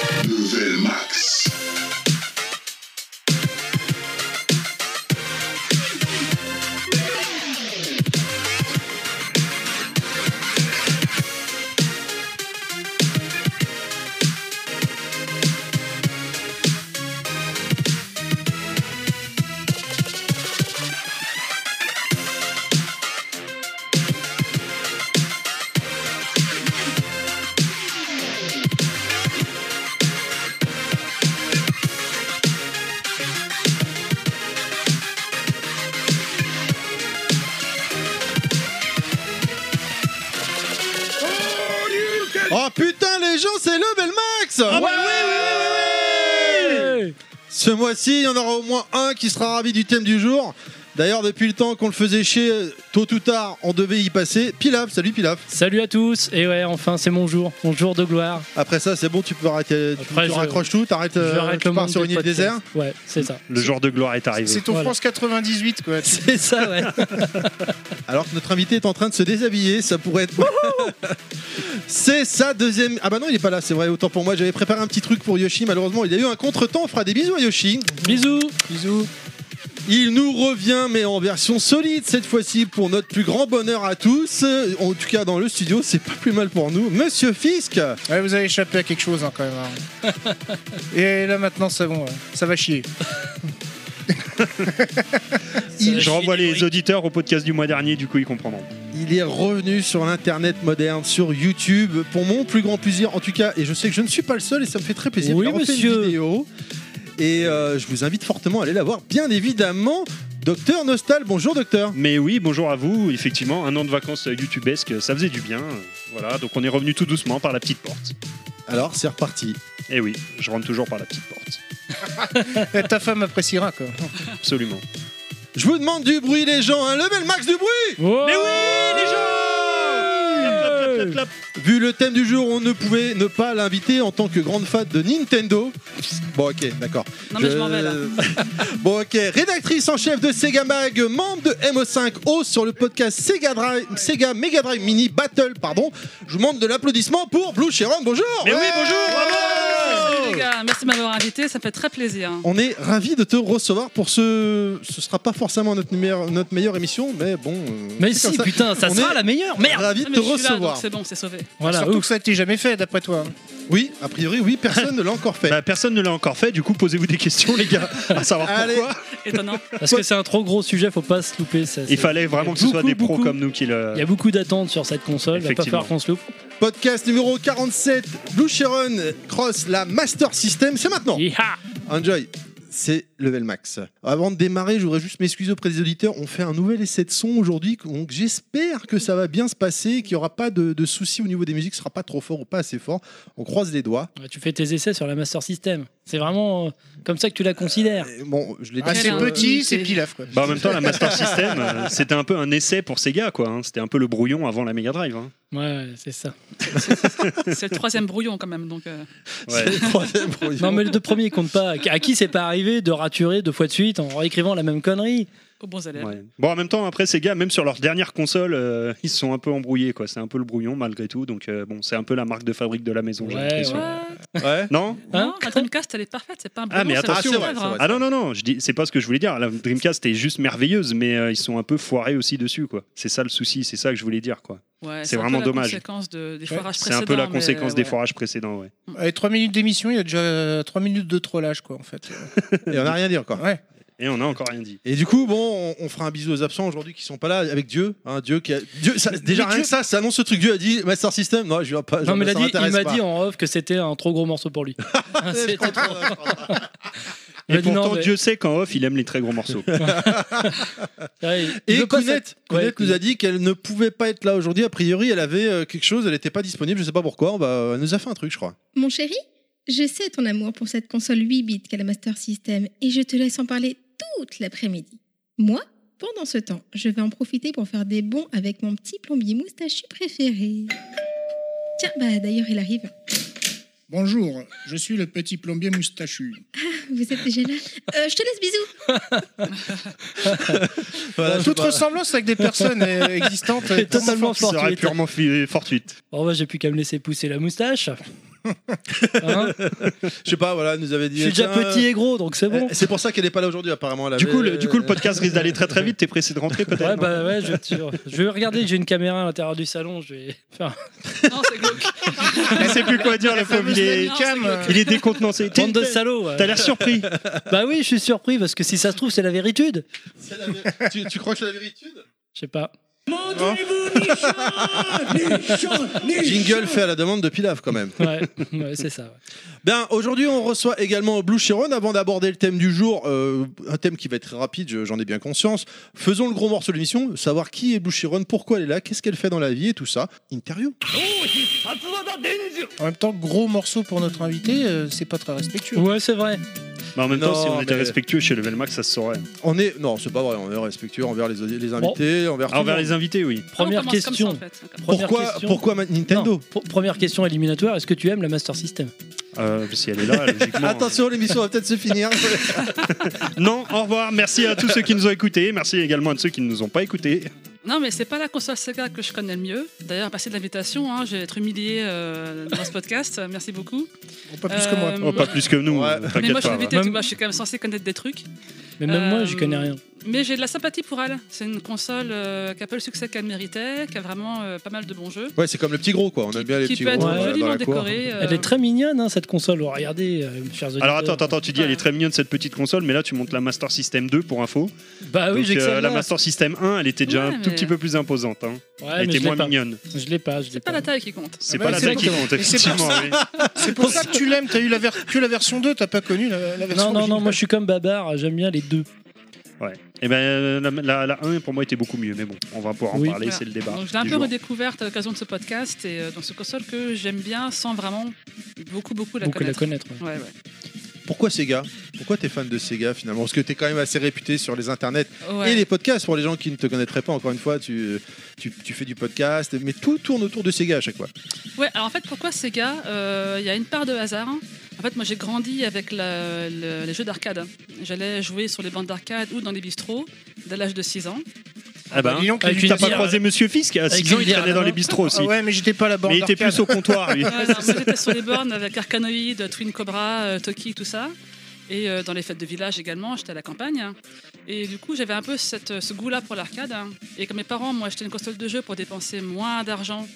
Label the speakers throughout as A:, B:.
A: Level Max.
B: Oh putain les gens, c'est le Belmax
C: Ah bah
B: Ouais, ouais, ouais, ouais, ouais. Ce mois-ci, il y en aura au moins un qui sera ravi du thème du jour. D'ailleurs, depuis le temps qu'on le faisait chier, tôt ou tard, on devait y passer. Pilaf, salut Pilaf.
C: Salut à tous, et ouais, enfin c'est mon jour, mon jour de gloire.
B: Après ça, c'est bon, tu peux arrêter, tu,
C: Après,
B: tu
C: je-
B: raccroches tout, t'arrêtes,
C: Je
B: euh,
C: arrête
B: tu
C: le
B: pars
C: monde
B: sur
C: des
B: une île Mm.
C: podcasts.
B: déserte.
C: Ouais, c'est ça.
D: Le jour de gloire est
E: C'est
D: arrivé.
E: ton
C: Voilà.
E: France 98, quoi. Tu-
C: C'est ça, ouais.
B: Alors que notre invité est en train de se déshabiller, ça pourrait être. c'est sa deuxième. Ah bah non, il est pas là, c'est vrai, autant pour moi. J'avais préparé un petit truc pour Yoshi, malheureusement, il a eu un contretemps. On fera des bisous à Yoshi.
C: Bisous.
B: Il nous revient, mais en version solide cette fois-ci, pour notre plus grand bonheur à tous. Euh, En tout cas, dans le studio, c'est pas plus mal pour nous. Monsieur Fisk
E: Ouais, vous avez échappé à quelque chose, hein, quand même. hein. Et là, maintenant, c'est bon, ouais. ça va chier.
D: Je renvoie les auditeurs au podcast du mois dernier, du coup ils comprendront.
B: Il est revenu sur l'internet moderne, sur YouTube, pour mon plus grand plaisir en tout cas, et je sais que je ne suis pas le seul et ça me fait très plaisir.
C: Oui,
B: Il a refait
C: monsieur.
B: Une vidéo, et euh, je vous invite fortement à aller la voir, bien évidemment. Docteur Nostal, bonjour docteur.
D: Mais oui, bonjour à vous. Effectivement, un an de vacances youtubesque, ça faisait du bien. Voilà, donc on est revenu tout doucement par la petite porte.
B: Alors c'est reparti.
D: Et oui, je rentre toujours par la petite porte.
E: Eh, Ta femme appréciera, quoi.
D: Absolument.
B: Je vous demande du bruit les gens, un level max du bruit
C: Mais
D: les
C: Euh,
D: gens
B: Vu le thème du jour, on ne pouvait ne pas l'inviter en tant que grande fan de Nintendo. Bon, ok, d'accord.
F: Non, mais je m'en vais, là.
B: bon, ok. Rédactrice en chef de Sega Mag, membre de MO5O sur le podcast Sega, Drive, Sega Mega Drive Mini Battle, pardon. Je vous demande de l'applaudissement pour Blue Sharon. Bonjour
D: Mais oui, bonjour, bravo
F: Salut, les gars. Merci de m'avoir invité, ça fait très plaisir.
B: On est ravis de te recevoir pour ce. Ce sera pas forcément notre, meilleure- notre meilleure émission, mais bon. euh,
C: Mais
B: c'est
C: si,
B: comme ça.
C: putain, ça
B: On
C: sera
B: est
C: la meilleure. Merde.
B: Ravis de
F: Ah, mais
B: te
F: je suis là,
B: recevoir.
F: donc C'est bon, c'est sauvé.
C: Voilà.
E: Surtout
C: ouf.
E: que ça, t'es jamais fait, d'après toi. hein.
B: oui, a priori, oui, personne ne l'a encore fait.
D: Bah, personne ne l'a encore fait, du coup posez-vous des questions les gars, à savoir
B: Allez.
D: pourquoi.
F: Étonnant.
C: Parce que c'est un trop gros sujet, faut pas se louper. ça, c'est-
D: Il fallait vraiment que ce soit
C: beaucoup,
D: des pros
C: beaucoup.
D: comme nous qui le...
C: Il y a beaucoup d'attentes sur cette console, il va pas
D: Effectivement.
C: falloir qu'on se loupe.
B: Podcast numéro 47, Blue Sharon Cross, la Master System, c'est maintenant.
C: Yeeha.
B: Enjoy, c'est Level Max. Avant de démarrer, je voudrais juste m'excuser auprès des auditeurs. On fait un nouvel essai de son aujourd'hui, donc j'espère que ça va bien se passer, qu'il n'y aura pas de, de soucis au niveau des musiques, ce sera pas trop fort ou pas assez fort. On croise les doigts.
C: Ouais, Tu fais tes essais sur la Master System. C'est vraiment euh, comme ça que tu la considères.
B: Et bon, je l'ai
E: Ah,
B: dit,
E: c'est
B: euh,
E: petit, c'est pilaf, quoi.
D: Bah en même temps, la Master System, euh, c'était un peu un essai pour Sega, quoi. hein. C'était un peu le brouillon avant la Mega Drive. hein.
C: Ouais, ouais, c'est ça.
F: C'est le troisième brouillon, quand même. Donc, euh,
D: Ouais.
B: c'est le troisième brouillon.
C: Non, mais les deux premiers comptent pas. À qui c'est pas arrivé de raturer deux fois de suite en réécrivant la même connerie
F: aux bons élèves.
D: Ouais. Bon, en même temps, après Sega, même sur leur dernière console, euh, ils se sont un peu embrouillés, quoi. C'est un peu le brouillon malgré tout. Donc euh, bon, c'est un peu la marque de fabrique de la maison. j'ai
C: Ouais,
D: l'impression.
C: ouais.
B: Ouais.
D: Non
C: Hein
F: Euh, Non, la Dreamcast, elle est parfaite. C'est pas un
D: Ah, mais
F: brouillon, c'est
D: attention,
F: une
D: ouais,
F: chef-d'œuvre,
B: c'est
F: hein.
B: vrai.
D: Ah non non non, je dis c'est pas ce que je voulais dire. La Dreamcast est juste merveilleuse, mais euh, ils sont un peu foirés aussi dessus, quoi. C'est ça le souci, c'est ça que je voulais dire, quoi.
F: Ouais,
D: C'est
F: un peu
D: vraiment
F: la
D: dommage.
F: conséquence de- des
E: Ouais,
F: foirages
D: C'est un peu la
F: précédents, hein, mais, euh,
D: conséquence des
F: ouais.
D: forages précédents, ouais.
E: Allez, 3 minutes d'émission, il y a déjà 3 minutes de trollage, quoi, en fait.
B: Et on n'a rien à dire quoi.
E: Ouais.
D: Et on a encore rien dit.
B: Et du coup, bon, on, on fera un bisou aux absents aujourd'hui qui sont pas là avec Dieu. hein, Dieu qui a. Dieu, ça- déjà
E: Mais
B: rien
E: Dieu-
B: que ça, ça annonce ce truc. Dieu a dit Master System. Non, je viens pas.
C: Non, mais il a
B: ça
C: dit- il
B: m'intéresse
C: m'a
B: pas.
C: dit en off que c'était un trop gros morceau pour lui. Ah, c'est- Il
D: Et
C: m'a dit non,
D: pourtant,
C: Bah, mais-
D: Dieu sait qu'en off, il aime les très gros morceaux.
C: Ouais, il- il
B: Et
C: veut pas
B: Kounet,
C: cette-
B: Kounet
C: Ouais,
B: nous a dit qu'elle ne pouvait pas être là aujourd'hui. A priori, elle avait euh, quelque chose, elle n'était pas disponible, je sais pas pourquoi. On va- elle nous a fait un truc, je crois.
G: Mon chéri, je sais ton amour pour cette console 8 bits qu'est la Master System et je te laisse en parler toute l'après-midi. Moi, pendant ce temps, je vais en profiter pour faire des bons avec mon petit plombier moustachu préféré. Tiens, bah d'ailleurs, il arrive.
H: Bonjour, je suis le petit plombier moustachu.
G: Vous êtes déjà là Euh, Je te laisse, bisous.
B: Voilà,
E: Bah, Toute
B: je sais pas.
E: ressemblance avec des personnes euh, existantes.
C: Totalement
D: Ça aurait
C: fortuite.
D: purement fi- fortuite.
C: Bon, bah, j'ai plus qu'à me laisser pousser la moustache. Hein
B: Je sais pas, voilà, elle nous avait dit.
C: Je suis déjà
B: tiens,
C: petit et gros, donc c'est
B: euh,
C: bon.
B: C'est pour ça qu'elle est pas là aujourd'hui, apparemment. elle
D: Du coup,
B: avait- euh,
D: le, du coup, le podcast risque d'aller très très vite. T'es pressé de rentrer peut-être
C: Ah, euh, Ouais,
D: non
C: bah ouais, je, vais- je vais regarder, j'ai une caméra à l'intérieur du salon, je vais faire
F: Non, c'est glauque.
D: Il sait plus quoi dire, le pauvre. Il est,
F: Non, c'est
E: Cam,
F: glauque.
D: il est décontenancé. T'es-
C: bande de
D: T'as
C: salauds. ouais.
D: t'as l'air surpris.
C: Bah oui, je suis surpris parce que si ça se trouve, c'est la véritude.
B: C'est la vé- tu, tu crois que c'est la véritude
C: Je sais pas.
B: Jingle fait à la demande de Pilaf quand même.
C: Ouais, ouais, c'est ça. ouais.
B: Bien, Ben, aujourd'hui, on reçoit également Blue Chiron. Avant d'aborder le thème du jour, euh, un thème qui va être très rapide, je- j'en ai bien conscience. Faisons le gros morceau de l'émission, savoir qui est Blue Chiron, pourquoi elle est là, qu'est-ce qu'elle fait dans la vie et tout ça. Interview.
E: En même temps, gros morceau pour notre invité, euh, c'est pas très respectueux.
C: Ouais, c'est vrai.
D: Bah, en même temps,
B: Non,
D: si on était
B: mais-
D: respectueux chez Level Max, ça se saurait.
B: On est. Non, c'est pas vrai, on est respectueux envers les, audi- les invités, envers.
D: Ah,
B: tout
D: envers
B: le
D: les
B: monde.
D: invités, oui.
C: Première
F: On commence comme ça,
C: question.
F: en fait. D'accord.
C: Première
B: Pourquoi,
C: question.
B: pourquoi ma- Nintendo
C: Non, pr- première question éliminatoire, est-ce que tu aimes la Master System
D: Euh, si elle est là, logiquement.
B: Attention, l'émission va peut-être se finir.
D: Non, au revoir. Merci à tous ceux qui nous ont écoutés. Merci également à tous ceux qui ne nous ont pas
F: Euh,
D: écoutés.
F: Non, mais c'est pas la console Sega que je connais le mieux. D'ailleurs, merci de l'invitation. hein, je vais être humilié euh, dans ce podcast. Merci beaucoup.
E: Pas plus que moi.
F: Euh,
D: Oh, pas plus que nous.
B: Ouais.
D: euh,
F: Mais moi,
D: T'inquiète
F: je suis
D: pas.
F: invité,
C: ouais.
F: tu vois, je suis quand même censé connaître des trucs.
C: Mais même moi,
F: Euh,
C: j'y connais rien.
F: Mais j'ai de la sympathie pour elle. C'est une console euh, qui a pas le succès qu'elle méritait, qui a vraiment euh, pas mal de bons jeux.
B: ouais, c'est comme le petit gros, quoi. On aime bien les
F: qui
B: petits
F: peut
B: gros.
F: être
B: euh, dans la
F: joliment
B: cour.
F: décorée. euh,
C: Elle est très mignonne, hein, cette console. Regardez, euh, chers auditeurs.
D: Alors attends, attends, attends, tu dis elle est très mignonne cette petite console, mais là tu montes la Master System 2 pour info.
C: Bah oui,
D: Donc,
C: j'ai que
D: euh,
C: ça.
D: la Master System 1, elle était déjà
F: Ah Ouais,
D: un tout
F: mais- Ah
D: petit peu plus imposante. hein.
C: Ouais,
A: Ah,
D: Elle
C: mais
D: était
C: je l'ai
D: moins
C: pas.
D: mignonne.
C: Je l'ai pas, je l'ai
F: C'est pas
C: pas.
F: la taille qui compte.
D: C'est
E: Ah
D: pas
E: bah,
D: la
E: c'est
D: taille qui
E: pour-
D: compte,
E: et c'est pour
D: effectivement. oui.
E: C'est pour ça que tu l'aimes, t'as eu la ver- que la version 2, t'as pas connu la, la
C: Non,
E: version
C: non, non,
E: originale.
C: moi je suis comme Babar, j'aime bien les deux.
D: Et ben euh, la, la- la 1 pour moi était beaucoup mieux, mais bon, on va pouvoir en
C: Oui.
D: parler,
F: Voilà.
D: c'est le
B: Bah,
D: débat.
F: Donc, je l'ai un
D: du
F: peu
D: jour.
F: redécouverte à l'occasion de ce podcast et euh, dans ce console que j'aime bien sans vraiment beaucoup, beaucoup la
C: Beaucoup la
F: connaître.
C: connaître. ouais.
F: Ouais, ouais.
B: Pourquoi Sega Pourquoi t'es fan de Sega finalement Parce que t'es quand même assez réputé sur les internets
F: Ouais.
B: et les podcasts. Pour les gens qui ne te connaîtraient pas, encore une fois, tu, tu, tu fais du podcast, mais tout tourne autour de Sega à chaque
F: Euh,
B: fois.
F: Ouais, alors en fait, pourquoi Sega Euh, Il y a une part de hasard. hein. En fait, moi j'ai grandi avec la- le- les jeux d'arcade. J'allais jouer sur les bandes d'arcade ou dans les bistrots dès l'âge de 6 ans.
D: Ah bah,
E: Dis euh, donc,
C: Avec
E: lui,
C: une
E: t'as
D: t'as pas
C: bière.
E: pas-
D: croisé Monsieur Fisk à
C: Avec
D: 6 ans,
C: une
D: il
C: bière à
D: traînait
C: la
D: dans
C: main.
D: les bistrots aussi.
E: Ah ouais, mais j'étais pas à la bande
D: Mais il était
E: d'arcade.
D: plus au comptoir, lui.
F: Ouais, non, moi j'étais sur les bornes avec Arcanoi, de Twin Cobra, euh, Toki, tout ça. Et euh, dans les fêtes de village également, j'étais à la campagne. Et du coup, j'avais un peu cette, euh, ce goût-là pour l'arcade. hein. Et comme mes parents, moi, j'étais une console de jeu pour dépenser moins d'argent,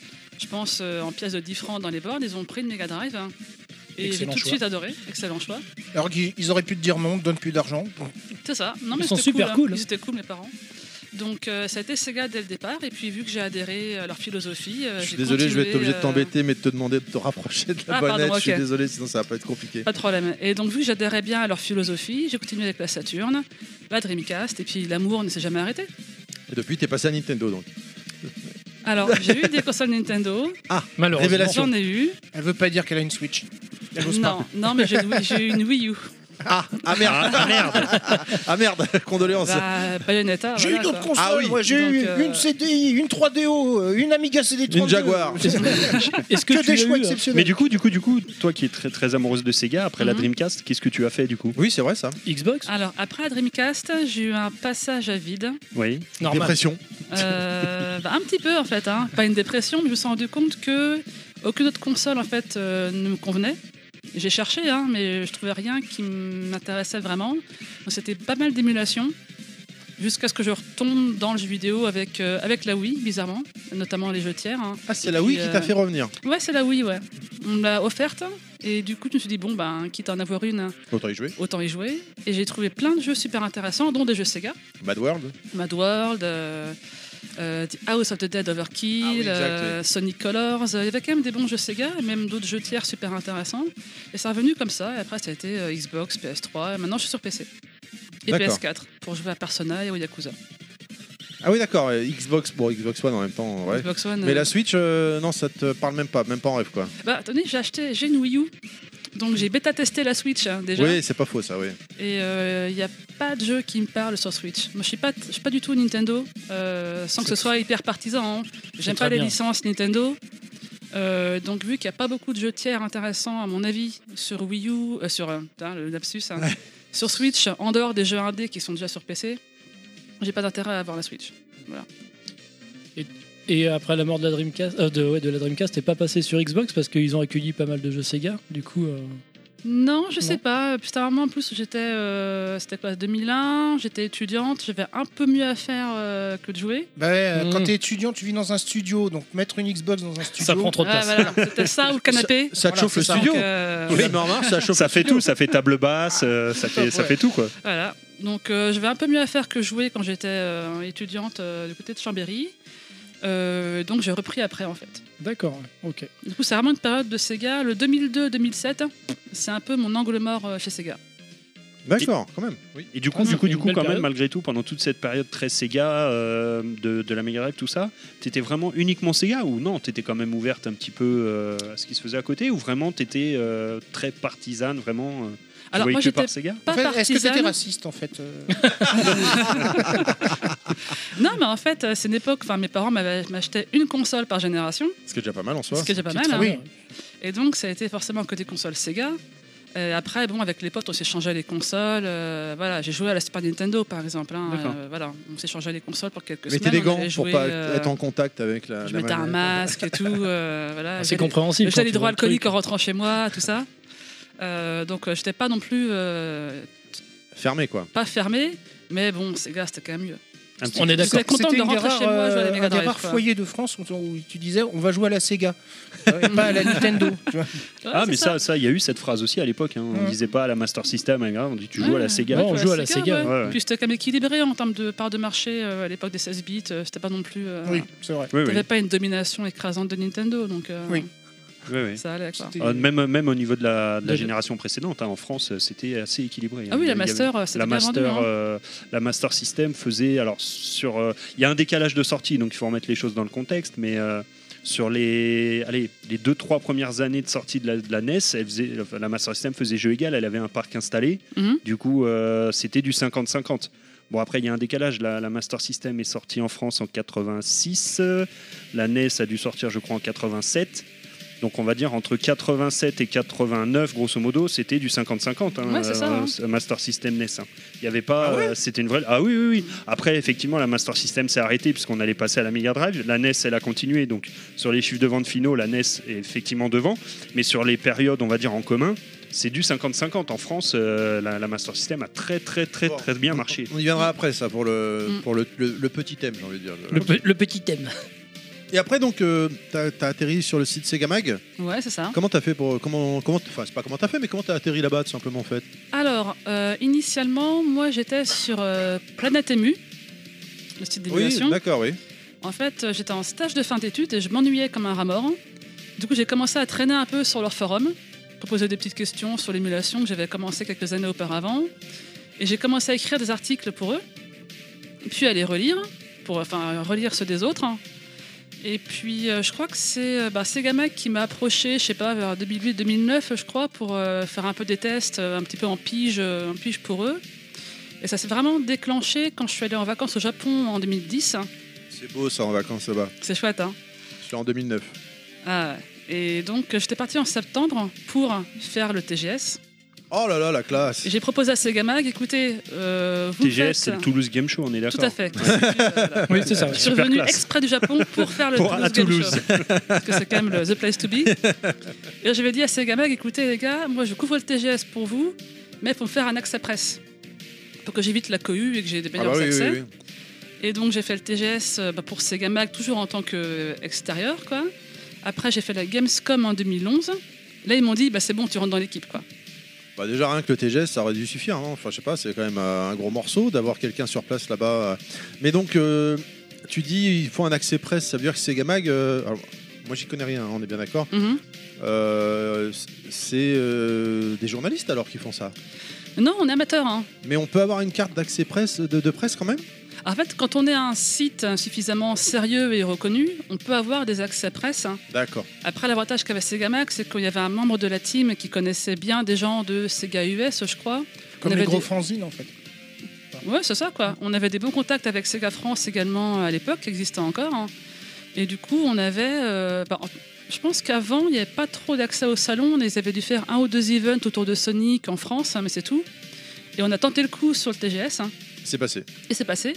F: je pense euh, en pièces de 10 francs dans les bornes, ils ont pris une Mega Drive. hein. Et j'ai
C: Excellent
F: tout de
C: choix.
F: suite adoré. Excellent choix.
E: Alors qu'ils ils auraient pu te dire non, donne plus d'argent.
F: C'est ça. Non,
C: Ils
F: mais
C: sont
F: c'était
C: super
F: hein.
C: cool.
F: Ils étaient cool, mes parents. Donc, euh, ça a été Sega dès le départ. Et puis, vu que j'ai adhéré à leur philosophie, euh,
B: je suis
F: j'ai
B: désolé, je vais être
F: continué,
B: obligé de
F: euh,
B: t'embêter, mais de te demander de te rapprocher de la
F: Ah,
B: bonnette.
F: pardon,
B: Je suis
F: ok.
B: désolé, sinon ça va pas être compliqué.
F: Pas de problème. Et donc, vu que j'adhérais bien à leur philosophie, j'ai continué avec la Saturne, la Dreamcast, et puis l'amour ne s'est jamais arrêté.
B: Et depuis, t'es passé à Nintendo donc.
F: Alors, j'ai eu des consoles Nintendo,
C: Malheureusement.
B: Révélation.
F: j'en ai eu.
E: Elle veut pas dire qu'elle a une Switch. Elle n'ose pas.
F: Non, non, mais j'ai une Wii- j'ai eu une Wii U.
B: Ah, ah merde, ah merde, ah merde, condoléances.
F: Bah, Bayonetta.
E: J'ai eu
F: voilà,
E: d'autres
F: quoi.
E: consoles,
B: Ah oui.
E: moi, j'ai
F: Donc,
E: eu
F: euh,
E: une CDI, une 3DO, euh, une Amiga CD32.
B: Une Jaguar.
E: Que,
C: Est-ce que, tu l'as
E: des choix
C: eu, hein
E: exceptionnels.
D: Mais du coup, du coup, du coup, toi qui es très très amoureuse de Sega, après la
F: Mhm.
D: Dreamcast, qu'est-ce que tu as fait du coup
B: Oui, c'est vrai ça.
C: Xbox
F: Alors, après la Dreamcast, j'ai eu un passage à vide.
D: Oui.
C: Normal.
B: Dépression.
F: Euh, bah, un petit peu, en fait. hein. Pas une dépression, mais je me suis rendu compte que aucune autre console, en fait, euh, ne me convenait. J'ai cherché, hein, mais je trouvais rien qui m'intéressait vraiment. Donc, C'était pas mal d'émulation. Jusqu'à ce que je retombe dans le jeu vidéo avec, euh, avec la Wii, bizarrement, notamment les jeux tiers. hein.
B: Ah, c'est la Wii
F: Puis,
B: qui
F: euh,
B: t'a fait revenir.
F: Ouais, c'est la Wii, ouais. On me l'a offerte, et du coup, je me suis dit, bon, ben, quitte à en avoir une,
B: Autant y jouer.
F: autant y jouer. Et j'ai trouvé plein de jeux super intéressants, dont des jeux Sega.
B: Bad World.
F: Mad World, euh, euh, The House of the Dead Overkill,
B: Ah oui, exact,
F: euh, Sonic Colors. euh, Il y avait quand même des bons jeux Sega, et même d'autres jeux tiers super intéressants. Et c'est revenu comme ça. Et après, ça a été euh, Xbox, PS3. Et maintenant, je suis sur PC. Et
B: D'accord.
F: PS4 pour jouer à Persona et au Yakuza.
B: Ah oui, d'accord. euh, Xbox pour Xbox One en même temps. Ouais.
F: Xbox One.
B: Mais
F: euh,
B: la Switch, euh, non, ça te parle même pas, même pas en rêve quoi.
F: Bah, attendez, j'ai acheté, j'ai une Wii U. Donc j'ai bêta testé la Switch hein, déjà.
B: Oui, c'est pas faux ça, oui.
F: Et euh, il n'y a pas de jeu qui me parle sur Switch. Moi, je suis pas, je suis pas du tout Nintendo, euh, sans que ce soit hyper partisan. hein. J'aime
C: très
F: pas les
C: bien.
F: licences Nintendo. Euh, donc, vu qu'il n'y a pas beaucoup de jeux tiers intéressants, à mon avis, sur Wii U, euh, sur euh, putain, le lapsus, hein. sur Switch, en dehors des jeux indés qui sont déjà sur PC, j'ai pas d'intérêt à avoir la Switch.
C: Et après la mort de la Dreamcast, euh, de, ouais, de la Dreamcast, n'est pas passé sur Xbox parce qu'ils ont accueilli pas mal de jeux Sega. Du coup, euh,
F: Non, je
C: Non.
F: sais pas. Plus tardement, en plus, j'étais. euh, C'était quoi 2001, j'étais étudiante, j'avais un peu mieux à faire euh, que de jouer.
E: Bah ouais, euh,
C: Mm.
E: quand t'es étudiant, tu vis dans un studio, donc mettre une Xbox dans un studio.
C: ça prend trop de
F: Ah,
C: place.
F: voilà. C'était ça ou canapé.
B: Ça te
E: Voilà,
B: chauffe
E: c'est
B: le
E: ça.
B: studio
F: Donc, euh,
B: Oui, mais en remarque, ça chauffe
D: Ça fait tout, ça fait table basse, euh, ça, fait, ça
E: ouais.
D: fait tout quoi.
F: Voilà. Donc euh, j'avais un peu mieux à faire que jouer quand j'étais euh, étudiante euh, du côté de Chambéry. Euh, donc j'ai repris après en fait.
C: D'accord, ouais, ok.
F: Du coup, c'est vraiment une période de Sega. Le 2002-2007, c'est un peu mon angle mort euh, chez Sega.
B: D'accord, quand même. Oui.
D: Et du coup,
C: Ah,
D: du
C: non,
D: coup,
C: une
D: du coup,
C: belle
D: quand même,
C: période.
D: malgré tout, pendant toute cette période très Sega, euh, de, de la Mega Drive, tout ça, t'étais vraiment uniquement Sega ou non T'étais quand même ouverte un petit peu euh, à ce qui se faisait à côté ou vraiment t'étais euh, très partisane, vraiment euh, tu
F: Alors
D: voyais
F: moi,
D: que
F: j'étais
D: par Sega
F: pas
E: En fait, Est-ce que t'étais
F: partisane.
E: raciste en fait euh
F: Non, mais en fait, euh, c'est une époque. Enfin, mes parents m'avaient- m'achetaient une console par génération,
B: Ce qui est déjà pas mal en soi.
F: ce qui est déjà pas mal.
E: c'est
F: hein.
E: très bien.
F: Et donc, ça a été forcément côté console Sega. Et après, bon, avec les potes, on s'échangeait les consoles. euh, voilà, j'ai joué à la Super Nintendo, par exemple. hein,
D: D'accord.
F: euh, voilà, on s'échangeait les consoles pour quelques
B: Mettez
F: semaines.
B: des
F: on
B: gants
F: allait
B: pour
F: jouer,
B: pas
F: euh,
B: être en contact avec la.
F: Je
B: la
F: mettais un
B: manette.
F: masque et tout. euh, voilà,
C: Ah, C'est
F: J'avais-
C: compréhensible.
F: J'étais
C: quand tu
F: les
C: vois
F: droits
C: le truc.
F: alcooliques en rentrant chez moi, tout ça. Euh, donc euh, j'étais pas non plus euh,
B: Fermé quoi.
F: pas fermé, mais bon, ces gars, c'était quand même mieux.
D: Un petit-
C: On est d'accord.
F: J'étais content
E: C'était
F: de
E: une
F: rentrer
E: des
F: chez moi, jouer à la
E: rares,
F: Mega
E: euh, un des
F: Drive,
E: rares
F: quoi.
E: foyers de France où, où tu disais on va jouer à la Sega, euh, et pas à la Nintendo. tu vois.
F: Ouais,
D: Ah,
F: c'est
D: mais ça, ça, il y a eu cette phrase aussi à l'époque. hein. On
E: Ouais.
D: disait pas à la Master System, hein, on dit tu joues à
F: Ouais.
D: la Sega.
C: Ouais, on joue à la Sega,
F: ouais.
D: ouais, ouais.
F: Puis c'était quand même équilibré en termes de part de marché euh, à l'époque des 16 bits. euh, c'était pas non plus. euh,
E: Oui, c'est vrai.
D: Oui, oui,
F: T'avais pas une domination écrasante de Nintendo, donc euh,
E: Oui.
D: oui, oui.
F: ça allait quoi.
E: C'était-
D: Euh, même, même au niveau de la, de la
C: De-
D: génération précédente, hein, en France, c'était assez équilibré.
F: Ah
D: hein.
F: oui,
D: Il y
F: la
D: avait-
F: Master, euh, c'était
D: la
F: bien
D: master,
F: vendu, hein.
D: euh, la master system faisait alors sur euh, il y a un décalage de sortie donc il faut remettre les choses dans le contexte mais euh, sur les allez les deux trois premières années de sortie de la, de la NES elle faisait, enfin, la master system faisait jeu égal elle avait un parc installé
F: Mhm.
D: du coup euh, c'était du 50 50 Bon après il y a un décalage, la, la Master System est sortie en France en 86, euh, la NES a dû sortir je crois en 87, donc on va dire entre 87 et 89 grosso modo c'était du 50-50, hein,
F: Ouais, c'est ça,
D: euh, Master System NES. hein. Il y avait pas. euh, C'était une vraie. Ah oui, oui, oui. Après, effectivement, la Master System s'est arrêtée puisqu'on allait passer à la Mega Drive. La NES, elle a continué. Donc, sur les chiffres de vente finaux, la NES est effectivement devant. Mais sur les périodes, on va dire en commun, c'est du 50-50. En France, euh, la, la Master System a très, très, très,
B: Bon.
D: très bien marché.
B: On y viendra après ça pour le,
F: Mm.
B: pour le, le- le petit thème, j'ai envie de dire.
C: Le, pe- le petit thème.
B: Et après, donc, euh, t'as t'as atterri sur le site Segamag.
D: euh,
F: Ouais, c'est ça.
B: Comment t'as fait pour. Comment, comment, enfin, c'est pas comment t'as fait, mais comment t'as atterri là-bas, tout simplement, en fait
F: Alors, euh, initialement, moi j'étais sur euh, Planète Emu, le site
B: Oui,
F: d'émulation.
B: d'accord, oui.
F: En fait, euh, j'étais en stage de fin d'études et je m'ennuyais comme un rat mort. Du coup, j'ai commencé à traîner un peu sur leur forum, proposer des petites questions sur l'émulation que j'avais commencé quelques années auparavant. Et j'ai commencé à écrire des articles pour eux, puis à les relire, pour, enfin, relire ceux des autres. Et puis, euh, je crois que c'est euh, bah, Segamak qui m'a approché, je sais pas, vers 2008-2009, je crois, pour euh, faire un peu des tests, euh, un petit peu en pige, euh, en pige pour eux. Et ça s'est vraiment déclenché quand je suis allée en vacances au Japon en 2010.
B: C'est beau ça en vacances là-bas.
F: C'est chouette, hein
B: C'était en 2009.
F: Ah, et donc, euh, j'étais partie en septembre pour faire le TGS.
B: Oh là là, la classe
F: Et J'ai proposé à Segamag, écoutez, euh, vous
D: TGS, c'est
F: faites...
D: le Toulouse Game Show, on est
F: Tout
D: d'accord
F: à fait. euh, Voilà.
C: Oui, c'est ça. ouais.
F: Je suis
D: Super
F: revenu
D: classe.
F: exprès du Japon pour faire le
D: Pour- à
F: Toulouse, Game
D: Toulouse.
F: Show. Parce que c'est quand même le, the place to be. Et j'avais dit à Segamag, écoutez les gars, moi je couvre le TGS pour vous, mais faut me faire un accès presse. Pour que j'évite la cohue et que j'ai des
B: Ah
F: meilleurs
B: bah oui,
F: accès.
B: oui, oui.
F: Et donc j'ai fait le TGS euh, bah, pour Segamag toujours en tant qu'extérieur. Quoi. Après j'ai fait la Gamescom en 2011. Là ils m'ont dit bah, c'est bon tu rentres dans l'équipe. quoi.
B: Bah déjà rien que le TGS ça aurait dû suffire. hein. Enfin je sais pas, c'est quand même euh, un gros morceau d'avoir quelqu'un sur place là-bas. Mais donc euh, tu dis il faut un accès presse, ça veut dire que Segamag... euh, alors, moi j'y connais rien, hein, on est bien d'accord.
F: Mhm.
B: Euh, c'est euh, des journalistes alors qui font ça.
F: Non on est amateur. hein.
B: Mais on peut avoir une carte d'accès presse de, de presse quand même
F: En fait quand on est un site suffisamment sérieux et reconnu, on peut avoir des accès presse. hein.
B: D'accord.
F: Après l'avantage qu'avait Segamag c'est qu'il y avait un membre de la team qui connaissait bien des gens de Sega US je crois.
E: Comme
F: avait
E: les gros
F: des-
E: fanzines en fait.
F: Ouais, c'est ça quoi. On avait des bons contacts avec Sega France également euh, à l'époque, qui existait encore. hein. Et du coup, on avait. euh, bah, en- je pense qu'avant, il n'y avait pas trop d'accès au salon. Ils avaient dû faire un ou deux events autour de Sonic en France, hein, mais c'est tout. Et on a tenté le coup sur le TGS, hein,
B: C'est passé.
F: et c'est passé.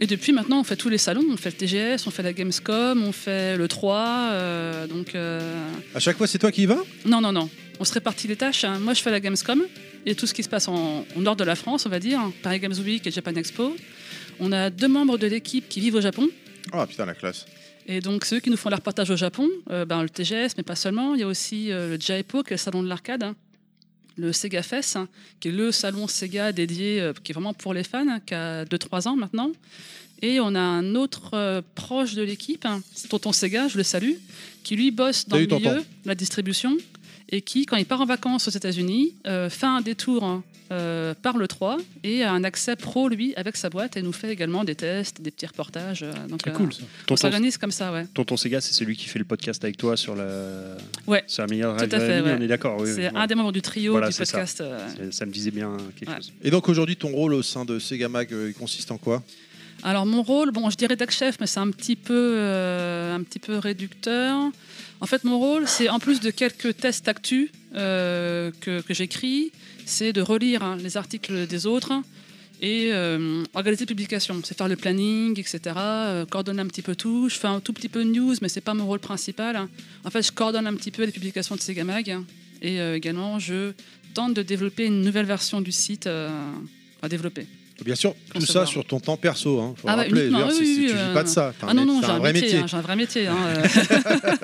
F: Et depuis maintenant, on fait tous les salons. On fait le TGS, on fait la Gamescom, on fait le 3. euh, donc, euh,
B: À chaque fois, c'est toi qui y vas
F: non, non, non. On se répartit les tâches. hein. Moi, je fais la Gamescom et tout ce qui se passe en, au nord de la France, on va dire, Paris Games Week et Japan Expo. On a deux membres de l'équipe qui vivent au Japon.
B: Ah putain, la classe.
F: Et donc, ceux qui nous font leur partage au Japon, euh, ben, le TGS, mais pas seulement, il y a aussi euh, le Jaipo, qui est le salon de l'arcade, hein. le Sega Fest, hein, qui est le salon Sega dédié, euh, qui est vraiment pour les fans, hein, qui a 2-3 ans maintenant. Et on a un autre euh, proche de l'équipe, hein, c'est Tonton Sega, je le salue, qui lui bosse dans
B: Salut,
F: le milieu,
B: tonton.
F: la distribution, et qui, quand il part en vacances aux États-Unis, euh, fait un détour hein, euh, par le 3 et a un accès pro, lui, avec sa boîte, et nous fait également des tests, des petits reportages. euh, donc,
A: Très
F: euh,
A: cool ça.
F: on
D: Tonton,
F: s'organise comme ça, ouais.
D: Tonton Sega, c'est celui qui fait le podcast avec toi sur la.
F: Ouais.
D: Sur la meilleure
F: Tout
D: radio
F: à fait,
D: amie,
F: ouais.
D: on est d'accord. oui, oui,
F: c'est
D: ouais.
F: un des membres du trio
D: Voilà,
F: du
D: c'est ça.
F: podcast. euh.
D: C'est- Ça me disait bien quelque
F: Ouais.
D: chose.
B: Et donc aujourd'hui, ton rôle au sein de Segamag euh, il consiste en quoi
F: Alors mon rôle, bon, je dirais DAC-chef, mais c'est un petit peu, euh, un petit peu réducteur. En fait, mon rôle, c'est en plus de quelques tests actu euh, que, que j'écris, c'est de relire hein, les articles des autres et euh, organiser les publications. C'est faire le planning, etc. euh, coordonner un petit peu tout. Je fais un tout petit peu de news, mais c'est pas mon rôle principal. hein. En fait, je coordonne un petit peu les publications de Segamag hein, et euh, également je tente de développer une nouvelle version du site. euh, à développer.
B: Bien sûr, tout ça
F: Concevoir.
B: sur ton temps perso. Hein. Faut
F: Ah
B: le
F: bah,
B: rappeler,
F: uniquement,
B: je veux dire,
F: oui,
B: c'est-
F: oui,
B: tu
F: euh,
B: vis pas de ça. T'as
F: Ah non,
B: mé-
F: non,
B: t'as
F: j'ai un,
B: vrai
F: métier. hein, j'ai un vrai métier. hein, euh.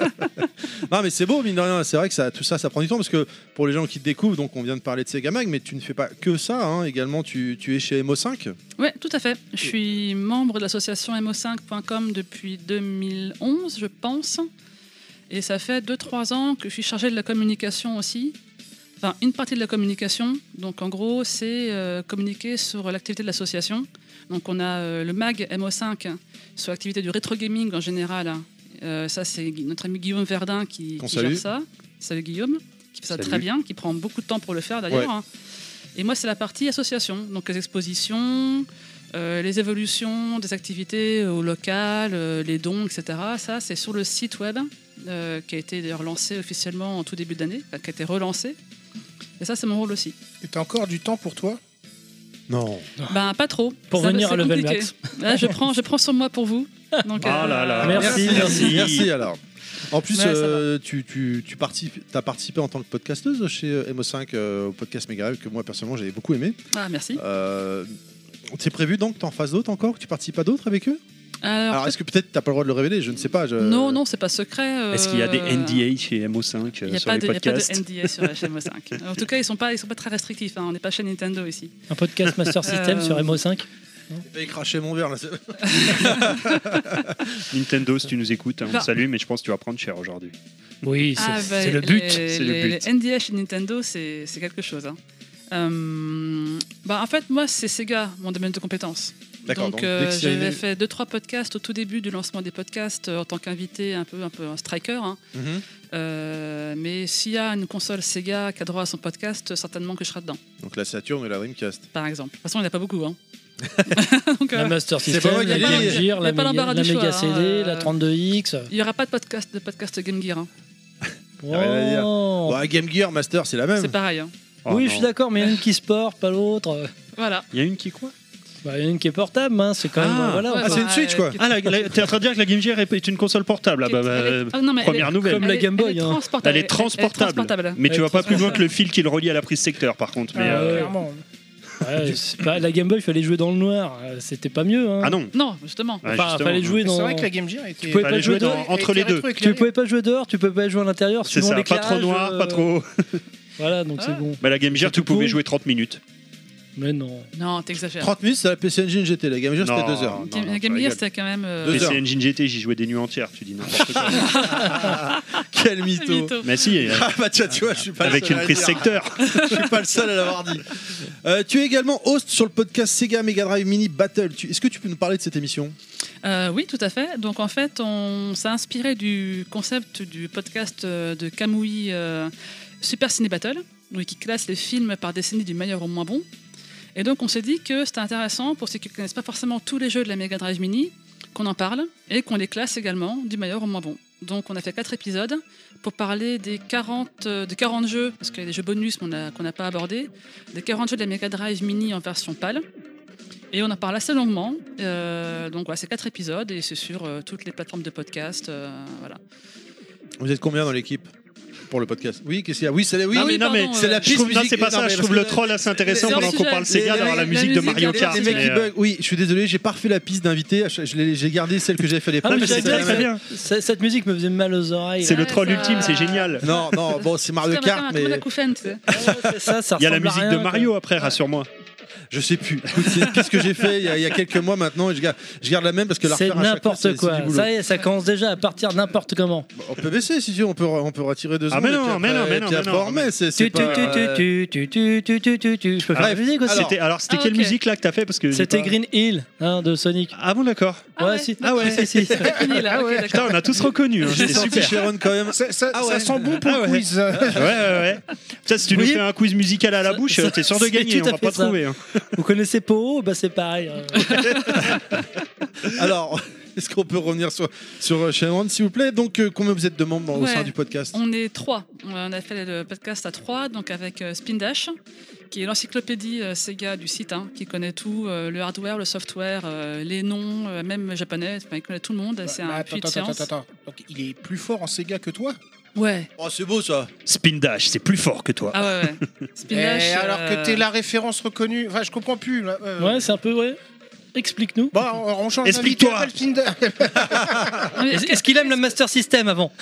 B: Non, mais c'est beau, mine de rien. C'est vrai que ça, tout ça, ça prend du temps parce que pour les gens qui te découvrent, donc on vient de parler de Segamag, mais tu ne fais pas que ça. hein. Également, tu, tu es chez MO5.
F: Ouais, tout à fait. Je suis membre de l'association mo5.com depuis 2011, je pense. Et ça fait 2-3 ans que je suis chargée de la communication aussi. Enfin, une partie de la communication. Donc, en gros, c'est euh, communiquer sur l'activité de l'association. Donc, on a euh, le MAG MO5 hein, sur l'activité du rétro gaming en général. hein. Euh, ça, c'est Gui- notre ami Guillaume Verdun qui,
B: Qu'on
F: qui
B: salue.
F: gère ça. Salut Guillaume, qui fait ça
D: Salut.
F: très bien, qui prend beaucoup de temps pour le faire d'ailleurs.
B: Ouais.
F: hein. Et moi, c'est la partie association. Donc, les expositions, euh, les évolutions des activités au local, euh, les dons, etc. Ça, c'est sur le site web euh, qui a été d'ailleurs lancé officiellement en tout début d'année, enfin, qui a été relancé. Et ça, c'est mon rôle aussi.
E: Et t'as encore du temps pour toi
B: Non.
F: Ben, pas trop.
C: Ah. Pour
F: Ça,
C: revenir
F: c'est
C: à Level
F: compliqué.
C: Max.
F: Là, je prends, je prends sur moi pour vous. Donc,
D: Ah
F: euh,
D: là là.
C: Merci, merci.
B: Merci alors. En plus,
F: Ouais, ça va.
B: euh, tu, tu, tu participes, as participé en tant que podcasteuse chez euh, MO5 euh, au podcast Mega Drive, que moi personnellement j'avais beaucoup aimé.
F: Ah, merci.
B: Euh, c'est prévu donc que tu en fasses d'autres encore, que tu participes à d'autres avec eux
F: Alors,
B: Alors est-ce que peut-être t'as pas le droit de le révéler Je ne sais pas. je-
F: Non, non, c'est pas secret. euh,
D: Est-ce qu'il y a des NDA chez MO5 euh,
F: Il n'y a,
D: sur
F: pas
D: les
F: de il y a pas
D: podcasts
F: de NDA sur HMO5. En tout cas, ils ne sont, pas- ils sont pas très restrictifs. hein. On n'est pas chez Nintendo ici.
C: Un podcast Master System
F: Euh,
C: sur MO5.
B: J'ai failli cracher mon verre là. c'est-
D: Nintendo, si tu nous écoutes, hein, on te
F: Bah.
D: salue, mais je pense que tu vas prendre cher aujourd'hui.
C: Oui, c'est
F: bah,
C: c'est le but.
F: Les,
D: le
F: les-
D: but.
F: les NDA chez Nintendo, c'est c'est quelque chose. hein. Euh, bah, en fait, moi, c'est Sega, mon domaine de compétences.
B: D'accord.
F: Donc,
B: Donc,
F: euh,
B: dès que c'est
F: j'avais
B: arrivé-
F: fait deux trois podcasts au tout début du lancement des podcasts euh, en tant qu'invité, un peu un peu un striker. hein.
B: Mhm.
F: Euh, mais s'il y a une console Sega qui a droit à son podcast, euh, certainement que je serai dedans,
B: Donc, la Saturn et la Dreamcast.
F: par exemple. De toute façon, il n'y en a pas beaucoup. hein. Donc,
C: La
F: euh,
C: Master
B: C'est pas
C: System,
B: moi qui
C: la
B: l'ai
C: Game
B: dit.
C: Gear,
F: Il y
C: la
F: a pas
C: Mega
F: l'embarras
C: la
F: du
C: Mega
F: choix, hein,
C: CD,
F: euh.
C: la 32X.
F: il n'y aura pas de podcast, de podcast Game Gear. hein.
B: rien à dire.
C: Oh.
B: Ouais, Bah, Game Gear, Master, c'est la
F: C'est
B: même.
F: pareil. hein.
D: Oh,
C: oui,
D: non.
C: je suis d'accord, mais il y en a une qui se porte, pas l'autre.
F: Voilà.
D: Il y a une qui quoi
C: Bah, il y en a une qui est portable, hein, c'est quand même.
D: Ah.
C: voilà,
F: Ouais,
B: Ah, c'est une
F: bah,
B: Switch, quoi.
F: euh,
D: Ah, la- la- t'es en train de dire que la Game Gear est est une console portable ah, bah, bah,
F: Elle est- ah, non, mais elle
D: Première
F: est-
D: nouvelle.
C: Comme la
F: elle est-
C: Game Boy,
F: Elle est
C: hein.
F: transportable.
D: Elle
F: Elle-
D: est
F: elle
D: transportable. Mais tu
C: Elle est
D: vas pas plus loin que le fil qui le relie à la prise secteur, par contre. Mais,
C: Ah,
D: euh,
C: ouais.
E: Clairement.
C: Ouais, c'est pas- la Game Boy, il fallait jouer dans le noir. euh, C'était pas mieux. Hein.
D: ah non.
F: Non, justement.
D: Ah,
C: Enfin,
D: justement.
C: fallait jouer
E: Mais
C: dans.
E: C'est vrai que la Game Gear était.
C: pouvais pas
D: Fallait jouer
C: jouer
D: dans- entre les deux.
C: Tu pouvais pas jouer dehors, tu pouvais pas jouer à l'intérieur.
D: C'est
C: selon
D: ça, pas
C: l'éclairage,
D: trop noir,
C: euh,
D: pas trop.
C: Voilà, donc c'est
F: Ah.
C: bon.
D: Bah, la Game Gear,
C: Surtout
D: tu pouvais
C: pour-
D: jouer 30 minutes.
C: Mais non.
F: Non, t'exagères.
B: 30 minutes, c'est la PC Engine GT. La Game Gear, c'était
D: Non.
B: 2 heures.
F: Game,
D: non, non,
F: Game
D: je
F: Gear,
D: rigole.
F: c'était quand même. euh,
B: Deux
D: Mais
B: heures.
D: c'est Engine GT, j'y jouais des nuits entières, tu dis n'importe quoi.
B: Quel
F: c'est
B: mytho.
F: mytho.
D: mais si, euh,
B: Ah bah tiens, tu vois, je suis pas le
D: avec
B: seul
D: une
B: à le
D: prise
B: dire.
D: secteur.
B: Je suis pas le seul à l'avoir dit. Euh, tu es également host sur le podcast Sega Mega Drive Mini Battle. Tu- Est-ce que tu peux nous parler de cette émission
F: Euh, oui, tout à fait. Donc en fait, on s'est inspiré du concept du podcast euh, de Kamui euh, Super Ciné Battle, donc qui classe les films par décennie du meilleur au moins bon. Et donc on s'est dit que c'était intéressant pour ceux qui ne connaissent pas forcément tous les jeux de la Mega Drive Mini, qu'on en parle et qu'on les classe également du meilleur au moins bon. Donc on a fait quatre épisodes pour parler des 40, euh, de 40 jeux, parce qu'il y a des jeux bonus qu'on a- qu'on n'a pas abordés, des 40 jeux de la Mega Drive Mini en version PAL. Et on en parle assez longuement. Euh, donc voilà, c'est quatre épisodes et c'est sur euh, toutes les plateformes de podcast. euh, voilà.
B: Vous êtes combien dans l'équipe pour le podcast Oui, qu'est-ce qu'il y a Oui, c'est la, oui,
F: Ah
D: mais
F: oui,
D: non, mais
F: pardon,
B: c'est
F: euh,
B: la
D: Je
B: piste
D: trouve, non,
B: musique-
D: c'est pas
B: non, mais
D: ça. Je
B: parce
D: trouve
B: que
D: le troll assez intéressant
F: c'est hors
D: pendant qu'on
F: sujet.
D: parle Sega
B: Les-
D: d'avoir la
B: la
D: musique de
F: musique,
D: Mario
F: elle est
D: Kart.
B: Les
F: hors
B: mecs
D: mais,
B: qui
D: euh,
B: bug. Oui, je suis désolé, j'ai pas refait la piste d'invité. Je- je l'ai- J'ai gardé celle que j'avais fait à l'époque.
D: non, Ah, mais
C: Ah, mais
D: c'est
C: j'avais
D: bien,
C: bien
D: très
C: fait. Ça-
D: bien.
C: Cette musique me faisait mal aux oreilles.
D: C'est
C: là.
D: le troll
F: ça-
D: ultime, c'est génial.
B: Non, non, bon, c'est Mario
F: C'est comme un-
B: Kart,
F: comme un
B: mais
F: acouphène, tu sais.
C: Ouais, Ah, c'est ça, ça
D: Il y a la
C: ressemble à
D: musique
C: rien,
D: de
C: quoi.
D: Mario après, rassure-moi.
B: je sais plus. Écoute, C'est une piste que j'ai fait il y, a, il y a quelques mois maintenant et je garde, je garde la même parce que la
C: C'est
B: refaire à chaque fois,
C: n'importe
B: c'est- c'est du
C: quoi.
B: boulot.
C: Ça y est, ça commence déjà à partir n'importe comment.
B: Bon, On peut baisser si tu veux, on peut, on peut retirer deux
D: Ah,
B: secondes.
D: mais
B: et
D: non,
B: puis
D: mais
B: après-
D: non, mais
B: et
D: non,
B: puis
D: mais
B: après,
D: non.
B: on remet, c'est c'est
C: Tu, tu,
B: pas. euh,
C: tu, tu, tu, tu, tu, tu, tu. Je peux faire la
B: Bref,
C: musique aussi.
B: alors-
D: C'était- Alors, c'était
F: Ah,
D: quelle
F: ok.
D: musique là que t'as fait parce que j'ai
C: C'était
D: pas-
C: Green Hill hein, de Sonic.
D: Ah bon, d'accord.
F: Ah ouais.
C: si.
D: Ah ouais.
C: Si, si, si.
F: Fini, là, ok,
D: Putain,
F: d'accord.
D: on a tous reconnu. hein,
B: J'ai
D: C'était
B: senti
D: super.
B: Sharon quand même.
E: Ça, ça-
B: Ah
E: ça
B: ouais.
E: sent bon pour
D: Ah
E: le
D: ouais.
E: quiz. euh.
D: Ouais, ouais, ouais. Ça, si tu nous
C: Oui.
D: fais un quiz musical à la
C: Ça-
D: bouche,
C: ça-
D: t'es sûr de
C: c'est
D: gagner,
C: tout
D: on
C: à
D: va
C: fait
D: pas
C: ça.
D: trouver. hein.
C: Vous connaissez Poho Bah c'est pareil. hein.
B: Alors, est-ce qu'on peut revenir sur, sur euh, Sharon, s'il vous plaît Donc, euh, combien vous êtes de membres dans- au
F: Ouais.
B: sein du podcast
F: On est trois. On a fait le podcast à trois, donc avec euh, Spin Dash, qui est l'encyclopédie euh, Sega du site, hein, qui connaît tout, euh, le hardware, le software, euh, les noms, euh, même japonais, enfin, il connaît tout le monde. C'est
E: Bah,
F: un
E: attends,
F: puits de
E: attends,
F: science.
E: attends, attends. Donc, il est plus fort en Sega que toi
F: Ouais.
B: Oh, c'est beau ça
D: Spin Dash, c'est plus fort que toi.
F: Ah ouais, ouais. Spin Dash,
E: Eh, Alors
F: euh,
E: que t'es la référence reconnue. Enfin, je comprends plus. là, euh.
C: Ouais, c'est un peu ouais. Explique-nous.
E: Bon, on, on change
D: Explique-toi.
E: d'invité, appelle Spin-
F: non, mais
C: Est-ce est-ce qu'il aime le Master System avant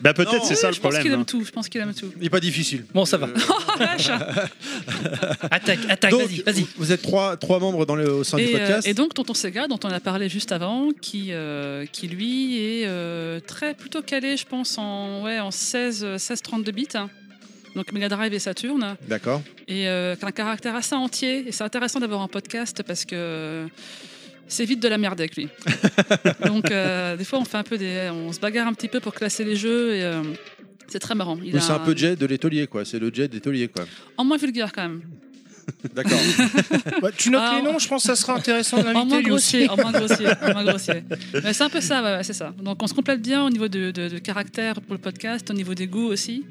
D: Bah, peut-être,
B: Non.
D: c'est ça le
F: Je pense qu'il
D: problème.
F: aime
D: hein.
F: tout. Je pense qu'il aime tout.
B: Il n'est pas difficile.
C: Bon, ça va.
F: Oh, vache.
C: Attaque, attaque,
B: Euh, Donc,
C: vas-y, vas-y.
B: vous- Vous êtes trois, trois membres dans le, au sein du
F: Et, euh,
B: podcast.
F: et donc Tonton Sega, dont on a parlé juste avant, qui, euh, qui lui est euh, très plutôt calé, je pense, en, ouais, en 16, euh, 16 32 bits. hein. Donc Mega Drive et Saturn,
B: D'accord.
F: et euh, qui a un caractère assez entier. Et c'est intéressant d'avoir un podcast parce que euh, c'est vite de la merde avec lui. Donc euh, des fois on fait un peu des, on se bagarre un petit peu pour classer les jeux et euh, c'est très marrant. Il
B: Mais
F: a
B: C'est un peu jet de l'étolier, quoi. C'est le jet d'étolier, quoi.
F: En moins vulgaire quand même.
B: D'accord.
E: Bah, tu notes
F: Ah,
E: les noms, je pense que ça sera intéressant
F: En
E: d'inviter
F: moins
E: lui aussi.
F: grossier, en moins grossier, en moins grossier. Mais c'est un peu ça, ouais, ouais, c'est ça. Donc on se complète bien au niveau de, de- de caractère pour le podcast, au niveau des goûts aussi.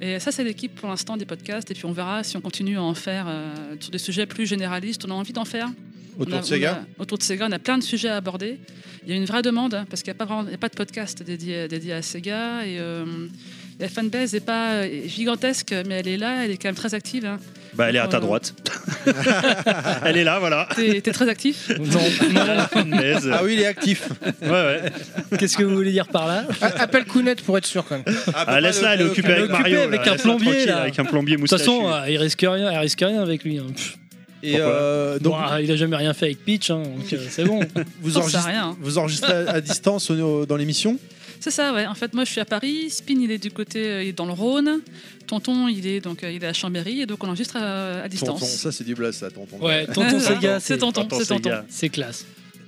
F: Et ça, c'est l'équipe pour l'instant des podcasts. Et puis on verra si on continue à en faire euh, sur des sujets plus généralistes. On a envie d'en faire. On
B: Autour
F: a-
B: de Sega
F: on a- Autour de Sega, on a plein de sujets à aborder. Il y a une vraie demande, hein, parce qu'il n'y a, pas vraiment- il y a pas de podcast dédié, dédié à Sega. Et euh, la fanbase n'est pas euh, gigantesque, mais elle est là, elle est quand même très active. Hein.
D: Bah, elle est à ta
F: Voilà.
D: droite. Elle est là, voilà.
F: T'es t'es très actif
B: euh,
C: Non,
D: La punaise.
B: Ah oui, il est actif.
D: Ouais, ouais.
C: qu'est-ce que vous voulez dire par là
E: Ah, Appelle Kounet pour être sûr quand même.
B: Ah,
D: Ah, laisse-la, elle est occupée avec
C: occupée
D: Mario.
C: avec
D: là.
C: un
D: Laisse-la
C: plombier,
D: tranquille,
C: là.
D: Avec un plombier
C: De toute
D: moustachu.
C: façon, euh, il risque rien, il risque rien avec lui. hein. Pff.
B: Et euh, donc,
C: Bon, ah, il a jamais rien fait avec Peach, hein, donc euh, c'est bon.
B: vous,
F: Ça sert à
B: enregistrez,
F: rien. hein.
B: vous enregistrez à à distance au- dans l'émission
F: C'est ça, ouais. En fait, moi, je suis à Paris. Spin, il est du côté, euh, il est dans le Rhône. Tonton, il est donc, euh, il est à Chambéry, et donc on enregistre à, à distance.
B: Tonton, ça c'est du blaze, ça, tonton.
C: Ouais, tonton Sega, c'est
F: c'est tonton,
D: Tonton
F: c'est tonton.
D: Sega.
C: c'est classe.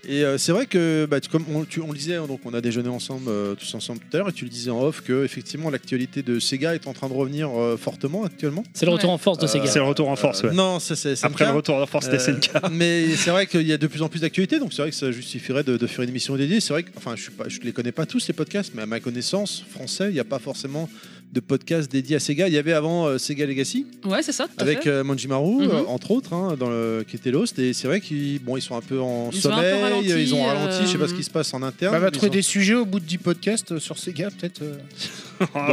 B: Et euh, c'est vrai que, bah, tu- comme on, tu- on le disait, hein, donc on a déjeuné ensemble, euh, tous ensemble tout à l'heure, et tu le disais en off que effectivement l'actualité de Sega est en train de revenir euh, fortement actuellement.
C: C'est le retour en force de
B: Euh,
C: Sega.
D: C'est le retour en force,
B: Euh,
D: ouais.
B: Non, ça c'est
D: Après le
B: SNK.
D: retour en force des
B: Euh,
D: SNK.
B: mais c'est vrai qu'il y a de plus en plus d'actualités, donc c'est vrai que ça justifierait de, de faire une émission dédiée. C'est vrai que, enfin, je suis pas, je les connais pas tous les podcasts, mais à ma connaissance, français, il n'y a pas forcément de podcast dédié à Sega. Il y avait avant euh, Sega Legacy
F: Ouais, c'est ça. Tout à
B: avec
F: fait.
B: euh, Manjimaru,
F: Mhm.
B: euh, entre autres, hein, dans le, qui était Lost. Et c'est vrai qu'ils bon, ils sont un peu en
F: Ils ont un peu
B: sommeil,
F: ralenti,
B: ils ont ralenti. Je sais pas
F: euh,
B: ce qui se passe en interne.
E: Bah, va
B: mais
E: trouver
B: ils
E: des sujets au bout de 10 podcasts sur Sega, peut-être. euh.
D: Oh
B: Ah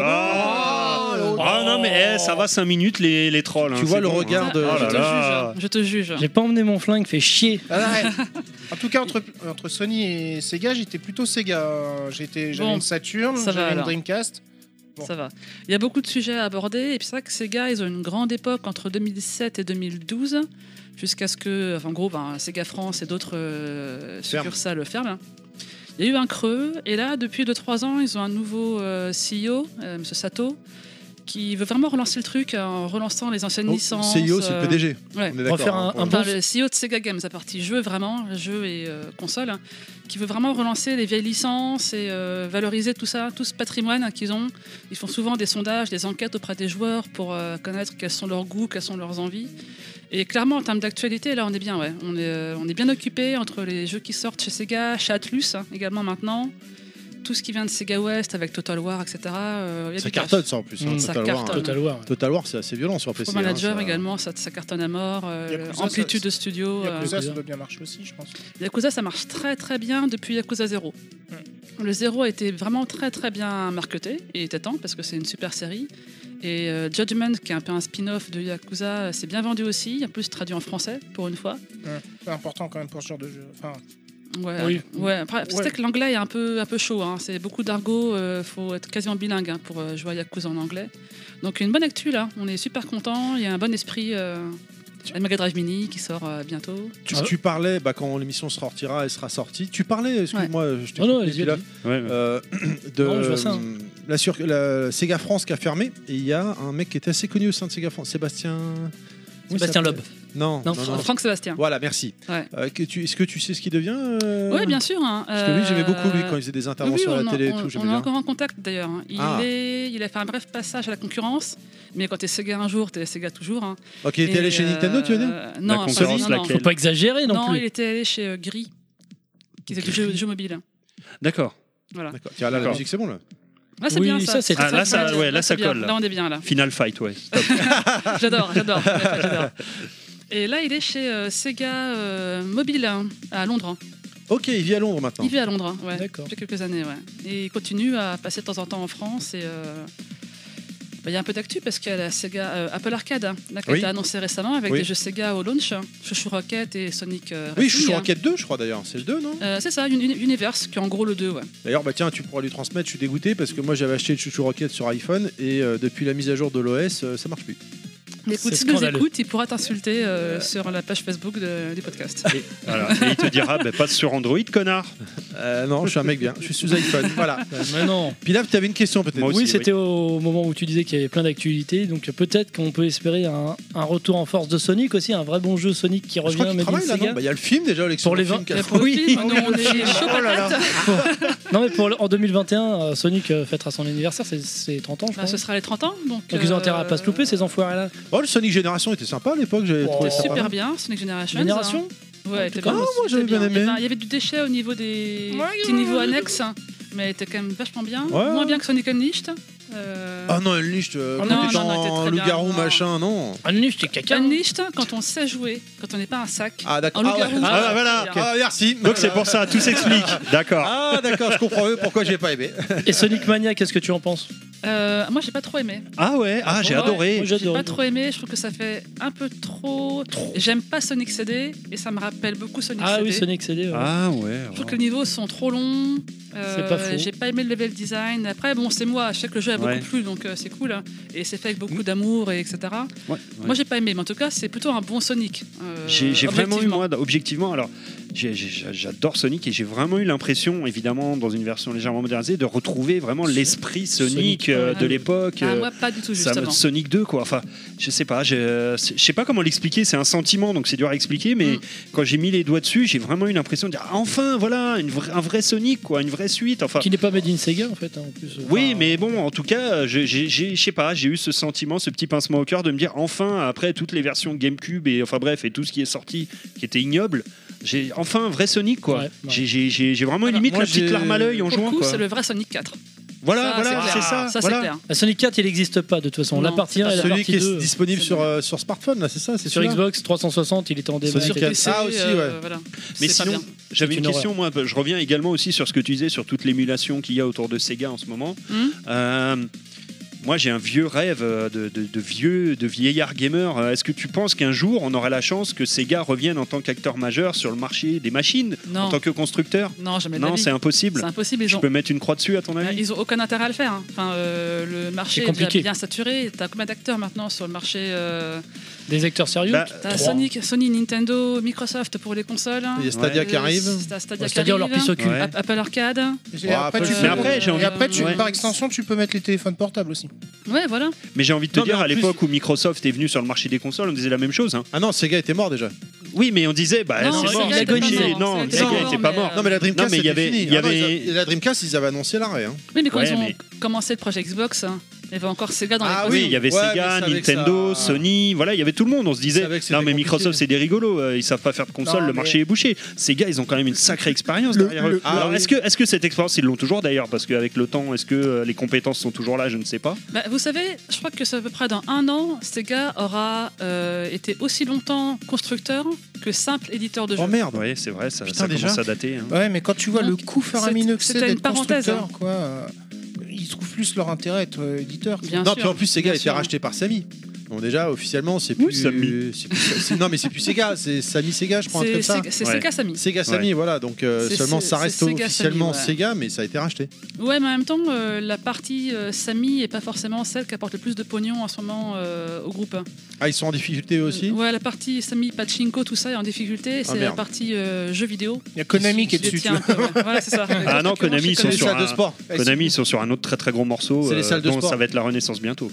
D: là
B: Bon,
D: là.
B: non.
D: Ah non, mais eh, ça va 5 minutes, les, les trolls. hein,
B: Tu vois
D: c'est
B: le
D: bon,
B: regard
D: hein.
B: de-
D: Oh
F: Ah, je,
D: là
F: te
D: là.
F: juge, je te juge.
C: J'ai pas emmené mon flingue, fait chier.
E: Ah, ouais. en tout cas, entre, entre Sony et Sega, j'étais plutôt Sega. Euh, J'étais, j'avais
F: Bon,
E: une Saturn,
F: ça va
E: j'avais une
F: alors.
E: Dreamcast. Bon.
F: Ça va. Il y a beaucoup de sujets à aborder. Et puis c'est vrai que Sega, ils ont une grande époque entre 2007 et 2012, jusqu'à ce que, enfin, en gros, ben, Sega France et d'autres euh,
B: Ferme.
F: succursales ferment. Il y a eu un creux. Et là, depuis 2-3 ans, ils ont un nouveau euh, CEO, euh, M. Sato, qui veut vraiment relancer le truc en relançant les anciennes
B: ont-
F: licences.
B: CEO, E c'est
F: euh,
B: le PDG.
F: ouais.
B: On est d'accord,
C: Refaire un-
B: hein, pour
C: un
B: le-
C: peu-
F: Enfin, le CEO de Sega Games, la partie jeux vraiment, jeux et euh, consoles, hein, qui veut vraiment relancer les vieilles licences et euh, valoriser tout ça, tout ce patrimoine hein, qu'ils ont. Ils font souvent des sondages, des enquêtes auprès des joueurs pour euh, connaître quels sont leurs goûts, quelles sont leurs envies. Et clairement, en termes d'actualité, là, on est bien, ouais. On est, euh, on est bien occupé entre les jeux qui sortent chez Sega, chez Atlus hein, également maintenant. tout ce qui vient de Sega West avec Total War, etc. euh, il y a
B: Ça
F: du cash.
B: cartonne ça en plus. hein,
C: Mm.
F: Ça
B: Total, War, hein.
F: cartonne.
C: Total War.
B: Total War, c'est assez violent sur
F: Pro
B: PC. hein,
F: Manager
B: ça-
F: également, ça, ça cartonne à mort. euh,
E: Yakuza,
F: amplitude
E: ça-
F: de studio. euh,
E: Yakuza, ça
C: Yakuza.
E: doit bien marcher aussi, je pense.
F: Yakuza, ça marche très très bien depuis Yakuza 0. Le 0 a été vraiment très très bien marketé, et il était temps parce que c'est une super série. Et euh, Judgment, qui est un peu un spin-off de Yakuza, euh, c'est bien vendu aussi, en plus traduit en français pour une fois.
E: C'est important quand même pour ce genre de jeu. Enfin,
F: Ouais,
C: Oui.
F: ouais. Après, c'est
E: Ouais.
F: vrai que l'anglais est un peu, un peu chaud, hein. c'est beaucoup d'argot, euh, faut être quasiment bilingue hein, pour euh, jouer à Yakuza en anglais. Donc une bonne actu là, on est super content, il y a un bon esprit. euh, la Mega Drive Mini qui sort euh, bientôt.
B: Tu,
C: Ah.
B: tu parlais, bah, quand l'émission sortira, elle sera sortie. Tu parlais, excuse-moi, je t'ai
C: Oh Non, non,
B: coupé,
C: allez-y,
B: Pilaf.
C: allez-y.
D: hein. Ouais, ouais.
B: Euh, de euh,
C: Non, je vois ça, hein.
B: la, sur- la Sega France qui a fermé et il y a un mec qui était assez connu au sein de Sega France Sébastien Oui,
C: Sébastien
B: ça-
C: Loeb.
B: non, non,
C: Non,
B: non.
F: Fra- Franck Sébastien.
B: voilà merci
F: Ouais.
B: Euh, que tu- est-ce que tu sais ce qu'il devient euh,
F: Ouais, bien sûr. hein.
B: parce que lui j'aimais
F: Euh,
B: beaucoup lui quand il faisait des interventions
F: Oui,
B: à
F: on
B: la
F: en-
B: télé et
F: on-
B: tout j'aimais
F: On est
B: bien
F: encore en contact d'ailleurs. hein. Il,
B: Ah.
F: est, il a fait un bref passage à la concurrence, mais quand t'es Sega un jour, t'es Sega toujours. hein.
B: ok il était
F: Et,
B: allé chez
F: euh,
B: Nintendo tu veux dire
F: Non,
D: La
F: pas-
D: concurrence,
F: non, non.
D: laquelle
C: Faut pas exagérer non,
F: Non,
C: plus.
F: il était allé chez euh, Gris, qui fait du jeu, jeu mobile.
D: D'accord.
F: Voilà.
B: d'accord tiens là la
D: D'accord.
B: musique c'est bon là
F: Là, c'est
C: Oui,
F: bien
C: ça,
F: ça.
C: c'est-
D: Ah, là,
F: c'est
D: ça-
F: bien.
D: ouais, là, ça
F: c'est bien.
D: colle, là.
F: Là, on est bien là.
D: Final Fight, ouais.
F: J'adore, j'adore. j'adore. Et là, il est chez euh, Sega euh, Mobile hein, à Londres.
B: ok il vit à Londres maintenant
F: Il vit à Londres, hein, ouais.
C: D'accord.
F: Depuis quelques années, ouais. Et il continue à passer de temps en temps en France et. euh, bah, Il y a un peu d'actu parce qu'il y a la Sega euh, Apple Arcade hein, là, qui
B: Oui.
F: a été annoncée récemment avec
B: Oui.
F: des jeux Sega au launch, hein, Chouchou Rocket et Sonic. euh,
B: oui,
F: Racing,
B: je suis sur
F: hein.
B: Enquête 2, je crois d'ailleurs. C'est le 2, non
F: Euh, c'est ça, une, une- Universe, qui est en gros le 2. Ouais.
B: D'ailleurs, bah tiens, tu pourras lui transmettre. Je suis dégoûté parce que moi j'avais acheté le Chouchou Rocket sur iPhone et euh, depuis la mise à jour de l'OS, euh, ça marche plus.
F: Écoute,
C: C'est
F: si nous
C: scandaleux.
F: écoute, il pourra t'insulter euh, sur la page Facebook de- du podcast.
D: Voilà. Et il te dira, bah, passe sur Android, connard.
B: Euh, non, je suis un mec bien. Je suis sous iPhone. voilà.
C: Maintenant.
B: Pilaf, tu avais une question peut-être.
D: Moi aussi,
C: oui, c'était au moment où tu disais qu'il y avait plein d'actualités, donc peut-être qu'on peut espérer un, un retour en force de Sonic aussi, un vrai bon jeu Sonic qui
B: Je
C: revient
B: crois
C: à
B: qu'il travaille là, non Bah, Il y a le film déjà, Alexandre.
C: Pour les
B: le film
C: vingt-
B: qui a-
F: Et pour le
C: Oui.
F: film, nous, on est chaud
E: Oh là là.
F: patate.
C: Non mais pour le- en 2021, euh, Sonic euh, fêtera son anniversaire, c'est- c'est 30 ans je
F: Bah,
C: crois.
F: ce sera les 30 ans. Donc, euh,
C: donc ils ont intérêt à pas se louper ces
F: ans.
C: enfoirés là.
B: Oh, le Sonic Génération était sympa à l'époque. J'avais
C: Oh.
B: trouvé ça pas
F: Super
B: mal.
F: bien, Sonic Generations. hein.
C: Génération
F: Ouais,
C: tout
F: t'es
C: cas,
B: Ah,
F: bien
B: moi,
F: aussi,
B: Oh, j'avais
F: t'es
B: bien aimé.
F: Il y avait- il y avait du déchet au niveau des petits niveaux annexes, hein, mais elle était quand même vachement bien.
B: Ouais.
F: Moins bien que Sonic Unleashed. Euh...
B: Ah non, Unleashed, euh,
F: Oh
B: quand
F: non,
B: t'étais
F: non, non, il était
B: en
F: très bien,
B: loup-garou
F: non.
B: machin, non
C: Un nuche, t'es caca.
F: Unleashed, quand on sait jouer, quand on n'est pas un sac.
B: Ah d'accord.
F: En
B: Ah,
F: loup-garou.
B: ouais.
D: Ah, bah, voilà.
F: Ok.
B: Ah, merci.
D: Donc c'est pour ça, tout s'explique. D'accord.
B: Ah d'accord, je comprends eux pourquoi j'ai pas aimé.
C: Et Sonic Mania, qu'est-ce que tu en penses
F: Euh, moi, j'ai pas trop aimé.
D: Ah ouais, ah j'ai
F: Ouais,
D: adoré.
B: Eh,
C: Moi,
F: J'ai
C: j'adore.
F: pas trop aimé, je trouve que ça fait un peu trop. J'aime pas Sonic CD et ça me rappelle beaucoup Sonic
C: Ah
F: CD.
C: oui, Sonic CD. ouais.
D: Ah ouais.
F: Je trouve que les niveaux sont trop longs. euh,
C: C'est pas faux.
F: J'ai pas aimé le level design. Après, bon, c'est moi. Je sais que le jeu a beaucoup
D: Ouais.
F: plu, donc euh, c'est cool. hein. Et c'est fait avec beaucoup d'amour, et etc.
D: Ouais,
F: Moi, j'ai pas aimé, mais en tout cas, c'est plutôt un bon Sonic. euh,
D: J'ai j'ai vraiment eu,
F: objectivement.
D: moi, objectivement, alors j'ai- j'ai- j'adore Sonic et j'ai vraiment eu l'impression, évidemment, dans une version légèrement modernisée, de retrouver vraiment l'esprit Sonic,
C: Sonic,
D: euh,
F: ouais.
D: de l'époque.
F: Ah,
D: euh,
F: moi, pas du tout,
D: ça me-
F: justement.
D: Sonic 2 quoi enfin je sais pas je je sais pas comment l'expliquer c'est un sentiment donc c'est dur à expliquer mais
F: Mm.
D: quand j'ai mis les doigts dessus j'ai vraiment eu l'impression de dire ah, enfin voilà une vra- un vrai Sonic quoi une vraie suite enfin
C: Qui n'est pas Made in Sega en fait. hein, en plus.
D: oui,
C: Enfin,
D: mais bon, en tout cas, euh, je j'ai- j'ai- je sais pas, j'ai eu ce sentiment, ce petit pincement au cœur de me dire enfin, après toutes les versions GameCube et enfin bref, et tout ce qui est sorti qui était ignoble, j'ai enfin un vrai Sonic quoi.
C: Ouais, ouais.
D: J'ai- J'ai j'ai- j'ai vraiment
F: Voilà.
D: limite
B: Moi,
D: la petite
B: j'ai-
D: larme à l'œil en
F: Pour le
D: jouant
F: coup,
D: quoi.
F: c'est le vrai Sonic 4.
D: Voilà,
F: Ça,
D: voilà,
F: clair.
D: c'est ça.
F: Ça, c'est
D: voilà.
F: clair.
C: La Bah, Sonic 4, il n'existe pas de toute façon.
F: Non,
C: la partie 1 et la
B: Celui
C: partie
B: qui est
C: 2.
B: disponible
F: c'est
B: sur, euh, sur smartphone là, c'est ça C'est
C: Sur
B: celui-là
C: Xbox 360, il était en débat.
B: Sonic
F: Sur
C: etc.
B: 4.
F: PC,
B: Ah, aussi,
F: euh,
B: ouais.
F: voilà.
D: Mais
F: C'est pas
D: sinon,
F: bien.
D: j'avais
C: C'est
D: une
C: une
D: question, moi, je reviens également aussi sur ce que tu disais sur toute l'émulation qu'il y a autour de Sega en ce moment.
F: Hum
D: Euh, moi, j'ai un vieux rêve euh, de, de- de vieux, de vieillard gamer. Euh, Est-ce que tu penses qu'un jour, on aura la chance que Sega revienne en tant qu'acteur majeur sur le marché des machines, en
F: Non,
D: tant que constructeur
F: non, jamais de la
D: Non,
F: vie.
D: c'est impossible.
F: C'est Bah, impossible. Ils
D: Je
F: ont,
D: peux mettre une croix dessus, à ton avis
F: ils ont aucun intérêt à le faire. hein. Enfin, euh, le
C: C'est
F: marché est,
C: compliqué.
F: déjà bien saturé. T'as combien d'acteurs maintenant sur le marché euh,
C: Des acteurs sérieux
D: Bah,
F: T'as
C: Trois.
F: Sonic, Sony, Nintendo, Microsoft pour les consoles.
B: Il y a Stadia
F: Euh,
B: qui arrive.
F: T'as Stadia qui
C: C'est-à-dire leur
F: arrive.
C: pisse au cul.
D: Ouais.
F: App- Apple Arcade.
E: Et
B: Bon,
E: après,
B: après,
E: tu
B: tu
E: peux-
F: fais après, j'ai
E: et
F: envie
E: après,
F: de-
E: tu-
F: ouais.
E: par extension, tu peux mettre les téléphones portables aussi.
F: Ouais, voilà.
D: Mais j'ai envie de te
B: Non, mais
D: dire,
B: en
D: à
B: plus-
D: l'époque où Microsoft est venu sur le marché des consoles, on disait la même chose. hein.
B: Ah non, Sega était mort déjà.
D: Oui, mais on disait, bah,
F: Non,
D: c'est
C: Sega
D: mort,
C: était
D: c'est
C: pas
D: obligé.
C: mort.
D: Non,
F: Sega était
D: Sega
F: pas
D: n'était
F: mort,
D: pas
F: mais,
D: mort.
F: euh,
B: Non mais la
D: Non,
B: Dreamcast,
D: mais il y
B: c'était
D: avait-
B: fini.
D: il y
B: Ah non, ils
D: avait-
B: avaient- la Dreamcast, ils avaient annoncé l'arrêt. hein.
F: Oui, mais quand
D: Ouais,
F: ils ont
D: mais-
F: commencé le projet Xbox, hein, Il y avait encore Sega dans les
A: Ah
F: consoles.
A: oui,
D: Oui, il y avait
A: ouais, mais
D: Sega,
A: c'est avec
D: Nintendo,
A: ça.
D: Sony, voilà, il y avait tout le monde. On se
A: C'est
D: disait,
A: avec, c'était
D: non mais
A: compliqué.
D: Microsoft c'est des rigolos, euh, ils savent pas faire de console,
E: Non,
D: le
E: mais-
D: marché est bouché. Sega, ils ont quand même une sacrée expérience
B: Le-
D: derrière
B: le-
D: eux.
A: Ah
D: Alors
A: oui.
D: est-ce que, est-ce que cette expérience ils l'ont toujours d'ailleurs Parce qu'avec le temps, est-ce que euh, les compétences sont toujours là Je ne sais pas.
F: Bah, vous savez, je crois que c'est à peu près dans un an, Sega aura euh, été aussi longtemps constructeur que simple éditeur de jeux.
B: Oh merde
D: Oui, c'est vrai, ça,
B: Putain,
D: ça commence
B: déjà
D: à dater. hein.
E: Ouais, mais quand tu vois
F: Donc,
E: le coût faramineux que c'est
F: c'était une
E: d'être
F: parenthèse, hein.
E: constructeur, quoi, euh, ils trouvent plus leur intérêt à être euh, éditeur.
F: Bien
B: non,
F: sûr.
B: puis en plus, Sega a
F: bien
B: été
F: sûr.
B: racheté par Samy. Bon, déjà, officiellement, c'est
D: Oui,
B: plus.
D: Samy.
B: c'est plus- c'est- non, mais c'est plus Sega, c'est Samy Sega, je crois, un truc
F: C'est
B: comme ça.
F: c'est- c'est
D: Ouais.
F: Sega Sammy.
B: Sega Samy, voilà, donc euh,
F: C'est-
B: seulement
F: c'est-
B: ça
F: c'est
B: reste
F: Sega Samy,
B: officiellement
F: ouais.
B: Sega, mais ça a été racheté.
F: Ouais, mais en même temps, euh, la partie euh, Samy est pas forcément celle qui apporte le plus de pognon en ce moment euh, au groupe.
B: Ah, ils sont en difficulté eux aussi Ah,
F: Ouais, la partie Samy Pachinko, tout ça est en difficulté. C'est la
B: merde.
F: partie euh, jeux vidéo.
E: Il y a Konami qui est
F: Je les
E: dessus.
F: tiens un peu, ouais. Voilà, c'est ça.
D: Ah non, Konami,
F: Chez
D: ils sont
B: C'est les
D: sur
B: salles
D: un-
B: de sport.
D: Konami, ils sont sur un autre très très gros morceau, euh,
B: C'est les salles de
D: dont
B: sport.
D: ça va être la renaissance bientôt.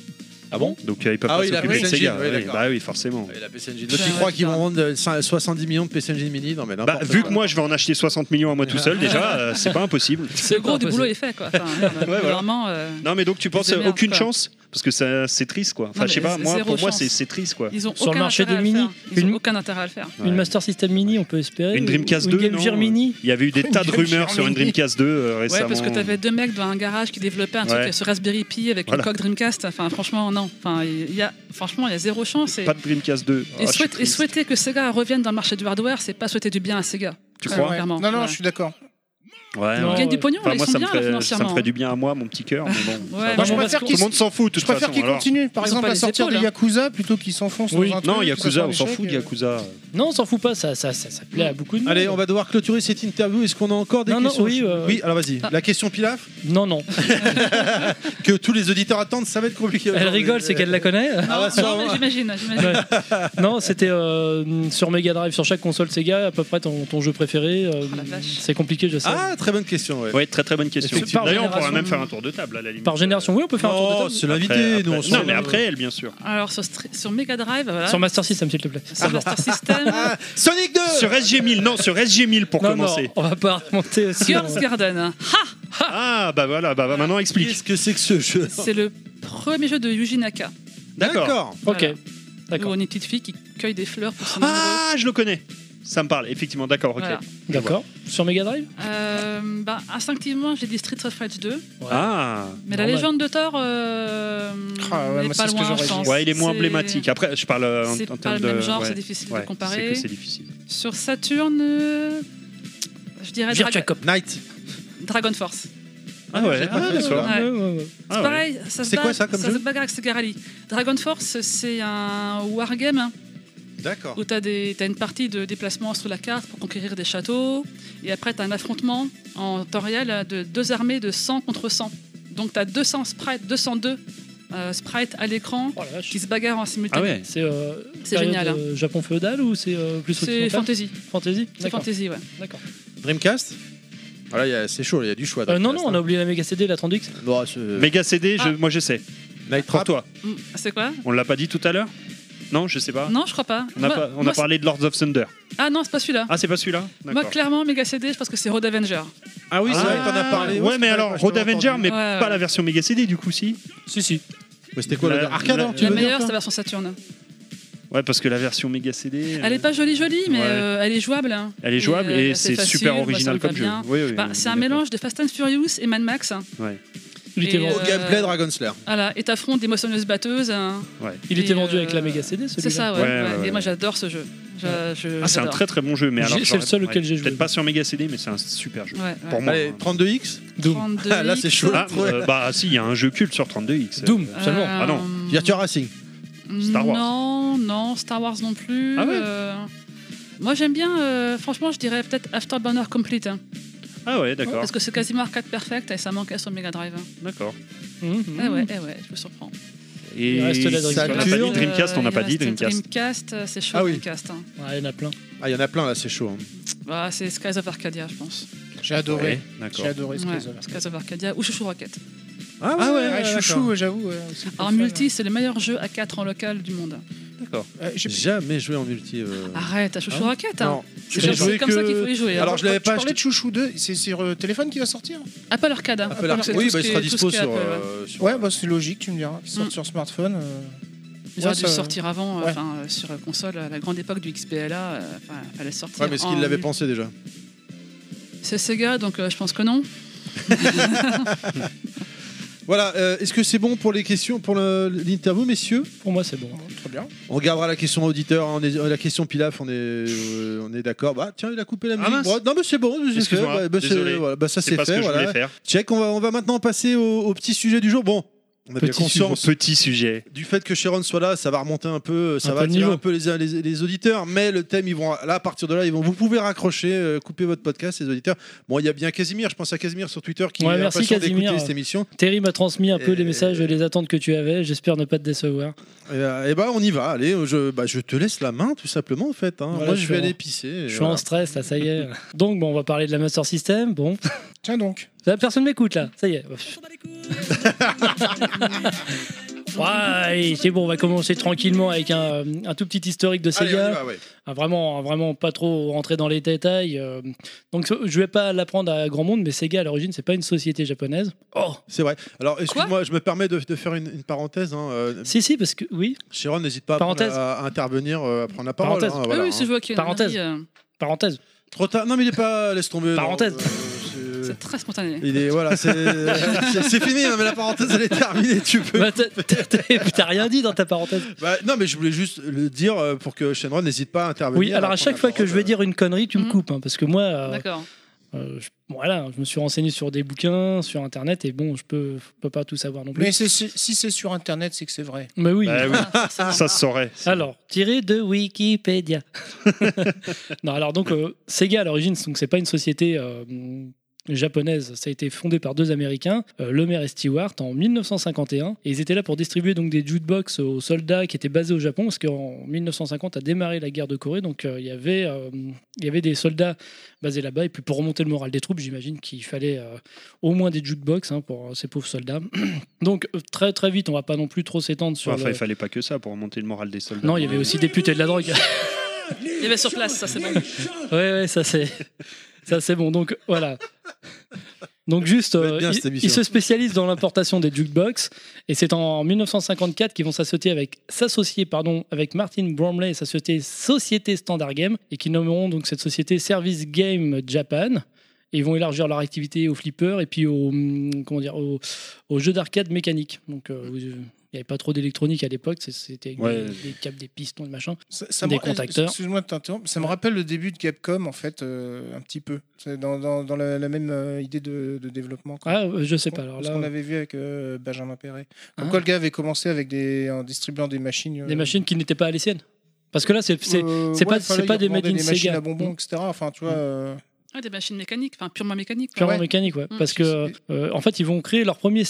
A: Ah bon
D: Donc euh, ils peuvent
B: Ah
D: pas
B: oui, la
D: s'occuper de
B: PSN,
D: Sega.
B: oui,
D: oui,
B: d'accord.
D: bah oui, forcément.
A: Et la PSN
B: Donc ils
F: Ouais,
B: croient qu'ils
F: putain.
B: vont vendre euh, cin- 70 millions de PSNG Mini Non, mais
D: Bah,
B: n'importe
D: vu
B: quoi.
D: que moi je vais en acheter 60 millions à moi tout seul, déjà, euh, c'est pas impossible.
F: Le gros du boulot est fait, quoi. Enfin, merde,
D: voilà.
F: Vraiment. euh,
D: Non, mais donc tu penses
F: démerdes,
D: aucune
F: quoi.
D: chance Parce que ça, c'est triste quoi. Enfin,
F: Non,
D: je sais
F: mais
D: pas,
F: c'est
D: moi,
F: zéro
D: pour moi,
F: chance.
D: c'est c'est triste quoi.
F: Ils ont
C: Sur le
F: aucun
C: marché
F: intérêt
C: des
F: à le
C: mini,
F: faire. Ils
C: une-
F: ont aucun intérêt à le faire.
D: Ouais.
C: Une Master System Mini, on peut espérer.
D: Une Dreamcast
C: ou
D: 2,
C: Une Game
D: non
C: Gear Mini.
D: Il y avait eu des
E: Une
D: tas de
E: Game
D: rumeurs
E: Gear
D: sur une
E: Mini.
D: Dreamcast 2 euh,
F: Ouais,
D: récemment.
F: parce que t'avais deux mecs dans un garage qui développaient un truc
D: Ouais.
F: sur Raspberry Pi avec
D: Voilà.
F: une coque Dreamcast. Enfin, franchement, non. Enfin, il y a, franchement, il y a zéro chance. Et,
D: Pas de Dreamcast 2. Ah,
F: et
D: je suis
F: souhaite- et
D: triste.
F: souhaiter que Sega revienne dans le marché du hardware, c'est pas souhaiter du bien à Sega.
D: Tu
F: Ouais,
D: crois
E: Ouais.
F: euh, clairement.
E: Non, non,
F: Ouais.
E: je suis d'accord.
D: Ouais,
C: Non,
F: Ils
D: ouais.
F: gagnent du
C: ouais.
F: pognon,
D: Enfin,
F: là, ils
D: moi,
F: sont
D: ça me,
F: bien là,
D: ferait, ça me
F: financièrement. hein.
D: ferait du bien à moi, mon petit cœur. Mais bon, ça
F: Ouais,
D: va.
E: Moi, je
F: mais
E: préfère qu'ils
F: parce
D: Tout le monde s'en fout de
E: je
D: toute
E: préfère
D: façon.
E: qu'ils
D: alors.
E: continuent, par
F: Ils ont
E: exemple,
F: pas
E: à
F: les
E: sortir
F: épaules,
E: des
F: hein.
E: Yakuza plutôt qu'ils s'enfoncent
C: Oui.
E: dans un truc.
D: Non,
E: que ça
D: Yakuza,
E: soit
D: on s'en
E: l'échec,
D: fout de
E: euh.
D: Yakuza.
C: Non, on s'en fout pas, ça, ça, ça, ça plaît à beaucoup de monde.
B: Allez, on va devoir clôturer cette interview. Est-ce qu'on a encore des
C: Non, non,
B: questions
C: oui, euh,
B: oui, alors vas-y.
F: Ah.
B: La question Pilaf,
C: Non, non.
B: que tous les auditeurs attendent, ça va être compliqué.
C: Elle
B: aujourd'hui.
C: rigole, c'est qu'elle la connaît.
B: Ah, bah,
F: Non,
B: sûrement.
F: mais j'imagine, j'imagine.
C: Ouais. Non, c'était euh, sur Mega Drive, sur chaque console Sega, à peu près ton, ton jeu préféré. euh,
F: Oh, la vache.
C: c'est compliqué, je sais.
B: Ah, très bonne question, ouais.
D: Ouais, très très bonne question.
C: Effectivement.
D: D'ailleurs, on
C: Par
D: pourra même
C: génération-
D: faire un tour de table à la limite.
C: Par génération, oui, on peut faire un tour
B: Non,
C: de
B: c'est
C: table.
D: Après,
B: l'invité,
D: après-
B: nous on s'en-
D: Non, mais après elle, bien sûr.
F: Alors sur, Stre- sur Mega Drive, voilà,
C: Sur Master System, s'il te plaît.
F: sur Master System,
B: Ah, Sonic 2
D: Sur SG1000, non, sur SG1000 pour
C: non, non,
D: commencer.
C: on va pas remonter aussi.
F: Girls Garden,
D: Ah, bah voilà, bah, bah, maintenant explique.
B: Qu'est-ce que c'est que ce jeu
F: c'est le premier jeu de Yuji Naka.
D: D'accord.
B: D'accord.
C: Ok,
F: Voilà. Où
C: d'accord.
F: on est une petite fille qui cueille des fleurs pour son amoureux.
D: Ah, je le connais. Ça me parle, effectivement, d'accord, ok.
F: Mmh. Voilà.
C: D'accord. Sur Mega Drive
F: Euh, bah, instinctivement, j'ai dit Street of Rage 2,
D: Ah,
F: mais
C: Normal.
F: la légende de Thor euh,
E: Ah ouais,
F: n'est
E: moi, c'est
F: pas
E: ce que
F: loin,
E: j'aurais
F: je
E: dit.
F: pense.
D: ouais, il est moins
F: C'est-
D: emblématique. Après, je parle euh, en,
F: C'est
D: en
F: pas
D: termes
F: le
D: de.
F: même genre,
D: ouais.
F: c'est difficile
D: Ouais,
F: de
D: C'est
F: comparer.
D: que c'est difficile.
F: Sur Saturn, euh, je dirais Dra-
C: Virtua Cop.
B: Knight.
F: Dragon Force.
D: Ah ouais,
B: ah, d'accord.
F: Ouais.
C: Ouais, ouais, ouais.
D: Ah
F: c'est
D: ouais.
F: pareil, ça se
B: C'est
F: bat-
B: quoi, ça, comme
F: Ça
B: jeu
F: se bat avec Sega Rally. Dragon Force, c'est un wargame hein,
B: D'accord.
F: où tu as, une partie de déplacement sur la carte pour conquérir des châteaux. Et après, tu as un affrontement en temps réel de deux armées de 100 contre 100. Donc tu as 200 sprites, 202 euh, sprites à l'écran
C: Oh la vache.
F: qui se bagarrent en
D: Ah
F: simultané.
D: ouais.
C: C'est euh,
F: C'est
C: période,
F: génial, hein.
C: euh, Japon féodal ou c'est euh, plus
F: c'est
C: occidental
F: fantasy.
C: Fantasy
F: C'est
C: D'accord.
F: fantasy, ouais.
C: D'accord.
B: Dreamcast Ah là, il y a- c'est chaud, il y a du choix.
C: Euh, non, non,
B: Dreamcast,
C: on a oublié la Mega CD, la 3DX.
B: hein. Bon, c'est- Ah.
D: Mega CD, je-
F: Ah.
D: moi je sais.
B: Night
D: Pour
B: Trap.
D: toi,
F: Mm, C'est quoi
D: on l'a pas dit tout à l'heure Non, je sais pas.
F: Non, je crois pas.
D: Ah. On a,
F: Moi-
D: pas- on a
F: moi,
D: parlé de Lords of Thunder.
F: c'est- Ah non, c'est pas celui-là.
D: Ah, c'est pas celui-là
F: Moi,
D: D'accord.
F: clairement, Mega CD, je pense que c'est Road Avenger.
B: Ah oui, c'est vrai que
D: Ah,
B: t'en as parlé.
D: Ouais, mais
B: c'est
D: alors,
B: vrai, je
D: Road
B: l'avais
D: Avenger,
B: entendu.
D: mais
F: Ouais, ouais.
D: pas la version Mega CD du coup, si
C: Si, si.
B: Mais c'était quoi le
D: La-
B: Arcade,
D: la-
B: hein, tu
F: La
B: veux dire,
F: meilleure,
B: toi
F: c'est la version Saturn.
D: Ouais, parce que la version Mega CD.
F: Elle est pas jolie, jolie, mais
D: Ouais.
F: euh, elle est jouable. hein.
D: Elle est jouable
F: euh,
D: et
F: assez
D: c'est
F: facile,
D: super
F: moi, ça
D: original
F: me va
D: comme jeu.
F: bien.
D: Oui, oui,
F: Bah,
D: on est
F: c'est un
D: d'accord.
F: mélange de Fast and Furious et Mad Max. hein.
C: Il était,
F: Et,
C: vendu,
B: Au
F: euh,
B: gameplay Dragon Slayer.
F: Voilà, et t'affrontes des motionneuses batteuses. hein.
C: il était
F: et,
C: vendu avec
F: euh,
C: la Mega CD, celui-là.
F: C'est ça, ouais.
D: Ouais,
F: ouais.
D: ouais, ouais.
F: Et moi, j'adore ce jeu. J'a- je-
D: Ah, c'est un
F: j'adore.
D: très très bon jeu, mais
C: J'ai-
D: alors.
C: c'est le
D: j'aurais-
C: seul auquel j'ai joué.
D: Peut-être pas sur Mega CD, mais c'est un super jeu.
F: Ouais, ouais.
D: Pour moi.
B: Allez,
D: hein.
B: 32X
C: Doom.
F: 32
B: Là, c'est
F: X.
B: chaud.
D: Ah, euh, bah si, il y a un jeu culte sur 32X.
C: Doom,
F: Euh,
C: seulement.
D: Ah non.
B: Virtua Racing.
D: Star Wars.
F: Non, non, Star Wars non plus.
D: Ah ouais
F: euh, moi, j'aime bien, euh, franchement, je dirais peut-être Afterburner Complete. hein,
D: Ah ouais, d'accord.
F: parce que c'est quasiment arcade perfect et ça manquait sur Mega Drive. hein.
D: D'accord.
C: Mhm.
F: Eh ouais, eh ouais, je me surprends. Euh,
D: Et
C: Il reste la
D: ça, on n'a Mmh. pas
B: Dreamcast.
D: dit Dreamcast, on n'a
F: Il
D: pas dit
F: reste
D: Dreamcast.
F: Dreamcast, euh, c'est chaud
B: Ah oui.
F: Dreamcast. hein.
C: Ouais, il y en a plein.
B: Ah, il y en a plein là, c'est chaud. hein.
F: Bah, c'est Skies of Arcadia, je pense.
E: J'ai adoré.
D: Ouais, d'accord.
E: J'ai adoré ce
F: Ouais,
E: puzzle.
F: Skies of Arcadia ou Chouchou Rocket.
E: Ah ouais,
B: d'accord.
E: chouchou, j'avoue. ouais, c'est
F: Alors,
E: pas
F: multi, c'est le meilleur jeu à 4 en local du monde.
E: fun.
D: D'accord.
E: Euh, j'ai-
B: Jamais joué en multi. euh.
F: Arrête, à chouchou
B: Ah.
F: raquette. Hein.
B: Non,
F: C'est
B: j'ai
F: genre-
B: joué
F: c'est comme ça
B: que-
F: qu'il faut les jouer. hein.
B: Alors, je l'avais
E: tu
B: pas
E: parlais
B: acheté.
E: de Chouchou 2, c'est sur euh, téléphone qui va sortir
F: Apple Arcade. hein.
B: Apple
F: Donc, c'est
B: Arcade. Oui, bah,
F: tout ce
B: il
F: qui
B: sera
F: est- tout ce
B: dispo
F: qui est
B: sur.
F: Apple, ouais.
B: euh, sur-
E: Ouais, bah, c'est logique, tu me diras. Qui sort
F: Mm.
E: sur smartphone. euh,
F: Ils
E: ouais,
F: auraient dû
E: ça-
F: le sortir avant, euh,
E: ouais.
F: enfin, euh, sur console, à la grande époque du XPLA, euh, enfin, fallait sortir.
B: Ouais, mais est-ce qu'il
F: en-
B: l'avait pensé déjà
F: C'est Sega, donc euh, je pense que non.
B: Ah, Voilà, euh, est-ce que c'est bon pour les questions, pour le- l'interview, messieurs
A: Pour moi, c'est bon.
E: bon, très bien.
B: On gardera la question auditeur, on est- euh, la question Pilaf, on est, euh, on est d'accord. Bah tiens, il a coupé la musique.
D: mince.
B: Bon, non mais c'est bon, c'est fait.
D: Excuse-moi,
B: Bah, bah, c'est-
D: désolé.
B: voilà, bah, ça
D: C'est
B: c'est
D: pas ce
B: fait.
D: que je
B: Voilà.
D: voulais faire.
B: Check, on va, on va maintenant passer au, au petit sujet du jour. Bon, on a bien conscience
D: sujet. Petit sujet.
B: du fait que Sharon soit là, ça va remonter un peu, euh, ça
A: Un
B: va
A: peu le
B: attirer
A: niveau.
B: un peu les, les- les auditeurs, mais le thème, ils vont là à partir de là, ils vont vous pouvez raccrocher, euh, couper votre podcast, les auditeurs. Bon, il y a bien Casimir, je pense à Casimir sur Twitter qui
A: Ouais,
B: est
A: merci,
B: impatient
A: Casimir.
B: d'écouter cette émission.
A: Terry m'a transmis un peu
B: Et-
A: les messages et les attentes que tu avais. J'espère ne pas te décevoir.
B: Et, euh, eh ben on y va, allez, je, bah, je te laisse la main tout simplement en fait. hein.
A: Voilà,
B: Moi
A: je
B: je
A: suis
B: vais
A: en-
B: aller pisser. et
A: Je suis
B: voilà.
A: en stress, là, ça y est. Donc, bon, on va parler de la Master System. Bon,
E: Tiens donc.
A: Là, personne m'écoute, là. Ça y est. Ouais, c'est bon, on va commencer tranquillement avec un, euh, un tout petit historique de
B: Allez, on y
A: Sega.
B: va, ouais.
A: Ah, vraiment, hein, vraiment pas trop rentrer dans les détails. euh. Donc je vais pas l'apprendre à grand monde, mais Sega à l'origine c'est pas une société japonaise. Oh,
B: C'est vrai. Alors, excuse-moi, je me permets de, de faire une, une parenthèse. Hein. euh,
A: si si parce que oui.
B: Sharon, n'hésite pas à,
A: Parenthèse.
B: prendre la- à intervenir, euh, à prendre la parole.
A: Parenthèse.
B: hein,
F: Ah
B: voilà,
F: oui, si
B: hein.
F: je vois qu'il y a une
A: Parenthèse.
F: envie, euh,
A: Parenthèse.
B: Trop tard. Non, mais il est pas. Laisse tomber. non,
A: Parenthèse.
B: euh, c'est-
F: C'est très spontané.
B: il est voilà, c'est c'est- c'est fini. hein, mais la parenthèse elle est terminée. Tu peux.
A: Bah, t'as- t'as- t'as t'as rien dit dans ta parenthèse.
B: Bah, non, mais je voulais juste le dire euh, pour que Sharon n'hésite pas à intervenir.
A: Oui, alors à
B: prendre
A: chaque
B: la
A: fois que
B: parole.
A: je vais dire une connerie, tu me
F: Mhm.
A: coupes, hein, parce que moi, euh,
F: D'accord.
A: euh, je, bon, voilà, je me suis renseigné sur des bouquins, sur Internet, et bon, je peux, je peux pas tout savoir non plus.
E: Mais c'est- c'est- si c'est sur internet, c'est que c'est vrai.
A: Mais oui.
D: Bah oui,
F: Ah, forcément.
D: ça se saurait.
A: Alors, tiré de Wikipédia. non, alors donc, euh, Sega à l'origine, donc c'est pas une société euh, japonaise. Ça a été fondé par deux Américains, euh, Lemaire et Stewart, en 1951. Et ils étaient là pour distribuer donc des jukebox aux soldats qui étaient basés au Japon, parce qu'en 1950 a démarré la guerre de Corée. Donc euh, il y avait, euh, il y avait des soldats basés là-bas. Et puis pour remonter le moral des troupes, j'imagine qu'il fallait euh, au moins des jukebox hein, pour euh, ces pauvres soldats. donc euh, très très vite, on va pas non plus trop s'étendre sur.
D: Enfin,
A: le-
D: il fallait pas que ça pour remonter le moral des soldats.
A: Non, il y avait aussi des putes et de la drogue.
F: Il y avait sur place, ça c'est bon.
A: Ouais, ouais, ça c'est, ça c'est bon. Donc voilà. Donc juste,
B: va être
A: euh,
B: bien, cette
A: ils,
B: émission.
A: ils se spécialisent dans l'importation des jukebox et c'est en 1954 qu'ils vont s'associer avec s'associer pardon avec Martin Bromley et sa société, société Standard Game et qui nommeront donc cette société Service Game Japan. Et ils vont élargir leur activité aux flippers et puis aux, hum, comment dire, aux, aux jeux d'arcade mécaniques. Donc euh, vous- il n'y avait pas trop d'électronique à l'époque, c'est- c'était avec
D: Ouais.
A: des, des câbles, des pistons, des machins.
E: Ça, ça
A: Des
E: me-
A: contacteurs.
E: Excuse-moi de t'interrompre. Ça me rappelle le début de Capcom, en fait, euh, un petit peu. C'est dans, dans- dans la, la même euh, idée de, de développement. quoi.
A: Ah, euh, je sais pas. Alors
E: Ce
A: là,
E: qu'on avait vu avec euh, Benjamin Perret. Comme
A: Ah.
E: quoi le gars avait commencé avec des, en distribuant des machines. euh,
A: des machines qui n'étaient pas à les siennes. Parce que là, c'est c'est-
E: euh,
A: c'est pas-
E: enfin,
A: c'est
E: là,
A: pas
E: ils
A: des made
E: revendaient
A: in
E: des machines
A: Sega.
E: à bonbons,
A: Mm.
E: etc. Enfin, tu vois. euh,
F: Ah, des machines mécaniques, enfin purement mécaniques. quoi.
A: purement
E: Ouais.
A: mécanique, ouais.
F: Mm.
A: Parce que, euh, en fait, ils vont créer leur premier,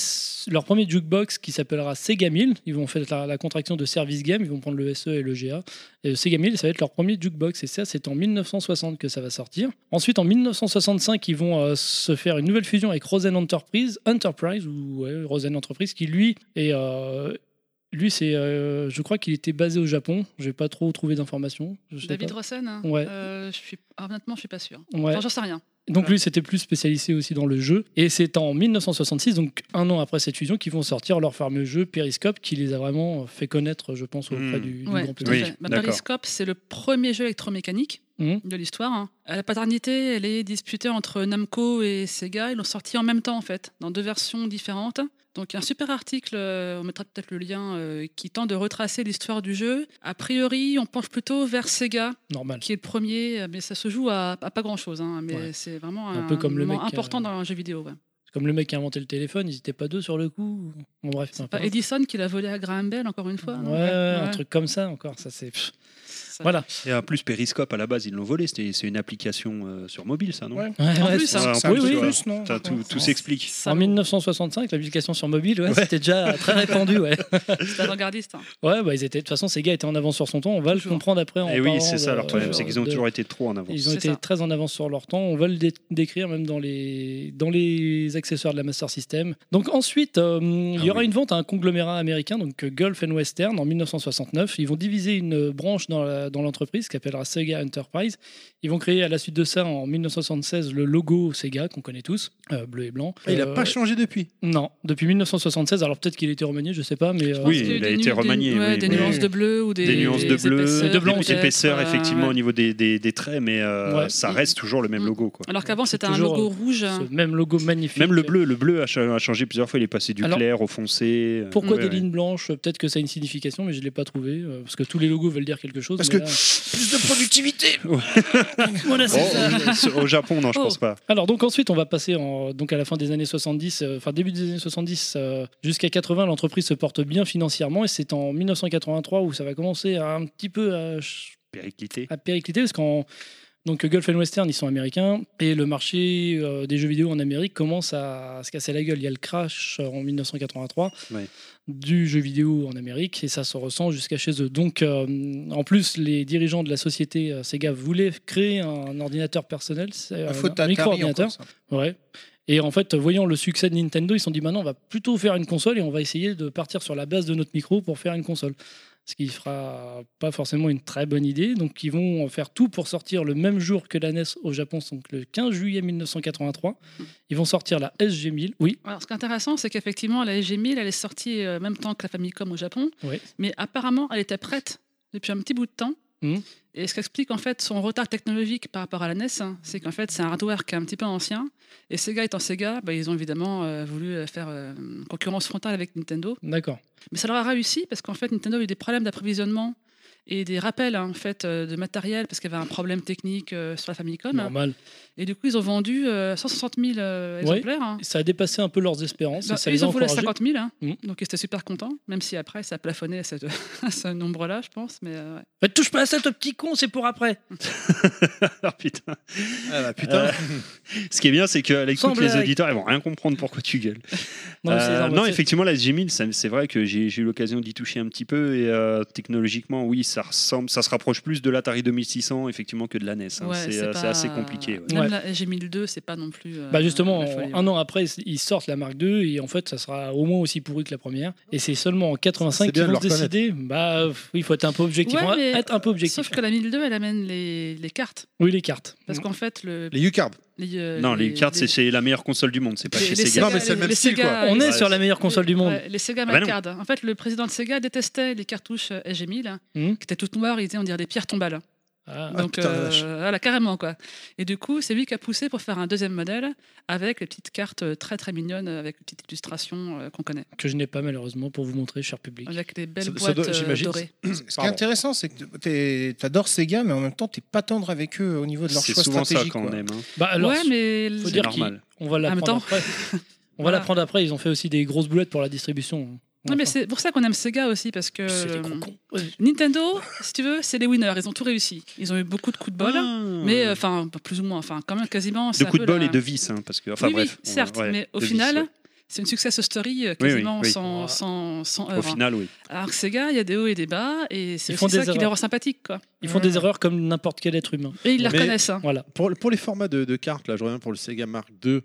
A: leur premier jukebox qui s'appellera Sega 1000. Ils vont faire la, la contraction de Service Game, ils vont prendre le SE et le GA. Et le Sega 1000, ça va être leur premier jukebox. Et ça, c'est en 1960 que ça va sortir. Ensuite, en 1965, ils vont euh, se faire une nouvelle fusion avec Rosen Enterprise, Enterprise ou ouais, Rosen Enterprise, qui lui est. euh, lui, c'est, euh, je crois qu'il était basé au Japon. J'ai pas trop trouvé d'informations. Je sais
F: David
A: pas.
F: Rosen hein.
A: Ouais.
F: Euh, je suis... ah, Honnêtement, je suis pas sûr.
A: Ouais.
F: Enfin, j'en sais rien.
A: Donc lui, c'était plus spécialisé aussi dans le jeu. Et c'est en 1966, donc un an après cette fusion, qu'ils vont sortir leur fameux jeu Periscope, qui les a vraiment fait connaître, je pense, auprès
D: Hmm.
A: du, du
F: Ouais,
A: grand
F: tout à
A: public.
D: Oui,
F: fait. Bah,
D: d'accord.
F: Periscope, c'est le premier jeu électromécanique
A: Mhm.
F: de l'histoire. hein. Euh, La paternité, elle est disputée entre Namco et Sega. Ils l'ont sorti en même temps, en fait, dans deux versions différentes. Donc, un super article, euh, on mettra peut-être le lien, euh, qui tente de retracer l'histoire du jeu. A priori, on penche plutôt vers Sega,
A: Normal.
F: qui est le premier, euh, mais ça se joue à, à pas grand-chose. hein, mais
A: Ouais.
F: c'est vraiment
A: Un
F: un,
A: peu comme le
F: moment
A: mec,
F: important
A: euh,
F: dans un jeu vidéo. ouais.
A: C'est Comme le mec qui a inventé le téléphone, ils étaient pas deux sur le coup. Bon, bref, peu
F: Pas
A: importe.
F: Edison qui l'a volé à Graham Bell, encore une fois.
A: Ouais,
F: non
A: ouais, un
F: Ouais.
A: truc comme ça encore. Ça c'est. pff.
F: Max.
A: Voilà.
D: Et en plus, Periscope, à la base, ils l'ont volé. C'était- C'est une application euh, sur mobile, ça, non
E: Ouais.
A: Ouais,
F: En
A: ouais,
F: plus,
A: c'est-
F: hein.
D: Ouais, en
E: C'est un
A: Oui,
E: petit
A: oui.
E: plus, non
D: Ça, tout tout
E: Ouais.
D: s'explique.
F: Ça
A: En
F: vaut-
A: 1965, l'application sur mobile, ouais, c'était déjà très répandu. Ouais,
F: C'est avant-gardiste. hein.
A: ouais bah, ils étaient, de toute façon, ces gars étaient en avance sur son temps. On va
F: Toujours.
A: le comprendre après. En
D: Et Eh oui,
A: parlant
D: c'est ça
A: de-
D: leur problème, c'est qu'ils ont
A: de-
D: toujours été trop en avance.
A: Ils ont
F: C'est
A: été
F: ça.
A: très en avance sur leur temps. On va le dé- décrire même dans les, dans les accessoires de la Master System. Donc ensuite, euh, il y
D: Ah
A: aura
D: oui.
A: une vente à un conglomérat américain, donc euh, Gulf and Western, en 1969. Ils vont diviser une euh, branche dans la- dans l'entreprise qui s'appellera Sega Enterprise. Ils vont créer à la suite de ça, en 1976, le logo Sega qu'on connaît tous, euh, bleu et blanc.
E: Ah,
B: Il n'a
A: Euh,
B: pas changé depuis.
A: Non, depuis 1976. Alors peut-être qu'il a été remanié, je sais pas, mais euh,
F: Je pense
D: Oui,
F: qu'il y
D: il
F: des
D: a
F: nu-
D: été
F: des-
D: remanié,
F: ouais,
D: oui,
F: Des
D: mais-
F: nuances de bleu ou des,
D: des nuances de bleu,
F: épaisseurs,
A: de blanc,
D: des
F: peut-être,
D: épaisseurs,
F: euh,
D: effectivement, au niveau des, des- des traits, mais euh,
A: Ouais.
D: ça reste toujours le même
F: Mm.
D: logo. Quoi.
F: Alors qu'avant, c'était
A: C'est
F: un
A: toujours,
F: logo rouge. hein.
A: ce même logo magnifique.
D: Même le bleu, le bleu a, cha- a changé plusieurs fois, il est passé du
A: euh, Alors,
D: clair au foncé. euh,
A: Pourquoi
D: ouais,
A: des
D: ouais.
A: lignes blanches Peut-être que ça a une signification, mais je ne l'ai pas trouvé. euh, parce que tous les logos veulent dire quelque chose.
E: Parce
A: mais
E: que-
A: là- euh.
E: Plus de productivité
A: Voilà,
D: Oh,
A: c'est ça.
D: au- au Japon, non, je
F: Oh.
D: pense pas.
A: Alors donc ensuite on va passer en- donc à la fin des années 70, euh, enfin début des années 70 euh, jusqu'à 80 l'entreprise se porte bien financièrement et c'est en 1983 où ça va commencer à un petit peu à, ch-
D: Périclité.
A: à péricliter parce qu'en donc Gulf and Western ils sont américains et le marché euh, des jeux vidéo en Amérique commence à, se casser la gueule. Il y a le crash euh, en 1983
D: Ouais.
A: du jeu vidéo en Amérique et ça se ressent jusqu'à chez eux. Donc euh, en plus les dirigeants de la société euh, Sega voulaient créer un ordinateur personnel, c'est, euh,
E: La faute
A: un
E: d'Atari
A: micro-ordinateur.
E: encore, ça.
A: Ouais. Et en fait, voyant le succès de Nintendo, ils se sont dit maintenant, on va plutôt faire une console et on va essayer de partir sur la base de notre micro pour faire une console. Ce qui fera pas forcément une très bonne idée. Donc, ils vont faire tout pour sortir le même jour que la NES au Japon, donc le 15 juillet 1983. Ils vont sortir la SG-1000. Oui,
F: Alors, ce qui est intéressant, c'est qu'effectivement, la SG-1000, elle est sortie euh, même temps que la Famicom au Japon,
A: Oui.
F: mais apparemment, elle était prête depuis un petit bout de temps.
A: Mhm.
F: Et ce qu'explique en fait son retard technologique par rapport à la NES, hein, c'est qu'en fait, c'est un hardware qui est un petit peu ancien. Et Sega étant Sega, bah, ils ont évidemment euh, voulu euh, faire euh, une concurrence frontale avec Nintendo.
A: d'accord.
F: Mais ça leur a réussi parce qu'en fait, Nintendo a eu des problèmes d'approvisionnement et des rappels hein, en fait, euh, de matériel parce qu'il y avait un problème technique euh, sur la Famicom. hein.
A: Normal.
F: Et du coup, ils ont vendu euh, 160 000 euh,
A: Ouais.
F: exemplaires. hein.
A: Ça a dépassé un peu leurs espérances.
F: Bah,
A: et ça
F: eux,
A: les
F: ils
A: a
F: ont voulu à
A: encouragés.
F: 50 000, hein.
A: Mhm.
F: donc ils étaient super contents, même si après ça a plafonné à, cette- à ce nombre-là, je pense. Mais euh, ouais.
A: Mais touche pas à ça, ton petit con, c'est pour après.
D: Ah, putain.
B: Ah bah putain.
D: Euh, ce qui est bien, c'est qu'à
A: Sans
D: l'écoute, les
A: blague.
D: auditeurs, ils vont rien comprendre pourquoi tu gueules.
A: Non, mais c'est-
D: Euh,
A: non, mais
D: non,
A: c'est-
D: effectivement, la G1000, ça- c'est vrai que j'ai j'ai eu l'occasion d'y toucher un petit peu et euh, technologiquement, oui, ça ressemble, ça se rapproche plus de l'Atari 2600 effectivement que de la NES. hein.
F: Ouais,
D: c'est euh, c'est
F: pas-
D: assez compliqué. ouais.
F: Même
A: Ouais.
F: la G1002, c'est pas non plus. euh,
A: Bah justement,
F: la folie,
A: un an après, ils sortent la marque 2 et en fait, ça sera au moins aussi pourri que la première. Et c'est seulement en 85
B: C'est bien
A: qu'ils
B: de
A: vont se
B: le reconnaître.
A: décider. Bah euh, oui, il faut être un peu objectif.
F: Ouais,
A: On va
F: mais-
A: être un peu
F: ouais.
A: objectif.
F: Sauf que la 1002, elle amène les, les cartes.
A: Oui, les cartes.
F: Parce qu'en fait, le,
B: Les U-Cards.
F: les, euh,
D: Non, les, cartes, c'est
F: les-
D: chez la meilleure console du monde, c'est pas
F: les-
D: chez
F: les
D: Sega.
B: Non, mais c'est le
F: les-
B: même
F: les
B: style, quoi.
F: Sega-
A: on est
D: ouais,
A: sur la meilleure console du monde.
F: Ah, Ouais, les Sega
D: bah non.
F: Macard. en fait, le président de Sega détestait les cartouches euh, SG-1000,
A: Mhm.
F: qui étaient toutes noires, il disait on dirait des pierres tombales.
A: Ah,
B: Ah,
F: Donc,
B: putain, la
F: euh,
B: vache.
F: voilà, carrément, quoi. Et du coup, c'est lui qui a poussé pour faire un deuxième modèle avec les petites cartes euh, très, très mignonnes, avec les petites illustrations euh, qu'on connaît,
A: que je n'ai pas malheureusement pour vous montrer, cher public.
F: avec les belles
B: Ça- ça
F: boîtes
B: doit-
F: euh,
B: j'imagine,
F: dorées.
E: Ce qui est intéressant, c'est que tu adores Sega, mais en même temps, t'es pas tendre avec eux au niveau de leur
D: C'est
E: choix
D: souvent ça
E: stratégique.
D: quand on
E: quoi.
D: aime. hein.
A: Bah alors,
F: ouais, mais
A: faut
F: le-
D: C'est
A: dire qu'ils-
D: normal.
A: on va l'apprendre
F: temps.
A: après. On va
F: Voilà.
A: l'apprendre après. Ils ont fait aussi des grosses boulettes pour la distribution.
F: Non, mais
A: Enfin,
F: c'est pour ça qu'on aime Sega aussi, parce que
A: c'est des
F: euh,
A: gros cons. Ouais.
F: Nintendo, si tu veux, c'est les winners. Ils ont tout réussi. Ils ont eu beaucoup de coups de bol, mais euh, enfin, plus ou moins, enfin, quand même quasiment.
D: Ah. de
F: c'est un
D: coups de
F: peu
D: bol
F: la-
D: et de vis, hein, parce que enfin
F: oui, oui,
D: bref. on-
F: certes,
D: ouais,
F: mais au
D: de vis,
F: final,
D: ouais.
F: c'est une success story euh, quasiment
D: oui.
F: sans,
A: Ah.
F: sans, sans
D: au
F: œuvre.
D: final, oui.
F: Alors que Sega, il y a des hauts et des bas, et c'est
A: Ils font
F: aussi ça
A: des
F: qui les
A: erreurs.
F: rend sympathiques, quoi.
A: Ils font des erreurs comme n'importe quel être humain.
F: Et ils la
B: Mais-
F: reconnaissent. hein.
A: Voilà.
B: Pour, pour les formats de, de cartes, là, je reviens pour le Sega Mark II.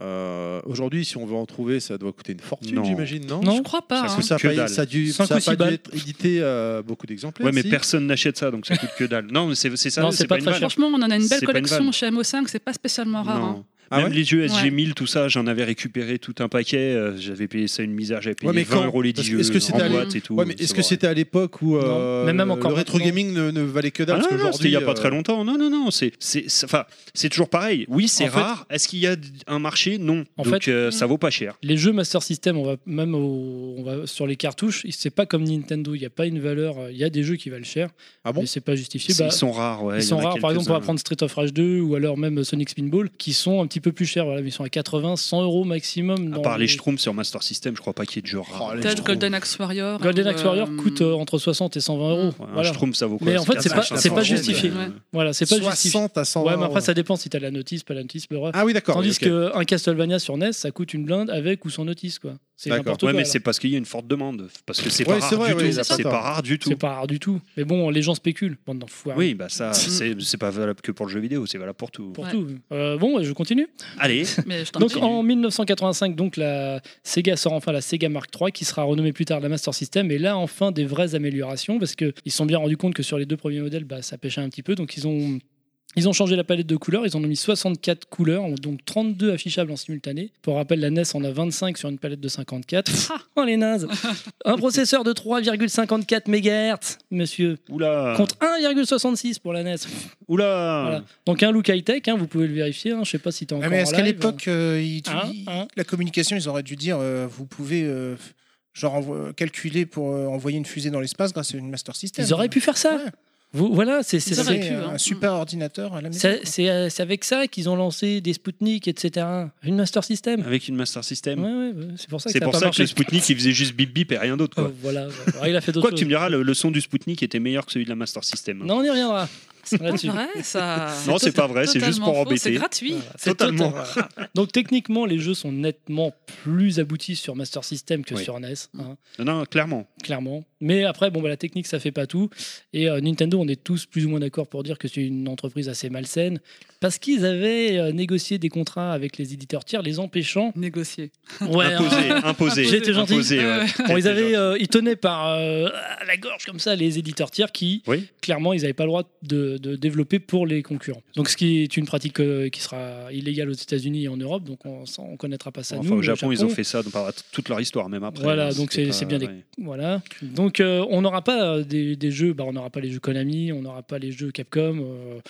B: euh, Aujourd'hui, si on veut en trouver, ça doit coûter une fortune,
D: Non.
B: j'imagine, non
A: Non.
F: Je crois pas.
D: Ça
F: hein.
A: Ah
B: Parce que ça a
D: Que
B: pas,
D: dalle.
B: ça a dû,
A: Cinq
B: ça a
A: ou six
B: pas dû
A: balles.
B: être édité euh, beaucoup d'exemplaires.
D: Ouais, mais
B: si
D: personne n'achète ça, donc ça coûte que dalle. Non, mais c'est c'est ça,
A: Non,
D: c'est
A: c'est
D: pas,
A: pas
D: une
A: très
D: vanne.
A: cher.
F: Franchement, on en a une
D: C'est
F: belle
D: pas une
F: collection
D: vanne.
F: chez MO5, c'est pas spécialement rare. hein.
D: Non.
B: Ah
D: Même
B: ouais
D: les jeux SG1000, tout ça, j'en avais récupéré tout un paquet. euh, J'avais payé ça une misère, j'avais payé
B: Ouais, mais
D: 20
B: quand
D: euros les 10
B: Parce que
D: jeux
B: est-ce que c'était
D: en
B: à
F: l'-
D: boîte et tout.
B: Ouais, mais est-ce que
D: c'était
B: c'était à l'époque où euh,
A: Non. Mais même encore
B: le rétro
A: maintenant.
B: gaming ne, ne valait que dalle
D: Ah
B: parce
D: non, non, c'était
B: qu'aujourd'hui,
D: il n'y a pas
B: euh,
D: très longtemps. Non, non, non. C'est, c'est, c'est- enfin, c'est toujours pareil. Oui, c'est
A: En fait-
D: rare. Est-ce qu'il y a d- un marché Non.
A: En
D: Donc,
A: fait-
D: euh, ça vaut pas cher.
A: Les jeux Master System, on va même au- on va sur les cartouches, c'est pas comme Nintendo, il n'y a pas une valeur, euh, il y a des jeux qui valent cher,
B: Ah bon
A: mais c'est pas justifié.
D: C'est-
A: Bah,
D: ils sont rares. Ouais,
A: ils
D: il y
A: sont
D: en a
A: rares, par exemple, on
D: quelques-uns.
A: va prendre Street of Rage 2 ou alors même Sonic Spinball, qui sont un petit petit peu plus cher. Voilà, mais ils sont à 80, 100 euros maximum.
D: À
A: dans
D: part les
A: les-
D: Schtroumpfs sur Master System, je crois pas qu'il y ait de genre.
B: Oh,
D: rare.
B: les
D: Un
F: Peut-être
B: Schtroumpfs.
D: Schtroumpf.
F: Golden Axe Warrior.
A: Golden
F: ou,
A: Axe Warrior
F: euh,
A: coûte euh, entre 60 et 120 euros.
D: Ouais,
A: Voilà.
D: Un Schtroumpf, ça vaut quoi
A: Mais en fait, c'est pas,
D: 400,
A: c'est pas
D: 500,
A: justifié.
D: ouais.
F: Ouais.
A: Voilà, c'est pas justifié.
B: 60 à 100
A: Ouais, mais après, ça dépend si t'as la notice, pas la notice, bleu.
B: Ah oui, d'accord.
A: Tandis
B: oui, ok.
A: qu'un Castlevania sur NES, ça coûte une blinde avec ou sans notice, quoi. C'est
B: D'accord.
A: n'importe
D: Ouais,
A: quoi.
D: mais
A: là.
D: c'est parce qu'il y a une forte demande. Parce que c'est
B: Ouais,
D: pas
B: c'est
D: rare
B: vrai,
D: du
B: ouais,
D: tout.
F: c'est ça.
D: C'est pas rare du tout.
A: C'est pas rare du tout. Mais bon, les gens spéculent, bande d'enfoirés.
D: Oui, bah ça, c'est c'est pas valable que pour le jeu vidéo, c'est valable pour tout.
A: Pour
F: Ouais.
A: tout. Euh, bon, je continue.
D: Allez,
F: Mais je t'en
A: Donc
F: prie.
A: en 1985, donc la Sega sort enfin la Sega Mark III, qui sera renommée plus tard la Master System. Et là, enfin, des vraies améliorations, parce qu'ils se sont bien rendus compte que sur les deux premiers modèles, bah, ça pêchait un petit peu. Donc ils ont, ils ont changé la palette de couleurs. Ils en ont mis 64 couleurs, donc 32 affichables en simultané. Pour rappel, la NES en a 25 sur une palette de 54. Pff, oh les nazes Un processeur de 3,54 MHz, monsieur,
E: Ah.
D: oula,
A: contre 1,66 pour la NES.
D: oula.
A: Voilà. Donc un look high-tech, hein, vous pouvez le vérifier. hein. Je sais pas si t'es encore
E: Ah, mais
A: en
E: est-ce qu'à
A: live.
E: l'époque, euh, ils-
A: Hein,
E: ils-
A: hein.
E: la communication, ils auraient dû dire euh, vous pouvez euh, f- genre envo- calculer pour euh, envoyer une fusée dans l'espace grâce à une Master System.
A: Ils auraient pu faire ça.
E: Ouais.
A: Vous, voilà, c'est c'est-
E: Ils
F: Ils
E: auraient
F: auraient pu,
E: un
F: hein.
E: super ordinateur à la maison.
A: c'est- c'est, euh, c'est avec ça qu'ils ont lancé des Spoutnik, etc. Une Master System.
D: Avec une Master System.
A: Ouais, ouais, ouais, c'est pour ça que
D: C'est
A: ça a
D: pour
A: pas
D: ça que
A: marché.
D: le Spoutnik, il faisait juste bip bip et rien d'autre.
A: Oh,
D: Quoi,
A: voilà, ouais. Ouais, il a fait d'autres
D: quoi que tu
A: choses.
D: me diras, le, le son du Spoutnik était meilleur que celui de la Master System.
A: Non, on y reviendra.
F: C'est
A: Là-dessus.
F: pas vrai, ça.
D: Non, c'est pas vrai, c'est
F: totalement
D: juste pour
F: faux,
D: embêter.
F: C'est gratuit.
A: Voilà, c'est
D: Totalement.
A: total- voilà. Donc techniquement, les jeux sont nettement plus aboutis sur Master System que
D: Oui.
A: sur NES, hein,
D: Non, non, clairement.
A: clairement. Mais après, bon, bah, la technique, ça fait pas tout. Et euh, Nintendo, on est tous plus ou moins d'accord pour dire que c'est une entreprise assez malsaine parce qu'ils avaient euh, négocié des contrats avec les éditeurs tiers, les empêchant.
F: Négocier.
A: Ouais, hein.
D: imposé, imposé.
A: J'ai été gentil.
D: Imposé, ouais.
F: Ouais, ouais.
A: Bon, ils,
D: T'as été
A: avaient,
D: gentil.
A: euh, ils tenaient par euh, à la gorge comme ça les éditeurs tiers qui,
D: Oui.
A: clairement, ils n'avaient pas le droit de, de développer pour les concurrents. Donc, ce qui est une pratique euh, qui sera illégale aux États-unis et en Europe, donc on ne connaîtra pas ça
D: Enfin,
A: nous.
D: au
A: le
D: Japon, ils ont fait ça par toute leur histoire, même après.
A: Voilà,
D: hein,
A: donc
D: c'était
A: c'est-
D: pas-
A: c'est bien des-
D: ouais.
A: Voilà. Donc, euh, on n'aura pas euh, des, des jeux, bah, on n'aura pas les jeux Konami, on n'aura pas les jeux Capcom, euh,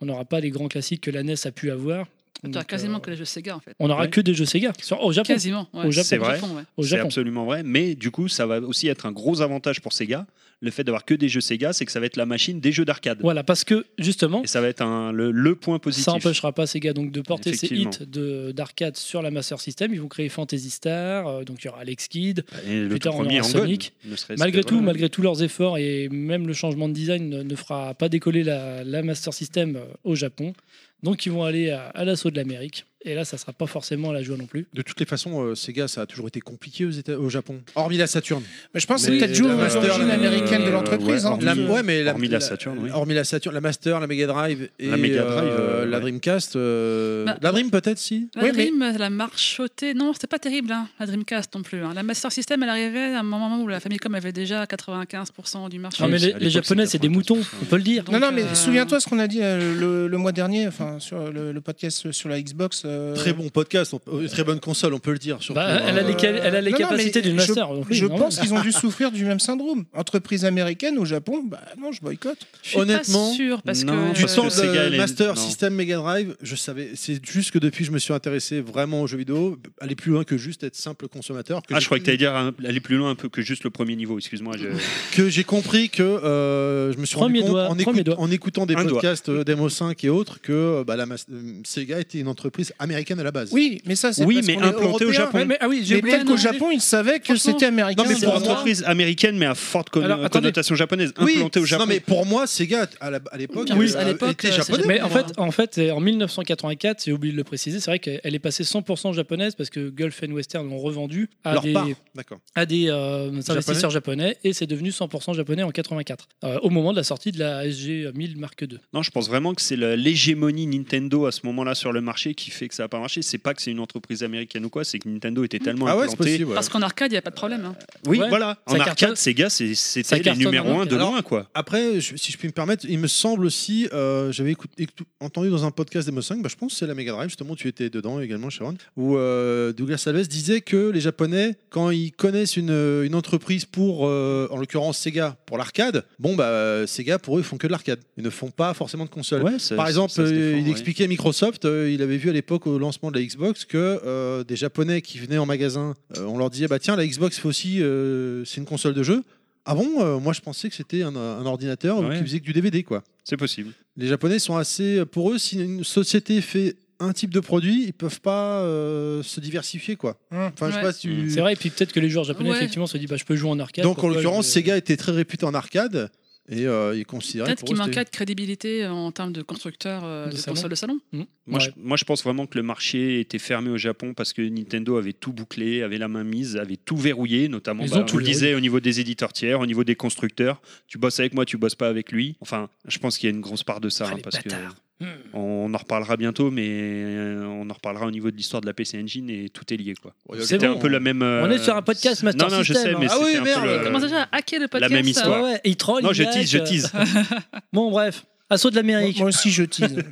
A: on n'aura pas les grands classiques que la NES a pu avoir.
F: T'as
A: Donc,
F: quasiment
A: euh,
F: que les jeux Sega en fait.
A: on n'aura
D: Ouais.
A: que des jeux Sega sur, au Japon.
F: Quasiment. ouais.
A: Au Japon.
D: C'est vrai.
F: ouais.
A: Au
D: C'est
A: Japon.
D: absolument vrai. Mais du coup, ça va aussi être un gros avantage pour Sega. Le fait d'avoir que des jeux Sega, c'est que ça va être la machine des jeux d'arcade.
A: Voilà, parce que justement,
D: Et ça va être un, le, le point positif.
A: Ça empêchera pas Sega donc de porter ces
D: Effectivement.
A: hits de- d'arcade sur la Master System. Ils vont créer Fantasy Star, euh, donc il y aura Alex Kidd.
D: Et le
A: Plus tard,
D: tout
A: on
D: premier
A: aura
D: en Gone,
A: Sonic.
D: ne serait-ce
A: Malgré
D: que,
A: tout,
D: voilà.
A: malgré tous leurs efforts et même le changement de design ne, ne fera pas décoller la, la Master System euh, au Japon. Donc ils vont aller à, à l'assaut de l'Amérique. Et là, ça sera pas forcément la joie non plus.
B: De toutes les façons, euh, Sega, ça a toujours été compliqué aux Éta- au Japon. Hormis la Saturn.
E: Mais je pense que
B: Mais
E: c'est peut-être dû
B: la
E: aux
B: Master,
E: origines
B: euh,
E: américaines de l'entreprise.
D: ouais,
E: hein.
D: hormis- euh,
B: La-
E: Parce que-
B: ouais, mais la,
D: hormis la Saturn, oui.
B: Hormis la Saturn, la Master, la Mega Drive et
D: La Mega Drive,
B: euh,
D: euh,
B: la
D: ouais.
B: Dreamcast. euh,
F: Bah,
B: la Dream peut-être si.
F: La
E: Oui, mais-
F: Dream, la marchotée, non, c'était pas terrible, hein, la Dreamcast non plus. hein. La Master System, elle arrivait à un moment où la Famicom avait déjà 95% du marché.
A: Non, mais
D: c'est-
A: les,
D: à
A: les
D: l'époque,
A: Japonais,
D: c'était
A: c'est des moutons,
D: 95%.
A: on peut le dire.
F: Donc,
E: non, non, mais
F: euh,
E: souviens-toi ce qu'on a dit euh, le, le mois dernier, enfin sur le, le podcast sur la Xbox. euh,
B: Très bon podcast, on- euh, très bonne console, on peut le dire. surtout. hein.
A: Bah, elle a les, quali- elle a les
E: Non, non,
A: capacités
E: mais
A: d'une
E: je-
A: Master. donc oui,
E: je
A: normal.
E: pense qu'ils ont dû souffrir du même syndrome. Entreprise américaine au Japon, bah non, je boycotte.
F: je suis
B: honnêtement,
F: pas sûre parce
D: non,
F: que euh,
B: Du
D: parce
B: temps
D: que Sega, elle
B: de
D: est-
B: Master
D: non.
B: System Mega Drive, je savais. C'est juste que depuis, je me suis intéressé vraiment aux jeux vidéo, aller plus loin que juste être simple consommateur. Que
D: Ah,
B: j'ai-
D: je croyais que tu allais dire hein, aller plus loin un peu que juste le premier niveau, excuse-moi. je-
B: que j'ai compris que euh, je me suis
A: Premier
B: rendu compte
A: doigt,
B: en,
A: premier
B: écout-
A: doigt.
B: en écoutant des
D: Un doigt.
B: podcasts euh, Demo 5 et autres que euh, bah, la mas- euh, Sega était une entreprise américaine à la base.
E: Oui, mais ça c'est
D: Oui,
E: parce
D: mais
E: qu'on est
D: implanté au
E: européen.
D: Japon.
E: Ouais, mais
A: ah oui,
E: mais
F: oublié
E: peut-être
F: de
E: qu'au
F: demander.
E: Japon, ils savaient que
F: Franchement.
E: c'était américain.
D: Non, mais
E: c'est
D: pour
E: vrai.
D: entreprise américaine, mais à forte con-
A: Alors, attendez.
D: connotation japonaise,
B: Oui,
D: implantée au Japon.
B: Non mais pour moi Sega à la- à l'époque
F: Oui,
B: euh,
F: à l'époque,
B: était
F: euh, c'est
B: japonais.
F: japonais.
A: Mais en
F: Voilà.
A: fait, en fait, euh, en 1984, j'ai oublié de le préciser, c'est vrai qu'elle est passée 100% japonaise parce que Gulf and Western l'ont revendu à
B: Leur
A: des,
B: part, d'accord.
A: à des euh, investisseurs japonais et c'est devenu 100% japonais en 84, euh, au moment de la sortie de la SG 1000 Mark II.
D: Non, je pense vraiment que c'est le- l'hégémonie Nintendo à ce moment-là sur le marché qui fait que ça n'a pas marché. C'est pas que c'est une entreprise américaine ou quoi, c'est que Nintendo était tellement
B: Ah ouais, c'est
D: implantée.
B: possible. ouais.
F: parce qu'en arcade, il n'y a pas de problème. hein.
D: Oui,
A: Ouais.
D: voilà.
A: Ça
D: en
A: cartonne.
D: arcade, Sega, c'est-
A: Ça
D: c'était les
A: cartonne en
D: numéros 1 de
A: arcade.
D: loin, quoi.
B: Après, je- si je puis me permettre, il me semble aussi, euh, j'avais écout- écout- entendu dans un podcast Demo 5, bah, je pense que c'est la Mega Drive, justement, tu étais dedans également, Sharon, où euh, Douglas Alves disait que les Japonais, quand ils connaissent une, une entreprise pour, euh, en l'occurrence Sega, pour l'arcade, bon, bah, euh, Sega, pour eux, ils font que de l'arcade. Ils ne font pas forcément de console.
D: Ouais, ça-
B: Par
D: ça-
B: exemple,
D: ça se
B: euh,
D: défend,
B: il
D: ouais.
B: expliquait à Microsoft, euh, il avait vu à l'époque au lancement de la Xbox que euh, des Japonais qui venaient en magasin, euh, on leur disait bah tiens la Xbox fait aussi, euh, c'est une console de jeu. Ah bon euh, Moi je pensais que c'était un, un ordinateur ou
D: Ouais.
B: qui faisait que du DVD quoi.
D: C'est possible.
B: euh, Les Japonais sont assez, pour eux, si une société fait un type de produit, ils peuvent pas euh, se diversifier quoi.
E: Hum.
B: Enfin, je sais
F: Mmh, Ouais.
B: pas si
D: Mmh.
B: tu-
A: C'est vrai, et puis peut-être que les joueurs japonais,
F: Ouais.
A: effectivement, se disent bah, je peux jouer en arcade.
B: Donc en
A: pourquoi
B: l'occurrence,
A: je vais-
B: Sega était très réputé en arcade et euh, ils considéraient
F: Peut-être
B: pour eux,
F: qu'il
B: c'était-
F: manquait de crédibilité euh, en termes de constructeur euh,
A: De
F: de,
A: salon.
F: console de salon.
D: Moi,
A: Ouais.
D: je, moi, je pense vraiment que le marché était fermé au Japon parce que Nintendo avait tout bouclé, avait la main mise, avait tout verrouillé, notamment.
A: Ils
D: bah,
A: ont tout
D: on le disait au niveau des éditeurs tiers, au niveau des constructeurs. Tu bosses avec moi, tu bosses pas avec lui. Enfin, je pense qu'il y a une grosse part de ça.
A: Ah,
D: hein,
A: les
D: parce que
A: bâtards. Hmm.
D: on en reparlera bientôt, mais euh, on en reparlera au niveau de l'histoire de la PC Engine et tout est lié. quoi.
B: Oh, il y a
A: C'est
D: C'était
B: le
A: bon.
D: un peu la même. euh,
A: On est sur un podcast Master
D: Non, non, je
A: System,
D: sais,
A: hein.
D: mais
B: Ah
D: c'était
B: oui,
D: un peu
B: merde.
D: le-
B: Euh,
F: Comment déjà à hacker le podcast
D: même
F: euh,
D: histoire.
A: Ah Ouais, ouais, il troll.
D: Non,
A: il
D: je
A: hack,
D: tease, je
A: euh.
D: tease.
A: Bon, bref. Assaut de
E: Moi,
A: l'Amérique.
E: moi aussi, je tease.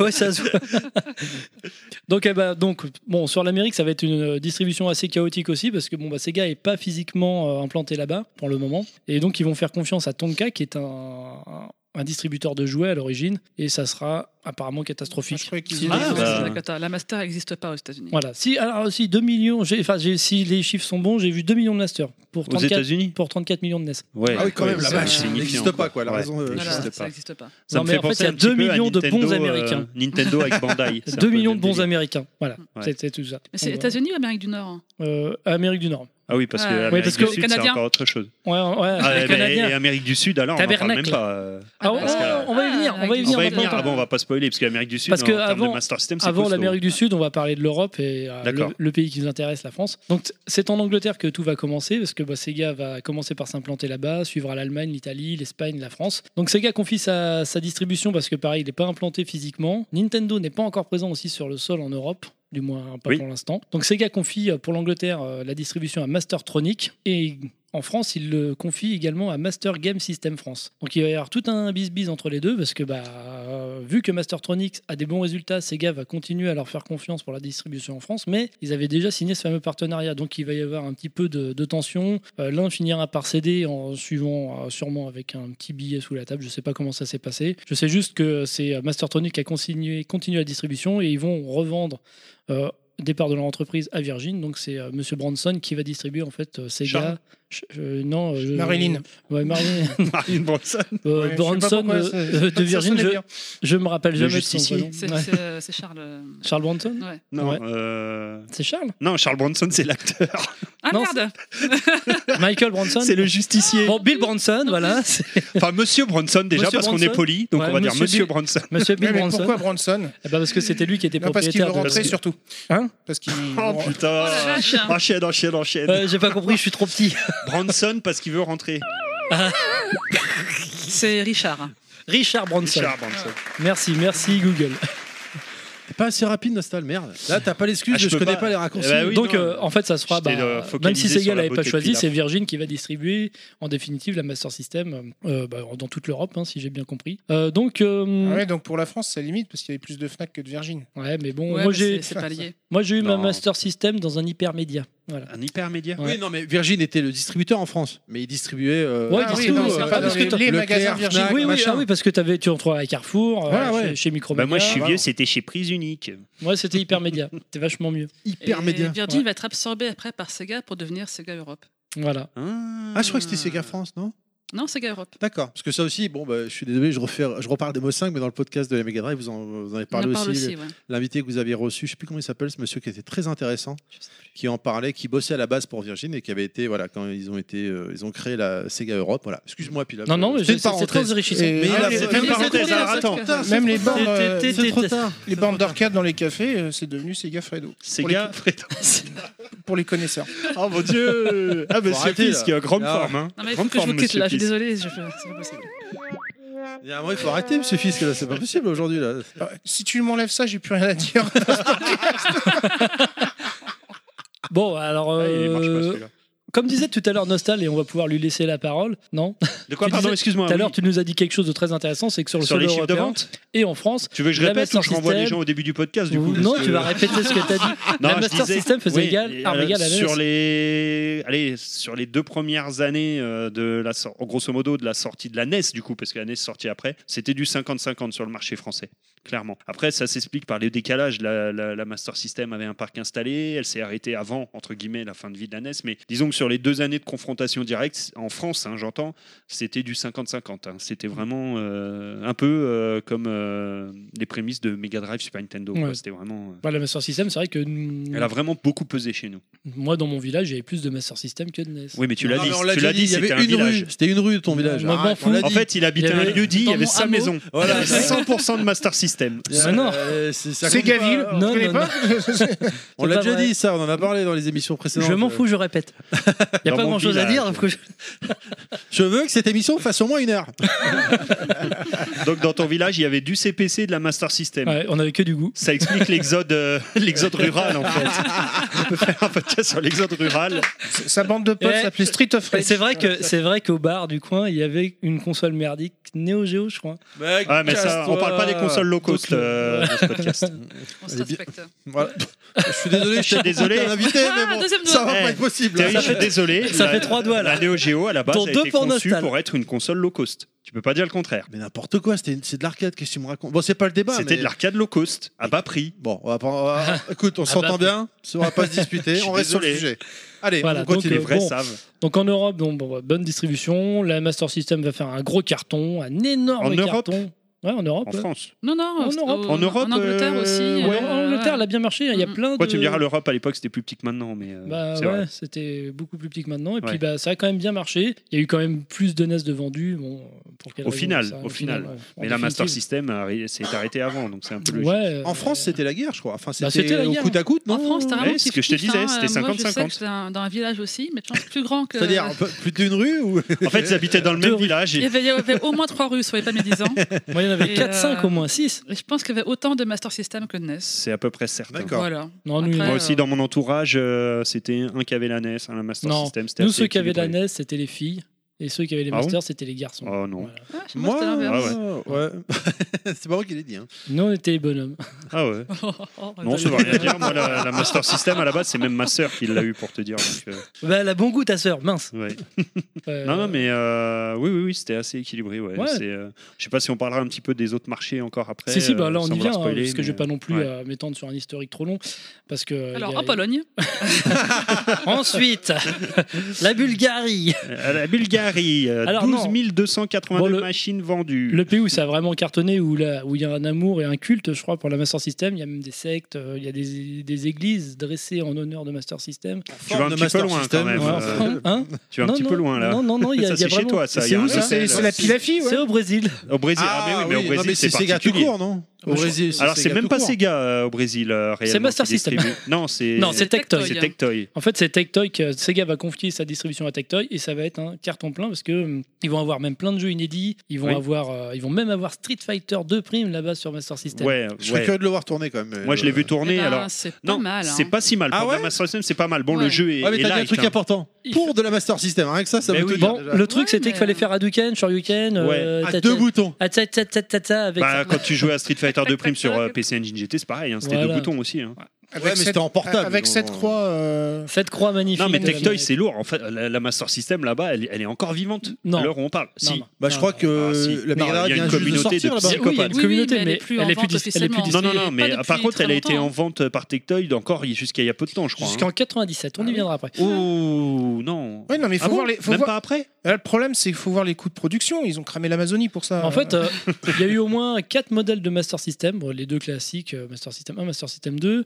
A: Ouais, ça se voit. donc, eh ben, donc, bon, sur l'Amérique, ça va être une euh, distribution assez chaotique aussi parce que bon, bah, Sega est pas physiquement euh, implanté là-bas pour le moment. Et donc, ils vont faire confiance à Tonka, qui est un, un- un distributeur de jouets à l'origine. Et ça sera apparemment
E: Je
A: catastrophique.
E: croyais qu'ils
A: Si
E: étaient-
A: les-
F: Ah,
D: Ah,
F: ouais,
D: bah.
F: c'est la cata. La master n'existe pas aux États-Unis.
A: Voilà. Si, alors, si 2 millions, j'ai- enfin, j'ai- si les chiffres sont bons, j'ai vu 2 millions de Masters pour
D: Aux
A: 34,
D: États-Unis
A: pour 34 millions de E NES.
D: Ouais,
B: Ah oui, quand
D: ouais,
B: même, la
D: c'est
B: vache,
D: signifiant,
B: il n'existe pas, quoi, la raison, euh,
D: il
F: Voilà,
B: je
D: n'existe
F: ça
D: pas.
F: n'existe pas.
D: Ça
A: Non,
D: me
A: mais
D: fait
A: en fait,
D: penser
A: il y a
D: un petit
A: deux
D: peu à
A: millions de bons
D: Nintendo, euh,
A: Américains.
D: Nintendo avec Bandai. c'est un
A: 2
D: peu le
A: millions de
D: même
A: bons
D: délire.
A: Américains. Voilà.
D: Ouais.
A: C'est- C'est tout ça.
F: Mais c'est
A: Donc,
F: États-Unis ou Amérique du Nord hein
A: euh, Amérique du Nord.
D: Ah oui, parce que
F: Ouais,
D: l'Amérique
A: parce
D: du
A: que-
D: Sud, c'est
F: Canadien.
D: encore autre chose.
A: Ouais, ouais,
D: Ah,
A: les
D: mais-
A: Canadiens.
D: et Amérique du Sud, alors on n'en parle même
A: Tabernacle.
D: pas. euh,
A: Ah ouais,
D: Parce que-
A: on va y venir, on va y
F: Ah,
D: On
A: venir.
D: va y
A: on va
D: venir.
A: pas-
D: Ah bon, on va pas spoiler parce que l'Amérique du Sud,
A: Parce que
D: en termes
A: avant-
D: de Master System, c'est
A: Avant
D: costaud.
A: l'Amérique du Sud, on va parler de l'Europe et euh,
D: D'accord.
A: le, le pays qui nous intéresse, la France. Donc c'est en Angleterre que tout va commencer parce que bah, Sega va commencer par s'implanter là-bas, suivra l'Allemagne, l'Italie, l'Espagne, la France. Donc Sega confie sa, sa distribution parce que pareil, il n'est pas implanté physiquement. Nintendo n'est pas encore présent aussi sur le sol en Europe. Du moins, hein, pas
D: Oui.
A: pour l'instant. Donc, Sega confie euh, pour l'Angleterre euh, la distribution à Mastertronic et en France, il le confie également à Master Game System France. Donc il va y avoir tout un bis-bis entre les deux parce que bah, euh, vu que Mastertronic a des bons résultats, Sega va continuer à leur faire confiance pour la distribution en France, mais ils avaient déjà signé ce fameux partenariat, donc il va y avoir un petit peu de, de tension. Euh, L'un finira par céder en suivant euh, sûrement avec un petit billet sous la table. Je sais pas comment ça s'est passé. Je sais juste que c'est euh, Mastertronic qui a continué, continué la distribution et ils vont revendre. euh, départ de leur entreprise à Virgin, donc c'est euh, Monsieur Branson qui va distribuer en fait euh, Sega.
E: Charles.
A: Ch- euh, non, euh, je-
E: Marilyn.
A: Ouais, Marilyn.
D: Marine Bronson.
A: Euh,
E: Ouais, je sais pas
A: Branson
E: pourquoi,
A: euh,
E: c'est-
A: euh, de
E: ça
A: Virgin,
E: sonnait
A: je,
E: bien.
A: je me rappelle
D: Le
A: jamais de son
D: justicier.
A: prénom.
F: C'est
A: Ouais.
F: c'est, euh, c'est Charles. euh,
A: Charles Branson
F: ouais.
D: Non,
A: Ouais.
D: euh,
A: C'est Charles
D: non, Charles Bronson, c'est l'acteur.
F: Ah
A: Non,
F: merde
A: Michael Branson
D: C'est le justicier.
A: Bon, Bill Branson, voilà. c'est-
D: Enfin, Monsieur Bronson, déjà,
A: Monsieur
D: parce qu'on est
A: Bronson.
D: poli. Donc,
A: Ouais,
D: on va dire
A: Monsieur
D: Monsieur
A: Bill-
D: Bronson.
A: Monsieur Bill
E: Ouais, mais
A: Branson.
E: pourquoi Bronson
A: Eh ben, parce que c'était lui qui était
E: Non, Parce qu'il veut
A: propriétaire de.
E: rentrer surtout.
A: Hein
E: Parce qu'il.
D: Oh putain.
F: Oh la vache.
D: enchaîne, enchaîne, enchaîne.
A: Euh, J'ai pas compris, je suis trop petit.
D: Bronson, parce qu'il veut rentrer.
F: C'est Richard.
A: Richard Branson.
D: Richard Bronson.
A: Merci, merci Google.
B: T'es pas assez rapide, Nostal, merde. Là, t'as pas l'excuse,
D: Ah,
B: de
D: je
B: je,
D: peux
B: connais
D: pas.
B: pas les raccourcis.
D: Eh ben oui,
A: Donc
D: non.
A: euh, en fait, ça se fera.
D: J'étais,
A: bah,
D: euh,
A: même si
D: focalisé sur
A: Sega
D: la
A: l'avait pas
D: beauté
A: choisi,
D: de Pilar.
A: c'est Virgin qui va distribuer en définitive la Master System euh, bah, dans toute l'Europe, hein, si j'ai bien compris. Euh, donc, euh,
E: Ah Ouais, donc pour la France, ça limite parce qu'il y avait plus de Fnac que de Virgin.
A: ouais, mais bon,
F: Ouais,
A: moi
F: mais
A: j'ai
F: c'est c'est pas lié.
A: Moi, j'ai eu ma
D: Non.
A: Master System dans un hypermédia. Voilà.
D: Un hypermédia.
A: Ouais.
B: Oui, non, mais Virgin était le distributeur en France, mais il distribuait. euh,
A: Ouais, il
E: Ah oui,
A: distribue,
E: non,
A: euh,
E: c'est
A: ah,
E: pas
A: parce
E: dans
A: que
E: les,
A: t'as-
E: les
B: Leclerc,
E: magasins Virgin.
B: Fnac,
A: oui, oui,
B: machin.
A: ah oui, parce que avais, tu retrouvais à Carrefour, euh,
B: Voilà,
A: chez,
B: ouais.
A: chez Micromedia.
D: Bah, moi, je suis
B: voilà.
D: vieux, c'était chez Prise Unique.
A: Ouais, c'était hypermédia. C'était vachement mieux.
B: hyper
F: Et
B: média.
F: Virgin
A: Ouais.
F: va être absorbé après par Sega pour devenir Sega Europe.
A: Voilà.
B: Ah, je crois que c'était Sega France, non
F: Non, Sega Europe.
B: D'accord. Parce que ça aussi, bon, bah, je suis désolé, je, refais, je reparle des mots 5, mais dans le podcast de la Mega Drive, vous en, vous en avez parlé
F: On en
B: aussi.
F: parle aussi,
B: le-
F: ouais.
B: L'invité que vous aviez reçu, je sais plus comment il s'appelle, ce monsieur qui était très intéressant,
F: Je sais plus.
B: qui en parlait, qui bossait à la base pour Virgin et qui avait été, voilà, quand ils ont été, euh, ils ont créé la Sega Europe, voilà. Excuse-moi,
D: Bah,
B: puis là.
A: Non, non, mais
B: c'était
A: c'est
B: une
A: c'est
B: parenthèse.
A: très enrichissant.
E: Et-
B: Mais
E: Ah,
B: la-
E: les-
B: c'est
E: même
B: une
E: par
B: parenthèse,
F: contre,
B: alors, attends,
F: même
B: putain, c'est
E: même
B: trop
E: les
B: tard.
E: bornes, euh,
A: T'es- t'es-
B: C'est trop tard.
E: les bornes d'arcade dans les cafés, euh, c'est devenu Sega Fredo
D: Sega Fredo.
E: pour les connaisseurs.
D: Oh mon dieu Ah
B: Faut
D: monsieur
B: arrêter,
D: Fisk,
B: là.
D: grande
B: Non.
D: forme hein
F: Non, mais il faut
D: Grande
F: que je vous
D: forme
F: quitte
D: monsieur
F: là, je suis
D: Fisk.
F: désolée, je- c'est pas possible.
B: Il y a un moment, il faut arrêter, monsieur Fisk, là, c'est pas possible aujourd'hui, là.
E: Ah, Si tu m'enlèves ça, j'ai plus rien à dire.
A: Bon, alors,
D: Ah, il marche pas,
A: euh,
D: celui-là.
A: comme disait tout à l'heure Nostal, et on va pouvoir lui laisser la parole, non
D: De quoi
A: Euh, tu
D: pardon
A: disais
D: excuse-moi
A: Tout à l'heure,
D: Ah oui.
A: tu nous as dit quelque chose de très intéressant, c'est que sur le
D: sur
A: sol
D: les chiffres de
A: européen
D: vente
A: et en France,
D: Tu veux que je
A: La
D: répète ou je
A: Master
D: renvoie les
A: System-
D: gens au début du podcast du coup
A: non,
D: parce
A: tu
D: que-
A: vas répéter ce que t'as dit.
D: Non,
A: la
D: je
A: Master
D: disais-
A: System faisait
D: oui,
A: égal
D: euh,
A: Armega à la
D: sur
A: NES.
D: les allez sur les deux premières années euh, de la sor- grosso modo de la sortie de la NES du coup parce que la NES sortie après c'était du 50-50 sur le marché français clairement après ça s'explique par les décalages la, la- la Master System avait un parc installé elle s'est arrêtée avant entre guillemets la fin de vie de la NES mais disons que sur sur les deux années de confrontation directe, en France, hein, j'entends, c'était du 50-50. hein. C'était vraiment euh, un peu euh, comme euh, les prémices de Mega Drive Super Nintendo. quoi.
A: Ouais.
D: C'était vraiment. euh,
A: Bah, la Master System, c'est vrai que mm,
D: Elle a vraiment beaucoup pesé chez nous.
A: moi, dans mon village, j'avais plus de Master System que de E NES.
D: Oui, mais tu
B: Non,
D: l'as
B: mais
D: dit.
B: on l'a
D: Tu l'as
B: dit,
D: dit,
B: il y
D: c'était un
B: avait une
D: village.
B: rue. C'était Mmh. une rue de ton village.
A: Moi,
B: Arrête,
A: m'en
B: on l'a
A: fous.
D: En
B: dit.
D: fait, il habitait
A: Il y
D: un
A: avait-
D: lieu-dit, il y
F: dans
D: avait
F: mon
D: sa
F: hameau.
D: maison.
B: voilà.
D: C'est 100% de Master System.
A: Bah non.
B: Euh, c'est- ça compte pas.
E: Segaville, vous
A: Non,
E: connaissez
A: non,
E: pas
B: On l'a
A: pas
B: déjà
A: vrai.
B: dit ça, on en a parlé dans les émissions précédentes.
I: Je
A: euh,
I: m'en fous, je répète. Il n'y a
D: Dans
I: pas
D: mon
I: grand chose à
D: village.
I: dire. faut que je-
B: Je veux que cette émission fasse au moins une heure.
D: Donc, dans ton village, il y avait du CPC et de la Master System.
A: Ouais, on avait que du goût.
D: Ça explique l'exode euh, l'exode rural, en fait. On peut faire un podcast sur l'exode rural.
E: Sa bande de potes
I: Eh,
E: s'appelait Street of
I: Mais
E: Rage.
I: C'est vrai que c'est vrai qu'au bar du coin, il y avait une console merdique Neo Geo, je crois.
D: Ah, mais ça, on parle pas des consoles low cost
A: Donc,
D: euh, dans ce podcast.
F: On
B: Elle
F: se
B: est bien-
F: respecte.
B: Voilà. Je suis désolé, je
D: suis
B: t'ai
D: désolé.
B: désolé. invité, mais
F: Ah,
B: bon,
F: deuxième doigt.
B: ça va
D: Eh,
B: pas être possible.
D: Thierry,
B: Ça
D: je suis
B: fait-
D: désolé.
I: Ça
D: la-
I: fait trois doigts, là.
D: La Neo Geo à la base
I: Ton
D: a
I: deux
D: été
I: pour
D: conçue
I: Nostal.
D: pour être une console low cost. Tu peux pas dire le contraire.
B: Mais n'importe quoi, c'était une- c'est de l'arcade, qu'est-ce que tu me racontes Bon, c'est pas le débat.
D: C'était
B: Bah, mais-
D: de l'arcade low cost à bas prix.
B: Bon, on va pas. on va- Écoute, on s'entend bien, on va pas se
D: Je
B: disputer,
D: suis
B: on reste sur le
D: désolé.
B: sujet. Allez,
A: Voilà,
B: on
A: donc,
D: Les
B: continue.
A: euh,
D: vrais
A: bon.
D: savent.
A: Donc en Europe, donc, bon, bah, bonne distribution. La Master System va faire un gros carton, un énorme
D: En Europe
A: carton. Ouais, en Europe.
D: En
A: ouais.
D: France.
F: Non, non,
A: En
F: c'est-
A: Europe.
F: au-
D: En Europe,
F: En Angleterre
D: euh,
F: aussi.
A: En-
D: ouais.
F: euh,
A: en Angleterre, elle a bien marché. Il y a
F: Mm.
A: plein
D: Quoi,
A: de.
D: tu me diras, l'Europe à l'époque c'était plus petit que maintenant, mais euh,
A: Bah
D: c'est vrai.
A: ouais, c'était beaucoup plus petit que maintenant. Et
D: Ouais.
A: puis bah, ça a quand même bien marché. Il y a eu quand même plus de NES de vendus. Bon, pour quelle
D: Au
A: raison,
D: final,
A: ça,
D: au final.
A: ouais. En
D: Mais la
A: définitive.
D: Master System a arri- s'est arrêtée avant, donc c'est un peu logique.
A: Ouais,
B: En France,
A: euh,
B: c'était la guerre, je crois. Enfin, c'était
A: Bah, c'était la
B: au
A: guerre.
B: coup à coup, non
F: En France, t'as
D: Ouais,
F: vraiment
D: c'est ce que je te
F: kiff-kiff,
D: disais,
F: hein.
D: c'était
F: Moi, je sais
D: 50-50.
F: que c'est un- dans un village aussi, mais je pense plus grand que.
B: C'est-à-dire, un peu- plus d'une rue ou...
D: En fait, ils habitaient dans le
A: Deux
D: même
A: rues.
D: village.
F: Il y
D: Et...
F: avait, il y avait au moins trois Russes, soyez pas médisants.
A: moi, il y en avait
F: Et,
A: 4,
F: euh,
A: 5 au moins, 6.
F: Et je pense qu'il y avait autant de Master System que de NES.
D: C'est à peu près certain.
B: D'accord.
F: Voilà.
A: Non, nous,
F: Après,
A: il y en
D: Moi
A: avait-
F: euh,
D: aussi, dans mon entourage, euh, c'était un qui avait la NES, un la Master
A: Non.
D: System. c'était
A: nous,
D: assez
A: ceux qui avaient la
D: équilibré.
A: NES, c'était les filles. Et ceux qui avaient les
D: Ah bon
A: Masters, c'était les garçons.
D: Oh non.
A: Voilà.
F: Ouais, chez moi, c'était l'inverse.
B: ouais. c'est pas moi qui l'ai dit. hein.
A: Nous, on était les bonhommes.
D: Ah ouais.
F: Oh,
D: Non, ça veut rien dire. Moi, la, la Master System, à la base, c'est même ma sœur qui l'a eu pour te dire. donc, euh,
I: Bah, elle a bon goût ta sœur, mince.
D: ouais.
A: Euh,
D: Non, non, mais euh, oui, oui, oui, c'était assez équilibré. Ouais.
A: Ouais.
D: C'est, euh, je sais pas si on parlera un petit peu des autres marchés encore après.
A: Si, si, bah,
D: euh,
A: là on
D: sans
A: y vient,
D: vouloir
A: hein,
D: spoiler,
A: parce que je
D: mais-
A: vais pas non plus
D: ouais.
A: euh, m'étendre sur un historique trop long. Parce que, euh, il
F: Alors,
A: y a-
F: en Pologne,
I: Ensuite, la Bulgarie.
D: Euh, À la Bulgarie, euh,
A: Alors,
D: 12
A: non.
D: 282
A: Bon, le-
D: machines vendues.
A: le pays où ça a vraiment cartonné, où là- où il y a un amour et un culte, je crois, pour la Master System, il y a même des sectes, euh, il y a des, des églises dressées en honneur de Master System.
D: Tu vas un
B: Forme de
D: petit peu
B: Master
D: loin,
B: System,
D: quand même.
A: Ouais, en
B: voilà.
D: Euh,
A: France, hein
D: Tu es un
A: Non,
D: petit
A: non,
D: peu loin, là.
A: Non, non, non, il y a,
D: Ça,
A: il y a
D: c'est chez
A: vraiment-
D: toi, ça. Il y
A: C'est
D: a
A: où,
D: un
A: ça
E: C'est
D: hôtel.
E: c'est la Pilafi, ouais.
I: C'est au Brésil.
D: Au Brésil. Ah, mais oui, mais au
B: non,
D: Brésil, c'est
B: Sega tout
D: particulier.
B: court, hein. non Au
A: Ah, je-
B: Brésil,
D: Alors, c'est
B: Sega
D: même
B: tout
D: pas
B: court.
D: Sega euh, au Brésil, euh, réellement.
A: Master
D: qui
A: System.
D: distribue. Non, c'est.
I: Non,
F: c'est
I: c'est
F: Tectoy.
I: Tectoy.
A: hein.
D: C'est Tectoy.
A: En fait, c'est Tectoy que Sega va confier sa distribution à Tectoy et ça va être un carton plein parce que hum, ils vont avoir même plein de jeux inédits. Ils vont
D: Oui.
A: avoir, euh, ils vont même avoir Street Fighter 2 Prime là-bas sur Master System. Ah,
D: Ouais,
B: Je serais
D: ouais.
B: curieux de le voir tourner quand même.
D: Moi, je l'ai vu
F: eh
D: tourner.
F: ben,
D: alors,
F: c'est pas
D: non,
F: mal. hein.
D: c'est pas si mal.
B: Ah
D: Pour la
B: ouais
D: Master System, c'est pas mal. Bon,
F: Ouais.
D: le jeu est.
B: Ouais, mais
D: est
B: t'as dit un
D: light,
B: truc
D: hein.
B: important.
A: Il
B: Pour de la Master System, rien que ça, ça
D: Mais
B: veut
D: oui.
B: tout dire.
A: Bon,
B: déjà.
A: le truc
F: Ouais,
A: c'était
F: mais-
A: qu'il fallait faire Hadouken, Shoryuken,
D: Ouais.
A: euh,
B: À
A: tata-
B: deux boutons.
I: Ah, tsa, tsa, tsa, tsa, tsa, avec
D: Bah,
I: ça.
D: quand tu jouais à Street Fighter 2 Prime sur euh, PC Engine GT, c'est pareil. hein, C'était deux
A: Voilà.
D: boutons aussi. hein.
B: Ouais, mais
E: sept-
B: c'était en portable,
E: Avec
B: donc,
E: cette
B: euh,
E: croix. euh,
A: cette croix magnifique.
D: Non, mais
A: de-
D: Tectoy, c'est lourd. En fait, la, la Master System là-bas, elle, elle est encore vivante.
A: Non.
D: À l'heure où on parle.
A: Non,
D: Si.
A: non.
B: Bah, je
A: Non,
B: crois
A: non.
B: que
D: Ah, si.
B: la
D: Non,
B: Mega Drive
D: il y a
B: vient
D: une
B: juste de
D: communauté
B: sortir
D: de
B: là-bas.
A: Oui, il y a
D: psychopathes.
A: une
F: Oui,
A: communauté,
F: oui, mais elle est
A: mais
F: plus
A: elle
F: en
A: est plus
F: vente
A: dis- elle est plus
F: officiellement.
D: Non,
A: distribuée.
D: non, non, mais
F: pas
D: ah, par
F: depuis
D: contre,
F: très
D: elle a été
F: longtemps.
D: en vente par Tectoy encore il- jusqu'à il y a peu de temps, je crois.
A: Jusqu'en 97, on y viendra après.
D: hein. Ouh, non.
E: Ouais, non, mais faut
D: Ah bon
E: voir les. faut
D: Même
E: voir-
D: pas après
E: Là, le problème, c'est qu'il faut voir les coûts de production. Ils ont cramé l'Amazonie pour ça.
A: En fait, euh, il y a eu au moins 4 modèles de Master System, bon, les deux classiques, euh, Master System 1, Master System 2,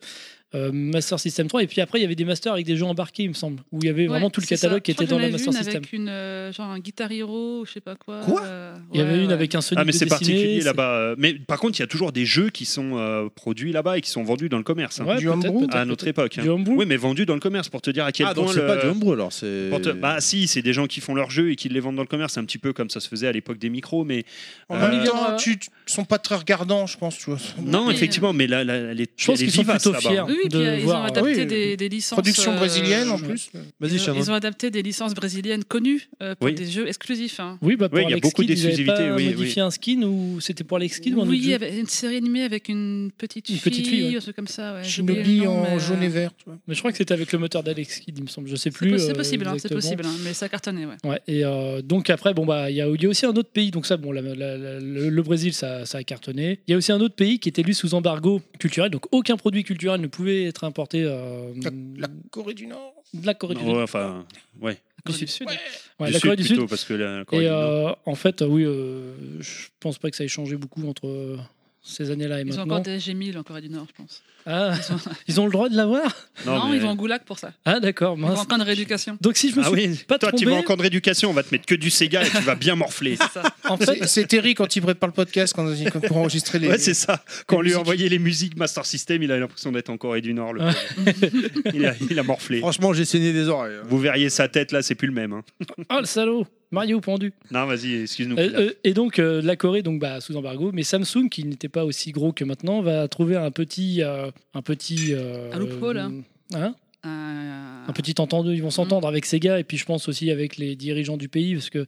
A: euh, Master System 3, et puis après il y avait des masters avec des jeux embarqués, il me semble, où il y avait vraiment
F: Ouais,
A: tout le
F: c'est ça.
A: catalogue qui
F: Je crois
A: était
F: que
A: dans
F: j'en
A: le
F: avais
A: Master
F: une
A: System.
F: Avec une, euh, genre un Guitar Hero, je sais pas quoi.
B: Quoi
F: euh,
A: Il y
F: ouais,
A: avait une
F: ouais.
A: avec un Sonic
D: Ah, mais
A: de
D: c'est
A: dessiné,
D: particulier
A: c'est-
D: là-bas. euh, Mais par contre, il y a toujours des jeux qui sont euh, produits là-bas et qui sont vendus dans le commerce. hein.
A: Ouais,
E: Du
A: peut-être,
E: homebrew.
A: peut-être,
D: à notre
A: peut-être.
D: époque. hein.
A: Du homebrew
D: Oui, mais vendus dans le commerce pour te dire à quel
B: Ah,
D: point.
B: donc c'est
D: le-
B: pas du homebrew alors, c'est.
D: pour te- Bah si, c'est des gens qui font leurs jeux et qui les vendent dans le commerce, un petit peu comme ça se faisait à l'époque des micros, mais
E: en
D: euh,
E: même temps, tu, tu- ils sont pas très regardants, je pense. Tu vois.
D: non,
F: mais-
D: effectivement, mais là, là, elle est,
A: Je pense
D: elle est
A: qu'ils sont
D: vivace
A: plutôt
D: là-bas. hein.
A: fiers.
F: Oui, oui, puis
A: de
F: euh, ils ont
A: voir,
F: adapté
E: oui.
F: des, des licences.
E: Production
F: euh,
E: brésilienne en plus.
B: Vas-y,
F: Ils ont,
B: Shannon.
F: ils ont adapté des licences brésiliennes connues euh, pour
D: Oui.
F: des jeux exclusifs. hein.
A: Oui, bah pour
D: Oui, il y a
A: Alex
D: beaucoup
A: Kidd, ils avaient
D: d'exclusivité,
A: pas
D: oui, oui.
A: modifié un skin ou c'était pour Alex Kidd ou un autre
F: oui, il y
A: jeu
F: avait une série animée avec une petite fille,
A: Une petite fille, ouais.
F: un truc comme ça. Ouais. J'ai oublié
E: Shinobi
F: le nom,
E: en
F: mais, euh,
E: jaune et vert. tu vois.
A: Mais je crois que c'était avec le moteur d'Alex Kidd, il me semble. Je sais
F: C'est
A: plus.
F: po- c'est
A: euh,
F: possible, hein, c'est
A: exactement.
F: possible, hein, mais ça cartonnait. Ouais.
A: Ouais, et euh, donc après, bon, bah, il y, a il y a aussi un autre pays, donc ça, bon, la- la- la- le, le Brésil, ça, ça a cartonné. Il y a aussi un autre pays qui était lui sous embargo culturel, donc aucun produit culturel ne pouvait pouvait être importé euh,
E: La Corée du Nord.
A: de la Corée du Nord.
D: Ouais, enfin, ouais.
A: Du
F: Corée
A: Sud.
F: du Sud.
E: Ouais.
A: Ouais,
D: du
A: la
D: Sud,
A: Corée du
D: plutôt,
A: Sud.
D: parce que la Corée
A: Et
D: du Nord.
A: euh, en fait, euh, oui, euh, je pense pas que ça ait changé beaucoup entre euh, ces années-là et
F: Ils ont
A: maintenant.
F: encore des G1000 en Corée du Nord, je pense.
A: Ah, ils ont le droit de l'avoir
F: Non,
D: mais-
F: ils vont en goulag pour ça.
A: Ah, d'accord,
F: Ils vont en
A: mince.
F: camp de rééducation.
A: Donc si je me
D: Ah
A: suis
D: oui,
A: pas
D: toi, tu
A: trompé,
D: vas en camp de rééducation, on va te mettre que du Sega et tu vas bien morfler.
F: C'est ça.
A: en
E: C'est-
A: fait,
E: C'est Eric quand il prépare le podcast quand, quand- pour enregistrer les.
D: Ouais, c'est ça. Quand on lui
E: musiques.
D: envoyait les musiques Master System, il a l'impression d'être en Corée du Nord. le
A: Ouais.
D: pauvre. il, a, il a morflé.
B: Franchement, j'ai saigné des oreilles.
D: Vous verriez sa tête là, c'est plus le même. hein.
A: ah le salaud, Mario pendu.
D: Non, vas-y, excuse-nous.
A: Euh,
D: Pilar.
A: euh, et donc euh, la Corée, donc bah, sous embargo, mais Samsung qui n'était pas aussi gros que maintenant va trouver un petit, euh, un petit, euh,
F: Un loophole, hein.
A: hein,
F: Euh,
A: un petit entendeux. Ils vont s'entendre avec ces gars et puis je pense aussi avec les dirigeants du pays parce que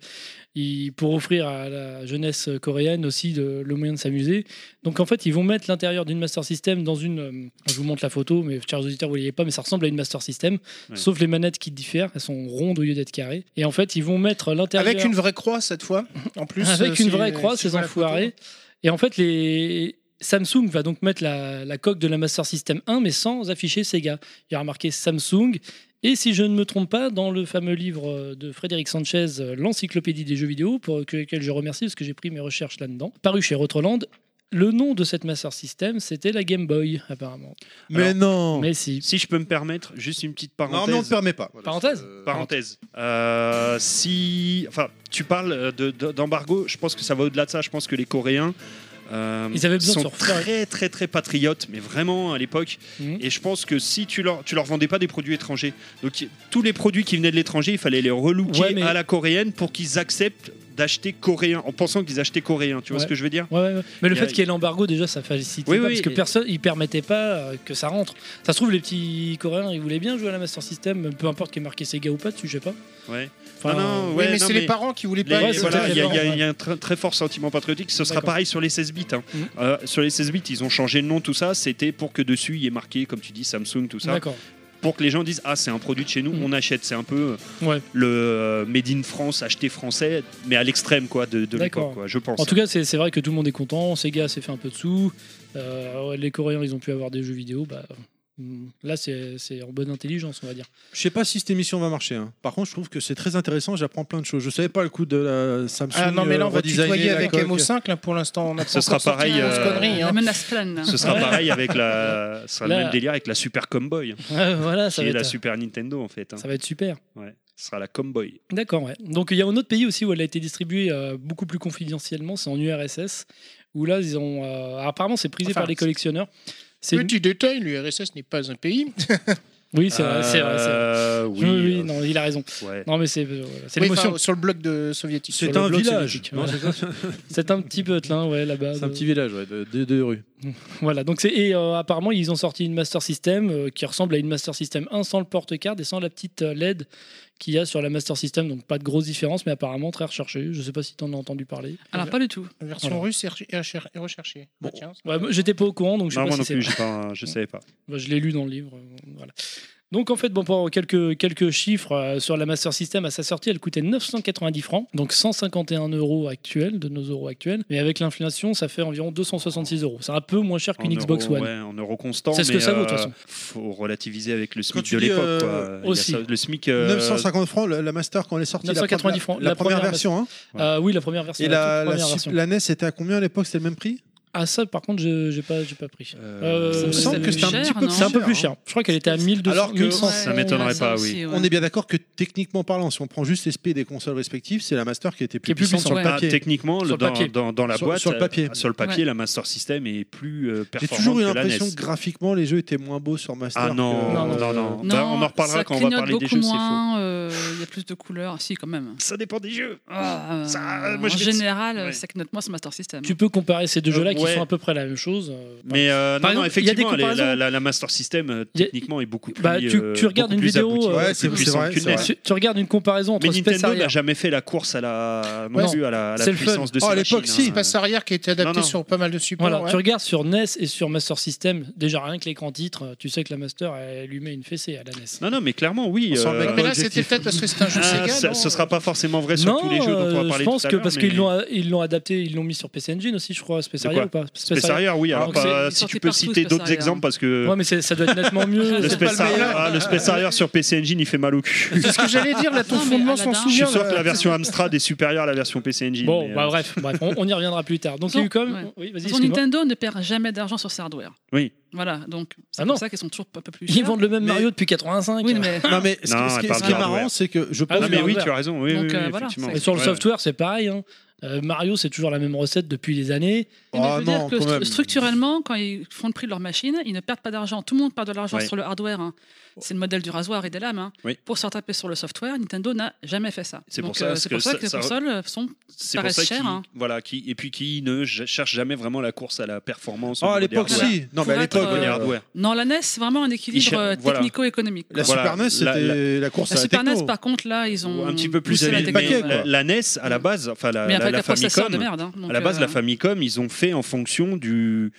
A: ils, pour offrir à la jeunesse coréenne aussi de- le moyen de s'amuser. Donc en fait, ils vont mettre l'intérieur d'une Master System dans une. euh, je vous montre la photo, mais chers auditeurs, vous ne voyez pas, mais ça ressemble à une Master System,
D: Ouais.
A: sauf les manettes qui diffèrent. Elles sont rondes au lieu d'être carrées. Et en fait, ils vont mettre l'intérieur
E: Avec une vraie croix cette fois. En plus. euh,
A: euh, avec une
E: si-
A: vraie croix,
E: si
A: ces
E: je vois la hein.
A: enfoirés. Et en fait, les... Samsung va donc mettre la, la coque de la Master System 1, mais sans afficher Sega. Il y aura marqué Samsung. Et si je ne me trompe pas, dans le fameux livre euh, de Frédéric Sanchez, euh, L'encyclopédie des jeux vidéo, pour que- lequel je remercie parce que j'ai pris mes recherches là-dedans, paru chez Rotroland, le nom de cette Master System, c'était la Game Boy, apparemment.
B: Mais
E: Oh.
B: non
A: Mais si.
D: Si je peux me permettre, juste une petite
B: Non,
D: parenthèse.
B: mais on ne permet pas.
A: Parenthèse
B: Euh,
D: Parenthèse. Euh, si, enfin, tu parles de- de- d'embargo. je pense que ça va au-delà de ça. Je pense que les Coréens euh,
A: Ils avaient besoin de
D: sont
A: se refaire.
D: très, très, très patriotes, mais vraiment à l'époque.
A: Mhm.
D: Et je pense que si tu leur, tu leur vendais pas des produits étrangers, donc y- tous les produits qui venaient de l'étranger, il fallait les relooker
A: Ouais, mais-
D: à la coréenne pour qu'ils acceptent d'acheter coréen, en pensant qu'ils achetaient coréen. Tu vois
A: Ouais.
D: ce que je veux dire
A: Ouais, ouais, ouais. Mais le
D: Il y a-
A: fait qu'il y ait l'embargo, déjà, ça facilite
D: Oui,
A: pas,
D: oui,
A: parce que
D: et-
A: personne, ils permettaient pas euh, que ça rentre. Ça se trouve, les petits Coréens, ils voulaient bien jouer à la Master System, peu importe qu'il y ait marqué Sega ou pas dessus, je sais pas.
D: Ouais.
A: Enfin,
D: Non, non,
E: photo.
D: ouais,
E: oui, mais
D: non,
E: c'est les parents qui voulaient
D: Les-
E: pas.
A: Ouais,
E: et
A: c'est
D: voilà,
A: peut-être
D: il y, a-
A: les
D: il y a-
A: parents,
D: il y a un très, très fort sentiment patriotique. Ce sera
A: D'accord.
D: pareil sur les 16 bits. hein.
A: Mhm.
D: Euh, sur les 16 bits, ils ont changé le nom, tout ça. C'était pour que dessus, il y ait marqué, comme tu dis, Samsung, tout ça.
A: D'accord.
D: Pour que les gens disent Ah, c'est un produit de chez nous,
A: Mhm.
D: on achète. C'est un peu euh,
A: Ouais.
D: le euh, Made in France, acheté français, mais à l'extrême quoi, de, de
A: D'accord.
D: l'époque, quoi, je pense.
A: En tout cas, c'est c'est vrai que tout le monde est content. Sega s'est fait un peu de sous. Euh, ouais, les Coréens, ils ont pu avoir des jeux vidéo. Bah, hum, là, c'est c'est en bonne intelligence, on va dire.
B: Je sais pas si cette émission va marcher. hein. Par contre, je trouve que c'est très intéressant. J'apprends plein de choses. Je savais pas le coup de la Samsung.
E: Ah non, mais là, on
B: euh,
E: va
B: redesigner
E: tutoyer
B: la
E: avec
B: coque.
E: MO5 là pour l'instant. on n'a
D: Ce
E: pas
D: sera
E: encore sorti
D: pareil,
E: une grosse
D: euh,
E: connerie,
A: Ah,
E: hein.
F: La menace plane.
D: Ce sera pareil avec la. Ce sera
A: Là-
D: le même délire avec la Super Comboy, hein,
A: Ah, voilà, ça
D: qui
A: va,
D: est la
A: être,
D: Super Nintendo en fait. hein.
A: ça va être super.
D: Ouais. Ce sera la Comboy.
A: D'accord, ouais. Donc il y a un autre pays aussi où elle a été distribuée euh, beaucoup plus confidentiellement, c'est en URSS, où là, ils ont. euh, apparemment, c'est prisé
E: Enfin,
A: par les collectionneurs. C'est
J: Petit détail, l'URSS n'est pas un pays.
A: Oui, c'est vrai, c'est vrai. c'est vrai.
D: Euh, Oui,
A: Oui, oui,
D: euh,
A: non, il a raison.
D: ouais.
A: Non, mais c'est euh, voilà, c'est
E: Oui,
A: l'émotion.
E: enfin, sur le bloc de soviétique.
B: C'est
A: Sur le
B: un
A: blog
B: village.
A: soviétique,
B: Non,
A: voilà.
B: C'est ça,
A: C'est un petit peu hein, ouais, là-bas.
B: c'est un
A: de-
B: petit village, ouais, de, de- de rues.
A: Voilà, donc c'est et euh, apparemment ils ont sorti une Master System euh, qui ressemble à une Master System 1 sans le porte-card et sans la petite euh, LED qu'il y a sur la Master System, donc pas de grosse différence, mais apparemment très recherché. Je sais pas si t'en as entendu parler.
F: Alors, pas du tout.
E: La version
A: Voilà.
E: russe est recher- est recher- est recherchée.
B: Bon.
E: Ah, tiens, c'est-
A: Ouais, moi, J'étais pas au courant, donc je sais
D: Non,
A: pas
D: moi
A: si
D: non
A: c'est
D: plus, j'ai pas- je savais pas.
A: Bah, je l'ai lu dans le livre. euh, voilà. Donc en fait, bon, pour quelques, quelques chiffres euh, sur la Master System à sa sortie, elle coûtait 990 francs, donc 151 euros actuels, de nos euros actuels. Mais avec l'inflation, ça fait environ 266 euros. C'est un peu moins cher
D: En
A: qu'une Xbox
D: euros,
A: One.
D: ouais, en euros constant.
A: C'est ce que
D: mais,
A: ça vaut, de toute
D: euh,
A: façon.
D: Faut relativiser avec le
B: Quand
D: SMIC
B: tu
D: de
B: dis,
D: l'époque.
B: euh,
D: quoi. Il y a
A: aussi.
D: ça- le SMIC. euh,
B: 950 francs, la, la Master, quand elle est sortie. la première-
A: 990 francs,
B: La,
A: la
B: première,
A: première
B: version. hein.
A: Euh, oui, la première version.
B: Et
A: la
B: la,
A: toute
B: la
A: première
B: sup-
A: version.
B: la NES était à combien à l'époque C'était le même prix
A: Ah ça par contre je j'ai pas j'ai pas pris.
B: Euh,
A: Euh,
B: Il me
A: ça
B: semble
A: me
B: que c'était un
F: cher,
B: petit peu
F: non
B: plus
A: C'est un peu plus
B: hein.
A: cher. Je crois qu'elle était à 1200.
B: Alors que-
A: 1100.
D: Ça m'étonnerait
F: ouais,
D: pas,
F: ça
D: oui.
F: aussi, ouais.
B: On est bien d'accord que techniquement parlant, si on prend juste les SP des consoles respectives, c'est la Master qui était
A: Qui
B: plus
A: est plus
B: puissante sur le
F: puissante,
D: ah,
B: papier.
D: techniquement, le-
A: Sur le
D: dans,
A: papier.
D: dans- dans la
B: Sur-
D: boîte,
B: sur le papier.
D: euh, sur le papier,
F: Ouais.
D: la Master System est plus euh,
B: J'ai
D: performante
B: toujours eu
D: que la
B: l'impression
D: NES.
B: que graphiquement, les jeux étaient moins beaux sur Master.
D: Ah non,
B: que-
D: non, non, non.
F: Non,
D: Bah, on en reparlera
F: ça
D: quand on va
F: clignote
D: parler des
F: beaucoup
D: jeux, c'est
F: moins, euh, Il y a plus de couleurs, si, quand même.
D: Ça dépend des jeux.
F: Ah, euh,
D: Ça, euh, moi, je
F: en
D: vais-
F: général,
D: Ouais.
F: c'est que note moi ce Master System.
A: Tu peux comparer ces deux
D: Euh,
A: jeux là qui
D: ouais.
A: sont à peu près la même chose. euh,
D: Mais euh,
A: Par
D: non, non,
A: exemple, il y a des
D: effectivement, les- la,
A: comparaisons.
D: la- la Master System, euh,
A: Il y a-
D: techniquement, est beaucoup plus.
A: Bah, tu-
D: euh,
A: tu regardes
D: beaucoup
A: une
D: plus
A: vidéo,
D: aboutie,
A: euh,
D: beaucoup
B: Ouais, c'est-
D: plus
B: c'est
D: puissante
B: vrai,
D: qu'une E
B: c'est
D: NES.
B: vrai.
A: Tu, tu regardes une comparaison entre
D: Mais
A: Space
D: Nintendo n'a
A: Harrier.
D: jamais fait la course à la, non
A: Ouais.
D: plus à la, à la
A: C'est le fun.
D: puissance de
B: Oh,
D: ces
B: à l'époque,
D: machines,
B: si,
D: hein.
E: Pass arrière qui a été adapté
D: Non, non.
E: sur pas mal de supports.
A: Voilà,
E: ouais.
A: tu regardes sur NES et sur Master System, déjà rien que l'écran titre, tu sais que la Master elle lui met une fessée à la E NES.
D: Non, non, mais clairement, oui.
B: On sent le mec
E: Euh, Mais là,
B: objectif.
E: c'était peut-être parce que c'est un jeu
D: Ah,
E: Sega.
D: ça-
E: non
D: ce sera pas forcément vrai sur
A: Non,
D: tous les jeux dont on
A: euh,
D: va
A: je
D: parler
A: pense
D: tout à
A: que
D: l'heure,
A: parce
D: mais-
A: qu'ils l'ont ils l'ont adapté, ils l'ont mis sur PC Engine aussi je crois Space
D: De
A: Harrier
D: quoi
A: ou pas Space
D: Space Harrier, oui. Alors,
A: donc
D: pas-
A: c'est- il est
D: si
F: sorti
D: tu peux
F: partout,
D: citer
F: Space
D: d'autres
F: Harrier.
D: exemples, parce que
A: Ouais, mais c'est- ça doit être nettement mieux.
D: le,
E: c'est pas
D: Space
E: le
D: Harrier,
E: meilleur.
D: ah, le Space Harrier sur PC Engine, il fait mal au cul.
E: C'est ce que j'allais dire, là, ton
F: Non, mais
E: fondement s'en
F: Aladdin.
D: Je
E: souvient.
D: suis sûr
E: là.
D: que la version Amstrad est supérieure à la version PC Engine.
A: Bon,
D: mais,
A: bah
D: euh,
A: bref, bref, on, on y reviendra plus tard. Donc, il y a
F: Donc,
A: eu quand même.
F: ouais.
A: Oui, vas-y,
F: Son
A: excuse-moi.
F: Nintendo ne perd jamais d'argent sur ses hardware.
D: Oui.
F: Voilà, donc c'est
A: Ah non.
F: pour ça qu'ils sont toujours un peu plus chers.
A: Ils vendent le même
B: Mais-
A: Mario depuis 85.
F: Oui, mais
B: Non, mais ce,
D: Non,
B: ce qui-
D: elle parle
B: ce qui est
D: de
B: marrant,
D: hardware.
B: c'est que je pense.
A: Ah
D: Non,
A: oui,
D: mais
A: mais
D: oui,
A: hardware.
D: tu as raison. Oui,
F: Donc,
D: oui,
F: euh,
D: oui,
F: voilà,
D: effectivement.
F: c'est-
A: Et sur le
D: Ouais.
A: software, c'est pareil. hein. Euh, Mario, c'est toujours la même recette depuis des années.
F: Mais je
B: Ah
F: veux
B: non,
F: dire que
B: quand
F: stru-
B: même.
F: structurellement, quand ils font le prix de leur machine, ils ne perdent pas d'argent. Tout le monde perd de l'argent
D: Ouais.
F: sur le hardware. hein. C'est le modèle du rasoir et des lames. hein.
D: Oui.
F: Pour se retaper sur le software, Nintendo n'a jamais fait ça.
D: C'est pour
F: Donc,
D: ça, parce
F: c'est
D: que
F: pour ça
D: ça-
F: que les
D: ça-
F: consoles euh, sont.
D: C'est pour
F: paraissent
D: ça qu'ils
F: chers, hein.
D: voilà, qui, et puis qui ne j- cherche jamais vraiment la course à la performance. au
B: Oh, à
D: niveau des
B: l'époque,
D: hardware.
B: si. Non,
F: Faut
B: mais à
F: être,
B: l'époque.
F: euh,
D: Des
B: euh,
D: hardware.
F: Non, la NES, c'est vraiment un
D: Ils
F: équilibre
D: cher-
F: euh,
D: voilà.
F: technico-économique.
B: La
D: Voilà,
B: Super NES,
D: la-
B: c'était la course à
F: La
B: la
F: Super
B: techno.
F: NES, par contre, là, ils ont.
D: un petit peu plus
F: poussé la
D: habile, mais
F: techno,
B: paquet,
F: ouais.
D: la, la NES à la base, enfin la,
F: Mm. Mais
D: la-
F: avec
D: la
F: un processeur de
D: Famicom,
F: merde. hein. Donc,
D: à la base
F: euh,
D: la Famicom, ils ont fait en fonction du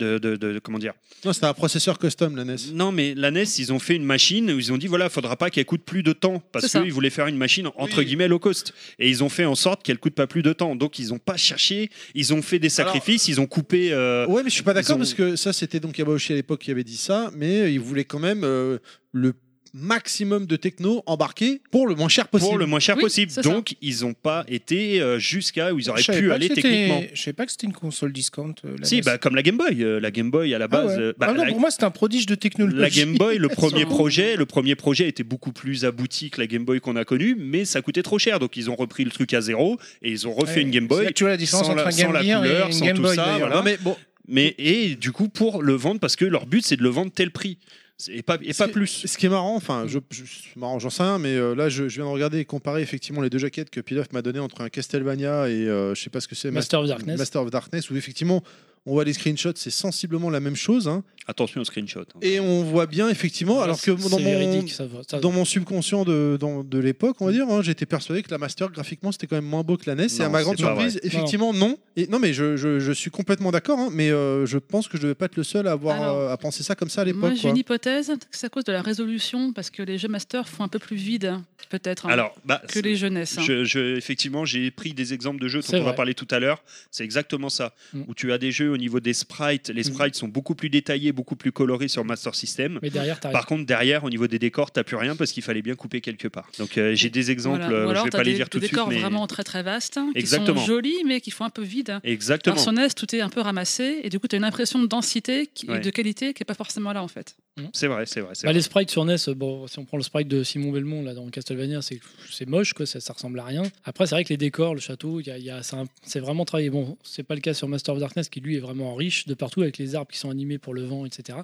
D: de, de- de- comment dire.
B: Non, c'était un processeur custom, la NES.
D: Non mais la NES, ils ont fait une machine où ils ont dit voilà, faudra pas qu'elle coûte plus de temps parce
F: C'est ça.
D: qu'ils voulaient faire une machine entre
B: Oui.
D: guillemets low cost et ils ont fait en sorte qu'elle coûte pas plus de temps. Donc ils ont pas cherché, ils ont fait des sacrifices, ils ont coupé. euh,
B: Ouais, mais je suis pas d'accord
D: ont-
B: parce que ça, c'était donc Yabaoshi à l'époque qui avait dit ça, mais euh, il voulait quand même euh, le maximum de techno embarqué pour le moins cher possible.
D: Pour le moins cher
F: Oui,
D: possible.
F: c'est ça.
D: Donc, ils n'ont pas été euh, jusqu'à où ils auraient
E: Je savais
D: pu
E: pas
D: aller
E: que c'était-
D: techniquement.
E: Je savais pas que c'était une console discount. euh, la
D: Si,
E: NES.
D: bah, comme la Game Boy. Euh, la Game Boy, à la
E: Ah
D: base.
E: ouais.
D: euh, bah,
E: Ah non,
D: la,
E: pour moi, c'est un prodige de technologie.
D: la Game Boy, le premier
F: Sûrement.
D: projet, le premier projet était beaucoup plus abouti que la Game Boy qu'on a connue, mais ça coûtait trop cher. Donc, ils ont repris le truc à zéro et ils ont refait
E: Ouais.
D: une Game
E: C'est là
D: Boy.
E: que tu vois la différence
D: sans
E: entre
D: la-
E: un
D: sans
E: Game
D: la
E: Gear
D: couleur,
E: et une
D: sans
E: Game
D: tout
E: Boy.
D: ça,
E: d'ailleurs.
D: voilà.
B: Non, mais bon,
D: Mais, et du coup, pour le vendre, parce que leur but, c'est de le vendre tel prix. C'est- Et pas, et pas
B: C'est-
D: plus.
B: Ce qui est marrant, enfin, je, je- c'est marrant, j'en sais rien, mais euh, là, je, je viens de regarder et comparer effectivement les deux jaquettes que Pilaf m'a donné entre un Castlevania et euh, je sais pas ce que c'est,
A: Master of Darkness.
B: Master of Darkness, où effectivement, on voit les screenshots, c'est sensiblement la même chose, hein,
D: Attention au screenshot. hein.
B: et on voit bien effectivement, alors que
A: C'est
B: dans mon,
A: véridique, ça va- ça-
B: dans mon subconscient de, dans- de l'époque, on va dire, hein, j'étais persuadé que la Master graphiquement c'était quand même moins beau que la NES, et
D: Non,
B: à ma grande
D: c'est pas
B: surprise, effectivement, non. Et, non, mais je, je- je suis complètement d'accord, hein, mais euh, je pense que je devais pas être le seul à, avoir,
F: Alors,
B: euh, à penser ça comme ça à
F: Moi,
B: l'époque.
F: j'ai
B: quoi.
F: une hypothèse, peut-être que c'est à cause de la résolution, parce que les jeux masters font un peu plus vide, hein, peut-être, hein,
D: Alors, bah,
F: que les jeunesses. hein.
D: Je, je- effectivement, j'ai pris des exemples de jeux dont
A: C'est
D: on va
A: vrai.
D: parler tout à l'heure. C'est exactement ça.
A: Mm.
D: Où tu as des jeux au niveau des sprites. Les sprites sont beaucoup plus détaillés, beaucoup plus colorés sur Master System.
A: Mais derrière, t'arrives.
D: Par contre, derrière, au niveau des décors, t'as plus rien parce qu'il fallait bien couper quelque part. Donc, euh, j'ai des exemples.
F: Voilà.
D: euh,
F: Ou alors,
D: je vais
F: t'as
D: pas les
F: des-
D: dire tout de
F: des
D: suite,
F: décors
D: mais
F: vraiment très très vastes, hein,
D: Exactement.
F: qui sont jolis, mais qui font un peu vide. hein. Alors,
D: exactement.
F: sur NES, tout est un peu ramassé, et du coup, tu as une impression de densité qui-
D: Ouais.
F: et de qualité qui n'est pas forcément là, en fait.
D: C'est vrai, c'est vrai. c'est
A: Bah,
D: vrai.
A: les sprites sur NES, euh, bon, si on prend le sprite de Simon Belmont là dans Castlevania, c'est c'est moche, quoi, ça, ça ressemble à rien. Après, c'est vrai que les décors, le château, il y a- il y a- c'est un- c'est vraiment travaillé. Bon, c'est pas le cas sur Master of Darkness qui lui est vraiment riche de partout avec les arbres qui sont animés pour le vent, etc.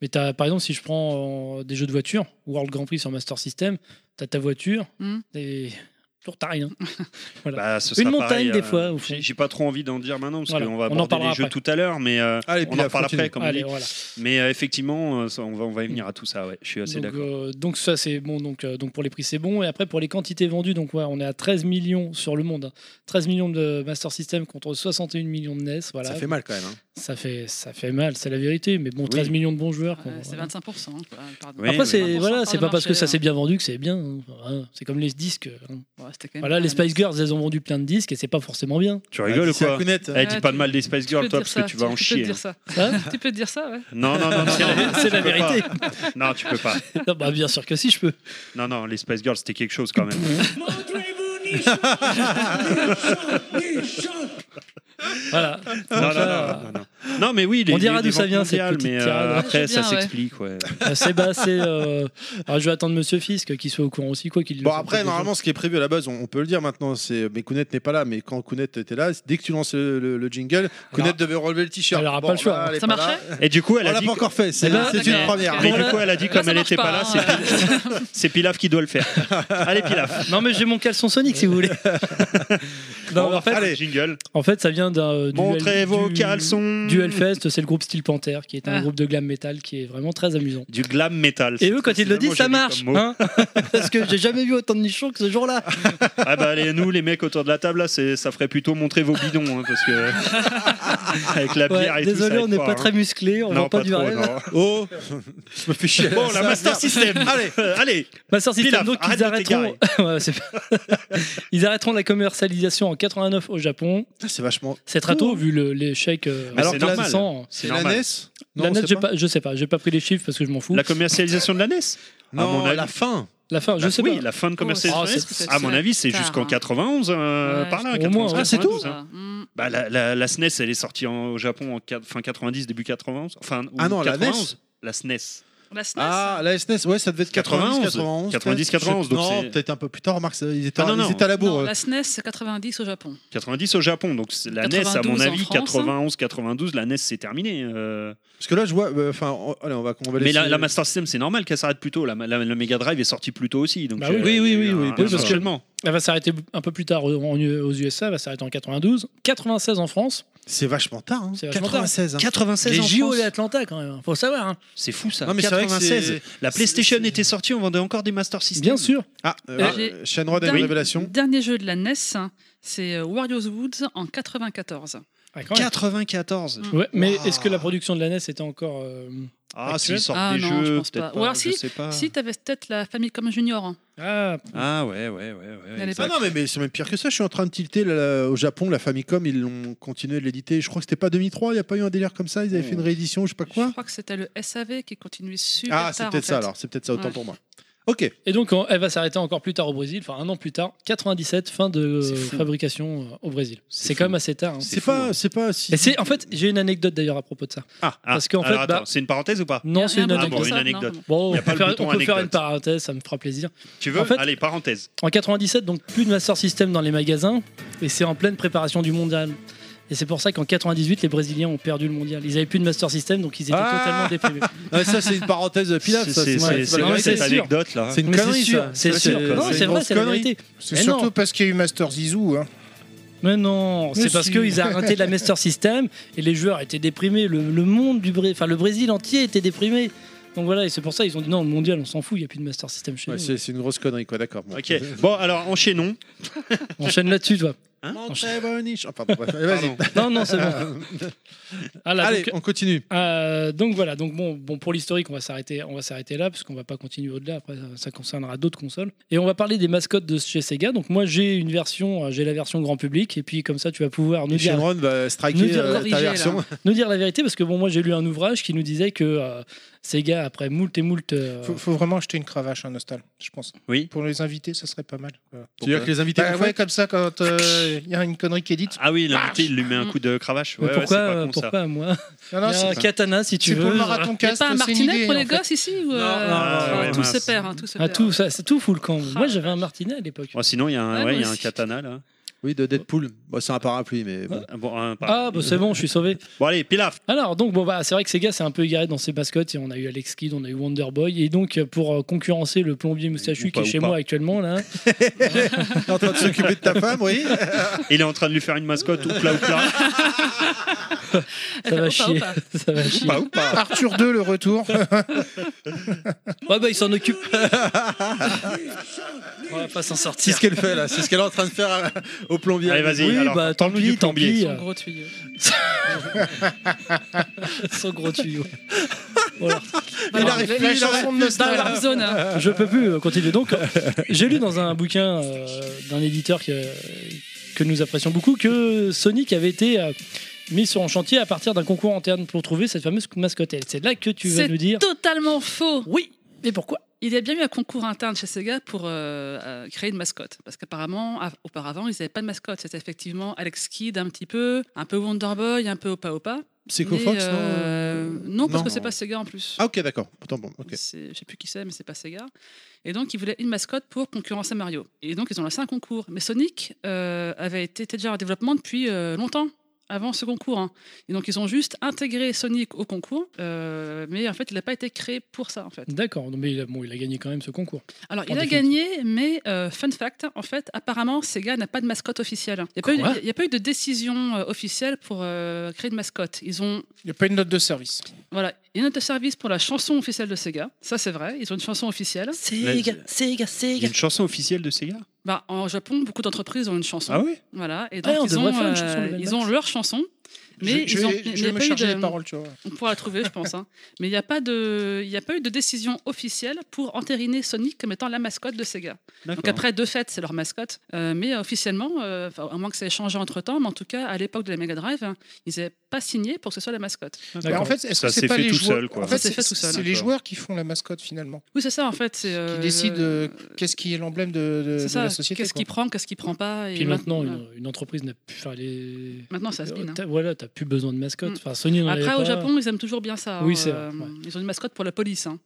A: Mais t'as, par exemple, si je prends euh, des jeux de voiture, World Grand Prix sur Master System, t'as ta voiture,
F: Mhm.
A: et toujours hein. t'as rien.
D: Bah, ce
A: Une
D: sera
A: montagne,
D: pareil,
A: des
D: euh,
A: fois, au fond.
D: J'ai j'ai pas trop envie d'en dire maintenant parce
A: Voilà.
D: qu'on va
A: On en
D: aborder
A: parlera
D: les jeux
A: après.
D: tout à l'heure, mais euh,
B: Allez,
D: on en
B: Pilaf,
D: reparle
B: continue.
D: après, comme on
A: Allez,
D: dit.
A: voilà.
D: Mais euh, effectivement, euh, ça, on va, on va y venir à tout ça. Ouais. Je suis assez
A: Donc,
D: d'accord.
A: euh, donc ça c'est bon donc, euh, donc pour les prix c'est bon et après pour les quantités vendues donc ouais, on est à 13 millions sur le monde hein. 13 millions de Master System contre 61 millions de NES voilà
B: Ça fait mal quand même. hein.
A: ça fait, ça fait mal c'est la vérité mais bon 13 millions de bons joueurs quoi,
F: Euh, c'est
A: Ah, voilà.
F: 25%. hein, quoi, pardon.
D: Oui,
A: après
D: oui.
A: c'est
F: 25%
A: voilà
F: part
A: c'est
F: de
A: pas parce que
F: marché,
A: ça
F: hein.
A: s'est bien vendu que c'est bien hein. Hein, c'est comme les disques hein.
F: Ouais, c'était quand même
A: voilà
F: pas
A: les
F: mal.
A: Spice Girls elles ont vendu plein de disques et c'est pas forcément bien
D: Tu rigoles ou
B: C'est à
D: quoi
B: connaître.
D: Eh,
F: Ah,
D: dis
F: tu
D: pas de
F: peux-
D: mal des Spice
F: Tu peux
D: Girls, toi,
F: dire
D: parce que
F: ça,
D: tu vas en
F: peux
D: chier.
F: dire ça.
A: Hein
F: Tu peux dire ça, ouais.
D: Non, non, non, non.
A: c'est la, c'est la
D: tu peux
A: vérité
D: pas. Non, tu peux pas.
A: Non, bah, bien sûr que si je peux
D: Non, non, les Spice Girls, c'était quelque chose quand même.
A: voilà
D: non, non,
A: Donc,
D: non,
A: là,
D: non, non, non. Non, mais oui, les,
A: On dira
D: les-
A: d'où
D: les
A: ça
D: ventes
A: vient, cette
D: mondiales,
A: petite
D: mais euh,
A: tirade.
D: après,
F: Je veux
D: ça
F: bien, ouais.
D: s'explique. Ouais.
A: euh, c'est bah, c'est, euh, alors, je vais attendre Monsieur Fisk qui soit au courant aussi quoi qu'il le
B: Bon
A: sorte
B: après
A: déjà.
B: normalement ce qui est prévu à la base on, on peut le dire maintenant c'est mais Kounet n'est pas là mais quand Kounet était là dès que tu lances le, le- le jingle Kounet
A: Alors-
B: devait relever le t-shirt.
A: elle aura pas le choix, hein.
B: elle est
F: Ça
B: pas
F: marchait
B: là.
D: Et du coup, elle
B: On
D: a
B: l'a
D: dit.
B: pas encore fait c'est
A: Eh ben,
B: c'est une
F: d'accord.
B: première.
D: Mais
A: Bon,
D: du
A: là-
D: coup, elle a dit,
F: Là,
D: comme
F: ça
D: elle
F: marche
D: n'était pas,
F: pas,
D: là,
F: hein,
D: c'est Pilaf- c'est Pilaf qui doit le faire. Allez, Pilaf.
A: Non, mais j'ai mon caleçon Sonic si vous voulez. non,
D: Bon,
A: en, fait,
D: allez, jingle.
A: en fait, ça vient d'un. euh, du
D: Montrez
A: Hell-
D: vos
A: du-
D: caleçons.
A: Du Hellfest, c'est le groupe Steel Panther qui est un
F: Ah.
A: groupe de glam metal qui est vraiment très amusant.
D: Du glam metal.
A: Et eux, quand ils le
D: C'est
A: disent, ça
D: vraiment
A: marche
D: joli comme mot.
A: hein Parce que j'ai jamais vu autant de nichons que ce jour-là
D: Ah bah allez, nous, les mecs autour de la table, là, c'est- ça ferait plutôt montrer vos bidons, hein, parce que avec la
A: Ouais,
D: bière et tout ça.
A: Désolé,
D: va
A: on
D: être
A: n'est
D: fort,
A: pas
D: hein.
A: très musclé, on
D: Non,
A: vend pas, du
D: trop,
A: rêve.
D: non.
B: Oh je me fais chier.
D: Bon, la
B: Ça,
D: Master
B: merde.
D: System. Allez, allez.
A: Master Bah, System,
D: Pilaf,
A: donc
D: arrête
A: ils
D: de
A: arrêteront...
D: t'égarer.
A: Ouais, c'est pas- ils arrêteront la commercialisation en 89 au Japon.
B: Putain, C'est vachement
A: C'est très tôt vu le- l'échec. euh,
D: Oh. Mais
B: Alors
D: c'est
B: que là,
D: normal.
A: récent.
D: C'est
B: Et la
D: normal. E
B: NES Non,
A: la
B: on
A: note,
B: sait
A: j'ai
B: pas
A: pas- je sais pas, j'ai pas pris les chiffres parce que je m'en fous.
D: La
A: La,
D: commercialisation de la NES à
B: Non,
D: mon avis-
B: la fin.
A: fin, je
D: La-
A: sais
D: Bah, oui,
A: pas.
D: la fin de commercialisation.
A: Oh,
D: de la
F: c'est-
D: NES. à mon avis, c'est
F: tard,
D: jusqu'en
F: hein.
D: 91, euh,
F: Ouais,
D: par là.
A: je pense. Au moins,
D: 91,
A: ouais.
B: Ah, c'est tout
D: hein.
F: Ça, hmm.
D: Bah, la, la- la SNES, elle est sortie en, au Japon en quat- fin 90, début 91. Enfin, ou
B: Ah non, la
D: 91. La E SNES.
F: La SNES
B: Ah, la SNES, ouais, ça devait être 90, 91.
D: 90, 91,
B: peut-être.
D: donc
B: Non,
D: c'est-
B: peut-être un peu plus tard, remarque, ça, ils étaient,
D: Ah non, non.
B: ils étaient à la bourre.
F: Non, la SNES, c'est 90 au Japon.
D: 90 au Japon. Donc c'est- la NES, à
F: 92
D: mon
F: en
D: avis,
F: France.
D: 91, 92, la NES, c'est terminé. euh.
B: Parce que là, je vois. euh, Enfin, on- allez, on va, on va
D: Mais
B: laisser-
D: la, la Master System, c'est normal qu'elle s'arrête plus tôt. La, la- le Mega Drive est sorti plus tôt aussi. Donc
A: Bah
D: euh,
A: oui, oui,
D: il y a
B: oui,
D: eu
B: oui,
D: un-
B: oui,
D: un
B: oui, parce que-
D: enchaînement.
A: Elle va s'arrêter un peu plus tard en- en- aux USA, elle va s'arrêter en 92, 96 en France.
B: C'est vachement tard. Hein.
A: C'est vachement tard.
B: 96. hein.
D: 96
A: Les
D: en
A: JO
D: France.
A: de l'Atlanta quand même, faut savoir. hein.
D: C'est fou ça.
B: Non, mais c'est vrai que
D: 96.
B: c'est-
D: La PlayStation était sortie, on vendait encore des Master System.
A: Bien sûr.
B: Ah, euh,
F: Ah,
B: euh, Shenron a une
F: Oui. Le
B: révélation.
F: dernier jeu de la NES, c'est euh, Warriors Woods en 94.
A: Ouais, quand même.
D: 94.
F: Mm.
A: Ouais, mais
B: Wow.
A: est-ce que la production de la NES était encore euh,
D: Ah,
A: Actuel.
D: s'ils sortent
F: Ah
D: des
F: non, je
D: jeux,
F: pense pas.
D: peut-être
F: Ou alors
D: je
F: si,
D: sais pas.
F: Si, t'avais peut-être la Famicom Junior. hein.
A: Ah,
D: Ah ouais, ouais, ouais. ouais,
F: Elle est
D: exact.
B: Ah non, mais, mais c'est même pire que ça. Je suis en train de tilter là, là, au Japon, la Famicom, ils l'ont continué de l'éditer. Je crois que c'était pas 2003. Il n'y a pas eu un délire comme ça. Ils avaient fait une réédition, je sais pas
F: Je
B: quoi.
F: crois que c'était le SAV qui continuait super
B: Ah, c'est
F: tard.
B: peut-être
F: en
B: ça
F: fait.
B: alors. C'est peut-être ça autant
F: Ouais.
B: pour moi. Ok.
A: Et donc on- elle va s'arrêter encore plus tard au Brésil, enfin un an plus tard, 97, fin de euh,
D: C'est fou.
A: fabrication euh, au Brésil.
D: C'est
A: C'est
D: fou.
A: quand même assez tard. hein.
D: C'est
B: C'est
D: fou,
B: pas,
D: hein.
B: c'est pas. Si...
A: Et c'est en fait j'ai une anecdote d'ailleurs à propos de ça.
D: Ah,
A: Parce qu'en
D: alors
A: fait,
D: attends,
A: bah-
D: c'est une parenthèse ou pas
A: Non
F: Il y a
A: c'est
F: un
A: une
F: bouton
D: Ah, bon,
A: anecdote.
D: une
F: comme ça, non,
D: anecdote.
F: Ah, bon.
A: Bon,
D: Il y
A: on
D: a pas
A: peut,
D: le
A: faire,
D: bouton
A: on peut faire
D: anecdote.
A: une parenthèse, ça me fera plaisir.
D: Tu veux
A: En fait-
D: Allez, parenthèse.
A: En 97 donc plus de Master System dans les magasins et c'est en pleine préparation du mondial. Et c'est pour ça qu'en 98 les Brésiliens ont perdu le mondial. Ils avaient plus de Master System donc ils étaient
B: Ah
A: totalement déprimés.
B: Ah, ça, c'est une parenthèse pilaf.
D: C'est-
B: ça,
D: c'est-
B: pas
D: c'est
B: la
D: c'est
A: non,
D: vrai
B: vérité.
A: c'est
D: cette
A: sûr.
D: anecdote là.
B: C'est une
A: Mais
B: connerie,
A: c'est sûr,
B: ça.
A: c'est
B: Ça,
A: sûr.
B: c'est-
A: Non,
B: c'est
A: c'est
B: une
A: vrai,
B: grosse
A: c'est la
B: connerie.
A: vérité.
K: C'est
A: Mais
K: surtout
A: non.
K: parce qu'il y a eu Master Zizou. Hein.
A: Mais non,
K: Mais
A: c'est parce
K: si.
A: qu'ils arrêté la Master System et les joueurs étaient déprimés. Le, le monde du Brésil, enfin le Brésil entier était déprimé. Donc voilà, et c'est pour ça ils ont dit non, le mondial, on s'en fout, il n'y a plus de Master System chez
B: Ouais,
A: nous.
B: c'est c'est une grosse connerie, quoi. D'accord. bon.
D: Ok. Bon, alors enchaînons.
A: Enchaîne là-dessus, toi.
B: Monteverniche. Enfin, bon,
A: Eh,
B: bref. Allez, Vas-y.
D: Pardon.
A: Non, non, c'est bon. Ah là,
B: Allez,
A: donc,
B: on continue.
A: euh, donc voilà, donc bon, bon pour l'historique, on va s'arrêter, on va s'arrêter là parce qu'on va pas continuer au-delà. Après, ça- ça concernera d'autres consoles. Et on va parler des mascottes de chez Sega. Donc moi, j'ai une version, euh, j'ai la version grand public, et puis comme ça, tu vas pouvoir nous dire
B: Shenron va
A: Nous
B: striker
A: dire
B: euh,
F: corriger,
B: ta
F: là.
B: version.
A: nous dire la vérité parce que bon moi j'ai lu un ouvrage qui nous disait que euh, Sega après moult et moult euh,
E: Faut, faut vraiment acheter une cravache, un nostal, je pense.
D: Oui.
E: Pour les invités, ça serait pas mal. Voilà.
B: Tu veux dire que les invités.
E: Bah
B: le font
E: ouais, comme ça, quand euh, il y a une connerie qui est dite.
D: Ah oui, l'invité, il lui met un coup de cravache.
A: mais
D: Ouais, ouais, c'est
A: pourquoi
D: pas
A: euh,
D: con, ça.
A: pourquoi à moi
E: Non,
A: Il
E: non,
A: y a un
E: c'est
A: katana si tu
E: c'est
A: veux
E: pour le marathon
F: Il n'y a
E: cast.
F: pas un
E: c'est une
F: martinet
E: idée, hein.
F: pour
E: en
F: les
E: fait.
F: gosses ici ou euh,
D: non,
F: enfin,
D: ouais,
F: Tout
D: mince.
F: se perd. hein, tout se
A: ah,
F: perd.
A: tout ça c'est- tout fout le camp moi
F: Ah,
A: j'avais un martinet à l'époque
D: Oh, sinon, il y a un,
F: Ouais,
D: ouais, il y a
F: moi
D: un
F: aussi.
D: katana là.
B: Oui, de Deadpool. Bon, c'est un parapluie, mais bon.
D: Bon, un-
A: ah bah c'est bon je suis sauvé
D: bon, allez, Pilaf.
A: alors donc bon bah c'est vrai que Sega c'est un peu égaré dans ses mascottes et on a eu Alex Kidd on a eu Wonder Boy et donc euh, pour euh, concurrencer le plombier
D: Ou
A: moustachu qui
D: pas,
A: est
D: ou
A: chez
D: pas.
A: moi actuellement là
B: T'es en train de s'occuper de ta femme, oui
D: Il est en train de lui faire une mascotte ou plat ou plat.
F: Elle
A: ça va
F: fait opa,
A: chier
F: opa.
A: ça va chier
B: Pas Bah, ou pas
E: Arthur 2, le retour.
A: ouais bah il s'en occupe on va pas s'en
B: C'est
A: sortir
B: ce qu'elle fait là, c'est ce qu'elle est en train de faire euh, au plombier.
D: Allez, vas-y.
A: oui
D: alors,
A: bah tant
D: parle-nous du
A: pis tant
D: plombier.
A: pis
F: Son
A: euh,
F: gros tuyau.
A: son gros tuyau
B: Il arrive plus,
E: la
B: il arrive
E: chanson de
B: plus.
F: Dans
E: nostal.
F: Warzone, hein.
A: Je peux plus euh, continuer. Donc, euh, j'ai lu dans un bouquin euh, d'un éditeur que, que nous apprécions beaucoup que Sonic avait été euh, mis sur un chantier à partir d'un concours interne pour trouver cette fameuse mascotte. Et C'est là que tu vas
F: C'est
A: nous dire.
F: totalement faux.
A: Oui, mais pourquoi
F: Il y a bien eu un concours interne chez Sega pour euh, euh, créer une mascotte. Parce qu'apparemment, a- auparavant, ils n'avaient pas de mascotte. C'était effectivement Alex Kidd un petit peu, un peu Wonderboy, un peu Opa Opa.
B: Psycho
F: Mais,
B: Fox, non
F: euh, non, parce
B: Non.
F: que c'est pas Sega en plus.
B: Ah, ok, d'accord. Attends, bon, ok.
F: C'est- Je sais plus qui c'est, mais c'est pas Sega. Et donc, ils voulaient une mascotte pour concurrencer Mario. Et donc, ils ont lancé un concours. Mais Sonic euh, avait été était déjà en développement depuis euh, longtemps, avant ce concours. hein. Et donc, ils ont juste intégré Sonic au concours, euh, mais en fait, il n'a pas été créé pour ça, en fait.
A: D'accord, non, mais il a, bon, il a gagné quand même ce concours.
F: Alors,
A: En
F: il a gagné, mais euh, fun fact, en fait, apparemment, Sega n'a pas de mascotte officielle. Il n'y
A: Quoi
F: a, pas eu de décision euh, officielle pour euh, créer une mascotte. Ils ont
E: Il n'y a pas une note de service.
F: Voilà, il y a notre service pour la chanson officielle de Sega. Ça, c'est vrai, ils ont une chanson officielle.
D: Sega,
A: Sega,
D: Il y a
A: Sega.
D: une chanson officielle de Sega
F: Bah, en Japon, beaucoup d'entreprises ont une chanson.
D: oui
F: Voilà, et donc
A: Ah, on
F: ils,
A: devrait
F: ont,
A: faire une chanson
F: euh,
A: Level
F: ils
A: Max.
F: ont leur chanson. Mais
E: je,
F: ils
E: je
F: ont-
E: vais,
F: il
E: je
F: n'y a
E: vais me
F: pas eu
E: charger
F: de-
E: des paroles, tu vois.
F: On pourra la trouver, je pense. hein. Mais il n'y a, pas de- il n'y a pas eu de décision officielle pour entériner Sonic comme étant la mascotte de Sega. Donc
D: D'accord.
F: après, de fait, c'est leur mascotte. Euh, mais euh, officiellement, euh, enfin, à moins que ça ait changé entre-temps, mais en tout cas, à l'époque de la Mega Drive, hein, ils n'avaient pas signé pour que ce soit la mascotte.
A: Bah,
E: Mais en fait, est-ce
D: Ça
E: que
D: s'est
E: c'est pas
D: fait
E: les
D: tout
E: joueurs
D: seul, quoi.
E: En fait,
F: Ça s'est fait
E: c'est
F: tout seul,
E: c'est les
D: d'accord.
E: joueurs qui font la mascotte finalement.
F: Oui, c'est ça, en fait. c'est euh,
E: qui décident euh, qu'est-ce qui est l'emblème de, de-
F: c'est
E: de
F: ça,
E: la société.
F: qu'est-ce
E: quoi.
F: qui prend, qu'est-ce qui prend pas. Et
A: Puis maintenant,
F: voilà.
A: une, une entreprise n'a plus. Enfin, les... euh,
F: maintenant ça se pine, hein.
A: T'as- Voilà, t'as plus besoin de mascotte.
F: Mm.
A: Enfin, Sony n'en avait
F: Après, au
A: pas.
F: Japon, ils aiment toujours bien ça.
A: Oui,
F: hein,
A: c'est vrai, ouais.
F: Ils ont une mascotte pour la police. hein.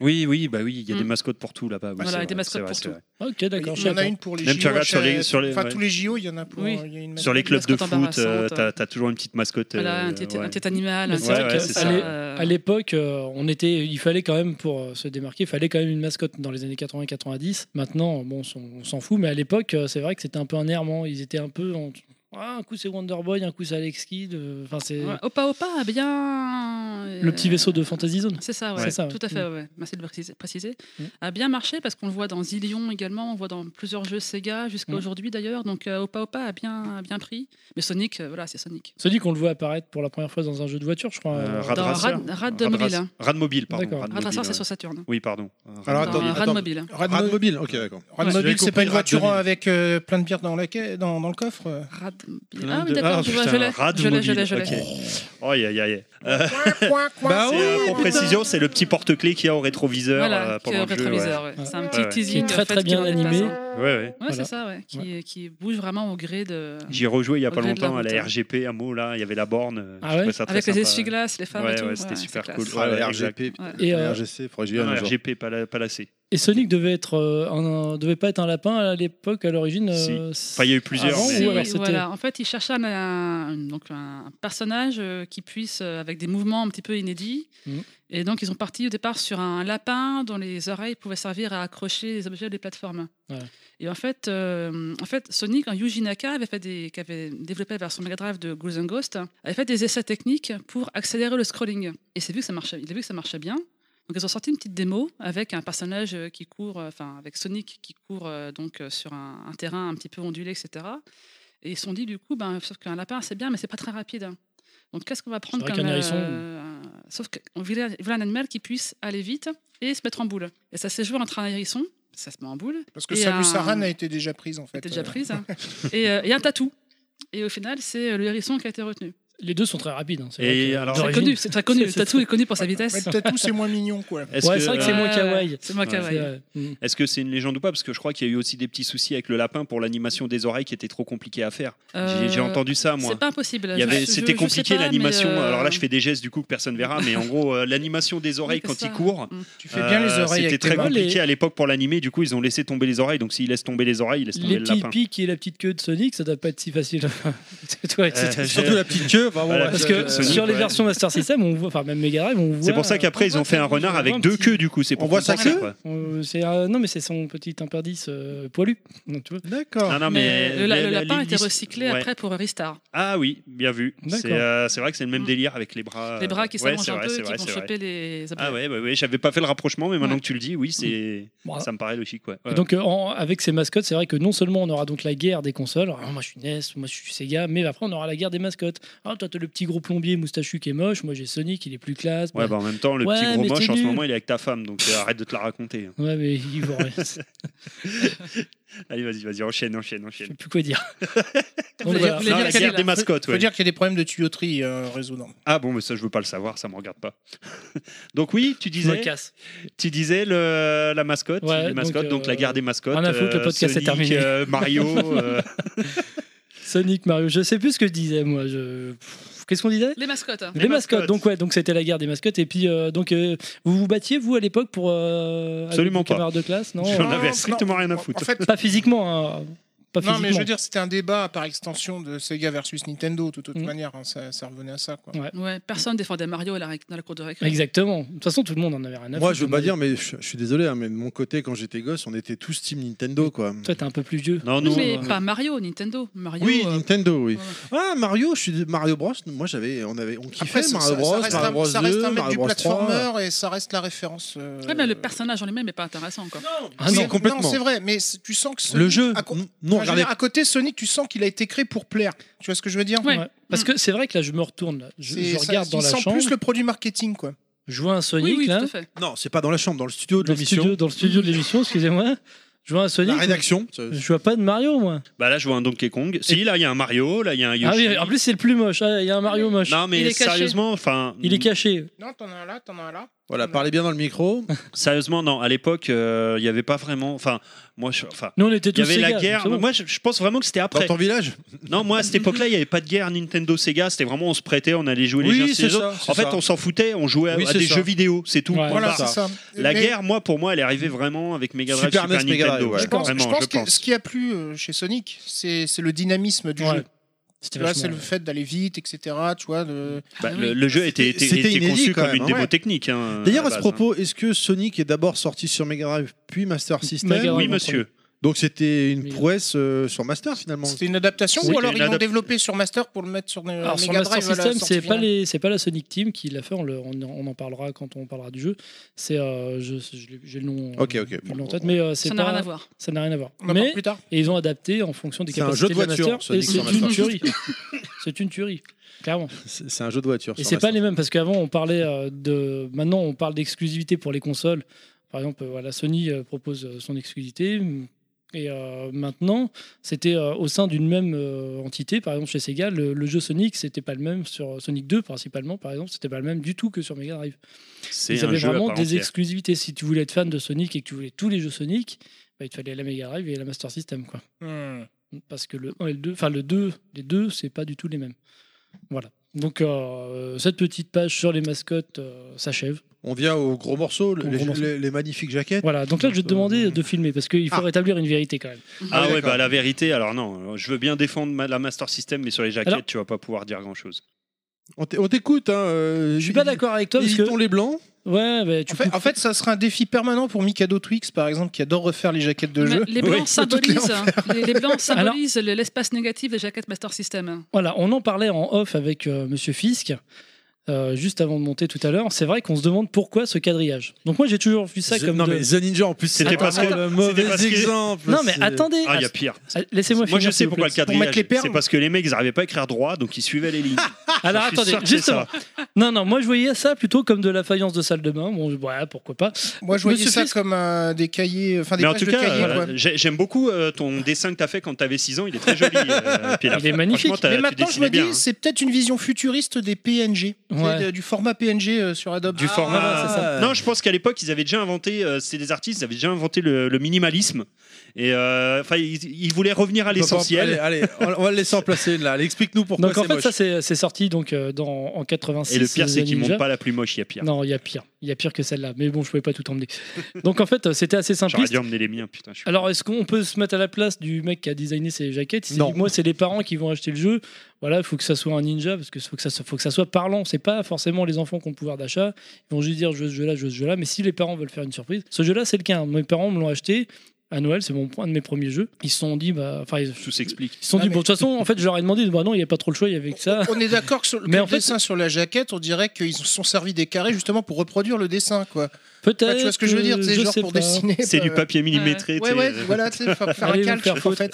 D: Oui, oui, bah oui, il y a des
F: Mm.
D: mascottes pour tout là-bas. oui,
F: Voilà,
D: c'est
F: il y a
D: vrai,
F: des mascottes
D: c'est vrai,
F: pour
D: c'est
F: tout.
D: vrai.
A: Ok, d'accord.
E: Il
A: je
E: y en a
A: sais
E: une pour les
D: Même tu
E: JO.
D: regardes sur les-
E: chaque-
D: sur les-
E: Enfin,
D: ouais.
E: tous les JO, il y en a pour.
F: Oui.
E: il y a une
D: Sur les
E: mascotte.
D: clubs de
F: mascotte
D: foot, euh,
F: embarrassante.
D: t'as t'as toujours une petite mascotte. euh,
F: Voilà, un petit,
D: ouais.
F: un petit animal.
A: Mais
F: un
A: c'est
F: petit
A: vrai
F: truc
A: que
F: comme
A: à l'é-
F: euh,
A: À l'époque, euh, on était, il fallait quand même pour euh, se démarquer, il fallait quand même une mascotte dans les années 80-90. Maintenant, bon, on s'en- on s'en fout, mais à l'époque, euh, c'est vrai que c'était un peu un errement. Ils étaient un peu, en- Ah, un coup c'est Wonderboy, un coup c'est Alex Kidd. euh, Enfin, c'est
F: ouais, Opa Opa a bien. Euh,
A: le petit vaisseau de Fantasy Zone.
F: C'est ça, ouais.
A: C'est ça, ouais.
F: tout à fait. ouais. Merci de le préciser- préciser.
A: Mm.
F: A bien marché parce qu'on le voit dans Zillion également, on le voit dans plusieurs jeux Sega jusqu'à
A: Mm.
F: aujourd'hui d'ailleurs. Donc euh, Opa Opa a bien, a bien pris. Mais Sonic, euh, voilà, c'est Sonic.
A: Se dit qu'on le voit apparaître pour la première fois dans un jeu de voiture, je crois.
D: Euh,
A: euh,
D: Rad
F: Dans
D: Racer.
F: Rad- Rad
D: Rad
F: Mobile. hein.
D: Racer. Rad Mobile, pardon.
A: D'accord.
D: Rad
F: Rad Racer,
D: Mobile,
F: c'est
D: ouais. Ah,
F: sur Saturn.
D: Oui, pardon.
B: Alors,
F: Dans
B: attendez,
F: Rad
B: attendez.
F: Mobile.
E: Rad
B: Rad
E: Mo-
B: mobile, ok, d'accord.
E: Rad
B: Ouais, j'avais
E: Mobile, c'est pas
B: compris,
E: une
B: Rad
E: voiture
B: mobile.
E: avec euh, plein de bières dans, la... ca- dans, dans le coffre. euh.
F: Rad Mobile.
D: Plein
F: Ah oui,
D: de-
F: d'accord, je vois, je
D: putain,
F: l'ai.
D: Rad
F: Je l'ai,
D: Mobile,
F: je l'ai, je l'ai. Ah
D: ok. Oh, aïe, aïe, aïe.
B: Bah
D: C'est,
B: oui,
D: euh, pour
B: putain.
D: précision, c'est le petit porte-clé qu'il y a au rétroviseur
F: Voilà,
D: euh,
F: qui est
D: pendant
F: au
D: le jeu.
F: rétroviseur. ouais. C'est un
D: Ouais,
F: petit
D: ouais.
F: teasing.
A: Qui est très,
F: en fait,
A: très bien
F: qui repasse,
A: animé.
F: hein.
D: Ouais, ouais. ouais.
F: Ouais,
A: Voilà.
F: c'est ça, ouais. Qui, qui bouge vraiment au gré de.
D: J'y rejouais il y a pas
F: Au gré de la
D: longtemps à la
F: route.
D: RGP, à Meaux, là, il y avait la borne. euh,
A: Ah
D: Je trouvais
A: ouais
D: ça très
F: Avec les
D: sympa.
F: essuie-glaces, les femmes
D: Ouais,
F: et tout.
D: ouais, c'était
F: c'est
D: super
F: classe.
D: cool.
B: Ah,
D: Ouais,
B: la
D: ouais,
B: RGP,
D: exact.
B: putain,
F: Ouais.
A: Et,
B: la
A: euh,
B: RGC, faudrait que j'y aille
D: Non,
B: un jour.
D: RGP, pas la, pas la C.
A: et Sonic devait être, euh, un- devait pas être un lapin à l'époque, à l'origine.
D: Si.
A: euh,
D: Enfin, il y a eu plusieurs.
F: Ah
A: Avant,
D: mais...
A: ou alors
F: Oui,
A: c'était-
F: voilà. En fait, il cherchait un, un- donc un personnage euh, qui puisse, euh, avec des mouvements un petit peu inédits.
A: Mhm.
F: Et donc, ils sont partis au départ sur un lapin dont les oreilles pouvaient servir à accrocher les objets des plateformes.
A: Ouais.
F: Et en fait, euh, en fait, Sonic, en Yuji Naka, avait fait des, qui avait développé la version Mega Drive de Ghouls and Ghost, avait fait des essais techniques pour accélérer le scrolling. Et c'est vu que ça marchait. Il a vu que ça marchait bien. Donc ils ont sorti une petite démo avec un personnage euh, qui court, euh, enfin avec Sonic qui court euh, donc euh, sur un, un terrain un petit peu ondulé, etc. Et ils se sont dit du coup, ben, sauf qu'un lapin c'est bien, mais c'est pas très rapide. hein. Donc qu'est-ce qu'on va prendre
A: C'est vrai
F: comme
A: qu'un hérisson-
F: euh, Sauf qu'on voulait, on voulait un animal qui puisse aller vite et se mettre en boule. Et ça s'est joué entre un hérisson, ça se met en boule,
E: Parce que
F: Et
E: Samus
F: un-
E: Aran a été déjà prise en fait.
F: était déjà
E: euh.
F: prise, hein, et, euh, et un tatou. Et au final, c'est euh, le hérisson qui a été retenu.
A: Les deux sont très rapides. hein, c'est
D: Et
A: vrai que-
D: alors-
F: C'est
A: d'origine-
F: connu, c'est très connu. Le
A: C'est- c'est
F: tatou est connu pour sa
E: Mais
F: vitesse.
E: le tatou, c'est moins mignon quoi.
D: Est-ce
A: Ouais,
D: que- euh,
A: c'est vrai que c'est moins
F: Ouais,
A: kawaii.
F: C'est moi
D: Ouais.
A: C'est
F: kawaii.
A: vrai. Mm.
D: Est-ce que c'est une légende ou pas Parce que je crois qu'il y a eu aussi des petits soucis avec le lapin pour l'animation des oreilles qui était trop compliquée à faire. J'ai- J'ai
F: Euh,
D: entendu ça, moi.
F: C'est pas impossible.
D: Il y avait-
F: Je- je-
D: C'était
F: je
D: compliqué
F: sais pas,
D: l'animation.
F: mais, euh,
D: Alors là, je fais des gestes du coup que personne verra, mais en gros, euh, l'animation des oreilles
F: Oui,
D: quand
F: c'est
D: il
F: ça.
D: court.
E: Tu fais bien les
D: euh,
E: oreilles
D: C'était
E: avec
D: très
E: tes mains.
D: compliqué
A: Les-
D: à l'époque pour l'animer. Du coup, ils ont laissé tomber les oreilles. Donc, s'ils laissent tomber les oreilles, ils laissent tomber
A: Les
D: le
A: petits
D: lapin.
A: pics et la petite queue de Sonic, ça doit pas être si facile. C'est toi, etc.
D: Euh,
B: Surtout la petite queue. enfin, bon,
D: Voilà,
B: ouais,
A: Parce
B: je-
A: que
D: Sonic,
A: sur les
D: ouais.
A: versions Master System, on voit, enfin même Mega Drive, on voit.
D: C'est pour ça qu'après,
A: on
D: ils
A: voit
D: ont fait
A: ça,
D: un renard
A: on voit
D: avec
A: un
D: deux
A: petit-
D: queues, du coup. C'est pour
B: On voit sa
D: compenser,
B: queue
D: quoi.
A: Euh, c'est un- non mais c'est son petit imperdice euh, poilu. Donc, tu vois.
B: D'accord.
D: Non, non,
F: mais le, la-
D: euh, la-
F: le
D: la-
F: lapin
D: la-
F: était recyclé
D: Ouais.
F: après pour Restart.
D: Ah oui, bien vu.
A: D'accord.
D: C'est euh, c'est vrai que c'est le même
F: Mm.
D: délire avec les bras.
F: Les bras qui
D: Euh, ouais,
F: s'allongent
D: c'est
F: un
D: vrai,
F: peu,
D: c'est
F: qui
D: vrai,
F: vont
D: c'est vrai.
F: choper les objets.
D: Ah ouais, ouais, ouais, j'avais pas fait le rapprochement, mais maintenant
F: Ouais.
D: que tu le dis, oui, c'est
A: Bon,
D: ça me paraît logique. Ouais.
A: Mmh. Bah, Et Donc euh, en- avec ces mascottes, c'est vrai que non seulement on aura donc la guerre des consoles, Ah, moi je suis NES, moi je suis Sega, mais après on aura la guerre des mascottes. Ah toi t'as le petit gros plombier moustachu qui est moche, moi j'ai Sonic, il est plus classe.
D: Ouais, bah, en même temps, le
A: Ouais,
D: petit gros
A: mais
D: moche
A: t'es
D: en ce
A: nul.
D: moment, il est avec ta femme, donc euh, arrête de te la raconter.
A: Ouais, mais il vaut rien. je sais
D: Allez, vas-y, vas-y, enchaîne, enchaîne, enchaîne.
A: plus quoi dire. Donc,
F: Vous
A: voilà.
F: voulez
D: Non,
F: dire
D: la
F: quelle est
D: guerre des
F: la-
D: mascottes,
E: Faut
D: ouais.
E: dire qu'il y a des problèmes de tuyauterie euh, résoudants.
D: Ah bon, mais ça, je veux pas le savoir, ça me regarde pas. donc oui, tu
A: Je me
D: disais,
A: casse.
D: tu disais le, la mascotte,
A: Ouais,
D: les mascottes, donc,
A: donc, euh,
D: la guerre des mascottes.
A: rien à foutre, le podcast est
D: Sonic,
A: terminé.
D: euh, Mario, euh,
A: Sonic Mario, je sais plus ce que je disais moi. Je... Pff, Qu'est-ce qu'on disait
F: Les mascottes. hein.
A: les,
D: Les
A: mascottes.
D: mascottes.
A: donc ouais, donc c'était la guerre des mascottes. Et puis euh, donc euh, vous vous battiez vous à l'époque pour euh, avec
D: Absolument
A: vos
D: pas.
A: camarades de classe, non hein?
D: j'en
E: Non,
D: avais
E: non.
D: strictement rien à
E: En
D: foutre.
E: en fait,
A: Pas physiquement, hein. pas
E: non,
A: physiquement.
E: mais je veux dire, c'était un débat par extension de Sega versus Nintendo, de toute
F: Mmh.
A: Mm.
E: manière. hein, ça, ça revenait à ça. Quoi.
F: Ouais, personne défendait Mario à la ré- dans la cour de récré.
A: Exactement. De toute façon, tout le monde en avait rien
B: Moi,
A: à foutre,
B: je veux
A: on
B: pas
A: avait-
B: dire, mais je, je suis désolé, hein, mais de mon côté, quand j'étais gosse, on était tous Team Nintendo, quoi.
A: Toi, t'es un peu plus vieux.
D: Non,
F: Oui,
D: non.
F: mais
D: euh,
F: pas Mario, Nintendo. Mario.
B: Oui,
F: euh,
B: Nintendo, oui.
F: voilà.
B: Ah, Mario, je suis Mario Bros. Moi, j'avais, on avait, on kiffait
E: Après, ça,
B: Mario
E: ça- ça
B: Bros,
E: reste
B: Mario
E: un,
B: Bros
E: ça reste
B: 2,
E: un mec
B: Mario
E: du
B: Bros 3.
E: platformer et ça reste la référence. euh,
F: Ouais, mais le personnage en lui-même n'est pas intéressant. Quoi.
A: Ah
E: c'est-
A: non,
B: complètement.
E: c'est vrai, mais c'est- tu sens que ce-
B: Le jeu,
E: à co-
B: n- non
E: Enfin, je veux
B: regardez-
E: dire, à côté, Sonic, tu sens qu'il a été créé pour plaire. Tu vois ce que je veux dire
F: Ouais.
A: Ouais. Parce que c'est vrai que là, je me retourne. là. Je,
E: C'est-
A: je
E: ça-
A: regarde dans
E: il
A: la
E: sent
A: chambre.
E: plus le produit marketing, quoi.
A: Je vois un Sonic
F: Oui, oui, tout
A: là.
F: à fait.
B: Non, c'est pas dans la chambre, dans le studio de
A: Dans le,
B: l'émission.
A: studio, dans le studio de l'émission, excusez-moi. Je vois un
B: La
A: Sonic.
B: rédaction. ça-
A: Je vois pas de Mario, moi.
D: Bah là, je vois un Donkey Kong. Si, là, il y a un Mario, là, il y a un
A: Ah
D: Yoshi.
A: oui, en plus, c'est le plus moche. Ah, Il y a un Mario moche.
D: non,
F: Il
D: mais
F: est caché.
D: sérieusement, enfin.
A: Il est caché.
E: Non, t'en as un là, t'en as un là.
B: Voilà, parlez bien dans le micro.
D: Sérieusement, non. À l'époque, euh, il y n'y avait pas vraiment. Enfin, moi, je. Enfin.
A: Nous, on était
D: Il y
A: tous
D: avait la
A: Sega,
D: guerre.
A: c'est bon.
D: Moi, je, je pense vraiment que c'était
B: Dans
D: après.
B: ton village
D: Non, moi, à cette époque-là, il n'y avait pas de guerre Nintendo Sega. C'était vraiment, on se prêtait, on allait jouer les jeux.
B: Oui, c'est ça. c'est
D: En fait,
B: ça.
D: on s'en foutait, on jouait à-
B: Oui,
D: à
B: c'est
D: des
B: ça.
D: jeux vidéo, c'est tout.
A: Ouais.
D: Point
E: Voilà,
D: barre.
E: c'est ça.
D: La
E: Mais
D: guerre, moi, pour moi, elle est arrivée vraiment avec Mega Drive,
B: Super
D: Super,
B: NES, Mega
D: Nintendo.
B: Drive,
D: ouais.
E: Je pense, je
D: Vraiment,
E: pense
D: je
E: que
D: pense.
E: ce qui a plu euh, chez Sonic, c'est c'est le dynamisme du
A: Ouais.
E: jeu.
A: C'était
E: Tu vois,
A: vachement-
E: c'est le fait d'aller vite, etc. Tu vois, de...
D: Bah,
F: Ah
D: le,
F: oui.
D: le jeu était, était,
B: C'était
D: était
B: inédit,
D: conçu
B: quand
D: comme
B: même,
D: une
B: hein.
D: démo technique. hein,
B: D'ailleurs, à
D: la
B: ce
D: base,
B: propos, est-ce que Sonic est d'abord sorti sur Mega Drive puis Master System
A: Mega
D: hein.
A: Drive.
D: Oui, monsieur.
B: Donc c'était une
A: Oui.
B: prouesse euh, sur Master finalement.
E: c'était une adaptation
D: Oui,
E: ou
D: c'était
E: alors
D: une
E: ils l'ont
D: adap-
E: développé sur Master pour le mettre sur euh,
A: Alors, sur
E: Mega
A: Master
E: Drive à la
A: System,
E: sortie
A: c'est pas,
E: finale.
A: les- c'est pas la Sonic Team qui l'a fait, on, le- on, en- on en parlera quand on parlera du jeu. C'est, euh, je- je l'ai- j'ai le nom, euh,
B: Ok, ok.
A: plus le nom en tête, mais euh, c'est
F: Ça n'a
A: pas-
F: rien à voir.
A: ça n'a rien à voir.
E: On en parle
A: Mais
E: plus tard.
A: et ils ont adapté en fonction des
B: C'est un
A: capacités
B: jeu de
A: la
B: voiture,
A: Master,
B: Sonic
A: et
B: sur
A: c'est une
B: Master.
A: tuerie. c'est une tuerie, clairement.
B: C'est c'est un jeu de voiture.
A: Et
B: sur
A: c'est pas
B: Master.
A: les mêmes parce qu'avant on parlait euh, de maintenant on parle d'exclusivité pour les consoles. Par exemple, euh, voilà, Sony euh, propose euh, son exclusivité mm, et euh, maintenant c'était euh, au sein d'une même euh, entité. Par exemple, chez Sega, le, le jeu Sonic c'était pas le même sur euh, Sonic 2 principalement. Par exemple, c'était pas le même du tout que sur Mega Drive.
D: C'est
A: Ils
D: un
A: avaient
D: jeu à
A: vraiment
D: part
A: des
D: entière.
A: exclusivités. Si tu voulais être fan de Sonic et que tu voulais tous les jeux Sonic, bah, il te fallait la Mega Drive et la Master System quoi.
E: Hmm.
A: Parce que le 1 et le 2, enfin le 2, les deux, c'est pas du tout les mêmes. Voilà. Donc euh, cette petite page sur les mascottes euh, s'achève.
B: On vient au gros morceau,
A: Au
B: les,
A: gros morceau.
B: les- les magnifiques jaquettes.
A: Voilà. Donc là, je vais te demander de filmer parce qu'il faut
B: Ah.
A: rétablir une vérité quand même.
D: Ah
B: Ah,
D: ouais,
B: d'accord.
D: bah la vérité, alors non, je veux bien défendre ma- la Master System, mais sur les jaquettes,
A: Alors-
D: tu vas pas pouvoir dire grand chose.
B: On t'é- on t'écoute. Hein, euh,
A: Je suis pas d'accord avec toi parce que
B: Évitons les blancs.
A: ouais, bah, tu
E: En, fait, en fait, ça sera un défi permanent pour Mikado Twix, par exemple, qui adore refaire les jaquettes de
F: Mais
E: jeu.
F: Les
D: Oui.
F: blancs symbolisent, hein. les, les blancs
A: Alors-
F: symbolisent le- l'espace négatif des jaquettes Master System. hein.
A: Voilà, on en parlait en off avec euh, Monsieur Fisk. euh, juste avant de monter tout à l'heure, c'est vrai qu'on se demande pourquoi ce quadrillage. Donc moi j'ai toujours vu ça
B: The-
A: comme
B: non
A: de-
B: mais The Ninja en plus c'était
D: Attends,
B: parce que
D: attends,
B: le
D: c'était
B: mauvais
D: parce que-
B: exemple.
A: Non mais
B: c'est-
A: attendez,
D: Ah, il y a pire.
A: Ah, laissez-moi
D: Moi,
A: finir.
D: je
A: s'il
D: sais
A: vous
D: pourquoi le
A: plaît.
D: quadrillage.
E: mettre les perles.
D: C'est parce que les mecs, ils n'arrivaient pas à écrire droit, donc ils suivaient les lignes.
A: Alors
D: Je suis
A: attendez,
D: sûr que c'est
A: justement.
D: ça.
A: Non non, moi je voyais ça plutôt comme de la faïence de salle de bain. Bon, ouais, pourquoi pas.
E: Moi, je voyais
A: Monsieur
E: ça
A: Fisk-
E: comme euh, des cahiers, enfin des
D: Mais en
E: pages
D: tout
E: de
D: cas,
E: cahiers.
D: euh,
E: quoi.
D: j'ai- j'aime beaucoup euh, ton dessin que t'as fait quand t'avais 6 ans. Il est très joli. euh, Pilaf.
A: Il est magnifique.
D: Franchement, t'as-
E: Mais
D: tu
E: maintenant, je
D: dessinais
E: me dis,
D: bien, hein.
E: c'est peut-être une vision futuriste des PNG, tu sais,
A: Ouais.
E: de- du format PNG euh, sur Adobe.
D: Du format.
A: Ah, voilà, c'est ça.
D: Ah. Non, je pense qu'à l'époque, ils avaient déjà inventé. euh, C'était des artistes, ils avaient déjà inventé le, le minimalisme. Et euh, enfin, ils, ils voulaient revenir à
B: On peut pas-
D: l'essentiel.
B: Allez, allez, on on va le laisser en placer là. Allez, Explique-nous pourquoi
A: Donc
B: c'est
A: en fait
B: moche.
A: ça c'est c'est sorti donc euh, dans en 86.
D: Et le pire, c'est
A: The
D: qu'ils
A: Ninja.
D: montent pas la plus moche. Il y a pire.
A: Non, il y a pire. Il y a pire que celle-là. Mais bon, je pouvais pas tout emmener. Donc en fait, euh, c'était assez
D: J'aurais
A: simpliste.
D: dû emmener les miens. Putain, je suis-
A: Alors est-ce qu'on peut se mettre à la place du mec qui a designé ces jaquettes Il s'est
B: Non.
A: dit, Moi, c'est les parents qui vont acheter le jeu. Voilà, il faut que ça soit un ninja parce que faut que ça soit, faut que ça soit parlant. C'est pas forcément les enfants qui ont le pouvoir d'achat. Ils vont juste dire je veux ce jeu-là, je veux ce jeu-là. Mais si les parents veulent faire une surprise, ce jeu-là, c'est le cas. Mes parents me l'ont acheté. À Noël, c'est mon un de mes premiers jeux. Ils se sont dit, bah, enfin, ils
D: tout s'explique.
A: ils se sont
E: Ah,
A: dit,
E: mais- Bah,
A: bon, de toute façon, en fait, je leur ai demandé, bah non, il n'y a pas trop le choix, il y avait que ça.
E: On est d'accord que sur
A: Mais
E: que
A: en
E: le
A: fait-
E: dessin sur la jaquette, on dirait qu'ils se sont servis des carrés justement pour reproduire le dessin, quoi.
A: Peut-être.
E: Enfin, tu vois ce que je veux dire,
A: euh,
E: tu sais, genre
A: sais
E: pour
A: pas.
E: dessiner.
D: C'est
E: bah,
D: du papier millimétré.
E: Ouais,
D: tu sais,
E: ouais,
D: euh,
E: voilà, tu sais, faut faire
A: Allez
E: un
A: vous
E: calque,
A: faire
E: en
A: foutre.
E: fait.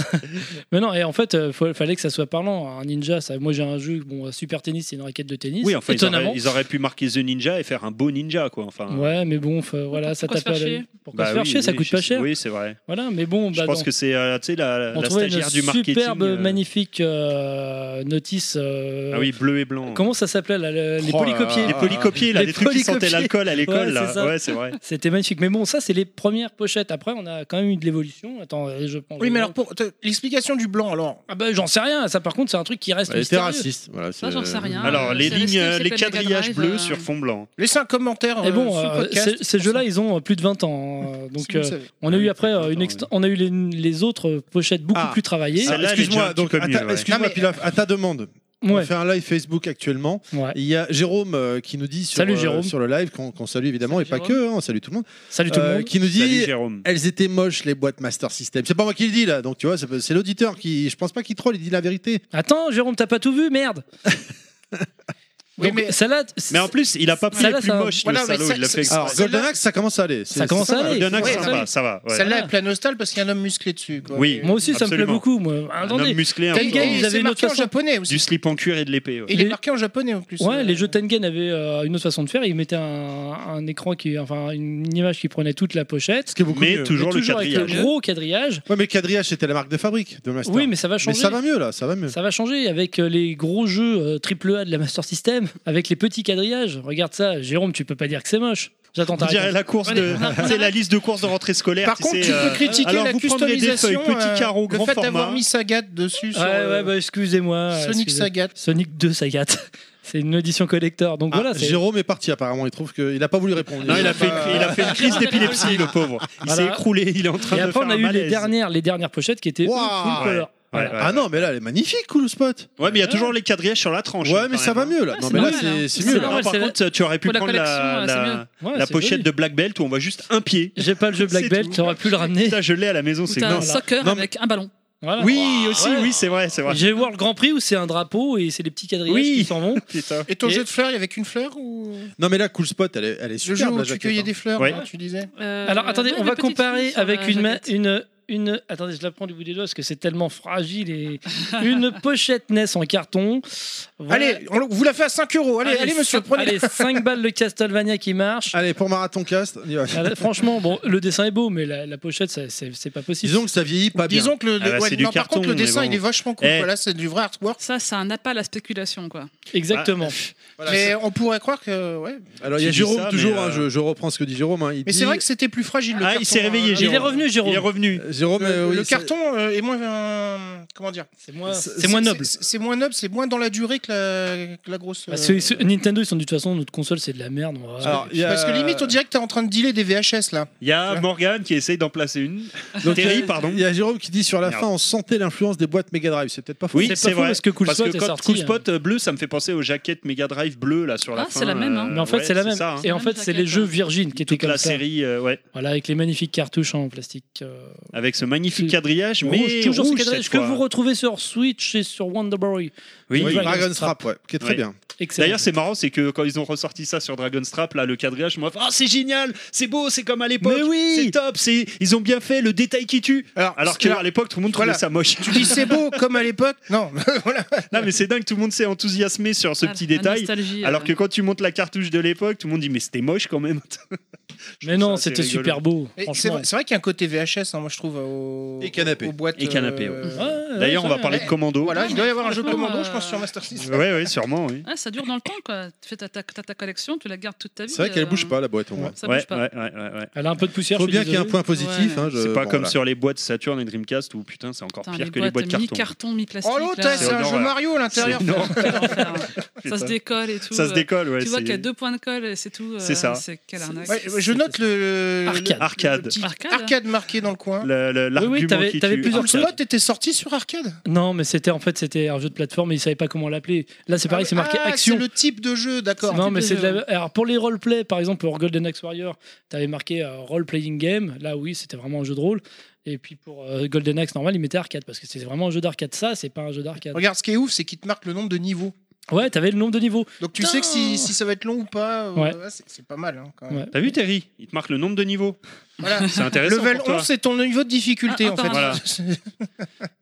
A: Mais non, et en fait, euh, faut- fallait que ça soit parlant. Un ninja, ça, moi j'ai un jeu, bon, Super Tennis, c'est une raquette de tennis.
D: Oui, enfin, ils auraient,
A: étonnamment.
D: ils auraient pu marquer The Ninja et faire un beau ninja, quoi. Enfin,
A: Ouais, mais bon, enfin, voilà, ça
F: Pourquoi
A: tape
F: se faire
A: à l'œil.
F: chier
A: Pourquoi
D: bah
A: se faire
D: oui,
A: chier Ça
D: oui,
A: coûte
D: je
A: pas
D: sais-
A: cher.
D: Oui, c'est vrai.
A: Voilà, mais bon,
D: Je
A: bah,
D: pense
A: dans-
D: que c'est euh, tu sais, la,
A: on
D: la
A: trouvait une
D: stagiaire du marketing.
A: superbe,
D: euh,
A: magnifique euh, notice. euh,
D: Ah oui, bleu et blanc.
A: Comment ça s'appelait là, le- les
B: Oh là
A: polycopiers
B: là.
D: les polycopiers, là,
A: Les
D: des trucs qui sentaient
A: polycopiers.
D: l'alcool à l'école,
A: Ouais, c'est
D: là.
A: ça.
D: Ouais, c'est vrai.
A: C'était magnifique. Mais bon, ça, c'est les premières pochettes. Après, on a quand même eu de l'évolution. Attends, euh, je pense.
E: Oui, mais alors, pour t'as- l'explication du blanc, alors.
A: Ah bah, j'en sais rien. Ça, par contre, c'est un truc qui reste.
B: Elle était
A: mystérieux.
B: raciste. Voilà,
F: Ça,
B: c'est-
F: j'en sais
E: Ah,
F: rien.
D: Alors,
F: Euh,
D: les
F: c'est resté,
D: lignes, euh,
F: c'est
D: les
F: pas le Mega
D: quadrillages
F: Drive,
D: bleus
F: euh,
D: sur fond blanc.
E: Laissez un commentaire
A: Et
E: euh,
A: bon,
E: sous le
A: euh,
E: podcast.
A: ces- ces jeux-là, ils ont euh, plus de 20 ans. hein.
E: Si
A: Donc,
E: vous
A: euh,
E: le savez.
A: on a
D: Ouais,
A: eu après
D: plus de
A: euh, une
D: 20
A: ext-
D: ans,
A: on a eu les, les autres pochettes beaucoup
B: Ah.
A: plus travaillées.
D: Ça,
B: Alors,
D: là, elle est déjà
B: Excuse-moi,
D: un petit
B: donc,
D: peu
B: à
D: mieux,
B: ta,
D: ouais.
B: excuse-moi,
E: Non, mais-
B: Pilaf, à ta demande, on
A: Ouais,
B: fait un live Facebook actuellement.
A: ouais.
B: Il y a Jérôme euh, qui nous dit sur,
A: Salut,
B: euh,
A: Jérôme.
B: sur le live, qu'on qu'on salue évidemment,
A: Salut,
B: et pas
A: Jérôme.
B: que, hein, on salue tout le monde,
A: Salut tout le
B: euh,
A: monde.
B: qui nous
D: Salut,
B: dit
D: Jérôme.
B: elles étaient moches les boîtes Master System. C'est pas moi qui le dis là, donc tu vois, ça peut- c'est l'auditeur qui, je pense pas qu'il troll, il dit la vérité.
A: Attends, Jérôme, t'as pas tout vu, merde.
E: Oui,
A: Donc,
E: mais-
A: celle-là,
D: Mais en plus, il a pas pris
A: Ça,
D: la
A: là,
D: plus
A: ça-
D: moche,
E: Voilà,
D: le
E: mais
D: salaud.
E: ça-
D: Il l'a fait
E: ça-
D: exprès.
B: Alors, Golden Axe, ça commence à aller. C'est-
A: Ça commence
B: c'est
A: à
B: mal.
A: aller.
D: Golden Axe,
E: Ouais,
D: ça
E: ouais.
D: va, ça va. ouais.
E: Celle-là, elle pleine au style parce qu'il y a un homme musclé dessus. Quoi.
D: Oui.
A: moi aussi, ça me plaît
D: Absolument.
A: beaucoup. Moi.
D: Un homme
A: Attendez,
D: musclé, un
E: Et-
A: Tengen,
E: et
A: ils
D: peu-
A: avaient
E: c'est
A: une
E: marqué
A: autre
E: en
A: façon.
E: japonais aussi.
D: du slip en cuir et de l'épée. ouais.
E: Et Il est
A: Les-
E: marqué en japonais en plus.
A: Ouais,
E: euh,
A: les jeux Tengen avaient euh, une autre façon de faire. Ils mettaient un, un écran qui, enfin, une image qui prenait toute la pochette,
B: Ce qui est beaucoup
D: Mais
B: mieux.
D: toujours
A: mais
D: le
A: toujours avec
D: quadrillage.
A: le gros quadrillage.
B: euh, Ouais, mais le quadrillage, c'était la marque de fabrique de Master.
A: Oui, mais ça va
B: Ah, Mais
A: changer.
B: ça va mieux là, ça va mieux.
A: Ça va changer avec euh, les gros jeux euh, AAA de la Master System, avec les petits quadrillages. Regarde ça, Jérôme, tu peux pas dire que c'est moche. J'attends
D: On
A: ta
D: dirait
A: réponse.
D: la course de. C'est la liste de courses de rentrée scolaire.
E: Par
D: tu
E: contre,
D: sais,
E: tu
D: euh,
E: peux critiquer
D: alors,
E: la
D: vous prendrez des
E: customisation,
D: feuilles, petit
E: euh,
D: carreau, grand
E: le fait d'avoir
D: format.
E: mis Sagat dessus sur
A: Ouais,
E: euh,
A: ouais, bah, excusez-moi.
E: Sonic
A: excusez-
E: Sagat.
A: Sonic 2 Sagat. C'est une édition collector. Donc
B: Ah,
A: voilà, c'est-
B: Jérôme est parti apparemment, il trouve qu'il n'a pas voulu répondre.
D: Non, il a, fait,
E: Bah,
D: il a fait une crise d'épilepsie, le pauvre. Il
A: Voilà.
D: s'est écroulé, il est en train
A: Et
D: de
A: après,
D: faire
A: on a
D: un
A: eu les
D: malaise.
A: dernières, les dernières pochettes qui étaient
B: Waouh
A: full
D: Ouais.
A: color.
D: Ouais,
A: Voilà.
D: ouais,
B: Ah
D: ouais.
B: non, mais là, elle est magnifique, cool spot.
D: Ouais, mais il y a
A: Ouais.
D: toujours les quadrillages sur la tranche. hein,
B: Ouais, mais
D: quand
B: ça
D: même,
B: va
D: hein.
B: mieux là.
F: Ouais,
B: Non,
F: c'est
B: mais là,
F: normal,
B: c'est
F: hein.
B: c'est
F: C'est
B: mieux.
D: Non,
B: là.
F: normal.
D: par
F: c'est-
D: contre, tu aurais pu
F: pour la
D: prendre la,
F: collection,
D: la-
F: c'est mieux.
A: Ouais,
D: la
A: c'est
D: pochette
A: joli.
D: de Black Belt où on voit juste un pied.
A: J'ai pas le jeu Black
D: C'est
A: Belt,
D: tout.
A: t'aurais pu le ramener.
D: Ça, je l'ai à la maison, c'est
F: Ou t'as un
D: dingue.
F: soccer
B: Non, mais-
F: avec un ballon.
A: Voilà.
D: Oui, aussi,
A: Ouais.
D: oui, c'est vrai, c'est vrai.
A: J'ai voir le Grand Prix où c'est un drapeau et c'est les petits quadrillages
D: Oui.
A: qui s'en vont.
F: Euh,
D: Putain.
E: Et ton
A: Et-
E: jeu de fleurs, il y avait qu'une fleur ou
B: Non, mais là, cool spot, elle est, elle est
E: Le jeu
B: superbe.
E: où
B: la
E: tu
B: jaquette,
E: cueillais
B: hein.
E: des fleurs,
D: Ouais.
E: hein, tu disais.
F: Euh,
A: Alors attendez,
F: ouais,
A: on
F: les
A: va
F: petites filles
A: comparer
F: sur
A: avec
F: la
A: une, ma-
F: jaquette.
A: une, une. Attendez, je la prends du bout des doigts parce que c'est tellement fragile et. une pochette NES en carton. Voilà.
E: Allez, on le- vous la fait à 5 euros. Allez, allez, monsieur,
A: cin-
E: prenez.
A: Allez, 5 balles de Castlevania qui marche.
B: hein.
D: Ah.
B: Allez, pour Marathon Cast, on y va.
A: Franchement, bon, le dessin est beau, mais la, la pochette, ça- c'est c'est pas possible.
B: disons que ça vieillit pas bien.
E: Disons que le,
D: Ah bah,
E: ouais,
D: c'est du
E: non, par
D: carton,
E: contre, le
D: mais
E: dessin,
D: bon.
E: il est vachement cool.
D: Eh.
E: quoi. Là, c'est du vrai artwork.
F: Ça, c'est un appât à la spéculation, quoi.
A: Exactement.
D: Ah.
B: Voilà,
E: mais on pourrait croire que. Ouais.
B: Alors, il y a
D: Tu dis
B: Jérôme,
D: ça, mais,
B: toujours, hein,
D: euh,
B: je, je reprends ce que dit Jérôme. hein, il
E: Mais
B: dit-
E: c'est vrai que c'était plus fragile. Le
D: Ah,
E: carton,
D: il s'est réveillé,
E: hein.
A: Il
D: Jérôme.
A: est revenu, Jérôme.
D: Il est revenu.
B: Jérôme,
E: Le,
B: euh, oui,
E: le
B: c'est-
E: carton euh, est moins. euh, comment dire
A: C'est moins,
B: c'est-
A: c'est moins noble.
E: C'est c'est moins noble, c'est moins dans la durée que la, que la grosse.
A: Bah,
E: euh,
A: c'est- c'est- Nintendo, ils sont de toute façon, notre console, c'est de la merde. on va-
B: Alors, il y a-
E: Parce que limite, on dirait que t'es en train de dealer des VHS là.
D: Il y a Morgane qui essaye d'en placer une. Terry, pardon.
B: Il y a Jérôme qui dit sur la
D: Merde.
B: fin, on sentait l'influence des boîtes Mega Drive. C'est peut-être pas faux.
D: Oui,
A: pas
D: c'est
A: faux
D: vrai.
A: parce que Cool Spot est
D: quand
A: sorti, hein.
D: Cool Spot euh, bleu, ça me fait penser aux jaquettes Mega Drive bleu là sur la
F: Ah,
D: fin. euh,
F: c'est la même, hein.
A: mais en fait,
D: ouais,
A: c'est la même.
D: ça, hein.
A: Et en
F: La
A: fait,
F: même
A: c'est les
F: jaquette,
A: jeux
F: hein.
A: Virgin qui étaient
D: Toute
A: comme
D: la
A: ça.
D: série, euh, ouais,
A: Voilà, avec les magnifiques cartouches en plastique. euh,
D: avec ce magnifique quadrillage, mais
A: rouge, toujours ce
D: rouge
A: quadrillage
D: cette
A: que
D: fois.
A: vous retrouvez sur Switch et sur Wonder Boy.
D: Oui.
A: Oui.
B: Dragon
A: Dragon's
B: Strap, ouais, qui est très
D: Oui.
B: bien.
A: Excellent.
D: D'ailleurs, c'est marrant, c'est que quand ils ont ressorti ça sur Dragonstrap, là, le quadrillage, moi, ah, c'est génial, c'est beau, c'est comme à l'époque,
A: Mais oui
D: c'est top, c'est, ils ont bien fait le détail qui tue. Alors que à l'époque, tout le monde trouvait
E: Voilà.
D: ça moche.
E: Tu dis c'est beau comme à l'époque Non, voilà.
D: non, mais c'est dingue, tout le monde s'est enthousiasmé sur ce
F: Ah,
D: petit
F: la
D: détail.
F: nostalgie, euh,
D: Alors que quand tu montes la cartouche de l'époque, tout le monde dit mais c'était moche quand même. Je
A: mais
D: trouve
A: non,
D: ça
A: c'était
D: assez rigolo.
A: super beau.
E: Et C'est
A: Franchement.
E: vrai, c'est vrai qu'il y a un côté VHS, hein, moi je trouve, au,
B: Et canapé.
E: aux boîtes.
D: Et canapé,
E: euh,
A: Ouais, ouais,
D: D'ailleurs, on
A: c'est
D: va
A: vrai.
D: parler de commando.
E: Voilà, il doit y avoir un jeu de
F: Franchement,
E: commando,
F: euh,
E: je pense, sur Master System.
D: Ouais, ouais, sûrement, oui.
F: Ah, ça dure dans le temps, quoi. Tu fais ta, ta, ta- ta collection, tu la gardes toute ta vie.
B: C'est vrai qu'elle
F: euh,
B: bouge pas, la boîte, au moins.
F: Ça
D: ouais,
F: bouge pas.
D: ouais, ouais, ouais, ouais.
A: Elle a un peu de
B: Il
A: poussière.
B: faut
A: je suis
B: bien qu'il y ait un
A: désolé.
B: point positif.
F: Ouais.
B: hein, je-
D: C'est pas
B: bon,
D: comme
B: voilà.
D: sur les boîtes Saturn et Dreamcast où putain, c'est encore
F: Putain,
D: pire
F: les
D: que les boîtes
F: boîtes
D: carton.
F: mi-carton, mi-plastique.
E: Oh l'autre,
F: là.
E: c'est un
D: une
E: jeu
D: horreur.
E: Mario à l'intérieur.
D: C'est- non,
F: Quel enfer, hein.
D: putain.
F: Ça se décolle et tout.
D: Ça se
F: euh,
D: décolle, ouais.
F: Tu vois
D: c'est-
F: qu'il y a deux points de colle et c'est tout. euh,
D: C'est ça.
F: quelle arnaque.
E: Ouais, je note le. le-
A: Arcade.
E: le
D: Arcade.
E: petit
F: Arcade, hein.
E: arcade marqué dans le coin.
D: Le- le- L'argument
A: oui, t'avais-
D: qui
A: t'avais
D: tue.
A: plusieurs
E: Le
A: Arcade.
E: spot était sorti sur arcade.
A: Non, mais c'était en fait c'était un jeu de plateforme et ils savaient pas comment l'appeler. Là, c'est pareil, c'est marqué
E: Ah,
A: action.
E: C'est le type de jeu, d'accord.
A: Non,
F: type
A: mais
F: de
A: c'est
F: jeu,
A: de la- Alors, pour les roleplay, par exemple, pour Golden Axe Warrior, t'avais marqué euh, role-playing game. Là, oui, c'était vraiment un jeu de rôle. Et puis pour euh, Golden Axe normal, ils mettaient arcade parce que c'était vraiment un jeu d'arcade. Ça, c'est pas un jeu d'arcade.
E: Regarde, ce qui est ouf, c'est qu'il te marque le nombre de niveaux.
A: Ouais, t'avais le nombre de niveaux.
E: Donc tu
A: Putain.
E: sais que si, si ça va être long ou pas, euh,
A: Ouais.
E: ouais, c'est c'est pas mal. hein, quand même.
A: Ouais.
D: T'as vu Terry Il te marque le nombre de niveaux.
E: Voilà.
D: C'est intéressant
E: Level
D: pour toi.
E: 11, c'est ton niveau de difficulté
F: Ah,
E: en fait.
D: Voilà.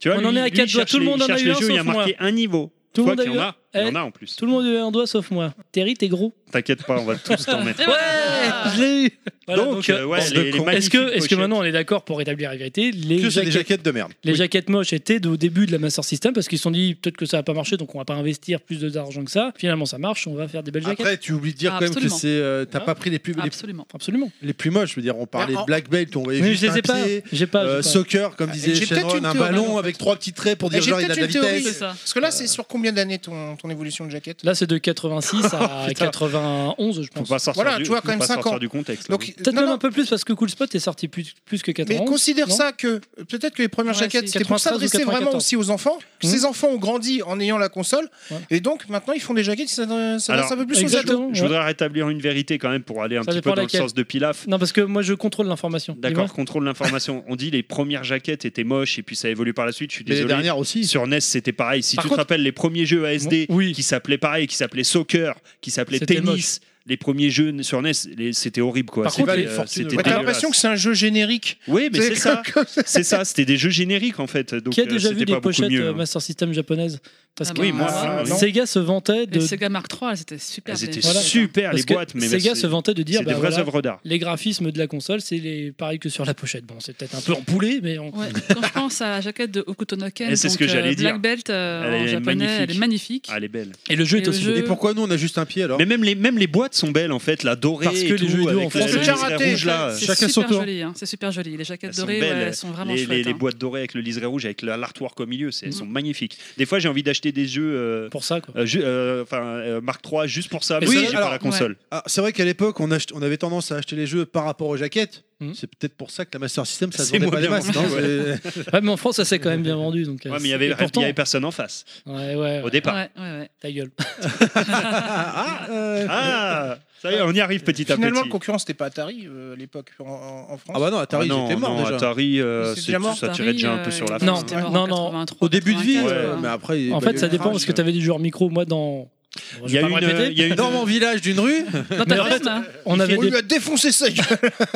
D: Tu
A: On en est à quatre
D: il
A: doigts,
D: cherche
A: tout le
D: les-
A: monde
D: il
A: en a
D: cherche
A: eu
D: les
A: un,
D: jeux, Il y a
A: sauf
D: marqué un niveau.
A: Tout le
D: Toi
A: monde a
D: qui
A: eu
D: en a. Il y en a en plus.
A: Tout le monde a eu un doigt sauf moi. Terry, t'es gros.
D: T'inquiète pas, on va tous t'en mettre.
F: Et voilà.
A: Je l'ai eu. Voilà,
D: donc,
A: donc,
D: euh, ouais,
B: bande de
D: les, les
B: cons.
A: est-ce
D: magnifiques
A: que, est-ce que
D: pochettes.
A: maintenant on est d'accord pour rétablir la vérité les,
B: Que c'est des
A: jaquettes-
B: jaquettes de merde.
A: les jaquettes moches étaient au début de la Master System parce qu'ils se sont dit peut-être que ça va pas marcher donc on va pas investir plus d'argent que ça. Finalement ça marche, on va faire des belles jaquettes.
B: Après, tu oublies de dire quand même que
F: Absolument.
B: c'est. euh, T'as
A: Ah.
B: pas pris les plus, les,
F: Absolument.
A: Absolument.
B: les plus moches. Je veux dire, on parlait
E: Ah,
B: de
E: en- Bah,
B: Black Belt, on voyait
A: Mais
B: juste
A: je les
B: un
A: ai pas.
B: pied,
A: J'ai pas.
B: euh,
A: j'ai pas.
B: soccer, comme disait
E: j'ai peut-être
B: Shenron,
E: une
B: un
E: théorie,
B: ballon
E: en fait.
B: avec trois petits traits pour
E: Et
B: dire
E: J'ai
B: genre il a
E: peut-être
B: de la
E: une théorie.
F: C'est
B: vitesse.
F: ça.
E: Parce que là,
D: Euh.
E: c'est sur combien d'années ton, ton évolution de jaquette
A: Là, c'est de 86 à 91, je
D: Oh, Faut
A: pense.
D: pas sortir
E: Voilà,
D: du,
E: tu vois,
D: faut
E: quand même
D: pas
E: cinq
D: sortir
E: ans.
D: du contexte. là,
E: Donc,
A: Peut-être
E: non,
A: même
E: non,
A: un peu plus parce que Cool Spot est sorti plus, plus que
E: mais
A: 91.
E: considère
A: non
E: ça que peut-être que les premières
A: Ouais,
E: jaquettes
A: si.
E: c'était pour
A: 93 ou
E: s'adresser vraiment
A: 94.
E: aussi aux enfants.
A: Mhm.
E: Ces enfants ont grandi en ayant la console
A: Ouais.
E: et donc maintenant ils font des jaquettes qui s'adressent
D: Alors,
E: s'adressent un peu plus aux ados.
A: Exactement.
D: Je
A: ouais.
D: voudrais rétablir une vérité quand même pour aller un
A: Ça
D: petit peu
A: dépend
D: dans
A: laquelle.
D: le sens de Pilaf.
A: Non, parce que moi, je contrôle l'information.
D: D'accord, contrôle l'information. On dit les premières jaquettes étaient moches et puis ça évolue par la suite. Je suis
B: Mais les
D: désolé.
B: dernières aussi.
D: Sur NES, c'était pareil. Si
A: Par
D: tu
A: contre-
D: te rappelles les premiers jeux ASD
A: Oui.
D: qui s'appelait pareil, qui s'appelait soccer, qui s'appelait
A: C'était
D: tennis. Les premiers jeux E sur NES, les- c'était horrible quoi.
A: Par
D: C'était,
A: contre,
D: euh,
A: les
B: fortunes-
D: c'était
B: Ouais,
E: T'as
D: dégueulasse.
E: l'impression que c'est un jeu générique.
D: Oui, mais c'est ça.
E: comme-
D: C'est ça, c'était des jeux génériques en fait. Donc,
A: Qui a
D: euh,
A: déjà
D: c'était
A: vu
D: pas
A: des
D: beaucoup
A: pochettes
D: mieux,
A: euh,
D: hein.
A: Master System japonaises Parce
F: Ah
A: que
F: bah,
D: Oui, moi,
E: Ah,
D: oui.
E: non.
A: Sega se vantait de.
F: Les Sega Mark III, c'était super.
D: Elles
F: bien.
D: étaient
A: Voilà.
D: super
A: parce
D: les
A: que
D: boîtes, mais
A: Sega
D: c'est-
A: se vantait de dire
D: c'est
A: bah,
D: des vraies
A: voilà,
D: œuvres d'art.
A: les graphismes de la console, c'est les... pareil que sur la pochette. Bon, c'est peut-être un peu empoulé, mais on-
F: Ouais, quand je pense à la jaquette de Okutonoken,
D: Et c'est ce que j'allais dire.
F: Black Belt euh,
D: Elle
F: en
D: est
F: japonais,
D: magnifique.
F: elle est magnifique.
D: Ah, elle est belle.
A: et le jeu
F: Et
A: est
F: le
A: aussi
F: jeu-
A: beau.
B: Et pourquoi nous, on a juste un pied alors
D: Mais même les, même les boîtes sont belles en fait, la dorée.
A: Parce
D: et
A: que les
D: tout,
A: jeux vidéo,
D: avec
A: en fait,
D: la-
A: on
E: peut
D: la-
E: jamais
D: la
E: rater,
D: rouge là.
F: c'est
B: chacun son
F: super
B: tour.
F: joli, hein, c'est super joli. Les jaquettes
D: Elles sont
F: dorées, ouais,
D: belles.
F: elles sont vraiment
D: les,
F: chouettes.
D: les- les
F: hein.
D: boîtes dorées avec le liseré rouge, avec la- l'artwork au milieu, c'est- elles
F: Mm.
D: sont magnifiques. Des fois, j'ai envie d'acheter des jeux, euh,
A: Pour ça, quoi.
D: euh, ju- euh, enfin euh, Mark 3 juste pour ça, mais
B: Oui,
D: ça, j'ai pas
B: alors,
D: la console.
B: Ah, C'est vrai qu'à l'époque, on, achete- on avait tendance à acheter les jeux par rapport aux jaquettes.
A: Mhm.
B: C'est peut-être pour ça que la Master System, ça se
D: C'est
B: vendait
D: moins
B: pas des masses.
D: bien vendu,
B: non C'est-
A: Ouais, mais en France, ça s'est quand même bien vendu. Donc, euh,
D: Ouais, mais il y avait,
A: et pourtant-
D: il y avait personne en face
A: Ouais, ouais,
D: au
A: ouais,
D: départ.
F: Ouais, ouais, ouais.
A: ta gueule.
B: Ah, ah, euh.
D: Ah, ça y est, on y arrive petit à
E: Finalement,
D: petit.
E: la concurrence, c'était pas Atari euh, à l'époque en, en- en France.
B: Ah bah non, Atari,
D: Ah non,
B: j'étais mort
D: non,
B: déjà.
D: Atari, euh,
E: Mais c'est
D: c'est-
E: déjà mort,
D: ça tirait
F: Paris,
D: déjà un peu
F: euh,
D: sur la
F: ils
D: fin.
A: Non,
F: étaient morts en
A: non, non.
F: 83,
B: Au début de vie,
F: 84,
B: euh,
F: quoi.
B: mais après. il y a
A: En
D: bah,
B: pas
A: fait,
B: eu
A: ça
B: de
A: dépend
B: crash.
A: parce que tu avais des joueurs micro. Moi, dans. Bon,
D: Il
A: je
D: y
A: vais
D: a
A: pas me
D: une,
A: répéter.
D: euh, il y a une-
B: Dans mon village d'une rue,
F: Non,
A: Mais
F: t'as
A: en
F: raison,
A: fait,
F: hein.
A: on avait,
E: On lui
A: des,
E: a défoncé sa gueule.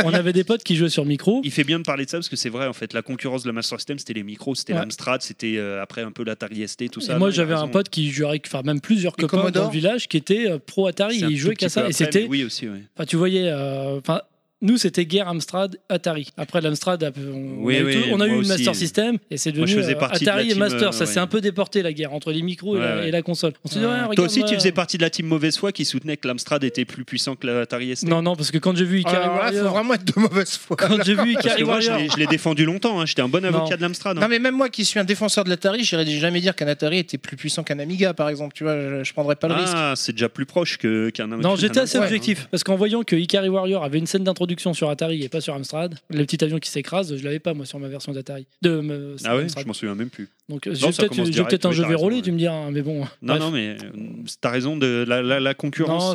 A: on avait des potes qui jouaient sur micro.
D: Il fait bien de parler de ça parce que c'est vrai en fait la concurrence de la Master System c'était les micros, c'était
A: Ouais.
D: l'Amstrad, c'était euh, après un peu l'Atari ST tout
A: Et
D: ça. Non, il
A: moi,
D: a
A: j'avais un
D: raison.
A: pote qui jouait avec, enfin, même plusieurs copains dans
E: Commodore.
A: le village qui étaient euh, pro Atari.
D: C'est un
A: Ils jouaient
D: tout petit
A: qu'à ça.
D: peu
A: Et
D: après,
A: c'était.
D: mais Oui aussi. ouais.
A: Enfin, tu voyais. euh, Enfin. nous, c'était guerre Amstrad, Atari. Après l'Amstrad, on,
D: Oui,
A: on a
D: oui,
A: eu, tout- on a
D: moi
A: eu le
D: aussi.
A: Master System et c'est
D: Moi,
A: devenu
D: je faisais
A: euh,
D: partie de la
A: Atari et
D: team,
A: Master.
D: euh,
A: ça
D: ouais.
A: s'est un peu déporté la guerre entre les micros et,
D: Ouais,
A: la,
D: ouais.
A: et la console. On s'est dit,
E: Ouais.
A: ouais,
D: Toi
A: regarde,
D: aussi
A: moi,
D: tu faisais
A: euh,
D: partie de la team mauvaise foi qui soutenait que l'Amstrad était plus puissant que l'Atari ST.
A: Non, non, parce que quand j'ai vu
D: Ah,
A: Ikari
E: Alors là, faut
A: Warrior-
E: vraiment être de mauvaise foi.
A: quand j'ai vu
D: Parce que
A: Ikari
D: moi, je
A: Warrior,
D: l'ai- je l'ai défendu longtemps, hein, j'étais un bon
A: Non.
D: avocat de l'Amstrad. hein.
E: Non mais même moi qui suis un défenseur de l'Atari, j'irais jamais dire qu'un Atari était plus puissant qu'un Amiga par exemple, tu vois, je, je prendrais pas le risque.
D: Ah, c'est déjà plus proche que- qu'un
A: Non, j'étais
D: qu'un
A: assez
D: Amstrad,
A: objectif. Parce qu'en voyant que Ikari Warrior avait une scène d'introduction sur Atari et pas sur Amstrad, le petit avion qui s'écrase, je l'avais pas moi sur ma version d'Atari. De, me-
D: hein. Ah ouais,
A: Amstrad.
D: je m'en souviens même plus.
A: Donc euh, j'ai
D: ça
A: peut-être
D: commence
A: j'ai
D: direct,
A: peut-être un
D: oui,
A: jeu
D: t'as
A: vais
D: raison,
A: rouler,
D: ouais.
A: tu me diras, hein, mais bon.
D: Non,
A: bref.
D: non, mais euh, t'as raison, de la, la- la concurrence,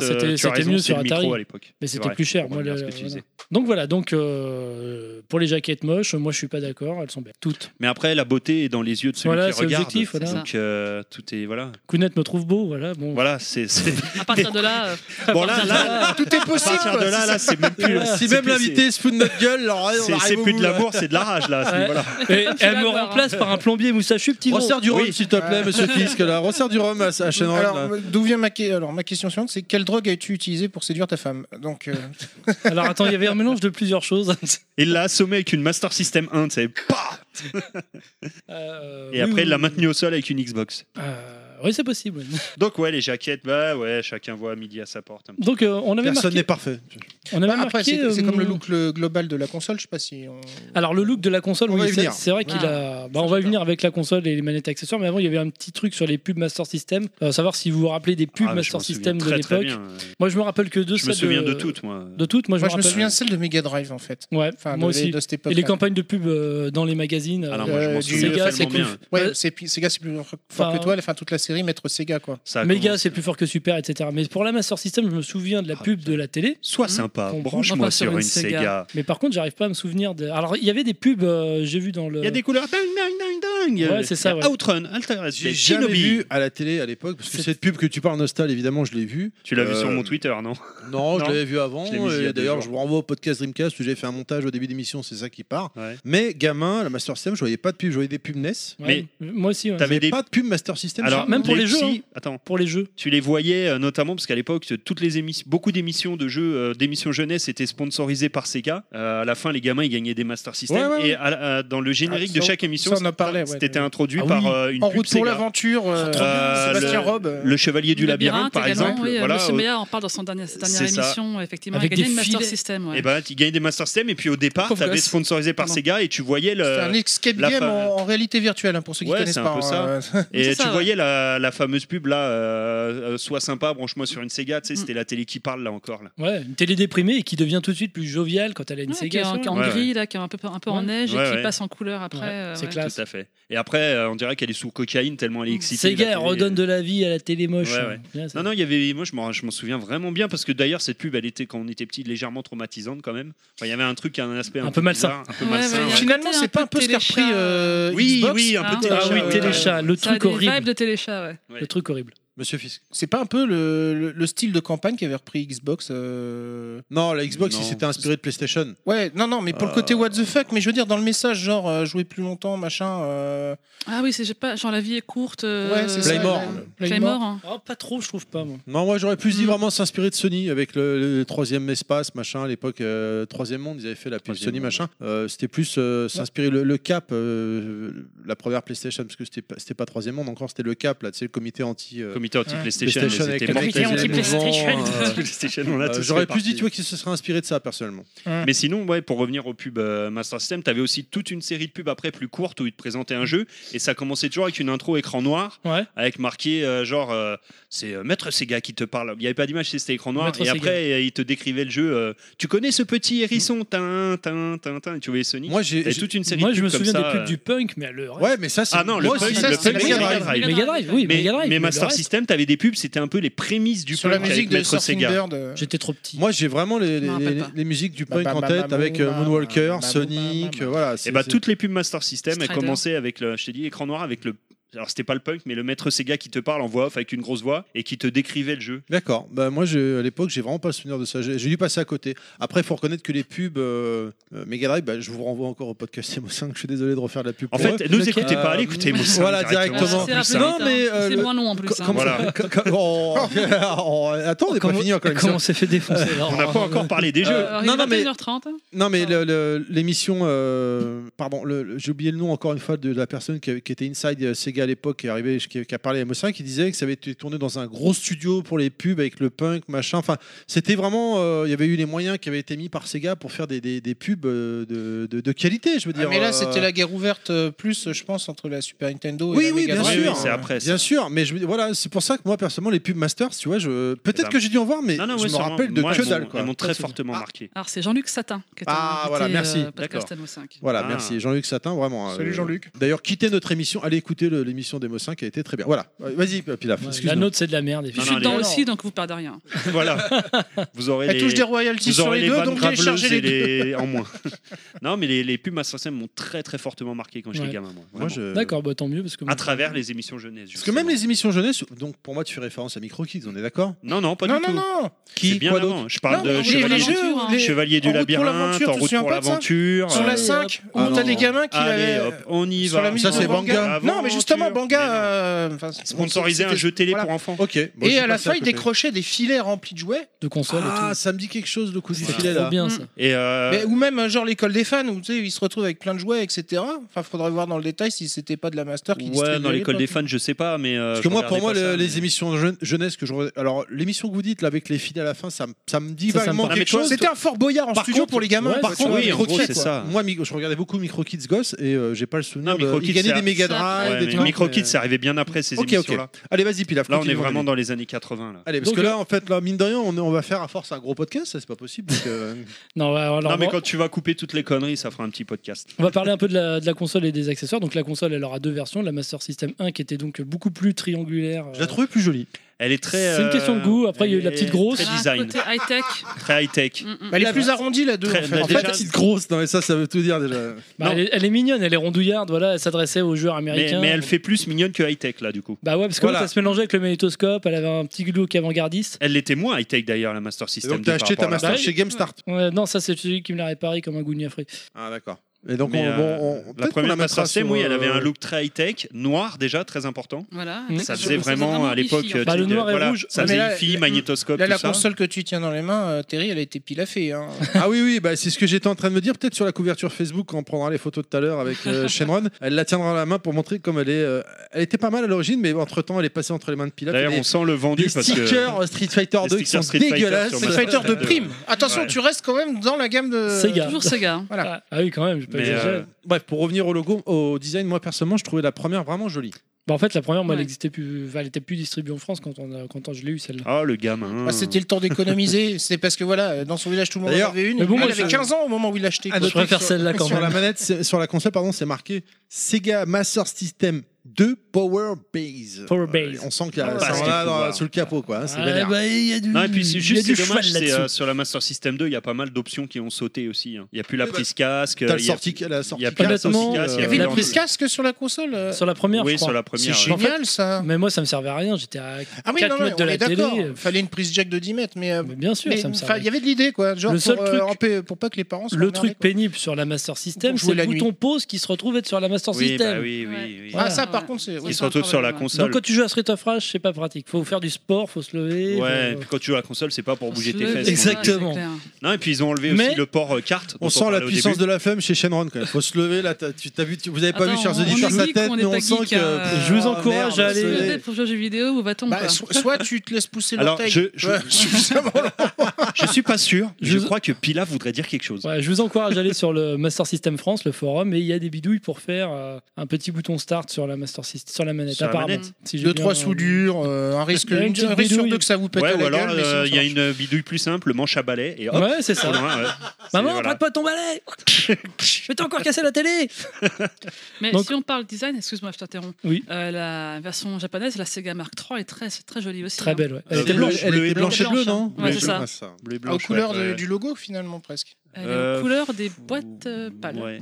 A: Non, c'était-
D: euh, tu as
A: c'était
D: raison,
A: mieux
D: c'est
A: sur
D: le micro
A: Atari.
D: à l'époque.
A: Mais
D: C'est
A: c'était
D: vrai,
A: plus cher.
D: je
A: Moi,
D: comprends bien
A: le-
D: ce que tu
A: voilà.
D: disais.
A: Donc voilà, donc euh, pour les jaquettes moches, moi je suis pas d'accord, elles sont belles. Toutes.
D: Mais après, la beauté est dans les yeux de celui
A: Voilà,
D: qui
A: c'est
D: regarde.
A: objectif, voilà.
D: Donc euh, tout est voilà.
A: Kounet me trouve beau, voilà. Bon.
D: Voilà, c'est c'est-
F: À partir de là, euh,
D: bon là, là,
E: Tout est
D: à
E: possible.
D: partir de là, là, c'est même plus.
B: si
D: c'est
B: même
D: plus-
B: l'invité se fout de notre gueule, alors
D: c'est-
B: on
D: C'est
B: arrive
D: c'est
B: au
D: plus
B: bout,
D: de
B: là.
D: l'amour, c'est de la rage là. à ce
A: Ouais.
D: niveau-là.
A: Et
F: Tu
A: elle
F: vas
A: me
F: voir,
A: remplace par un plombier moustachu petit.
B: Resserre euh. du rhum,
D: Oui.
B: s'il te plaît, monsieur Fisk, là. Resserre du rhum à, à Shenron, là.
E: Euh. Alors, d'où vient ma, que- Alors, ma question suivante, c'est quelle drogue as-tu utilisée pour séduire ta femme Donc, euh,
A: Alors attends, il y avait un mélange de plusieurs choses.
D: Il l'a assommé avec une Master System 1, tu sais, pah
A: Euh,
D: Et
A: oui,
D: après,
A: oui.
D: il l'a maintenu au sol avec une Xbox.
A: Euh, oui, c'est possible.
D: Donc ouais, les jaquettes, bah ouais, chacun voit à midi à sa porte. un petit
A: Donc euh, on avait
B: Personne
A: marqué.
B: n'est parfait.
A: On
D: Bah,
A: avait
E: après,
A: marqué,
E: c'est c'est comme le
A: euh, Ah,
E: look le global de la console, je sais pas si. on-
A: Alors le look de la console,
B: On va
A: oui,
B: y
A: c'est-
B: venir.
A: c'est vrai qu'il a. Bah, on va y venir avec la console et les manettes accessoires, mais avant il y avait un petit truc sur les pubs Master System. Euh, savoir si vous vous rappelez des pubs
D: Ah, mais je m'en
A: Master System
D: souviens
A: de
D: très, très
A: l'époque.
D: bien.
A: Moi je me rappelle que deux.
D: Je me
A: celles
D: souviens de toutes, moi.
A: De toutes, moi je
E: Moi,
A: me
E: je me
A: rappelle.
E: souviens celle de Mega Drive en fait.
A: Ouais,
E: Enfin,
A: moi
E: de-
A: aussi.
E: de cette époque.
A: Et les campagnes de pub euh, dans les magazines.
D: Ah
A: euh,
D: non, moi je
E: euh,
D: m'en
E: du
D: souviens
A: Sega,
D: tellement
A: c'est
D: bien.
E: Ouais,
A: Bah,
E: c'est pi- Sega, c'est plus fort
A: enfin,
E: que toi, enfin toute la série, maître Sega quoi.
D: Ça a
A: Méga,
D: commencé.
A: c'est plus fort que Super, etc. Mais pour la Master System, je me souviens de la
D: Ah,
A: pub de la télé.
D: Sois sympa,
A: Comprends.
D: branche-moi
F: Enfin,
D: sur une Sega.
A: Mais par contre, j'arrive pas à me souvenir de. Alors, il y avait des pubs, euh, j'ai vu dans le.
D: Il y a des couleurs ding ding ding ding.
A: Ouais, c'est ça,
D: Il y a
A: ouais.
D: Outrun, Alter
B: J'ai
D: J'ai
B: jamais
D: Shinobi.
B: vu à la télé à l'époque, parce que
A: C'est-
B: cette pub que tu parles, Nostal, évidemment, je l'ai vue.
D: Tu l'as vu
B: Euh,
D: sur mon Twitter, non
B: Non,
D: Non.
B: je l'avais vu avant.
D: Je l'ai mis il y a
B: et
D: deux
B: D'ailleurs,
D: jours.
B: je vous renvoie au podcast Dreamcast où j'ai fait un montage au début d'émission, c'est ça qui part.
D: Ouais.
B: Mais gamin, la Master System, je voyais pas de pub, je voyais des pubs NES.
A: Ouais, Moi aussi, ouais.
D: T'avais des
B: Pas de pub Master System.
A: Alors, même pour les jeux, hein.
D: si- Attends,
A: Pour les jeux.
D: tu les voyais euh, notamment parce qu'à l'époque, euh, toutes les émissions, beaucoup d'émissions de jeux, euh, d'émissions jeunesse étaient sponsorisées par Sega. Euh, à la fin, les gamins, ils gagnaient des Master System.
E: Ouais, ouais, ouais.
D: Et à la- euh, dans le générique
E: Ah,
D: de
E: ça,
D: chaque émission,
E: ça, on en parlait, ouais,
D: c'était
E: de-
D: introduit
A: Ah
D: par
A: oui.
D: euh, une
E: En
D: pub
E: route pour
D: Sega.
E: l'aventure, euh,
D: Euh,
E: Sébastien
D: le-
E: Rob. euh,
D: Le Chevalier du Labyrinthe, par
F: également,
D: exemple.
F: oui, euh,
D: Voilà,
F: Monsieur
D: euh,
F: Meillard en parle dans son dernier, sa dernière
D: c'est ça.
F: émission, effectivement,
A: Avec
F: il a gagné
A: des
F: une Master
A: filets.
F: System. ouais.
D: Et ben, tu gagnais des Master System et puis au départ,
F: Pauvre
D: t'avais
F: gosse.
D: sponsorisé par
F: Pardon.
D: Sega et tu voyais le.
E: C'est un escape
D: la
E: game
D: fa-
E: en, en réalité virtuelle hein, pour ceux qui
D: Ouais,
E: connaissent
D: c'est un
E: pas.
D: peu ça.
E: hein.
D: Et
F: C'est
D: tu
F: ça, ouais.
D: voyais la, la fameuse pub là, euh, euh, sois sympa, branche-moi sur une Sega, tu sais,
F: Mm.
D: c'était la télé qui parle là encore. Là.
A: Ouais, une télé déprimée et qui devient tout de suite plus joviale quand elle a une
F: Ouais, qui est
A: Sega.
F: en,
A: sur
F: qui est en
D: Ouais,
F: gris, là, qui est un peu, un peu en
A: Ouais.
F: neige
D: Ouais,
F: et qui
D: ouais.
F: passe en couleur après.
A: Ouais,
F: euh,
A: c'est
F: ouais.
A: classe.
D: Tout à fait. Et après, euh, on dirait qu'elle est sous cocaïne tellement elle est excitée.
A: Sega
D: la
A: elle
D: télé.
A: redonne de la vie à la télé moche.
D: Ouais, ouais.
A: Bien, ça.
D: Non, non, il y avait. Moi, je m'en, je m'en souviens vraiment bien parce que d'ailleurs, cette pub, elle était quand on était petit légèrement traumatisante quand même. Enfin, il y avait un truc, un aspect un,
A: Un peu malsain.
D: bizarre, un peu
F: Ouais,
D: malsain.
F: ouais,
D: ouais.
F: il y a
E: Finalement,
F: côté
E: c'est
F: un
E: pas
F: peu
E: un peu ce qu'a repris
F: téléchat.
E: euh,
D: Oui,
E: Xbox.
D: oui, un peu
F: Ah,
A: Ah
D: téléchat.
A: oui,
D: ouais.
A: Téléchat, le
F: Ça a
A: truc
F: des
A: horrible.
F: vibes de téléchat, ouais.
D: Ouais.
A: Le truc horrible.
B: Monsieur Fisk.
E: C'est pas un peu le, le- le style de campagne qu'avait repris Xbox euh,
B: Non, la Xbox,
D: Non.
B: il s'était inspiré de PlayStation.
E: Ouais, non, non, mais pour le côté
B: Euh.
E: what the fuck, mais je veux dire, dans le message, genre, euh, jouer plus longtemps, machin. euh,
F: Ah oui, c'est j'ai pas genre la vie est courte. euh,
E: Ouais, c'est ça.
B: Playmore.
E: la-
F: Playmore. hein.
A: Ah, pas trop, je trouve pas, moi.
B: Non, moi j'aurais plus dit
F: Mm.
B: vraiment s'inspirer de Sony avec le, le troisième espace, machin, à l'époque, euh, troisième monde, ils avaient fait la pub
D: Troisième
B: Sony,
D: monde,
B: machin. Euh, c'était plus euh, s'inspirer le, le cap, euh, la première PlayStation, parce que c'était pas, c'était pas troisième monde encore, c'était le cap, là, tu sais, le comité anti. euh,
D: Comité anti-PlayStation.
B: PlayStation
D: ils
B: avec
D: étaient
B: les
D: mortels.
B: mouvements, euh,
D: PlayStation, on a
B: euh,
D: tous
B: J'aurais
D: fait
B: plus dit,
D: partie.
B: tu vois, qu'il se serait inspiré de ça personnellement.
D: Mais sinon, ouais, pour revenir aux pubs euh, Master System, tu avais aussi toute une série de pubs après plus courtes où ils te présentaient un jeu et ça commençait toujours avec une intro écran noir
A: Ouais.
D: avec marqué euh, genre euh, c'est euh, Maître Sega qui te parle. Il n'y avait pas d'image, c'était écran noir
A: Maître
D: et
A: Sega.
D: après euh, ils te décrivaient le jeu. euh, tu connais ce petit hérisson tin tin tin tin. Et Tu voyais Sonic.
B: Moi j'ai.
D: T'avais
B: j'ai-
D: toute une série
A: Mm. Moi,
D: de
A: je me
D: pubs comme
A: souviens
D: ça,
A: des pubs
D: euh,
A: du punk, mais le reste-
B: Ouais, mais ça c'est.
D: Ah non, le
B: moi
D: punk,
B: aussi,
E: le
B: ça c'était
E: punk,
B: Mega
E: c'est
B: Drive.
E: Mega Drive.
A: Mega Drive, oui,
D: mais,
A: Mega Drive.
D: mais
A: le
D: Master
A: reste,
D: System, t'avais des pubs, c'était un peu les prémices du
E: sur la
D: punk
E: musique
D: avec
E: de
D: Maître
E: Surfing
D: Sega.
E: Bird. euh,
A: J'étais trop petit.
B: Moi j'ai vraiment les,
F: Je m'en
B: les-
F: rappelle
B: les-
F: pas.
B: les musiques du
E: Bah,
B: punk
E: bah,
B: en
E: bah,
B: tête
E: bah,
B: avec euh,
E: bah, bah,
B: Moonwalker,
E: bah, bah, bah,
B: Sonic,
E: bah.
B: euh, voilà. c'est-
D: Et bah
B: c'est-
D: toutes les pubs Master System, elles
F: Strider.
D: commençaient avec le, je t'ai dit, écran noir avec le. Alors c'était pas le punk, mais le maître Sega qui te parle en voix off avec une grosse voix et qui te décrivait le jeu.
B: D'accord. Bah, moi, j'ai- à l'époque, j'ai vraiment pas le souvenir de ça. J'ai j'ai dû passer à côté. Après, il faut reconnaître que les pubs euh, euh, Mega Drive, bah, je vous renvoie encore au podcast Emo5. Je suis désolé de refaire de la pub.
D: En
B: pour
D: fait,
B: eux.
D: nous
A: lequel-
D: écoutez pas, allez écouter
B: Euh,
D: Moussa
B: voilà,
F: Ah,
B: directement.
F: c'est
D: Plus
F: rappelé
D: simple.
B: Non,
F: vite,
B: mais,
F: hein.
B: euh,
F: c'est
B: le-
F: moins long en plus.
B: Co-
F: hein.
B: comment-
D: Voilà.
B: co- co- oh, oh, attends, on n'est pas
A: Comment-
B: fini encore une
A: Comment on s'est fait défoncer
D: On n'a pas
B: Oh.
D: encore parlé des jeux.
F: Euh,
B: non, non, mais-
F: 21h30.
B: Non, mais le- le- l'émission, euh, pardon, le- le- j'ai oublié le nom encore une fois de la personne qui, qui était inside euh, Sega à l'époque, qui est arrivée, qui, qui a parlé à Mo5, qui disait que ça avait été tourné dans un gros studio pour les pubs avec le punk, machin. Enfin, c'était vraiment, euh, il y avait eu les moyens qui avaient été mis par Sega pour faire des, des- des pubs euh, de, de- de qualité, je veux
E: ah,
B: dire.
E: mais là,
B: euh,
E: c'était la guerre ouverte euh, plus, je pense, entre la Super Nintendo et
B: Oui,
E: la
B: oui,
E: Mega
B: bien
E: Drive.
D: Oui,
B: sûr.
D: oui, c'est après. ça.
B: Bien sûr, mais je, veux dire, voilà, c'est pour ça que moi personnellement les pubs Masters, tu vois, je peut-être
D: Eh ben,
B: que j'ai dû en voir, mais
D: Non, non,
B: je
D: ouais,
B: me
D: sûrement.
B: rappelle de
D: Moi,
B: que
D: elles m'ont-
B: dalle. quoi.
D: Elles m'ont
B: Pas
D: très
B: de Ah.
D: fortement
B: souvenir.
D: marqué.
F: Alors c'est Jean-Luc Satin qui est
B: Ah,
F: invité,
B: voilà, merci.
F: euh, podcast MO5.
B: Voilà,
D: Ah.
B: merci. Jean-Luc Satin, vraiment. euh,
H: Salut Jean-Luc.
B: D'ailleurs, quittez notre émission, allez écouter le- l'émission d'Emo 5 qui a été très bien. Voilà, Euh, vas-y, Pilaf,
A: Ouais,
B: excuse-moi.
A: La nôtre, c'est de la merde.
F: Je
D: Non,
A: effectivement.
F: suis
D: non,
F: dedans
D: les-
F: aussi, donc vous perdez rien.
D: voilà. Vous aurez
E: Elle
D: les...
E: touche des royalties
D: Vous
E: sur
D: aurez
E: les,
D: les
E: deux,
D: vannes
E: donc téléchargez
D: graveleuses
E: les
D: et
E: deux.
D: les en moins. non, mais les, les pubs Master System m'ont très très fortement marqué quand j'étais
A: Ouais.
D: gamin. Moi,
B: Moi,
D: vraiment.
B: je-
A: D'accord, bah, tant mieux. Parce que
D: À travers les émissions jeunesse.
B: Parce que même
D: justement.
B: les émissions jeunesse, donc pour moi, tu fais référence à Micro Kids, on est d'accord
D: Non, non, pas
E: Non,
D: du
E: non,
D: tout.
E: non.
D: C'est bien
B: quoi
D: avant. Je parle
E: Non,
D: de
E: les-
D: Chevalier,
E: les
F: Chevalier-
E: jeux,
F: Hein.
E: les-
D: Chevalier du
E: En route pour
D: labyrinthe,
E: l'aventure,
D: en
E: tu te
D: route
E: souviens
D: pour
E: pas de ça
D: l'aventure.
E: Sur la
D: euh,
E: 5, où
B: Ah,
E: t'as
B: non.
E: des gamins qui euh,
D: Allez,
E: avaient-
D: hop, Ah, on y va.
E: sur la musique
B: Ça, c'est
E: de
B: Banga.
E: Non, mais justement, Banga. euh, enfin,
D: Sponsoriser un
E: c'était-
D: jeu télé
E: voilà.
D: pour enfants.
B: Ok. bon,
E: Et
B: j'ai
E: à la
B: passé
E: fin, il
B: côté.
E: décrochait des filets remplis de jouets.
A: de console
B: Ah,
A: et tout.
B: ça me dit quelque chose, le coup du
D: Voilà.
A: C'est
B: filet
A: trop
B: là.
A: bien ça.
D: Et euh,
E: Mais- ou même euh, genre l'école des fans où tu sais, ils se retrouvent avec plein de jouets, etc. Enfin, faudrait voir dans le détail si c'était pas de la master qui
D: ouais, dans l'école des
E: fans.
D: fans, je sais pas, mais. euh,
B: Parce que
D: je
B: moi, pour
D: regardais
B: moi,
D: pas
B: le-
D: ça,
B: les
D: mais-
B: émissions jeune- jeunesse que je. Alors, l'émission que vous dites, là, avec les filets à la fin, ça, me- ça me dit
A: Ça, ça me
B: vaguement
A: parle.
B: quelque
D: Ah, mais toi,
B: chose.
E: C'était un fort boyard en
B: Par
E: studio
B: contre,
E: pour les gamins.
A: ouais,
E: par
A: c'est
E: contre,
A: ça.
D: oui, en
E: Micro
D: gros,
E: Kids,
D: c'est
E: quoi.
D: ça.
B: Moi, Micro- je regardais beaucoup Micro Kids Gosse et euh, j'ai pas le souvenir.
D: Non,
B: de...
D: Micro Kids,
B: Ils gagnaient
D: c'est-
B: des Mega
F: c'est
B: Drive,
D: Ouais,
B: des
D: mais
B: trucs.
D: Micro Kids, c'est arrivé bien après ces
B: Ok,
D: émissions-là.
B: ok. Allez, vas-y, Pilaf.
D: Là, on est
B: continue, mon
D: vraiment
B: ami.
D: dans les années 80. Là.
B: Allez, parce
A: Donc,
B: que là, en fait, là, mine de rien, on, est- on va faire à force un gros podcast, ça, c'est pas possible. donc, euh,
A: Non, ouais, alors,
D: non, mais
A: moi-
D: quand tu vas couper toutes les conneries, ça fera un petit podcast.
A: On va parler un peu de la, de la console et des accessoires. Donc la console, elle aura deux versions. La Master System 1 qui était donc beaucoup plus triangulaire. euh,
B: je la trouvais plus jolie.
D: Elle est très.
A: C'est une question de goût. Après, il y a eu la petite grosse.
D: Très
F: Voilà,
D: design,
F: Côté high-tech.
D: très high-tech.
F: Mm, mm.
E: Bah, elle est plus arrondie, la deux.
D: Très-
E: en fait.
B: En
D: Déjà-
B: fait, petite grosse, non, mais ça, ça veut tout dire déjà.
A: Bah,
D: Non.
A: elle, est, elle est mignonne, elle est rondouillarde. Voilà, elle s'adressait aux joueurs
D: Mais,
A: américains.
D: mais elle fait plus mignonne que high-tech, là, du coup.
A: Bah ouais, parce que
B: Voilà.
A: l'autre, elle se mélangeait avec le magnétoscope. Elle avait un petit look avant-gardiste.
D: Elle l'était moins high-tech d'ailleurs, la Master
B: Et
D: System.
B: donc, t'as
D: par
B: acheté ta
D: rapport à la-
B: Master
E: Ah
F: Bah,
B: chez GameStart.
A: Ouais, non, ça c'est celui qui me l'a réparé comme un gougnafré.
B: Ah, d'accord. Et donc,
D: Mais,
B: on,
D: euh,
B: bon, on-
D: la
B: peut-être qu'on
D: première
B: mettra
D: Master System,
B: sur,
D: oui, elle avait
B: euh,
D: un look très high-tech, noir déjà, très important.
F: Voilà.
A: Mm.
D: Ça
F: Je-
D: faisait vraiment à l'époque.
F: hippie, en fait.
D: euh,
A: Bah,
D: tu-
A: le noir et
D: voilà,
A: rouge.
D: Ça
E: Mais
D: faisait
E: là,
D: hippie,
E: là,
D: magnétoscope,
E: Là, la
D: tout ça.
E: console que tu tiens dans les mains, euh, Terry, elle a été pilafée. Hein.
B: Ah oui, oui, bah, c'est ce que j'étais en train de me dire. Peut-être sur la couverture Facebook, quand on prendra les photos de tout à l'heure avec euh, Shenron, elle la tiendra à la main pour montrer comme elle est. euh, elle était pas mal à l'origine, mais entre-temps, elle est passée entre les mains de Pilaf.
D: D'ailleurs,
B: Et
D: on sent le vendu
B: des
D: parce que.
B: stickers euh, Street Fighter
D: Les
B: 2 qui
D: stickers
B: sont
D: Street Fighter
B: dégueulasses.
D: sur
E: Street
D: Master
E: Fighter de
D: System.
E: prime. Attention,
D: Ouais.
E: tu restes quand même dans la gamme de.
A: Sega.
F: Toujours hein. Sega.
E: Voilà.
A: Ah, ah oui, quand même, j'ai pas
D: Mais,
A: exagéré.
D: euh,
B: Bref, pour revenir au logo, au design, moi personnellement, je trouvais la première vraiment jolie.
A: Bah, en fait, la première, moi,
F: Ouais.
A: elle existait plus, enfin, elle était plus distribuée en France quand, on, a- quand je l'ai eu celle-là.
D: Ah, le gamin.
E: Ah, C'était le temps d'économisé. C'est parce que voilà, dans son village, tout le monde en
B: D'ailleurs,
E: avait une.
A: mais bon,
E: elle
A: moi,
E: avait
A: je-
E: 15 ans au moment où il l'achetait.
B: Ah,
E: quoi.
A: je préfère
B: sur-
A: celle-là quand
B: Sur
A: même.
B: la manette, c'est- sur la console, pardon, c'est marqué Sega Master System deux Power Base.
A: Power Base.
B: on sent qu'il y a
D: Ah ouais.
B: ça en
D: Parce
B: a
D: que
B: dans-
D: pouvoir.
B: sous le capot, quoi. hein, c'est
A: Ah,
B: vénère.
A: bah, il y a du,
D: Non, et puis c'est
A: il y a
D: juste,
A: du
D: c'est dommage,
A: cheval
D: c'est,
A: là-dessous.
D: euh, sur la Master System 2, il y a pas mal d'options qui ont sauté aussi. hein. Il n'y a plus la
B: Eh ben,
D: prise casque.
B: T'as le
D: il Euh, y a-
B: sorti, la sortie
D: il y a plus la
A: Honnêtement,
D: sortie hein. casque.
A: euh,
E: Il
D: il
E: y
D: y a
E: avait
D: plus
E: la
A: non,
E: prise
A: mais-
E: casque sur la console euh,
A: Sur la première, hein. je
D: Oui,
A: crois.
D: sur la
E: C'est
D: première. ouais.
E: génial ça.
A: Mais moi, ça me servait à rien. J'étais à
E: Ah oui,
A: 4
E: non, mais
A: mètres
E: on
A: de la
E: est
A: télé.
E: d'accord. euh, Fallait une prise jack de 10 mètres, mais. euh,
A: Mais bien sûr,
E: mais,
A: ça me
E: enfin,
A: servait.
E: il y avait de l'idée quoi, genre
A: Le
E: pour,
A: seul
E: euh,
A: truc-
E: ramper- pour pas que les parents se
A: Le
E: remerdent,
A: truc
E: quoi.
A: pénible sur la Master System,
E: Pour jouer
A: c'est
E: la
A: le
E: nuit.
A: bouton pause qui se retrouve être sur la Master
D: Oui,
A: System.
D: bah oui, oui,
F: Ouais.
D: oui.
E: Ah, ça par contre, c'est.
F: Ils
E: oui,
D: Ils
E: ça,
D: se retrouvent sur la
F: problème, ouais.
D: console.
A: Donc quand tu joues à Street of Rage, c'est pas pratique. Faut faire du sport, faut se lever.
D: Ouais, et
A: faut-
D: puis quand tu joues à la console, c'est pas pour bouger
F: Se
D: tes
F: lever,
D: fesses.
F: c'est
A: Exact. euh, Exactement.
F: clair.
D: Non, et puis ils ont enlevé
A: Mais-
D: aussi le port euh, carte.
B: On
D: dont
B: sent la
D: parlait au
B: puissance
D: début.
B: de la flemme chez Shenron. Quand même. Faut se lever. Là, t'as- tu t'as vu, tu- vous avez pas
F: Attends,
B: vu, chers
F: on- on
B: auditeurs, sa
F: oublie
B: tête,
F: qu'on est
B: mais on
F: pas
B: sent
F: geek,
B: que.
F: hein.
B: Pff,
A: Je vous encourage
B: merde,
A: à aller-
F: Se
B: c'est-
F: lever pour jouer aux jeux vidéo, où va-t-on
E: Bah,
F: quoi
E: so- soit tu te laisses pousser
D: Alors,
E: l'orteil.
D: je, je,
E: Ouais.
D: je suis pas sûr. Je,
A: Je-
D: crois que Pila voudrait dire quelque chose.
A: Ouais, je vous encourage à aller sur le Master System France, le forum, et il y a des bidouilles pour faire euh, un petit bouton start sur la Master System, sur la manette.
D: Sur la
A: apparemment.
D: manette.
A: Si j'ai
E: Deux,
A: bien-
E: trois soudures, euh, un risque,
A: Il y a une
E: une-
A: petite
E: un risque sur
A: bidouille.
E: deux que ça vous pète
D: Ouais,
E: à
D: ou
E: la
D: alors
E: gueule. mais sinon,
D: euh, il y a
E: ça marche.
D: une bidouille plus simple, manche à balai et hop.
A: Ouais, c'est ça.
D: on a, ouais. C'est-
A: Maman,
D: voilà.
A: prête pas ton balai Je vais encore casser la télé
F: Mais
A: Donc-
F: si on parle design, excuse-moi, je t'interromps.
A: Oui.
F: Euh, la version japonaise, la Sega Mark III est très, c'est très jolie aussi.
A: Très
F: hein.
A: belle, ouais.
B: Elle
D: Elle
E: Euh,
D: était
B: était
D: blanche,
B: blanche, elle
D: bleue et
B: était blanche et
F: blanche.
B: bleue, non
F: Ouais, c'est ça.
D: Bleu et blanc,
E: aux
D: ouais,
E: couleurs de-
D: ouais.
E: du logo finalement presque.
F: Elle est
D: Euh,
F: aux couleurs des boîtes
D: fou,
F: euh, pâles.
D: ouais.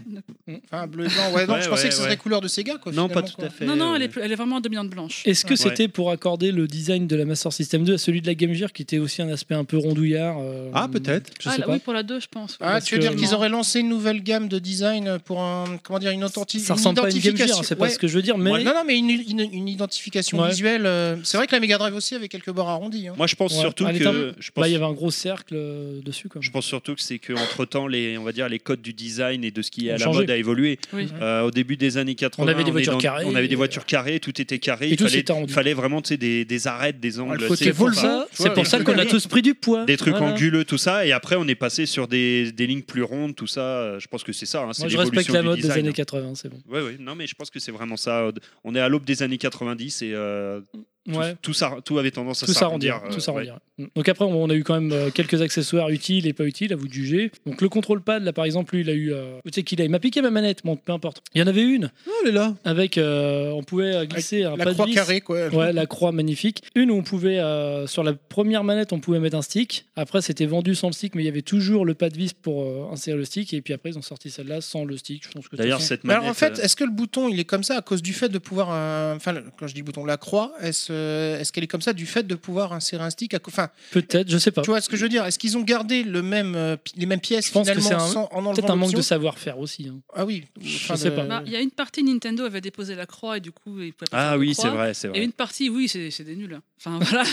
E: Enfin bleu et blanc. Ouais, donc
D: Ouais,
E: je pensais
D: ouais,
E: que c'était
D: ouais.
E: la couleur de Sega quoi.
D: Non,
E: finalement,
D: pas tout
E: quoi.
D: à fait.
F: Non, non, elle est,
D: euh,
F: plus- elle est vraiment dominante blanche.
A: Est-ce que
D: Ouais.
A: c'était pour accorder le design de la Master System 2 à celui de la Game Gear, qui était aussi un aspect un peu rondouillard euh,
B: Ah, peut-être.
A: Je
F: ah,
A: sais
F: là,
A: pas.
F: oui, pour la 2, je pense.
E: Ah,
A: Parce
E: tu veux dire
A: que-
E: qu'ils auraient lancé une nouvelle gamme de design pour un comment dire une authentique
A: Ça ressemble pas à une Game Gear, hein,
E: identification-
A: c'est pas
E: ouais.
A: ce que je veux dire, mais
E: Ouais, Non non mais une, une- une identification
A: Ouais.
E: visuelle. euh, C'est vrai que la Mega Drive aussi avait quelques bords arrondis. hein.
D: Moi, je pense
A: Ouais.
D: surtout
A: Ah, elle est
D: que je
A: bah,
D: pense
A: il y avait un gros cercle euh, dessus. Quoi.
D: Je pense surtout que c'est que entre temps les on va dire les codes du design et de ce qui est
A: Ont
D: à la
A: changé.
D: mode a évolué.
F: Oui.
D: Euh, au début des années 80,
A: On avait des
D: est
A: voitures carrées.
D: on avait des voitures carrées, tout était carré,
A: Et
D: il
A: tout
D: fallait,
A: s'était rendu.
D: fallait vraiment tu sais, des, des arêtes, des angles,
E: le côté
D: tu sais,
A: pour
E: Volvo,
D: enfin,
A: ça,
E: tu vois,
A: c'est pour
E: le
A: ça
E: truc
A: qu'on a
E: carré.
A: tous pris du poids.
D: des trucs
A: Voilà.
D: anguleux, tout ça, et après on est passé sur des, des lignes plus rondes, tout ça. euh, Je pense que c'est ça, hein, c'est
A: Moi, je respecte
D: l'évolution
A: la
D: du
A: mode des
D: design.
A: années 80, c'est bon.
D: Ouais, ouais, non mais je pense que c'est vraiment ça. On est à l'aube des années 90 et euh, tout,
A: Ouais.
D: tout ça, tout avait tendance à
A: Tout s'arrondir.
D: s'arrondir, euh,
A: Tout
D: ouais.
A: s'arrondir. Mm. Donc après, on on a eu quand même euh, quelques accessoires utiles et pas utiles à vous de juger. Donc le contrôle pad, là par exemple, lui, il a eu. euh, tu sais qu'il a, il m'a piqué ma manette, bon, peu importe. Il y en avait une
B: Oh, elle est là.
A: avec, euh, on pouvait euh, glisser un
E: La
A: pad
E: croix
A: vis.
E: carrée quoi.
A: Ouais, la croix magnifique. Une où on pouvait, euh, sur la première manette, on pouvait mettre un stick. Après, c'était vendu sans le stick, mais il y avait toujours le pad vis pour euh, insérer le stick. Et puis après, ils ont sorti celle-là sans le stick. Je pense que de
D: D'ailleurs
A: toute
D: cette manette.
E: Alors en fait,
D: euh,
E: est-ce que le bouton il est comme ça à cause du fait de pouvoir, euh, enfin le- quand je dis bouton, la croix, est-ce euh, est-ce qu'elle est comme ça du fait de pouvoir insérer un stick, à co- enfin
A: façon, peut-être, je sais pas.
E: tu vois ce que je veux dire Est-ce qu'ils ont gardé le même, euh, pi- les mêmes pièces
A: Je pense que
E: finalement
A: c'est un-
E: sans, en enlevant
A: Peut-être un manque de
E: l'option
A: savoir-faire aussi. hein.
E: Ah oui, enfin,
A: Je sais
E: de-
A: pas.
F: Bah, Il y a une partie Nintendo avait déposé la croix et du coup, ils pouvaient pas
D: Euh.
F: faire
D: Ah
F: de
D: oui,
F: croix.
D: c'est vrai, c'est vrai.
F: Et une partie, oui, c'est c'est des nuls. hein. Enfin voilà.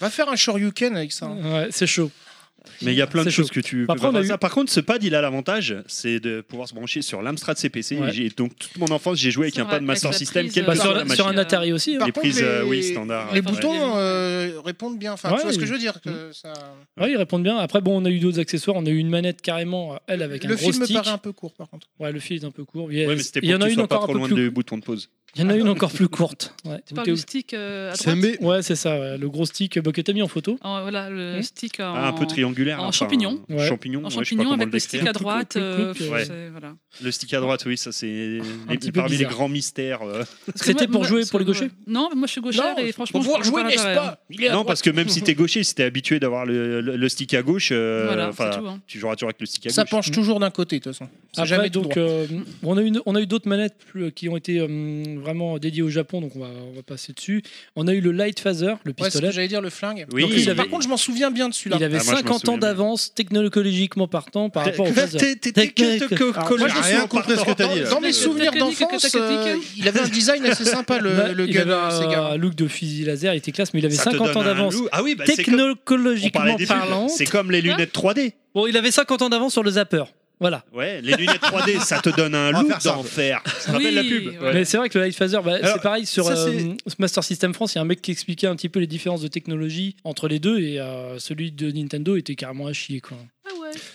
E: Va faire un Shoryuken avec ça. hein.
A: Ouais, c'est chaud.
D: Mais il y a plein de
A: C'est
D: choses
A: chaud.
D: que tu peux
A: Après,
D: pas
A: on a
D: faire
A: eu-
D: ça. Par contre, ce pad, il a l'avantage, c'est de pouvoir se brancher sur l'Amstrad CPC. Et
A: Ouais.
D: j'ai- donc, toute mon enfance, j'ai joué avec
F: C'est
D: un
F: vrai,
D: pad Master
F: avec la
D: System.
F: prise,
D: quel
F: euh,
A: Bah,
D: que
F: Sur
A: sur,
D: soit
A: la-
D: la
A: sur
D: machine.
A: un Atari aussi. hein.
E: Par
D: les
E: contre,
D: prises,
E: les-
D: euh, oui, standard.
E: Les
D: Ouais.
E: boutons euh, répondent bien. Enfin,
A: Ouais,
E: tu vois ce que
A: ils-
E: je veux dire que ça...
A: Ouais, ils répondent bien. Après, bon, on a eu d'autres accessoires. On a eu une manette carrément, euh, elle, avec un
E: Le
A: gros
E: film me
A: stick.
E: paraît un peu court, par contre.
A: Ouais, le fil est un peu court.
D: Ouais,
A: Il
D: mais c'était
A: il y
D: pour
A: en
D: que
A: a
D: tu
A: une
D: sois pas
A: encore
D: trop
A: un peu
D: loin
A: plus.
D: du bouton de pause.
A: Il y en a une encore plus courte. Ouais.
F: Tu parles
A: T'es
F: du
A: où
F: stick euh, à
B: C'est un
F: droite.
B: B.
A: Ouais, c'est ça. ouais. Le gros stick bah, que t'as mis en photo.
F: En- voilà, le
A: Hmm.
F: stick en,
D: Ah, un peu triangulaire.
F: en
D: enfin,
F: champignon.
D: un
A: Ouais.
D: Champignon,
F: en
D: ouais, je sais pas
F: champignon
D: comment
F: avec le stick
D: décrire.
F: à droite.
A: Clouc, clouc,
F: euh,
A: clouc,
D: ouais.
F: c'est- voilà.
D: Le stick à droite, oui, ça, c'est les
A: petit
D: petits-
A: peu
D: parmi les
A: bizarre.
D: grands mystères. euh.
F: Parce que
A: C'était
F: moi-
A: pour
F: moi-
A: jouer
F: parce
A: pour
F: que
A: les gauchers
F: moi- Non, moi je suis gauchère et franchement.
E: pour
F: je
E: pouvoir
F: comprends
E: jouer, n'est-ce
F: l'intérêt, hein.
E: pas Il est à
D: Non,
E: droite.
D: parce que même si t'es gaucher, si t'es habitué d'avoir le, le- le stick à gauche, euh,
F: Voilà,
D: enfin,
F: c'est tout. hein.
D: tu joueras toujours avec le stick à
E: ça
D: gauche.
E: penche toujours d'un côté, de toute façon. C'est
A: Après,
E: jamais tout
A: donc,
E: droit.
A: euh, on a eu, on a eu d'autres manettes plus- qui ont été euh, vraiment dédiées au Japon, donc on va, on va passer dessus. On a eu le Light Phaser, le
E: Ouais, c'est ce
A: pistolet.
E: que j'allais dire, le flingue.
D: Oui,
E: Donc,
A: il
E: par
A: avait-
E: contre, je m'en souviens bien de celui-là.
A: il avait
D: Ah, moi, je m'en
A: 50
D: souviens
A: ans
D: bien.
A: d'avance technologiquement partant par rapport au phaser.
B: J'ai
E: Alors, moi, je me
B: rien
E: souviens-
B: compris à ce que t'as dit. là.
E: Dans mes
F: Euh,
E: souvenirs
F: technique,
E: d'enfance,
F: technique.
E: euh, il avait un design assez sympa,
A: Là,
E: le, le
A: il
E: gun
A: avait
E: euh, Sega.
A: un look de fusil laser, il était classe, mais il avait
D: Ça te
A: 50 ans
D: donne un
A: d'avance.
D: loup. Ah oui, bah, c'est comme- on parlait
A: Technologiquement
D: des pubs,
A: parlant,
D: C'est comme les lunettes 3D.
A: bon, il avait 50 ans d'avance sur le zapper. Voilà.
D: Ouais, les lunettes 3D, ça te donne un
B: On va
D: look
B: faire ça.
D: d'enfer. Tu te
F: Oui,
D: rappelles la pub
F: ouais.
A: Mais c'est vrai que le Light Phaser, bah,
B: Alors,
A: c'est pareil sur
B: ça,
A: euh,
B: c'est-
A: Master System France. Il y a un mec qui expliquait un petit peu les différences de technologie entre les deux et euh, celui de Nintendo était carrément à chier. quoi.
F: Ah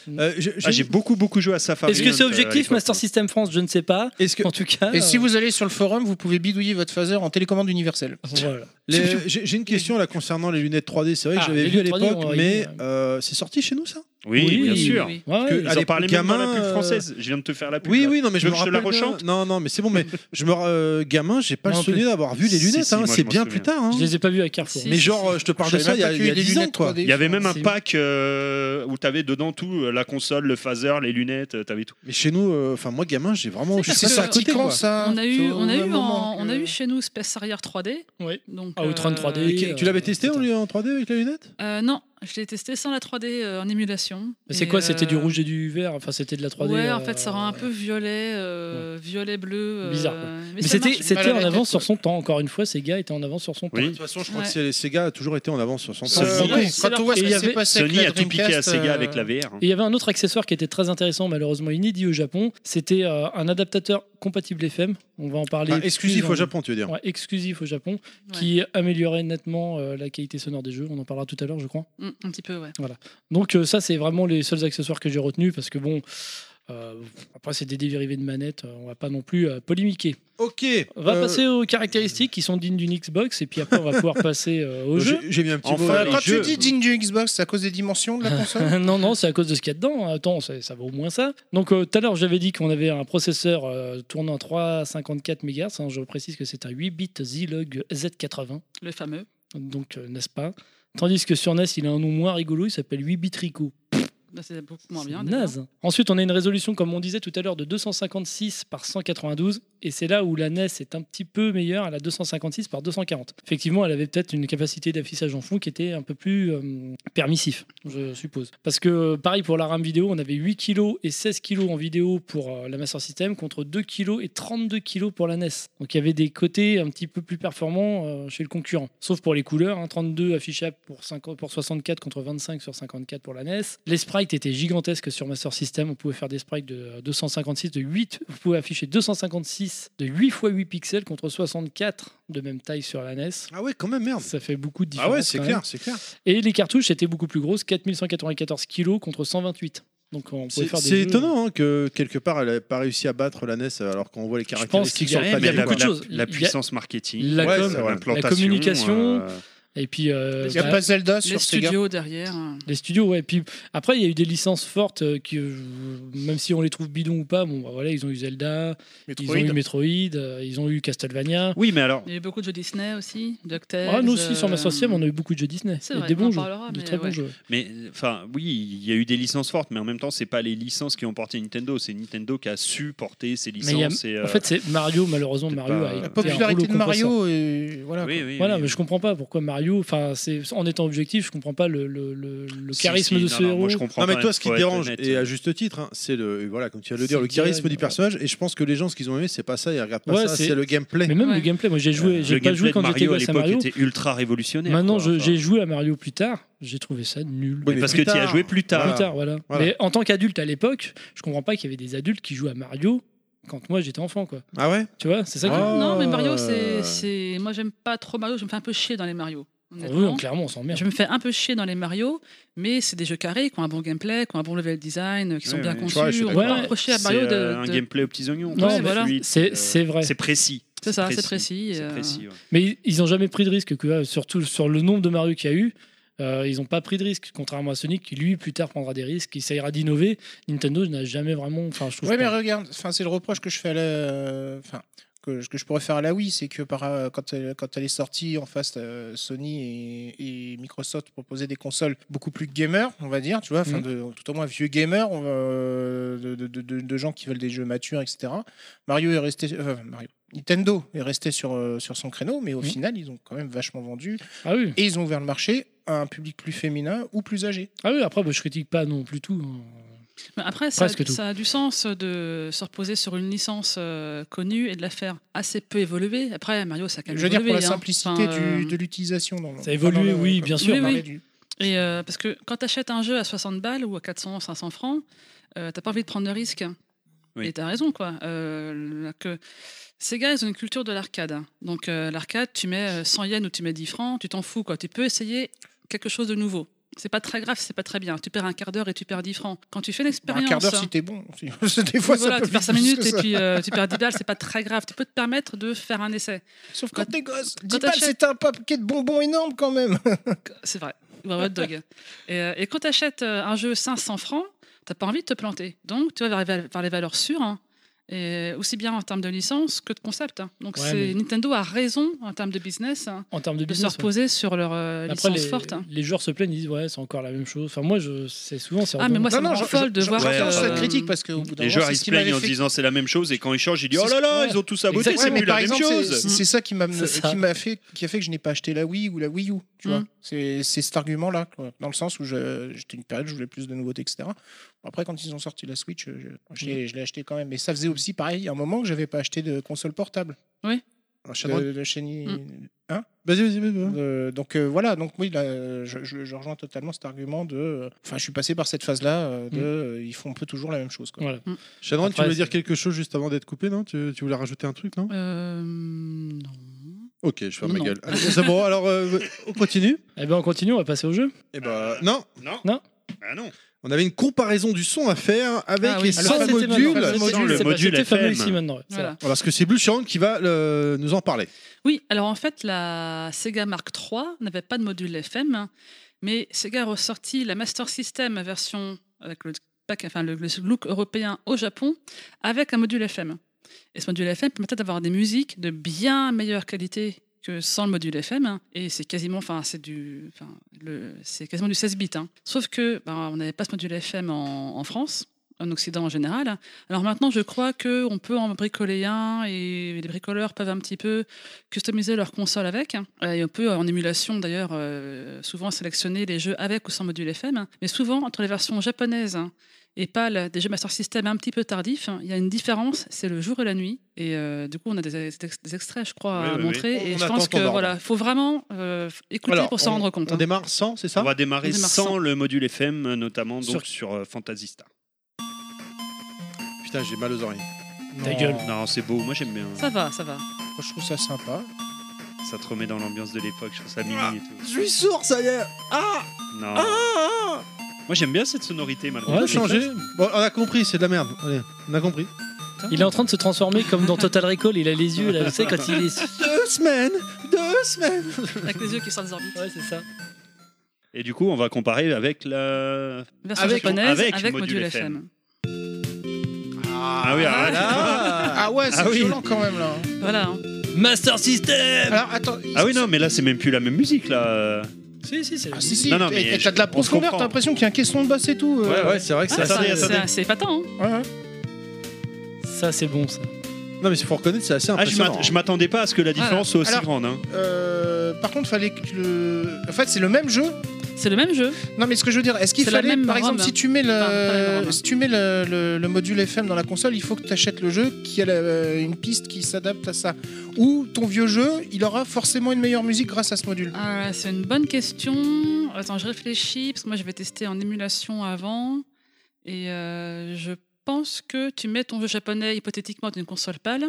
F: ouais.
B: Euh, je- je-
D: Ah, J'ai beaucoup, beaucoup joué à
B: Ah
D: Safari.
A: Est-ce que c'est
D: euh, à
A: objectif
D: l'époque.
A: Master System France Je ne sais pas.
B: Est-ce que
A: En tout cas.
E: Et
A: euh,
E: si vous allez sur le forum, vous pouvez bidouiller votre phaser en télécommande universelle.
A: voilà.
B: Les- J'ai j'ai une question là concernant les lunettes 3D. C'est vrai que
A: Ah,
B: j'avais
A: les
B: vu à
A: lunettes 3D, on
B: l'époque,
A: va y
B: mais
A: venir.
B: euh, c'est sorti chez nous ça
D: Oui,
A: Oui,
D: bien
A: oui,
D: sûr.
F: oui.
A: Ouais,
B: Que-
A: ouais.
D: Ils en
B: l'époque,
D: parlaient même dans la
B: gamin,
D: pub
B: euh,
D: française. Je viens de te faire la pub.
B: Oui,
D: là.
B: oui, non, mais je
D: Tu
B: me
D: veux que je te
B: rappelle.
D: la
B: bien.
D: rechante
B: Non, non, mais c'est bon, mais je me, euh, gamin, j'ai pas
A: Moi
B: le
A: non plus.
B: souvenir d'avoir vu les
D: Si,
B: lunettes.
D: si,
B: hein,
D: moi, je
B: c'est
D: m'en
B: bien
D: souviens.
B: plus tard. hein.
A: Je les ai pas vus à Carrefour.
F: Si.
B: Mais genre, euh, je te parle de
E: Je savais
B: ça il y a,
E: même pas
B: il
E: qu'il
B: y
E: y
B: a
E: avait des
B: 10 ans,
E: lunettes
B: quoi.
E: 3D,
D: Il y avait
E: je crois.
D: même un
A: C'est-
D: pack euh, où t'avais dedans tout, euh, la console, le phaser, les lunettes, euh, t'avais tout.
B: Mais chez nous, euh, enfin, moi, gamin, j'ai vraiment.
F: C'est
B: Je
F: parce
B: suis
F: que
B: passé à
F: c'est
B: côté, quoi.
E: ça.
F: On a eu,
E: Au
F: on a eu,
E: même
F: en-
E: moment
F: on a
E: que-
F: eu chez nous Space Harrier 3D.
A: Oui.
F: Donc,
A: Outrun
F: euh,
A: 3D.
B: Et Tu l'avais testé en
A: etc.
B: en 3D avec les lunettes
F: euh, Non, je l'ai testé sans la 3D euh, en émulation.
A: Mais C'est
F: Et,
A: quoi C'était du
F: euh,
A: rouge et du vert Enfin, c'était de la 3D.
F: Ouais,
A: euh,
F: en fait, ça rend un peu violet, euh, violet bleu. euh,
A: Bizarre, quoi.
F: mais
A: Mais
F: ça
A: c'était
F: marche.
A: c'était en
E: la
A: avance sur
E: tête,
A: son temps. Encore une fois, ces gars étaient en avance sur son temps.
D: Oui.
B: De toute façon, je crois
F: Ouais.
B: que c'est- Sega a toujours été en avance sur son
D: Ça
B: temps.
D: se rend
B: Surtout-
E: Ouais,
F: c'est
E: Quand
F: leur-
E: on voit
A: et
E: ce
A: il y
E: qui s'est
A: avait-
E: passé avec
D: Sony
E: la
D: a tout piqué à
E: Dreamcast,
D: Sega
E: euh,
D: avec la VR. hein.
A: Et il y avait un autre accessoire qui était très intéressant, malheureusement inédit au Japon. C'était euh, un adaptateur compatible FM. On va en parler.
B: Ah,
A: plus
B: exclusif
A: en-
B: au Japon, tu veux dire
A: Ouais, exclusif au Japon, qui améliorait nettement euh, la qualité sonore des jeux. On en parlera tout à l'heure, je crois.
F: Mm, un petit peu, ouais.
A: Donc euh, ça, c'est vraiment les seuls accessoires que j'ai retenus parce que bon, euh, après c'est des dérivés de manettes, euh, on va pas non plus euh, polémiquer.
B: Ok.
A: On va
B: euh,
A: passer aux caractéristiques qui sont dignes d'une Xbox et puis après on va pouvoir passer euh, au jeu.
B: j'ai- J'ai mis un petit
D: Enfin,
B: mot.
D: les
B: là.
E: Quand
D: jeux.
E: tu dis digne du Xbox, c'est à cause des dimensions de la console
A: non, non, c'est à cause de ce qu'il y a dedans. Attends, ça, ça vaut au moins ça. Donc, euh, tout à l'heure, j'avais dit qu'on avait un processeur euh, tournant à 3,54 MHz. hein. je précise que c'est un 8-bit Zilog Z80.
F: Le fameux.
A: Donc, euh, n'est-ce pas Tandis que sur NES, il a un nom moins rigolo, il s'appelle 8-bit Rico.
F: Là, C'est beaucoup moins
A: C'est
F: bien. déjà.
A: naze. hein, Ensuite, on a une résolution, comme on disait tout à l'heure, de 256 par 192. Et c'est là où la NES est un petit peu meilleure. Elle a 256 par 240. Effectivement, elle avait peut-être une capacité d'affichage en fond qui était un peu plus euh, permissif, je suppose. Parce que, pareil, pour la RAM vidéo, on avait 8 kg et 16 kg en vidéo pour euh, la Master System, contre 2 kg et 32 kg pour la NES. Donc il y avait des côtés un petit peu plus performants euh, chez le concurrent. Sauf pour les couleurs, hein, 32 affichables pour, 50 pour 64 contre 25 sur 54 pour la NES. Les sprites étaient gigantesques sur Master System, on pouvait faire des sprites de euh, 256 de 8, vous pouvez afficher 256 de 8 x 8 pixels contre 64 de même taille sur la NES.
B: Ah ouais, quand même, merde.
A: Ça fait beaucoup de
B: Ah
A: différence.
B: ouais, c'est
A: quand
B: clair, c'est clair.
A: même. Et les cartouches étaient beaucoup plus grosses, 4194 kg contre 128. Donc on pouvait
B: C'est
A: faire des
B: c'est
A: jeux-
B: étonnant hein, que quelque part elle n'ait pas réussi à battre la NES alors qu'on voit les
A: pense
B: caractéristiques
A: qu'il y
B: sur le
A: a- il y a
B: panel.
D: la,
A: beaucoup de
D: la-
A: choses.
D: la
A: Il y a-
D: puissance marketing,
A: la
B: Ouais,
A: com,
B: c'est vrai.
D: l'implantation,
A: la communication.
D: euh,
A: Et puis euh,
E: Il n'y a
A: bah,
E: pas Zelda
F: Les
E: sur Sega.
F: studios derrière. hein.
A: les studios, ouais. Puis après, il y a eu des licences fortes euh, qui, euh, même si on les trouve bidons ou pas, bon, bah, voilà, ils ont eu Zelda,
E: Metroid.
A: ils ont eu Metroid, euh, ils ont eu Castlevania.
D: Oui, mais alors,
F: Il y a eu beaucoup de jeux Disney aussi, DuckTales. euh,
A: Ah, nous aussi, sur ma
F: société,
A: System, on a eu beaucoup de jeux Disney.
F: c'est
A: Et
F: vrai,
A: des
F: on
A: bons
F: en
A: jeux.
F: parlera,
A: de
F: mais
A: très bons
F: ouais.
A: jeux.
D: mais enfin, oui, il y a eu des licences fortes, mais en même temps, c'est pas les licences qui ont porté Nintendo, c'est Nintendo qui a su porter ces
A: il y a-
D: licences. et, euh,
A: En fait, c'est Mario, malheureusement, Mario a
D: pas-
A: été
D: La
A: un
E: La popularité
A: rouleau
E: de
A: compresseur.
E: Mario, et voilà.
D: euh, oui,
E: quoi.
D: oui,
A: Voilà,
D: oui.
A: mais je comprends pas pourquoi Mario. Enfin, c'est en étant objectif, je comprends pas le, le- le- le
D: Si,
A: charisme
D: si,
A: de
D: non,
A: ce
D: non,
A: héros.
D: moi, je comprends
B: Non mais
D: pas,
B: toi, ce qui
D: faut
B: te
D: être
B: dérange
D: honnête.
B: et à juste titre, hein, c'est le voilà comme tu as le dire,
A: C'est
B: le
A: direct,
B: charisme du
A: ouais.
B: personnage. Et je pense que les gens, ce qu'ils ont aimé, c'est pas ça. Ils regardent pas
A: Ouais,
B: ça.
A: c'est-
B: C'est le gameplay.
A: Mais même
F: Ouais.
A: le gameplay, moi j'ai joué, j'ai
D: le
A: pas joué
D: gameplay de
A: quand j'étais
D: Mario à
A: gosse à
D: l'époque
A: Mario.
D: était ultra révolutionnaire.
A: Maintenant,
D: quoi,
A: je-
D: enfin.
A: j'ai joué à Mario plus tard, j'ai trouvé ça nul.
B: Oui,
D: Mais
B: mais
D: parce
B: plus
D: que tu y as
B: tard.
D: joué plus tard.
A: Plus tard, voilà.
B: Voilà.
A: Mais en tant qu'adulte à l'époque, je comprends pas qu'il y avait des adultes qui jouaient à Mario quand moi j'étais enfant, quoi.
B: Ah ouais.
A: Tu vois, c'est ça que.
B: Ah,
F: Non, non, mais Mario,
B: Euh.
F: c'est. c'est- Moi, j'aime pas trop Mario, je me fais un peu chier dans les Mario. honnêtement.
A: Ah Oui, clairement, on s'emmerde.
F: Je me fais un peu chier dans les Mario, mais c'est des jeux carrés qui ont un bon gameplay, qui ont un bon level design, qui sont
D: Ouais,
F: bien
D: ouais.
F: conçus.
B: Ouais, je suis
F: on peut
A: d'accord.
F: pas reprocher à
D: C'est,
F: Mario de.
D: euh, un
F: de-
D: gameplay aux petits oignons.
A: Non,
D: quoi,
A: mais
F: voilà.
D: fluide,
A: C'est
D: euh,
A: c'est vrai.
D: C'est précis.
F: C'est ça, c'est précis.
D: C'est
F: euh,
D: précis, ouais.
A: Mais ils n'ont jamais pris de risque, que, euh, surtout sur le nombre de Mario qu'il y a eu. euh, ils n'ont pas pris de risque, contrairement à Sonic, qui lui, plus tard, prendra des risques, essaiera d'innover. Nintendo n'a jamais vraiment. Enfin, je trouve.
E: Ouais, mais
A: pas-
E: regarde, enfin, c'est le reproche que je fais à la, enfin, que, je- que je pourrais faire à la Wii, c'est que par, euh, quand, elle, quand elle est sortie en face, euh, Sony et, et Microsoft proposaient des consoles beaucoup plus gamers, on va dire, tu vois, enfin,
A: Mhm.
E: de- tout au moins vieux gamers, on va- euh, de, de- de- de- de gens qui veulent des jeux matures, etc. Mario est resté, euh, Mario. Nintendo est resté sur, euh, sur son créneau, mais au
A: Mhm.
E: final, ils ont quand même vachement vendu
A: Ah oui,
E: et ils ont ouvert le marché à un public plus féminin ou plus âgé.
A: ah oui. Après, bah, je critique pas non plus tout. hein,
F: Mais après, ça,
A: Presque tout.
F: ça a du sens de se reposer sur une licence euh, connue et de la faire assez peu évoluer. Après, Mario, ça a quand même
E: Je veux dire, pour
F: évolué,
E: la
F: hein.
E: simplicité
F: Enfin, euh,
E: du- de l'utilisation. dans le-
A: Ça a évolué,
E: dans le-
A: oui, bien
E: dans-
A: sûr.
F: Oui,
E: on
F: oui.
E: parlait du-
F: Et euh, parce que quand tu achètes un jeu à 60 balles ou à 400, 500 francs, euh, t'as pas envie de prendre de risques.
D: Oui.
F: Et t'as raison, quoi. Euh, là, que... Sega, ils ont une culture de l'arcade. hein. Donc, euh, l'arcade, tu mets euh, 100 yens ou tu mets 10 francs, tu t'en fous, quoi. Tu peux essayer quelque chose de nouveau. C'est pas très grave, c'est pas très bien. Tu perds un quart d'heure et tu perds 10 francs. Quand tu fais une
E: Un
F: expérience.
E: quart d'heure si t'es bon. Des fois, ça
F: voilà,
E: peut
F: tu perds 5
E: plus que
F: minutes et
E: ça.
F: puis euh, tu perds 10 balles, c'est pas très grave. Tu peux te permettre de faire un essai.
E: Sauf
F: quand
E: quand t'es gosse, 10
F: quand
E: balles,
F: t'achètes-
E: c'est un paquet de bonbons énorme quand même.
F: C'est vrai. Ou un hot dog. Et, euh, et quand tu achètes un jeu 500 francs, t'as pas envie de te planter. Donc, tu vas vers les, val- vers les valeurs sûres, hein. et aussi bien en termes de licence que de concept. hein. Donc,
A: Ouais,
F: c'est
A: mais-
F: Nintendo a raison en termes de business hein,
A: En termes de
F: de se
A: business. ouais.
F: reposer sur leur euh,
A: Après,
F: licence
A: les,
F: forte. hein.
A: les joueurs se plaignent, ils disent ouais, c'est encore la même chose. Enfin, moi, je, c'est souvent, c'est
F: Ah, mais
A: redondant.
F: moi, ça
E: Non,
F: me
E: non,
F: rend
E: je-
F: folle de
E: je-
F: voir.
D: j'entends
E: j'entends
D: euh,
E: cette critique parce qu'au bout d'un
D: Les
E: moment,
D: joueurs,
E: c'est
D: ils
E: ce
D: se
E: qui m'avait
D: plaignent en
E: fait-
D: disant c'est la même chose, et quand ils changent, ils disent
A: C'est
D: oh
A: ce-
D: là là,
A: ouais.
D: ils ont tous saboté,
A: Exactement.
D: c'est
E: Ouais, mais
D: plus la
E: par
D: même
E: exemple, c'est-
D: chose.
E: c'est c'est ça qui m'a
A: C'est ça.
E: qui m'a fait qui a fait que je n'ai pas acheté la Wii ou la Wii U. Tu vois,
F: Mm.
E: c'est c'est cet argument-là, quoi. dans le sens où je- j'étais une période, où je voulais plus de nouveautés, etc. Après, quand ils ont sorti la Switch, euh, je, je
F: Mm.
E: l'ai je l'ai acheté quand même. Mais ça faisait aussi pareil, un moment que j'avais pas acheté de console portable
A: Ah,
F: Bah,
B: Un chat de-
E: de, de chez Ni-
F: Mm.
E: Hein
B: Euh, Vas-y, vas-y, vas-y. vas-y.
E: Euh, donc euh, voilà, donc oui, là, je, je- je rejoins totalement cet argument de. euh, Enfin, je suis passé par cette phase-là euh, de.
A: Mm.
E: euh, ils font un peu toujours la même chose. Quoi.
A: Voilà.
B: Shadron, tu
A: Après,
B: voulais dire
A: c'est-
B: quelque chose juste avant d'être coupé, non tu, tu voulais rajouter un truc, non
F: Euh, non.
B: Ok, je ferme
F: Non.
B: ma gueule. Allez, C'est bon, alors euh, on continue
A: Eh ben, on continue, on va passer au jeu.
B: Eh ben, non
D: Non.
A: Non.
D: Ah non.
B: On avait une comparaison du son à faire avec
F: Ah oui,
B: les
F: ça,
A: Alors,
B: 100
A: c'était
B: modules.
A: maintenant, c'est
D: Sans le
A: pas-
D: module
A: c'était fameux
D: FM.
A: ici maintenant. ouais, c'est
F: Voilà.
A: vrai.
B: Parce que c'est Blue Sharon qui va le- nous en parler.
F: Oui, alors en fait, la Sega Mark III n'avait pas de module FM, hein, mais Sega a ressorti la Master System version avec le, pack- enfin, le, le look européen au Japon avec un module FM. Et ce module FM permettait d'avoir des musiques de bien meilleure qualité que sans le module FM. hein, et c'est quasiment, enfin, c'est du, enfin, le- c'est quasiment du 16 bits. hein. Sauf que ben, on n'avait pas ce module FM en, en France, en Occident en général. Alors maintenant, je crois que on peut en bricoler un et les bricoleurs peuvent un petit peu customiser leur console avec. Euh, Et on peut, euh, en émulation d'ailleurs, euh, souvent sélectionner les jeux avec ou sans module FM. hein. Mais souvent, entre les versions japonaises hein, et PAL des jeux Master System un petit peu tardifs, hein, il y a une différence, c'est le jour et la nuit. Et euh, du coup, on a des, des ex- des extraits, je crois,
D: Oui,
F: à
D: oui, oui.
F: montrer.
B: On-
F: Et
B: on
F: je
B: attend
F: pense
B: ton
F: que
B: ordre.
F: voilà, faut vraiment euh, f- écouter
B: Alors,
F: pour s'en rendre compte.
B: On
F: hein.
B: démarre 100, c'est
D: On
B: ça
D: va démarrer
F: On démarre
D: sans
F: sans.
D: le module FM, notamment donc sur,
A: Sur-
D: euh, Fantasy Star.
B: Putain, j'ai mal aux oreilles.
A: Ta gueule.
D: Non, c'est beau, moi j'aime bien.
F: Ça va, ça va.
E: Moi, Je trouve ça sympa.
D: Ça te remet dans l'ambiance de l'époque, je trouve ça mimi et tout.
B: suis sourd, ça y est Ah
D: Non. ah, Moi j'aime bien cette sonorité malgré
A: Ouais,
B: On peut
D: tout.
A: c'est
B: changer Bon, on a compris, c'est de la merde. Allez, on a compris.
A: Il est en train de se transformer comme dans Total Recall, il a les yeux, là, vous savez, quand il est.
B: Deux semaines Deux semaines
F: Avec les yeux qui sortent des orbites.
A: Ouais, c'est ça.
D: Et du coup, on va comparer avec la.
F: Version
D: Avec-
F: japonaise
D: avec
F: avec,
D: module
F: module,
D: FM.
F: FM.
D: Ah oui, alors là,
E: Ah ouais, c'est
D: Ah oui.
E: violent quand même là.
F: Voilà. hein.
A: Master System
E: Alors attends.
D: Ah oui, non, mais là c'est même plus la même musique là.
A: Si, si, c'est.
E: Ah si si.
D: Non, non,
E: et-
D: mais
E: et
D: je-
E: t'as de la
D: on
E: profondeur,
D: comprend.
E: t'as l'impression qu'il y a un caisson de basse et tout. euh.
B: Ouais, ouais, c'est vrai que
F: Ah,
B: c'est
F: ça,
D: Attendez,
F: c'est-
D: attendez.
F: C'est épatant. hein.
E: Ouais, ouais.
A: Ça, c'est bon, ça.
B: Non, mais il faut reconnaître, c'est assez
D: Ah, je
B: impressionnant.
D: m'att- je m'attendais pas à ce que la différence soit aussi
E: Ah, Alors-
D: grande. hein.
E: Euh, par contre, fallait que le. En fait, c'est le même jeu.
F: C'est le même jeu.
E: Non, mais ce que je veux dire, est-ce qu'il
F: C'est la
E: fallait,
F: même
E: par
F: robe,
E: exemple,
F: hein.
E: si tu mets
F: Enfin, pas la même hein.
E: le,
F: robe.
E: si tu mets le, le- le module FM dans la console, il faut que tu achètes le jeu qui a la- euh, une piste qui s'adapte à ça. Ou ton vieux jeu, il aura forcément une meilleure musique grâce à ce module.
F: Euh, c'est une bonne question. Attends, je réfléchis, parce que moi, je vais tester en émulation avant. Et euh, je pense que tu mets ton jeu japonais hypothétiquement dans une console PAL.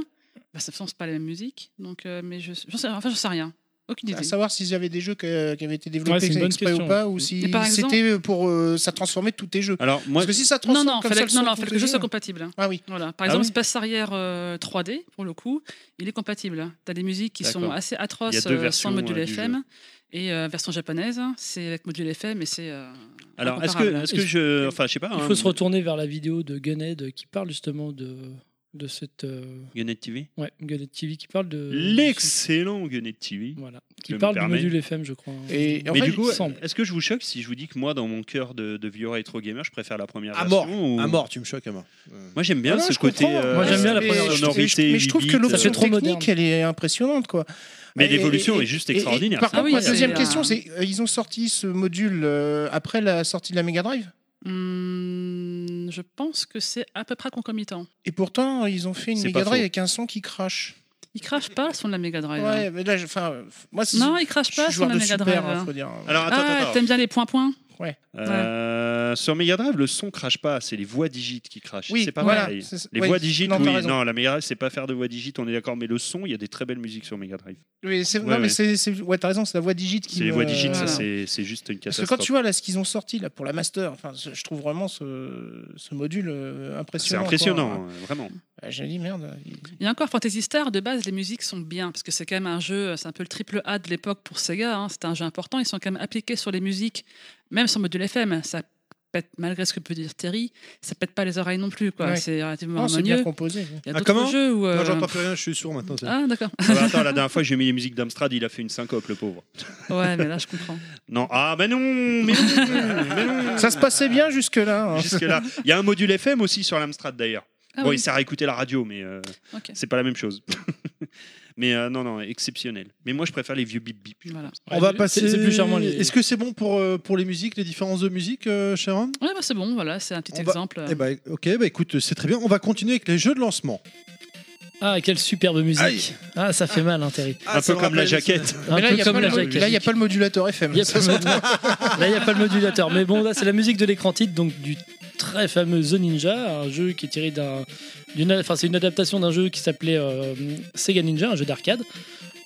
F: Bah, ça ne pas la même musique. Donc, euh, mais je j'en sais, enfin, j'en sais rien. Aucune
D: Bah,
F: idée.
E: À savoir s'il y avait des jeux que- euh, qui avaient été
A: Ouais,
E: développés
A: c'est une bonne
E: exprès ou
A: question.
E: pas, ou si
F: Et par exemple-
E: c'était pour euh, ça transformait tous tes jeux.
D: Alors, moi,
E: Parce que si ça
F: non,
E: transforme
F: non,
E: comme
F: fallait,
E: ça,
F: non,
E: le son
F: non,
E: de
F: fallait
E: tous
F: que
E: les
F: le jeu soit
E: jeux.
F: compatible. hein.
E: Ah oui.
F: Voilà.
D: Ah
F: Par exemple,
D: oui.
F: Space Arrière euh, 3D, pour le coup, il est compatible. Tu as des musiques qui sont
D: D'accord.
F: assez
D: Il y a
F: atroces
D: deux
F: euh,
D: versions,
F: sans module
D: euh, du
F: FM. Et euh, version japonaise, c'est avec module FM et c'est. euh,
D: alors est-ce que,
E: hein,
D: est-ce que je. Enfin, je sais pas.
A: Il
D: hein,
A: faut se retourner vers la vidéo de Gunhead euh, qui parle justement de, de cette. euh,
D: Gunnet TV.
A: Ouais, Gunhead TV qui parle de.
D: L'excellent Gunnet TV.
A: Voilà.
D: Je
A: Qui
D: me
A: parle du
D: permets.
A: module FM, je crois.
E: Et en
D: Mais
E: fait,
D: du coup,
A: il semble.
D: est-ce que je vous choque si je vous dis que moi, dans mon cœur de, de vieux rétro gamer, je préfère la première
B: À mort.
D: version ou-
B: À mort, tu me choques à mort.
D: Moi, j'aime bien
E: Ah non,
D: ce
E: je
D: côté. euh,
E: comprends.
A: Moi, j'aime bien la
E: Mais
A: première
E: je-
A: version.
E: mais je- Mais je trouve que
A: Ça fait
E: l'option
A: trop moderne.
E: technique, elle est impressionnante, quoi.
D: Mais
E: Et-
D: l'évolution
E: et-
D: est juste
E: et- et-
D: extraordinaire.
E: Par
D: c'est
E: contre, ma
F: incroyable.
E: deuxième
F: C'est-
E: question, c'est euh, ils ont sorti ce module euh, après la sortie de la Mega Drive
F: Hum, je pense que c'est à peu près concomitant.
E: et pourtant, ils ont fait une
D: C'est
E: Mega
D: pas
E: Drive
D: faux.
E: avec un son qui crache.
F: Ils crachent pas le son de la Mega Drive. hein.
E: Ouais, mais là, je- enfin, euh, moi, c'est-
F: Non, ils crachent
E: je
F: pas
E: suis
F: le son
E: joueur
F: de
E: de
F: la Mega
B: Ah,
F: Ah,
E: super, hein,
F: Drive.
E: faut dire.
D: Alors attends,
F: ah,
D: attends.
F: t'aimes bien les points-points
D: Euh, euh, sur Mega Drive, le son crache pas, c'est les voix digites qui crachent.
E: Oui,
D: c'est pas
E: voilà,
D: pareil.
E: c'est ça.
D: Les
E: Oui,
D: voix digites,
E: non,
D: oui.
E: t'as raison.
D: Non, la Mega Drive, c'est pas faire de voix digites, on est d'accord, mais le son, il y a des très belles musiques sur Mega Drive.
E: Oui, c'est-
D: Ouais,
E: non, mais
D: ouais.
E: c'est- c'est- ouais, t'as raison, c'est la voix digite qui.
D: C'est les
E: me-
D: voix digites,
E: Voilà.
D: ça, c'est- c'est juste une
E: Parce que quand
D: catastrophe.
E: tu vois là ce qu'ils ont sorti là pour la master, enfin, je je trouve vraiment ce, ce module euh,
D: C'est
E: impressionnant. quoi.
D: impressionnant, euh, vraiment.
E: Ah, J'ai dit merde. il-
F: Il y a encore Fantasy Star, de base, les musiques sont bien, parce que c'est quand même un jeu, c'est un peu le triple A de l'époque pour Sega, hein, c'était un jeu important, ils sont quand même appliqués sur les musiques, même sur module FM, ça pète, malgré ce que peut dire Terry, ça pète pas les oreilles non plus, quoi.
E: Ouais.
F: c'est relativement
E: Non, c'est bien
F: harmonieux.
E: composé.
F: Il y a
B: Ah,
F: d'autres
B: comment
F: jeux où... euh,
B: Non, j'entends plus rien, je suis sourd maintenant. c'est-
F: Ah, d'accord.
D: Ah bah attends, la dernière fois que j'ai mis les musiques d'Amstrad, il a fait une syncope, le pauvre.
F: Ouais, mais là, je comprends.
D: Non, ah ben non, mais non, mais non.
E: Ça se passait bien hein. jusque là.
D: Jusque-là. Il y a un module FM aussi sur l'Amstrad d'ailleurs.
F: Ah
D: bon,
F: oui,
D: il sert à écouter la radio, mais euh,
F: ok.
D: c'est pas la même chose. mais euh, non, non, exceptionnel. Mais moi, je préfère les vieux bip bip.
F: Voilà.
B: On va
A: c'est-
B: passer.
A: C'est plus charmant. les-
B: Est-ce que c'est bon pour, euh, pour les musiques, les différences de musique, euh, Sharon
F: Ouais, bah, c'est bon, voilà, c'est un petit
B: On va-
F: exemple.
B: Eh ben, ok, bah écoute, c'est très bien. On va continuer avec les jeux de lancement.
A: Ah, quelle superbe musique. Ah, ça fait mal, hein, Terry.
D: un peu comme la jaquette.
A: Un
E: Mais là,
A: peu
E: il n'y a,
A: comme
E: pas
A: la
E: le-
A: jaquette.
E: là, il y a pas le modulateur FM.
A: Il y a pas le modulateur. Là, il n'y a pas le modulateur. Mais bon, là, c'est la musique de l'écran titre, donc du très fameux The Ninja, un jeu qui est tiré d'un. d'une- Enfin, c'est une adaptation d'un jeu qui s'appelait euh, Sega Ninja, un jeu d'arcade.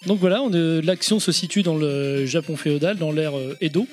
A: Donc voilà, on est- l'action se situe dans le Japon féodal, dans l'ère euh, Edo.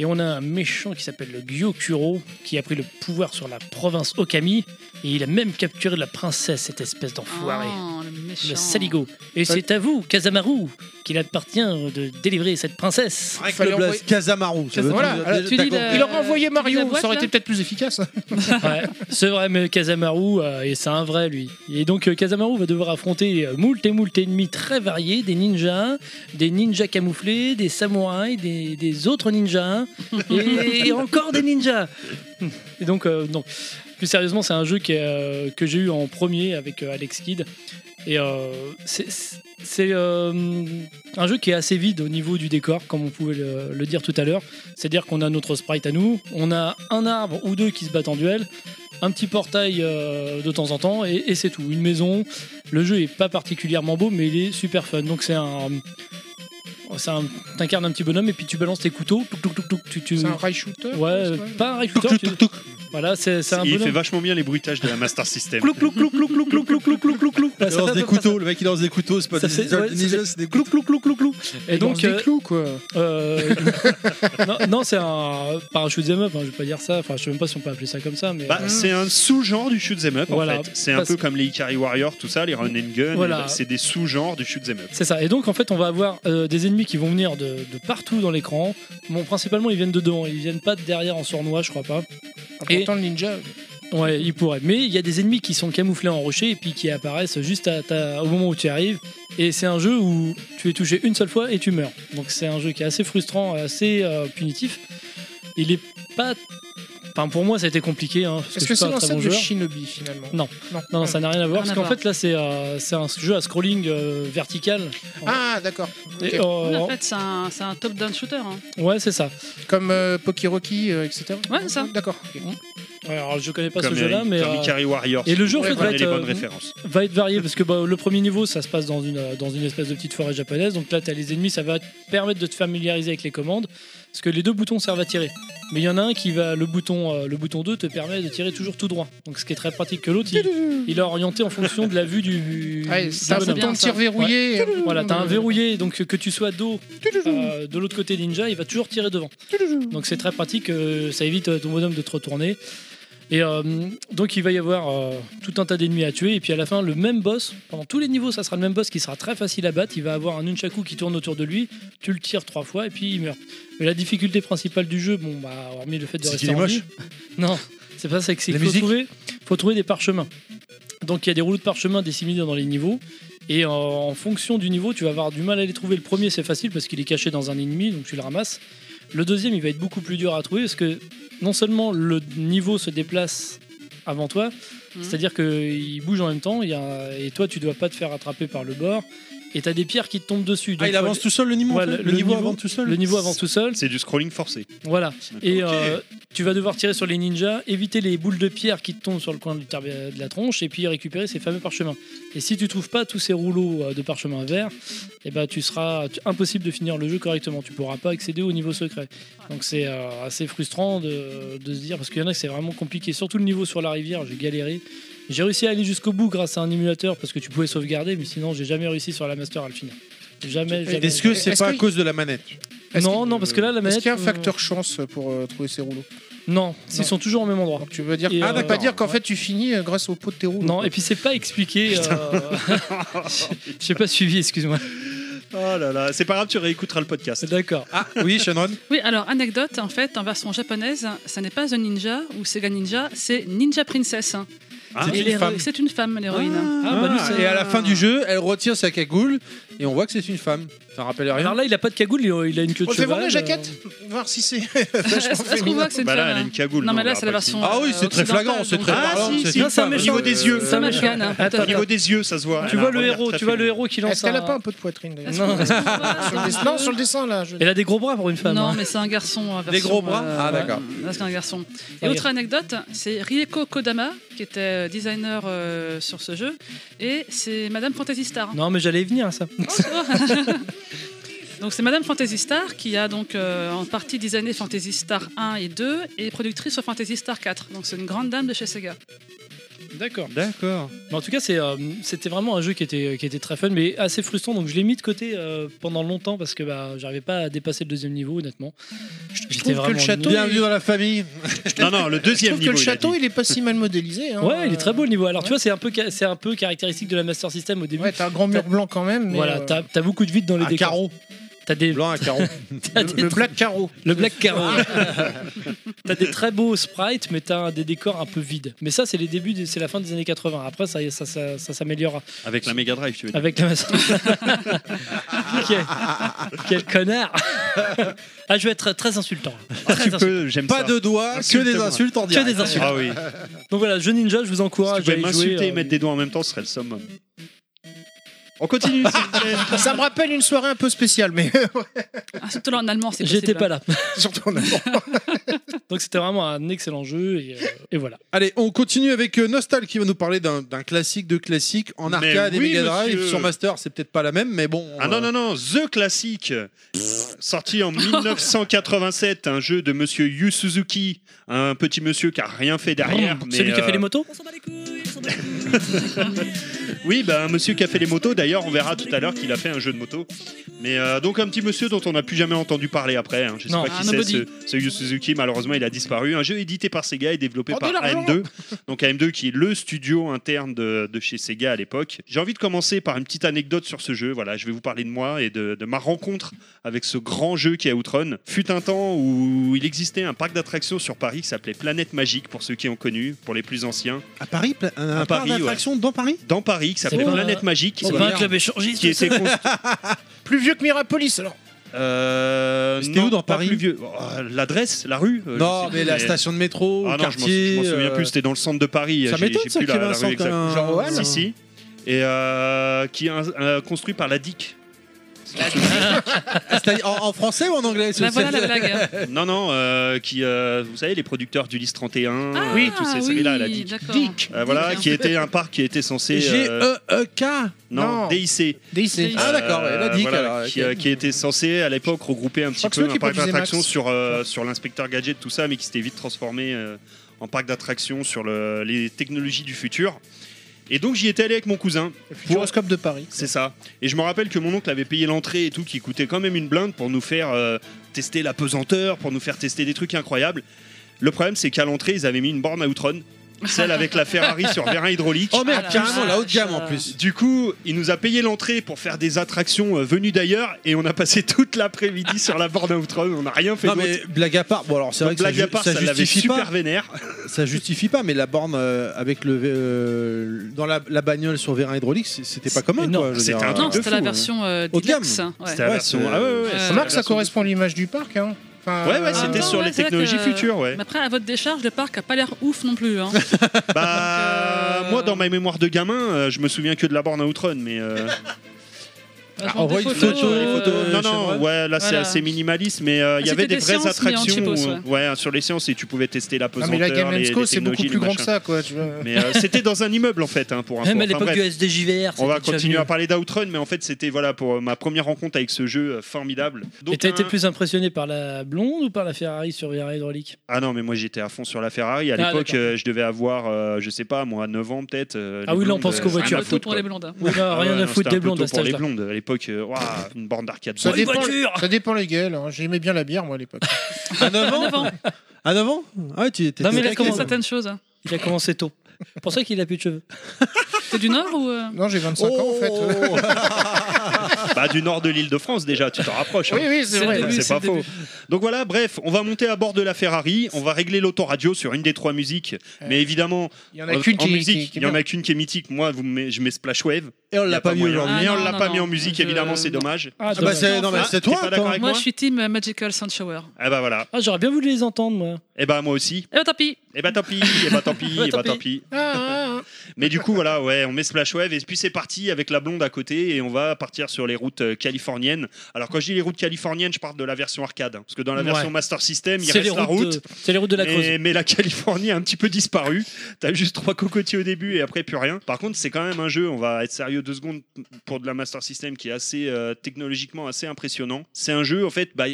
A: Et on a un méchant qui s'appelle le Gyokuro, qui a pris le pouvoir sur la province Okami, et il a même capturé la princesse, cette espèce d'enfoiré.
F: Ah, le méchant.
A: Le Saligo. Et c'est à vous, Kazamaru, qu'il appartient de délivrer cette princesse.
B: Avec
E: Fallait
B: le blaze,
E: envoyer-
B: Casamaru. ça veut
E: Voilà,
B: dire-
E: alors,
F: tu dis euh,
B: d'accord.
F: la-
E: Il aurait envoyé
F: tu dis la
E: Mario,
F: boîte,
E: ça aurait
F: là
E: été peut-être plus efficace.
A: Ouais, c'est vrai, mais Kazamaru, euh, et c'est un vrai lui. Et donc euh, Kazamaru va devoir affronter euh, moult et moult ennemis très variés, des ninjas, des ninjas camouflés, des samouraïs, des, des autres ninjas, et, et encore des ninjas. Et donc, euh, non. Plus sérieusement, c'est un jeu qui est, euh, que j'ai eu en premier avec euh, Alex Kidd. Et euh, c'est- c'est euh, un jeu qui est assez vide au niveau du décor, comme on pouvait le- le dire tout à l'heure. C'est-à-dire qu'on a notre sprite à nous, on a un arbre ou deux qui se battent en duel, un petit portail euh, de temps en temps, et, et c'est tout. Une maison. Le jeu est pas particulièrement beau, mais il est super fun. Donc c'est un. c'est un- T'incarnes un petit bonhomme et puis tu balances tes couteaux. touc, touc, touc, touc, tu, tu-
E: C'est un rail shooter.
A: ouais,
E: c'est quoi
A: pas un recruteur, tu- Voilà, c'est c'est un
D: Il fait
A: bonhomme.
D: vachement bien les bruitages de la Master System.
A: Clou, clou, clou, clou, clou, clou, clou, clou, clou, clou, clou.
B: Il lance des couteaux, le mec il lance des couteaux, c'est pas
A: Ça
B: des
A: fait- ouais, ça
B: ninjas,
A: fait-
B: c'est des couteaux.
A: Clou, clou, clou, clou, clou. Et
E: Dans
A: donc,
E: des
A: euh,
E: clous, quoi.
A: Euh, non, non, c'est un pas un shoot'em up, hein, je vais pas dire ça. Enfin, je sais même pas si on peut appeler ça comme ça, mais
D: Bah, c'est un sous-genre du shoot'em up
A: Mm. Voilà,
D: en fait. C'est un
A: parce-
D: peu comme les Ikari Warrior, tout ça, les Run and Gun.
A: Voilà.
D: les- C'est des sous-genres du shoot'em up.
A: C'est ça. Et donc, en fait, on va avoir euh, des ennemis qui vont venir de, de partout dans l'écran. Bon, principalement, ils viennent de devant. Ils viennent pas de derrière en sournois, je crois pas. Et-
E: Pourtant, le ninja.
A: Ouais, ils pourraient. Mais il y a des ennemis qui sont camouflés en rocher et puis qui apparaissent juste à ta- au moment où tu arrives. Et c'est un jeu où tu es touché une seule fois et tu meurs. Donc, c'est un jeu qui est assez frustrant, assez euh, punitif. Il est pas. Enfin, pour moi, ça a été compliqué. hein, parce
E: Est-ce
A: que,
E: que
A: je suis
E: c'est
A: pas un très
E: l'ancêtre
A: bon
E: de
A: joueur.
E: Shinobi finalement
A: Non.
E: non.
A: Non, non, ça n'a rien à voir. parce
F: Rien à
A: qu'en
F: voir.
A: fait, là, c'est euh, c'est un jeu à scrolling euh, vertical.
E: Ah, d'accord.
A: Et,
E: Ok.
A: euh,
F: Ouais, en fait, c'est un, c'est un top-down shooter. hein.
A: ouais, c'est ça.
E: Comme euh, Pokiroki, euh, etc.
F: Ouais, c'est ça.
B: Mhm.
E: D'accord. ok.
A: Alors, je connais pas
D: Comme,
A: ce jeu-là,
D: euh,
A: mais.
D: comme
A: euh,
D: Ikari Warrior.
A: et le jeu, en
D: vous
A: fait, va
D: prenez
A: être,
D: les
A: euh,
D: bonnes références.
A: va être varié parce que bah, le premier niveau ça se passe dans une, euh, dans une espèce de petite forêt japonaise donc là tu as les ennemis ça va te permettre de te familiariser avec les commandes parce que les deux boutons servent à tirer mais il y en a un qui va le bouton euh, le bouton 2 te permet de tirer toujours tout droit donc ce qui est très pratique que l'autre il, il est orienté en fonction de la vue du,
E: Ouais,
A: du
E: c'est un
A: bonhomme.
E: bouton de tir verrouillé. euh,
A: voilà t'as un verrouillé donc que tu sois dos euh, de l'autre côté ninja il va toujours tirer devant donc c'est très pratique, euh, ça évite euh, ton bonhomme de te retourner. Et euh, donc il va y avoir euh, tout un tas d'ennemis à tuer. Et puis à la fin, le même boss, pendant tous les niveaux, ça sera le même boss qui sera très facile à battre. Il va avoir un nunchaku qui tourne autour de lui, tu le tires trois fois et puis il meurt. Mais la difficulté principale du jeu, bon bah hormis le fait de
B: C'est
A: rester
B: qu'il est
A: en
B: moche.
A: vie- non, c'est pas ça que c'est.
B: La
A: Faut
B: musique.
A: trouver, faut trouver des parchemins. Donc il y a des rouleaux de parchemins disséminés dans les niveaux. Et en, en fonction du niveau, tu vas avoir du mal à les trouver. Le premier, c'est facile parce qu'il est caché dans un ennemi, donc tu le ramasses. Le deuxième, il va être beaucoup plus dur à trouver parce que non seulement le niveau se déplace avant toi,
F: Mhm.
A: c'est-à-dire qu'il bouge en même temps, il y a- et toi, tu dois pas te faire attraper par le bord. et t'as des pierres qui te tombent dessus.
B: Ah,
A: Donc,
B: il avance
A: faut-
B: tout seul le niveau
A: Ouais,
B: en fait
A: le-
B: le,
A: le
B: niveau,
A: niveau-
B: avance tout seul
A: le niveau avance tout seul.
D: C'est du scrolling forcé.
A: Voilà. Et
B: Ok.
A: euh, tu vas devoir tirer sur les ninjas, éviter les boules de pierre qui te tombent sur le coin du tar- de la tronche et puis récupérer ces fameux parchemins. Et si tu trouves pas tous ces rouleaux euh, de parchemins verts, eh ben tu seras tu- impossible de finir le jeu correctement. Tu pourras pas accéder au niveau secret. Donc c'est euh, assez frustrant de, de se dire parce qu'il y en a que c'est vraiment compliqué. Surtout le niveau sur la rivière, j'ai galéré. J'ai réussi à aller jusqu'au bout grâce à un émulateur parce que tu pouvais sauvegarder, mais sinon j'ai jamais réussi sur la master à le finir. Jamais. jamais.
B: Est-ce que c'est
E: Est-ce
B: pas à
E: que-
B: cause de la manette
E: Est-ce
A: non,
E: qu'il-
A: non, parce que là la
E: Est-ce
A: manette.
E: qu'il y a un
A: euh,
E: facteur chance pour euh, trouver ces rouleaux
A: Non, ils
E: Non.
A: sont toujours au même endroit.
E: Donc tu veux dire,
A: Et,
E: ah,
A: euh,
E: d'accord, pas dire qu'en
A: ouais.
E: fait tu finis euh, grâce au pot de tes rouleaux.
A: Non,
E: quoi.
A: et puis c'est pas expliqué. euh, J'ai pas suivi, excuse-moi.
D: Oh là là, c'est pas grave, tu réécouteras le podcast.
A: D'accord.
B: Ah oui, Shannon
F: Oui, alors anecdote, en fait, en version japonaise, ça n'est pas un ninja ou Sega Ninja, c'est Ninja Princess.
E: Hein
D: Ah,
F: Et
B: c'est une
F: l'héro-
B: femme.
F: C'est une femme, l'héroïne.
A: Ah, bah, lui, c'est-
B: et à la fin du jeu, elle retire sa cagoule et on voit que c'est une femme. Ça rappelle rien.
A: Alors là, il a pas de cagoule, il a- il a une queue de
E: On fait voir
A: cheval,
E: la
A: euh,
E: jaquette, voir si c'est.
F: Est-ce est-ce qu'on voit que c'est une
D: Bah
F: femme hein.
D: là, elle a une cagoule.
F: Non, mais
D: on
F: là,
D: verra
F: c'est la
D: pas le film.
F: version.
B: Ah oui,
F: euh,
B: c'est très
F: occidentale,
B: flagrant, c'est
F: donc,
B: très
F: euh,
D: Ah,
B: parlant.
D: si,
B: c'est
D: si,
B: une
A: non, ça
B: femme.
A: me
D: Au niveau
A: choque.
D: des yeux,
A: Ça
D: elle a
A: me
D: un-
A: choque. Attends,
D: Au niveau des yeux, ça se voit.
A: Tu
D: elle a
A: vois
D: un
A: le
D: regard
A: héros,
D: très
A: tu vois le
D: féminin.
A: héros qui
E: Est-ce
A: lance.
E: qu'elle a
A: un-
E: pas un peu de poitrine d'ailleurs
F: est-ce
E: sur
A: Non.
F: qu'on- est-ce qu'on voit
E: le dessin- Non, sur le dessin là. je-
A: Elle a des gros bras pour une femme.
F: Non,
A: hein.
F: mais c'est un garçon. en
B: Des
F: version, euh,
B: gros bras Ah, d'accord.
F: Là, c'est un garçon. Et
A: Ouais.
F: autre anecdote, c'est Rieko Kodama, qui était euh, designer euh, sur ce jeu, et c'est Madame Fantasy Star.
A: Non, mais j'allais y venir ça.
F: Donc c'est Madame Fantasy Star qui a donc euh, en partie designé Fantasy Star 1 et 2 et productrice sur Fantasy Star 4. Donc c'est une grande dame de chez Sega.
A: D'accord.
B: D'accord.
A: Mais en tout cas, c'est, euh, c'était vraiment un jeu qui était, qui était très fun, mais assez frustrant. Donc je l'ai mis de côté euh, pendant longtemps parce que bah, j'arrivais pas à dépasser le deuxième niveau, honnêtement.
E: Je
A: J'étais
E: trouve que le
A: vraiment
E: château.
B: Bienvenue
E: il-
B: dans la famille.
D: Non, non, le
E: Je
D: deuxième
E: trouve que
D: niveau.
E: le
D: il a
E: château,
D: dit.
E: il est pas si mal modélisé. hein.
A: Ouais, il est très beau le niveau. Alors
E: ouais.
A: tu vois, c'est un, peu, ca- c'est un peu caractéristique de la Master System au début.
E: Ouais, t'as un grand mur blanc quand même. mais,
A: voilà,
E: euh,
A: t'as, t'as beaucoup de vides dans les
B: Un
A: décors.
B: carreau.
A: T'as des,
B: Blanc, un carreau.
A: t'as des
E: le, le black carreau.
A: Le Black Carrot. t'as des très beaux sprites, mais t'as des décors un peu vides. Mais ça, c'est les débuts, des- c'est la fin des années 80. Après, ça, ça, ça, ça s'améliorera
D: Avec la Mega Drive, tu veux dire.
A: avec la maçon. quel, quel connard Ah, je vais être très insultant. Ah, Très
D: Tu
A: insultant.
D: peux, j'aime
B: Pas
D: ça.
B: de doigts, que des
D: Insulte-moi.
B: insultes hein. en
A: Que
B: direct.
A: des insultes.
D: Ah oui.
A: Donc voilà, jeu ninja, je vous
D: Si
A: encourage.
D: tu pouvais
A: à y jouer,
D: m'insulter et
A: euh,
D: mettre des doigts en même temps, ce serait le summum. On continue, s'il vous plaît.
E: Ça me rappelle une soirée un peu spéciale, mais euh,
F: Insulte-le Ah, en allemand, c'est possible.
A: J'étais pas là.
E: surtout en allemand.
A: Donc c'était vraiment un excellent jeu et, euh, et voilà.
B: Allez, on continue avec euh, Nostal qui va nous parler d'un d'un classique de classique en
D: Mais
B: arcade
D: oui,
B: et Mega Drive.
D: monsieur.
B: Sur Master, c'est peut-être pas la même, mais bon.
D: Ah
B: euh,
D: non, non, non, The Classic, sorti en 1987, un jeu de monsieur Yu Suzuki, un petit monsieur qui a rien fait derrière. mais,
A: Mmh. Ah, Celui qui a
D: euh,
A: fait les motos
D: Oui, bah, un monsieur qui a fait les motos, d'ailleurs, on verra tout à l'heure qu'il a fait un jeu de moto. Mais euh, donc, un petit monsieur dont on n'a plus jamais entendu parler après. hein. Je sais
A: Non.
D: pas
F: Ah,
D: qui c'est,
F: nobody.
D: ce, ce Yu Suzuki, malheureusement, il a disparu. Un jeu édité par Sega et développé
E: Oh, de
D: par
E: l'argent
D: AM2. Donc, AM2 qui est le studio interne de, de chez Sega à l'époque. J'ai envie de commencer par une petite anecdote sur ce jeu. Voilà, je vais vous parler de moi et de, de ma rencontre avec ce grand jeu qui est Outrun. Fut un temps où il existait un parc d'attractions sur Paris qui s'appelait Planète Magique, pour ceux qui ont connu, pour les plus anciens.
B: À Paris, pla- un, un parc
D: Paris, ouais.
B: d'attractions dans Paris
D: Dans Paris, qui s'appelait
A: pas-
D: Planète Magique.
A: C'est
B: Oh,
A: pas un bah,
B: merde.
A: club échangiste.
D: qui était construit-
E: Plus vieux que Mirapolis alors.
D: Euh,
B: C'était
D: non,
B: où dans
D: pas
B: Paris
D: plus vieux. Oh, L'adresse, la rue euh, je
B: Non,
D: sais
B: mais
D: plus,
B: la station de métro,
D: Ah
B: le
D: non, je m'en- je
B: quartier.
D: m'en souviens
B: euh,
D: plus, c'était dans le centre de Paris.
B: Ça
D: J'ai-
B: m'étonne,
D: j'ai
B: ça,
D: plus
B: qu'il y avait
D: la-
B: un
D: la rue
B: centre.
D: exacte.
B: un-
E: Genre, ouais,
D: Si, si. Et euh, qui est un- un- construit par la DIC.
B: Ah, c'est-à-dire en, en français ou en anglais
F: Là,
B: c'est-
F: Bah, voilà la blague. hein.
D: non, non, euh, qui, euh, vous savez, les producteurs d'Ulysse 31, euh,
F: oui,
D: tous ces
F: Ah, oui,
D: séries-là, la DIC.
F: d'accord.
D: Euh, voilà, qui était un parc qui était censé. euh,
B: G-E-E-K
D: non,
E: Non.
D: DIC.
E: DIC.
B: E Ah, d'accord, ouais, la DIC,
D: voilà,
B: alors,
D: qui,
B: ok.
D: euh, qui était censé à l'époque regrouper un petit
E: crois que c'est
D: peu
E: eux
D: un
E: qui
D: parc
E: produisaient
D: d'attractions
E: Max.
D: sur, euh, sur l'inspecteur gadget, tout ça, mais qui s'était vite transformé euh, en parc d'attractions sur le- les technologies du futur. Et donc j'y étais allé avec mon cousin,
E: Futuroscope de Paris.
D: c'est ça. Et je me rappelle que mon oncle avait payé l'entrée et tout, qui coûtait quand même une blinde pour nous faire euh, tester la pesanteur, pour nous faire tester des trucs incroyables. Le problème, c'est qu'à l'entrée, ils avaient mis une borne à Outrun, celle avec la Ferrari sur vérin hydraulique.
B: Oh merde,
F: Ah, la
B: carrément, la haute
F: vache.
B: gamme en plus.
D: Du coup, il nous a payé l'entrée pour faire des attractions euh, venues d'ailleurs et on a passé toute l'après-midi sur la borne Outrun, on n'a rien fait
B: Non
D: d'autre.
B: mais blague à part, bon alors c'est vrai
D: Donc,
B: que ça,
D: blague à
B: ju-
D: part,
B: ça
D: ça, l'avait
B: justifie
D: super
B: pas,
D: vénère.
B: ça justifie pas, mais la borne euh, avec le euh, dans la, la bagnole sur vérin hydraulique, c'est- c'était pas commun.
A: énorme.
B: quoi, je veux
D: C'était
B: dire.
D: un truc
F: Non,
D: de
F: c'était
D: fou,
F: la
D: ouais.
F: version euh,
B: Haut de gamme.
F: deluxe. hein, ouais.
D: C'était la
B: Ouais,
D: version-
B: c'est-
D: ah ouais, ouais, ouais,
F: Euh,
D: c'était la
E: Remarque, ça
D: version-
E: correspond à l'image du parc. Hein. Enfin,
D: Ouais, ouais,
E: euh,
D: c'était
F: Attends,
D: sur
F: ouais,
D: les
F: c'est vrai
D: technologies
F: que-
D: futures, ouais.
F: Mais après, à votre décharge, le parc a pas l'air ouf non plus. hein.
D: Bah,
F: Donc, euh,
D: moi, dans ma mémoire de gamin, euh, je me souviens que de la borne à Outrun, mais. euh,
F: Ah,
B: Ah, envoie
F: des
B: une
F: photos,
B: photo,
F: euh,
B: les photos,
F: euh,
B: euh,
D: non, non,
B: Shenron.
D: ouais, là c'est
F: Voilà.
D: assez minimaliste, mais euh, il y
F: Ah,
D: avait des
F: c'était des
D: vraies
F: séances, mais en
D: attractions
F: cheapos,
D: où- ouais, hein, sur les séances et tu pouvais tester la
E: Non,
D: pesanteur,
E: mais la Game
D: les, les
E: Co, c'est beaucoup
D: technologies,
E: plus
D: les
E: grand que
D: machins.
E: ça, quoi. tu vois.
D: Mais euh, c'était dans un immeuble en fait, hein, pour info.
C: Même à
D: Enfin,
C: l'époque
D: bref.
C: du SDJVR.
D: On va
C: c'était déjà
D: continuer
C: mieux.
D: à parler d'Outrun, mais en fait, c'était voilà pour euh, ma première rencontre avec ce jeu euh, formidable. Donc,
A: Et t'as été
D: un-
A: plus impressionné par la blonde ou par la Ferrari sur VR hydraulique
D: Ah non, mais moi j'étais à fond sur la Ferrari. À
A: Ah,
D: l'époque,
A: d'accord.
D: euh, je devais avoir, euh, je sais pas, moi 9 ans peut-être. euh,
A: Ah
D: les
A: oui, là, on
D: blondes,
A: pense
D: euh,
A: qu'aux
D: rien à
A: voitures.
F: photo
D: foutre,
F: pour
D: quoi.
F: les blondes. hein.
A: Oui, bah,
D: Ah
A: rien
D: ouais,
A: à
D: non,
A: foutre
D: c'était un
A: des
D: peu
A: blondes
D: tôt
A: à ce
D: pour les
A: âge-là.
D: blondes. À l'époque, euh, ouah, une borne d'arcade.
E: Ça
D: Ouais,
E: dépend,
C: voiture
E: ça dépend les gueules. hein. J'aimais bien la bière, moi, à l'époque.
B: À 9 ans
F: En avant,
B: À 9 ans Ah ouais, tu étais.
A: Non, mais
F: il
A: là,
F: a
A: comment-
F: certaines choses. hein.
A: Il a commencé tôt. C'est pour ça qu'il a plus de cheveux.
F: T'es du Nord ou. euh,
E: Non, j'ai 25 ans, en
D: Oh.
E: fait.
B: Oh
D: Bah, du nord de l'île de France déjà, tu t'en rapproches. hein.
E: Oui, oui,
F: C'est
E: c'est
F: le
E: vrai.
F: début.
D: C'est
F: c'est
D: pas
F: le
D: faux. Donc voilà, bref, on va monter à bord de la Ferrari, on va régler l'autoradio sur une des trois musiques, mais évidemment,
E: Il y en a qu'une qui, qui-
D: musique,
E: qui est
D: il y en
E: bien.
D: a qu'une qui est mythique. Moi, vous me- je mets Splashwave.
B: Et on
D: Il y
B: l'a
D: a
B: pas vu
D: moyen.
B: aujourd'hui.
F: Ah,
D: Mais on
F: non,
D: l'a
F: non,
D: pas
F: non.
D: mis en musique,
F: Je-
D: évidemment, c'est
F: non.
D: dommage.
A: Ah,
B: Ah bah
A: dommage.
B: c'est non mais
D: Ah,
B: c'est
D: t'es
B: toi
D: pas d'accord
B: attends.
D: avec
F: Moi,
D: moi
F: je suis team euh, Magical Sun Shower.
D: Eh bah voilà.
A: Ah, j'aurais bien voulu les entendre, moi.
D: Eh bah moi aussi.
F: Eh ben, tant pis.
D: Eh bah tant pis. Eh bah tant pis. Eh bah tant pis.
E: Ah, ah,
D: Mais du coup voilà, ouais, on met Splashwave et puis c'est parti avec la blonde à côté et on va partir sur les routes euh, californiennes. Alors quand je dis les routes californiennes, je parle de la version arcade, hein, parce que dans la
A: Ouais.
D: version Master System, il
A: C'est les,
D: reste la
A: routes
D: route.
A: de- c'est les routes de la Creuse.
D: Mais, mais la Californie a un petit peu disparu. T'as juste trois cocotiers au début et après plus rien. Par contre, c'est quand même un jeu, on va être sérieux deux secondes pour de la Master System qui est assez euh, technologiquement assez impressionnant. C'est un jeu, en fait, bah,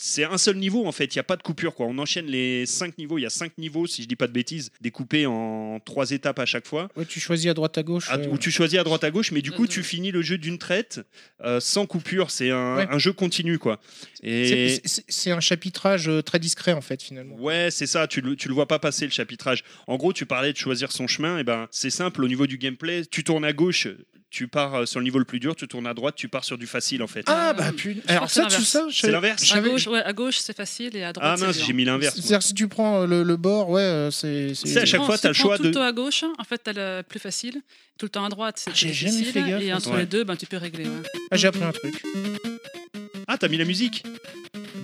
D: c'est un seul niveau en fait, il n'y a pas de coupure quoi. On enchaîne les cinq niveaux, il y a cinq niveaux si je dis pas de bêtises, découpés en trois étapes à chaque fois.
E: ah. Ouais, tu choisis à droite à gauche.
D: Ah,
E: euh,
D: où tu choisis à droite à gauche, mais du coup
F: Attends.
D: tu finis le jeu d'une traite euh, sans coupure. C'est un,
E: Ouais.
D: un jeu continu quoi. Et
E: c'est- c'est- C'est un chapitrage euh, très discret, en fait, finalement.
D: Ouais, c'est ça, tu le, tu le vois pas passer le chapitrage. En gros, tu parlais de choisir son chemin, et ben c'est simple au niveau du gameplay, tu tournes à gauche, tu pars euh, sur le niveau le plus dur, tu tournes à droite, tu pars sur du facile en fait.
E: Ah, bah, putain. Alors,
F: que c'est
E: ça, tout ça, je
D: c'est l'inverse.
F: À
E: savais-
F: gauche, ouais, à gauche, c'est facile et à droite.
D: Ah
F: c'est
D: mince,
F: dur.
D: j'ai mis l'inverse. moi.
E: C'est-à-dire, si tu prends euh, le, le bord, ouais, euh, c'est. c'est-
D: C'est à chaque
F: Prends-
D: fois,
F: si
D: t'as le
F: prends
D: choix
F: tout
D: de- Ah,
F: le temps à gauche, hein. en fait, t'as le plus facile. Tout le temps à droite, c'est le
A: j'ai
F: plus
A: jamais
F: difficile.
A: fait gaffe
F: Et
A: à
F: entre
D: ça.
F: les deux, ben, tu peux régler. ouais.
E: Ah, j'ai appris un truc.
D: Ah, t'as mis la musique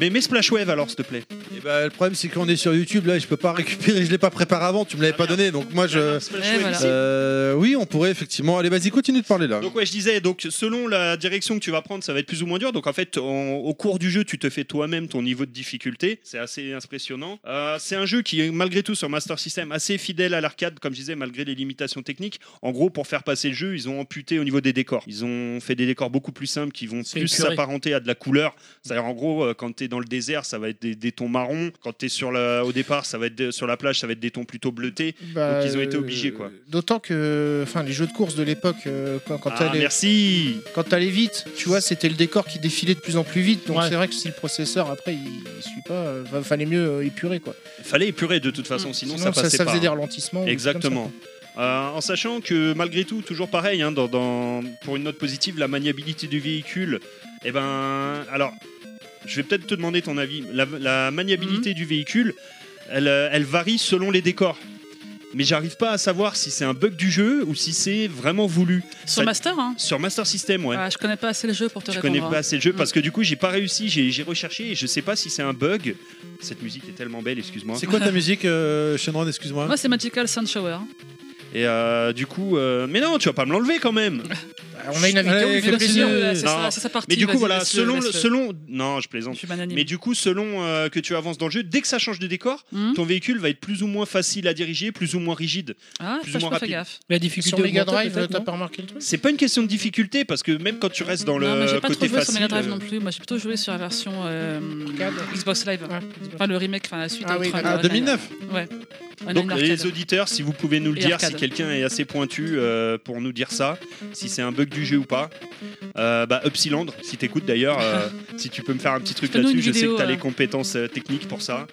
D: Mais mets Splashwave alors, s'il te plaît.
B: Et bah, le problème c'est qu'on est sur YouTube là, et je peux pas récupérer, je l'ai pas préparé avant, tu me l'avais
D: Ah,
B: pas
D: merde.
B: donné donc moi je
D: Splashwave,
F: Eh, voilà.
D: ici.
B: euh, oui, on pourrait effectivement. Allez, vas-y, continue de parler là.
D: Ah, Donc ouais, je disais, donc selon la direction que tu vas prendre, ça va être plus ou moins dur. Donc en fait, en- au cours du jeu, tu te fais toi-même ton niveau de difficulté. C'est assez impressionnant. Euh, c'est un jeu qui est malgré tout sur Master System assez fidèle à l'arcade, comme je disais, malgré les limitations techniques. En gros, pour faire passer le jeu, ils ont amputé au niveau des décors. Ils ont fait des décors beaucoup plus simples qui vont
A: C'est
D: plus
A: épuré.
D: s'apparenter à de la couleur. C'est-à-dire en gros, euh, quand t'es dans le désert, ça va être des, des tons marrons. Quand t'es sur la, au départ, ça va être de- sur la plage, ça va être des tons plutôt bleutés.
E: Bah,
D: ils ont été
E: euh,
D: obligés, quoi.
E: D'autant que, enfin, les jeux de course de l'époque, euh, quand, quand
D: Ah,
E: t'allais-
D: merci.
E: quand t'allais vite, tu vois, c'était le décor qui défilait de plus en plus vite. Donc
A: Ouais.
E: c'est vrai que si le processeur après il, il suit pas, euh, va- fallait mieux euh, épurer quoi.
D: Fallait épurer de toute façon,
F: Mm.
D: sinon, ça
E: Sinon, ça,
D: passait
E: ça
D: pas. hein.
E: faisait des ralentissements. ou des trucs comme ça,
D: Exactement. Euh, en sachant que malgré tout, toujours pareil, hein, dans, dans- pour une note positive, la maniabilité du véhicule, eh ben, alors, je vais peut-être te demander ton avis. La, la maniabilité du véhicule, elle, euh, elle varie selon les décors. Mais j'arrive pas à savoir si c'est un bug du jeu ou si c'est vraiment voulu.
F: Sur
D: Ça-
F: Master, hein.
D: Sur Master System, ouais.
F: Ah, je connais pas assez le jeu pour te
D: Je
F: répondre.
D: connais pas
F: hein.
D: assez le jeu parce que du coup j'ai pas réussi, j'ai j'ai recherché et je sais pas si c'est un bug. Cette musique est tellement belle, excuse-moi.
B: C'est quoi ta musique, euh, Shenron Excuse-moi.
F: Moi, c'est Magical Sun Shower. hein.
D: Et euh, du coup, euh, mais non, tu vas pas me l'enlever quand même.
E: quoi. Bah, on a une invitée,
B: Allez,
E: on lui fait
B: continue.
E: plaisir.
F: Ouais, C'est
D: Eh, Non.
F: ça, c'est sa partie.
D: Mais du coup,
F: vas-y,
D: voilà,
F: laisse-le,
D: selon, le-
F: laisse-le.
D: selon, non, je plaisante.
F: Je suis bananime.
D: Mais du coup, selon euh, que tu avances dans le jeu, dès que ça change de décor,
F: Hmm.
D: ton véhicule va être plus ou moins facile à diriger, plus ou moins rigide.
F: Ah,
D: plus
F: ça,
D: ou
F: je
D: moins
F: peux faire
D: rapide.
F: gaffe.
A: La difficulté
E: Sur Mega
A: augmentée,
E: Drive,
A: peut-être,
E: t'as
A: non
E: pas remarqué le truc
D: C'est pas une question de difficulté parce que même quand tu restes dans
F: Non, mais
D: le
F: j'ai pas trop
D: côté
F: joué sur
D: facile,
F: Mega Drive
D: euh,
F: non plus. Moi, j'ai plutôt joué sur la version euh,
E: Arcade.
F: Xbox Live.
E: Ouais.
F: Enfin, le remake, enfin la suite.
E: Ah
F: au
E: oui,
F: Ultra
B: Ah,
F: Mega Drive.
B: 2009.
F: Ouais. On a une
D: donc
F: arcade.
D: les auditeurs, si vous pouvez nous le
F: Et
D: dire,
F: arcade.
D: si quelqu'un est assez pointu euh, pour nous dire ça, si c'est un bug du jeu ou pas. Euh, bah, Upsilandre, si t'écoutes d'ailleurs, euh, si tu peux me faire un petit truc
F: Fais-nous
D: là-dessus,
F: une
D: je sais que
F: vidéo,
D: t'as
F: euh.
D: les compétences euh, techniques pour ça.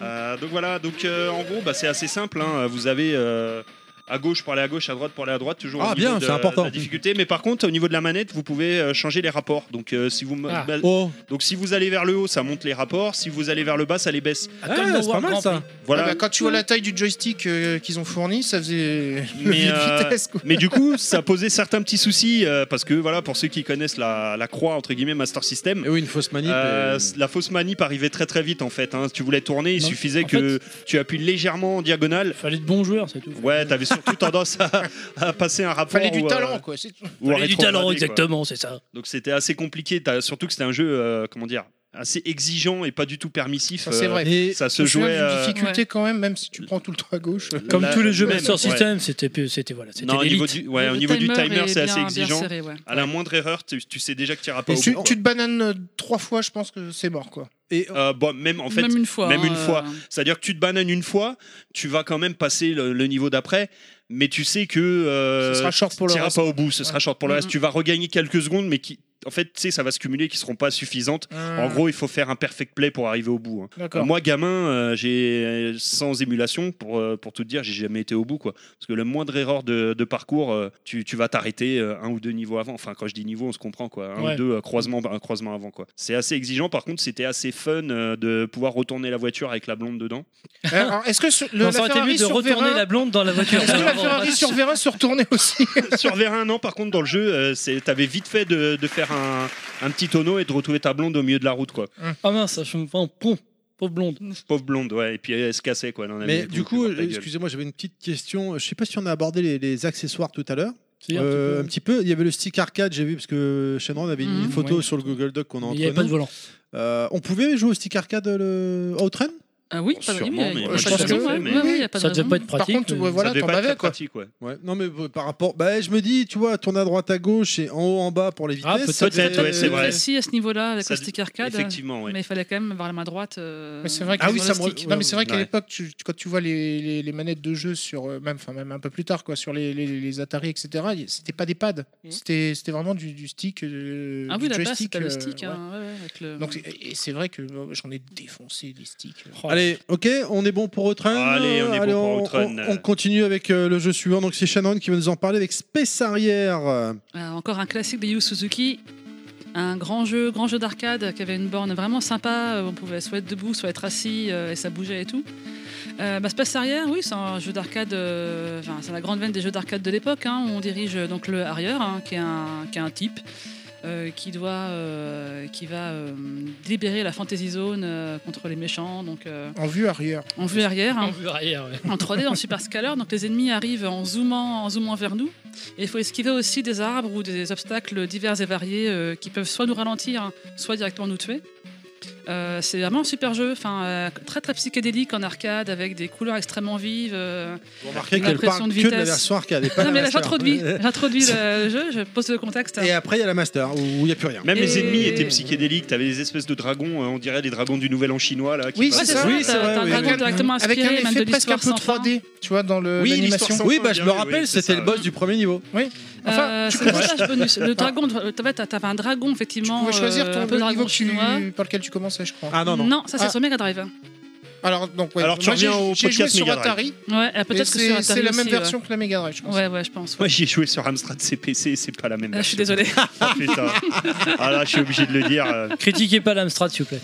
D: Euh, donc voilà, donc euh, en gros, bah, c'est assez simple. hein. Vous avez euh, à gauche pour aller à gauche, à droite pour aller à droite, toujours. au
B: Ah,
D: niveau
B: bien,
D: de-
B: c'est important.
D: de La difficulté, mais par contre, au niveau de la manette, vous pouvez euh, changer les rapports. Donc euh, si vous m-
E: Ah.
D: bah,
B: Oh,
D: donc si vous allez vers le haut, ça monte les rapports. Si vous allez vers le bas, ça les baisse.
B: Ah,
A: comme dans
B: c'est pas
A: World
B: mal
A: Grand
B: ça.
D: Voilà.
E: Ah bah, quand tu vois la taille du joystick euh, qu'ils ont fourni, ça faisait
D: Mais,
E: levier de
D: euh,
E: vitesse quoi.
D: Mais du coup, ça posait certains petits soucis euh, parce que voilà, pour ceux qui connaissent la, la croix entre guillemets Master System.
B: Et oui, une fausse manip.
D: euh,
B: euh,
D: la fausse manip arrivait très très vite en fait. hein. Si tu voulais tourner, il
A: Non.
D: suffisait
A: En
D: que tu appuies légèrement en diagonale.
A: Fallait de bons joueurs, c'est tout.
D: Ouais, t'avais surtout tendance à, à passer un rapport.
E: Fallait du
D: ou à-
E: talent, quoi. c'est tout.
D: ou à
A: Fallait du talent,
D: rétrograder, quoi.
A: exactement, c'est ça.
D: Donc c'était assez compliqué, t'as- surtout que c'était un jeu, euh, comment dire, assez exigeant et pas du tout permissif.
E: Ça, c'est
D: euh,
E: vrai.
B: Et
D: Ça se
E: Je me souviens
D: jouait.
E: d'une
D: euh,
E: difficulté quand même, même si tu prends tout le temps à gauche.
A: Comme
D: la-
A: tous les jeux
D: même,
A: Master
D: ouais.
A: System, c'était c'était voilà, c'était
D: Non, au niveau
A: l'élite.
D: du, ouais, au niveau du timer,
F: est
D: c'est assez
F: bien- bien
D: exigeant.
F: serré, ouais.
D: À la moindre erreur, tu, tu sais déjà que tu n'iras pas
E: Et
D: au
E: tu,
D: bout.
E: tu te bananes euh, trois fois, je pense que c'est mort, quoi.
B: et-
D: Euh, bon, même en fait,
F: même une fois.
D: même
F: hein,
D: une fois.
F: euh,
D: c'est-à-dire que tu te bananes une fois, tu vas quand même passer le, le niveau d'après, mais tu sais que euh,
E: Ce sera short pour le
D: t'iras
E: reste.
D: pas au bout, ce sera short pour le
F: Mhm.
D: reste. Tu vas regagner quelques secondes, mais qui, en fait, tu sais, ça va se cumuler, qui seront pas suffisantes. En gros, il faut faire un perfect play pour arriver au bout. hein.
E: Ah, d'accord.
D: Euh, Moi, gamin, euh, j'ai euh, sans émulation, pour, euh, pour tout te dire, j'ai jamais été au bout. Quoi. Parce que le moindre erreur de, de parcours, euh, tu, tu vas t'arrêter euh, un ou deux niveaux avant. Enfin, quand je dis niveau, on se comprend. Quoi. Un
A: Ouais.
D: ou deux euh, croisements, un croisement avant. quoi. C'est assez exigeant. Par contre, c'était assez fun euh, de pouvoir retourner la voiture avec la blonde dedans.
E: Euh, alors, Est-ce que sur- le,
A: Non,
E: la
A: ça aurait été mieux
E: Ferrari
A: de
E: sur
A: retourner
E: Vérin-
A: la blonde dans la voiture.
E: Est-ce que la
A: Vraiment,
E: Ferrari
A: pas-
E: sur Vérin se retournait aussi
D: Sur Vérin, non. Par contre, dans le jeu, euh, c'est- t'avais vite fait de, de faire un, un petit tonneau et de retrouver ta blonde au milieu de la route. Quoi.
A: Ah mince, je me prends pont, pauvre blonde.
D: Pauvre blonde, ouais. Et puis elle se cassait. Quoi, elle en avait
B: Mais
D: du
B: du
D: coup
B: coup, euh,
D: par ta gueule.
B: excusez-moi, j'avais une petite question. Je sais pas si on a abordé les, les accessoires tout à l'heure.
A: C'est un
B: Euh,
A: petit
B: un petit peu. Il y avait le stick arcade, j'ai vu, parce que Shenron avait mis
F: Mhm.
B: une photo
A: Ouais.
B: sur le Google Doc qu'on a
A: peu- Il
B: entre
A: n'y avait pas de
B: nous.
A: volant.
B: Euh, on pouvait jouer au stick arcade le Outrun
F: Ah oui, pas de-
D: Sûrement,
F: il y
D: mais
F: a- il y a
D: moi,
F: pas
E: je
F: de
E: pense
F: raison,
E: que-
F: ouais,
D: mais-
F: ouais, ouais, il y a pas de
A: Ça devait
F: raison.
A: pas être
E: Par
A: pratique. euh,
E: contre,
A: mais-
E: ouais, voilà,
D: ça devait
E: t'en
D: pas être
E: bavais,
D: très
E: quoi.
D: pratique. Ouais.
B: Ouais. Non, mais euh, par rapport. Bah, je me dis, tu vois, tourner à droite à gauche et en haut en bas pour les vitesses.
A: Ah,
B: ça
D: peut-être,
B: devait-
D: ouais, c'est vrai.
F: précis Euh, à ce niveau-là avec
D: Ça
F: le
D: d-
F: stick arcade.
D: Effectivement, ouais.
F: Mais il fallait quand même avoir la main droite. euh,
E: Mais c'est vrai que
B: Ah oui,
E: dans
B: ça
E: le
B: me-
E: stick- non, mais c'est vrai qu'à
D: ouais.
E: l'époque, tu- tu- quand tu vois les, les- les manettes de jeu sur euh, même, enfin même un peu plus tard, quoi, sur les, les, les Atari, etc. y- C'était pas des pads, c'était c'était vraiment du, du stick, euh,
F: Ah
E: du
F: oui, la base,
E: joystick.
F: c'était le
E: euh,
F: stick.
E: ouais.
F: hein, ouais, ouais, avec le-
E: Donc et- et c'est vrai que euh, j'en ai défoncé des sticks.
A: Oh.
B: Oh,
E: euh.
B: Allez, ok, on est bon pour Outrun.
D: Allez, on est bon pour
B: on-
D: Outrun.
B: On, on continue avec euh, le jeu suivant. Donc, c'est Shannon qui va nous en parler avec Space Arrière.
F: Euh, encore un classique de Yu Suzuki. Un grand jeu, grand jeu d'arcade qui avait une borne vraiment sympa. euh, On pouvait soit être debout, soit être assis, euh, et ça bougeait et tout. Euh, bah, Space Arrière, oui, c'est un jeu d'arcade. euh, Enfin, c'est la grande veine des jeux d'arcade de l'époque. hein, où on dirige euh, donc le Harrier, hein, qui, est un, qui est un type euh, qui doit, euh, qui va euh, libérer la Fantasy Zone euh, contre les méchants. Donc, euh,
E: En vue arrière.
F: en vue arrière. hein
A: On veut arrière, ouais.
F: en 3D en super scalar, donc les ennemis arrivent en zoomant, en zoomant vers nous. Et il faut esquiver aussi des arbres ou des obstacles divers et variés euh, qui peuvent soit nous ralentir, soit directement nous tuer. Euh, c'est vraiment un super jeu, enfin, euh, très très psychédélique en arcade avec des couleurs extrêmement vives. euh.
B: Vous remarquez
F: Une
B: qu'elle
F: impression
B: parle
F: de
B: que de la
F: vitesse.
B: version arcade et pas de
F: Non
B: la
F: mais là
B: master.
F: j'introduis, j'introduis le jeu, je pose le contexte.
E: euh,
B: Et après, il y a la master où il n'y a plus rien.
D: Même les
F: Et-
D: ennemis étaient psychédéliques, t'avais des espèces de dragons, euh, on dirait des dragons du Nouvel An chinois là. qui
E: Oui,
F: Ouais,
D: passent,
F: c'est
E: c'est
F: ça,
B: oui,
D: euh,
B: c'est
F: t'as-
B: vrai,
F: t'as un
B: oui,
F: dragon
B: oui.
F: directement
E: Avec un
F: inspiré, même de
E: effet presque un
F: l'histoire
E: peu
F: sans fin.
E: 3D, tu vois, dans le
D: Oui,
E: l'animation.
D: l'histoire sans-
B: Oui, bah, je me
D: Bien, oui,
B: rappelle,
D: oui, c'est
B: c'était
D: ça,
B: le boss
D: ouais.
B: du premier niveau.
E: Enfin,
F: Euh,
E: tu
F: c'est
E: pouvais-
F: l'avantage bonus. Le dragon, en fait, t'avais un dragon
E: tu
F: effectivement,
E: pouvais choisir
F: euh,
E: ton
F: un peu
E: le niveau
F: dragon
E: que tu-
F: chinois.
E: par lequel tu commençais, je crois.
B: Ah non, non.
F: ça c'est
E: Ah.
F: sur Mega Drive.
E: Alors, donc, ouais,
D: Alors, tu
E: moi, j'ai-
D: reviens au
E: j'ai joué
D: podcast
E: sur
D: Mega Drive.
E: Atari.
F: Ouais, euh,
E: et
F: peut-être que sur
E: c'est-
F: Atari
E: C'est la
F: aussi,
E: même
F: ouais.
E: version que la Mega Drive, je pense.
F: Ouais, ouais, je pense.
D: Moi j'y ai joué sur Amstrad CPC, c'est pas la même.
F: Euh, je suis
D: version.
F: désolée.
D: Ah, putain. Ah là, je suis obligé de le dire. euh,
A: Critiquez pas l'Amstrad, s'il vous plaît.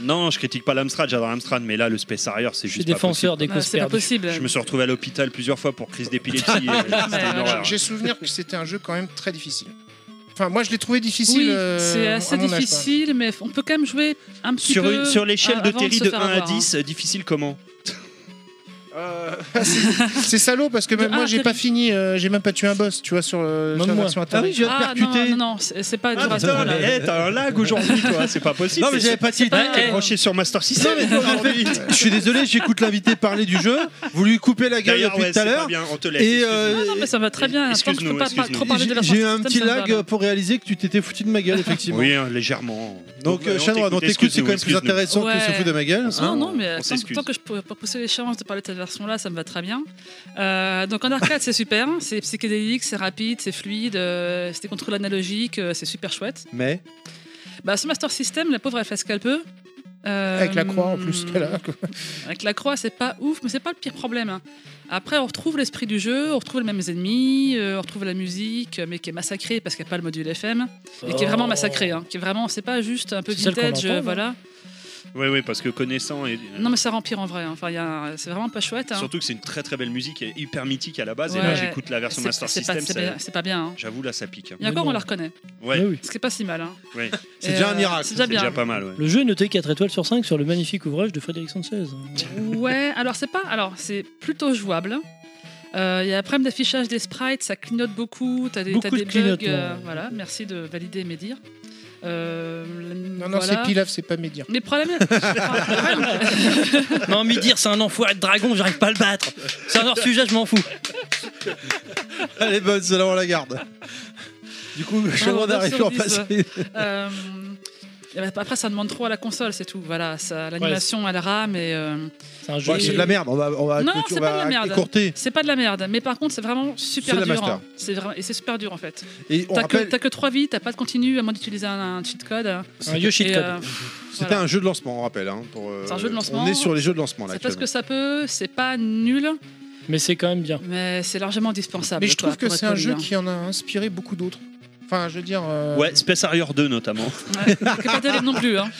D: Non, je critique pas l'Amstrad, j'adore l'Amstrad, mais là, le Space Harrier, c'est
A: Je suis
D: juste. pas
A: défenseur des
D: possible,
F: Euh,
A: causes
F: c'est pas
A: perdues.
F: possible.
D: quoi. Je me suis retrouvé à l'hôpital plusieurs fois pour crise d'épilepsie. euh, C'était une
F: Ouais,
D: horreur.
E: J'ai souvenir que c'était un jeu quand même très difficile. Enfin, moi, je l'ai trouvé difficile.
F: Oui,
E: euh,
F: c'est
E: à
F: assez
E: mon âge,
F: difficile, mais on peut quand même jouer un petit
D: Sur,
F: peu.
D: une- sur l'échelle
F: a-
D: de
F: avant
D: Terry
F: se
D: de 1
F: faire
D: à
F: avoir, hein.
D: 10, euh, difficile comment
E: quand même. C'est salaud parce que même
F: De
E: moi,
F: un
E: j'ai
F: à
E: pas
F: Terry.
E: fini, euh, j'ai même pas tué un boss, tu vois, sur, euh,
A: Même
E: sur la
A: moi.
E: version
B: Ah oui,
E: Atari.
B: je viens de
F: Ah non,
B: percuter.
F: non, non, c'est c'est pas
D: Ah
F: dur à ce
D: putain,
F: point-là.
D: mais hey, t'as un lag aujourd'hui, toi, c'est pas possible.
B: Non, mais j'avais pas tilté.
F: pas-
D: T'es branché sur Master System. aujourd'hui.
B: Je suis désolé, j'écoute l'invité parler du jeu. Vous lui coupez la gueule
D: D'ailleurs,
B: depuis
D: ouais,
B: tout à
D: c'est pas
B: l'heure.
D: bien, on te laisse.
B: Et
D: excuse-moi.
B: euh,
F: Non, non, mais ça va très bien. Tant que je
D: Excuse-nous,
F: peux pas, pas
D: excuse-nous.
F: trop parler de la
B: j'ai j'ai eu
F: version
B: un
F: système,
B: petit
F: ça me va, là.
B: lag pour réaliser que tu t'étais foutu de ma gueule, effectivement.
D: Oui, hein, légèrement.
B: Donc,
D: ouais,
B: euh,
D: on
B: Shannon, dans
D: t'écoute,
B: tes coups, c'est quand même plus
D: excuse-nous, excuse-nous.
B: intéressant qu'il se
F: Ouais.
B: fout de ma gueule. hein.
F: Non, non, mais
D: on
F: tant,
D: s'excuse.
F: tant que je peux pas pousser les chances de parler de cette version-là, ça me va très bien. Euh, donc en arcade, c'est super, c'est psychédélique, c'est rapide, c'est fluide, euh, c'était contrôle analogique, euh, c'est super chouette.
B: Mais
F: Bah, ce Master System, la pauvre, elle fait ce qu'elle peut. Euh,
E: Avec la croix en plus qu'elle a. quoi.
F: Avec la croix, c'est pas ouf, mais c'est pas le pire problème. hein. Après, on retrouve l'esprit du jeu, on retrouve les mêmes ennemis, euh, on retrouve la musique, euh, mais qui est massacrée parce qu'il n'y a pas le module FM, et qui est
D: Oh.
F: vraiment massacrée. hein, qui est vraiment, c'est pas juste un peu
A: C'est celle qu'on
F: vintage,
A: entend,
F: euh,
A: là.
F: voilà.
D: Oui, oui, parce que connaissant et.
F: Non, mais ça rend pire en vrai. hein. Enfin, il y a un- c'est vraiment pas chouette. hein.
D: Surtout que c'est une très très belle musique, et hyper mythique à la base. Et là,
F: Ouais.
D: j'écoute la version
F: C'est-
D: Master
F: c'est pas-
D: System.
F: c'est
D: ça-
F: pas- C'est pas bien. hein.
D: J'avoue, là, ça pique. hein.
F: Et encore,
A: non.
F: on la reconnaît.
D: Ouais,
A: Mais oui.
F: Ce qui est pas si mal. hein.
D: ouais.
B: c'est
F: Et,
B: déjà un
F: euh,
B: miracle.
F: C'est
D: C'est
F: déjà bien.
D: déjà pas mal. ouais.
A: Le jeu est noté 4 étoiles sur 5 sur le magnifique ouvrage de Frédéric Sanchez.
F: Ouais, alors c'est pas. Alors c'est plutôt jouable. Euh, Il y a un problème d'affichage des sprites, ça clignote beaucoup, t'as des,
A: Beaucoup
F: t'as
A: de
F: des bugs.
A: clignotements.
F: euh, voilà, merci de valider mes dires. Euh,
E: Non, non,
F: voilà.
E: c'est Pilaf, c'est pas Médir.
F: Mais problème, le problème-
A: Non, mais dire c'est un enfoiré de dragon, j'arrive pas à le battre. C'est un hors sujet, je m'en fous.
B: Elle est bonne, celle-là, on la garde. Du coup, je suis
F: non,
B: en d'arriver à
F: sur
B: en
F: dix,
B: passer.
F: Euh, et bah, après, ça demande trop à la console, c'est tout. Voilà, ça- l'animation à la rame et euh,
A: C'est un jeu.
B: Ouais,
A: qui-
B: c'est de la merde, on va, on va,
F: Non,
B: on
F: c'est
B: va
F: pas de la merde.
B: écourter.
F: c'est pas de la merde. Mais par contre, c'est vraiment super
B: C'est la
F: dur.
B: master.
F: hein. C'est vra- et c'est super dur en fait.
B: Et on
F: T'as
B: rappelle,
F: que, t'as que 3 vies, t'as pas de continu à moins d'utiliser un, un cheat code. hein.
A: Un Yoshi
F: Et,
A: code.
F: euh,
B: c'était
F: voilà.
B: un jeu de lancement, on rappelle. hein, pour, euh,
F: C'est un jeu de lancement.
B: On est sur les jeux de lancement, là,
F: C'est parce
B: actuellement.
F: que ça peut, c'est pas nul,
A: Mais c'est quand même bien.
F: mais c'est largement indispensable.
E: Mais je
F: quoi,
E: trouve que
F: pour
E: c'est
F: être
E: un
F: poli,
E: jeu
F: hein.
E: qui en a inspiré beaucoup d'autres. Enfin, je veux dire. euh,
D: Ouais, Space Harrier 2 notamment.
F: Ouais, c'est pas terrible non plus. hein.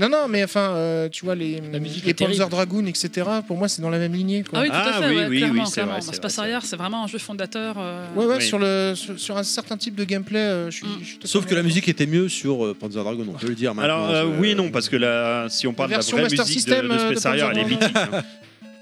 E: Non, non, mais enfin, euh, tu vois, les,
A: La musique
E: les
A: est terrible.
E: Panzer Dragoon, etc., pour moi, c'est dans la même lignée. Quoi.
F: Ah oui, tout
D: Ah
F: à fait,
D: oui,
F: ouais,
D: oui,
F: clairement.
D: oui, c'est
F: clairement.
D: vrai, c'est
F: Space
D: vrai,
F: Harrier, c'est vraiment un jeu fondateur. euh,
E: Ouais, ouais,
D: Oui.
E: sur, le, sur, sur un certain type de gameplay, euh, je suis.
F: Mm.
E: je suis
B: Sauf
E: totalement
B: que la
E: d'accord.
B: musique était mieux sur euh, Panzer Dragon, on peut le dire maintenant. hein,
D: Alors euh,
B: je-
D: oui et non parce que là si on parle de la
E: version
D: vraie
E: Master
D: musique de-
E: System,
D: de,
E: euh, de
D: Space Harrier, elle est
E: Panzer
D: mythique. hein.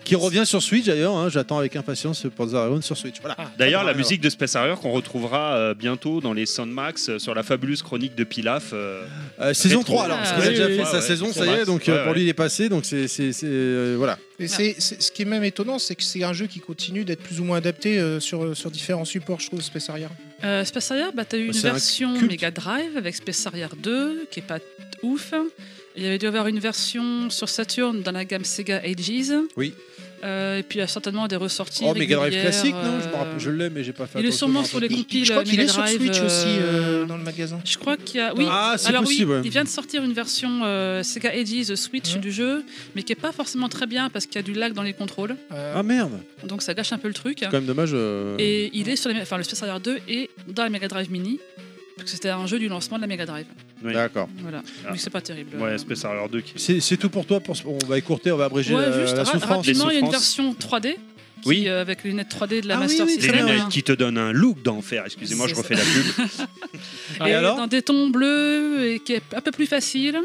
B: Qui revient sur Switch d'ailleurs, hein, j'attends avec impatience ce Panzer Dragon sur Switch. Voilà.
D: D'ailleurs la
B: Panzer
D: musique de Space Harrier qu'on retrouvera euh, bientôt dans les Soundmax euh, sur la fabuleuse chronique de Pilaf. euh,
B: Euh, saison
D: Rétro.
B: 3 alors, parce qu'il a
A: Ah,
B: déjà
A: oui,
B: fait
D: oui.
B: sa
D: Ouais,
B: saison,
D: ouais,
B: ça y est,
D: Max.
B: donc
D: Ouais,
B: euh, pour
D: ouais.
B: lui il est passé, donc c'est. c'est- c'est, euh, Voilà.
E: Et c'est, c'est- ce qui est même étonnant, c'est que c'est un jeu qui continue d'être plus ou moins adapté euh, sur, sur différents supports, je trouve, Space Harrier.
F: Euh, Space Harrier, bah, t'as eu une
B: C'est un
F: version
B: culte.
F: Mega Drive avec Space Harrier 2, qui est pas ouf. Il y avait dû avoir une version sur Saturn dans la gamme Sega Ages.
B: Oui.
F: Euh, et puis il y a certainement des ressorties.
B: Oh, Mega Drive
F: régulières,
B: classique, non Je me
F: euh,
B: rappelle, je l'ai, mais j'ai pas fait.
F: Il est
B: attention,
F: sûrement
B: je me
F: sur les
B: rappelle.
F: compiles euh,
E: je crois qu'il
F: Mega
E: est sur
F: Drive,
E: Switch aussi
F: euh,
E: euh, dans le magasin.
F: Je crois qu'il y a. Oui.
B: Ah, c'est
F: Alors
B: possible.
F: oui,
B: ouais. Hein.
F: il vient de sortir une version euh, Sega Ages Switch
E: Ouais.
F: du jeu, mais qui est pas forcément très bien parce qu'il y a du lag dans les contrôles,
E: Euh,
B: Ah merde,
F: donc ça gâche un peu le truc.
B: quand même dommage. euh,
F: Et il est sur les, enfin, le Space Harrier 2 est dans la Mega Drive Mini, parce que c'était un jeu du lancement de la Mega Drive.
B: D'accord.
F: Voilà.
D: Ah.
F: Donc c'est pas terrible.
D: Ouais,
F: Euh,
D: Space Harrier 2 qui
B: C'est c'est tout pour toi, pour... ce- on va écourter, on va abréger
F: Ouais,
B: la,
F: juste
B: la
F: ra-
B: souffrance.
F: rapidement, il y a une
D: euh, Les
F: version 3D qui,
D: Oui.
F: euh, avec les lunettes 3D de la
B: Ah oui,
F: Master
B: oui,
D: Les
B: très
F: System.
B: bien,
D: lunettes
F: hein.
D: qui te donnent un look d'enfer. Excusez-moi, je
F: C'est
D: refais la pub.
F: Et
A: Et alors
F: euh, dans des tons bleus et qui est un peu plus facile.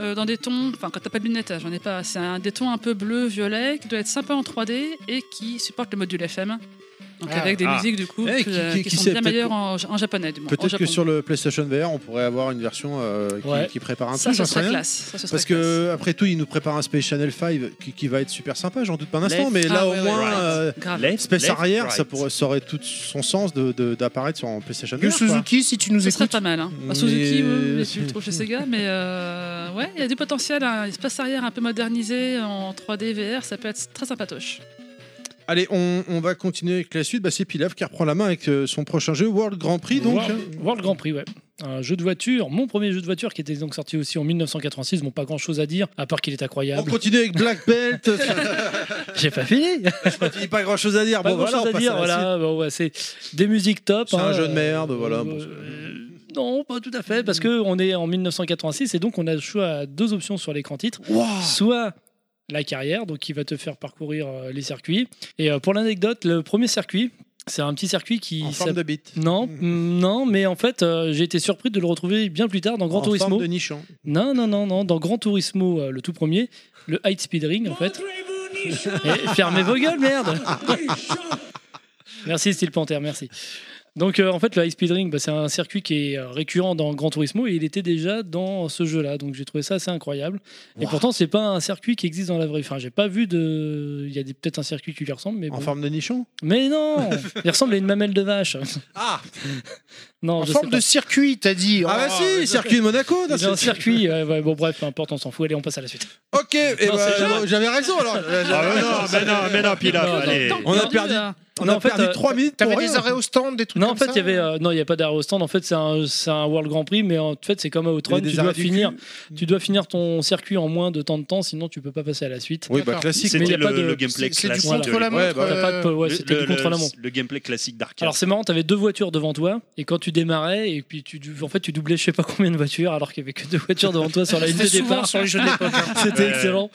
F: euh, dans des tons, enfin quand t'as pas de lunettes, hein, j'en ai pas, c'est un, des tons un peu bleu, violet, qui doit être sympa en 3D et qui supporte le module FM. Donc
E: Ah,
F: avec des
D: ah.
F: musiques du coup
B: Eh,
F: que-
B: qui-
F: euh,
B: qui-
F: qui,
B: qui
F: sont
B: sait,
F: bien
B: peut-être
F: meilleures en, en japonais du moins. en
B: Peut-être que
F: Japon.
B: sur le PlayStation VR, on pourrait avoir une version euh, qui,
A: Ouais.
B: qui prépare un
F: ça,
B: truc,
F: ce
B: j'en sais
F: serait
B: rien.
F: classe. ça, ce serait
B: Parce que après tout, il nous prépare un Space Channel 5 qui, qui va être super sympa, j'en doute pas un instant,
D: Left,
B: mais là
F: Ah,
B: au
F: ouais, ouais,
B: moins,
D: right.
B: euh,
F: classe. Grave.
B: Space
D: Left,
B: Arrière,
D: right.
B: ça, pourrait, ça aurait tout son sens de- de- d'apparaître sur un PlayStation
E: Que
B: VR, quoi.
E: Suzuki, si tu nous
F: Ce serait
E: écoutes.
F: pas mal. Hein. Bah,
B: Mais-
F: Suzuki, oui, mais tu le trouves chez Sega, mais euh, ouais, il y a du potentiel. Un espace arrière un peu modernisé en 3D VR, ça peut être très sympatoche.
B: Allez, on, on va continuer avec la suite. Bah, c'est Pilaf qui reprend la main avec euh, son prochain jeu, World Grand
A: Ah,
B: Prix. Donc,
A: World, World Grand Prix, ouais. Un jeu de voiture, mon premier jeu de voiture qui était donc sorti aussi en 1986. Bon, pas grand chose à dire, à part qu'il est
B: on
A: incroyable.
B: continue avec Black Belt.
A: J'ai pas fini
B: Il n'y a pas grand chose à dire.
A: Pas
B: bon,
A: grand
B: voilà, on
A: chose à
B: passe
A: dire,
B: à la suite.
A: voilà. Bon, ouais, c'est des musiques top.
B: C'est un
A: hein,
B: jeu de merde, Ben voilà,
A: euh,
B: bon, c'est-
A: euh, non, pas tout à fait, parce qu'on est en 1986 et donc on a le choix à deux options sur l'écran titre. soit la carrière, donc qui va te faire parcourir euh, les circuits. Et euh, pour l'anecdote, le premier circuit, c'est un petit circuit qui
B: En forme
A: s'appelle-
B: de bite.
A: Non, mm, non, mais en fait, euh, j'ai été surpris de le retrouver bien plus tard dans Grand
B: en
A: Turismo.
B: forme de nichon.
A: Non, non, non, non, dans Grand Turismo, euh, le tout premier, le High Speed Ring, en fait. Et fermez vos gueules, merde Merci, Steel Panther, merci. Donc, euh, en fait, le High Speed Ring, bah, c'est un circuit qui est euh, récurrent dans Grand Turismo et il était déjà dans ce jeu-là. Donc, j'ai trouvé ça assez incroyable. Et
B: Wow.
A: pourtant, c'est pas un circuit qui existe dans la vraie. Enfin, j'ai pas vu de. Il y a des- peut-être un circuit qui lui ressemble, mais bon.
B: En forme de nichon
A: Mais non Il ressemble à une mamelle de vache.
B: Ah
A: Non,
E: En
A: Oh, je
E: forme
A: sais
E: de
A: pas.
E: circuit, t'as dit.
B: Ah, bah
E: Oh,
B: si,
E: mais-
B: circuit de Monaco.
A: Il y a un
B: c'est-
A: circuit. ouais, ouais, bon, bref, peu importe, on s'en fout. Allez, on passe à la suite.
B: Ok, eh
A: Non,
B: bah,
A: c'est jamais-
B: j'avais raison alors.
D: Ah mais non, mais non, mais non, Pilaf,
A: Non, non,
D: allez.
F: Tant
B: on a
F: pis,
B: perdu.
F: là.
B: On
A: Non,
B: a
A: en fait,
B: perdu
A: euh,
B: 3 minutes.
E: T'avais
B: pour
E: des
B: rien.
E: arrêts au stand, des trucs
A: Non, en
E: comme
A: fait,
E: ça,
A: il y avait,
E: euh,
A: euh, non, il y a pas d'arrêt au stand. En fait, c'est un, c'est un World Grand Prix, mais en fait, c'est comme à Outrun,
B: Il y a des
A: tu
B: arrêts
A: dois
B: du
A: finir,
B: cul.
A: tu dois finir ton circuit en moins de temps de temps, sinon tu peux pas passer à la suite.
B: Oui, bah
E: D'accord.
B: classique.
A: mais il y
D: C'était
A: a pas
D: le,
A: de-
D: le gameplay
E: c'est- c'est du
D: classique.
A: Voilà.
D: de
E: contre la
D: l'époque.
E: montre. euh,
B: Ouais, bah,
A: T'as pas de- ouais, c'était
D: Le-
A: du
D: le-
A: contre la montre.
D: Le gameplay classique d'arcade.
A: Alors c'est marrant, t'avais deux voitures devant toi et quand tu démarrais et puis tu, en fait tu doublais je sais pas combien de voitures alors qu'il y avait que deux voitures devant toi sur la ligne de
E: C'était souvent
A: départ.
E: sur les jeux de l'époque. hein.
A: C'était
D: Ouais.
A: excellent.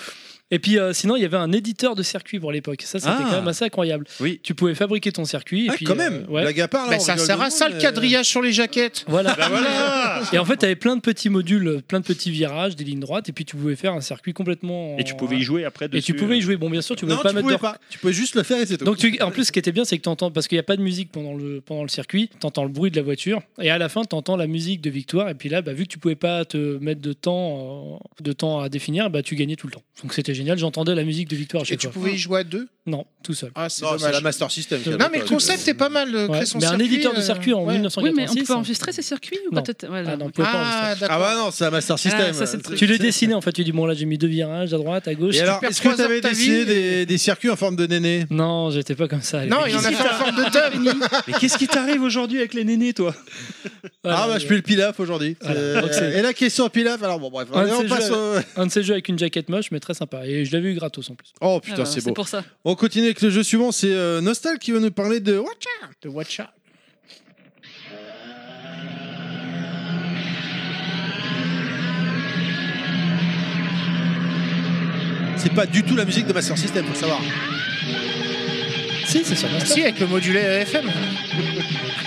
A: Et puis euh, sinon, il y avait un éditeur de circuit pour l'époque. Ça, c'était
B: Ah.
A: quand même assez incroyable.
D: Oui.
A: Tu pouvais fabriquer ton circuit. Et
B: Ah,
A: puis,
B: quand
A: euh,
B: même,
A: ouais.
B: blague à part, là,
E: Bah,
B: on
E: ça
B: rigole
E: sert à
B: beaucoup,
E: ça le
B: mais-
E: quadrillage sur les jaquettes.
A: Voilà.
D: Bah voilà
A: Et en fait, tu avais plein de petits modules, plein de petits virages, des lignes droites, et puis tu pouvais faire un circuit complètement. en-
D: Et tu pouvais y jouer après dessus. euh.
A: Et tu pouvais y jouer. Bon, bien sûr, tu pouvais
B: Non,
A: pas
B: tu
A: mettre
B: pouvais
A: de
B: pas. Tu pouvais juste le faire et c'est tout.
A: Donc tu, en plus, ce qui était bien, c'est que t'entends parce qu'il n'y a pas de musique pendant le pendant le circuit, t'entends le bruit de la voiture et à la fin t'entends la musique de victoire et puis là, bah, vu que tu pouvais pas te mettre de temps euh, de temps à définir, bah tu gagnais tout le temps. Donc c'était génial. J'entendais la musique de victoire à
E: Et
A: chaque
E: tu
A: fois.
E: pouvais y jouer à deux.
A: Non, tout seul.
E: Ah, c'est
B: Non, c'est la
E: dommage.
B: Master System. qui
A: Non,
E: Non,
B: avait
E: mais le
B: pas-
E: concept est pas mal. euh,
A: Ouais.
E: Créer son
A: Mais un
E: circuit,
A: éditeur de
E: euh,
A: circuit en
E: ouais.
F: Oui, mais on
A: 1986.
F: peut enregistrer ces circuits ou
A: Non.
F: peut-être- voilà.
A: Ah non, on pouvait pas enregistrer.
E: Ah,
B: Ah bah
E: d'accord.
B: non, c'est la Master
F: Ah,
B: System.
F: ça, c'est le truc.
A: Tu les dessinais en fait. Tu dis bon là, j'ai mis deux virages à droite, à gauche.
B: Et alors,
E: perds
B: est-ce que
E: trois
B: tu avais
E: heures de ta
B: dessiné
E: vie.
B: des, des circuits en forme de néné
A: Non, j'étais pas comme ça. à
E: Non,
A: l'époque.
E: il en a fait en forme de tub.
D: Mais qu'est-ce qui t'arrive aujourd'hui avec les nénés, toi
A: Voilà,
B: Ah bah, je suis le pilaf aujourd'hui.
A: Voilà.
B: Euh,
A: Donc, c'est-
B: et la question pilaf, alors bon, bref,
A: Un de
B: on
A: ces
B: passe
A: jeux
B: au.
A: Un de ces jeux avec une jaquette moche, mais très sympa. Et je l'avais eu gratos en plus.
B: Oh
F: Ah
B: putain,
F: bah,
B: c'est beau.
F: pour ça.
B: On continue avec le jeu suivant, c'est euh, Nostal qui va nous parler de Watcher.
E: De Watcha.
B: C'est pas du tout la musique de Master System, faut le savoir.
A: Si, c'est sur Master.
E: Si, avec le modulé FM.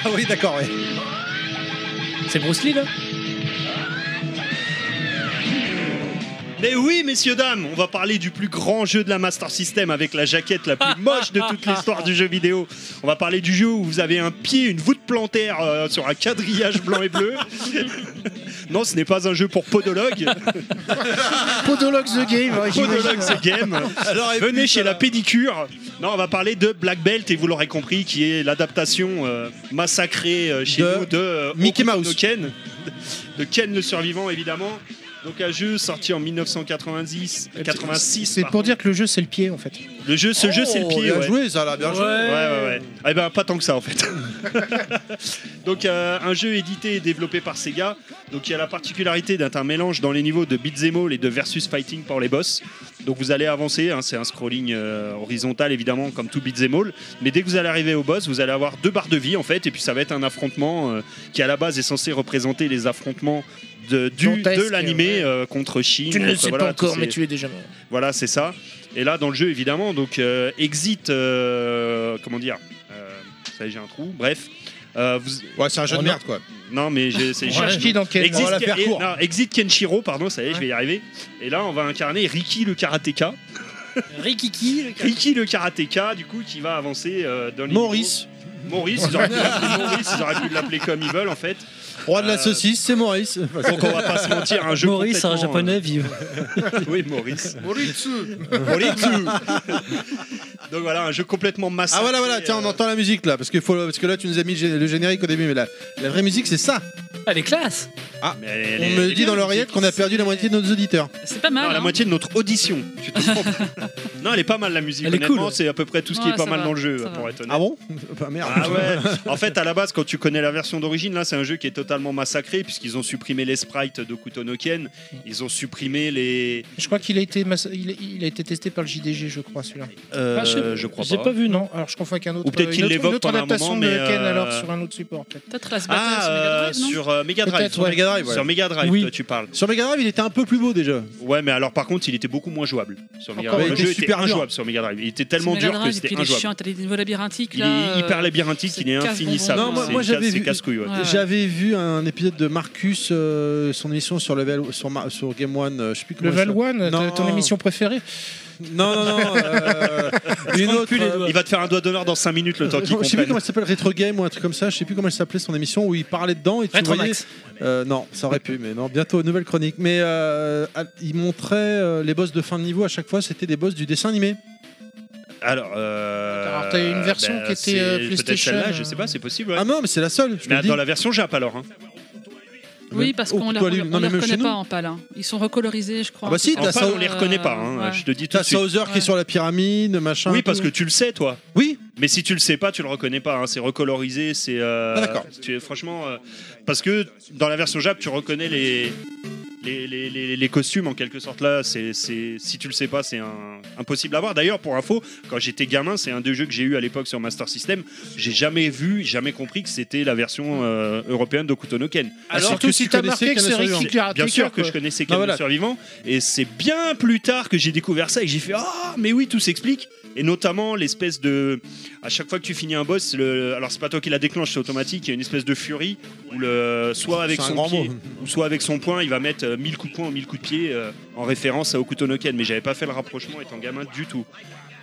B: Ah oui, d'accord, ouais.
A: C'est Bruce Lee là.
D: Mais oui, messieurs, dames, on va parler du plus grand jeu de la Master System avec la jaquette la plus moche de toute l'histoire du jeu vidéo. On va parler du jeu où vous avez un pied, une voûte plantaire euh, sur un quadrillage blanc et bleu. non, ce n'est pas un jeu pour podologue.
E: Podologue the Game. ouais,
D: Podologue,
E: j'imagine.
D: c'est game.
B: Alors, et
D: Venez
B: puis,
D: chez
B: ça
D: la
B: va.
D: pédicure. Non, on va parler de Black Belt et vous l'aurez compris, qui est l'adaptation euh, massacrée euh, chez
B: De
D: nous de euh,
B: Mickey
D: Hokuto no
B: Mouse.
D: Ken, de Ken le survivant évidemment. Donc un jeu sorti en 1990, 86.
E: C'est
D: pardon.
E: pour dire que le jeu, c'est le pied, en fait.
D: Le jeu, ce jeu, c'est le
B: Oh,
D: pied.
B: Bien
D: ouais.
B: joué, ça, là, bien joué.
D: Ouais, ouais, ouais. Eh ben, pas tant que ça, en fait. Donc, euh, un jeu édité et développé par Sega. Donc, il y a la particularité d'être un mélange dans les niveaux de beat'em all et de versus fighting pour les boss. Donc, vous allez avancer. hein, c'est un scrolling euh, horizontal, évidemment, comme tout beat'em all. Mais dès que vous allez arriver au boss, vous allez avoir deux barres de vie, en fait. Et puis, ça va être un affrontement euh, qui, à la base, est censé représenter les affrontements de, du,
E: Dantesque,
D: de l'animé
E: ouais.
D: euh, contre Shin.
E: Tu ne le
D: contre,
E: sais
D: voilà,
E: pas
D: tous
E: encore,
D: ces-
E: mais tu es déjà mort.
D: voilà, c'est ça. Et là, dans le jeu, évidemment, donc euh, exit, euh, comment dire, euh, ça y est, j'ai un trou. Bref, Euh, vous-
B: Ouais, c'est un jeu de
D: Oh,
B: merde, quoi.
D: non mais j'ai- c'est- j'ai-
E: Cherche qui dans quel.
B: on va
D: Exit,
B: la faire
D: et-
B: court.
D: non, Exit Kenshiro, pardon, ça y est, je vais y arriver. Et là, on va incarner Riki le karatéka.
A: Rikiki. le-
D: Riki le karatéka, du coup, qui va avancer euh, dans les
B: Maurice,
D: niveaux. Maurice, ils auraient pu l'appeler Maurice, ils auraient pu l'appeler comme ils veulent, en fait.
B: roi de la
D: Euh,
B: saucisse, c'est Maurice.
D: Donc, on va pas se mentir, un jeu
A: Maurice, un
D: complètement,
A: japonais vivant.
D: euh, oui, Maurice. Maurice. Donc voilà, un jeu complètement massacré.
B: Ah voilà, voilà, tiens, on
D: euh,
B: entend la musique, là, parce que, faut, parce que là, tu nous as mis le générique au début, mais là, la vraie musique, c'est ça.
A: Elle est classe.
D: Euh, Mais elle est-
B: On
D: elle est-
B: me
D: elle est
B: dit dans
D: bien,
B: l'oreillette qu'on a perdu la moitié de nos auditeurs.
F: C'est pas mal.
D: Non, la
F: hein.
D: moitié de notre audition. Tu te trompes. non, elle est pas mal la musique.
A: Elle est
D: Honnêtement,
A: cool.
D: c'est à peu près tout ce qui
F: Ouais,
D: est pas
F: ça
D: mal
F: va,
D: dans le jeu,
F: ça
D: pour
F: va.
D: être honnête.
B: Ah bon Bah merde.
D: Ah ouais. En fait, à la base, quand tu connais la version d'origine, là, c'est un jeu qui est totalement massacré puisqu'ils ont supprimé les sprites de Kutonoken, ils ont supprimé les.
E: Je crois qu'il a été massa- il a- il a été testé par le JDG, je crois, celui-là.
D: Euh,
A: Ah,
D: je,
A: je-
D: crois
A: J'ai
D: pas.
A: pas vu, non.
E: Non, alors je confonds avec un autre.
D: Ou peut-être
E: euh,
D: qu'il
E: une autre-
D: l'évoque
E: une autre
D: pendant un
E: adaptation
D: moment,
E: de
D: mais,
E: Ken
D: euh,
E: alors sur un autre support. peut-être.
F: Peut-être la Battle
D: Ah, euh,
F: sur Mega Drive, non
D: sur euh, Mega Drive.
E: Peut-être,
D: Sur
E: ouais.
D: Mega Drive,
B: ouais.
D: Sur Mega Drive,
E: Oui.
D: toi, tu parles.
B: Sur Mega Drive, il était un peu plus beau déjà.
D: Ouais, mais alors par contre, il était beaucoup moins jouable. Sur Mega
E: Encore,
D: Drive.
B: il
D: Le
B: était
D: jeu était
B: super dur.
D: injouable sur Mega Drive. Il était tellement
F: Mega
D: dur que
F: Drive, et
D: c'était
F: puis il est
D: injouable.
F: chiant, t'as les niveaux labyrinthiques
D: Il
F: là.
D: est hyper
F: euh,
D: labyrinthique,
F: c'est
D: il est
F: casse-bonbon.
D: infinissable.
F: Non, moi-
D: C'est
F: moi,
B: j'avais
D: casse- c'est
B: vu-
D: casse-couille. ouais.
F: Ouais.
B: J'avais vu un épisode de Marcus, euh, son émission sur Level, sur, Mar- sur Game One, euh, je sais plus
E: Le
B: comment.
E: Val
B: ça-
E: One,
B: Non.
E: ta- ton émission préférée.
B: Non, non, non. euh, une autre. euh,
D: Bah, Il va te faire un doigt d'honneur dans 5 minutes le temps qu'il
B: je sais plus
D: comprenne.
B: comment elle s'appelle, Retro Game ou un truc comme ça. Je sais plus comment elle s'appelait son émission où il parlait dedans et tu
A: Retro
B: voyais.
A: Max.
B: Euh, non, ça aurait pu, mais non. Bientôt nouvelle chronique. Mais euh, à- il montrait euh, les boss de fin de niveau à chaque fois. C'était des boss du dessin animé.
D: Alors, euh,
E: Alors, t'as eu une version qui était,
D: c'est
E: euh,
D: peut-être
E: PlayStation,
D: celle-là,
E: euh,
D: je sais pas, c'est possible. ouais.
B: Ah non, mais c'est la seule. Je te
D: mais
B: le dis.
D: dans la version Jap alors. hein.
F: euh, Oui, parce
B: Oh,
F: qu'on
B: toi,
F: les-
B: lui,
F: on
B: non, mais
F: les
B: même chez
F: reconnaît
B: nous.
F: pas en pâle. hein. Ils sont recolorisés, je crois.
B: Ah bah si,
D: En
B: t'as
D: pâle,
B: ça-
D: on les reconnaît pas. hein,
F: ouais.
D: Je te dis tout
B: T'as
D: de suite.
B: Sauzer qui est
F: Ouais.
B: sur la pyramide, machin.
D: Oui,
B: et
D: parce
B: tout.
D: que tu le sais, toi.
B: Oui,
D: Mais si tu le sais pas, tu le reconnais pas. hein. C'est recolorisé, c'est. euh,
B: Ah, d'accord.
D: tu es- franchement, euh, parce que dans la version Jap, tu reconnais les. les, les- les- les costumes en quelque sorte là, c'est, c'est- si tu le sais pas, c'est un- impossible à voir. D'ailleurs, pour info, quand j'étais gamin, c'est un des jeux que j'ai eu à l'époque sur Master System. J'ai jamais vu, jamais compris que c'était la version euh, européenne de Kutonoken.
B: Alors
E: Surtout
B: que
E: si
B: tu
E: t'as
B: connaissais
E: marqué que c'est
B: Canasson
E: Ricky
B: Hurlant.
E: Clark.
D: Bien sûr que
E: quoi.
D: je connaissais
B: Ah,
D: Camus
B: voilà.
D: Survivant, et c'est bien plus tard que j'ai découvert ça et que j'ai fait Ah, mais oui, tout s'explique. Et notamment l'espèce de. À chaque fois que tu finis un boss, le... alors c'est pas toi qui la déclenche, c'est automatique, il y a une espèce de furie où le... soit avec
B: C'est un
D: son Ah,
B: grand
D: pied,
B: mot.
D: ou soit avec son poing, il va mettre euh, 1000 coups de poing ou 1000 coups de pied euh, en référence à Okuto no Ken. Mais j'avais pas fait le rapprochement étant gamin du tout.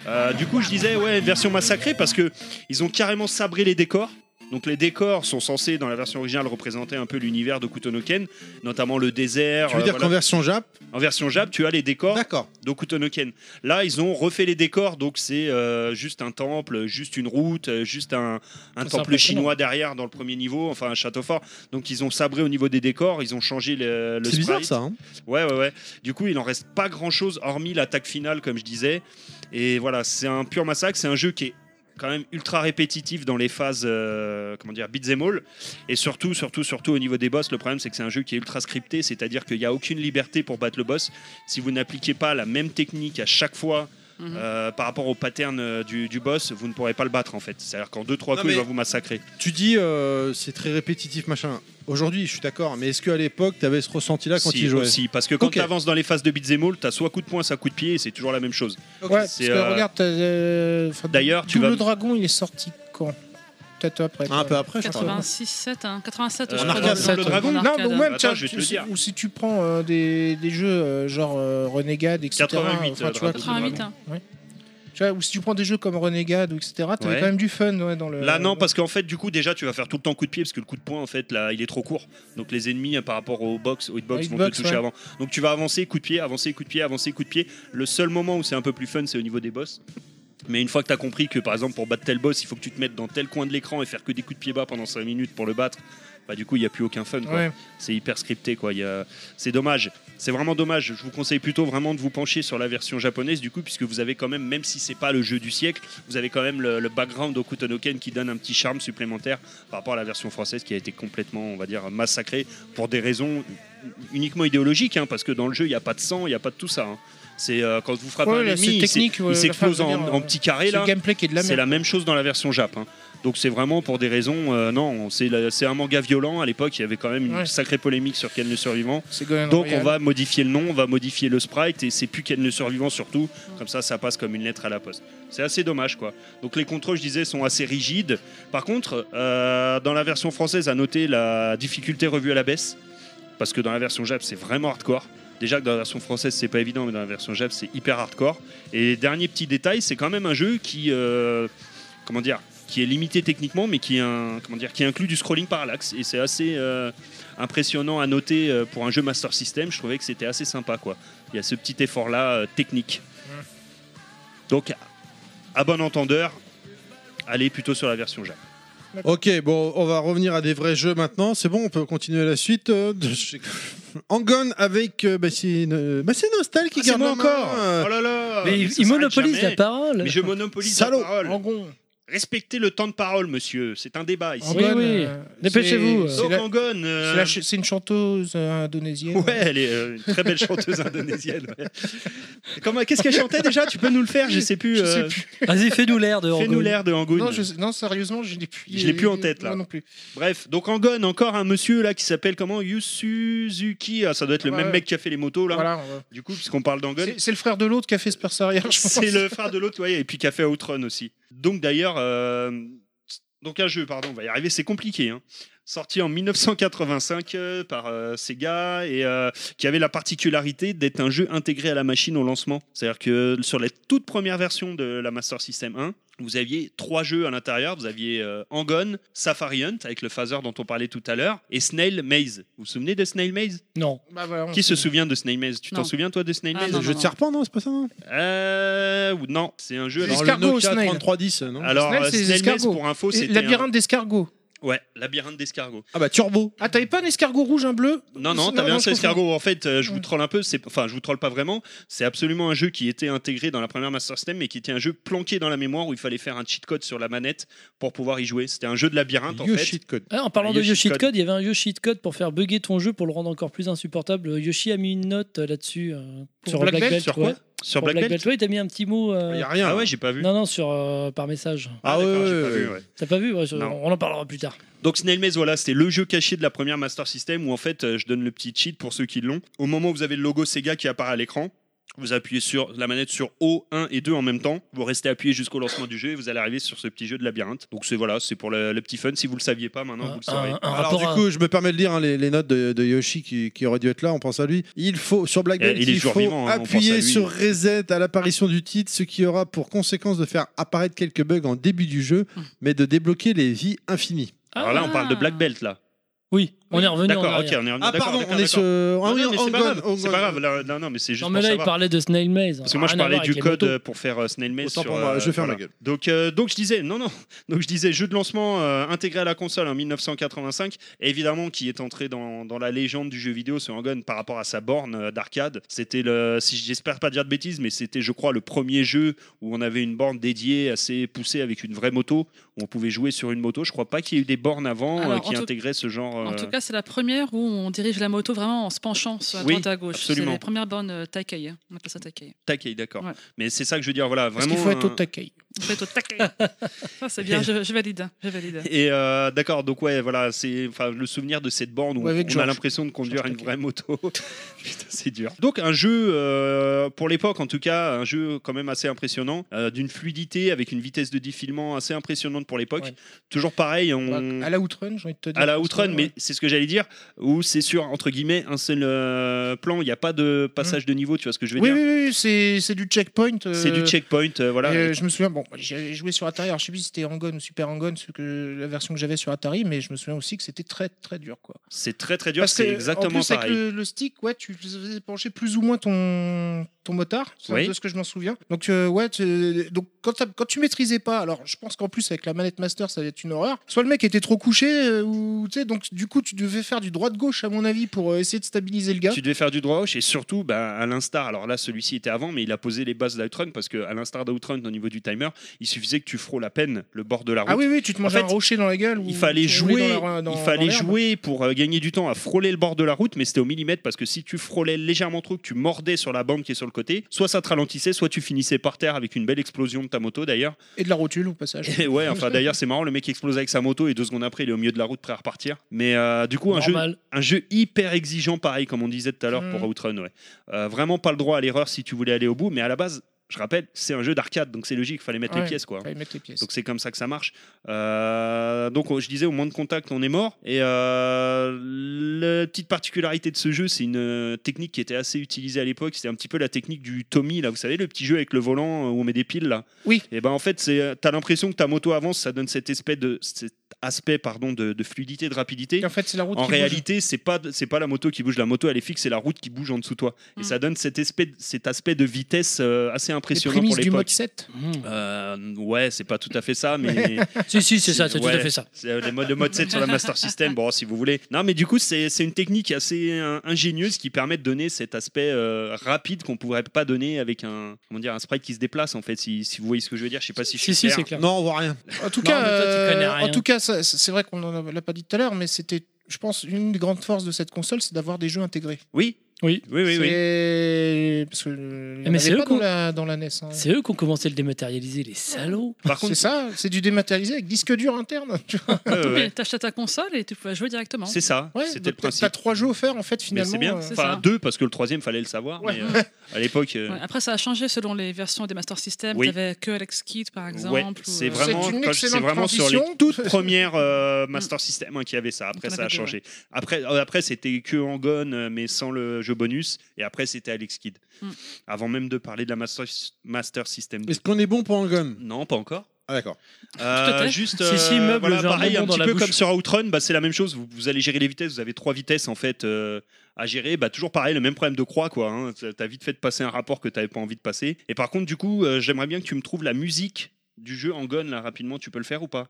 D: Euh, du coup, je disais, ouais, version massacrée parce que ils ont carrément sabré les décors. Donc les décors sont censés, dans la version originale, représenter un peu l'univers de Kutonoken, notamment le désert.
B: Tu veux
D: euh,
B: dire
D: voilà. Oh,
B: qu'en version Jap
D: En version Jap, tu as les décors
B: D'accord.
D: de Kutonoken. Là, ils ont refait les décors, donc c'est euh, juste un temple, juste une route, euh, juste un, un
A: Ça, c'est
D: temple
A: impressionnant.
D: chinois derrière dans le premier niveau, enfin un château fort. Donc ils ont sabré au niveau des décors, ils ont changé le, le
B: C'est bizarre
D: sprite.
B: ça. hein.
D: Ouais, ouais, ouais. Du coup, il en reste pas grand chose, hormis l'attaque finale, comme je disais. Et voilà, c'est un pur massacre. C'est un jeu qui est quand même ultra répétitif dans les phases, euh, comment dire, beat'em all. Et surtout, surtout, surtout au niveau des boss, le problème c'est que c'est un jeu qui est ultra scripté, c'est-à-dire qu'il n'y a aucune liberté pour battre le boss. Si vous n'appliquez pas la même technique à chaque fois,
F: Mhm.
D: euh, par rapport au pattern euh, du, du boss, vous ne pourrez pas le battre en fait. C'est-à-dire qu'en 2-3
B: Non,
D: coups, il
B: mais-
D: va vous massacrer.
B: Tu dis euh, c'est très répétitif machin. Aujourd'hui, je suis d'accord, mais est-ce qu'à l'époque, tu avais ce ressenti là quand
D: si,
B: tu jouais
D: aussi, parce que quand
B: Ok.
D: tu avances dans les phases de beat'em all, tu as soit coup de poing, soit coup de pied, et c'est toujours la même chose.
E: Ouais, parce
D: C'est,
E: que
D: euh,
E: regarde, t'as, euh, enfin,
D: D'ailleurs, tu
E: D'où
D: vas-
E: le dragon, il est sorti quand Peut-être après. Euh,
B: Un
E: quoi.
B: peu après, je crois.
F: 86, 7, hein, 87,
D: Euh,
F: je
D: en
F: crois.
D: arcade,
F: dans-
D: Double
F: dans-
D: Dragon.
F: en
E: Non,
F: arcade.
E: mais
A: hein.
E: ouais,
D: Attends,
E: tiens,
D: je vais te
E: tu-
D: le dire.
E: Ou si tu prends euh, des, des jeux euh, genre euh, Renegade, etc.
D: 88,
E: enfin, tu vois,
D: euh,
E: qui-
F: 88, hein.
E: tu vois, ou si tu prends des jeux comme Renegade, ou etc. T'avais
D: Ouais.
E: quand même du fun ouais, dans le.
D: Là non parce qu'en fait du coup déjà tu vas faire tout le temps coup de pied parce que le coup de poing en fait là il est trop court donc les ennemis euh, par rapport au box au hitbox
E: Au
D: vont te
E: hitbox,
D: toucher
E: ouais.
D: avant donc tu vas avancer coup de pied avancer coup de pied avancer coup de pied le seul moment où c'est un peu plus fun c'est au niveau des boss mais une fois que tu as compris que par exemple pour battre tel boss il faut que tu te mettes dans tel coin de l'écran et faire que des coups de pied bas pendant 5 minutes pour le battre bah du coup il n'y a plus aucun fun quoi.
E: Ouais.
D: c'est hyper scripté quoi Il y a- c'est dommage c'est vraiment dommage je vous conseille plutôt vraiment de vous pencher sur la version japonaise du coup puisque vous avez quand même même si c'est pas le jeu du siècle vous avez quand même le, le background au Kutonoken qui donne un petit charme supplémentaire par rapport à la version française qui a été complètement on va dire massacrée pour des raisons uniquement idéologiques hein, parce que dans le jeu il n'y a pas de sang il n'y a pas de tout ça hein. c'est euh, quand vous frappez
E: Ouais,
D: un
E: là,
D: ennemi
E: c'est
D: il s'é-
E: technique, ouais,
D: il
E: la
D: s'explose
E: fin, je veux
D: en,
E: dire,
D: en
E: euh,
D: petits
E: C'est
D: carrés là
E: le gameplay qui est de la
D: c'est
E: merde.
D: la même chose dans la version Jap. hein. Donc c'est vraiment pour des raisons. euh, non, c'est la- c'est un manga violent. À l'époque, il y avait quand même une
E: Ouais.
D: sacrée polémique sur Ken le Survivant.
E: C'est Golden
D: Donc
E: Royal.
D: on va modifier le nom, on va modifier le sprite et c'est plus Ken le Survivant surtout. Comme ça, ça passe comme une lettre à la poste. C'est assez dommage quoi. Donc les contrôles, je disais, sont assez rigides. Par contre, euh, dans la version française, à noter la difficulté revue à la baisse. Parce que dans la version Jap, c'est vraiment hardcore. Déjà que dans la version française, c'est pas évident, mais dans la version Jap, c'est hyper hardcore. Et dernier petit détail, c'est quand même un jeu qui, euh, comment dire, qui est limité techniquement, mais qui, est un, comment dire, qui inclut du scrolling par l'axe. Et c'est assez euh, impressionnant à noter euh, pour un jeu Master System. Je trouvais que c'était assez sympa, quoi. Il y a ce petit effort-là euh, technique. Donc, à bon entendeur, allez plutôt sur la version Jap.
B: Ok, bon, on va revenir à des vrais jeux maintenant. C'est bon, on peut continuer la suite. Euh, Angon avec. euh, bah, c'est euh, bah, c'est Nostal qui
D: Ah,
B: garde la
D: c'est moi
B: main.
D: encore
B: Euh,
D: Oh là là
A: Mais il,
D: ça
A: il
D: s'arrête
A: monopolise
D: jamais.
A: la parole.
D: Mais je monopolise
B: Salaud.
D: la parole.
E: Angon.
D: Respectez le temps de parole, monsieur. C'est un débat ici.
A: Oui,
E: Angon,
A: oui.
E: euh,
A: Dépêchez-vous.
E: c'est-
A: Euh,
E: c'est
D: Donc,
E: la-
D: Angon, euh,
E: c'est la ch- C'est une chanteuse euh, indonésienne.
D: Ouais, elle est euh, une très belle chanteuse indonésienne. ouais. Comment, qu'est-ce qu'elle chantait déjà Tu peux nous le faire Je sais plus.
E: Je sais
D: euh,
E: plus.
A: Vas-y, fais-nous l'air de
D: Fais-nous
A: Orgon.
D: l'air de Angon.
E: Non, je- non, sérieusement, je l'ai plus.
D: Je l'ai plus en tête, là.
E: Moi non plus.
D: Bref, donc Angon, encore un monsieur là qui s'appelle comment Yu Suzuki. Ah, ça doit être le
E: Ouais,
D: même
E: ouais.
D: mec qui a fait les motos là.
E: Voilà, on va-
D: Du coup, puisqu'on parle d'Angon,
E: C'est c'est le frère de l'autre qui a fait Spencer Arrière, je pense.
D: c'est le frère de l'autre, ouais, et puis qui a fait Outrun aussi. Donc d'ailleurs, euh, donc un jeu, pardon, on va y arriver, c'est compliqué. hein. Sorti en 1985 euh, par euh, Sega et euh, qui avait la particularité d'être un jeu intégré à la machine au lancement. C'est-à-dire que sur les toutes premières versions de la Master System 1, vous aviez trois jeux à l'intérieur. Vous aviez euh, Angon, Safari Hunt avec le phaser dont on parlait tout à l'heure et Snail Maze. Vous vous souvenez de Snail Maze
A: Non.
E: Bah, voilà, on-
D: Qui se souvient de Snail Maze Tu t'en
F: Non.
D: souviens toi de Snail
F: Ah,
D: Maze
B: c'est le
F: non,
B: jeu de
F: non.
B: serpent, non C'est pas ça non
D: euh, ou non, c'est un jeu.
E: Les
D: Alors,
B: Alors,
E: escargots
B: le
E: au
B: Nokia
E: snail.
B: 3310, non
D: alors
E: Snail,
D: euh,
E: c'est les
D: Snail Maze,
E: escargots.
D: pour info,
E: Et
D: c'était. euh,
E: Labyrinthe d'escargot.
D: Ouais, labyrinthe d'escargot.
B: Ah bah Turbo.
E: Ah, t'avais pas un escargot rouge, un bleu
D: Non, non,
E: C'est-
D: t'avais un
E: je
D: seul
E: confonds.
D: escargot. En fait, euh, je vous
E: Ouais.
D: troll un peu. C'est, enfin, je vous troll pas vraiment. C'est absolument un jeu qui était intégré dans la première Master System, mais qui était un jeu planqué dans la mémoire où il fallait faire un cheat code sur la manette pour pouvoir y jouer. C'était un jeu de labyrinthe, en fait.
B: Yoshi Code.
C: Ah, en parlant
D: Un
C: de
D: Yoshi
C: Yoshi
D: Code.
C: Code, il y avait un Yoshi Code pour faire bugger ton jeu pour le rendre encore plus insupportable. Yoshi a mis une note euh, là-dessus euh,
E: Pour
C: sur
E: Black Belt,
C: Belt,
D: sur
C: ouais.
D: quoi Sur
C: Pour
D: Black, Belt.
C: ouais, il t'a mis un petit mot. euh,
B: Il y a rien. hein.
D: Ah ouais, j'ai pas vu.
C: Non, non, sur, euh, par message.
B: Ah ouais,
D: d'accord, j'ai pas
B: ouais,
D: vu,
B: ouais.
D: ouais.
C: T'as pas vu Ouais, je-
D: Non.
C: On en parlera plus tard.
D: Donc Snail Maze, voilà, c'était le jeu caché de la première Master System où en fait, euh, je donne le petit cheat pour ceux qui l'ont. Au moment où vous avez le logo Sega qui apparaît à l'écran, vous appuyez sur la manette sur O, 1 et 2 en même temps. Vous restez appuyé jusqu'au lancement du jeu et vous allez arriver sur ce petit jeu de labyrinthe. Donc c'est voilà, c'est pour le, le petit fun. Si vous le saviez pas, maintenant
C: Un-
D: vous le saurez.
C: un- un
B: Alors
C: rapport
B: du
C: à-
B: coup, je me permets de lire hein, les, les notes de, de Yoshi qui, qui aurait dû être là. On pense à lui. Il faut sur Black
D: Eh,
B: Belt,
D: il est
B: il
D: toujours
B: faut
D: vivant, hein, on pense à
B: appuyer
D: lui.
B: sur Reset à l'apparition du titre, ce qui aura pour conséquence de faire apparaître quelques bugs en début du jeu,
D: Hum.
B: mais de débloquer les vies infinies.
D: Alors là, on parle de Black Belt là.
C: Oui, on est revenu en
D: D'accord, ok,
C: arrière.
D: on est revenu.
B: Ah
D: d'accord,
B: pardon,
D: d'accord,
B: on est
D: d'accord.
B: sur. ah
D: Non,
B: oui,
D: non, mais
B: on
D: c'est pas
B: gone,
D: grave,
B: on
D: c'est
B: gone.
D: pas grave. là, Non, non, mais c'est juste
C: Non,
D: pour
C: mais là, il
D: savoir.
C: parlait de Snail Maze.
D: Parce que moi, je
C: Rien à
D: parlais
C: voir
D: du
C: avec les
D: code
C: motos.
D: euh, pour faire euh, Snail Maze.
B: Autant
D: sur,
B: pour moi,
D: euh,
B: je vais faire
D: voilà.
B: ma gueule.
D: Donc, euh, donc je disais, non, non. Donc je disais, jeu de lancement euh, intégré à la console en 1985, évidemment qui est entré dans, dans la légende du jeu vidéo, ce Hangon, par rapport à sa borne euh, d'arcade. C'était le, si j'espère pas dire de bêtises, mais c'était, je crois, le premier jeu où on avait une borne dédiée assez poussée avec une vraie moto, où on pouvait jouer sur une moto. Je crois pas qu'il y ait eu des bornes avant
F: Alors,
D: euh,
F: en
D: qui
F: tout-
D: intégraient ce genre.
F: En
D: euh,
F: tout cas, c'est la première où on dirige la moto vraiment en se penchant sur- à
D: Oui,
F: droite à gauche. C'est
D: absolument.
F: les premières bornes euh, Takai. hein. On appelle ça Takai.
D: taquet, d'accord.
F: Ouais.
D: Mais c'est ça que je veux dire, voilà,
E: Parce
D: vraiment. euh,
E: qu'il faut être au
D: un-
E: taquet.
F: On fait au Takai. Ça, c'est bien, je, je valide. hein, Je valide.
D: Et euh, d'accord, donc ouais, voilà, c'est enfin le souvenir de cette borne où
E: Ouais, avec
D: on a
E: Georges.
D: l'impression de conduire
E: Georges
D: une
E: Takei.
D: vraie moto. Putain, c'est dur. Donc un jeu euh, pour l'époque, en tout cas, un jeu quand même assez impressionnant, euh, d'une fluidité avec une vitesse de défilement assez impressionnante pour l'époque.
E: Ouais. Bah,
D: Toujours pareil, on
E: Hmm. À la Outrun, j'ai envie de te dire.
D: à la
E: parce
D: Outrun,
E: que,
D: mais
E: ouais.
D: c'est ce que j'allais dire, où c'est sur entre guillemets un seul euh, plan, il n'y a pas de passage de niveau, tu vois ce que je veux
E: Mm. Oui,
D: dire.
E: oui, oui, oui, c'est c'est du checkpoint. euh,
D: C'est du checkpoint, euh, voilà.
E: et, euh, je me souviens, bon, j'ai joué sur Atari, alors je sais plus si c'était Angon ou Super Angon, ce que, la version que j'avais sur Atari, mais je me souviens aussi que c'était très très dur. Quoi.
D: C'est très très dur,
E: Parce que,
D: c'est
E: en
D: exactement
E: plus,
D: pareil.
E: avec le, le stick, ouais, tu faisais pencher plus ou moins ton, ton motard, c'est
D: Oui.
E: de ce que je m'en souviens. Donc, euh, ouais, tu- donc quand, t'as- quand tu maîtrisais pas, alors je pense qu'en plus avec la manette master, ça va être une horreur. Soit le mec était trop couché, euh, ou tu sais, donc du coup, tu devais faire du droit de gauche, à mon avis, pour euh, essayer de stabiliser le gars.
D: Tu devais faire du droit gauche et surtout, bah, à l'instar, alors là, celui-ci était avant, mais il a posé les bases d'Outrun parce que, à l'instar d'Outrun, au niveau du timer, il suffisait que tu frôles à peine le bord de la route.
E: Ah oui, oui, tu te mangeais
D: fait,
E: un rocher dans la gueule. ou
D: Il fallait
E: tu roulais
D: jouer,
E: dans la- dans-
D: il
E: dans
D: fallait
E: l'herbe.
D: jouer pour euh, gagner du temps à frôler le bord de la route, mais c'était au millimètre parce que si tu frôlais légèrement trop, que tu mordais sur la bande qui est sur le côté, soit ça te ralentissait, soit tu finissais par terre avec une belle explosion de ta moto d'ailleurs.
E: Et de la rotule, au passage.
D: Et ouais, enfin d'ailleurs c'est marrant, le mec explose avec sa moto et deux secondes après il est au milieu de la route prêt à repartir. Mais euh, du coup un jeu,
C: Normal.
D: un jeu hyper exigeant, pareil, comme on disait tout à l'heure
E: Mhm.
D: pour Outrun. ouais. Euh, vraiment pas le droit à l'erreur si tu voulais aller au bout, mais à la base, je rappelle, c'est un jeu d'arcade, donc c'est logique, fallait mettre les
E: Ouais.
D: pièces, quoi.
E: Fallait mettre les pièces.
D: Donc c'est comme ça que ça marche. Euh, donc on- je disais au moins de contact on est mort. Et euh, la petite particularité de ce jeu c'est une euh, technique qui était assez utilisée à l'époque. C'était un petit peu la technique du Tommy là. Vous savez le petit jeu avec le volant euh, où on met des piles là.
E: Oui.
D: Et ben en fait c'est euh, t'as l'impression que ta moto avance ça donne cet aspect de cet aspect pardon de, de fluidité de rapidité.
E: Et en fait, c'est la route
D: En
E: qui bouge.
D: réalité, c'est pas c'est pas la moto qui bouge, la moto elle est fixe, c'est la route qui bouge en dessous de toi. Et
F: Mm.
D: ça donne cet aspect cet aspect de vitesse euh, assez
E: les
D: impressionnant
E: prémices
D: pour
E: du mode
D: l'époque.
E: 7.
C: Mhm.
D: Euh, ouais, c'est pas tout à fait ça, mais
C: si, si, c'est ça,
D: Si,
C: c'est tout
D: ouais.
C: à fait ça.
D: C'est euh, les modes- le mode 7 sur la Master System, bon, si vous voulez. Non, mais du coup, c'est c'est une technique assez euh, ingénieuse qui permet de donner cet aspect euh, rapide qu'on pourrait pas donner avec un, comment dire, un sprite qui se déplace, en fait, si, si vous voyez ce que je veux dire. Je sais pas si je suis
C: Si, si,
D: clair.
C: c'est clair.
B: Non, on voit rien.
E: En tout
C: Non,
E: cas,
C: mais toi, tu
E: euh,
C: connais rien.
E: en tout cas, ça- c'est vrai qu'on en a- l'a pas dit tout à l'heure, mais c'était, je pense, une des grandes forces de cette console, c'est d'avoir des jeux intégrés.
D: Oui
C: Oui.
D: oui, oui. oui.
E: C'est- Parce que euh, il y en
C: Mais
E: avait
C: c'est eux
E: pas
C: qu'on-
E: dans la, dans la NES. hein.
C: C'est eux qui ont commencé à le dématérialiser, les salauds.
D: Par contre,
E: C'est ça, c'est du dématérialisé avec disque dur interne. tu vois.
D: ouais, ouais, ouais.
F: Mais T'achètes ta console et tu pouvais jouer directement.
D: c'est ça,
E: Ouais,
D: c'était
E: donc t'as-
D: le
E: T'as
D: principe.
E: trois jeux offerts en fait
D: Mais
E: finalement.
D: c'est bien,
E: euh,
F: c'est
D: enfin
F: ça.
D: deux, parce que le troisième, fallait le savoir,
E: Ouais.
D: mais euh, à l'époque. euh,
F: Ouais, Après, ça a changé selon les versions des Master System.
D: Oui.
F: T'avais que Alex Kidd, par exemple.
D: ouais,
F: ou,
D: c'est
F: euh,
D: vraiment,
E: C'est une
D: quand- c'est
E: excellente
D: vraiment sur les
E: transition.
D: toutes premières euh,
F: Mm.
D: Master System hein, qui avait ça. Après,
F: Donc, on
D: ça a
F: avait deux,
D: changé. Après, euh, après c'était que Angon, euh, mais sans le jeu bonus. Et après, c'était Alex Kidd.
F: Mm.
D: Avant même de parler de la Master, Master System.
B: Est-ce qu'on est bon pour un gun
D: Non, pas encore.
B: Ah d'accord.
D: Euh,
F: Tout à fait.
D: juste,
C: Si,
D: euh,
C: si, meuble,
D: voilà,
C: j'ai un
D: pareil,
C: bonbon
D: un
C: dans
D: petit
C: la
D: peu
C: bouche.
D: comme sur Outrun, bah, c'est la même chose. Vous, vous allez gérer les vitesses, vous avez trois vitesses en fait euh, à gérer. Bah, toujours pareil, le même problème de croix, quoi. Hein. T'as- T'as vite fait de passer un rapport que t'avais pas envie de passer. Et par contre, du coup, euh, j'aimerais bien que tu me trouves la musique du jeu en gun là rapidement. Tu peux le faire ou pas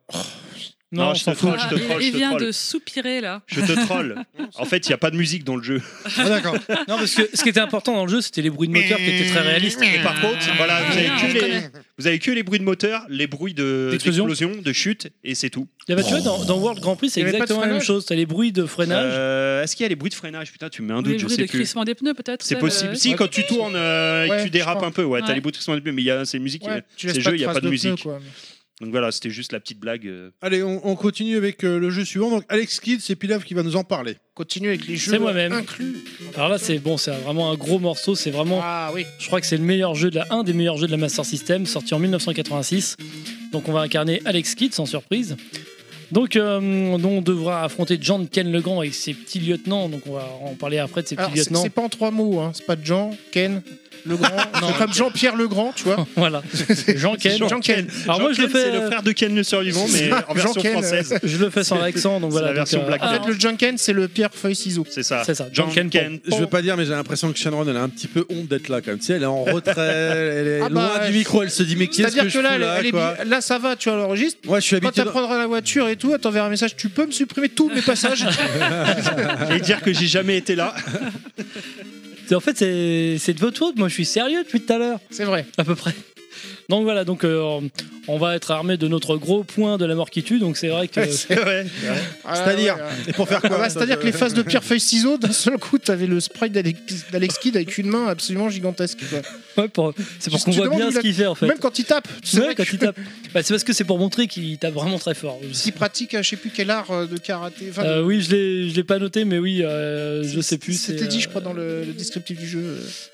D: Non,
A: on
D: je
A: s'en
D: te
A: fout.
D: croche, je te
F: Ah, il-
D: croche, je
F: il
D: te
F: vient
D: troll.
F: de soupirer là.
D: Je te troll. En fait, il n'y a pas de musique dans le jeu.
B: Ah, d'accord.
A: Non, parce que ce qui était important dans le jeu, c'était les bruits de moteur qui étaient très réalistes.
D: Et par contre, voilà, vous avez,
F: Ah,
D: que
F: on
D: les,
F: connaît.
D: vous avez que les bruits de moteur, les bruits de-
A: D'explosion.
D: d'explosion, de, chute, et c'est tout.
A: Là, bah, tu vois, dans, dans World Grand Prix, c'est
E: Il y avait pas de
A: exactement la même
E: freinage
A: chose. T'as les bruits de freinage.
D: Euh, Est-ce qu'il y a les bruits de freinage Putain, tu me mets un
F: Ou les
D: doute, je
F: bruits
D: sais
F: de
D: plus.
F: crissement des pneus peut-être.
D: C'est
F: ça,
D: possible.
F: le-
D: Si, quand tu tournes euh, et que
E: Ouais,
D: tu
E: je
D: dérapes
E: crois.
D: un peu, ouais, t'as
F: Ouais.
D: les bruits de crissement des pneus, mais il y a ces musiques. euh,
E: Ouais, tu
D: ces
E: laisses pas
D: jeux,
E: de
D: il y a
E: traces
D: pas de
E: de pneus,
D: musique.
E: quoi.
D: Donc voilà, c'était juste la petite blague. euh.
B: Allez, on, on continue avec euh, le jeu suivant. Donc, Alex Kidd, c'est Pilaf qui va nous en parler.
E: Continue avec les jeux.
A: C'est moi-même.
E: inclus.
D: Euh.
A: Alors là, c'est bon, c'est vraiment un gros morceau. C'est vraiment
E: Ah oui.
A: Je crois que c'est le meilleur jeu de la, un des meilleurs jeux de la Master System, sorti en 1986. Donc on va incarner Alex Kidd, sans surprise. Donc euh, on devra affronter John Ken Legrand et ses petits lieutenants. Donc on va en parler après de ses petits
E: Alors, c'est
A: lieutenants.
E: c'est pas en trois mots, hein. C'est pas Jean, Ken, Legrand. non, comme Jean-Pierre Legrand, tu vois.
A: voilà. Jean Ken.
E: Jean Ken.
A: Alors moi je le
D: Jean-Ken,
A: fais, euh,
D: C'est le frère de Ken le survivant, mais en version
E: Jean-Ken, euh,
D: française.
A: je le fais sans l'accent. Donc
D: c'est
A: voilà. donc, euh,
D: la version Black
E: En
F: Ah.
E: fait, le Jean Ken, c'est le pierre feuille ciseau.
D: C'est ça.
A: C'est ça,
D: Jean
A: Jean-Ken
D: Ken.
A: Pong.
B: Je veux pas dire, mais j'ai l'impression que Shenron, elle a un petit peu honte d'être là, quand même. Tu sais, elle est en retrait, elle est
E: Ah bah,
B: loin
E: ouais.
B: du micro, elle se dit, mais qui est-ce
E: C'est-à-dire
B: que
E: que,
B: je
E: là,
B: fous là,
E: elle est
B: quoi
E: bi- là, ça va, tu vois, à l'enregistrement.
B: Ouais, je suis
E: Quand
B: habitué.
E: t'apprendras la voiture et tout, elle t'enverra un message. Tu peux me supprimer tous mes passages
D: Et dire que j'ai jamais été là.
A: euh, En fait c'est c'est de votre faute. Moi je suis sérieux depuis tout à l'heure.
E: C'est vrai.
A: à peu près. Donc voilà, donc euh, on va être armé de notre gros point de la mort qui tue. Donc c'est vrai que
D: C'est vrai.
E: Ah,
B: C'est-à-dire
E: ouais, ouais.
B: Et pour faire
E: Ah
B: quoi
E: bah, C'est-à-dire que les phases de pierre feuille ciseau, d'un seul coup, t'avais le sprite d'Alex d'Alex Kidd avec une main absolument gigantesque. quoi.
A: ouais, pour- c'est pour
E: Tu-
A: qu'on
E: tu
A: voit
E: demandes
A: bien
E: où
A: ce
E: la-
A: qu'il fait en fait.
E: Même quand il tape, c'est
A: Ouais,
E: vrai
A: quand
E: que-
A: il tape. Bah, c'est parce que c'est pour montrer qu'il tape vraiment très fort.
E: il pratique, euh, je sais plus quel art euh, de karaté. Enfin, de-
A: Euh, oui, je l'ai, je l'ai pas noté, mais oui, euh, je sais plus.
E: C'était
A: c'est,
E: dit, je
A: euh,
E: crois, dans le, le descriptif du jeu.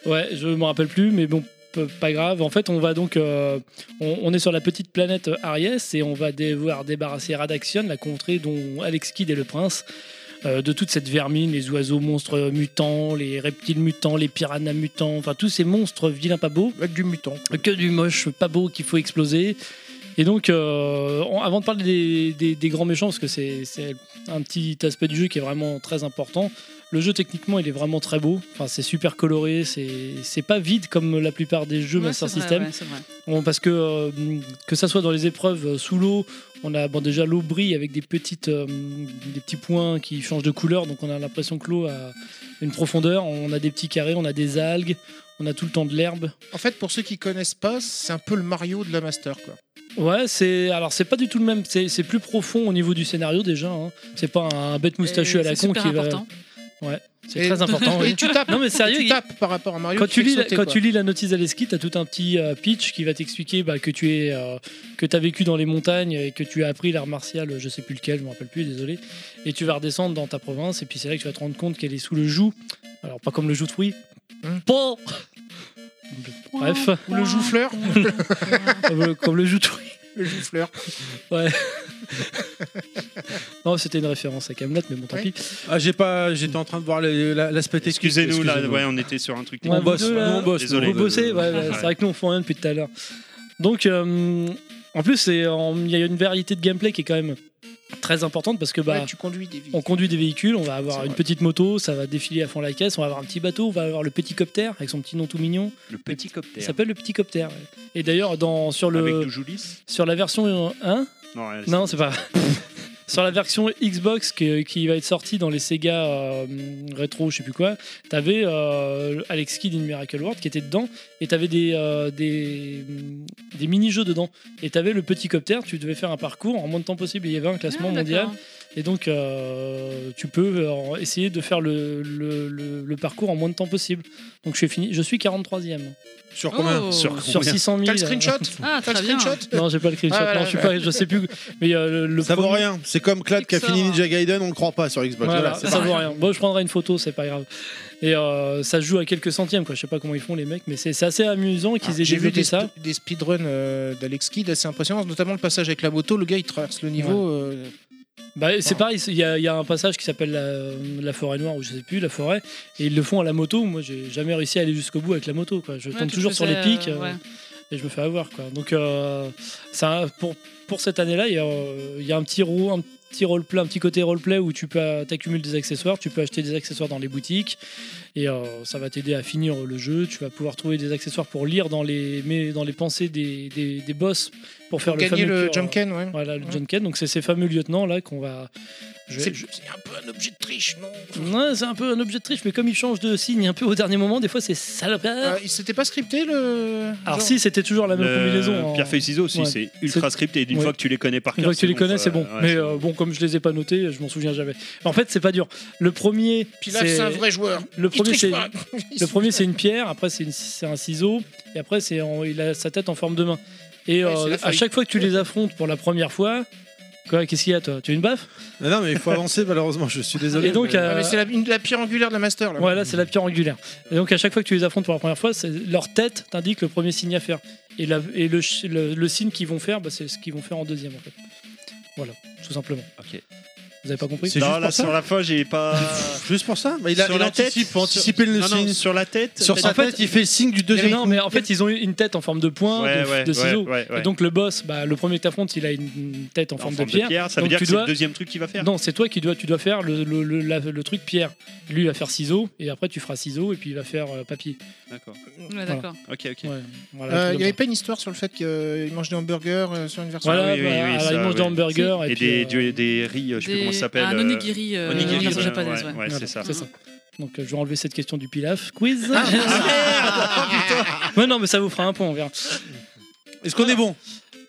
E: euh.
A: Ouais, je me rappelle plus, mais bon, p- pas grave. En fait, on va donc, euh, on, on est sur la petite planète Ariès et on va devoir débarrasser Radaxion, la contrée dont Alex Kidd est le prince. euh, de toute cette vermine, les oiseaux monstres mutants, les reptiles mutants, les piranhas mutants, enfin tous ces monstres vilains pas beaux.
E: Avec du mutant.
A: que du moche, pas beau qu'il faut exploser. Et donc, euh, en- avant de parler des, des- des grands méchants, parce que c'est c'est un petit aspect du jeu qui est vraiment très important, le jeu techniquement il est vraiment très beau. Enfin, c'est super coloré, c'est c'est pas vide comme la plupart des jeux
F: Ouais,
A: Master
F: c'est vrai,
A: System.
F: ouais, c'est vrai.
A: Bon, parce que euh, que ça soit dans les épreuves euh, sous l'eau, on a bon, déjà l'eau brille avec des petites euh, des petits points qui changent de couleur, donc on a l'impression que l'eau a une profondeur. On a des petits carrés, on a des algues, on a tout le temps de l'herbe.
E: En fait, pour ceux qui connaissent pas, c'est un peu le Mario de la Master. Quoi.
A: Ouais, c'est alors c'est pas du tout le même, c'est c'est plus profond au niveau du scénario déjà. hein. C'est pas un bête moustachu
F: Et
A: à la
F: c'est
A: con
F: super
A: qui va.
F: important.
A: C'est
E: Et-
A: très important. oui.
E: Et tu tapes.
A: Non mais sérieux,
E: tu
A: il-
E: tapes par rapport à
B: Ah,
E: Mario.
A: quand tu
E: tu fais
A: lis la-
E: sauter,
A: quand
E: quoi.
A: tu lis la notice à l'esquisse, t'as tout un petit euh, pitch qui va t'expliquer bah, que tu es euh, que t'as vécu dans les montagnes et que tu as appris l'art martial, je sais plus lequel, je me rappelle plus, désolé. Et tu vas redescendre dans ta province et puis c'est là que tu vas te rendre compte qu'elle est sous le joug. Alors pas comme le joug de fruits.
B: Hein
E: Hmm.
A: Bon. Bref,
E: Ou le jouffleur.
A: comme le- comme le joug de fruits.
E: le jouffleur.
A: Non, c'était une référence à Camelot, mais bon, tant
E: Oui.
A: pis.
B: Ah, j'ai pas, j'étais en train de voir les- la- l'aspect technique.
D: Excusez-nous, là,
B: excusez-nous.
D: ouais, on était sur un truc.
A: Ouais,
B: On
A: vous
D: technique.
B: bosse, hein.
A: deux,
B: nous,
A: là.
B: on bosse.
D: Désolé.
B: nous,
A: Vous
B: on-
A: bossez, ouais,
F: ouais.
A: c'est vrai que nous on fait rien depuis tout à l'heure. Donc euh, en plus c'est en- il y a une variété de gameplay qui est quand même très importante parce que bah
E: Ouais, tu conduis des vies.
A: on conduit des véhicules, on va avoir
E: C'est
A: une
E: vrai.
A: petite moto, ça va défiler à fond la caisse, on va avoir un petit bateau, on va avoir le petit coptère avec son petit nom tout mignon.
D: Le petit copter.
A: Il s'appelle le petit coptère. ouais. Et d'ailleurs dans sur
D: Avec
A: le
D: du Joulis
A: sur la version 1
D: Non, ouais,
A: non, c'est pas. Sur la version Xbox que- qui va être sortie dans les Sega euh, rétro, je sais plus quoi, t'avais euh, Alex Kidd in Miracle World qui était dedans et t'avais des, euh, des, des mini-jeux dedans. Et t'avais le petit copter, tu devais faire un parcours en moins de temps possible. Il y avait un classement
F: Ah,
A: mondial
F: d'accord.
A: et donc euh, tu peux euh, essayer de faire le, le, le- le parcours en moins de temps possible. Donc je suis, fini, je suis 43e
B: Sur combien
F: Oh.
D: Sur-
A: sur
D: Combien
A: 600 000.
E: T'as le screenshot
F: Ah,
E: T'as
F: très
E: le
F: bien.
E: screenshot
A: euh, Non, j'ai pas le screenshot.
E: Ah, voilà.
A: non, je, suis pas, je sais plus. Mais euh, le, le
B: Ça vaut
A: premier-
B: rien. C'est comme Clad qui a fini Ninja Gaiden, on le croit pas sur Xbox.
A: Voilà,
B: Voilà, c'est
A: ça
B: pareil.
A: vaut rien. Bon, je prendrai une photo, c'est pas grave. Et euh, ça se joue à quelques centièmes, quoi. Je sais pas comment ils font les mecs, mais c'est c'est assez amusant qu'ils aient
E: Ah, J'ai vu
A: développé
E: des,
A: ça.
E: sp- des speedruns euh, d'Alex Kidd assez impressionnants, notamment le passage avec la moto. Le gars, il traverse le niveau. euh,
A: Bah, c'est pareil, il y, a- il y a un passage qui s'appelle la, la forêt noire, ou je sais plus, la forêt, et ils le font à la moto. Moi, j'ai jamais réussi à aller jusqu'au bout avec la moto, quoi. Je
F: Ouais,
A: tombe
F: tu
A: toujours sur les
F: faisais,
A: pics.
F: euh,
A: euh,
F: ouais.
A: et je me fais avoir quoi. Donc euh, ça, pour, pour cette année-là, il y a, euh, il y a un petit ro- un petit roleplay, un petit côté roleplay où tu peux euh, t'accumules des accessoires, tu peux acheter des accessoires dans les boutiques et euh, ça va t'aider à finir le jeu. Tu vas pouvoir trouver des accessoires pour lire dans les, mais dans les pensées des, des, des boss pour faire
E: Pour
A: le
E: gagner
A: fameux
E: le
A: cœur, euh,
E: Junken, ouais.
A: Voilà le
E: Ouais.
A: Junken. Donc c'est ces fameux lieutenants là qu'on va. je vais-
E: C'est c'est un peu un objet de triche, non
A: Ouais, c'est un peu un objet de triche, mais comme il change de signe un peu au dernier moment, des fois c'est salopard.
E: Ah, il s'était pas scripté le.
A: Alors
E: genre-
A: si, c'était toujours la même combinaison. hein. en-
D: Pierre feuille ciseaux aussi,
A: Ouais.
D: c'est ultra scripté. D'une
A: Ouais.
D: fois que tu les connais par
A: Une
D: cœur.
A: fois que tu les
D: bon,
A: connais,
D: quoi.
A: c'est bon.
D: Ouais,
A: Mais
D: c'est
A: euh, bon, comme je les ai pas notés, je m'en souviens jamais. Mais en fait, c'est pas dur. Le premier,
E: Puis là, c'est un vrai joueur.
A: le
E: Il
A: premier,
E: triche
A: c'est
E: pas. Il
A: le
E: se-
A: premier, c'est une pierre. Après, c'est une- c'est un ciseau. Et après, c'est en- il a sa tête en forme de main. Et
E: Ouais,
A: euh,
E: c'est la
A: à
E: feuille.
A: chaque fois que tu les affrontes pour la première fois, quoi, qu'est-ce qu'il y a toi Tu as une baffe
B: Non, non, mais il faut avancer, malheureusement, je suis désolé.
A: Et donc,
B: mais-
A: euh,
E: Ah, mais c'est la, une- la pierre angulaire de la master là.
A: Voilà, c'est la pierre angulaire. Et donc à chaque fois que tu les affrontes pour la première fois, c'est- leur tête t'indique le premier signe à faire. Et, la- et le, ch- le- le signe qu'ils vont faire, bah, c'est ce qu'ils vont faire en deuxième en fait. Voilà, tout simplement.
D: Ok.
A: Vous avez pas compris
B: C'est
D: Non,
B: juste
D: là,
B: pour ça
D: sur la fin, j'ai pas.
B: Juste pour ça Bah, Il a,
D: Sur
B: il
D: la
B: anticipe,
D: tête,
B: faut anticiper le
D: Non, non,
B: signe.
D: sur la tête.
B: Sur
D: t'as
B: sa
A: en fait-
B: tête, il fait le signe du
A: Mais
B: deuxième.
A: non, mais en fait, ils ont une tête en forme de poing,
D: Ouais,
A: de,
D: ouais,
A: de ciseau.
D: ouais, ouais,
A: Et donc le boss, bah, le premier que t'affrontes, il a une tête en,
D: en
A: forme,
D: forme
A: de pierre.
D: ça veut
A: Donc
D: dire
A: tu
D: que c'est
A: dois-
D: le deuxième truc qu'il va faire.
A: Non, c'est toi qui dois, tu dois faire le, le- le- la- le truc pierre. Lui il va faire ciseau, et après tu feras ciseau, et puis il va faire euh, papier.
D: D'accord.
F: Ouais, d'accord.
D: Ok, ok.
A: Ouais, voilà,
E: Euh,
A: un
E: Il
A: truc
E: n'y avait
A: comme ça.
E: pas une histoire sur le fait qu'il mange des hamburgers euh, sur une version.
A: Voilà,
D: Ah oui, oui,
A: bah,
D: oui,
A: à la
D: ça,
A: mange
D: oui.
A: de hamburger.
D: Et,
A: Et, puis,
D: des,
A: euh,
D: du- des riz, euh, je sais plus
F: Des-
D: comment ça s'appelle.
F: Un
D: euh,
F: onigiri, euh,
D: onigiri,
F: en version
D: ouais,
F: japonaise.
D: ouais,
F: ouais.
D: ouais,
A: Voilà,
D: c'est ça.
A: C'est ça. Donc euh, je vais enlever cette question du pilaf. Quiz. ouais, non, mais ça vous fera un point, on verra.
B: Est-ce qu'on est bon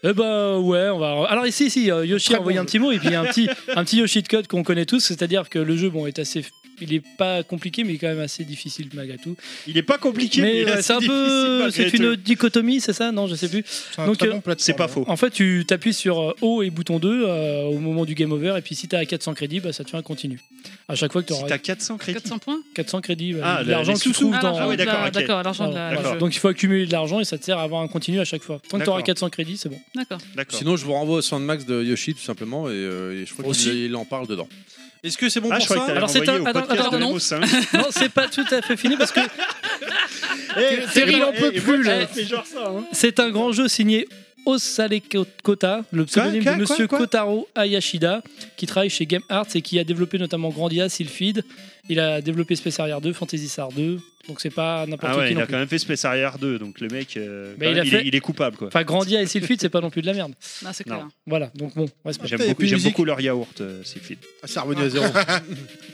A: Eh bah ouais, on va. Alors ici, ici, euh, Yoshi
E: Très
A: a envoyé un
E: bon jeu.
A: petit mot et puis il y a un petit, un petit Yoshi de code qu'on connaît tous, c'est-à-dire que le jeu, bon, est assez. Il est pas compliqué, mais il est quand même assez difficile malgré tout.
D: Il est pas compliqué, mais,
A: Mais
D: il est
A: ouais,
D: assez
A: c'est un
D: difficile,
A: peu,
D: malgré
A: c'est une
D: tout.
A: dichotomie, c'est ça Non, je sais plus.
E: C'est un
A: Donc,
E: très
A: euh,
E: bon plateforme.
D: C'est pas faux.
A: En fait, tu t'appuies sur euh, haut et bouton 2 euh, au moment du game over, et puis si t'as à 400 crédits, bah, ça te fait un continu. À chaque fois que tu
D: Si
A: auras
D: t'as 400 crédits.
F: 400 points
A: 400 crédits, bah,
D: Ah,
A: de
D: les-
A: l'argent
D: les
A: que tu
D: sous-sous.
A: trouves
F: Ah,
A: dans,
F: l'argent
D: oui,
F: de la-
D: d'accord, ok.
F: D'accord, l'argent de
A: Voilà,
F: la.
A: d'accord.
F: jeu.
A: Donc il faut accumuler de l'argent et ça te sert à avoir un continu à chaque fois. Tant que tu auras
D: D'accord.
A: 400 crédits, c'est bon.
F: D'accord.
D: D'accord.
B: Sinon, je vous renvoie au Soundmax de Yoshi, tout simplement, et, euh, et je crois qu'il
A: Aussi.
B: il en parle dedans. Est-ce que c'est bon
D: Ah, je
B: pour
D: crois que
B: ça
D: t'allais
A: Alors, c'est
D: l'envoyer
A: un-
D: au
A: attends,
D: podcast
A: attends,
D: de
A: non.
D: Lemo 5.
A: non, c'est pas tout à fait fini parce que
D: Eh,
E: Terry, il en
D: eh,
E: peut
D: eh,
E: plus,
D: moi,
E: là.
D: je fais genre
H: Ah,
D: ça, hein.
A: c'est un grand jeu signé Osale Kota, le pseudonyme
B: quoi,
A: de
B: quoi,
A: monsieur
B: quoi
A: Kotaro Hayashida, qui travaille chez Game Arts et qui a développé notamment Grandia, Sylphid. Il a développé Space Harrier 2, Fantasy Star 2, donc c'est pas n'importe
D: Ah ouais,
A: qui
D: il
A: non
D: a
A: plus.
D: quand même fait Space Harrier 2, donc le mec, euh,
A: Mais
D: quand
A: il a
D: même, il,
A: fait-
D: est, il est coupable quoi.
A: Enfin, Grandia et Sylphid, c'est pas non plus de la merde.
F: Ah, c'est clair.
D: Non.
A: Voilà, donc bon, respect.
D: J'aime
B: il y a
D: beaucoup,
B: plus de
D: j'aime
B: musique.
D: beaucoup leur yaourt, euh, Sylphid.
B: Ah, C'est revenu à zéro.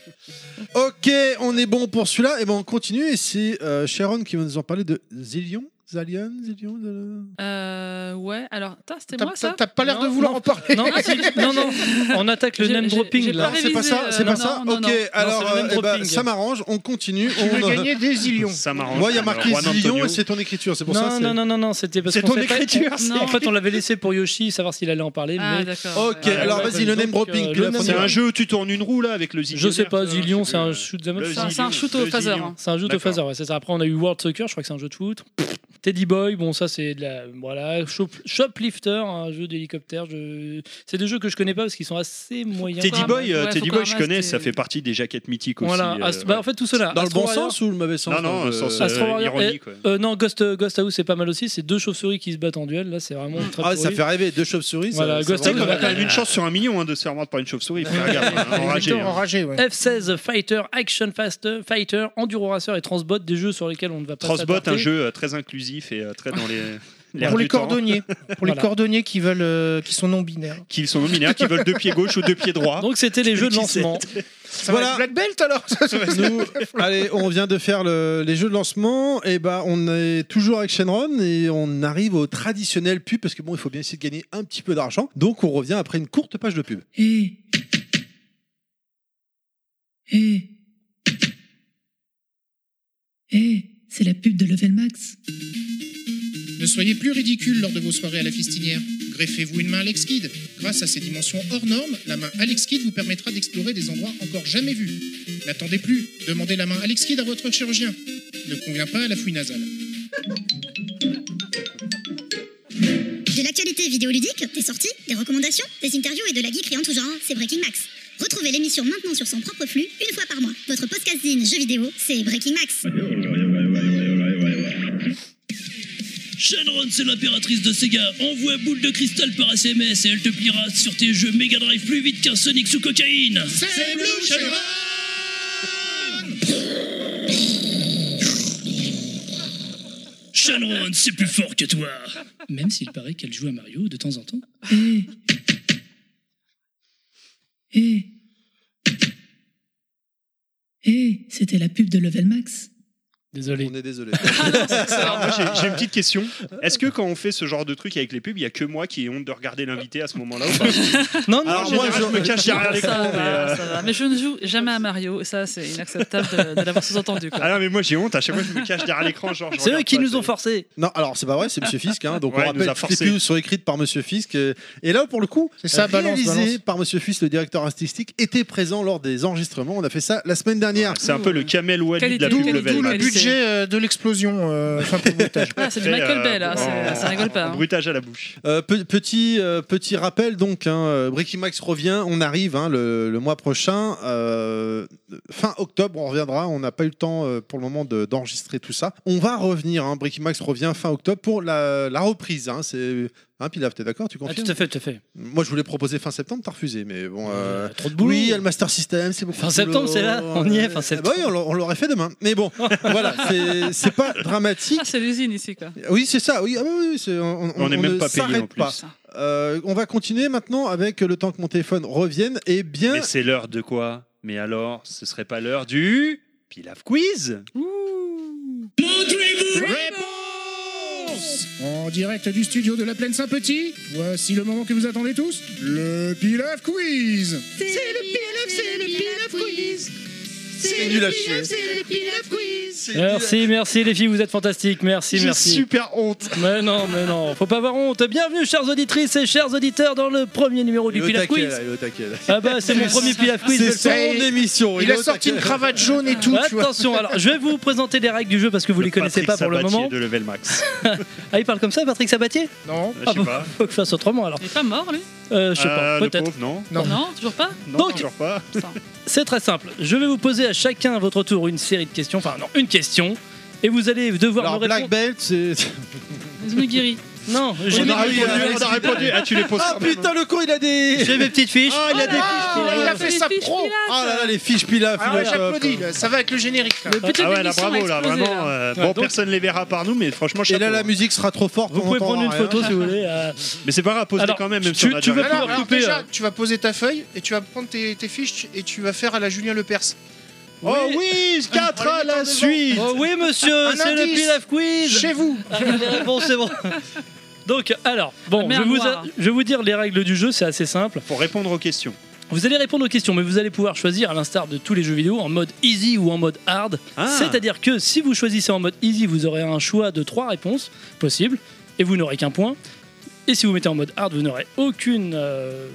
B: ok, on est bon pour celui-là. Et ben on continue. Et c'est euh, Sharon qui va nous en parler de Zillion. Zillion, Zillion. Zillion.
F: Euh, ouais, alors, putain, c'était
E: T'as-
F: moi
E: T'as
F: ça
E: t'as pas l'air
A: Non,
E: de vouloir
A: non.
E: en parler.
A: Non, si- non, non, on attaque le
F: J'ai-
A: name
F: j'ai-
A: dropping
F: j'ai
A: là.
F: pas
B: C'est pas ça,
F: révisé,
B: c'est
F: euh,
B: pas
F: non,
B: ça.
F: non,
B: ok,
F: non. Non,
B: alors
A: c'est le même
B: eh ben,
A: dropping.
B: ça m'arrange. On continue.
E: Tu veux
B: On-
E: gagner des zillions.
D: Ça m'arrange.
B: Moi, il y a marqué
D: Juan
B: Zillion
D: Antonio.
B: et c'est ton écriture. C'est pour ça.
A: Non,
B: c'est-
A: non, non, non, non, c'était parce
B: C'est
A: qu'on
B: ton
A: savait pas-
B: écriture,
A: on-
F: c'est-
A: En fait, on l'avait laissé pour Yoshi, savoir s'il allait en parler.
F: Ah,
A: mais
F: d'accord.
B: Ok,
F: ouais.
B: alors
A: ouais,
B: vas-y, le
A: donc,
B: name dropping.
A: euh,
B: tu
A: le
B: l'as
A: name
D: C'est
B: fourni.
D: un jeu où tu tournes une roue là avec le Euh,
A: Je
D: zillionnaire,
A: sais pas,
D: ça,
A: Zillion, c'est un
D: plus.
A: shoot 'em up, ça
D: Le
F: C'est un
D: Zillion,
F: shoot
D: le
F: au phaser.
D: Zillion.
F: hein.
A: C'est un jeu de
D: D'accord.
A: phaser, ouais, c'est ça. Après, on a eu World Soccer, je crois que c'est un jeu de foot. Teddy Boy, bon, ça, c'est de la. Voilà. Shop- Shoplifter, un jeu d'hélicoptère. je- C'est des jeux que je connais pas parce qu'ils sont assez moyens.
D: Teddy
F: Encore
D: Boy,
F: un-
D: euh,
F: ouais,
D: Teddy
F: faut
D: Boy,
F: qu'on
D: je connais,
F: reste et-
D: ça fait partie des jaquettes mythiques
A: Voilà.
D: aussi. euh,
A: Ast- bah, en
D: ouais.
A: fait, tout cela.
B: Dans le
A: Astro
B: bon
A: Warrior,
B: sens ou le mauvais sens
D: Non, non,
B: euh,
D: sens
A: euh,
D: euh,
A: Astro Warrior et-
D: ironie quoi.
A: euh, non, Ghost, Ghost House, c'est pas mal aussi. C'est deux chauves-souris qui se battent en duel. Là, c'est vraiment très
B: Ah, ça
A: pourri.
B: fait rêver. Deux chauves-souris. ça-
A: Voilà,
B: ça
A: Ghost
B: vend.
D: Tu sais qu'on a quand même une chance sur un million hein, de se faire mordre par une chauve-souris. Fais gaffe, hein,
E: Enragé,
D: enragé. hein.
E: enragé, ouais.
A: F-16 Fighter, Action Faster, Fighter, Enduro Racer et Transbot, des jeux sur lesquels on ne va pas
D: Transbot, un
A: s'attarder.
D: jeu euh, très inclusif et euh, très dans les. l'air
E: Pour
D: du
E: les
D: temps.
E: cordonniers, pour les
A: Voilà.
E: cordonniers qui veulent, euh, qui sont non binaires.
D: Qui sont nominaires, qui veulent deux pieds gauche ou deux pieds droit.
A: Donc, c'était les jeux de
D: Qui
A: lancement.
E: Ça
B: Voilà.
E: va être Black Belt alors.
B: Nous, allez, on vient de faire le- les jeux de lancement. Et bah, on est toujours avec Shenron et on arrive au traditionnel pub parce que bon, il faut bien essayer de gagner un petit peu d'argent. Donc, on revient après une courte page de pub.
G: Hé Hé Hé Eh. C'est la pub de Level Max
H: Ne soyez plus ridicule lors de vos soirées à la fistinière. Greffez-vous une main Alex Kidd. Grâce à ses dimensions hors normes, la main Alex Kidd vous permettra d'explorer des endroits encore jamais vus. N'attendez plus, demandez la main Alex Kidd à votre chirurgien. Ne convient pas à la fouille nasale.
L: De l'actualité vidéoludique, des sorties, des recommandations, des interviews et de la geekerie en tout genre, c'est Breaking Max. Retrouvez l'émission maintenant sur son propre flux, une fois par mois. Votre podcasting jeux vidéo, c'est Breaking Max.
M: Shenron, c'est l'impératrice de Sega. Envoie boule de cristal par SMS et elle te pliera sur tes jeux Mega Drive plus vite qu'un Sonic sous cocaïne.
H: C'est Blue Shenron
M: Shenron, c'est plus fort que toi.
C: Même s'il paraît qu'elle joue à Mario de temps en temps.
G: Eh. Eh. Eh, c'était la pub de Level Max.
C: Désolé.
B: On est désolé.
D: Alors, moi, j'ai- j'ai une petite question. Est-ce que quand on fait ce genre de truc avec les pubs, il y a que moi qui ai honte de regarder l'invité à ce moment-là ou pas
A: Non, non,
D: Alors, moi, je me cache derrière
F: Ça
D: l'écran.
F: va,
D: Mais, euh,
F: ça va. Mais je ne joue jamais à Mario, et ça, c'est inacceptable de, de l'avoir sous-entendu. quoi.
D: Ah non, mais moi j'ai honte, à chaque fois je me cache derrière l'écran. genre, je
A: c'est eux
D: regarde
A: qui
D: pas,
A: nous ont
D: c'est-
A: forcés.
B: Non, alors c'est pas vrai, c'est Monsieur Fisk. hein, donc
D: Ouais,
B: on
D: il nous
B: rappelle
D: a
B: toutes les
D: forcé.
B: pubs sont écrites par Monsieur Fisk. euh, Et là, pour le coup,
E: C'est ça, balance,
B: réalisé
E: balance.
B: par Monsieur Fisk, le directeur artistique, était présent lors des enregistrements. On a fait ça la semaine dernière.
D: C'est un peu le camel Wally de la
F: Qualité,
D: pub
E: D'où
F: level
E: d'où
D: level.
E: le
F: max.
E: budget euh, de l'explosion. euh, enfin, pour le montage.
F: Ah, c'est du
D: Fait,
F: Michael
D: euh,
F: Bay, là, c'est-
D: en-
F: ça rigole pas. hein.
D: Bruitage à la bouche.
B: Euh, pe- petit, euh, petit rappel donc, hein, euh, Breaking Max revient, on arrive hein, le, le mois prochain, euh, fin octobre on reviendra, on n'a pas eu le temps euh, pour le moment de- d'enregistrer tout ça. On va revenir, hein, Breaking Max revient fin octobre pour la, la reprise. Hein, c'est Hein, Pilaf, t'es d'accord Tu
A: Ah,
B: confirmes
A: tout à fait, tout à fait.
B: Moi, je voulais proposer fin septembre, t'as refusé, mais bon. euh,
A: Euh, trop de boulot.
B: Oui, il y a le Master System, c'est beaucoup.
A: Fin
B: de
A: septembre,
B: boulot.
A: c'est là, on y est, fin
B: Ah bah
A: septembre.
B: oui, on l'a- on l'aurait fait demain. Mais bon, voilà, c'est- c'est pas dramatique.
F: Ah, c'est l'usine ici, quoi.
B: Oui, c'est ça. Oui, ah oui, oui, c'est- on,
D: On n'est même
B: ne
D: pas payé en
B: s'arrête
D: plus.
B: pas. Euh, on va continuer maintenant avec le temps que mon téléphone revienne. Et bien,
D: Mais c'est l'heure de quoi Mais alors, ce serait pas l'heure du Pilaf Quiz
H: Réponse En direct du studio de la Plaine Saint-Petit, voici le moment que vous attendez tous, le Pilaf Quiz
L: C'est le pilaf, c'est le pilaf quiz.
B: C'est nul à chier.
L: C'est le pilaf quiz.
A: Merci, merci les filles, vous êtes fantastiques. Merci,
D: J'ai
A: merci.
D: super honte
A: Mais non, mais non, faut pas avoir honte. Bienvenue, chères auditrices et chers auditeurs, dans le premier numéro
B: Il est
A: du
B: au
A: Pilaf
B: taquet,
A: Quiz.
D: euh,
B: là, il est au taquet, là.
A: Ah bah, c'est mon premier Pilaf Quiz. je
B: C'est
A: le
B: son
A: fais.
E: fait.
B: émission.
E: Il,
B: est
E: a
B: au
E: sorti
B: taquet.
E: une cravate jaune et tout, tu vois.
A: Attention, alors je vais vous présenter les règles du jeu parce que vous
D: Le
A: les connaissez pas
D: Patrick
A: pour le
D: Sabatier
A: moment.
D: de Level Max.
A: Ah, il parle comme ça, Patrick Sabatier
E: Non,
D: Je
A: Ah
D: sais
A: bon.
D: pas.
A: Faut que je fasse autrement alors.
F: Il est pas mort, lui
A: Euh, je sais
D: Euh,
A: pas,
D: le
A: peut-être.
D: pauvre, non
E: Non.
F: Non, toujours pas
D: non,
A: Donc-
D: toujours pas.
A: C'est très simple. Je vais vous poser à chacun à votre tour une série de questions, enfin non, une question, et vous allez devoir
B: Alors,
A: me répondre.
B: Black Belt, c'est.
F: Zunigiri.
A: Non, j'ai
D: On
A: mes,
D: Ah, a répondu,
B: euh,
D: on a répondu. Ah, tu les poses
B: Ah
D: quand même.
B: putain, le con, il a des.
A: j'ai mes petites fiches.
B: Ah, il a des fiches pour.
E: Ah, il a fait ça
F: Fiche
E: pro.
F: Pilaf.
B: Ah là là, les fiches pilaf.
E: Ah
B: il
E: ouais,
B: a top.
E: j'applaudis, là, ça va avec le générique. Là.
F: Le budget
D: Ah
F: de
D: ouais, là,
F: l'émission
D: bravo,
F: a
D: là,
F: explosé,
D: vraiment.
F: là.
D: euh,
A: Ouais,
D: bon,
A: Bah, donc-
D: personne ne les verra par nous, mais franchement,
B: Et
D: chapeau.
B: là, la musique sera trop forte.
A: Vous
B: on
A: pouvez
B: n'entendra
A: prendre une
B: rien.
A: photo si vous voulez. euh,
D: Mais c'est pas grave, pose-les
A: Alors,
D: quand même, même
A: tu-
D: si on a
A: tu
D: déjà
A: vas
D: répondu.
E: Alors,
A: pouvoir
E: alors
A: couper,
E: déjà,
A: euh.
E: tu vas poser ta feuille et tu vas prendre tes, tes fiches et tu vas faire à la Julien Lepers.
D: Oh oui, 4 à la suite
A: Oh oui, monsieur,
E: Un
A: c'est le
E: indice.
A: Pilaf Quiz.
E: Chez vous
A: Ah, les réponses, c'est bon. Donc, alors, bon,
F: Mais
A: je
F: un
A: vous,
F: noir.
A: je vais vous dire les règles du jeu, c'est assez simple.
D: Pour répondre aux questions.
A: Vous allez répondre aux questions, mais vous allez pouvoir choisir, à l'instar de tous les jeux vidéo, en mode easy ou en mode hard.
D: Ah.
A: C'est-à-dire que si vous choisissez en mode easy, vous aurez un choix de trois réponses possibles, et vous n'aurez qu'un point. Et si vous mettez en mode hard, vous n'aurez aucune, euh,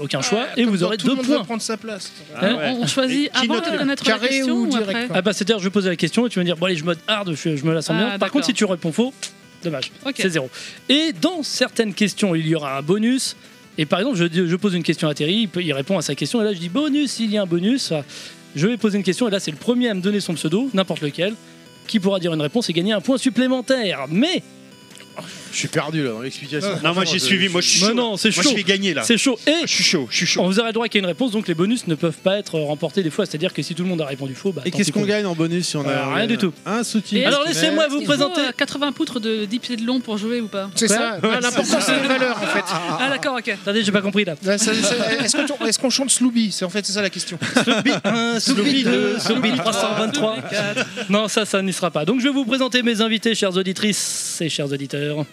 A: aucun choix, et vous
E: Attends,
A: aurez
E: tout le
A: deux
E: monde veut
A: points.
E: prendre sa place.
D: Ah ouais.
F: On on choisit
D: Et qui
F: avant
D: note
F: de
D: le
F: connaître la
E: carré
F: question
E: ou
F: ou
E: direct,
F: après
E: quoi
A: Ah bah c'est-à-dire, je vais poser la question, et tu vas me dire, bon allez, je mode hard, je, je me la sens
F: Ah,
A: bien. Par
F: d'accord.
A: contre, si tu réponds faux, dommage,
F: Ok.
A: c'est zéro. Et dans certaines questions, il y aura un bonus. Et par exemple, je, dis- je pose une question à Terry, il, peut- il répond à sa question, et là je dis bonus, il y a un bonus. Je vais poser une question, et là c'est le premier à me donner son pseudo, n'importe lequel, qui pourra dire une réponse et gagner un point supplémentaire. Mais,
B: Je suis perdu là dans l'explication.
D: Non, moi j'ai suivi, moi je suis chaud.
A: mais Bah, non, c'est
D: Moi je
A: chaud.
D: vais gagner là.
A: C'est chaud. Et
D: Je suis chaud, je suis chaud.
A: on vous aurez le droit qu'il y ait une réponse, donc les bonus ne peuvent pas être remportés des fois. C'est-à-dire que si tout le monde a répondu faux, bah.
B: Et
A: tant
B: qu'est-ce
A: pis pour
B: qu'on
A: vous.
B: gagne en bonus si on a.
A: Euh, rien du tout.
B: Un
F: Et
B: soutien.
A: Alors
F: est-ce
A: laissez-moi
F: qu'il
A: vous
F: faut,
A: présenter.
F: euh, 80 poutres de 10 pieds de long pour jouer ou pas
E: C'est ça, Ah, l'important c'est les valeurs en fait.
F: Ah, d'accord, ok.
A: Attendez, j'ai pas compris là.
E: Là, ça- ça- Est-ce que tu- est-ce qu'on chante Slooby C'est en fait c'est ça la question.
A: 1, Sloopy 2, Sloopy 323. Non, ça, ça n'y sera pas. Donc, je vais vous présenter mes invités, chères auditrices et chers auditeurs.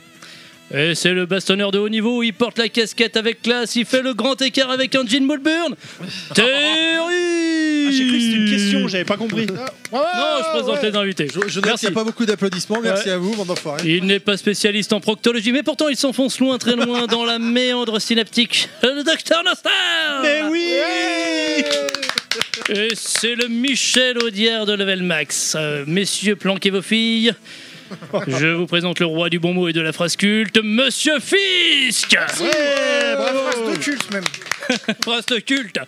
A: Et c'est le bastonneur de haut niveau, il porte la casquette avec classe, il fait le grand écart avec un jean Mulburn. Terry
D: Ah, j'ai cru que c'était une question, j'avais pas compris.
A: Non, je présente les invités.
B: Je, je note
A: Merci.
B: qu'il n'y a pas beaucoup d'applaudissements. Merci
A: Ouais.
B: à vous, bande d'enfoirés.
A: Il n'est pas spécialiste en proctologie, mais pourtant il s'enfonce loin, très loin, dans la méandre synaptique. Le docteur Nostal Eh
D: oui
A: Et c'est le Michel Audière de Level Max. Euh, messieurs, planquez vos filles. Je vous présente le roi du bon mot et de la phrase culte, Monsieur Fisk
D: Ouais, bravo.
E: Bravo. de culte même.
A: Phrase de culte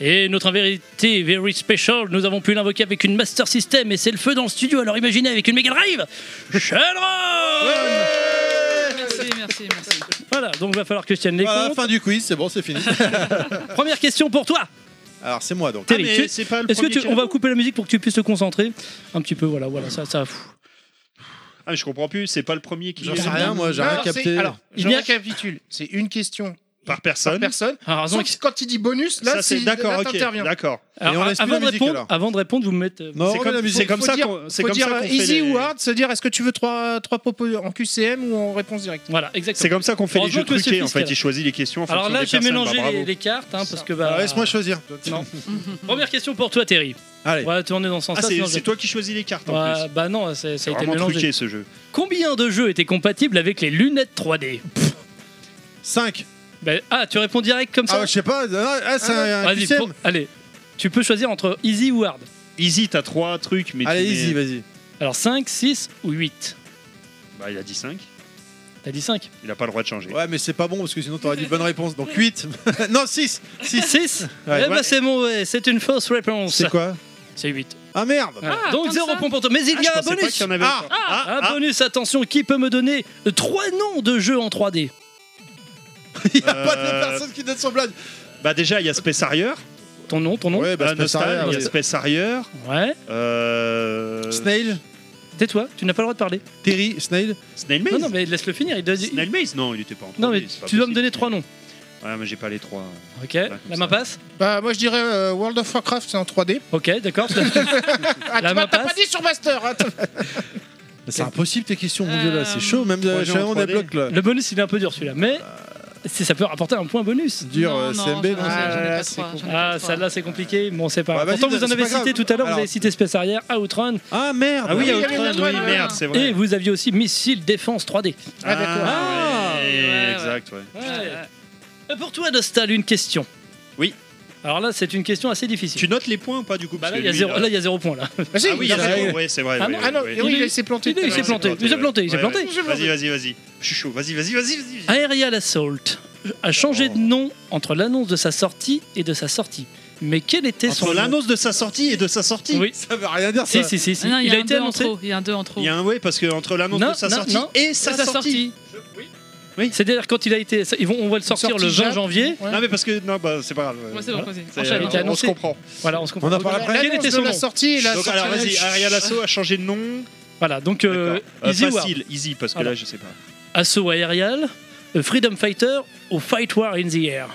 A: Et notre invité, very special, nous avons pu l'invoquer avec une Master System et c'est le feu dans le studio, alors imaginez avec une Mega Drive Shenron
F: Merci, merci, merci.
A: Voilà, donc va falloir que je tienne les
B: Voilà,
A: comptes.
B: fin du quiz, c'est bon, c'est fini.
A: Première question pour toi.
B: Alors c'est moi donc.
A: Terry,
D: Ah, mais
A: tu-
D: Eh, c'est pas le
A: Est-ce que
D: premier
A: tu,
D: qui
A: on va
D: répond.
A: couper la musique pour que tu puisses te concentrer un petit peu Voilà, voilà, ça, ça. pff.
D: Ah, je comprends plus, c'est pas le premier qui
B: J'en sais rien, Ah, moi, j'ai
E: Non,
B: rien
E: c'est-
B: capté.
E: Alors,
A: Il
E: je
A: n'y a-
E: récapitule. C'est une question par
D: par personne.
E: personne.
A: Ah, raison
E: Sauf que quand il dit bonus, là,
D: ça c'est
E: c'est-
D: d'accord,
E: là,
D: ok,
E: t'interviens.
D: d'accord.
A: Alors,
B: on
A: a-
B: laisse plus
A: avant,
B: la
A: de
B: musique,
A: répondre,
B: alors.
A: avant de répondre, vous euh, me mettez.
B: Non,
D: C'est
B: remets
D: comme,
B: la musique.
D: c'est comme
E: Faut
D: ça
E: dire-
D: qu'on c'est
E: faut
D: comme
E: dire
D: ça
E: euh,
D: qu'on fait
E: easy
D: les-
E: ou hard, se dire est-ce que tu veux trois, trois propos en QCM ou en réponse directe
A: Voilà,
D: C'est
A: exactement.
D: comme ça qu'on fait les
A: Heureusement
D: jeux
A: que c'est
D: truqués en
A: fiscal.
D: fait, il choisit les questions en
A: Alors
D: fonction
A: là,
D: des
A: j'ai
D: personnes.
A: mélangé
D: bah,
A: les,
D: bravo.
A: les cartes, hein, parce que.
B: Ah,
A: Bah,
B: Laisse-moi choisir.
A: non. Première question pour toi, Terry.
B: Allez.
A: On va tourner dans ce sens-là.
D: Ah, c'est
A: sinon je-
D: c'est toi qui choisis les cartes en
A: Ouais,
D: plus.
A: bah non, c'est- ça
D: C'est
A: a été
D: vraiment
A: mélangé.
D: truqué ce jeu.
A: Combien de jeux étaient compatibles avec les lunettes 3D
B: 5.
A: Bah, Ah, tu réponds direct comme
B: Ah,
A: ça
B: ouais, je sais pas. Ah, ah, c'est un- un
A: Vas-y,
B: QCM.
A: pro- allez. Tu peux choisir entre easy ou hard.
D: Easy, t'as trois trucs, mais. tu
B: Allez,
D: mets-
B: easy, vas-y.
A: Alors 5, 6 ou 8
D: Bah, il a dit 5,
A: T'as dit 5
D: il a pas le droit de changer.
B: Ouais, mais c'est pas bon parce que sinon t'aurais dit bonne réponse. Donc 8. non, 6. 6.
A: 6
B: Ouais.
A: Eh bah c'est mauvais, c'est une fausse réponse.
B: C'est quoi
A: C'est 8.
B: Ah merde
F: Ah,
A: Donc
F: comme
A: 0
F: ça.
A: point pour toi. Mais il
D: Ah,
A: y
D: je
A: a un
D: pensais pas
A: bonus
D: qu'il y en avait
B: Ah,
D: encore. Ah,
A: Un
D: ah,
A: bonus, attention, qui peut me donner trois noms de jeux en 3D
B: Il n'y a pas de
D: Euh,
B: personne qui donne son blague.
D: Bah, déjà, il y a Space Harrier.
A: Ton nom, ton nom Ouais.
B: Ouais, bah,
D: Ah,
B: Space Harrier,
D: Nostal, il y a
B: oui.
D: Space Harrier. euh,
B: Snail
A: Tais-toi, tu n'as pas le droit de parler.
B: Terry Snail
D: Snail
A: Non,
D: Maze
A: non, mais laisse-le finir. Il doit... il-
D: Snail Maze Non, il était pas en 3D.
A: Non, mais
D: c'est pas
A: tu dois me
D: possible.
A: donner trois noms.
D: Ouais, mais j'ai pas les trois.
A: Ok,
D: comme
A: la main
D: ça.
A: passe
E: Bah, moi, je dirais euh, World of Warcraft, c'est en 3D.
A: Ok, d'accord.
E: Ah,
A: La
E: tu
A: main
E: m'as- t'as pas
A: passe.
E: dit sur Master hein, t'as-
B: C'est impossible tes questions, mon dieu là, c'est
F: Euh,
B: chaud. Même de
D: trois jeux en
B: on
D: 3D.
B: débloque là.
A: Le bonus, il est un peu dur celui-là, mais si ça peut rapporter un point bonus.
B: Dur
F: Non,
B: euh,
F: non,
B: CMB,
F: j'en ai-
B: non
F: j'en ai
B: c'est-
E: Ah,
F: pas
E: c'est
F: trois,
E: con.
F: j'en ai pas
A: Ah,
F: trois.
A: celle-là, c'est compliqué. Bon, c'est pas
B: Ouais,
A: grave.
B: vas-y,
A: Pourtant, vous en
B: c'est
A: avez
B: pas grave.
A: cité tout à l'heure, vous
B: Alors-
A: avez cité Space Arrière, Outrun,
B: Ah merde
D: Ah
E: oui,
D: oui, Outrun,
E: il y avait
D: oui,
E: Outrun,
D: merde,
F: ouais.
D: c'est vrai.
A: et vous aviez aussi Missile Défense 3D.
E: Ah, d'accord.
D: Ah, ouais,
F: Ouais, ouais.
D: exact, ouais.
A: Et Euh, Pour toi, Dostal, une question.
D: Oui.
A: Alors là, c'est une question assez difficile.
D: Tu notes les points ou pas du coup
A: Bah
D: parce
A: là,
D: que
A: il y a
D: lui, euh,
A: zéro-
D: a-
A: là, il y a zéro point. Là.
E: Ah, si,
D: Ah oui,
E: il a-
D: c'est vrai, ouais, c'est vrai.
A: Ah
D: ouais,
A: non,
E: Ah non,
D: ouais,
E: oui,
D: ouais.
E: il, s'est planté.
A: Il s'est
D: Ouais,
A: planté, il s'est
D: ouais.
A: planté, il s'est
D: Ouais,
A: planté. Ah,
D: ouais. Vas-y, vas-y, vas-y. Je suis chaud. Vas-y, vas-y, vas-y, vas-y.
A: Aerial Assault a changé de nom entre l'annonce de sa sortie et de sa sortie. Mais quel était son
D: Entre
A: nom
D: l'annonce de sa sortie et de sa sortie.
A: Oui.
B: Ça veut rien dire ça.
A: Si, si, si, si.
F: Ah Non, il y
A: il
F: a,
A: a
F: un
A: été
F: deux en
A: annoncé.
F: trop. Il y a un 2 en trop.
D: Il y a un ouais parce que entre l'annonce
A: Non,
D: de sa
A: non,
D: sortie
A: non.
D: et sa
F: C'est sa
D: sortie.
F: sortie.
A: Oui. C'est-à-dire quand il a été, ils vont, on va le sortir
E: sortie
A: le 20
E: Jap.
A: janvier.
D: Non mais parce que non bah c'est pas grave.
F: Ouais, c'est bon, vas-y.
D: C'est-
A: Enchaîne,
D: euh,
A: il a
D: on se
A: annoncé.
D: comprend.
A: Voilà, on se comprend.
B: On en parle après
A: Quel était son
E: de
A: nom
E: la sortie et la
D: Donc
E: sortie
D: alors vas-y, Ariel Asso a changé de nom.
A: Voilà, donc euh,
D: D'accord. Euh,
A: Easy War,
D: facile, easy parce que
A: Alors.
D: là je sais pas.
A: Assaut Aérial, euh, Freedom Fighter ou Fight War in the Air.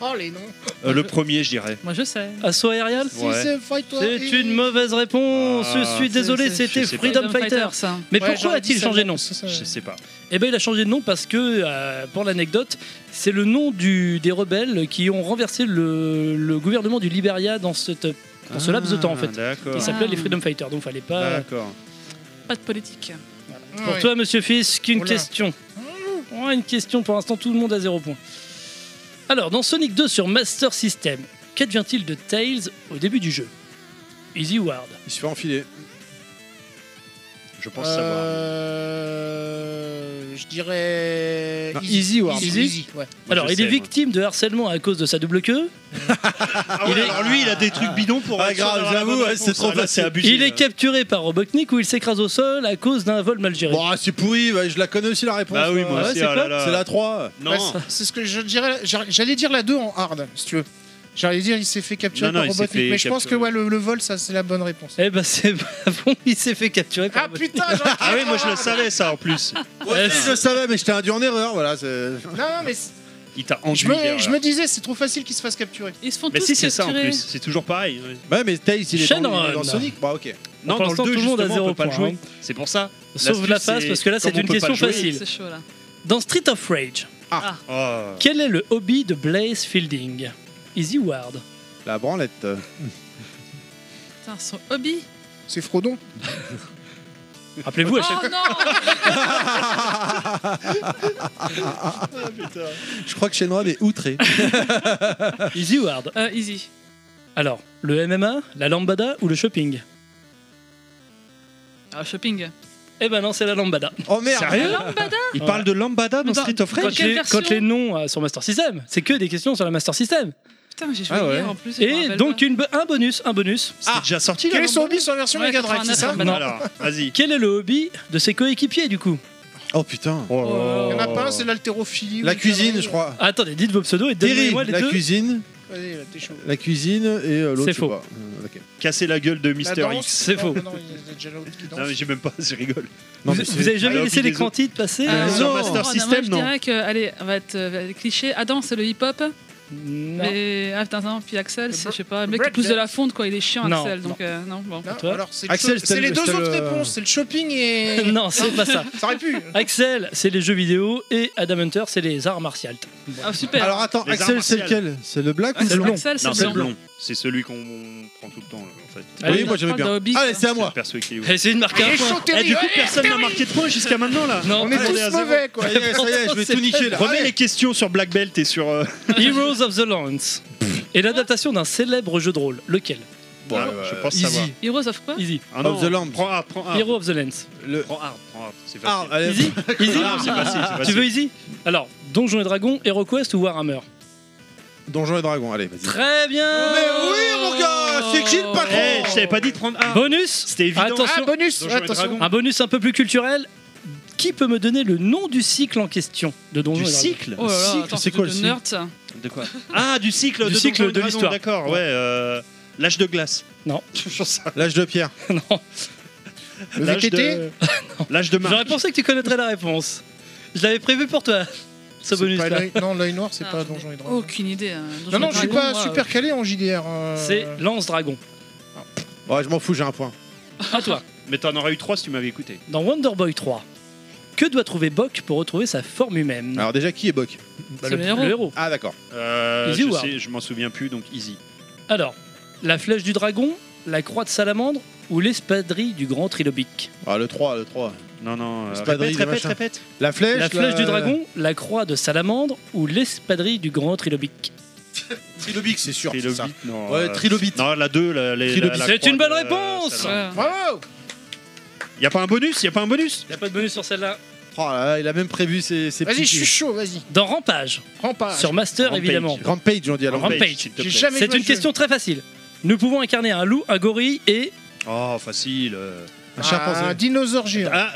E: Oh, les noms.
D: Euh, le premier je dirais.
F: Moi, je sais.
A: Assaut Aérial
E: Si,
D: Ouais.
E: c'est Fight War
A: C'est
E: et-
A: une mauvaise réponse.
D: Ah,
A: je suis désolé,
E: c'est-
A: c'était
D: je sais pas.
A: Freedom Fighter.
F: Fighter, ça.
A: Mais
E: Ouais,
A: pourquoi
E: j'aurais dit
A: a-t-il changé de
E: ça,
A: nom
E: ça, ça.
D: Je sais pas.
A: Eh bien, il a changé de nom parce que, euh, pour l'anecdote, c'est le nom du, des rebelles qui ont renversé le, le gouvernement du Liberia dans, cette, dans ce laps de temps, en fait.
D: Ah, D'accord.
A: Ils s'appelaient les Freedom Fighters, donc fallait pas.
D: D'accord.
F: Pas de politique.
A: Pour
E: Ouais.
A: toi, monsieur Fisk, une
E: Oula.
A: question. Ouais, une question, pour l'instant, tout le monde a zéro point. Alors, dans Sonic 2 sur Master System, qu'advient-il de Tails au début du jeu Easy ou hard
B: Il se fait enfiler.
D: Je pense savoir.
E: Euh, Je dirais.
B: Non, easy ou hard
E: Easy, easy, ouais.
D: Moi,
A: Alors,
D: je
A: il
D: sais,
A: est
D: moi.
A: victime de harcèlement à cause de sa double queue.
D: Ah ouais,
A: il est-
D: alors lui il a des trucs bidons pour
B: Ah,
D: être
B: grave,
D: sûr d'avoir la
B: j'avoue,
D: bonne
B: ouais,
D: réponse.
B: c'est trop
D: Ah, là, c'est
B: facile.
D: abusé.
A: Il est capturé par Robotnik où il s'écrase au sol à cause d'un vol mal géré.
B: Bon, ah, c'est pourri, bah, je la connais aussi la réponse.
D: Bah oui,
B: moi.
D: moi
A: Ouais,
D: aussi.
A: c'est
D: ah là
A: quoi
D: là.
B: C'est la 3.
E: Ouais,
D: Non.
E: c'est- C'est ce que je dirais. j'allais- J'allais dire la 2 en hard, si tu veux. J'allais dire il s'est fait capturer
D: Non, non,
E: par
D: il s'est
E: Robotnik,
D: fait
E: mais je pense que
D: capturer.
E: ouais, le, le vol, ça c'est la bonne réponse.
A: Eh ben, c'est pas bon, il s'est fait capturer par
E: Ah
A: Robotnik.
E: putain, j'en ai
D: Ah oui, moi je
E: en
D: le
E: hard.
D: savais ça en plus.
B: Ouais, si, je le savais, mais j'étais induit en erreur, voilà. c'est-
E: Non, non, mais c'est-
D: Il t'a
E: je
D: enduit.
E: me,
D: derrière.
E: je me disais, c'est trop facile qu'il se fasse capturer.
F: Ils se font
D: Mais
F: tous
D: si c'est ça en
F: capturer. Ah,
D: plus, c'est toujours pareil. ouais.
B: Ouais, mais Tails, il est dans,
A: Shenron.
B: dans Sonic. Bah, ok.
A: Pour
D: Non, dans le
A: l'instant,
D: 2,
A: tout le monde a
D: justement, on
A: zéro
D: peut pas le
A: point,
D: jouer.
A: hein.
D: C'est pour ça.
A: Sauf la
D: L'astuce,
A: passe,
D: c'est-
A: parce que là, c'est
D: comme on
A: une
D: peut pas
A: question
D: le jouer,
A: facile.
F: C'est chaud là.
A: Dans Street of Rage,
D: Oh.
A: quel est le hobby de Blaze Fielding Easy ou hard
B: La branlette.
F: Putain, son hobby.
E: C'est Frodon.
A: Rappelez-vous, à chaque-
F: Oh non
B: Je crois que Shenron est outré.
A: Easy ou hard
F: Euh, Easy.
A: Alors, le MMA, la lambada ou le shopping
F: Ah, shopping. Ah,
A: Eh ben non, c'est la lambada.
B: Oh merde
D: Sérieux
F: Lambada
D: Il
A: Ouais.
D: parle de Lambada dans
F: Attends,
D: Street of
F: Dans
A: Quand
D: Rage
F: quelle
A: les,
F: version
A: quand les noms euh, sur Master System, c'est que des questions sur la Master System.
F: Putain, mais j'ai joué
B: Ah ouais.
F: hier en plus. je me
A: Et
F: rappelle
A: donc
F: pas.
A: une, bo- un bonus, un bonus.
D: C'est déjà sorti là
E: Quel est son hobby sur la version
F: Ouais,
E: Mega Drive, c'est ça
F: 89,
A: Non.
D: Alors, vas-y.
A: Quel est le hobby de ses coéquipiers du coup
B: Oh putain.
D: Oh là
E: Il y en
D: là.
E: a pas un, c'est l'haltérophilie.
B: La
E: ou une connerie.
B: cuisine, je crois.
A: Attendez, dites vos pseudos et
B: Terry,
A: donnez-moi les
B: la
A: deux.
B: cuisine,
E: Vas-y, là, t'es chaud.
B: la cuisine et euh, l'autre.
A: C'est
B: je sais
A: faux.
B: pas. Euh, ok.
D: Casser la gueule de
E: La
D: Mister
E: danse,
D: X.
A: c'est
E: non,
A: faux.
E: Non, non, il y a déjà l'autre qui danse.
D: Non, mais j'ai même pas, je rigole.
B: Non,
A: vous,
B: mais
A: vous
B: c'est-
A: avez jamais
D: Alors,
A: laissé
D: puis
A: les
D: des
A: crantites passer
D: Ah,
A: euh,
D: sur
B: non.
D: Master
F: Oh, non,
D: System,
F: moi,
D: non.
F: Je dirais que, allez, on va être euh, cliché. Adam, c'est le hip-hop.
A: Non.
F: Mais ah, putain, non, puis Axel, c'est, je sais pas, le mec qui
E: breakdance.
F: pousse de la fonte, quoi. Il est chiant,
A: Non,
F: Axel.
A: non.
F: Donc, euh, non, bon.
E: Non,
A: toi
E: alors, c'est le
B: Axel,
E: shop-
B: c'était
E: c'est les
B: le-
E: deux
B: c'était
E: autres
B: le-
E: réponses. C'est le shopping et.
A: Non, Ah, c'est pas ça.
E: Ça aurait pu.
A: Axel, c'est les jeux vidéo et Adam Hunter, c'est les arts martiaux.
F: Ah, super.
B: Alors attends,
D: Les arts
B: Axel, c'est
D: martiales.
B: lequel C'est le
A: Ah,
B: black ou
F: Axel,
B: c'est le blond
F: Axel, c'est
D: Non,
F: le
D: c'est le
F: blanc.
D: blond. C'est celui qu'on prend tout le temps, là, en fait.
A: Allez,
B: Oui, moi
F: on
B: j'avais
F: parle d'un
B: bien.
F: hobby,
B: Allez,
F: ça.
B: c'est à moi.
D: Perso qui est ouf.
A: Essayez de marquer
E: Il
A: un
E: est
A: point.
E: chaud,
D: Eh,
E: Terry.
D: du coup,
E: ouais.
D: personne n'a marqué de points jusqu'à maintenant, là.
A: Non,
E: On est
D: Ah, on est à
E: tous
D: zéro.
E: mauvais, quoi.
B: Ça y est, ça y est, je vais
A: C'est
B: tout niquer là.
D: Remets les questions sur Black Belt et sur. euh,
A: Heroes of the Lands est l'adaptation d'un célèbre jeu de rôle. Lequel
D: Bon,
B: Ah,
D: je
B: euh,
D: pense savoir.
B: Easy.
F: Heroes of quoi
A: Easy.
D: Ah
B: Of the Lamb.
D: Prends hard, prends hard.
A: Hero of the Lands.
B: Le
D: Prends hard, prends hard. C'est
B: Ah,
D: facile.
B: allez.
A: Easy Easy
D: Ah, non, c'est facile, c'est
A: Tu
D: facile.
A: veux Easy Alors, Donjons et Dragons, HeroQuest ou Warhammer
B: Donjons et Dragons, allez, vas-y.
A: Très bien
B: Mais oui, mon gars, c'est qui le
D: Eh,
B: patron
D: je t'avais pas dit de prendre hard.
A: Bonus
D: C'était évident.
A: Attention.
E: Ah, bonus.
D: Donjons et
E: Attention.
D: Dragons.
A: Un bonus un peu plus culturel. Qui peut me donner le nom du cycle en question de Donjons
D: Ah, Du
A: et Dragons
D: cycle
F: Oh là là,
B: cycle,
F: attends,
B: c'est
F: c'est
B: quoi,
F: de
B: le cycle
F: nerd, ça.
D: De quoi Ah, du cycle
A: Du
D: de
A: cycle
D: Donjons et
A: de
D: Dragons,
A: l'histoire.
D: D'accord, ouais. euh, L'âge de glace.
A: Non.
D: J'en sais rien.
B: L'âge Eh, de pierre.
A: Non.
E: Le
D: L'âge
E: VTT.
D: de- L'âge de
A: J'aurais
D: Marc.
A: pensé que tu connaîtrais la réponse. Je l'avais prévu pour toi, ce
E: C'est
A: bonus
E: pas
A: là.
E: l'œil- Non, l'œil noir, c'est
F: Ah,
E: pas
F: j'en ai
E: Donjon et Dragon.
F: Aucune idée. hein. Donjons
E: Non, non,
F: et
E: je suis
F: Dragons,
E: pas
F: moi,
E: super calé en JDR. euh,
A: C'est Lance Dragon.
B: Ouais, je m'en fous, j'ai un point.
A: À toi.
D: Mais t'en aurais eu trois si tu m'avais écouté.
A: Dans Wonder Boy 3, que doit trouver Bok pour retrouver sa forme
D: Ah.
A: humaine
B: Alors déjà, qui est Bock
A: Bah,
F: C'est le héros.
B: Ah d'accord.
D: Euh,
A: Easy
D: je
A: ou hard
D: sais, je m'en souviens plus, donc easy.
A: Alors, la flèche du dragon, la croix de salamandre ou l'espadrille du grand trilobique
B: Ah le 3, le 3.
D: Non, non. euh,
B: C'est pas
D: répète,
B: Drake,
D: répète,
B: machin.
D: répète.
B: La flèche
A: La flèche du dragon, la croix de salamandre ou l'espadrille du grand trilobique
B: Trilobique, c'est sûr. c'est ça.
D: Trilobite, non.
B: Ouais,
D: euh,
B: trilobite.
D: Non, la 2, la, les-
B: Trilobite.
D: la- la
A: C'est
D: croix
A: une bonne
D: de-
A: réponse
D: ça, non.
F: Ouais.
E: Bravo
D: Y a pas un bonus Y a pas un bonus
A: Il a pas de bonus sur celle-là.
B: Oh là là, il a même prévu ses, ses
E: Vas-y,
B: petits-
E: je suis chaud, vas-y.
A: Dans Rampage,
E: Prends pas.
A: sur Master
D: Ah, Rampage.
A: évidemment.
B: Rampage, on dit alors.
A: Rampage.
D: s'il te
E: J'ai
D: plaît.
E: jamais
A: C'est
E: joué à
A: une
E: ce jeu.
A: question très facile. Nous pouvons incarner un loup, un gorille et.
D: Oh, facile. euh.
B: Un
E: Un
B: chimpanzé.
E: dinosaure géant.
D: Ah,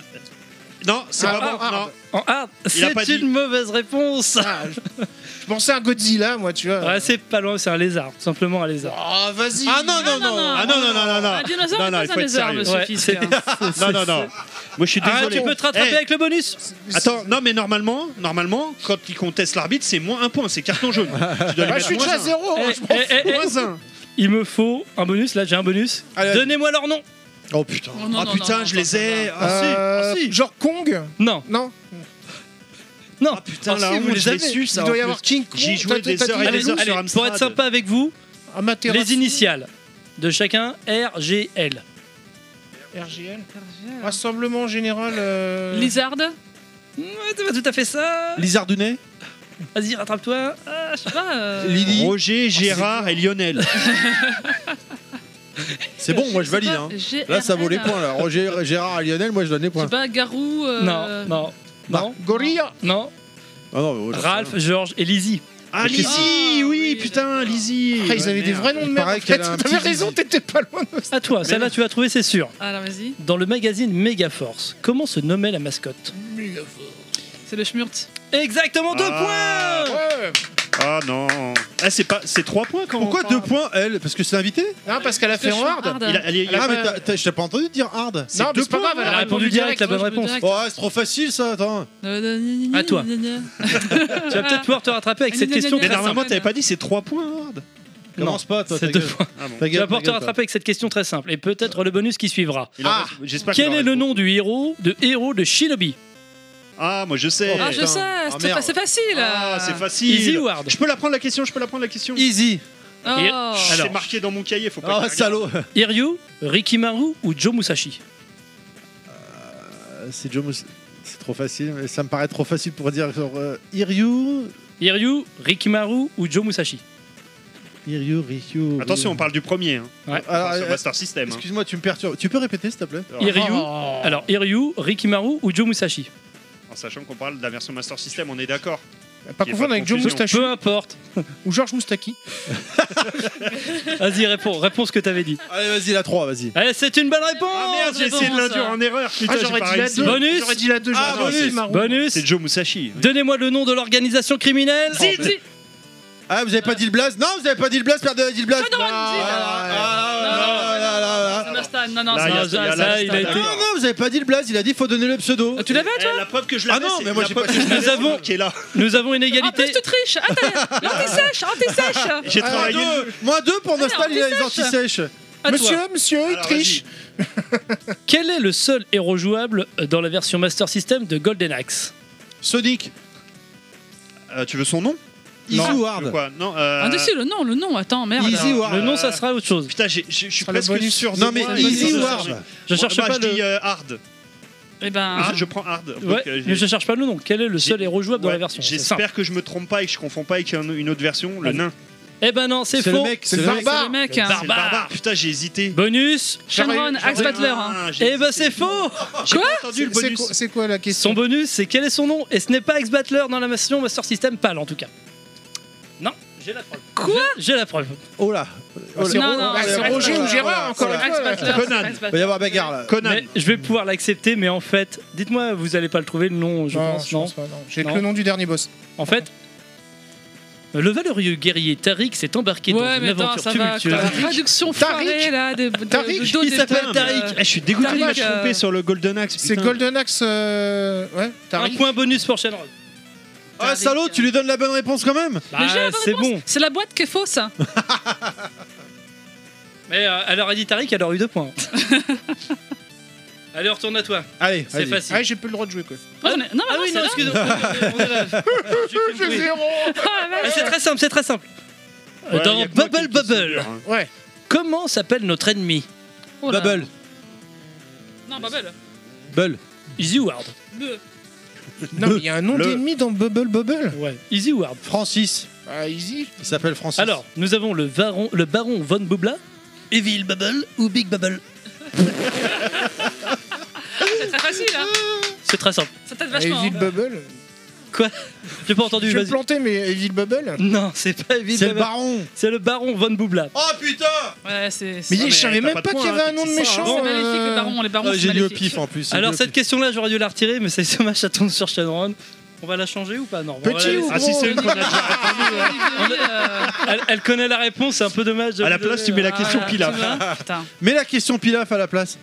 D: Non, c'est
E: Ah,
D: pas
E: ah,
D: bon.
E: ah,
D: non.
A: En ah,
D: Il a
A: c'est
D: pas dit.
A: une mauvaise réponse
E: Ah, je je pensais à Godzilla, moi, tu vois.
A: Ouais, C'est pas loin, c'est un lézard, tout simplement un lézard.
E: Ah, vas-y.
D: Ah non, non,
F: non, non.
D: non. Ah non, non, non, non.
F: Un
D: non.
F: dinosaure
D: Non,
F: n'est
D: non, il
F: pas
D: faut être
F: un lézard,
D: sérieux.
F: monsieur
A: Ouais,
F: Fisk.
A: c'est-
F: hein.
D: Non, non, non. Moi, je suis
A: Ah,
D: désolé.
A: tu peux te rattraper
D: Eh,
A: avec le bonus
D: Attends, non, mais normalement, normalement, quand il conteste l'arbitre, c'est moins un point, c'est carton jaune. Tu dois lui
E: Bah, je
D: mettre
E: suis
D: moins
E: déjà à
D: un.
E: zéro. hein,
A: Eh,
E: je m'en
A: eh, eh, eh,
D: Moins un.
A: Il me faut un bonus, là j'ai un bonus.
B: Allez, vas-y.
A: Donnez-moi leur nom
B: Oh putain.
F: Oh, non,
D: Ah
F: non,
D: putain,
F: non,
D: je
F: non,
D: les
F: non,
D: ai.
F: non.
D: Ah si.
E: Euh, Genre Kong
A: Non,
E: Non
A: non
D: Ah putain,
E: Ah,
D: la
E: si, vous
D: honte, je l'ai
E: avez.
D: su ça.
E: Il
D: en
E: doit y
D: plus.
E: avoir King Kong.
D: J'y jouais
E: t'as-
D: des
E: t'as
D: heures
E: dit
D: et des
E: Loup,
D: heures sur
A: Pour
D: Amstrad.
A: être sympa avec vous,
E: Amaterasu,
A: les initiales de chacun R, G, L.
E: RGL. Rassemblement général. euh,
F: Lizard
A: Ouais, c'est pas tout à fait ça.
B: Lizardounet
A: Vas-y, rattrape-toi.
F: Ah, je sais pas. euh,
B: Lily
D: Roger, Gérard et Lionel.
B: C'est bon, moi je
F: sais
B: valide.
F: pas,
B: hein.
F: GRL,
B: Là, ça vaut les points. Là. Roger, Gérard et Lionel, moi je donne les
F: Je
B: points.
F: sais pas, Garou. euh,
A: Non, non, non,
E: Gorilla.
A: non.
B: Ah non, mais oh, j'en sais
A: Ralph, Georges et Lizzie.
D: Ah,
B: Lizzie,
F: Ah, oui,
D: oui,
F: putain,
D: putain, Lizzie.
E: Ah, ils avaient des vrais noms de merde.
B: paraît
E: en
B: qu'elle
E: fait.
B: a un
E: T'avais
B: petit
E: raison,
B: zizi.
E: t'étais pas loin. de-
A: À toi, celle-là tu vas trouver, c'est sûr.
F: Alors vas-y,
A: Dans le magazine Megaforce, comment se nommait la mascotte
F: c'est le schmurt.
A: Exactement deux
D: Ah.
A: points
E: Ouais.
D: Ah non. Ah, c'est pas, c'est trois points quand.
B: Pourquoi
D: on
B: deux
D: parle.
B: points, elle Parce que c'est invité
E: Non, parce qu'elle a
F: Parce que
E: fait
F: je suis
E: Howard.
F: hard.
D: Il a, il a- il a
B: Ah,
D: pas-
B: mais t'as- t'as- je t'ai pas entendu dire hard. deux
E: Non, mais c'est pas
B: points.
E: grave, elle
A: Elle
E: a
A: a répondu direct la
F: moi,
A: bonne
F: je peux
A: réponse.
F: direct.
B: Ouais, c'est trop facile ça, attends.
A: À toi. Tu vas peut-être pouvoir te rattraper avec cette question
D: Mais
A: très
F: Personne.
D: normalement,
A: simple.
D: t'avais pas dit c'est trois points, Hard.
B: Commence pas, toi. ta
A: C'est deux
B: gueule.
A: points.
D: Ah bon.
B: Ta
A: Tu vas
B: gueule, ta
A: pouvoir te
B: gueule, toi.
A: rattraper avec cette question très simple et peut-être le bonus qui suivra.
D: Il en
E: Ah.
D: reste- j'espère qu'il
A: Quel
D: en
A: est
D: reste
A: le
D: beaucoup.
A: nom du héros de héros de Shinobi
D: Ah, moi je sais.
F: Ah,
B: Putain.
F: je sais,
B: Ah,
F: c'est
B: merde.
F: fa- c'est facile.
D: Ah, c'est facile.
A: Easy ou hard
D: Je peux la prendre la question, je peux la prendre la question.
B: Easy.
F: Oh.
A: Et-
D: C'est
A: Alors.
D: marqué dans mon cahier, faut pas.
B: Ah,
D: que je la regarde.
B: salaud.
A: Iryu, Rikimaru ou Joe Musashi
B: Euh, C'est Joe Mous- C'est trop facile, mais ça me paraît trop facile pour dire genre euh, Iryu,
A: Iryu, Rikimaru ou Joe Musashi
B: Iryu, Ryu.
D: Attention, on parle du premier. Hein.
A: Ouais.
D: On parle
B: Alors,
D: sur
B: euh,
D: Master System. hein.
B: Excuse-moi, tu me perturbes. Tu peux répéter s'il te plaît
D: Alors,
A: Iryu, alors Iryu, Rikimaru ou Joe Musashi
D: En sachant qu'on parle de la version Master System, on est d'accord.
E: Pas
D: Qui est
E: confondre
D: pas
E: avec Joe
D: confusion.
E: Moustachu
A: Peu importe.
E: ou Georges Moustaki.
A: Vas-y, réponds, réponds ce que t'avais dit.
B: Allez, vas-y, la 3, vas-y.
A: Allez, c'est une bonne réponse
D: Ah merde, j'ai essayé de
F: réponse,
D: l'induire
F: ça.
D: en erreur. Putain,
E: Ah,
D: j'ai
E: j'aurais
D: pas
E: dit la
D: réussi.
E: 2.
A: Bonus.
E: J'aurais dit la 2.
B: Ah, bonus.
A: Bonus
D: C'est Joe Musashi.
A: Donnez-moi le nom de l'organisation criminelle
B: Ah, vous avez pas dit le blaze Non, vous avez pas dit le blaze, père de dit le blaze.
F: Ah, non,
B: Ah,
F: dis-
B: ah, ah, ah, ah,
F: C'est
B: ah, ah.
F: Mastan, non, non,
D: Là,
F: c'est
D: il y a- il y
F: Mastan,
D: a
F: c'est
D: là,
F: Mastan.
E: Ah,
A: il a été-
B: Non, non, vous avez pas dit le blaze, il a dit faut donner le pseudo.
F: Ah, Tu l'avais, toi
D: Eh, La preuve que je
B: Ah
D: l'avais,
B: non,
D: c'est-
B: mais moi,
D: la
B: j'ai
D: preuve
B: pas-
D: que je l'avais,
A: Nous avons-
D: qui est là.
A: Nous avons une
F: Ah, plus
A: égalité.
F: tu triches Ah, t'es- non, t'es sèche Ah, t'es sèche
D: J'ai
B: Ah,
D: travaillé.
B: deux. Moins 2 pour
F: Ah,
B: Nostal,
F: non,
B: il a les
F: plus
B: antisèches.
A: À toi.
E: Monsieur,
B: Ah,
E: monsieur, il
D: Alors,
E: triche.
A: Quel est le seul héros jouable dans la version Master System de Golden Axe
B: Sonic,
D: Euh, tu veux son nom
B: Easy
D: Non.
B: ou
D: Tu veux
B: Hard
D: quoi Non. euh,
F: Ah, dessus, le nom, le nom, attends, merde
B: Easy ou
A: Le
B: Hard
A: nom, ça sera autre chose.
D: Putain, j'ai- j'ai- je suis
E: Sur le
D: presque
E: bonus.
D: sûr. de
B: Non, mais
D: moi, et
B: Easy
D: je-
B: ou Hard
A: bah, Je cherche
D: Moi,
A: pas
D: je
A: le.
D: dis euh, Hard.
F: Eh ben,
D: Ah, je prends Hard. Donc,
A: Ouais,
D: euh, j'ai-
A: mais je cherche pas le nom. Quel est le seul
D: J'ai-
A: héros jouable dans
D: Ouais,
A: la version C'est simple.
D: J'espère que je me trompe pas et que je confonds pas avec un- une autre version, le
A: Vas-y.
D: nain.
A: Eh ben non, c'est
B: C'est le
A: faux.
B: mec,
E: C'est
B: c'est
E: le
B: le mec.
F: c'est
E: barbare.
F: le mec, hein.
D: C'est le barbare. Putain, j'ai hésité.
A: Bah, Bonus.
F: Shenron,
E: J'aurais-
F: Axe Battler. hein.
D: Ah, j'ai Oh,
A: Eh ben c'est faux.
D: pas entendu le
E: C'est- C'est
D: bonus.
E: quoi- c'est quoi la
A: Son
E: question
A: bonus, c'est quel est son nom Et ce n'est pas Ex-Battler dans la version Master System PAL en tout cas. Non, j'ai la preuve.
F: Quoi
A: J'ai la preuve.
B: Oh là. Oh là.
E: C'est
F: Non,
E: Ro-
F: non,
E: ah, c'est
F: c'est
E: Roger
B: Battler.
E: ou Gérard,
B: Voilà,
E: encore
B: voilà.
E: une
F: Axe
E: fois.
F: Battler.
B: Conan. Il
F: Axe
B: va y
F: Battler.
B: avoir bagarre là.
D: Conan.
A: Mais je vais pouvoir l'accepter, mais en fait, dites-moi, vous allez pas le trouver le nom, je
E: Non,
A: pense,
E: je
A: non
E: pense pas, non. J'ai que
A: Non.
E: le nom du dernier boss.
A: En fait, euh, le valeureux guerrier Tariq s'est embarqué dans
F: Ouais,
A: une
F: mais attends,
A: aventure
F: ça va. quoi.
A: tumultueuse.
F: La traduction
E: Tariq.
F: foirée, là, des de-
E: Tariq,
F: de- dos
A: il
F: des
A: s'appelle
F: potes,
A: Tariq.
F: euh,
D: Eh, je suis dégoûté de
F: Tariq,
D: m'être
F: euh,
D: trompé sur le Golden Axe.
E: C'est
D: putain.
E: Golden Axe. euh, Ouais,
A: Un
E: Tariq.
A: point bonus pour Shenron.
B: Ah, salaud, tu lui donnes la bonne réponse quand même
A: Bah,
F: Mais j'ai la bonne
A: c'est
F: réponse.
A: bon.
F: C'est la boîte qui est fausse. hein.
A: Mais euh, elle aurait dit Tariq, elle aurait eu deux points. Allez, retourne à toi.
B: Allez,
A: C'est
B: vas-y.
A: facile.
E: Ah, j'ai plus le droit de jouer quoi.
F: Moi, j'en ai- Non, mais
A: Ah
F: non,
A: oui,
F: c'est
A: non,
F: là.
A: excuse-moi. on est là. J'ai compris.
F: Ah, ouais.
A: Ah, C'est très simple, c'est très simple.
D: Ouais, y
A: Dans
D: a que moi
A: Bubble
D: qui- qui suis
A: Bubble,
D: dur, hein.
E: Ouais.
A: comment s'appelle notre ennemi
F: Oh là.
B: Bubble,
F: Non, Bubble.
B: Bull.
A: Easy Ward.
F: Bleu.
E: Non, mais il y a un nom
D: Le-
E: d'ennemi dans Bubble Bubble.
A: Ouais, Easy Ward.
B: Francis.
E: Ah, easy.
B: Il s'appelle Francis. Eh,
A: Alors, nous avons le baron, le baron Von Bubla. Evil Bubble ou Big Bubble
F: C'est très facile, hein.
A: C'est très simple.
F: Ça t'aide
E: Ah,
F: vachement.
E: Evil
F: hein.
E: Bubble.
A: J'ai pas entendu,
E: Je vais
A: vas-y.
E: planter, mais Evil Bubble.
A: Non, c'est pas Evil
B: c'est le
A: Bubble.
B: baron.
A: C'est le baron Von Bubla.
B: Oh putain
F: Ouais, c'est.
E: Mais
F: c'est-
D: Ah,
E: je
D: mais
E: savais
D: t'as
E: même
D: pas de
E: pas qu'il y
D: point,
E: avait un
D: hein,
E: nom de
D: c'est
E: méchant.
F: C'est magnifique, les
E: euh,
F: barons, les barons,
B: Ah,
F: c'est
B: J'ai dit au
F: magnifique.
B: pif en plus. c'est
A: Alors
B: dit au
A: cette
B: pif.
A: question-là, j'aurais dû la retirer, mais c'est dommage, ça tombe sur Shenron. On va la changer ou pas Non. on va la
E: Petit
A: laisser.
E: ou
D: Ah, si,
E: gros euh,
D: c'est une qu'on a déjà
F: Ah,
D: répondue.
F: Euh,
A: elle, elle connaît la réponse, c'est un peu dommage. de
D: À
A: lui
D: la place,
A: donner,
D: tu mets la
A: euh,
D: question
F: voilà,
D: Pilaf.
F: tu vois, Putain.
B: Mets la question Pilaf à la place.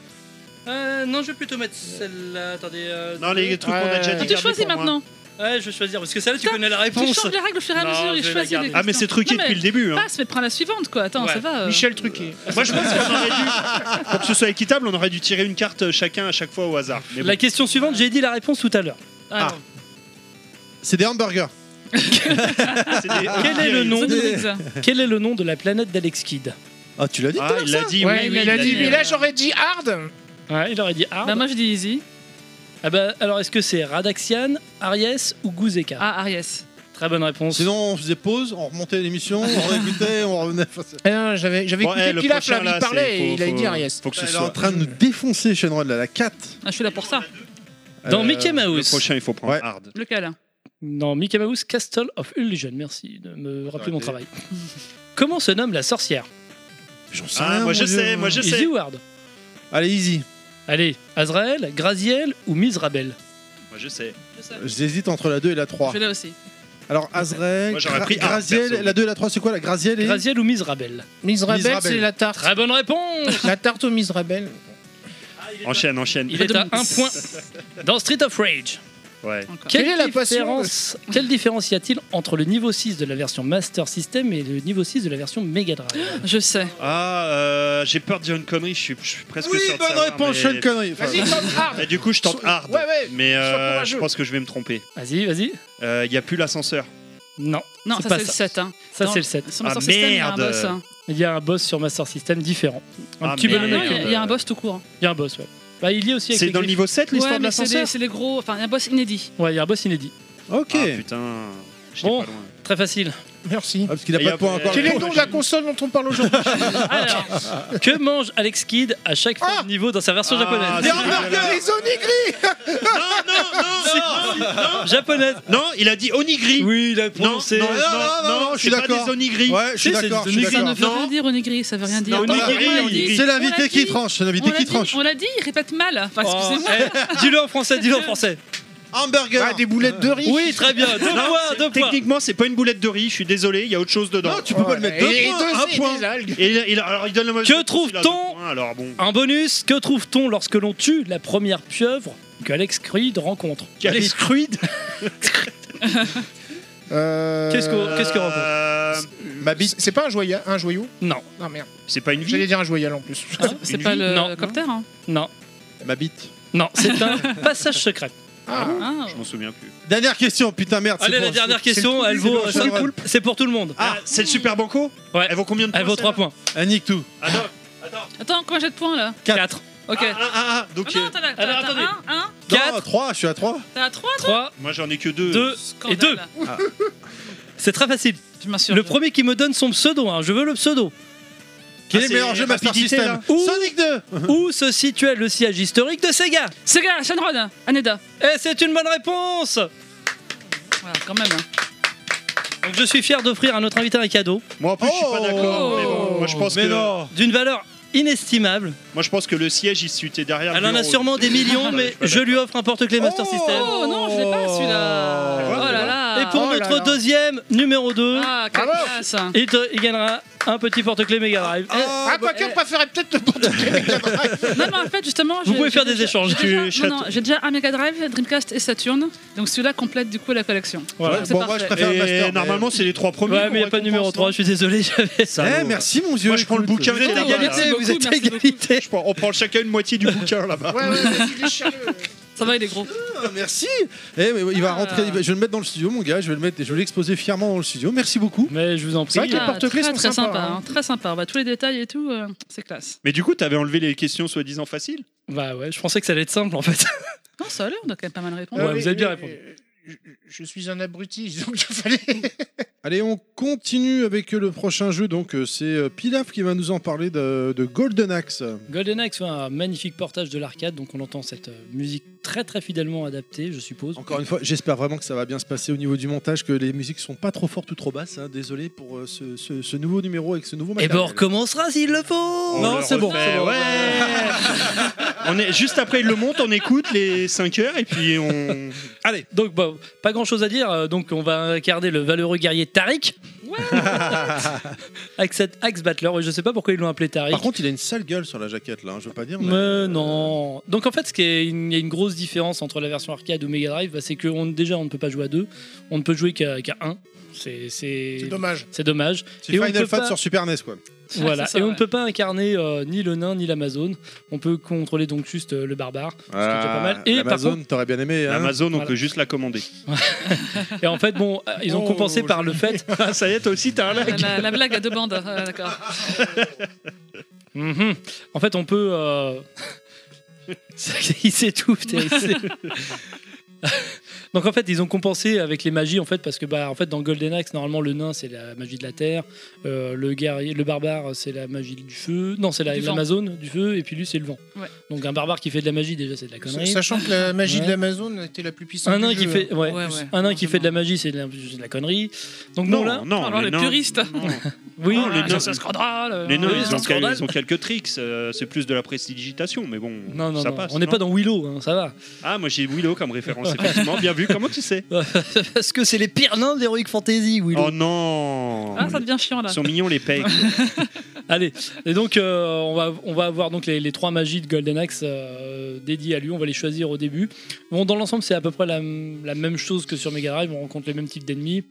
A: Euh, non, je vais plutôt mettre celle-là. Attendez. euh,
D: Non, les trucs qu'on a déjà
E: Ouais.
D: dit.
F: Ah, Tu
D: gardez
F: choisis
D: pour moi.
F: maintenant.
A: Ouais, je vais choisir parce que celle-là, tu
F: Putain,
A: connais la
F: Tu
A: réponse.
F: changes les règles au fur et à
A: Non,
F: mesure
A: je
F: et
A: vais la
F: choisis
A: garder.
F: les
D: Ah, mais
F: questions.
D: c'est truqué
F: Non, mais
D: depuis le début. hein.
F: Passe, mais prends la suivante, quoi. Attends,
A: Ouais.
F: ça va. euh.
E: Michel Truquet.
D: Moi, je pense qu'on aurait dû, pour que ce soit équitable, on aurait dû tirer une carte chacun à chaque fois au hasard. Mais bon.
A: La question suivante, j'ai dit la réponse tout à l'heure.
F: Ah, non.
B: C'est des hamburgers.
D: C'est des-
A: Quel est le nom
F: The Noobs.
A: Quel est le nom de la planète d'Alex Kidd
B: Ah, tu l'as dit
D: Ah, il l'a dit,
E: Ouais,
D: oui,
E: il a dit.
F: dit,
E: Mais là,
F: euh,
E: j'aurais dit Hard.
A: Ouais, il aurait dit Hard.
F: Bah, moi, je dis Easy.
A: Ah bah, alors est-ce que c'est Radaxian, Aries ou Guzeka
F: Ah, Aries.
A: Très bonne réponse.
B: Sinon, on faisait pause, on remontait l'émission, on réécoutait, on revenait. Enfin, c'est-
E: Ah non, J'avais j'avais
D: Bon, eh,
E: écouté
D: le
E: Pilaf, là,
D: prochain,
E: il
D: là,
E: parlait et
D: c'est- faut-
E: il a
D: faut-
E: dit Arias.
D: Faut que ce
B: Elle est en
D: soit.
B: train de nous défoncer, Shenron, là, la 4.
F: Ah, je suis là pour ça.
A: Dans
B: Euh,
A: Mickey
D: Le
A: Mouse.
D: prochain, il faut prendre
B: Ouais.
D: Hard.
F: Lequel
A: Dans Mickey Mouse Castle of Illusion. Merci de me rappeler mon
B: Arrêtez.
A: travail. Comment se nomme la sorcière
B: J'en sais
D: Ah,
B: rien,
D: moi,
B: mon
D: je
B: Dieu.
D: sais, moi, je
A: Easy
D: sais.
A: Ward.
B: Allez, easy.
A: Allez, Azrael, Graziel ou Misrabel
D: Moi, je sais.
F: Je sais.
B: J'hésite entre la 2 et la 3.
F: Je l'ai aussi.
B: Alors, Azrael,
D: Moi, j'aurais
B: Gra-
D: pris Hard,
B: Graziel,
D: perso.
B: la 2 et la 3, c'est quoi la Graziel et...
A: Graziel ou Misrabel
E: Misrabel,
B: Misrabel.
E: c'est la tarte.
A: Très bonne réponse
E: La tarte aux Misrabel.
D: Enchaîne, enchaîne.
A: Il est à un point. Dans Street of Rage,
D: Ouais.
F: Encore.
A: quelle,
E: Quelle est la passion
A: différence, quelle différence y a-t-il entre le niveau 6 de la version Master System et le niveau 6 de la version Mega Drive
F: Je sais.
D: Ah, euh, j'ai peur de dire une connerie, je suis, je suis presque
B: Oui,
D: sûr. de
B: bonne
D: savoir,
B: réponse,
D: hein, mais-
B: Sean Connery. Enfin,
E: Vas-y, tente Hard.
D: Et du coup, je tente hard.
E: Ouais, ouais.
D: Mais euh,
E: sois courageux.
D: je pense que je vais me tromper. Euh,
A: Vas-y, vas-y.
D: Il n'y a plus l'ascenseur.
A: Non,
F: Non,
A: c'est
F: ça
A: pas
F: c'est le
A: ça.
F: 7. Hein.
A: ça
F: Dans-
A: c'est le 7.
F: Sur
D: Ah,
F: Master System, il y a un
D: merde.
F: boss. hein.
A: Il y a un boss sur Master System différent. Un
D: Ah,
A: petit
D: Tu
F: Mais
D: veux
A: bonhomme.
D: merde.
F: non,
D: le
F: Il
A: avec-
F: y a- il y a un boss tout court.
A: Il y a un boss, ouais. Bah, il y est aussi avec
D: C'est
A: les
D: dans le
A: griffes.
D: niveau 7 l'histoire
F: Ouais,
D: de
F: mais c'est
D: l'ascenseur
F: des- c'est les gros. Enfin, il y a un boss inédit.
B: Ah,
A: Ouais, il y a un boss inédit.
B: Ok.
D: Ah putain. J'étais
A: Bon.
D: pas loin.
A: Très facile.
E: Merci.
B: Ah, parce qu'il a
D: Et
B: pas de point
D: après-
B: encore.
E: Quel est le nom de la console dont on parle aujourd'hui
A: Alors, que mange Alex Kidd à chaque fin
E: Ah
A: de niveau dans sa version
D: Ah,
E: Les
A: japonaise
D: c'est-
E: hamburgers, les onigiri
A: Japonaise
D: Non, il a dit onigiri.
A: Oui, il a
D: Non,
A: prononcé.
D: non, non,
B: non,
D: non,
B: non,
D: je suis d'accord. Des onigiri.
B: Ouais, je suis
A: Si, c'est
B: d'accord.
A: des
B: je suis
F: Ça
B: d'accord.
F: ne veut rien
D: Non.
F: dire onigiri, ça veut rien dire.
D: Non, onigiri,
F: On l'a dit,
D: onigiri.
B: C'est
F: on l'a
B: l'invité qui
F: dit,
B: tranche. C'est
F: On
B: l'invité
F: l'a
B: qui
F: dit,
B: tranche.
F: on l'a dit, il répète mal. Enfin, excusez-moi.
A: Oh, eh, dis-le en français, dis-le en français.
B: Hamburger.
E: Ah, Des boulettes de riz
A: Oui, très bien. Deux points, deux points.
D: Techniquement, c'est pas une boulette de riz. Je suis désolé, il y a autre chose dedans.
B: Non, tu peux pas le mettre deux
E: Et
B: points.
E: deux,
D: un
E: c'est
D: point.
E: des algues.
D: Et il- il- alors, il donne le mauvais
A: Que
D: réponse, il a deux
A: trouve-t-on Ah,
D: points, Alors bon,
A: Un bonus, que trouve-t-on lorsque l'on tue la première pieuvre que Alex Creed rencontre
D: Alex
A: Creed
E: Euh,
A: Qu'est-ce qu'on- qu'est-ce qu'on rencontre
D: Euh,
B: Ma bite.
E: C'est pas un joyau Un joyau
A: Non,
E: Non, merde.
D: c'est pas une
E: J'allais
D: vie.
E: dire un joyal en plus.
F: C'est
D: Une
F: pas
D: vie
F: le
A: Non.
F: copter. Hein.
A: non,
B: Ma bite.
A: non, c'est un passage secret.
F: Ah.
D: Je m'en souviens plus.
B: Dernière question. Putain merde. c'est
A: Allez,
B: bon,
A: la
B: c'est-
A: dernière
B: c'est le
A: question,
B: poulpe,
A: elle
B: c'est
A: vaut.
B: le
A: euh, cinq-
B: poulpe.
A: C'est pour tout le monde.
D: Ah, c'est le Super Banco
A: Ouais.
D: Elle vaut combien de points
A: Elle vaut 3
D: celle-là
A: points.
B: Elle nique tout.
D: Ah non, attends.
F: Attends, combien j'ai de points là
A: 4,
F: Ok.
D: Ah, ah, ah, ah, donc,
F: Ah non,
D: euh,
F: t'en as-
A: Alors,
F: t'as
A: attendez.
F: un, un,
B: Non,
A: Quatre.
B: 3, je suis à 3.
F: t'as trois, toi
A: 3
D: moi j'en ai que deux.
A: Deux. et deux.
F: Scandale.
A: C'est très facile.
F: Je m'assure.
A: Le premier qui me donne son pseudo, hein, je veux le pseudo.
B: Quel
D: Ah,
B: est
D: c'est
B: le meilleur jeu Master
D: rapidité,
B: System
D: là.
A: Ouh.
B: Sonic 2
A: Où se situait le siège historique de Sega
F: Sega, Shenron, Aneda.
A: Et c'est une bonne réponse
F: Voilà, quand même. hein.
A: Donc je suis fier d'offrir à notre invité un cadeau
D: Moi en plus, je suis pas
B: Oh.
D: d'accord. Mais bon, moi je pense
B: Mais
D: que.
B: non
A: d'une valeur inestimable.
D: Moi, je pense que le siège, il se était derrière.
A: Elle
D: le
A: en a
D: bureau.
A: sûrement des millions,
D: Ouais,
A: mais
D: Ah, je
A: je
D: suis pas
A: lui offre un porte-clés Master System.
F: Oh non, je l'ai pas celui-là.
D: Oh,
F: Oh là là.
A: Et pour
E: Oh là
A: notre
E: là.
A: deuxième, numéro 2,
F: Ah, quelle
E: Bravo.
F: classe.
A: il, te- il gagnera un petit porte-clés Mega Drive. Eh.
E: Ah, quoi que, préférait peut-être le porte
F: Non, mais en fait, justement.
A: Vous
F: j'ai-
A: pouvez
F: j'ai
A: faire des
F: déjà-
A: échanges.
F: j'ai déjà-
A: Tu-
F: Non, non, j'ai déjà un Mega Drive, Dreamcast et Saturn. Donc celui-là complète du coup la collection.
A: Voilà.
F: Donc, c'est
B: Bon, moi je
F: parfait.
B: préfère le
D: Et
B: Master.
D: normalement, c'est les trois premiers.
A: Ouais, mais il n'y a
D: qu'on
A: pas de numéro
D: récompense,
A: 3, je suis désolé, j'avais
D: non
A: ça.
B: Eh, merci mon vieux.
D: Moi, je prends le
B: écoute.
D: bouquin.
A: Vous êtes
D: qui est
A: à
D: là-bas, là.
A: égalité,
F: Merci
A: vous êtes à
F: beaucoup, merci
A: égalité.
D: Je prends- On prend chacun une moitié du bouquin là-bas.
E: Ouais,
F: Ça va, il est gros.
B: Ah, Merci. Eh, mais il va rentrer. il va- Je vais le mettre dans le studio, mon gars. Je vais le mettre. Je vais l'exposer fièrement dans le studio. Merci beaucoup.
A: Mais je vous en prie.
E: C'est vrai que les
F: Ah,
E: porte-clés
F: très,
E: sont
F: très
E: sympas,
F: sympa,
E: hein.
F: hein, très sympa. Bah, tous les détails et tout, euh, c'est classe.
D: Mais du coup, t'avais enlevé les questions soi-disant faciles.
A: Bah ouais, je pensais que ça allait être simple en fait.
F: Non, ça a l'air, on a quand même pas mal répondu.
A: Ouais, vous avez bien répondu.
E: Je, je suis un abruti, donc il fallait.
B: Allez, on continue avec le prochain jeu. Donc, euh, c'est euh, Pilaf qui va nous en parler de, de Golden Axe.
A: Golden Axe fait un magnifique portage de l'arcade, donc on entend cette euh, musique très très fidèlement adaptée, je suppose.
B: Encore une fois, j'espère vraiment que ça va bien se passer au niveau du montage, que les musiques sont pas trop fortes ou trop basses. hein. Désolé pour euh, ce, ce- ce nouveau numéro avec ce nouveau
A: Et
B: matériel.
A: ben on recommencera s'il le faut.
D: On
A: Non,
D: le
A: c'est bon.
D: refait,
A: c'est bon.
D: ouais. on est juste après, il le monte, on écoute les 5 heures et puis on.
A: Allez, donc bah, pas grand chose à dire, euh, donc on va incarner le valeureux guerrier Tariq. Avec cet Axe Battler, ouais, je sais pas pourquoi ils l'ont appelé Tariq.
B: Par contre, il a une sale gueule sur la jaquette là, hein, je veux pas dire. Mais...
A: Mais non. Donc en fait, ce qui est une, il y a une grosse différence entre la version arcade ou Mega Drive, bah, c'est que on, déjà on ne peut pas jouer à deux, on ne peut jouer qu'à qu'à un. C'est c'est-
E: C'est dommage.
A: c'est dommage.
B: C'est
A: Et on peut
B: Final Fight
A: pas-
B: sur Super NES quoi.
F: Ouais,
A: voilà.
F: c'est ça,
A: Et on ne
F: ouais.
A: peut pas incarner euh, ni le nain ni l'Amazone. On peut contrôler donc juste euh, le barbare.
B: Ah,
A: pas mal. Et par
B: l'Amazon, t'aurais bien aimé. Hein
D: Amazon, on
A: Voilà.
D: peut juste la commander.
A: Et en fait, bon, euh, ils ont
E: Oh,
A: compensé par le fait.
D: Ah, ça y est, toi aussi, t'as un lac.
F: La, la blague à deux bandes, euh, d'accord.
A: Mhm. En fait, on peut. euh, il s'étouffe. Thierry, c'est- Donc en fait, ils ont compensé avec les magies en fait parce que bah en fait dans Golden Axe normalement le nain c'est la magie de la terre, euh, le guerrier, le barbare c'est la magie du feu, non c'est la-
F: Du vent.
A: l'Amazon du feu et puis lui c'est le vent.
F: Ouais.
A: Donc un barbare qui fait de la magie déjà c'est de la connerie.
E: Sachant que la magie
A: Ouais.
E: de l'Amazon était la plus puissante.
A: un nain
E: du
A: qui
E: jeu.
A: fait ouais,
F: Ouais, ouais,
A: un nain qui fait de la
F: forcément.
A: magie c'est de, la- c'est de la connerie. Donc non,
D: Non,
A: là
D: non,
F: Alors,
D: les
F: le
D: nains-
F: puriste.
A: oui
D: non, les
F: Ah,
D: nains-
F: ça, c'est un scandale.
D: Les nains,
A: Oui,
D: ils,
A: c'est
D: ont
A: un scandale.
D: quel- ils ont quelques tricks. euh, c'est plus de la prestidigitation, mais bon,
A: non non,
D: ça
A: non.
D: passe.
A: on n'est
D: non
A: pas dans Willow hein, ça va
D: Ah, moi j'ai Willow comme référence, effectivement. Bien vu, comment tu sais
A: parce que c'est les pires nains d'Heroic Fantasy Willow.
D: Oh non
F: Ah, ça devient chiant là.
D: Ils sont mignons les pecs.
A: Ah, Oh. Allez, et donc euh, on, va, on va avoir donc les, les trois magies de Golden Axe euh, dédiées à lui, on va les choisir au début. Bon, dans l'ensemble, c'est à peu près la, la même chose que sur Mega Drive, on rencontre les mêmes types d'ennemis.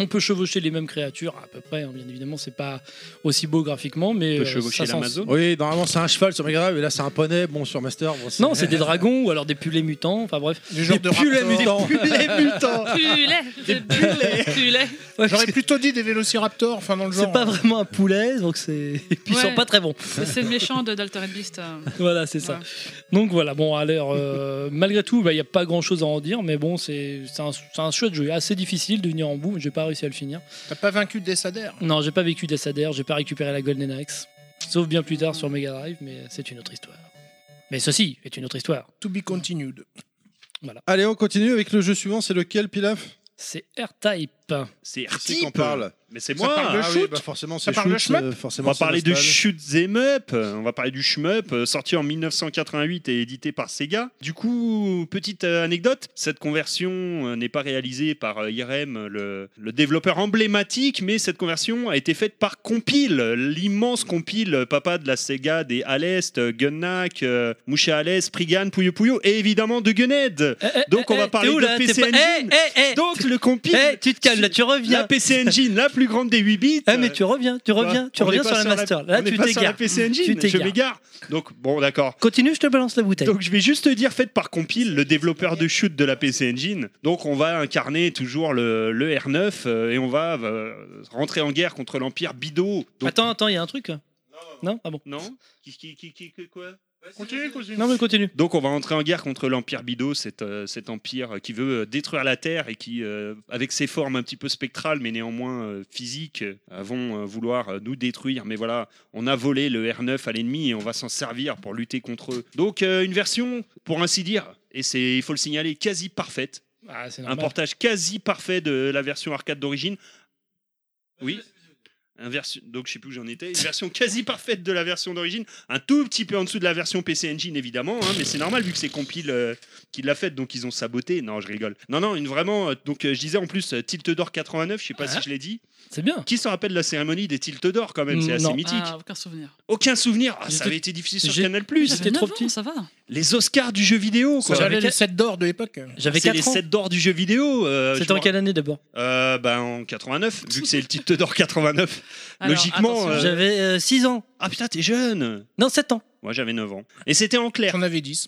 A: On peut chevaucher les mêmes créatures à peu près. hein. Bien évidemment, c'est pas aussi beau graphiquement, mais
D: On peut
A: euh,
D: chevaucher
A: ça s'en-
D: l'Amazon.
B: Oui, normalement c'est un cheval sur Mega Drive et là c'est un poney. Bon, sur Master, bon,
A: Non, c'est des dragons ou alors des pulets mutants. Enfin bref.
E: Du genre de
B: pulets mutants.
E: raptor.
F: Pulet Pulet
E: J'aurais plutôt dit des vélociraptors, enfin dans le genre. euh,
A: C'est pas
D: euh,
A: vraiment un poulet, donc c'est. Et puis ils
F: Ouais.
A: sont pas très bons.
F: C'est le méchant de Dalton and Beast. euh.
A: Voilà, c'est ça.
F: Ouais.
A: Donc voilà, bon, à l'heure, euh, malgré tout, bah, il n'y a pas grand chose à en dire, mais bon, c'est c'est un, c'est un chouette jeu, assez difficile de venir en bout, mais j'ai pas réussi à le finir.
E: T'as pas vaincu des Saders.
A: Non, j'ai pas vécu d'Assader, j'ai pas récupéré la Golden Axe, sauf bien plus tard sur Mega Drive, mais c'est une autre histoire. Mais ceci est une autre histoire.
E: To be continued.
B: Allez, on continue avec le jeu suivant. C'est lequel, Pilaf
A: C'est Eh, R-Type.
D: C'est
B: Qui
D: qu'on
B: qu'on parle
D: Mais c'est
B: Ça
D: moi.
B: parle de
D: Ah oui,
B: shoot.
D: bah,
B: forcément,
E: Ça
B: c'est
E: parle de
B: shoot,
E: shmup
B: euh,
D: on
B: forcément,
D: va
B: c'est
D: parler du
B: nostalgique.
D: shoot them up, euh, on va parler du shmup, euh, sorti en 1988 et édité par Sega. Du coup, petite euh, anecdote, cette conversion euh, n'est pas réalisée par euh, IRM, le, le développeur emblématique, mais cette conversion a été faite par Compile, euh, l'immense Compile, euh, papa de la Sega des Alest, euh, Gunnak, euh, Moucha Alest, Prigan, Puyo Puyo, et évidemment de Gunhead.
A: eh,
D: Donc, on va parler de PC Engine. Donc le Compile,
A: tu te calmes, là, tu
D: la
A: reviens.
D: PC Engine, la plus grande des 8 bits. euh,
A: Eh, mais tu reviens, tu reviens,
D: Voilà.
A: tu
D: On
A: reviens
D: n'est
A: sur
D: pas
A: la master. Là,
D: on n'est
A: tu
D: pas sur la
A: t'égares.
D: PC
A: Tu
D: Engine, je
A: t'égares.
D: m'égare. Donc, bon, d'accord.
A: Continue, je te balance la bouteille.
D: Donc, je vais juste te dire, faite par Compile, le développeur de shoot de la PC Engine. Donc, on va incarner toujours le, le R9 euh, et on va euh, rentrer en guerre contre l'Empire Bido. Donc,
A: Attends, attends, il y a un truc Non, Ah bon.
D: non Qui- qui- qui- qui- qui- quoi
A: Non, mais continue.
D: Donc on va entrer en guerre contre l'Empire Bido, cet, euh, cet empire qui veut euh, détruire la Terre et qui, euh, avec ses formes un petit peu spectrales mais néanmoins euh, physiques, euh, vont euh, vouloir euh, nous détruire. Mais voilà, on a volé le R9 à l'ennemi et on va s'en servir pour lutter contre eux. Donc euh, une version, pour ainsi dire, et c'est, il faut le signaler, quasi parfaite.
A: Ah, c'est
D: Un portage quasi parfait de la version arcade d'origine. Oui un version- donc je sais plus où j'en étais, une version quasi parfaite de la version d'origine, un tout petit peu en dessous de la version PC Engine évidemment, hein, mais c'est normal vu que c'est Compile euh, qui l'a faite, donc ils ont saboté. Non, je rigole. Non, non, une vraiment. euh, donc euh, je disais en plus euh, Tilt d'or 89, je sais pas
A: Ah.
D: si je l'ai dit.
A: C'est bien.
D: Qui se rappelle la cérémonie des Tilt d'or quand même C'est
A: Mm,
D: assez
A: non.
D: mythique.
F: Ah, aucun souvenir.
D: Aucun souvenir. Ah,
A: J'étais-
D: ça avait été diffusé sur
A: j'ai-
D: Canal
A: j'avais-
D: Plus.
A: C'était
F: J'avais
A: trop
F: 9 ans,
A: petit.
F: ça va.
D: Les Oscars du jeu vidéo. quoi.
A: Ça
E: J'avais
A: avait
E: les
A: quatre-
E: 7 d'or de l'époque.
A: J'avais
D: C'est les
A: 4 ans.
D: 7 d'or du jeu vidéo. euh, je
A: C'était en
D: me
A: quelle année d'abord
D: Euh, bah, en 89, vu que c'est le titre d'or 89. Logiquement,
F: attention,
D: euh,
A: J'avais 6 ans.
D: Ah putain, t'es jeune
A: Non, 7 ans.
D: Moi j'avais 9 ans. Et c'était en clair.
E: J'en avais 10.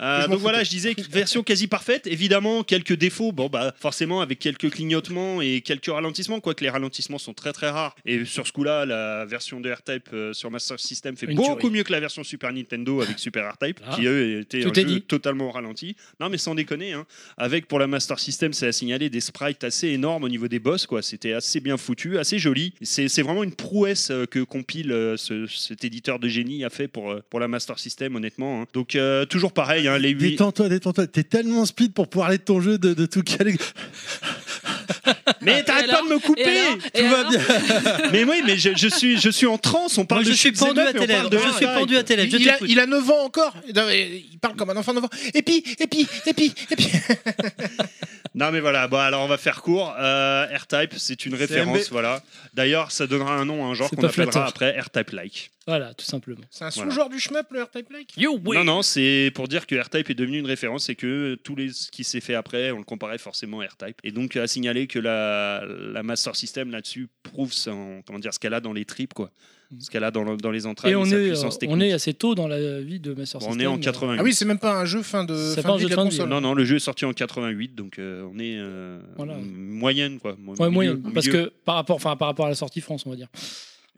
D: Euh,
E: Je m'en
D: donc voilà, je disais que version quasi parfaite. Évidemment, quelques défauts. Bon, bah, forcément, avec quelques clignotements et quelques ralentissements, quoique les ralentissements sont très très rares. Et sur ce coup-là, la version de R-Type euh, sur Master System fait
A: Une
D: beaucoup
A: tuerie.
D: mieux que la version Super Nintendo avec Super R-Type,
A: Ah.
D: qui eux était un
A: Tout est
D: jeu
A: dit.
D: totalement ralenti. Non, mais sans déconner, hein. avec pour la Master System, c'est à signaler des sprites assez énormes au niveau des boss, quoi. C'était assez bien foutu, assez joli. C'est c'est vraiment une prouesse euh, que compile euh, ce- cet éditeur de génie a fait pour, euh, pour la Master System, honnêtement. hein. Donc, euh, toujours pareil, hein, les 8.
B: Détends-toi, détends-toi. T'es tellement speed pour parler de ton jeu de, de tout caler.
D: Mais t'arrêtes
F: Et
D: pas de me couper
F: Et alors Et
B: Tout va
F: alors
B: bien.
D: Mais oui, mais je, je suis, je suis en transe, on parle
A: Moi,
D: de
A: je suis
D: Shoot 'em
A: pendu
D: up
A: à
D: et
A: tes
D: on
A: lèvres.
D: parle de
A: Je suis
D: Half-Life.
A: pendu à tes lèvres. Je
E: Il a,
A: t'écoute.
E: il a 9 ans encore. Non, mais Il parle comme un enfant de 9 ans. Et puis, et puis, et puis, et puis.
D: Non mais voilà, bon, alors on va faire court. Euh, R-Type, c'est une référence,
B: CMB.
D: voilà. D'ailleurs, ça donnera un nom à un genre
A: C'est
D: qu'on
A: pas
D: appellera
A: flatteur.
D: après R-Type-like.
A: Voilà, tout simplement.
E: C'est un
D: Voilà.
E: sous-genre du shmup, le R-Type Like.
A: Yo, oui.
D: Non, non, c'est pour dire que R-Type est devenu une référence et que tout les, ce qui s'est fait après, on le comparait forcément à R-Type. Et donc à signaler que la, la Master System là-dessus prouve son- comment dire, ce qu'elle a dans les tripes, quoi. Ce qu'elle a dans, le- dans les entrailles,
A: Mm. Et on
D: sa
A: est,
D: puissance
A: euh,
D: technique.
A: on est assez tôt dans la vie de Master
D: Bon,
A: System.
D: on est en
A: euh,
D: 80.
E: Ah oui, c'est même pas un jeu fin de,
A: C'est
E: fin
A: pas un
E: de vie
A: jeu
E: de la
A: fin de vie.
E: console.
D: Non, non, le jeu est sorti en 88, donc euh, on est euh,
A: Voilà.
D: moyenne, quoi. Mo-
A: Ouais,
D: milieu-
A: moyen. Parce
D: milieu.
A: que par rapport, enfin, par rapport à la sortie France, on va dire.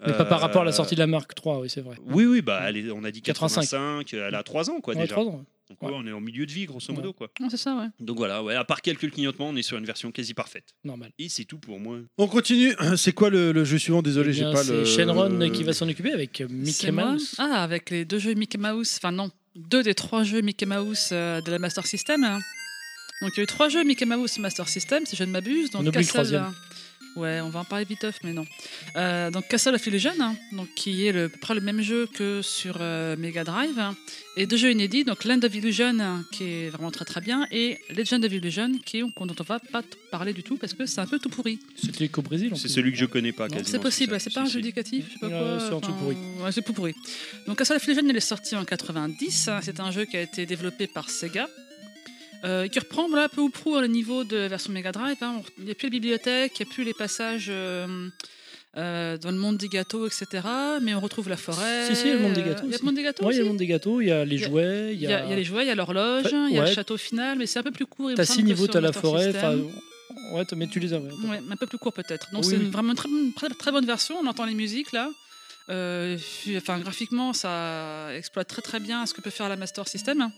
A: Mais pas par rapport à la
D: Euh,
A: sortie de la marque 3, oui, c'est vrai.
D: Oui, oui, bah, elle est- on a dit 85,
A: 85.
D: elle a 3 ans, quoi,
A: Ouais,
D: déjà.
A: 3 ans.
D: Donc, ouais,
A: Ouais.
D: on est en milieu de vie, grosso modo, quoi.
F: Non, c'est ça, ouais.
D: Donc voilà, ouais, à part quelques clignotements, on est sur une version quasi parfaite.
A: Normal.
D: Et c'est tout pour moi.
B: On continue. C'est quoi le, le jeu suivant Désolé,
A: Eh
B: j'ai
A: bien,
B: pas
A: c'est
B: le.
A: Shenron qui va s'en occuper avec euh, Mickey
F: C'est moi.
A: Mouse.
F: Ah, avec les deux jeux Mickey Mouse, enfin non, deux des trois jeux Mickey Mouse euh, de la Master System. hein. Donc il y a eu trois jeux Mickey Mouse Master System, si je ne m'abuse.
A: On
F: Donc
A: oublie le troisième.
F: euh, Ouais, on va en parler vite off, mais non. Euh, donc Castle of Illusion, hein, donc, qui est le, à peu près le même jeu que sur euh, Mega Drive. hein. Et deux jeux inédits, donc Land of Illusion, hein, qui est vraiment très très bien, et Legend of Illusion, qui est, dont on va pas t- parler du tout, parce que c'est un peu tout pourri.
A: C'était qu'au Brésil. en
D: C'est
A: plus.
D: celui que je connais pas,
A: Non,
D: quasiment.
F: C'est possible,
D: ça.
F: ouais, c'est pas un
D: Si,
F: jeu
D: si.
F: éducatif, je sais pas quoi.
A: Euh, c'est un truc
F: enfin,
A: pourri.
F: ouais, c'est tout pourri. Donc, Castle of Illusion, il est sorti en 90. hein, C'est un jeu qui a été développé par Sega. euh, qui reprend voilà, peu ou prou hein, le niveau de la version Mega Drive. hein. On- Il n'y a plus la bibliothèque, il n'y a plus les passages euh, euh, dans le monde des gâteaux, etc. Mais on retrouve la forêt.
A: Si, si, il y a le monde des
F: euh,
A: gâteaux
F: Il y a
A: aussi.
F: le monde des gâteaux
A: Ouais, il y a le
F: aussi
A: monde des gâteaux, il y a les
F: y a-
A: jouets,
F: il y, a, il y a les jouets, il y a l'horloge,
A: Enfin,
F: il y a le
A: ouais.
F: château final, mais c'est un peu plus court. il me
A: T'as
F: semble,
A: six
F: que
A: niveaux,
F: sur
A: t'as la
F: Master
A: forêt.
F: System.
A: enfin, Ouais, t'as- mais tu les as. ouais.
F: Ouais, mais un peu plus court peut-être. Donc
A: Oui,
F: c'est une-
A: oui.
F: vraiment une très, bonne- très, très bonne version. On entend les musiques là. Euh, fi- enfin, graphiquement, ça exploite très très bien ce que peut faire la Master System.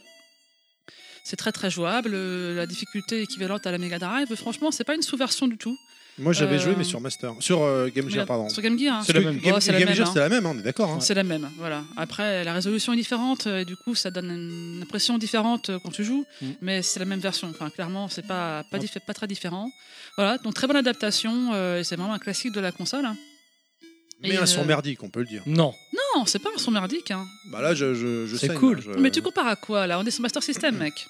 F: C'est très très jouable. euh, La difficulté est équivalente à la Mega Drive. Franchement, c'est pas une sous-version du tout.
B: Moi, j'avais
F: Euh,
B: joué, mais sur Master. Sur euh, Game
F: Mais la-
B: Gear, pardon.
F: Sur Game Gear. hein.
B: Parce
A: la
B: que
A: même.
B: Game,
F: Oh, c'est la
B: Game
F: même,
B: Gear,
F: hein.
B: c'est la même, hein, on est d'accord. hein.
F: C'est la même, voilà. Après, la résolution est différente, et du coup, ça donne une impression différente euh, quand tu joues,
A: Mm.
F: mais c'est la même version. Enfin, clairement, c'est pas, pas, dif- pas très différent. Voilà, donc très bonne adaptation, euh, et c'est vraiment un classique de la console. hein.
B: Mais
F: Et,
B: un son
F: euh,
B: merdique, on peut le dire.
A: Non.
F: Non, c'est pas un son merdique. hein.
B: Bah là, je, je, je
A: C'est
B: saigne,
A: cool.
B: hein, je-
F: Mais tu compares à quoi, là On est sur Master System, mec.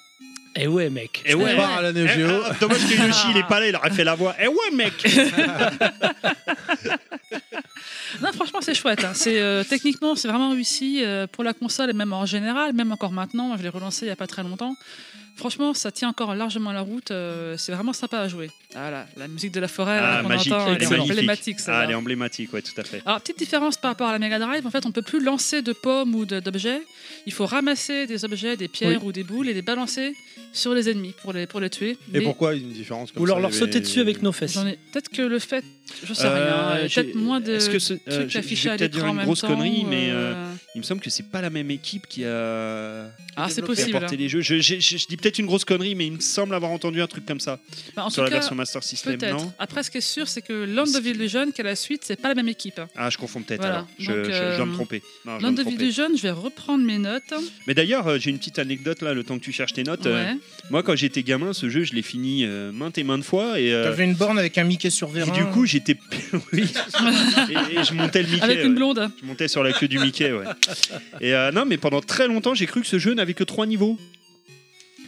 A: Eh ouais, mec.
D: Et
B: On
D: ouais.
F: Ouais.
B: part à la Neo
D: Eh,
B: Geo.
D: ah, dommage que Yoshi il est pas là, il aurait fait la voix. Eh ouais mec
F: Non, franchement, c'est chouette. hein. C'est euh, techniquement, c'est vraiment réussi euh, pour la console et même en général, même encore maintenant. Je l'ai relancé il y a pas très longtemps. Franchement, ça tient encore largement la route. euh, c'est vraiment sympa à jouer. Ah là, la musique de la forêt là,
D: Ah,
F: qu'on
D: magique,
F: entend, elle est
D: elle est magnifique.
F: emblématique. celle-là.
D: Ah, elle est emblématique, ouais, tout à fait.
F: Alors, petite différence par rapport à la Mega Drive, en fait, on peut plus lancer de pommes ou de- d'objets. Il faut ramasser des objets, des pierres ou des boules et les balancer sur les ennemis pour les, pour les tuer.
B: Et
F: Mais
B: pourquoi une différence comme
A: Ou alors
B: ça,
A: leur
B: il y
A: sauter
B: avait-
A: dessus avec nos fesses.
F: j'en ai- Peut-être que le fait. Je sais
D: Euh,
F: rien. euh,
D: j'ai-
F: Peut-être moins de.
D: est-ce que ce- euh,
F: trucs
D: je- je vais
F: affichés à
D: peut-être dire
F: l'écran en
D: une
F: même
D: grosse
F: temps,
D: connerie, mais,
F: euh,
D: Il me semble que c'est pas la même équipe qui a
F: Ah, c'est
D: qui a
F: possible.
D: porté les jeux. Je, je- je- je dis peut-être une grosse connerie, mais il me semble avoir entendu un truc comme ça
F: Bah, en
D: sur
F: tout
D: la
F: cas,
D: version Master System,
F: peut-être.
D: non
F: Après, ce qui est sûr, c'est que Land of Illusion, qui est la suite, c'est pas la même équipe.
D: Ah, je confonds peut-être.
F: Voilà.
D: Alors, je,
F: Donc,
D: je- je dois me
F: euh,
D: tromper. Non, je dois
F: Land
D: me
F: of
D: tromper.
F: Illusion, je vais reprendre mes notes.
D: Mais d'ailleurs, euh, j'ai une petite anecdote là, le temps que tu cherches tes notes. Euh,
F: Ouais.
D: moi, quand j'étais gamin, ce jeu, je l'ai fini euh, maintes et maintes fois, et, euh,
E: T'avais une borne avec un Mickey sur
D: et
E: vérin.
D: du coup, j'étais, oui, et, et je montais le Mickey.
F: Avec une
D: ouais.
F: blonde.
D: Je montais sur la queue du Mickey, ouais. Et euh, non, mais pendant très longtemps, j'ai cru que ce jeu n'avait que trois niveaux.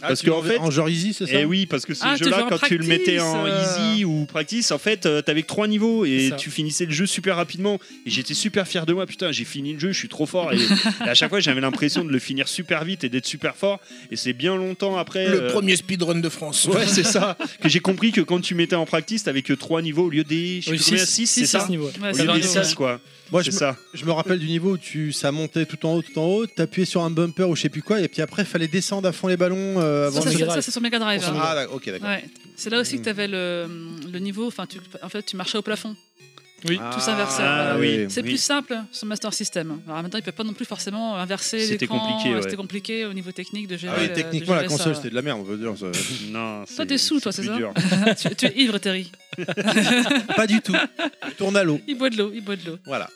B: Ah,
D: Parce
B: tu
D: qu'en
B: l'en-
D: fait-
B: En genre Easy, c'est ça
D: Et oui, parce que ce
F: Ah, tu
D: jeu-là,
F: jouais en
D: quand tu le mettais en
F: practice, euh.
D: easy ou practice, en fait, euh, t'avais que trois niveaux
A: C'est
D: et
A: ça.
D: tu finissais le jeu super rapidement. Et j'étais super fier de moi, putain, j'ai fini le jeu, je suis trop fort. Et, et à chaque fois, j'avais l'impression de le finir super vite et d'être super fort. Et c'est bien longtemps après.
E: Le
D: euh,
E: premier speedrun de France.
D: Ouais, c'est ça. Que j'ai compris que quand tu mettais en practice, t'avais que trois niveaux au lieu des. Je sais
A: Oui,
D: plus combien, six, c'est ça
A: six niveaux.
F: Ouais,
D: Au
F: c'est
D: lieu
F: vrai,
D: des
F: ouais.
D: six, quoi.
B: Moi, je
D: c'est
B: me,
D: ça.
B: je me rappelle du niveau où tu, ça montait tout en haut, tout en haut, t'appuyais sur un bumper ou je sais plus quoi, et puis après, fallait descendre à fond les ballons euh,
F: Ça,
B: avant
A: Sur
F: ça,
B: de-
A: Mega
F: c'est-
A: Drive.
F: ça, c'est sur Mega Drive. hein.
B: Ah, d'accord, ok, d'accord.
F: Ouais. C'est là aussi que tu avais le, le niveau, enfin, tu, en fait, tu marchais au plafond.
A: Oui.
F: Tout s'inversait.
D: Ah
F: voilà.
D: oui.
F: C'est plus simple sur Master System. Alors, maintenant, ils peuvent pas non plus forcément inverser
D: C'était
F: l'écran.
D: compliqué,
F: euh,
D: ouais.
F: C'était compliqué au niveau technique de gérer.
B: Ah oui,
F: le- de
B: techniquement, la
F: gérer ça,
B: console,
F: ouais.
B: c'était de la merde, on peut dire. ça.
D: Non. c'est-
F: t'es sous, toi, c'est
D: plus
F: ça
D: dur.
F: tu, tu es ivre, Terry.
B: Pas du tout. Tourne à l'eau.
F: Il boit de l'eau, il boit de l'eau.
B: Voilà.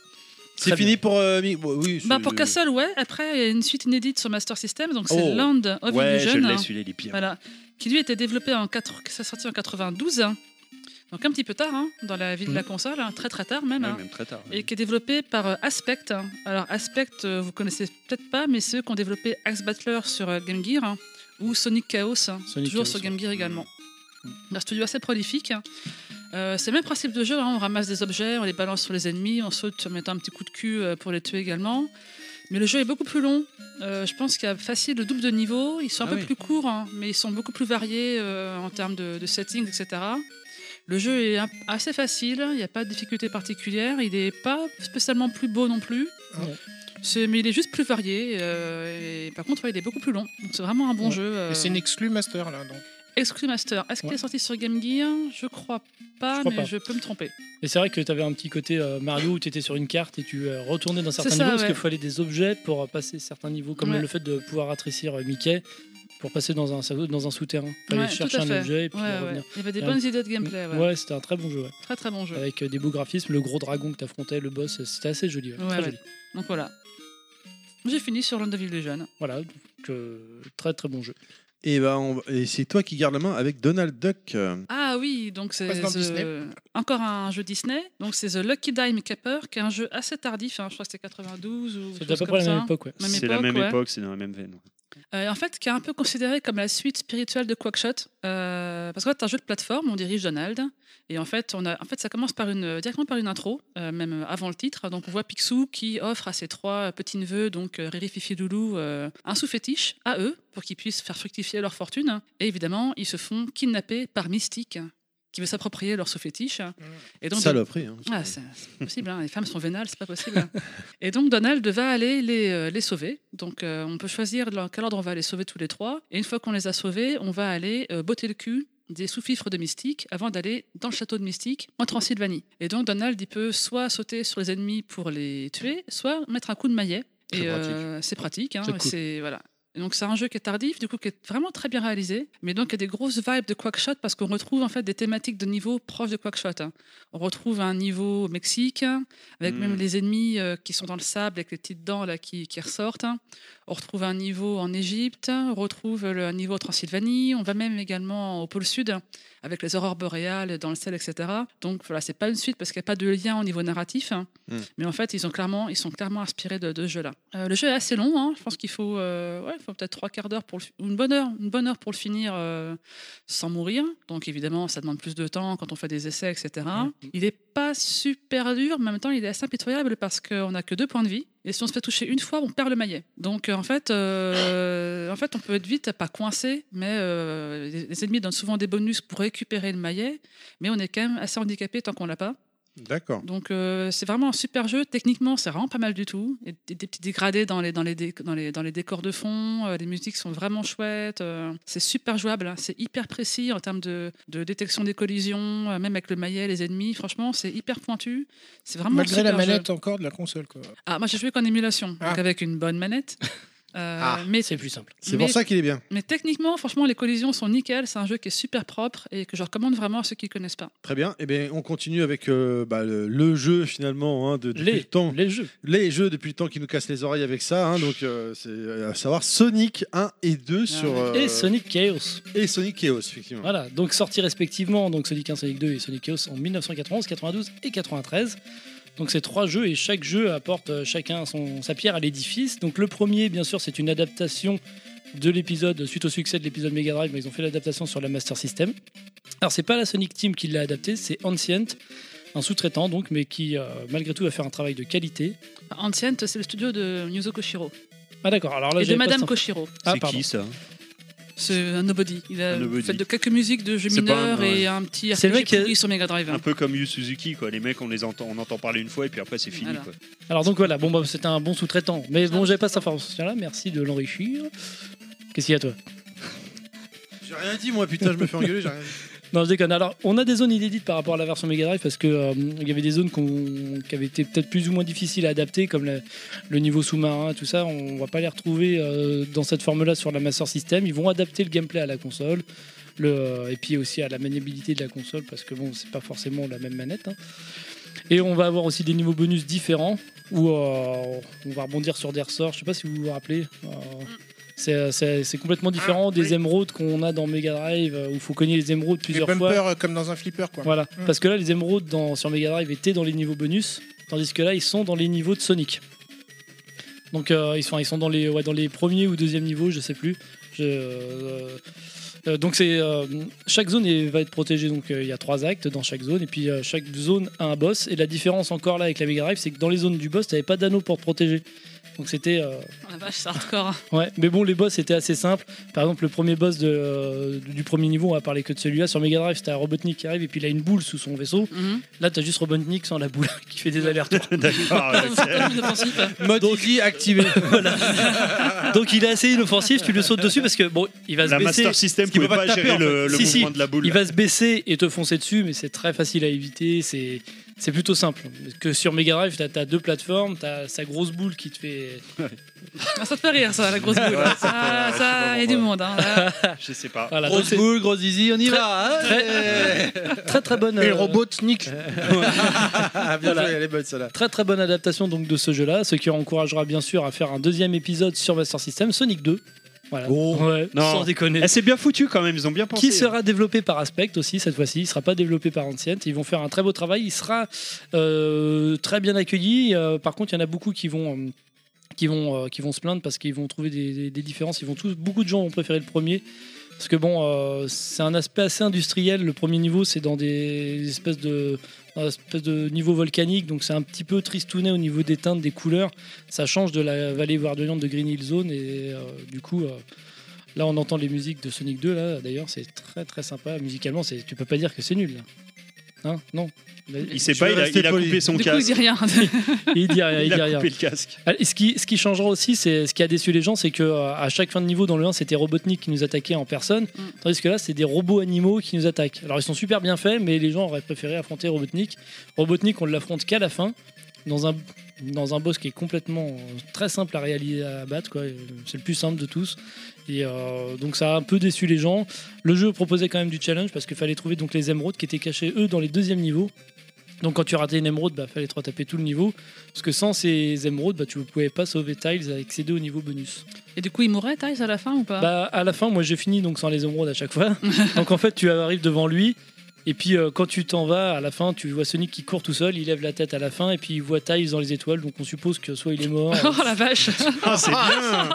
B: C'est
A: Très
B: fini pour. euh, Mi- bon, oui,
F: Bah
B: c'est-
F: pour Castle, ouais. Après, il y a une suite inédite sur Master System, donc c'est
B: Oh.
F: Land of
D: Ouais, je
F: Illusion,
D: l'ai,
F: hein,
D: celui-là, il est pire.
F: voilà, qui lui était développé en 4, ça sorti en 92, hein. donc un petit peu tard hein, dans la vie de la console, hein, très très tard même.
D: Mm. Ouais,
F: hein.
D: Même très tard.
F: Et qui est développé par euh, Aspect. hein. Alors Aspect, euh, vous connaissez peut-être pas, mais ceux qui ont développé Axe Battler sur euh, Game Gear hein, ou Sonic Chaos, hein,
A: Sonic Chaos,
F: toujours
A: Mm.
F: sur Game Gear également. Un studio assez prolifique. hein. Euh, c'est le même principe de jeu, hein, on ramasse des objets, on les balance sur les ennemis, on saute en mettant un petit coup de cul euh, pour les tuer également. Mais le jeu est beaucoup plus long. Euh, je pense qu'il y a facile le double de niveau. Ils sont un
D: Ah
F: peu
D: oui.
F: plus courts, hein, mais ils sont beaucoup plus variés euh, en termes de, de settings, etc. Le jeu est un- assez facile, il n'y a pas de difficulté particulière, il n'est pas spécialement plus beau non plus.
A: Ah Ouais.
F: C'est- Mais il est juste plus varié. euh, et par contre, ouais, il est beaucoup plus long. Donc c'est vraiment un bon
A: Ouais.
F: jeu. euh,
E: Mais c'est une exclue master là. Donc.
F: Exclu Master. Est-ce qu'il
A: Ouais.
F: est sorti sur Game Gear Je crois pas,
A: Je crois
F: mais
A: pas.
F: je peux me tromper.
A: Et c'est vrai que tu avais un petit côté euh, Mario où tu étais sur une carte et tu euh, retournais dans certains
F: ça,
A: niveaux parce
F: ouais.
A: qu'il fallait des objets pour euh, passer certains niveaux, comme
F: Ouais.
A: le fait de pouvoir rétrécir euh, Mickey pour passer dans un, dans un souterrain. Fallait
F: Ouais, tout
A: chercher
F: à
A: un
F: fait.
A: objet et puis
F: Ouais,
A: euh,
F: ouais.
A: revenir.
F: Il y avait des
A: Et
F: bonnes idées de gameplay.
A: Ouais,
F: ouais.
A: c'était un très bon jeu, ouais.
F: Très très bon jeu.
A: avec euh, des beaux graphismes, le gros dragon que t'affrontais, le boss, c'était assez joli. ouais,
F: Ouais,
A: très
F: ouais.
A: joli.
F: Donc voilà. J'ai fini sur Land of Illusion.
A: Voilà, donc euh, très très bon jeu.
B: Et, ben, on- et c'est toi qui garde la main avec Donald Duck. euh,
F: Ah oui, donc c'est
E: Président
F: The-
E: Disney.
F: encore un jeu Disney. Donc c'est The Lucky Dime Capper, qui est un jeu assez tardif. hein, Je crois que c'était 92 ou quelque
A: C'était à
F: chose
A: peu
F: comme
A: près la
F: ça.
A: même époque, ouais.
F: Même
D: C'est la
F: époque,
D: même
F: ouais.
D: époque, c'est dans la même veine.
F: Euh, en fait, qui est un peu considéré comme la suite spirituelle de Quackshot. Euh, parce que c'est un jeu de plateforme, on dirige Donald. Et en fait, on a, en fait ça commence par une, directement par une intro, euh, même avant le titre. Donc on voit Picsou qui offre à ses trois petits-neveux, donc euh, Riri, Fifi, Loulou, euh, un sous-fétiche à eux pour qu'ils puissent faire fructifier leur fortune. Et évidemment, ils se font kidnapper par Mystique qui veut s'approprier leur sous-fétiche. Et donc,
B: Saloperie. hein.
F: ah, c'est c'est possible, hein. les femmes sont vénales, c'est pas possible. hein. Et donc Donald va aller les, euh, les sauver. Donc euh, on peut choisir dans quel ordre on va les sauver tous les trois. Et une fois qu'on les a sauvés, on va aller euh, botter le cul des sous-fifres de Mystique avant d'aller dans le château de Mystique en Transylvanie. Et donc Donald, il peut soit sauter sur les ennemis pour les tuer, soit mettre un coup de maillet.
B: Très
F: Et euh, c'est pratique. hein.
B: C'est cool.
F: C'est voilà. Et Donc c'est un jeu qui est tardif, du coup qui est vraiment très bien réalisé, mais donc il y a des grosses vibes de Quackshot parce qu'on retrouve en fait des thématiques de niveau proches de Quackshot. hein. On retrouve un niveau au Mexique, hein, avec
D: Mm.
F: même les ennemis euh, qui sont dans le sable avec les petites dents là qui, qui ressortent. hein. On retrouve un niveau en Égypte, on retrouve le un niveau en Transylvanie, on va même également au pôle sud hein, avec les aurores boréales dans le ciel, etc. Donc voilà, c'est pas une suite parce qu'il n'y a pas de lien au niveau narratif. hein. Mais en fait, ils, ont clairement, ils sont clairement inspirés de, de ce jeu-là. Euh, le jeu est assez long, hein. je pense qu'il faut, euh, ouais, il faut peut-être trois quarts d'heure pour le fi- ou une bonne heure, une bonne heure pour le finir euh, sans mourir. Donc évidemment, ça demande plus de temps quand on fait des essais, etc. Il n'est pas super dur, mais en même temps, il est assez impitoyable parce qu'on n'a que deux points de vie. Et si on se fait toucher une fois, on perd le maillet. Donc euh, en fait, euh, en fait, on peut être vite pas coincé, mais euh, les, les ennemis donnent souvent des bonus pour récupérer le maillet, mais on est quand même assez handicapé tant qu'on l'a pas.
B: D'accord.
F: Donc euh, c'est vraiment un super jeu. Techniquement, c'est vraiment pas mal du tout. Et des, des petits dégradés dans les, dans, les dé- dans, les, dans les décors de fond. euh, les musiques sont vraiment chouettes. euh, c'est super jouable. hein. C'est hyper précis en termes de, de détection des collisions, euh, même avec le maillet, les ennemis. Franchement, c'est hyper pointu. C'est vraiment un
E: Malgré la
F: super jeu.
E: manette encore de la console. Quoi.
F: Ah, moi, j'ai joué qu'en émulation,
E: Ah.
F: donc avec une bonne manette. Euh,
B: Ah.
F: mais,
A: C'est plus simple.
B: C'est
F: mais-
B: pour ça qu'il est bien.
F: mais techniquement, franchement, les collisions sont nickel. C'est un jeu qui est super propre et que je recommande vraiment à ceux qui ne connaissent pas.
B: Très bien. Eh bien, on continue avec euh, bah, le, le jeu finalement hein, de, depuis le
A: Les,
B: temps.
A: les jeux.
B: les jeux depuis le temps qui nous cassent les oreilles avec ça. hein, donc, euh, c'est euh, à savoir Sonic 1 et 2 sur.
F: ouais.
B: euh,
A: Et Sonic Chaos.
B: et Sonic Chaos, effectivement.
A: Voilà, donc sortis respectivement donc Sonic 1, Sonic 2 et Sonic Chaos en 1991, 92 et 93. Donc c'est trois jeux et chaque jeu apporte euh, chacun son, sa pierre à l'édifice. Donc le premier, bien sûr, c'est une adaptation de l'épisode suite au succès de l'épisode Mega Drive, mais ils ont fait l'adaptation sur la Master System. Alors c'est pas la Sonic Team qui l'a adapté, c'est Ancient, un sous-traitant donc, mais qui euh, malgré tout va faire un travail de qualité.
F: Ancienne, c'est le studio de Yuzo Koshiro
A: Ah d'accord, alors là
F: et de
A: j'avais pas
F: Madame
A: cette info.
F: Koshiro.
A: Ah,
D: c'est
A: pardon.
D: qui ça
F: C'est un nobody. Il a
D: Un nobody.
F: fait de quelques musiques de jeux
D: C'est pas
F: mineurs
D: un- ouais.
F: et un petit
A: C'est le
F: RPG
A: mec qui a-
F: pourri sur Mega Drive.
D: Un peu comme Yu Suzuki, quoi. Les mecs, on les entend, on entend parler une fois et puis après c'est fini.
F: Voilà.
D: quoi.
A: Alors donc voilà, bon bah, c'était un bon sous-traitant, mais bon j'avais pas cette information là, merci de l'enrichir. Qu'est-ce qu'il y a toi
B: J'ai rien dit, moi, putain, je me fais engueuler, j'ai rien dit.
A: Non, je déconne. Alors, on a des zones inédites par rapport à la version Mega Drive parce que euh, il y avait des zones qu'on- qui avaient été peut-être plus ou moins difficiles à adapter, comme la- le niveau sous-marin, tout ça. On va pas les retrouver euh, dans cette forme-là sur la Master System. Ils vont adapter le gameplay à la console. Le, euh, et puis aussi à la maniabilité de la console parce que bon c'est pas forcément la même manette hein. et on va avoir aussi des niveaux bonus différents où euh, on va rebondir sur des ressorts je sais pas si vous vous rappelez euh, c'est- c'est c'est complètement différent
E: Ah,
A: des
E: oui.
A: émeraudes qu'on a dans Mega Drive euh, où il faut cogner les émeraudes
E: Les
A: plusieurs fois
E: bumpers euh, comme dans un flipper. Quoi.
A: voilà,
E: Mm.
A: parce que là, les émeraudes dans, sur Mega Drive étaient dans les niveaux bonus, tandis que là, ils sont dans les niveaux de Sonic. Donc, euh, ils, sont, ils sont dans les, ouais, dans les premiers ou deuxième niveaux, je sais plus. Je- euh, euh, donc, c'est euh, chaque zone est- va être protégée. Donc, euh, il y a trois actes dans chaque zone, et puis euh, chaque zone a un boss. Et la différence encore là avec la Mega Drive, c'est que dans les zones du boss, t'avais pas d'anneau pour te protéger. Donc, c'était euh,
F: Ah, la vache, c'est hardcore.
A: Ouais, mais bon, les boss étaient assez simples. Par exemple, le premier boss de, euh, du premier niveau, on va parler que de celui-là. Sur Mega Drive, c'était un Robotnik qui arrive et puis il a une boule sous son vaisseau.
F: Mhm.
A: Là, t'as juste Robotnik sans la boule qui fait des allers-retours.
D: D'accord.
F: Comme- comme une offensive.
B: Mode Iggy activé.
A: Donc il est assez inoffensif, tu le sautes dessus parce que bon, il va se
D: la
A: baisser.
D: Master System
B: qui
D: pouvait
B: peut pas
D: pas
B: te taper,
D: gérer
B: en
D: le, le
A: Si,
D: mouvement
A: si.
D: de la boule.
A: Il va se baisser et te foncer dessus, mais c'est très facile à éviter. C'est c'est plutôt simple. Parce Que sur Mega Drive, t'as as deux plateformes, t'as sa grosse boule qui te fait.
F: Ah, ça te fait rire, ça, la grosse boule. ah, ça, il y a du monde. hein, là.
D: Je sais pas.
A: Voilà, donc
B: Grosse
A: c'est
B: boule, gros zizi, on y
A: Très-
B: va. hein.
A: très- très très bonne.
E: Et
A: euh,
E: Robotnik.
B: Ah, bien
A: Voilà.
B: joué, elle est bonne celle-là.
A: Très très bonne adaptation donc de ce jeu-là, ce qui encouragera bien sûr à faire un deuxième épisode sur Master System, Sonic 2. Voilà.
B: Oh.
A: Ouais,
D: Non.
A: Sans déconner.
D: Eh, c'est bien foutu quand même, ils ont bien pensé. hein.
A: Qui sera développé par Aspect aussi cette fois-ci. Il sera pas développé par Ancient. Ils vont faire un très beau travail. Il sera euh, très bien accueilli. Euh, par contre, il y en a beaucoup qui vont euh, qui vont, euh, qui vont se plaindre parce qu'ils vont trouver des, des- des différences. Ils vont tous, beaucoup de gens vont préférer le premier. Parce que bon, euh, c'est un aspect assez industriel. Le premier niveau, c'est dans des espèces de, dans une espèce de niveau volcanique, donc c'est un petit peu tristouné au niveau des teintes, des couleurs. Ça change de la vallée verdoyante de Green Hill Zone et euh, du coup, euh, là, on entend les musiques de Sonic 2. Là, d'ailleurs, c'est très très sympa musicalement. C'est, tu peux pas dire que c'est nul. Là. Hein non.
D: Il sait pas, il a,
B: rester
D: il a
B: poli.
D: coupé son
F: Du coup, il
D: casque.
F: dit rien.
A: Il dit rien. Il,
D: il
A: dit
D: a
A: rien.
D: coupé le casque.
A: Ah, et Ce qui, ce qui changera aussi, c'est ce qui a déçu les gens, c'est que euh, à chaque fin de niveau dans le 1, c'était Robotnik qui nous attaquait en personne, tandis que là, c'est des robots animaux qui nous attaquent. Alors ils sont super bien faits, mais les gens auraient préféré affronter Robotnik. Robotnik, on ne l'affronte qu'à la fin, dans un dans un boss qui est complètement euh, très simple à réaliser à battre, quoi. Euh, C'est le plus simple de tous. Et euh, donc ça a un peu déçu les gens. Le jeu proposait quand même du challenge parce qu'il fallait trouver donc les émeraudes qui étaient cachées eux dans les deuxièmes niveaux. Donc quand tu ratais une émeraude, bah fallait te retaper tout le niveau. Parce que sans ces émeraudes, bah, tu ne pouvais pas sauver Tiles à accéder au niveau bonus.
F: Et du coup, il mourrait, Tiles, à la fin ou pas
A: Bah, à la fin, moi j'ai fini donc sans les émeraudes à chaque fois. donc en fait, tu arrives devant lui. Et puis euh, quand tu t'en vas, à la fin, tu vois Sonic qui court tout seul, il lève la tête à la fin, et puis il voit Tiles dans les étoiles, donc on suppose que soit il est mort.
F: Oh la vache
D: Ah, c'est bien.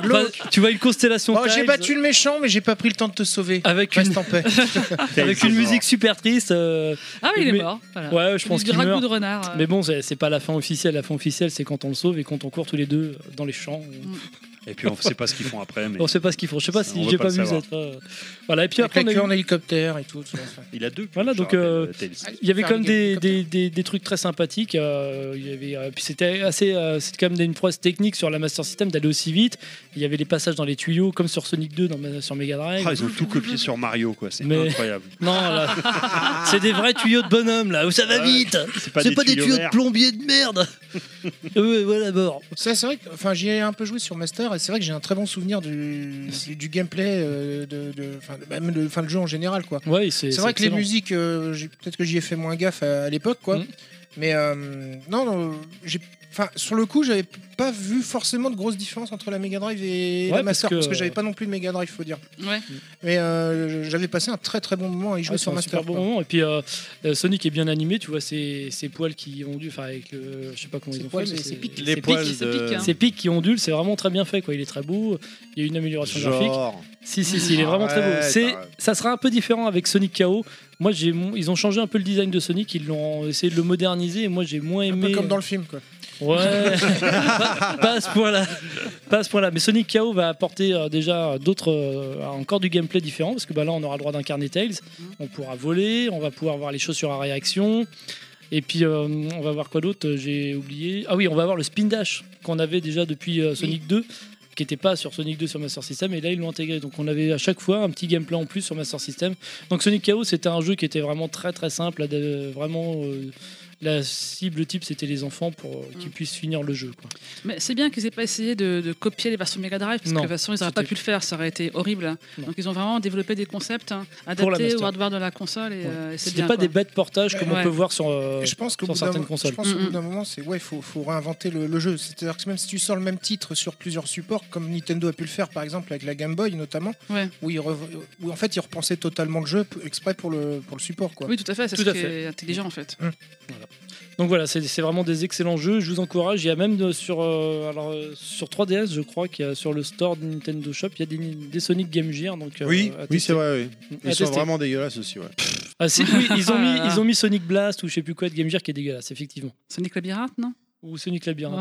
A: Enfin, tu vois une constellation
E: Oh, j'ai
A: Tiles
E: battu le méchant, mais j'ai pas pris le temps de te sauver.
A: avec une,
E: Reste en paix.
A: avec une musique super triste. euh,
F: Ah, il est
A: Mais-
F: mort. Voilà.
A: ouais, je pense
F: du
A: qu'il
F: ragoût
A: meurt.
F: de renard. euh.
A: Mais bon, c'est c'est pas la fin officielle. La fin officielle, c'est quand on le sauve et quand on court tous les deux dans les champs.
D: Et puis on sait pas ce qu'ils font après, mais
A: On sait pas ce qu'ils font. Je sais pas
D: Ça,
A: si
D: on veut
A: j'ai
D: pas
A: pas,
D: le
A: vu
D: savoir.
A: cette fin. Voilà. Et puis
E: Avec la
A: après, on a eu-
E: queue en hélicoptère et tout. tout ça.
D: il a deux.
A: Voilà,
D: je
A: donc,
D: rappelle,
A: euh,
D: Tails.
A: il y avait
E: Faire
A: quand même
E: les
A: des,
E: hélicoptères.
A: des, des- des trucs très sympathiques. euh, il y avait, euh, puis c'était assez, euh, c'était quand même une prouesse technique sur la Master System d'aller aussi vite. Il y avait les passages dans les tuyaux, comme sur Sonic 2 dans, ma- sur Mega Drive.
D: Ah, ils ont tout copié sur Mario, quoi. C'est
A: Mais-
D: incroyable.
A: Non, là, c'est des vrais tuyaux de bonhomme là où ça va
D: Ah ouais.
A: vite.
D: C'est
M: C'est pas des tuyaux de
D: verts.
M: plombier de merde
A: Euh, voilà d'abord.
E: Ça, c'est vrai que enfin, j'y ai un peu joué sur Master et c'est vrai que j'ai un très bon souvenir du, du- du gameplay, euh, de, de- enfin, de- même le, enfin, le jeu en général. quoi.
A: Ouais, c'est.
E: C'est vrai que les
A: excellent.
E: musiques, euh, j'ai- peut-être que j'y ai fait moins gaffe à, à l'époque, quoi.
A: Mm.
E: Mais euh, non, non, j'ai- enfin, sur le coup, j'avais pas vu forcément de grosse différence entre la Mega Drive et
A: Ouais,
E: la Master,
A: parce
E: parce
A: que-
E: que, j'avais pas non plus de Mega Drive, faut dire.
F: Ouais.
E: Mais euh, j'avais passé un très très bon moment à y jouer
A: Ouais, c'est
E: sur
A: un
E: Master.
A: super bon
E: quoi.
A: moment. Et puis euh, euh, Sonic est bien animé, tu vois ses, ses poils qui ondulent, enfin avec le, je sais pas comment
E: Ses
A: ils ont
E: poils,
A: fait,
E: c'est-
A: mais
E: c'est
A: c'est-
E: pique.
A: c'est
F: pique,
A: pique.
F: c'est pique, hein.
A: Ses pics qui ondulent, c'est vraiment très bien fait quoi. Il est très beau, il y a une amélioration graphique.
B: Genre.
A: Si si si, il est vraiment très beau.
B: Arrête,
A: C'est,
B: arrête.
A: ça sera un peu différent avec Sonic KO. Moi j'ai, mon- ils ont changé un peu le design de Sonic, ils l'ont essayé de le moderniser. Et moi j'ai moins
E: Un
A: aimé.
E: peu comme dans le film, quoi.
A: euh, Ouais, pas, pas à ce point-là. Pas à ce point-là. Mais Sonic KO va apporter euh, déjà d'autres, euh, encore du gameplay différent, parce que bah, là, on aura le droit d'incarner Tails. On pourra voler, on va pouvoir voir les choses sur la réaction. Et puis, euh, on va voir quoi d'autre euh, J'ai oublié. Ah oui, on va voir le spin dash qu'on avait déjà depuis euh, Sonic 2 qui n'était pas sur Sonic 2 sur Master System et là ils l'ont intégré donc on avait à chaque fois un petit gameplay en plus sur Master System donc Sonic KO c'était un jeu qui était vraiment très très simple à de- vraiment euh, la cible type c'était les enfants pour euh, qu'ils puissent finir le jeu quoi.
F: Mais c'est bien qu'ils aient pas essayé de, de copier les versions Mega Drive, parce
A: Non,
F: que de toute façon, ils n'auraient pas
A: c'était-
F: pu le faire, ça aurait été horrible. hein.
A: Non.
F: Donc, ils ont vraiment développé des concepts hein,
A: Pour la
F: adaptés
A: Master.
F: au hardware de la console, et,
A: Ouais.
F: euh, et c'est
A: c'était
F: bien.
A: pas
F: quoi.
A: des bêtes portages comme
F: Ouais.
A: on peut voir sur euh,
E: je pense qu'au
A: sur
E: bout d'un
A: certaines
E: moment,
A: consoles.
E: je pense qu'au
F: Mm,
E: bout d'un moment, c'est ouais, faut, faut réinventer le, le jeu. C'est-à-dire que même si tu sors le même titre sur plusieurs supports, comme Nintendo a pu le faire par exemple avec la Game Boy notamment,
F: Ouais.
E: où, ils rev- où en fait ils repensaient totalement le jeu p- exprès pour le pour le support quoi.
F: Oui, tout à fait, c'est
A: Tout
F: ce
A: à
F: qui
A: fait.
F: est intelligent en fait.
A: Donc voilà, c'est c'est vraiment des excellents jeux. Je vous encourage. Il y a même de- sur, euh, alors, euh, sur 3DS, je crois, qu'il y a sur le store de Nintendo Shop, il y a des, des Sonic Game Gear. Donc, euh,
B: Oui,
A: à
B: oui
A: tester.
B: c'est vrai. Oui.
A: À
B: Ils sont
A: tester.
B: vraiment dégueulasses aussi. Ouais.
A: Ah, si, oui, ils, ont mis,
F: Ah là là.
A: ils ont mis Sonic Blast ou je sais plus quoi de Game Gear qui est dégueulasse, effectivement.
F: Sonic Labyrinthe, non
A: Ou Sonic Labyrinthe.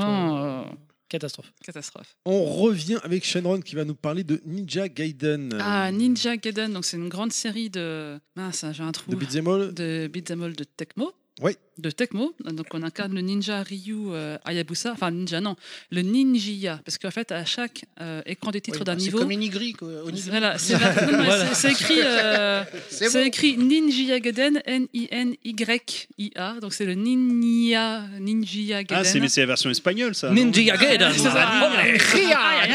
A: ouais.
F: Oh,
A: Catastrophe.
F: catastrophe.
B: On revient avec Shenron qui va nous parler de Ninja Gaiden.
F: Ah, Ninja Gaiden, donc c'est une grande série de. Mince, j'ai un trou.
B: De Beat'em All.
F: de beat'em all de Tecmo.
B: Oui.
F: De Tecmo. Donc on incarne le ninja Ryu euh, Hayabusa. Enfin, ninja, non. Le ninjia. Parce qu'en fait, à chaque euh, écran des titres
E: Ouais,
F: d'un
E: bah, c'est
F: niveau.
E: comme Inigri quoi. Onigiri.
F: Voilà, c'est non, non,
A: Voilà.
F: c'est- c'est écrit, euh,
E: C'est
F: c'est
E: bon.
F: écrit Ninjia Gaiden, N-I-N-Y-I-A, donc c'est le Ninja, Ninjia Gaiden.
D: Ah, c'est mais c'est la version espagnole, ça. non Ah,
M: Ninja Gaiden
F: C'est ça. Ah,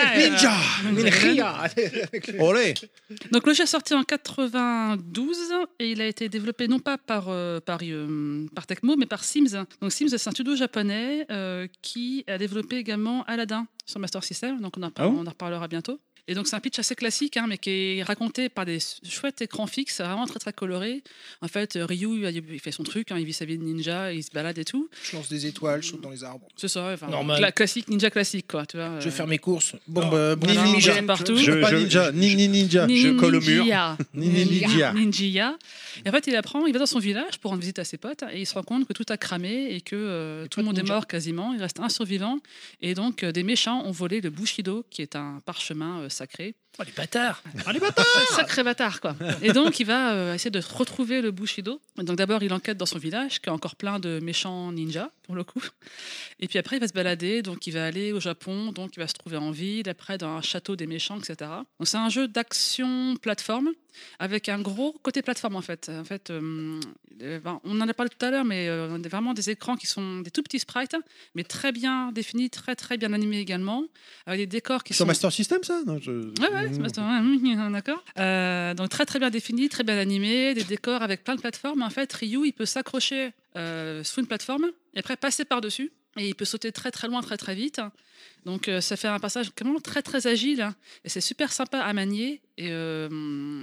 F: Ninja
E: Ninja.
B: Olé
F: Donc le jeu est sorti en 92 et il a été développé non pas par, euh, par, euh, par Tecmo mais par Sims. Donc Sims c'est un studio japonais euh, qui a développé également Aladdin sur Master System, donc on en,
D: Ah bon
F: on en reparlera bientôt. Et donc c'est un pitch assez classique, hein, mais qui est raconté par des chouettes écrans fixes, vraiment très très colorés. En fait, euh, Ryu, il fait son truc, hein, il vit sa vie de ninja, il se balade et tout.
E: Je lance des étoiles, je saute dans les arbres.
F: C'est ça, enfin,
A: Normal.
F: cla- classique, ninja classique, quoi. Tu vois, euh,
E: Je vais faire mes courses. Bon, bah, bon,
F: voilà, on
E: ninja.
F: traîne partout.
D: Je-
B: Pas ninja, ni ni ninja,
D: je colle au mur.
F: Ninja.
B: ni ni ninja.
F: Ninjia. Et en fait, il apprend, il va dans son village pour rendre visite à ses potes et il se rend compte que tout a cramé et que euh, tout le monde est mort quasiment. Il reste un survivant et donc euh, des méchants ont volé le Bushido, qui est un parchemin euh, sacré. Ah,
A: Oh, les bâtards
F: Sacré bâtard, quoi. Et donc, il va euh, essayer de retrouver le Bushido. Donc, d'abord, il enquête dans son village, qui a encore plein de méchants ninjas, pour le coup. Et puis après, il va se balader. Donc, il va aller au Japon. Donc, il va se trouver en ville, après, dans un château des méchants, etc. Donc, c'est un jeu d'action plateforme, avec un gros côté plateforme, en fait. En fait, euh, euh, ben, on en a parlé tout à l'heure, mais euh, on a vraiment des écrans qui sont des tout petits sprites, mais très bien définis, très, très bien animés également, avec des décors qui
B: Sur
F: sont.
B: Master System, ça non, je-
F: Ouais, ouais, c'est pas ça, ouais, mm, d'accord. Euh, donc très très bien défini, très bien animé, des décors avec plein de plateformes. En fait, Ryu, il peut s'accrocher euh, sous une plateforme et après passer par-dessus. Et il peut sauter très très loin, très très vite. Donc euh, ça fait un passage vraiment très très agile. hein. Et c'est super sympa à manier. Et euh,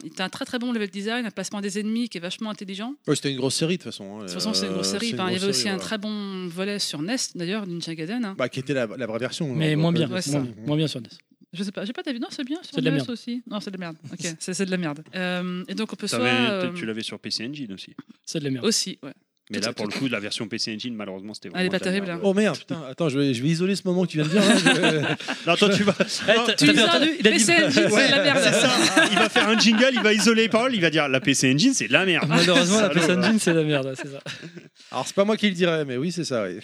F: il a un très très bon level design, un placement des ennemis qui est vachement intelligent.
B: Ouais, c'était une grosse série de toute façon. hein.
F: De toute façon, c'est une grosse
B: Euh,
F: série.
B: c'est une
F: Enfin, il y avait
B: grosse
F: aussi
B: série,
F: un
B: voilà.
F: très bon volet sur NES d'ailleurs, Ninja Gaiden. hein.
B: Bah, qui était la, la vraie version.
A: Mais
B: genre,
A: moins
B: euh,
A: bien,
F: Ouais,
A: moins,
F: ça.
A: bien, moins bien sur E NES.
F: Je sais pas, j'ai pas d'avis. Non, c'est bien. sur
A: C'est de la
F: NES
A: merde.
F: aussi. Non, c'est de la merde. Ok, c'est c'est de la merde. Euh, et donc on peut soit.
D: T'avais-
F: euh,
D: Tu l'avais sur PC Engine aussi.
A: C'est de la merde.
F: Aussi, ouais.
D: Mais
F: Tout
D: là,
F: à-
D: pour le
F: tout-
D: coup, la version PC Engine, malheureusement, c'était vraiment.
F: Elle est pas
D: de la
F: terrible,
D: merde.
B: Oh merde, putain, attends, je vais, je vais isoler ce moment que tu viens de dire. hein,
D: Non, toi, tu vas.
A: Eh, t'as-
F: Tu les
A: t'avais
F: as
A: entendu Il a dit-
F: PC Engine, c'est de la merde.
D: C'est ça. Il va faire un jingle, il va isoler les paroles, il va dire la PC Engine, c'est de la merde.
F: Ah.
A: Malheureusement, la
D: Salaud,
A: PlayStation
D: ouais.
A: Engine, c'est de la merde, c'est ça.
B: je- Alors, c'est pas moi qui le dirais, mais oui, c'est ça. oui.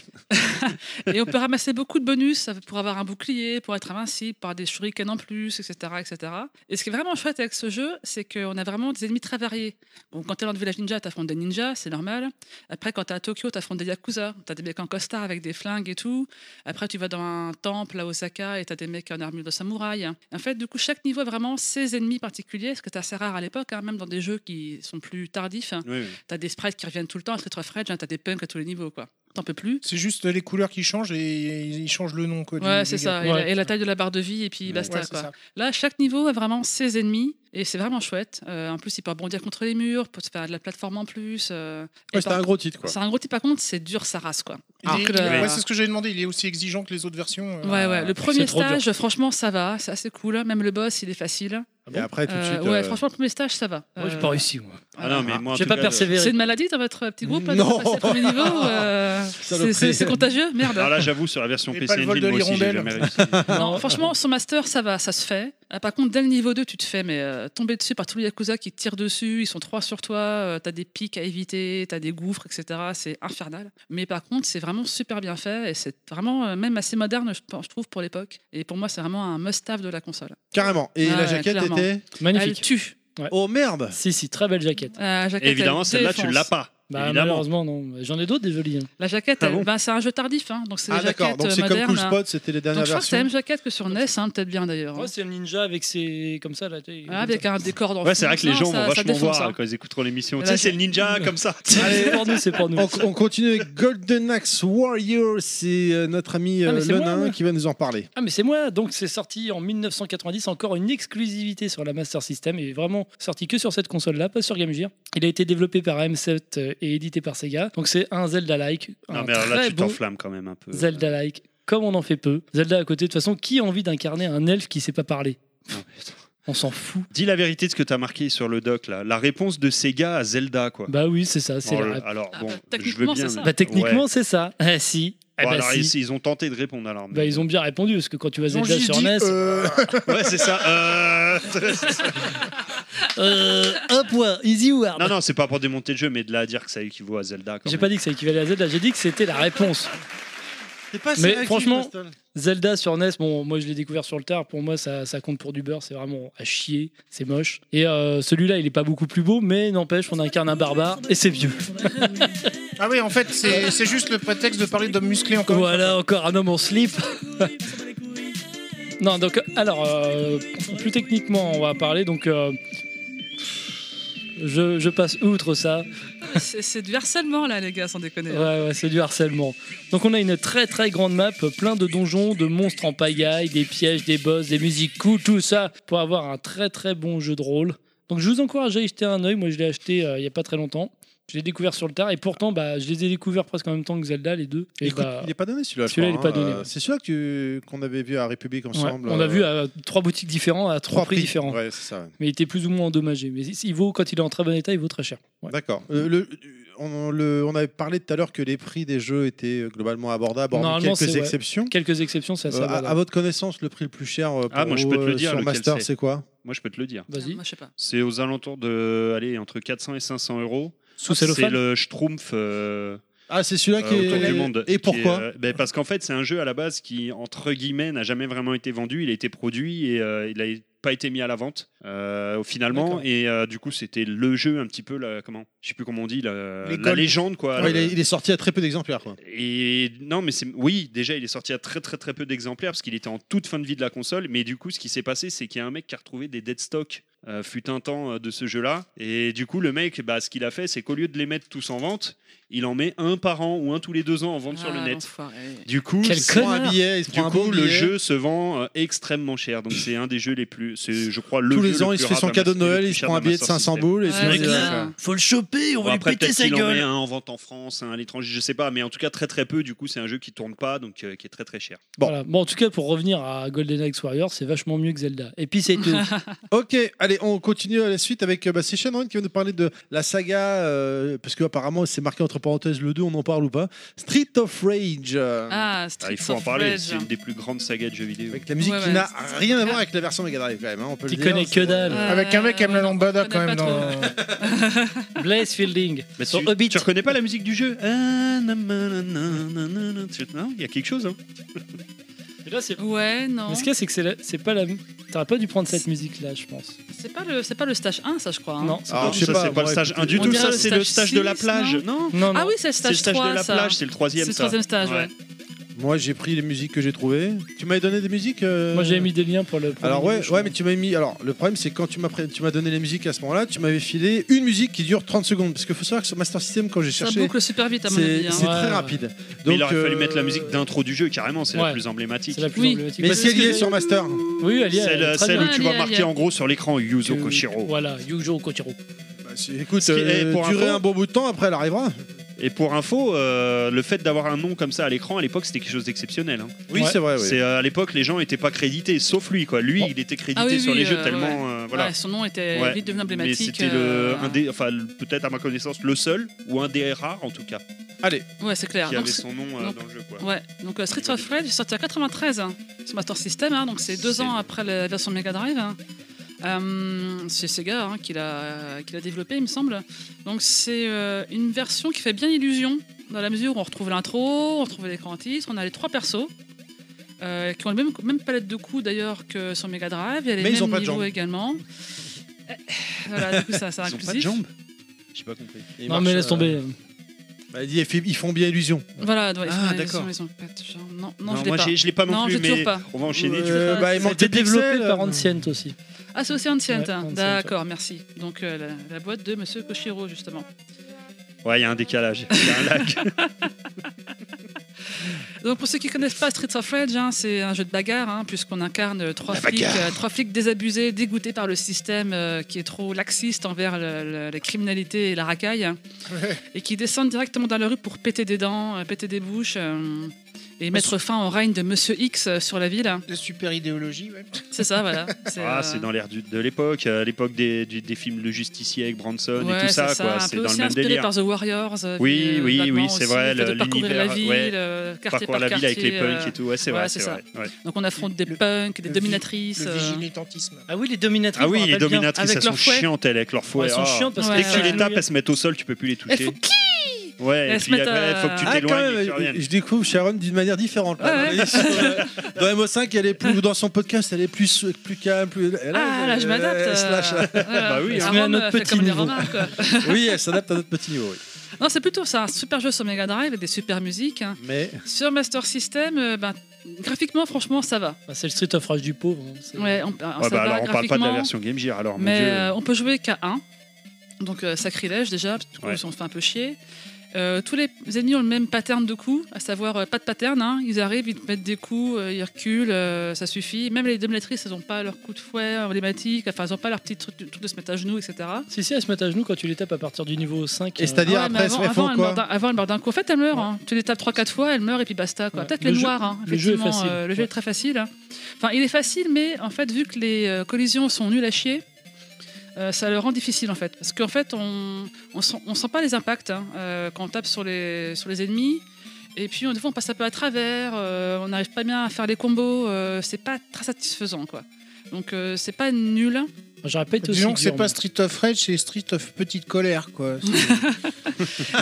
F: Et on peut ramasser beaucoup de bonus pour avoir un bouclier, pour être invincible, pour avoir des shurikens en plus, etc., etc. Et ce qui est vraiment chouette avec ce jeu, c'est qu'on a vraiment des ennemis très variés. Bon, quand t'es dans le village ninja, t'affrontes des ninjas, c'est normal. Après, quand t'es à Tokyo, t'affrontes des yakuza. T'as des mecs en costard avec des flingues et tout. Après, tu vas dans un temple à Osaka et t'as des mecs en armure de samouraï. En fait, du coup, chaque niveau a vraiment ses ennemis particuliers, ce qui était assez rare à l'époque, hein, même dans des jeux qui sont plus tardifs.
D: Oui, oui.
F: T'as des sprites qui reviennent tout le temps, Street of Rage, hein, t'as des punks à tous les niveaux, quoi. T'en peux plus.
E: C'est juste les couleurs qui changent et ils changent le nom. Quoi, du-
F: Ouais,
E: du
F: c'est
E: gars.
F: ça. Et, la, et la taille de la barre de vie, et puis
D: Ouais.
F: basta.
E: Ouais, c'est
F: quoi.
E: ça.
F: Là, chaque niveau a vraiment ses ennemis, et c'est vraiment chouette. Euh, en plus, il peut rebondir contre les murs, peut se faire de la plateforme en plus. euh, et
B: Ouais, c'était
F: par-
B: un gros titre, quoi.
F: C'est un gros type, par contre, c'est dur sa race, quoi.
E: Il
F: Alors
E: est-
F: Ah, que la-
E: ouais, c'est ce que j'avais demandé. Il est aussi exigeant que les autres versions. euh,
F: Ouais, ouais. Le premier
A: trop dur.
F: stage, franchement, ça va, c'est assez cool. Même le boss, il est facile.
B: Et après, tout de
F: Euh,
B: suite.
F: ouais,
B: euh,
F: franchement, le premier stage, ça va.
A: Moi, j'ai
F: Euh,
A: pas réussi, moi.
D: Ah non, mais moi, en
A: J'ai
D: tout
A: pas
D: cas,
A: persévéré.
F: C'est une maladie dans votre petit groupe là, de
B: Non.
F: passer le premier niveau euh, c'est- C'est c'est contagieux Merde.
D: le-
A: hein.
D: Alors là, j'avoue, sur la version
E: Et
D: PC
E: pas le vol
D: Engine,
E: de
D: moi aussi, j'ai
E: l'hirondelle.
D: jamais réussi.
F: Non, franchement, son master, ça va, ça se fait. Ah, par contre, dès le niveau 2, tu te fais mais euh, tomber dessus par tous les yakuza qui te tirent dessus, ils sont trois sur toi, euh, t'as des pics à éviter, t'as des gouffres, etc. C'est infernal. Mais par contre, c'est vraiment super bien fait et c'est vraiment euh, même assez moderne, je, pense- je trouve, pour l'époque. Et pour moi, c'est vraiment un must-have de la console.
B: Carrément. Et
F: Ah
B: la
F: ouais,
B: jaquette
F: clairement.
B: était.
F: Elle
A: Magnifique.
F: tue.
B: Oh merde
A: Si, si, très belle jaquette.
F: Euh, la jaquette,
D: Et évidemment,
F: elle
D: celle-là, tu
F: défonce.
D: l'as pas.
A: Bah,
D: évidemment.
A: malheureusement, non. J'en ai d'autres des jolies. hein.
F: La jaquette,
D: Ah
F: elle-
D: bon
F: ben, c'est un jeu tardif, hein, donc c'est
B: Ah,
F: des
B: d'accord.
F: jaquettes
B: Donc, c'est
F: euh,
B: comme Cool
F: modernes. hein.
B: Spot, c'était les dernières
F: donc je crois que c'est
B: versions.
F: la même jaquette que sur NES, hein, peut-être bien d'ailleurs.
A: Ouais, c'est un ninja avec ses. comme ça, là. t'es-
F: Ah, avec un décor d'enfant.
D: Ouais, c'est vrai que les
F: Non,
D: gens
F: ça-
D: vont
F: ça
D: vachement
F: défonce,
D: voir
F: hein.
D: quand ils écoutent trop l'émission.
F: Là,
D: Tu sais,
F: je-
D: c'est le ninja comme ça.
A: C'est pour nous, c'est pour nous.
B: On, on continue avec Golden Axe Warrior. C'est euh, notre ami
A: Ah, mais
B: euh,
A: c'est moi,
B: Lenin
A: moi.
B: qui va nous en parler.
A: Ah mais c'est moi Donc c'est sorti en 1990, encore une exclusivité sur la Master System, et vraiment sorti que sur cette console-là, pas sur Game Gear. Il a été développé par M7 euh, et édité par Sega, donc c'est un Zelda-like,
D: Non,
A: un
D: mais alors là,
A: très
D: tu
A: beau
D: t'enflammes quand même un peu.
A: Zelda-like, comme on en fait peu. Zelda à côté, de toute façon, qui a envie d'incarner un elfe qui sait pas parler On s'en fout.
D: Dis la vérité de ce que t'as marqué sur le doc, là. La réponse de Sega à Zelda, quoi.
A: Bah oui, c'est ça, c'est
D: Alors,
A: la-
D: le- alors,
F: Ah,
D: bon,
F: bah,
D: je veux
F: techniquement,
D: bien.
F: c'est ça.
A: Bah techniquement,
D: Ouais.
A: c'est ça. Ah si. Eh
D: Bon,
A: bah,
D: alors,
A: si.
D: ils, ils ont tenté de répondre alors. mais-
A: Bah, ils ont bien répondu, parce que quand tu vois
E: Non,
A: Zelda
E: j'ai
A: sur E
E: dit,
A: NES...
E: euh,
D: Ouais, c'est ça. Euh,
A: euh, un point, Easy Ward
D: Non, non, c'est pas pour démonter le jeu, mais de là à dire que ça équivaut à Zelda. quand
A: J'ai
D: même.
A: pas dit que ça équivalait à Zelda, j'ai dit que c'était la réponse. Mais réactif, franchement, Zelda sur NES, bon, moi je l'ai découvert sur le tard, pour moi ça, ça compte pour du beurre, c'est vraiment à chier, c'est moche. Et euh, celui-là, il est pas beaucoup plus beau, mais n'empêche, on incarne un barbare et c'est vieux.
E: Ah oui, en fait, c'est c'est juste le prétexte de parler d'hommes musclés encore. une
A: Voilà, encore un homme en slip. non, donc, alors, euh, plus techniquement, on va parler, donc. euh, je, je passe outre ça.
F: C'est c'est du harcèlement là, les gars, sans déconner.
A: Ouais, ouais, c'est du harcèlement. Donc on a une très très grande map, plein de donjons, de monstres en pagaille, des pièges, des boss, des musiques cool, tout ça, pour avoir un très très bon jeu de rôle. Donc je vous encourage à y jeter un oeil, moi je l'ai acheté euh, il y a pas très longtemps. Je l'ai découvert sur le tard et pourtant bah, je les ai découverts presque en même temps que Zelda, les deux. Et
B: Écoute,
A: bah,
B: il n'est pas donné celui-là. je
A: celui-là, il
B: crois,
A: est pas
B: hein.
A: donné,
B: Euh,
A: ouais.
B: C'est celui-là que tu- qu'on avait vu à République ensemble.
A: ouais, on a
B: euh,
A: vu à trois boutiques différentes, à trois, prix, différents.
B: Ouais, c'est ça. ouais.
A: Mais il était plus ou moins endommagé. Mais il il vaut, quand il est en très bon état, il vaut très cher. Ouais.
B: D'accord. Euh, le- on, le- on avait parlé tout à l'heure que les prix des jeux étaient euh, globalement abordables, hormis
A: Normalement,
B: quelques
A: c'est- ouais.
B: exceptions.
A: Quelques exceptions, ça,
B: Euh,
A: ça
B: à, à votre connaissance, le prix le plus cher euh, pour
D: Ah, moi, je
B: vous,
D: peux te le
B: euh,
D: dire,
B: sur
D: lequel
B: Master,
D: c'est.
B: c'est quoi
D: Moi, je peux te le dire.
A: Vas-y.
F: Euh, Moi, je sais pas.
D: C'est aux alentours de, allez, entre 400 et 500 euros.
A: Sous
D: C'est
A: cellophane.
D: le Schtroumpf. euh,
B: Ah, c'est celui-là qui
D: euh, autour
B: est.
D: du monde.
B: Et
D: qui
B: pourquoi
D: est, euh, ben, Parce qu'en fait, c'est un jeu à la base qui, entre guillemets, n'a jamais vraiment été vendu. Il a été produit et euh, il n'a pas été mis à la vente euh, finalement.
A: D'accord.
D: Et euh, du coup, c'était le jeu un petit peu, la, comment Je sais plus comment on dit, la,
E: Les
D: la
E: gold.
D: légende, quoi.
B: Ouais,
D: Le-
B: il, est, il est sorti à très peu d'exemplaires. quoi.
D: et non, mais c'est oui, déjà il est sorti à très très très peu d'exemplaires parce qu'il était en toute fin de vie de la console. Mais du coup, ce qui s'est passé, c'est qu'il y a un mec qui a retrouvé des dead stock. euh, fut un temps euh, de ce jeu-là. Et du coup, le mec, bah, ce qu'il a fait, c'est qu'au lieu de les mettre tous en vente, il en met un par an ou un tous les deux ans en vente sur le
F: Ah,
D: net.
F: l'enfoiré.
D: Du coup,
A: Quel
D: c'est-
B: Il se prend un
A: Connard.
B: billet, il se
D: du
B: prend un
D: coup,
B: bon
D: le
B: billet.
D: jeu se vend euh, extrêmement cher. Donc c'est un des jeux les plus, c'est, je crois, le
B: Tous
D: jeu
B: les
D: le
B: ans, il
D: plus
B: se fait
D: rare
B: son
D: d'un
B: cadeau de
D: Master-
B: Noël,
D: le
B: il
D: plus
B: se
D: cher
B: prend un
D: d'un
B: billet de
D: Master
B: 500
D: System.
B: boules. Et
F: Ouais,
B: sinon,
F: ouais,
B: il-
F: ouais.
M: Faut le choper, on
D: Bon,
M: va
D: après,
M: lui péter
D: peut-être
M: sa
D: qu'il en met
M: gueule.
D: un en vente en France, un à l'étranger, je sais pas, mais en tout cas très très peu. Du coup, c'est un jeu qui tourne pas, donc euh, qui est très très cher.
B: Bon.
A: Voilà. Bon, en tout cas, pour revenir à Golden Axe Warrior, c'est vachement mieux que Zelda. Et puis c'est tout.
B: Ok, allez, on continue à la suite avec euh, bah, c'est Shenron qui va nous parler de la saga, euh, parce que apparemment c'est marqué entre parenthèses le 2, on en parle ou pas. Street of Rage. euh,
F: Ah,
D: Ah,
F: Street
D: il faut en
F: of
D: parler,
F: Rage.
D: c'est une des plus grandes sagas de jeux vidéo.
B: Avec la musique
F: Ouais,
B: qui
F: ouais.
B: n'a rien à voir avec la version Mega Drive, quand même, hein, on peut
A: Tu
B: le dire.
A: connais que dalle.
F: Ouais.
E: Avec un mec qui aime la
F: Euh,
E: lambada
F: on
E: quand même.
F: connaît pas
E: Dans...
A: Blaze Fielding.
D: Mais
A: Sur
D: tu,
A: Hobbit.
D: tu reconnais pas la musique du jeu Ah, na, na, na, na, na, na. Tu- Non, il y a quelque chose. Hein.
A: Et là, c'est.
F: Ouais, non.
A: Mais ce qu'il y a, c'est que c'est la- c'est pas la. T'aurais pas dû prendre cette musique-là, je pense.
F: C'est pas, le... c'est pas le stage 1, ça, je crois. hein.
A: Non.
B: Ah,
D: Non,
B: je sais
D: ça,
B: pas,
D: c'est pas
B: moi,
D: le stage
B: écoutez,
D: 1 du
F: on
D: tout.
F: dirait
D: Ça,
F: le
D: c'est le
F: stage
D: stage de la
F: 6,
D: plage.
F: non
D: Non,
A: Non, non.
F: Ah oui, c'est le
D: c'est
F: stage
D: le stage
F: 3,
D: de la
F: ça.
D: plage, c'est le troisième.
F: C'est le
D: ça.
F: troisième stage, ouais.
D: Ouais.
B: Moi j'ai pris les musiques que j'ai trouvées. Tu m'avais donné des musiques euh,
A: Moi, j'avais mis des liens pour le. premier
B: Alors ouais,
A: niveau, je
B: ouais, mais
A: crois.
B: tu m'as mis. Alors le problème c'est quand tu m'as pré- tu m'as donné les musiques à ce moment-là, tu m'avais filé une musique qui dure 30 secondes, parce que faut savoir que sur Master System quand j'ai
F: Ça
B: cherché,
F: boucle super vite, à mon
B: c'est
F: avis. hein.
B: c'est
A: Ouais,
B: très
A: ouais.
B: rapide.
D: Mais
B: Donc,
D: il aurait fallu
B: euh,
D: mettre la musique d'intro du jeu, carrément, c'est
A: Ouais.
D: la plus emblématique.
A: C'est la plus
F: Oui.
A: emblématique.
B: Mais
A: Parce
B: si elle y
A: que-
B: est sur Master.
A: Oui, elle y est. elle est Euh,
D: Celle,
A: très
D: celle
A: bien.
D: où tu vas
F: Allez,
D: marquer
F: allez.
D: en gros sur l'écran Yuzo
A: Que-
D: Koshiro.
A: Voilà, Yujo Kochiro.
B: Bah, si- écoute,
D: Ce qui est
B: euh,
D: pour
B: durer
D: info-
B: un bon bout de temps, après elle arrivera.
D: Et pour info, euh, le fait d'avoir un nom comme ça à l'écran à l'époque, c'était quelque chose d'exceptionnel. hein.
B: Oui,
A: Ouais.
B: c'est vrai. oui.
D: C'est euh, à l'époque, les gens n'étaient pas crédités, sauf lui. Quoi. Lui,
A: Bon.
D: il était crédité
F: Ah oui,
D: sur
F: oui,
D: les jeux
F: euh,
D: tellement euh, voilà.
F: Ouais, son nom était
D: Ouais.
F: vite devenu
D: Mais
F: emblématique.
D: c'était
F: euh,
D: le un des, enfin le- peut-être à ma connaissance le seul ou un des rares en tout cas
F: Ouais, c'est clair.
D: qui
F: Donc,
D: avait
F: c'est-
D: son nom euh,
F: donc-
D: dans le jeu. Quoi.
F: Ouais, donc euh, Street of Rage est sorti en 93 hein, sur Master System, hein, donc c'est deux
D: C'est-
F: ans après la version Mega Drive. hein. Euh, c'est Sega hein, qui l'a qui l'a développé, il me semble. Donc c'est euh, une version qui fait bien illusion, dans la mesure où on retrouve l'intro, on retrouve l'écran titre, on a les trois persos. euh, qui ont la même, même palette de coups d'ailleurs que sur Mega Drive, il y a les
B: Mais ils
F: mêmes
B: ont pas de
F: niveaux
B: jambes.
F: également. Euh, voilà, du coup ça, c'est
D: Ils ont pas de
F: inclusif.
D: jambes. J'ai pas compris.
B: Il
A: Non,
B: marche,
A: mais laisse
B: euh,
A: tomber.
B: bah, il y a fait- ils font bien illusion.
F: Voilà, ouais, ils
D: Ah,
F: font la
D: d'accord.
F: version, ils ont pas de jambes. Non, non,
D: Non,
F: je l'ai
D: moi
F: pas.
D: j'ai- je l'ai pas non,
F: Non,
D: plus,
F: je toujours
D: mais
F: pas.
D: on va enchaîner. tu
B: Euh,
D: vois.
B: bah, il
A: Ça a
B: manque
A: été
B: des
A: développé
B: pixels. euh.
A: par Ancient aussi.
F: Ah, c'est aussi Ancient.
A: Ouais, Ancient,
F: D'accord, merci. Donc, euh, la, la boîte de Monsieur Koshiro, justement.
D: Ouais, il y a un décalage. Il y a un lac.
F: Donc, pour ceux qui connaissent pas Streets of Rage, hein, c'est un jeu de bagarre, hein, puisqu'on incarne euh, trois
D: La
F: flics,
D: bagarre.
F: euh, trois flics désabusés, dégoûtés par le système euh, qui est trop laxiste envers le- le- la criminalité et la racaille, hein, et qui descendent directement dans la rue pour péter des dents, euh, péter des bouches. euh, et mettre fin au règne de Monsieur X euh, sur la ville, hein.
E: La super idéologie, ouais.
F: c'est ça, voilà. C'est
D: Ah,
F: euh,
D: c'est dans l'ère du- de l'époque, euh, l'époque des, du- des films Le Justicier avec Branson
F: ouais,
D: et tout
F: c'est
D: ça. quoi.
F: un
D: C'est
F: peu
D: dans le
F: aussi
D: même
F: inspiré
D: délire.
F: par The Warriors. euh,
D: Oui,
F: puis, euh,
D: oui,
F: vaguement
D: oui, c'est
F: aussi,
D: vrai,
F: le fait
D: le-
F: de parcourir la
D: l'univers,
F: ville,
D: ouais.
F: euh, quartier
D: Parcours
F: par
D: la ville avec les
F: quartier,
D: punks
F: euh,
D: et tout. Ouais, c'est
F: ouais,
D: vrai.
F: c'est
D: c'est
F: ça.
D: vrai, ouais.
F: Donc on affronte des
E: Le-
F: punks, des
E: le vi-
F: dominatrices.
E: Le
F: euh,
E: vigilantisme.
A: Ah oui, les dominatrices.
D: Ah oui,
A: je me
D: les
A: rappelle bien.
D: dominatrices,
F: Avec
D: elles sont
F: leur fouet.
D: chiantes, elles, avec leur fouet.
A: Elles sont
D: ah.
A: chiantes parce
F: Ouais,
D: Dès
A: que
D: que tu
F: ouais.
D: les tapes, elles se mettent au sol, tu peux plus les
F: elles font
D: toucher.
F: qui
D: Ouais, et
F: Elles se
D: puis
F: mettent
D: après,
F: à-
D: faut que tu
B: Ah, quand
D: t'éloignes et que tu
B: même,
D: reviennes.
B: je découvre Sharon d'une manière différente. là.
F: Ouais,
B: Dans, la- dans MO5, elle est plus, ou dans son podcast, elle est plus, plus calme. Plus, elle-
F: Ah là, je
B: elle-
F: m'adapte.
B: elle se lâche, là.
F: euh, voilà.
D: Euh, Bah oui,
A: hein.
F: Un
A: Mais à
F: Rome,
A: notre
F: euh, fait
A: petit
F: comme des
A: niveau.
F: Romains, quoi.
B: Oui, elle s'adapte à notre petit niveau. oui.
F: Non, c'est plutôt ça, un super jeu sur Mega Drive et des super musiques. hein.
B: Mais
F: Sur Master System, euh, ben, graphiquement, franchement, ça va.
A: Bah, C'est le Street of Rage du pauvre. hein. C'est-
F: Ouais, on, ah,
D: Ouais,
F: ça
D: bah
F: va
D: alors on parle pas de la
F: graphiquement,
D: version Game Gear alors mon
F: Mais
D: dieu.
F: euh, on peut jouer qu'à 1. Donc euh, sacrilège déjà, parce qu'on
D: Ouais.
F: s'en fait un peu chier. Euh, tous les ennemis ont le même pattern de coups, à savoir euh, pas de pattern. hein. Ils arrivent, ils te mettent des coups, euh, ils reculent, euh, ça suffit. Même les dominatrices, elles n'ont pas leur coup de fouet emblématique, enfin, elles n'ont pas leur petit truc, truc de se mettre à genoux, etc.
A: Si, si, elle se met à genoux quand tu les tapes à partir du niveau 5.
B: Et c'est-à-dire
F: Ouais, mais
B: après, elles se
F: avant,
B: refont
F: avant, elle
B: quoi
F: meurt d'un- avant, elle meurt d'un coup. En fait, elle meurt. hein. Tu les tapes 3-4 fois, elle meurt et puis basta. quoi.
A: Ouais.
F: Peut-être
A: Le
F: les
A: jeu-
F: noirs. hein,
A: le jeu est
F: effectivement,
A: facile.
F: euh, le jeu est
A: Ouais.
F: très facile. hein. Enfin, il est facile, mais en fait, vu que les euh, collisions sont nulles à chier, euh, ça le rend difficile en fait. Parce qu'en fait, on on sent, on sent pas les impacts hein, euh, quand on tape sur les, sur les ennemis. Et puis, on- des fois, on passe un peu à travers, euh, on n'arrive pas bien à faire les combos, euh, c'est pas très satisfaisant quoi. Donc, euh, c'est pas nul.
A: euh, J'aurais pas été aussi.
E: Disons que c'est
A: dur,
E: pas
A: moi.
E: Street of Rage, c'est Street of Petite Colère,
F: Euh,
E: quoi.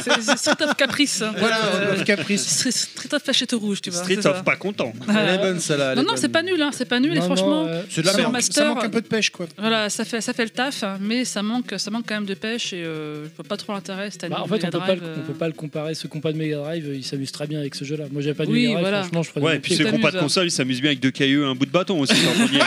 F: C'est c'est Street of Caprice. hein.
E: voilà,
F: Euh,
E: euh, caprice.
F: Street Street of Fachette Rouge, tu vois.
D: Street
F: c'est ça.
D: of pas content.
B: Elle est bonne, celle-là. elle
F: Ah, Non,
B: est
F: non,
B: bonne.
F: c'est pas nul, hein, c'est pas nul, et
A: Non, non,
F: franchement,
A: euh,
B: C'est de la
F: Sur
B: merde.
F: ma-
E: Ça
F: Master.
E: manque un peu de pêche, quoi.
F: voilà, ça fait, ça fait le taf, hein, mais ça manque, ça manque quand même de pêche et euh, je vois pas trop l'intérêt cette année.
A: Bah, en
F: de
A: fait, on
F: Mega
A: peut, pas le,
F: Drive,
A: on peut
F: euh.
A: pas le comparer. Ceux qui n'ont pas de Mega Drive, euh, ils s'amusent très bien avec ce jeu-là. Moi, j'avais pas de
F: Oui,
A: Mega Drive,
F: voilà.
A: franchement, je prenais
D: Ouais,
A: mon
D: et puis
A: pied.
D: ceux qui n'ont pas de
F: t'amuses.
D: console, ils s'amusent bien avec deux cailloux et un bout de bâton aussi. quand on y est.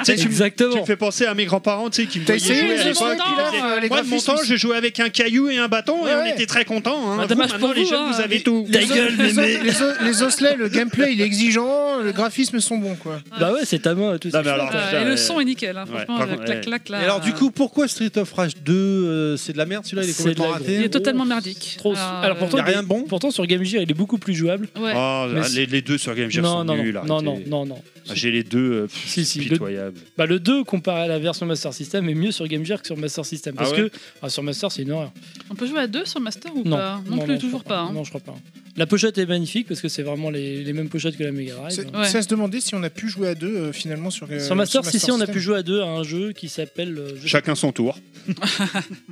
D: Tu sais, tu me- Tu
A: Exactement.
D: me fais penser à mes grands-parents, tu sais, qui me
E: T'as
D: voyaient
E: essayé
D: jouer
E: les
D: à
E: autres
D: l'époque.
E: Pilaf, euh, les
D: Moi, de mon
E: graphismes
D: temps, j'ai joué avec un caillou et un bâton et
E: Ouais,
D: on
E: ouais.
D: était très contents. hein.
F: Bah,
D: Vous,
F: dommage
D: maintenant,
F: pour
D: les
F: vous,
D: jeunes,
F: hein.
D: vous avez tout.
N: Ta
E: Les os-
N: gueule,
E: les os-
N: mémé.
E: les os- Les osselets, le gameplay, il est exigeant, les graphismes sont bons, quoi.
A: Bah ouais, c'est ta main et tout.
D: Non,
A: c'est
D: mais alors,
A: chouette.
F: Ah,
D: putain,
F: et
D: ouais.
F: le son est nickel, hein,
D: Ouais,
F: franchement,
A: Ah,
D: par
F: euh,
D: contre,
F: clac,
D: ouais.
F: clac, là.
B: Et alors, du coup, pourquoi Street of Rage 2, euh, c'est de la merde celui-là Il est
A: C'est de
B: complètement
A: la
B: raté
F: il est
A: gros-
F: totalement merdique. Ah,
A: Trop- alors,
B: Il
A: pourtant-
B: n'y a rien de bon
A: Pourtant, sur Game Gear, il est beaucoup plus jouable.
F: ouais.
D: Ah,
A: Mais
D: les, les deux sur Game Gear
A: non,
D: sont
A: non,
D: nuls.
A: non, non,
D: arrêtez.
A: non, non.
D: Ah, J'ai les deux, euh, pff,
A: Si, si, le-
D: pitoyables.
A: Bah, le 2, comparé à la version Master System, est mieux sur Game Gear que sur Master System.
D: Ah
A: Parce que
D: ouais
A: ah, sur Master, c'est une horreur.
F: On peut jouer à deux sur Master ou
A: Non.
F: pas Non, plus,
A: je
F: toujours
A: crois
F: pas. hein.
A: Non, je crois pas. La pochette est magnifique parce que c'est vraiment les, les mêmes pochettes que la Mega Drive.
E: C'est
F: Ouais.
E: c'est à se demander si on a pu jouer à deux, euh, finalement, sur, euh,
A: euh, Sur Master, si, si, on a
E: System.
A: pu jouer à deux à un jeu qui s'appelle. euh, je-
D: Chacun son tour.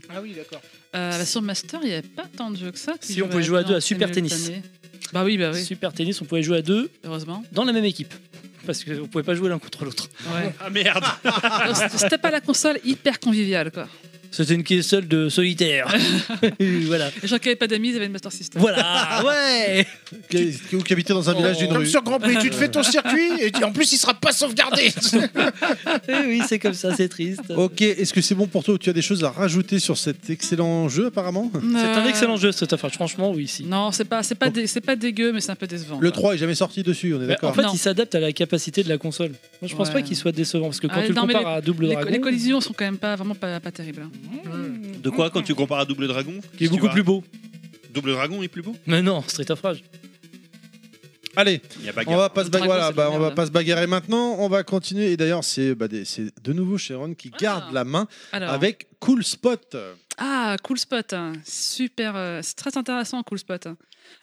E: Ah oui, d'accord.
F: Euh, bah, sur Master, il n'y avait pas tant de jeux que ça. qui
A: Si,
F: jouaient
A: on pouvait jouer à deux à
F: en
A: Super Tennis.
F: simultané. Bah oui, bah oui,
A: Super Tennis, on pouvait jouer à deux
F: heureusement.
A: dans la même équipe. Parce que vous pouvez pas jouer l'un contre l'autre.
F: Ouais.
D: Ah merde
F: Alors, C'était pas la console hyper conviviale, quoi.
A: C'était une question de solitaire. voilà.
F: Les gens qui n'avaient pas d'amis, ils avaient une Master System.
A: Voilà, ouais
B: Qui qui- qui habitait
E: Oh.
B: dans un village d'une
E: Comme
B: rue.
E: sur Grand Prix, tu te fais ton circuit et tu- en plus il sera pas sauvegardé.
A: Eh oui, c'est comme ça, c'est triste.
B: Ok, est-ce que c'est bon pour toi ou tu as des choses à rajouter sur cet excellent jeu apparemment
A: C'est un excellent jeu, cette affaire. Franchement, oui, si.
F: Euh, Non, c'est pas, c'est pas, dé- c'est pas dégueu, mais c'est un peu décevant.
B: Le
F: quoi.
B: 3 est jamais sorti dessus, on est
A: Bah, en
B: d'accord
A: fait,
F: Non.
A: il s'adapte à la capacité de la console. Moi, je pense
F: Ouais.
A: pas qu'il soit décevant parce que quand
F: Ah,
A: tu le
F: non, mais
A: compares à Double
F: les,
A: Dragon, hmm,
F: les collisions sont quand même pas vraiment pas, pas terribles. hein.
D: De quoi quand tu compares à Double Dragon
A: qui est
D: Si tu
A: beaucoup
D: vas-
A: plus beau.
D: Double Dragon est plus beau
A: Mais non, Street of Rage.
B: Allez,
D: Il y a bagarre.
B: on va pas se
F: Dragon,
B: bagarrer. Voilà,
F: c'est
B: bah,
F: de
B: on va
F: merde.
B: pas se bagarrer maintenant. On va continuer. Et d'ailleurs, c'est bah, des- c'est de nouveau Sharon qui garde
F: Ah.
B: la main
F: Alors,
B: avec Cool Spot.
F: ah, Cool Spot, hein. super, euh, c'est très intéressant Cool Spot. hein.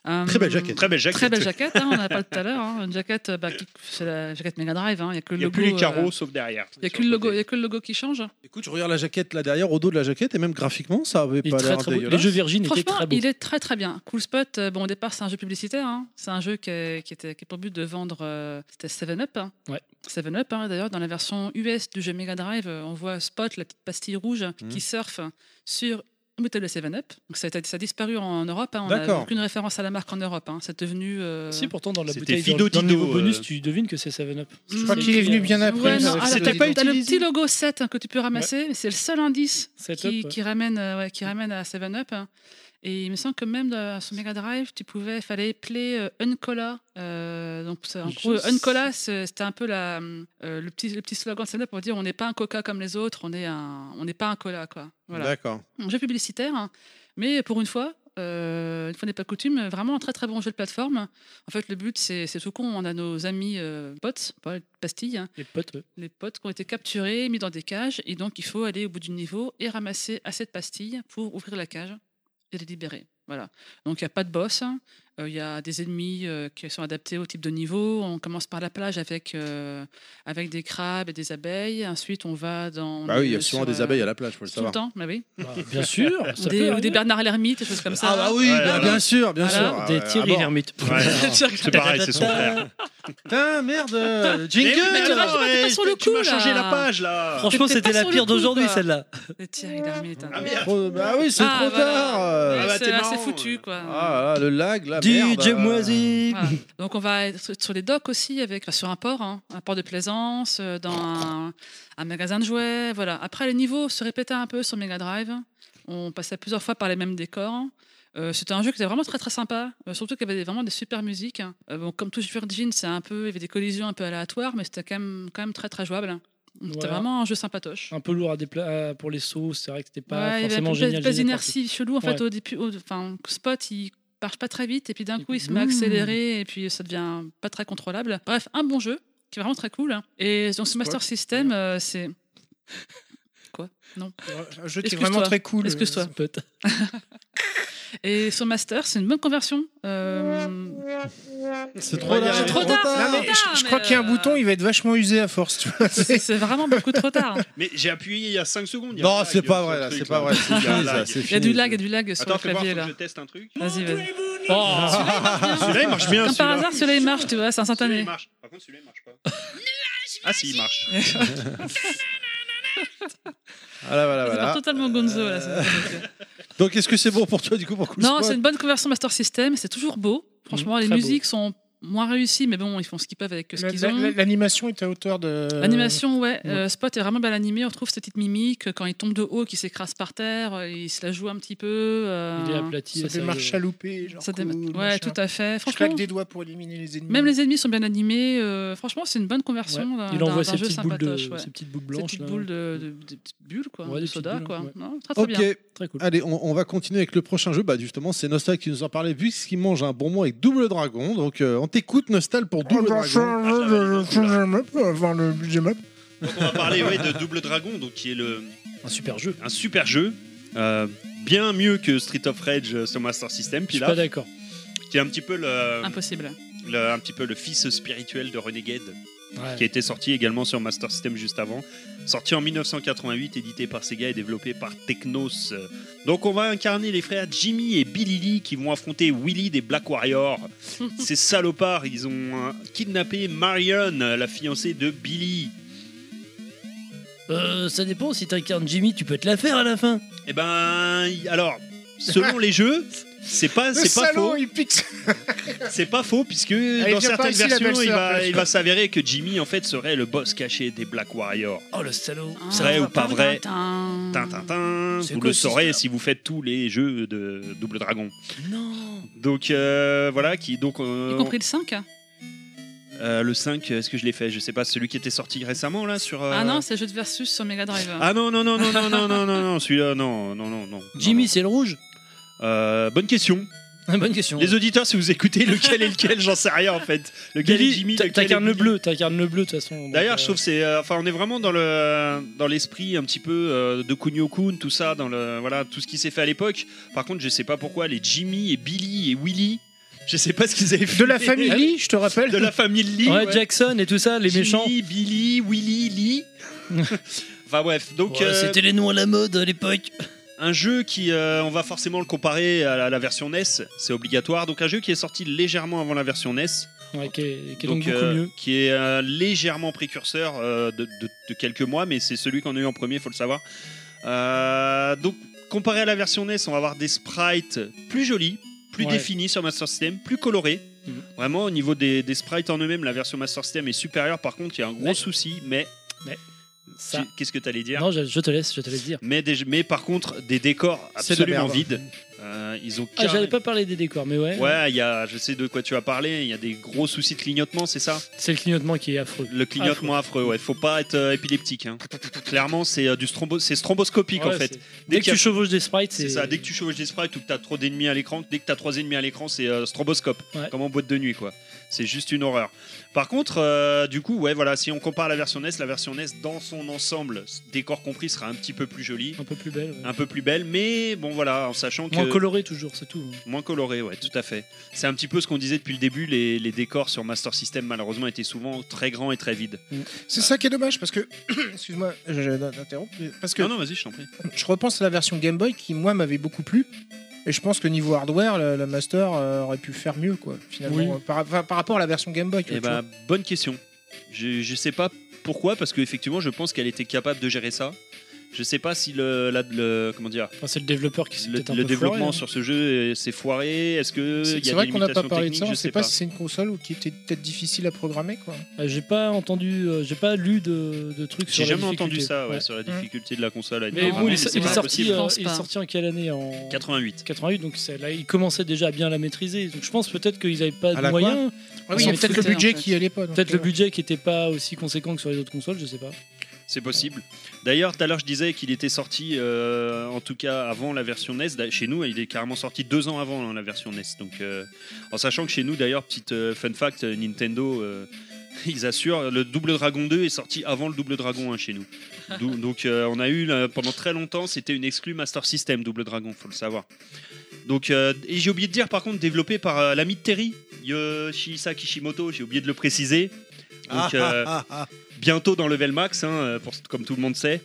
F: Euh,
B: Très belle jaquette.
D: Très belle jaquette.
F: Très belle jaquette, hein, on en a parlé tout à l'heure. hein. Une jaquette, euh, bah, qui- c'est la jaquette Mega Drive, hein. il n'y a que le
D: Il n'y a
F: logo.
D: plus les carreaux
F: euh,
D: sauf derrière.
F: Il n'y a, que le logo- il y a que le logo qui change.
B: Écoute, je regarde la jaquette là derrière, au dos de la jaquette, et même graphiquement, ça avait
A: Il est
B: pas
A: très,
B: l'air
A: très beau.
B: dégueulasse.
A: Les jeux Virgin étaient
F: Franchement,
A: très beaux.
F: il est très très bien. Cool Spot, euh, bon, au départ, c'est un jeu publicitaire. hein. C'est un jeu qui est, qui, était, qui est pour but de vendre. euh, C'était 7-Up. hein.
A: Ouais.
F: 7-Up, hein. d'ailleurs, dans la version US du jeu Mega Drive, euh, on voit Spot, la petite pastille rouge, qui surfe sur une bouteille de 7-Up. Donc, Ça, a été- ça a disparu en Europe. hein. On n'a
B: D'accord.
F: aucune référence à la marque en Europe. hein. C'est devenu. euh,
A: Si, pourtant, dans la
D: C'était
A: bouteille,
D: Fido
A: dans, dans le niveau
D: Dido,
A: bonus,
D: euh.
A: tu devines que c'est 7-Up.
F: Je
E: Je crois qu'il est venu bien
F: Ouais,
E: après.
F: non,
E: ça,
F: ah,
E: ça,
F: t'as
E: ça,
F: pas
E: ça,
F: utilisé- t'as le petit logo 7 hein, que tu peux ramasser, mais c'est le seul indice qui,
A: 7-Up.
F: qui ramène, euh, ouais, qui ramène à 7-Up. hein. Et il me semble que même euh, sur Mega Drive, tu pouvais, fallait play euh, Uncola. Euh, donc, c'est- en
A: Je
F: gros,
A: sais.
F: Uncola, c'est- c'était un peu la, hum, euh, le, petit, le petit slogan de 7-Up pour dire on n'est pas un coca comme les autres, on est un- on n'est pas un cola. Quoi. Voilà.
B: D'accord.
F: Un jeu publicitaire, hein. mais pour une fois, euh, une fois n'est pas coutume, vraiment un très très bon jeu de plateforme. En fait, le but, c'est c'est tout con, on a nos amis euh, potes, pas pastilles, hein,
A: Les potes, ouais.
F: les potes qui ont été capturés, mis dans des cages, et donc il faut aller au bout du niveau et ramasser assez de pastilles pour ouvrir la cage et les libérer. Voilà. Donc il n'y a pas de boss, hein. Euh, il y a des ennemis euh, qui sont adaptés au type de niveau. On commence par la plage avec, euh, avec des crabes et des abeilles. Ensuite, on va dans. euh,
B: Bah oui, il y a souvent des abeilles à la plage, faut le
F: Tout le
B: savoir.
F: temps, bah oui.
A: Bah, bien sûr. ça peut
F: Des, ou
A: arriver.
F: des Bernard l'ermite, des choses comme ça.
B: Ah bah oui,
D: Ouais,
B: bah,
D: voilà.
B: bien sûr, bien
F: Voilà.
B: sûr. Ah
A: Des
B: ouais, à
A: Thierry
B: bord.
A: Lhermitte.
D: Ouais, c'est pareil, c'est son frère.
B: Putain, merde euh,
D: Eh
B: Jingle
D: oui, mais tu
F: alors,
D: vois,
F: eh,
D: j'ai pas
F: sur le
D: tu m'as
F: coup,
D: changé
F: là.
D: la page là.
A: Franchement,
F: T'étais
A: c'était
F: pas
A: la
F: sur le
A: pire
F: coup,
A: d'aujourd'hui,
F: quoi.
A: celle-là.
F: Des Thierry l'ermite. hein.
D: Ah merde.
B: Trop- Bah oui, c'est
F: Ah,
B: trop
F: voilà.
B: tard. euh.
F: Ouais,
D: bah, t'es
F: c'est-
D: marrant.
F: c'est foutu, quoi.
B: Ah, là, le lag là. merde.
A: DJ Moisy
F: Voilà. Donc on va être sur les docks aussi, avec, enfin, sur un port, hein, un port de plaisance, euh, dans un, un magasin de jouets. Voilà. Après, les niveaux se répétaient un peu sur Mega Drive. On passait plusieurs fois par les mêmes décors. Euh, c'était un jeu qui était vraiment très très sympa, euh, surtout qu'il y avait des- vraiment des super musiques. Euh, bon, comme tout Virgin, c'est un peu, il y avait des collisions un peu aléatoires, mais c'était quand même, quand même très très jouable. Donc, C'était
A: Voilà.
F: vraiment un jeu sympatoche.
A: Un peu lourd à dépla- à- pour les sauts, c'est vrai que c'était pas
F: Ouais, il y avait
A: forcément
F: une
A: génial.
F: espèce
A: génial partout.
F: d'inertie chelou en fait
A: Ouais.
F: au début. au- Enfin, Spot il marche pas très vite et puis d'un
A: Et
F: coup
A: puis,
F: il se met à accélérer et puis ça devient pas très contrôlable. Bref, un bon jeu qui est vraiment très cool. hein. Et donc ce Master System, euh, c'est
E: Un jeu qui est
F: Excuse-toi.
E: vraiment très cool.
F: Est-ce que toi
A: Peut-être.
F: et sur Master, c'est une bonne conversion. Euh,
B: C'est
E: trop tard.
F: C'est trop tard,
E: Non, Ah, mais
F: Putain,
E: je, je
F: mais,
E: crois qu'il y a un
F: euh,
E: bouton, il va être vachement usé à force. Tu vois.
F: c'est c'est vraiment beaucoup trop tard.
D: Mais j'ai appuyé il y a 5 secondes. il y a un
B: Non,
D: lag
B: c'est pas
D: sur
B: vrai,
D: le
B: là,
D: truc,
B: c'est pas vrai. C'est
D: Il y a un
B: fini, ça,
D: lag.
B: c'est
F: Il y a
B: fini.
F: du lag, il y a du lag sur
D: Attends,
F: le
D: fais voir,
F: clavier
D: faut que
F: là.
D: je teste un truc.
F: Vas-y, vas-y.
E: Oh.
D: Celui-là, il marche bien.
F: Comme par
D: celui-là.
F: hasard, celui-là il marche, tu vois,
D: Celui-là,
F: c'est instantané.
D: il marche. Par contre, celui-là, il marche pas. Ah, si, il marche. Ah
B: Voilà, voilà,
E: Ah,
F: C'est
B: voilà.
F: totalement gonzo là. c'est-
E: Euh,
B: Donc, est-ce que c'est bon pour toi, du coup, pour Cool
F: Non,
B: Spot
F: c'est une bonne conversion Master System, c'est toujours beau. Franchement,
A: Mhm,
F: les
A: très beau.
F: musiques sont moins réussies, mais bon, ils font ce qu'ils peuvent avec euh, ce
E: La-
F: qu'ils ont.
E: la- la- L'animation est à hauteur de.
F: L'animation, ouais. euh, Spot est vraiment bien animé. On retrouve cette petite mimique euh, quand il tombe de haut, qui s'écrase par terre, euh, il se la joue un petit peu. euh,
A: Il est aplati.
E: Ça
A: assez
E: fait marche à louper. Genre
F: ça dé-
E: cool,
F: Ouais,
E: machin.
F: tout à fait.
E: Je
F: Franchement,
E: claque des doigts pour éliminer les ennemis.
F: même les ennemis sont bien animés. euh, franchement, c'est une bonne conversion.
A: Ouais.
F: d'un-
A: Il
F: d'un-
A: envoie
F: d'un
A: ses
F: jeu
A: petites, boules de,
F: sympatoche, ouais.
A: ses petites boules
F: Ces
A: blanches.
F: petites
A: là.
F: bulles de, de- de- de petites bulles, quoi,
A: Ouais,
F: de
A: des
F: soda,
A: petites bulles,
F: quoi.
A: ouais.
F: Non, très, très
B: Ok,
F: bien.
A: Très cool.
B: allez, on, on va continuer avec le prochain jeu. Bah, justement, c'est Nostal qui nous en parlait, puisqu'il mange un bonbon avec Double Dragon. Donc, euh, on t'écoute, Nostal, pour Double Dragon.
E: le
D: Donc, on va parler ouais, de Double Dragon, donc, qui est le,
A: Un super jeu.
D: un super jeu. euh, bien mieux que Street of Rage euh, sur Master System,
A: Je suis
D: puis
A: pas
D: là,
A: d'accord.
D: qui est un petit peu le,
F: Impossible.
D: le- un petit peu le fils spirituel de Renegade,
A: Ouais.
D: qui a été sorti également sur Master System juste avant. Sorti en 1988, édité par Sega et développé par Technos. Donc on va incarner les frères Jimmy et Billy Lee qui vont affronter Willy des Black Warriors. Ces salopards, ils ont euh, kidnappé Marion, la fiancée de Billy.
C: Euh, ça dépend, si t'incarnes Jimmy, tu peux te la faire à la fin.
D: Eh ben, y- alors, selon les jeux, c'est pas, c'est pas faux.
E: salaud, il Ah, pique.
D: C'est pas faux puisque
E: viens
D: dans certaines
E: par ici, la
D: versions, il
E: belle-sœur,
D: va,
E: là.
D: il va s'avérer que Jimmy en fait serait le boss caché des Black Warriors.
C: Oh le salaud.
F: Ah,
D: Vrai ou pas vrai
F: Tintin.
D: Tintintin,
C: C'est
D: vous
C: quoi
D: le
C: ce
D: saurez
C: système
D: si vous faites tous les jeux de Double Dragon.
C: Non.
D: Donc euh, voilà, qui donc euh,
F: Y compris le hein. 5
D: euh, le 5, est-ce que je l'ai fait Je sais pas, celui qui était sorti récemment là sur. euh,
F: Ah non, c'est le jeu de versus sur Mega Drive.
D: Ah non non non non non non non non non celui-là non non non non.
C: Jimmy, c'est le rouge
D: Non. Euh, bonne question.
C: Bonne question.
D: Les auditeurs, si vous écoutez lequel est lequel, j'en sais rien en fait. Lequel est
A: Billy,
D: Jimmy
A: t'a-
D: lequel est
A: t'incarnes le
D: Billy.
A: bleu, t'incarnes le bleu de toute façon.
D: D'ailleurs,
A: Donc,
D: je
A: euh,
D: trouve que c'est, euh, enfin, on est vraiment dans le, dans l'esprit un petit peu euh, de Kunio-kun, tout ça, dans le, voilà, tout ce qui s'est fait à l'époque. Par contre, je sais pas pourquoi les Jimmy et Billy et Willy, je sais pas ce qu'ils avaient fait.
E: De la famille Lee, je te rappelle.
D: de la famille Lee.
A: Ouais,
D: ouais.
A: Jackson et tout ça, les
D: Jimmy,
A: méchants.
D: Billy, Willy, Lee. enfin bref, donc
C: Ouais,
D: euh,
C: C'était les noms à la mode à l'époque.
D: un jeu qui, euh, on va forcément le comparer à la, à la version NES, c'est obligatoire. Donc un jeu qui est sorti légèrement avant la version E NES.
A: Ouais, qui est, qui est donc, beaucoup
D: euh,
A: mieux.
D: Qui est euh, légèrement précurseur euh, de, de- de quelques mois, mais c'est celui qu'on a eu en premier, faut le savoir. Euh, donc, comparé à la version NES, on va avoir des sprites plus jolis, plus
A: Ouais.
D: définis sur Master System, plus colorés.
A: Mhm.
D: Vraiment, au niveau des, des sprites en eux-mêmes, la version Master System est supérieure. Par contre, il y a un gros
A: Mais-
D: souci, mais.
A: mais-
D: Tu-
A: ça-
D: Qu'est-ce que tu allais dire
A: Non, je, je te laisse, je te laisse dire.
D: mais, des- mais par contre, des décors
B: C'est de la
D: absolument
B: merde.
D: vides. Euh, ils ont
A: Ah, j'avais
D: carré-
A: pas parlé des décors, mais ouais.
D: Ouais, il y a, je sais de quoi tu as parlé. Il y a des gros soucis de clignotement, c'est ça
A: C'est le clignotement qui est affreux.
D: le clignotement affreux, ouais. Faut pas être euh, épileptique. hein. Clairement, c'est euh, du strombo- c'est stromboscopique en
A: Ouais,
D: fait.
A: c'est- Dès que
D: qu'il y a-
A: tu chevauches des sprites,
D: c'est
A: c'est
D: ça. Dès que tu chevauches des sprites ou que t'as trop d'ennemis à l'écran, dès que t'as trois ennemis à l'écran, c'est euh, stroboscope,
A: Ouais.
D: comme en boîte de nuit, quoi. C'est juste une horreur. Par contre, euh, du coup, ouais, voilà, si on compare la version NES, la version NES dans son ensemble, décor compris, sera un petit peu plus jolie,
A: un peu plus belle. ouais.
D: un peu plus belle, mais bon, voilà, en sachant que
A: Moins coloré toujours, c'est tout. hein.
D: Moins coloré, ouais, tout à fait. C'est un petit peu ce qu'on disait depuis le début. Les, les décors sur Master System, malheureusement, étaient souvent très grands et très vides.
E: C'est ça qui est dommage parce que. Excuse-moi, je- je t'interromps. Parce que
D: Non, non, vas-y, je t'en prie.
E: je repense à la version Game Boy qui, moi, m'avait beaucoup plu. Et je pense que niveau hardware, le, le Master euh, aurait pu faire mieux, quoi, finalement,
A: Oui.
E: euh, par, par- par rapport à la version Game Boy.
D: Eh
E: tu
D: bah,
E: vois.
D: bonne question. Je, je sais pas pourquoi, parce qu'effectivement, je pense qu'elle était capable de gérer ça. Je sais pas si le, la- le- comment dire,
A: Enfin, c'est le développeur qui s'est
D: le,
A: peut-être un
D: le
A: peu
D: développement
A: foiré, hein.
D: sur ce jeu est- s'est foiré. Est-ce que
E: C'est
D: il euh, y
E: c'est
D: a
E: vrai
D: des
E: qu'on n'a pas
D: limitations
E: parlé de
D: techniques
E: ça. On
D: Je
E: ne
D: sais
E: sait
D: pas.
E: pas si c'est une console ou qui était peut-être difficile à programmer. Quoi.
A: Euh, J'ai pas entendu, euh, j'ai pas lu de, de trucs sur
D: J'ai
A: la
D: jamais entendu
A: difficulté.
D: ça ouais,
A: Ouais.
D: sur la difficulté de la console. à être
A: Mais
F: Non,
A: bon,
D: programmée,
A: il,
F: mais
A: est-
D: c'est
A: il est
D: pas
A: sorti,
D: impossible.
A: euh,
F: pense
A: il est
F: pas.
A: sorti en quelle année En
D: 88.
A: 88, donc c'est- là, il commençait déjà à bien la maîtriser. Donc je pense peut-être qu'ils n'avaient pas
B: À
A: de
B: la quoi
A: moyens.
F: oui,
E: c'est
F: mais
E: peut-être le
F: c'était,
E: budget
F: en fait.
E: qui allait pas. donc,
A: Peut-être le
E: euh,
A: budget qui n'était pas aussi conséquent que sur les autres consoles, je sais pas.
D: C'est possible. D'ailleurs, tout à l'heure, je disais qu'il était sorti, euh, en tout cas avant la version NES. Da- Chez nous, il est carrément sorti deux ans avant hein, la version NES. Donc, euh, en sachant que chez nous, d'ailleurs, petite euh, fun fact, euh, Nintendo, euh, ils assurent, le Double Dragon 2 est sorti avant le Double Dragon 1 chez nous. D'où- donc, euh, on a eu là, pendant très longtemps, c'était une exclue Master System, Double Dragon, faut le savoir. Donc, euh, et j'ai oublié de dire, par contre, développé par euh, l'ami de Terry, Yoshihisa Kishimoto, j'ai oublié de le préciser.
B: Ah,
D: Donc, euh,
B: ah, ah, ah.
D: bientôt dans Level Max, hein, euh, pour, comme tout le monde sait,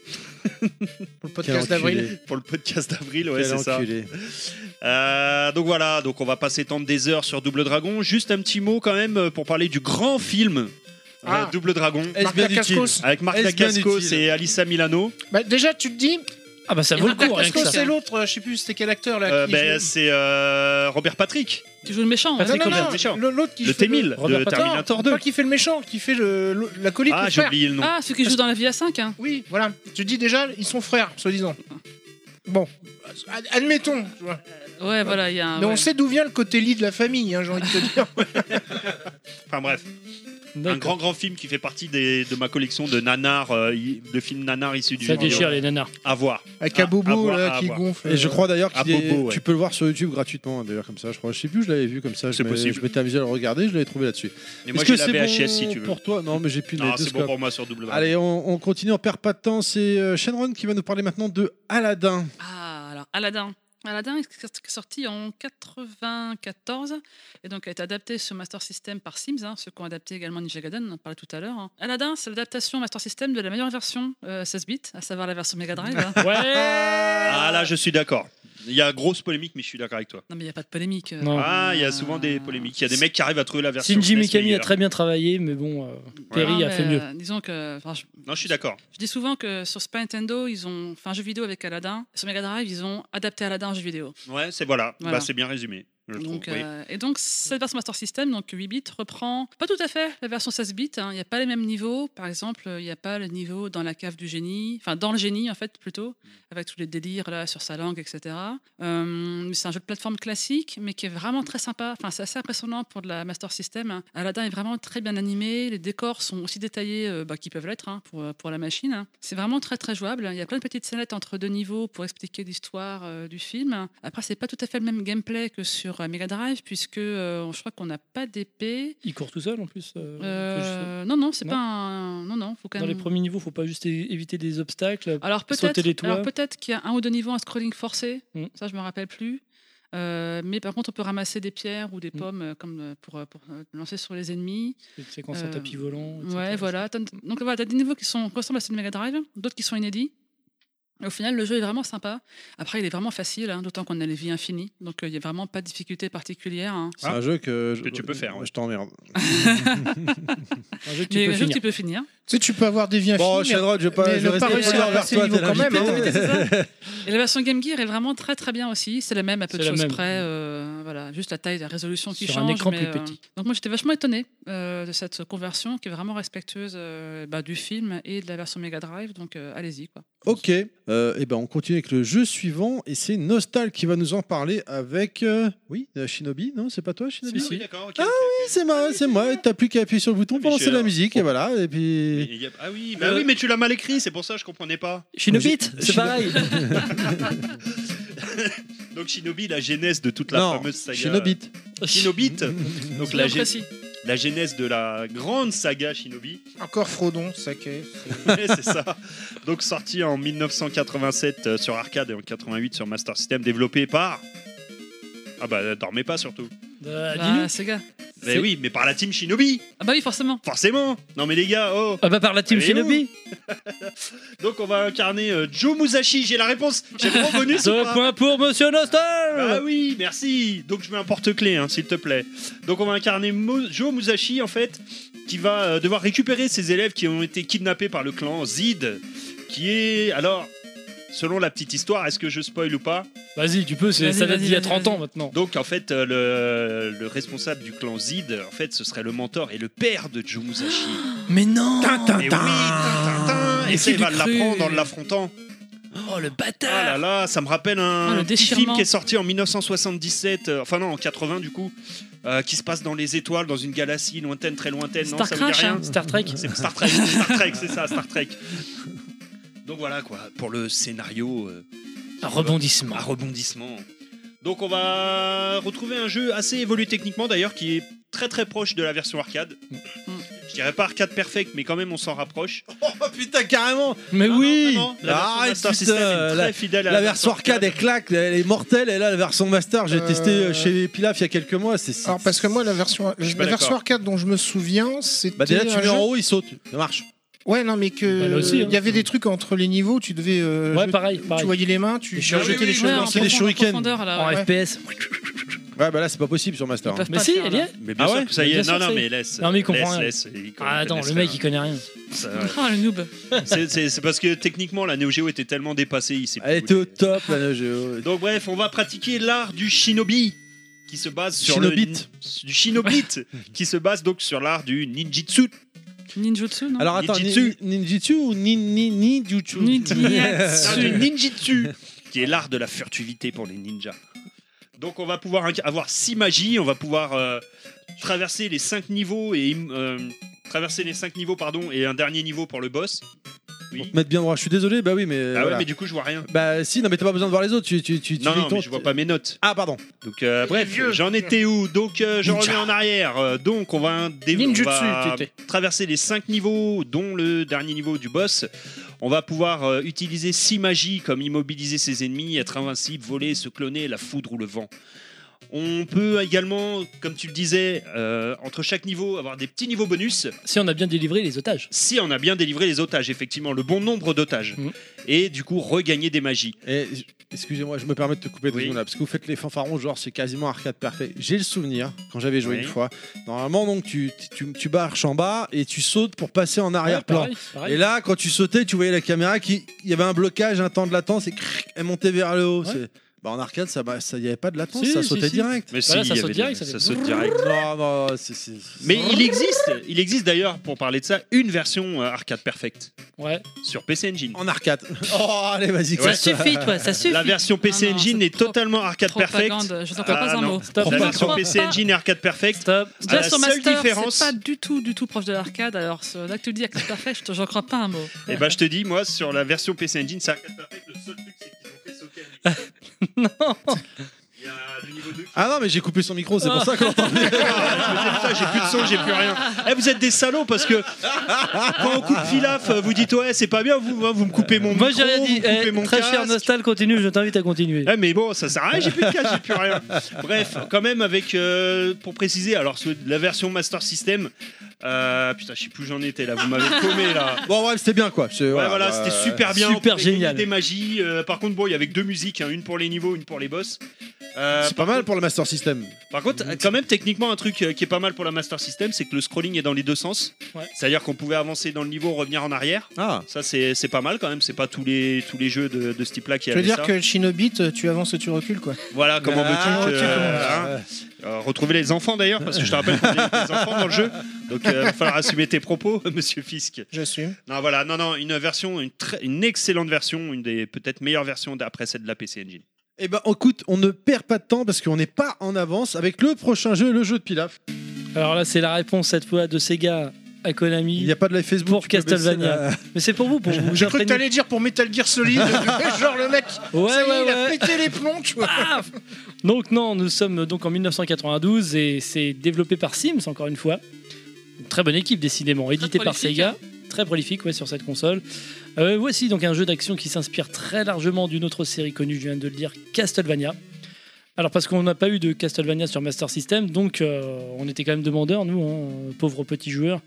E: Pour le
B: Quel
E: podcast d'avril.
B: enculé.
D: pour le podcast d'avril, ouais,
B: Quel
D: c'est ça.
B: enculé.
D: Euh, donc voilà, donc on va pas s'étendre des heures sur Double Dragon. Juste un petit mot quand même euh, pour parler du grand film euh,
E: Ah.
D: Double Dragon
B: Est-ce
E: Marc
B: bien
E: Dacascos.
B: utile
D: avec Marc
B: Est-ce bien
D: Dacascos
B: utile
D: et Alissa Milano.
E: Bah, déjà, tu te dis,
A: Ah bah ça
F: Et
A: vaut le coup,
F: Marc
A: rien
E: parce
A: que
E: que
A: ça.
E: c'est l'autre, euh, je sais plus c'était quel acteur là.
D: Euh,
E: qui
D: ben,
E: joue-
D: c'est euh, Robert Patrick,
F: Tu joues le méchant. hein en
E: Ah,
F: fait.
E: non, non,
D: Robert
E: non,
D: Méchant.
E: le- l'autre qui
D: le
E: fait
D: T-1000
A: Robert
D: de
A: Patrick.
D: Terminator
E: Non,
D: 2.
E: pas qui fait le méchant, qui fait le- le- l'acolyte,
D: Ah,
E: le
D: j'ai
E: frère.
D: oublié le nom.
F: Ah, celui qui joue dans la vie à 5. Hein.
E: Oui, voilà. Tu dis déjà, ils sont frères, soi-disant. Bon, ad- admettons. tu vois.
F: Ouais, voilà, il y a un.
E: Mais
F: Ah ouais.
E: on sait d'où vient le côté lit de la famille, hein, j'ai envie de te dire.
D: Enfin bref, un
A: D'accord.
D: grand grand film qui fait partie des- de ma collection de nanars, euh, i- de films nanars issus du
A: Ça
D: jeu vidéo.
A: déchire les nanars.
D: À voir.
E: Avec un
D: Ah, à
E: bobo
D: voir,
E: là,
D: à
E: qui
D: voir.
E: gonfle.
B: Et je
E: euh,
B: crois d'ailleurs
D: à
B: qu'il est-
D: Bobo, ouais.
B: tu peux le voir sur YouTube gratuitement hein, d'ailleurs comme ça je crois je sais plus je l'avais vu comme ça je
D: C'est
B: m'ai-
D: possible.
B: je m'étais amusé à le regarder je l'avais trouvé là-dessus
D: Et moi
B: Est-ce
D: j'ai
B: que
D: la
B: c'est
D: VHS
B: bon
D: si tu veux.
B: pour toi non mais j'ai plus mes
D: Non,
B: deux
D: c'est bon pour moi sur Double Dragon.
B: Allez, on, on continue, on perd pas de temps. C'est euh, Shenron qui va nous parler maintenant de Aladdin.
F: Ah, alors Aladdin. Aladdin est sorti en 94 et donc a été adapté sur Master System par Sims, hein, ceux qui ont adapté également Ninja Gaiden, on en parlait tout à l'heure. hein. Aladdin, c'est l'adaptation Master System de la meilleure version euh, 16 bits, à savoir la version Mega Drive. hein.
D: Ah là, je suis d'accord. Il y a grosse polémique, mais je suis d'accord avec toi.
F: Non, mais il n'y a pas de polémique. euh.
A: Non.
D: Ah, il y a souvent des polémiques. Il y a des mecs qui arrivent à trouver la version. E
A: Shinji
D: NES
A: Mikami a
D: meilleure.
A: très bien travaillé, mais bon, euh, Terry
F: Non,
A: a fait
F: mais,
A: mieux.
F: euh, disons que enfin, je,
D: Non, je suis d'accord.
F: je dis souvent que sur Super Nintendo, ils ont fait un jeu vidéo avec Aladdin. Sur Mega Drive, ils ont adapté Aladdin en jeu vidéo.
D: Ouais, c'est voilà.
F: Voilà.
D: Bah, c'est bien résumé. je trouve,
F: Donc,
D: oui.
F: euh, et donc, cette version Master System, donc 8 bits, reprend pas tout à fait la version 16 bits. hein. Il n'y a pas les mêmes niveaux. Par exemple, il n'y a pas le niveau dans la cave du génie, enfin dans le génie en fait plutôt, avec tous les délires là sur sa langue, etc. Euh, c'est un jeu de plateforme classique, mais qui est vraiment très sympa. Enfin, c'est assez impressionnant pour de la Master System. hein. Aladdin est vraiment très bien animé. Les décors sont aussi détaillés euh, bah, qu'ils peuvent l'être hein, pour, euh, pour la machine. hein. C'est vraiment très très jouable. Il y a plein de petites scénettes entre deux niveaux pour expliquer l'histoire euh, du film. Après, c'est pas tout à fait le même gameplay que sur euh, Mega Drive, puisque euh, je crois qu'on n'a pas d'épée.
A: Il court tout seul en plus. euh, faut juste-
F: Euh, Ben non, non, c'est
A: Non.
F: pas un. Non, non, faut quand
A: Dans les
F: même.
A: premiers niveaux, faut pas juste é- éviter des obstacles.
F: Alors
A: Sauter les
F: peut-être
A: toits.
F: alors peut-être qu'il y a un ou deux niveaux en scrolling forcé,
A: Mm.
F: ça je me rappelle plus. Euh, mais par contre, on peut ramasser des pierres ou des
A: Mm.
F: pommes euh, comme euh, pour, euh, pour euh, lancer sur les ennemis.
A: Une séquence en
F: Euh,
A: tapis volant. etc.
F: Ouais, voilà. T'as- Donc voilà, t'as des niveaux qui sont ressemblent à ceux de Mega Drive, d'autres qui sont inédits. Et au final, le jeu est vraiment sympa. Après, il est vraiment facile, hein, d'autant qu'on a les vies infinies, donc euh, il n'y a vraiment pas de difficulté particulière. hein.
B: C'est
D: Ah.
B: un jeu que, je-
D: Que tu peux faire, ouais.
B: Je t'emmerde.
A: Un jeu que tu
F: Mais
A: peux
F: un jeu que
A: finir.
F: tu peux finir.
E: Tu sais, tu peux avoir des vies
B: Bon,
E: infinies, mais-
B: Shenron, je vais pas
E: mais
B: je vais
E: ne pas
B: rester
E: réussir à
B: polaire
E: passer
B: vers
E: le niveau
B: toi,
E: quand
B: t'es
E: même, hein.
B: l'invité.
F: C'est ça. Et la version Game Gear est vraiment très très bien aussi. C'est la même à peu de
A: C'est la
F: choses
A: même.
F: près. euh, voilà, juste la taille, la résolution qui
A: Sur un
F: change.
A: écran plus
F: euh,
A: petit.
F: donc moi j'étais vachement étonnée euh, de cette conversion qui est vraiment respectueuse euh, bah, du film et de la version Mega Drive. Donc euh, allez-y quoi.
B: Ok, euh, et ben on continue avec le jeu suivant et c'est Nostal qui va nous en parler avec euh, oui euh, Shinobi non c'est pas toi Shinobi
D: Ah
B: Oui,
D: oui, d'accord, ok,
B: Ah
D: ok, ok.
B: c'est moi c'est moi t'as plus qu'à appuyer sur le bouton
D: Ah,
B: pour
D: mais
B: lancer
D: j'ai-
B: la musique et voilà et
D: Mais
B: puis
D: il y a- Ah oui, bah oui, mais tu l'as mal écrit, c'est pour ça que je comprenais pas.
A: Shinobit, c'est
B: Shino-
A: pareil.
D: Donc Shinobi, la genèse de toute la
B: Non,
D: fameuse saga.
B: Shinobit
D: Shinobi. Donc la,
F: Bien
D: gé-
F: précis.
D: la genèse de la grande saga Shinobi.
E: Encore Frodon, Saké.
D: Ouais, c'est ça. Donc sorti en 1987 euh, sur arcade et en 88 sur Master System, développé par. Ah bah dormez pas surtout.
A: Euh, dis-nous.
F: Bah, Sega.
D: Mais
A: C'est-
D: oui, mais par la team Shinobi,
F: Ah bah oui forcément.
D: forcément. Non mais les gars, oh.
A: Ah bah par la team
D: Elle est où
A: Shinobi.
D: Donc on va incarner euh, Joe Musashi. J'ai la réponse. J'ai le gros bonus. ou
A: Deux
D: pas
A: points pour Monsieur
D: Ah
A: Nostal.
D: oui, merci. Donc je mets un porte-clé, hein, s'il te plaît. Donc on va incarner Mo- Joe Musashi en fait, qui va euh, devoir récupérer ses élèves qui ont été kidnappés par le clan Zid, qui est alors selon la petite histoire, est-ce que je spoil ou pas
A: Vas-y, tu peux, c'est-
F: Vas-y,
A: ça date
F: vas-y,
A: d'il y a
F: vas-y,
A: 30 ans
F: vas-y.
A: maintenant.
D: Donc en fait, euh, le, le responsable du clan Zid, en fait, ce serait le mentor et le père de Joe Musashi.
A: Mais non
F: Ah,
D: Et oui, Tintin,
A: Et
D: et ça,
A: tu
D: il va
A: l'as
D: l'apprendre
A: cru.
D: en l'affrontant.
A: Oh le
D: Ah là
A: bâtard
D: là, ça me rappelle
F: Ah,
D: un
F: le
D: petit film
F: déchirement.
D: qui est sorti en 1977, euh, enfin non, en 80 du coup, euh, qui se passe dans les étoiles, dans une galaxie lointaine, très lointaine. Eh non,
F: Star
D: ça me dit
F: Crash,
D: rien.
F: hein.
A: Star Trek
D: C'est Star Trek, Star Trek, c'est ça, Star Trek. Donc voilà quoi, pour le scénario euh,
A: Un rebondissement.
D: à rebondissement. Donc on va retrouver un jeu assez évolué techniquement d'ailleurs, qui est très très proche de la version arcade. Je dirais pas arcade perfect, mais quand même on s'en rapproche.
B: Oh putain, carrément
A: Mais
D: Ah non,
A: oui
D: non, non, La version
B: Arrête,
D: Master
B: putain,
D: System est très
B: la-
D: fidèle à
B: La version arcade, elle claque, elle est mortelle. Et là, la version master, j'ai
E: Euh,
B: testé chez Pilaf il y a quelques mois. C'est c'est-
E: Alors parce que moi la version
D: suis pas
E: la version
D: d'accord.
E: arcade dont je me souviens c'était
B: Bah déjà,
E: un
B: tu mets
E: jeu-
B: en haut, il saute. Ça marche.
E: Ouais non mais que
A: Bah, là aussi, hein.
E: il y avait des trucs entre les niveaux, tu devais euh,
A: Ouais,
E: je-
A: pareil,
E: tu
A: pareil.
E: voyais les mains, tu
A: Les
E: tu
F: Ah
A: choses.
E: jetais les
B: oui,
E: choses.
B: oui,
F: en
B: c'est des
F: profondeur, en
B: shuriken.
F: profondeur, là,
A: En
F: ouais.
A: FPS.
B: Ouais, bah là, c'est pas possible sur master.
F: Ils peuvent
A: Mais
F: pas
A: si,
F: faire, euh,
A: elle
F: là.
A: y est
D: Mais bien
B: Ah
D: sûr
B: ouais
D: que ça y
A: Bien
D: est,
A: sûr
D: non,
A: que
D: non,
A: ça y est.
D: mais laisse.
A: Non, mais il comprend
D: laisse,
A: rien.
D: laisse, il comprend-
A: Ah attends,
D: laisse
A: le mec il
D: faire.
A: connaît rien.
D: Ça, ouais.
F: Ah, le noob.
D: C'est- C'est c'est parce que techniquement, la Neo Geo était tellement dépassée. Il s'est
B: hein. Elle
D: plus
B: était au
D: voulu.
B: top, la Neo Geo.
D: Donc, bref, on va pratiquer l'art du shinobi qui se base sur
B: Shinobite.
D: le du shinobite qui se base donc sur l'art du ninjitsu
F: Ninjutsu,
D: Ah
F: non
B: Alors attends,
D: Ninjitsu.
B: ni- ninjitsu ou ni- ni- ninjutsu
D: L'art
F: Ninjutsu.
D: du ninjitsu Euh, qui est l'art de la furtivité pour les ninjas donc on va pouvoir inc- avoir six magies on va pouvoir euh, traverser les cinq niveaux et im- euh, traverser les cinq niveaux pardon et un dernier niveau pour le boss oui
B: Pour te mettre bien droit. Je suis désolé, bah oui, mais.
D: ah ouais
B: voilà.
D: mais du coup je vois rien
B: Bah si, non, mais t'as pas besoin de voir les autres. Tu, tu, tu, tu
D: non,
B: fais
D: non
B: ton-
D: mais je vois pas mes notes
B: Ah, pardon.
D: Donc euh, bref, j'en étais où Donc euh, je reviens en arrière. Euh, donc on va, dé-
E: Ninjutsu,
D: on va
E: t'étais.
D: traverser les 5 niveaux, dont le dernier niveau du boss. On va pouvoir euh, utiliser 6 magies comme immobiliser ses ennemis, être invincible, voler, se cloner, la foudre ou le vent. On peut également, comme tu le disais, euh, entre chaque niveau avoir des petits niveaux bonus
A: Si on a bien délivré les otages.
D: si on a bien délivré les otages, effectivement, le bon nombre d'otages.
A: Mhm.
D: Et du coup, regagner des magies.
B: Et j- excusez-moi, je me permets de te couper deux
D: Oui.
B: secondes là, parce que vous faites les fanfarons, genre c'est quasiment arcade parfait. J'ai le souvenir, quand j'avais joué
D: Oui.
B: une fois, normalement donc tu, tu, tu marches en bas et tu sautes pour passer en arrière-plan.
A: pareil, pareil.
B: et là, quand tu sautais, tu voyais la caméra qui. Il y avait un blocage, un temps de latence et cric, elle montait vers le haut.
A: Ouais.
B: C'est- Bah, en arcade, ça bah, ça- il n'y avait pas de latence,
A: Si,
B: ça
A: si,
B: sautait
A: si.
B: direct.
A: Bah
D: Mais
A: là,
D: si,
A: ça
D: il y
A: saute
D: avait
A: direct,
D: des-
A: ça fait
D: ça saute direct.
B: Non, non, c'est. c'est- c'est-
A: Hein
D: Mais il existe, il existe d'ailleurs, pour parler de ça, une version euh, arcade perfect
A: Ouais.
D: sur PC Engine.
B: En arcade. Oh, allez, vas-y,
D: Ouais.
B: ça-
F: toi, ça suffit.
D: La version PC
F: Ah non,
D: Engine
F: c'est
D: est
F: trop-
D: totalement arcade perfect.
F: Propagande, je n'entends pas
D: Ah
F: un
D: non.
F: mot.
A: Stop.
D: La
A: Propagande.
D: version PC Engine et arcade perfect.
A: Stop.
D: la
F: Déjà sur
D: seule
F: Master,
D: différence-
F: c'est pas du tout, du tout proche de l'arcade. Alors ce- là que tu dis Arcade Perfect, je- j'en crois pas un mot.
D: Et bah je te dis, moi, sur la version PC Engine, c'est arcade perfect. Le seul truc, c'est qu'ils ont fait sauter. Il y a le niveau Ah, 2
B: Ah non, mais j'ai coupé son micro, c'est pour ça qu'on l'entendait.
D: ça, j'ai plus de son, j'ai plus rien. Eh, vous êtes des salauds parce que quand on coupe Pilaf, vous dites ouais, c'est pas bien, vous, hein, vous me coupez mon
A: Moi
D: micro,
A: j'ai rien dit.
D: vous me coupez
A: Eh,
D: mon
A: très
D: casque.
A: cher Nostal, continue, je t'invite à continuer.
D: Eh, mais bon, ça sert à rien, j'ai plus de casque, j'ai plus rien. Bref, quand même, avec euh, pour préciser, alors sur la version Master System, euh, putain, je sais plus où j'en étais là, vous m'avez paumé là.
B: bon, ouais, c'était bien quoi. C'est- bah,
D: Ouais, voilà,
B: ouais,
D: c'était
B: ouais.
D: super bien. on
A: Super
D: pouvait gagner
A: génial.
D: Des magies. Euh, par contre, bon, il y avait que deux musiques, hein, une pour les niveaux, une pour les boss. Euh,
B: C'est pas mal pour le Master System.
D: par contre, quand même, techniquement, un truc euh, qui est pas mal pour la Master System, c'est que le scrolling est dans les deux sens.
A: Ouais.
D: C'est-à-dire qu'on pouvait avancer dans le niveau, revenir en arrière.
B: Ah.
D: Ça, c'est c'est pas mal quand même. C'est pas tous les, tous les jeux de, de ce type-là qui
E: Je veux
D: avaient
E: dire
D: ça.
E: que Shinobi t- tu avances et tu recules quoi.
D: Voilà, comment
B: Ah,
D: veux-tu que,
B: tu
D: euh, hein, euh, retrouver les enfants d'ailleurs, parce que je te rappelle qu'on est des enfants dans le jeu. Donc, il va falloir assumer tes propos, monsieur Fisk.
E: J'assume.
D: Non, voilà, non, non, une version, une, très- une excellente version, une des peut-être meilleures versions d'après celle de la PC Engine.
B: Eh ben, écoute, on ne perd pas de temps parce qu'on n'est pas en avance avec le prochain jeu, le jeu de Pilaf.
A: Alors là, c'est la réponse cette fois de Sega à
B: Il
A: Konami.
B: n'y a pas de live Facebook. tu
A: Pour
B: peux baisser
A: Castlevania.
B: la-
A: Mais c'est pour vous, pour vous.
E: J'ai cru que
A: imprégner.
E: t'allais dire pour Metal Gear Solid, genre le mec,
A: Ouais,
E: ça y est,
A: ouais,
E: il a
A: ouais. Ah,
E: pété les plombs, tu vois.
A: Paf donc non, nous sommes donc en 1992 et c'est développé par Sims encore une fois. Une très bonne équipe décidément, édité par
F: prolifique,
A: Sega, très prolifique ouais, sur cette console. Euh, voici donc un jeu d'action qui s'inspire très largement d'une autre série connue, je viens de le dire, Castlevania. Alors parce qu'on n'a pas eu de Castlevania sur Master System, donc euh, on était quand même demandeurs, nous, hein, pauvres petits joueurs.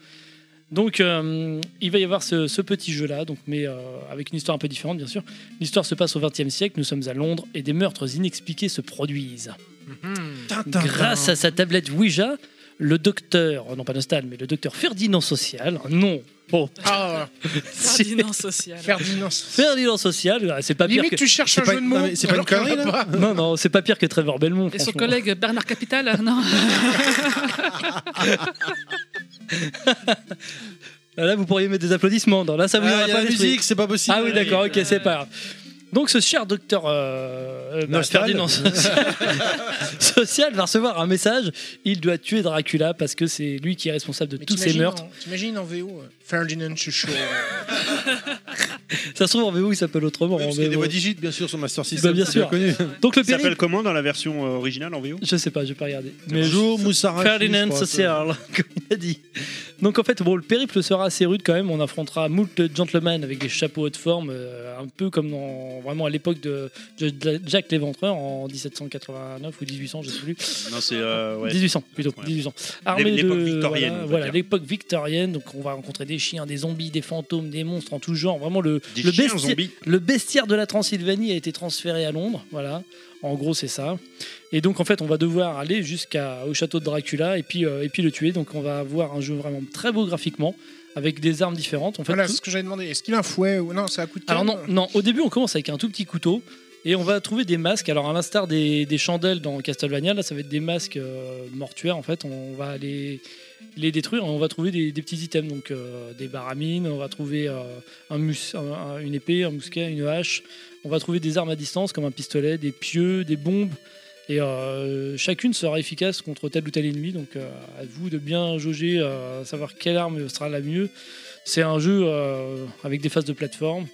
A: Donc euh, il va y avoir ce, ce petit jeu-là, donc, mais euh, avec une histoire un peu différente bien sûr. L'histoire se passe au XXe siècle, nous sommes à Londres et des meurtres inexpliqués se produisent. Grâce à sa tablette Ouija, le docteur, oh non pas Nostal, mais le docteur Ferdinand Social, un nom. oh. Bon,
E: Ah,
A: c'est-
F: Ferdinand social.
E: Ferdinand.
A: Ferdinand Social, ah, c'est pas pire
E: Limite,
A: que.
E: tu cherches
B: C'est
E: un
B: pas
E: jeu de
B: une-
E: mots.
B: non, mais c'est pas
E: alors
B: une
E: qu'il y en a
B: connerie, là
E: pas.
A: Non, non, c'est pas pire que Trevor Belmont.
F: Et son
A: franchement.
F: collègue Bernard Capital, euh, non.
A: Ah, Là, vous pourriez mettre des applaudissements. Dans. Là, ça vous
B: Ah,
A: ira
B: il y a
A: pas
B: la
A: les
B: musique,
A: trucs.
B: c'est pas possible.
A: Ah oui, d'accord, ok,
F: Euh,
A: c'est pas grave. Donc, ce cher docteur euh, euh, bah,
B: Nostal.
A: Ferdinand Social- Social va recevoir un message. Il doit tuer Dracula parce que c'est lui qui est responsable de
E: Mais
A: tous ces
E: t'imagines
A: meurtres.
E: en- T'imagines en VO euh, Ferdinand Chuchot. hein.
A: Ça se trouve en VO, il s'appelle autrement.
B: Parce
A: en
B: qu'il y a des
A: VO.
B: voix digites, bien sûr, sur Master System.
A: Bah, bien
B: c'est
A: sûr.
B: connu.
A: Donc, le
D: Il s'appelle
A: périple.
D: comment dans la version euh, originale en VO
A: Je sais pas, je vais pas regarder. Mais je-
B: Bonjour, Moussara.
A: Ferdinand Social, comme il a dit. Donc en fait, bon, le périple sera assez rude quand même. On affrontera moult gentlemen avec des chapeaux haute forme, euh, un peu comme dans, vraiment à l'époque de, de- de Jack l'Éventreur en 1789 ou 1800, je sais plus.
D: Non, c'est. euh, ouais.
A: 1800 plutôt,
D: Ouais.
A: 1800. Armé
D: L'é- l'époque
A: de-
D: victorienne, on
A: Voilà,
D: va
A: voilà,
D: dire.
A: l'époque victorienne. Donc on va rencontrer des chiens, des zombies, des fantômes, des monstres en tout genre. Vraiment le,
D: Des
A: le
D: chiens
A: besti-
D: zombies.
A: le bestiaire de la Transylvanie a été transféré à Londres, voilà. En gros, c'est ça. Et donc, en fait, on va devoir aller jusqu'au château de Dracula et puis, euh, et puis le tuer. Donc, on va avoir un jeu vraiment très beau graphiquement, avec des armes différentes. En fait,
E: Voilà
A: tout-
E: c'est ce que j'avais demandé. Est-ce qu'il a un fouet ou non C'est un coup de
A: Alors
E: canne
A: non, non, au début, on commence avec un tout petit couteau et on va trouver des masques. Alors, à l'instar des, des chandelles dans Castlevania, là, ça va être des masques euh, mortuaires. En fait, on va les, les détruire et on va trouver des, des petits items. Donc, euh, des baramines, on va trouver euh, un mus- un- un- une épée, un mousquet, une hache. On va trouver des armes à distance comme un pistolet, des pieux, des bombes. Et euh, chacune sera efficace contre tel ou tel ennemi. Donc, euh, à vous de bien jauger, euh, savoir quelle arme sera la mieux. C'est un jeu euh, avec des phases de plateforme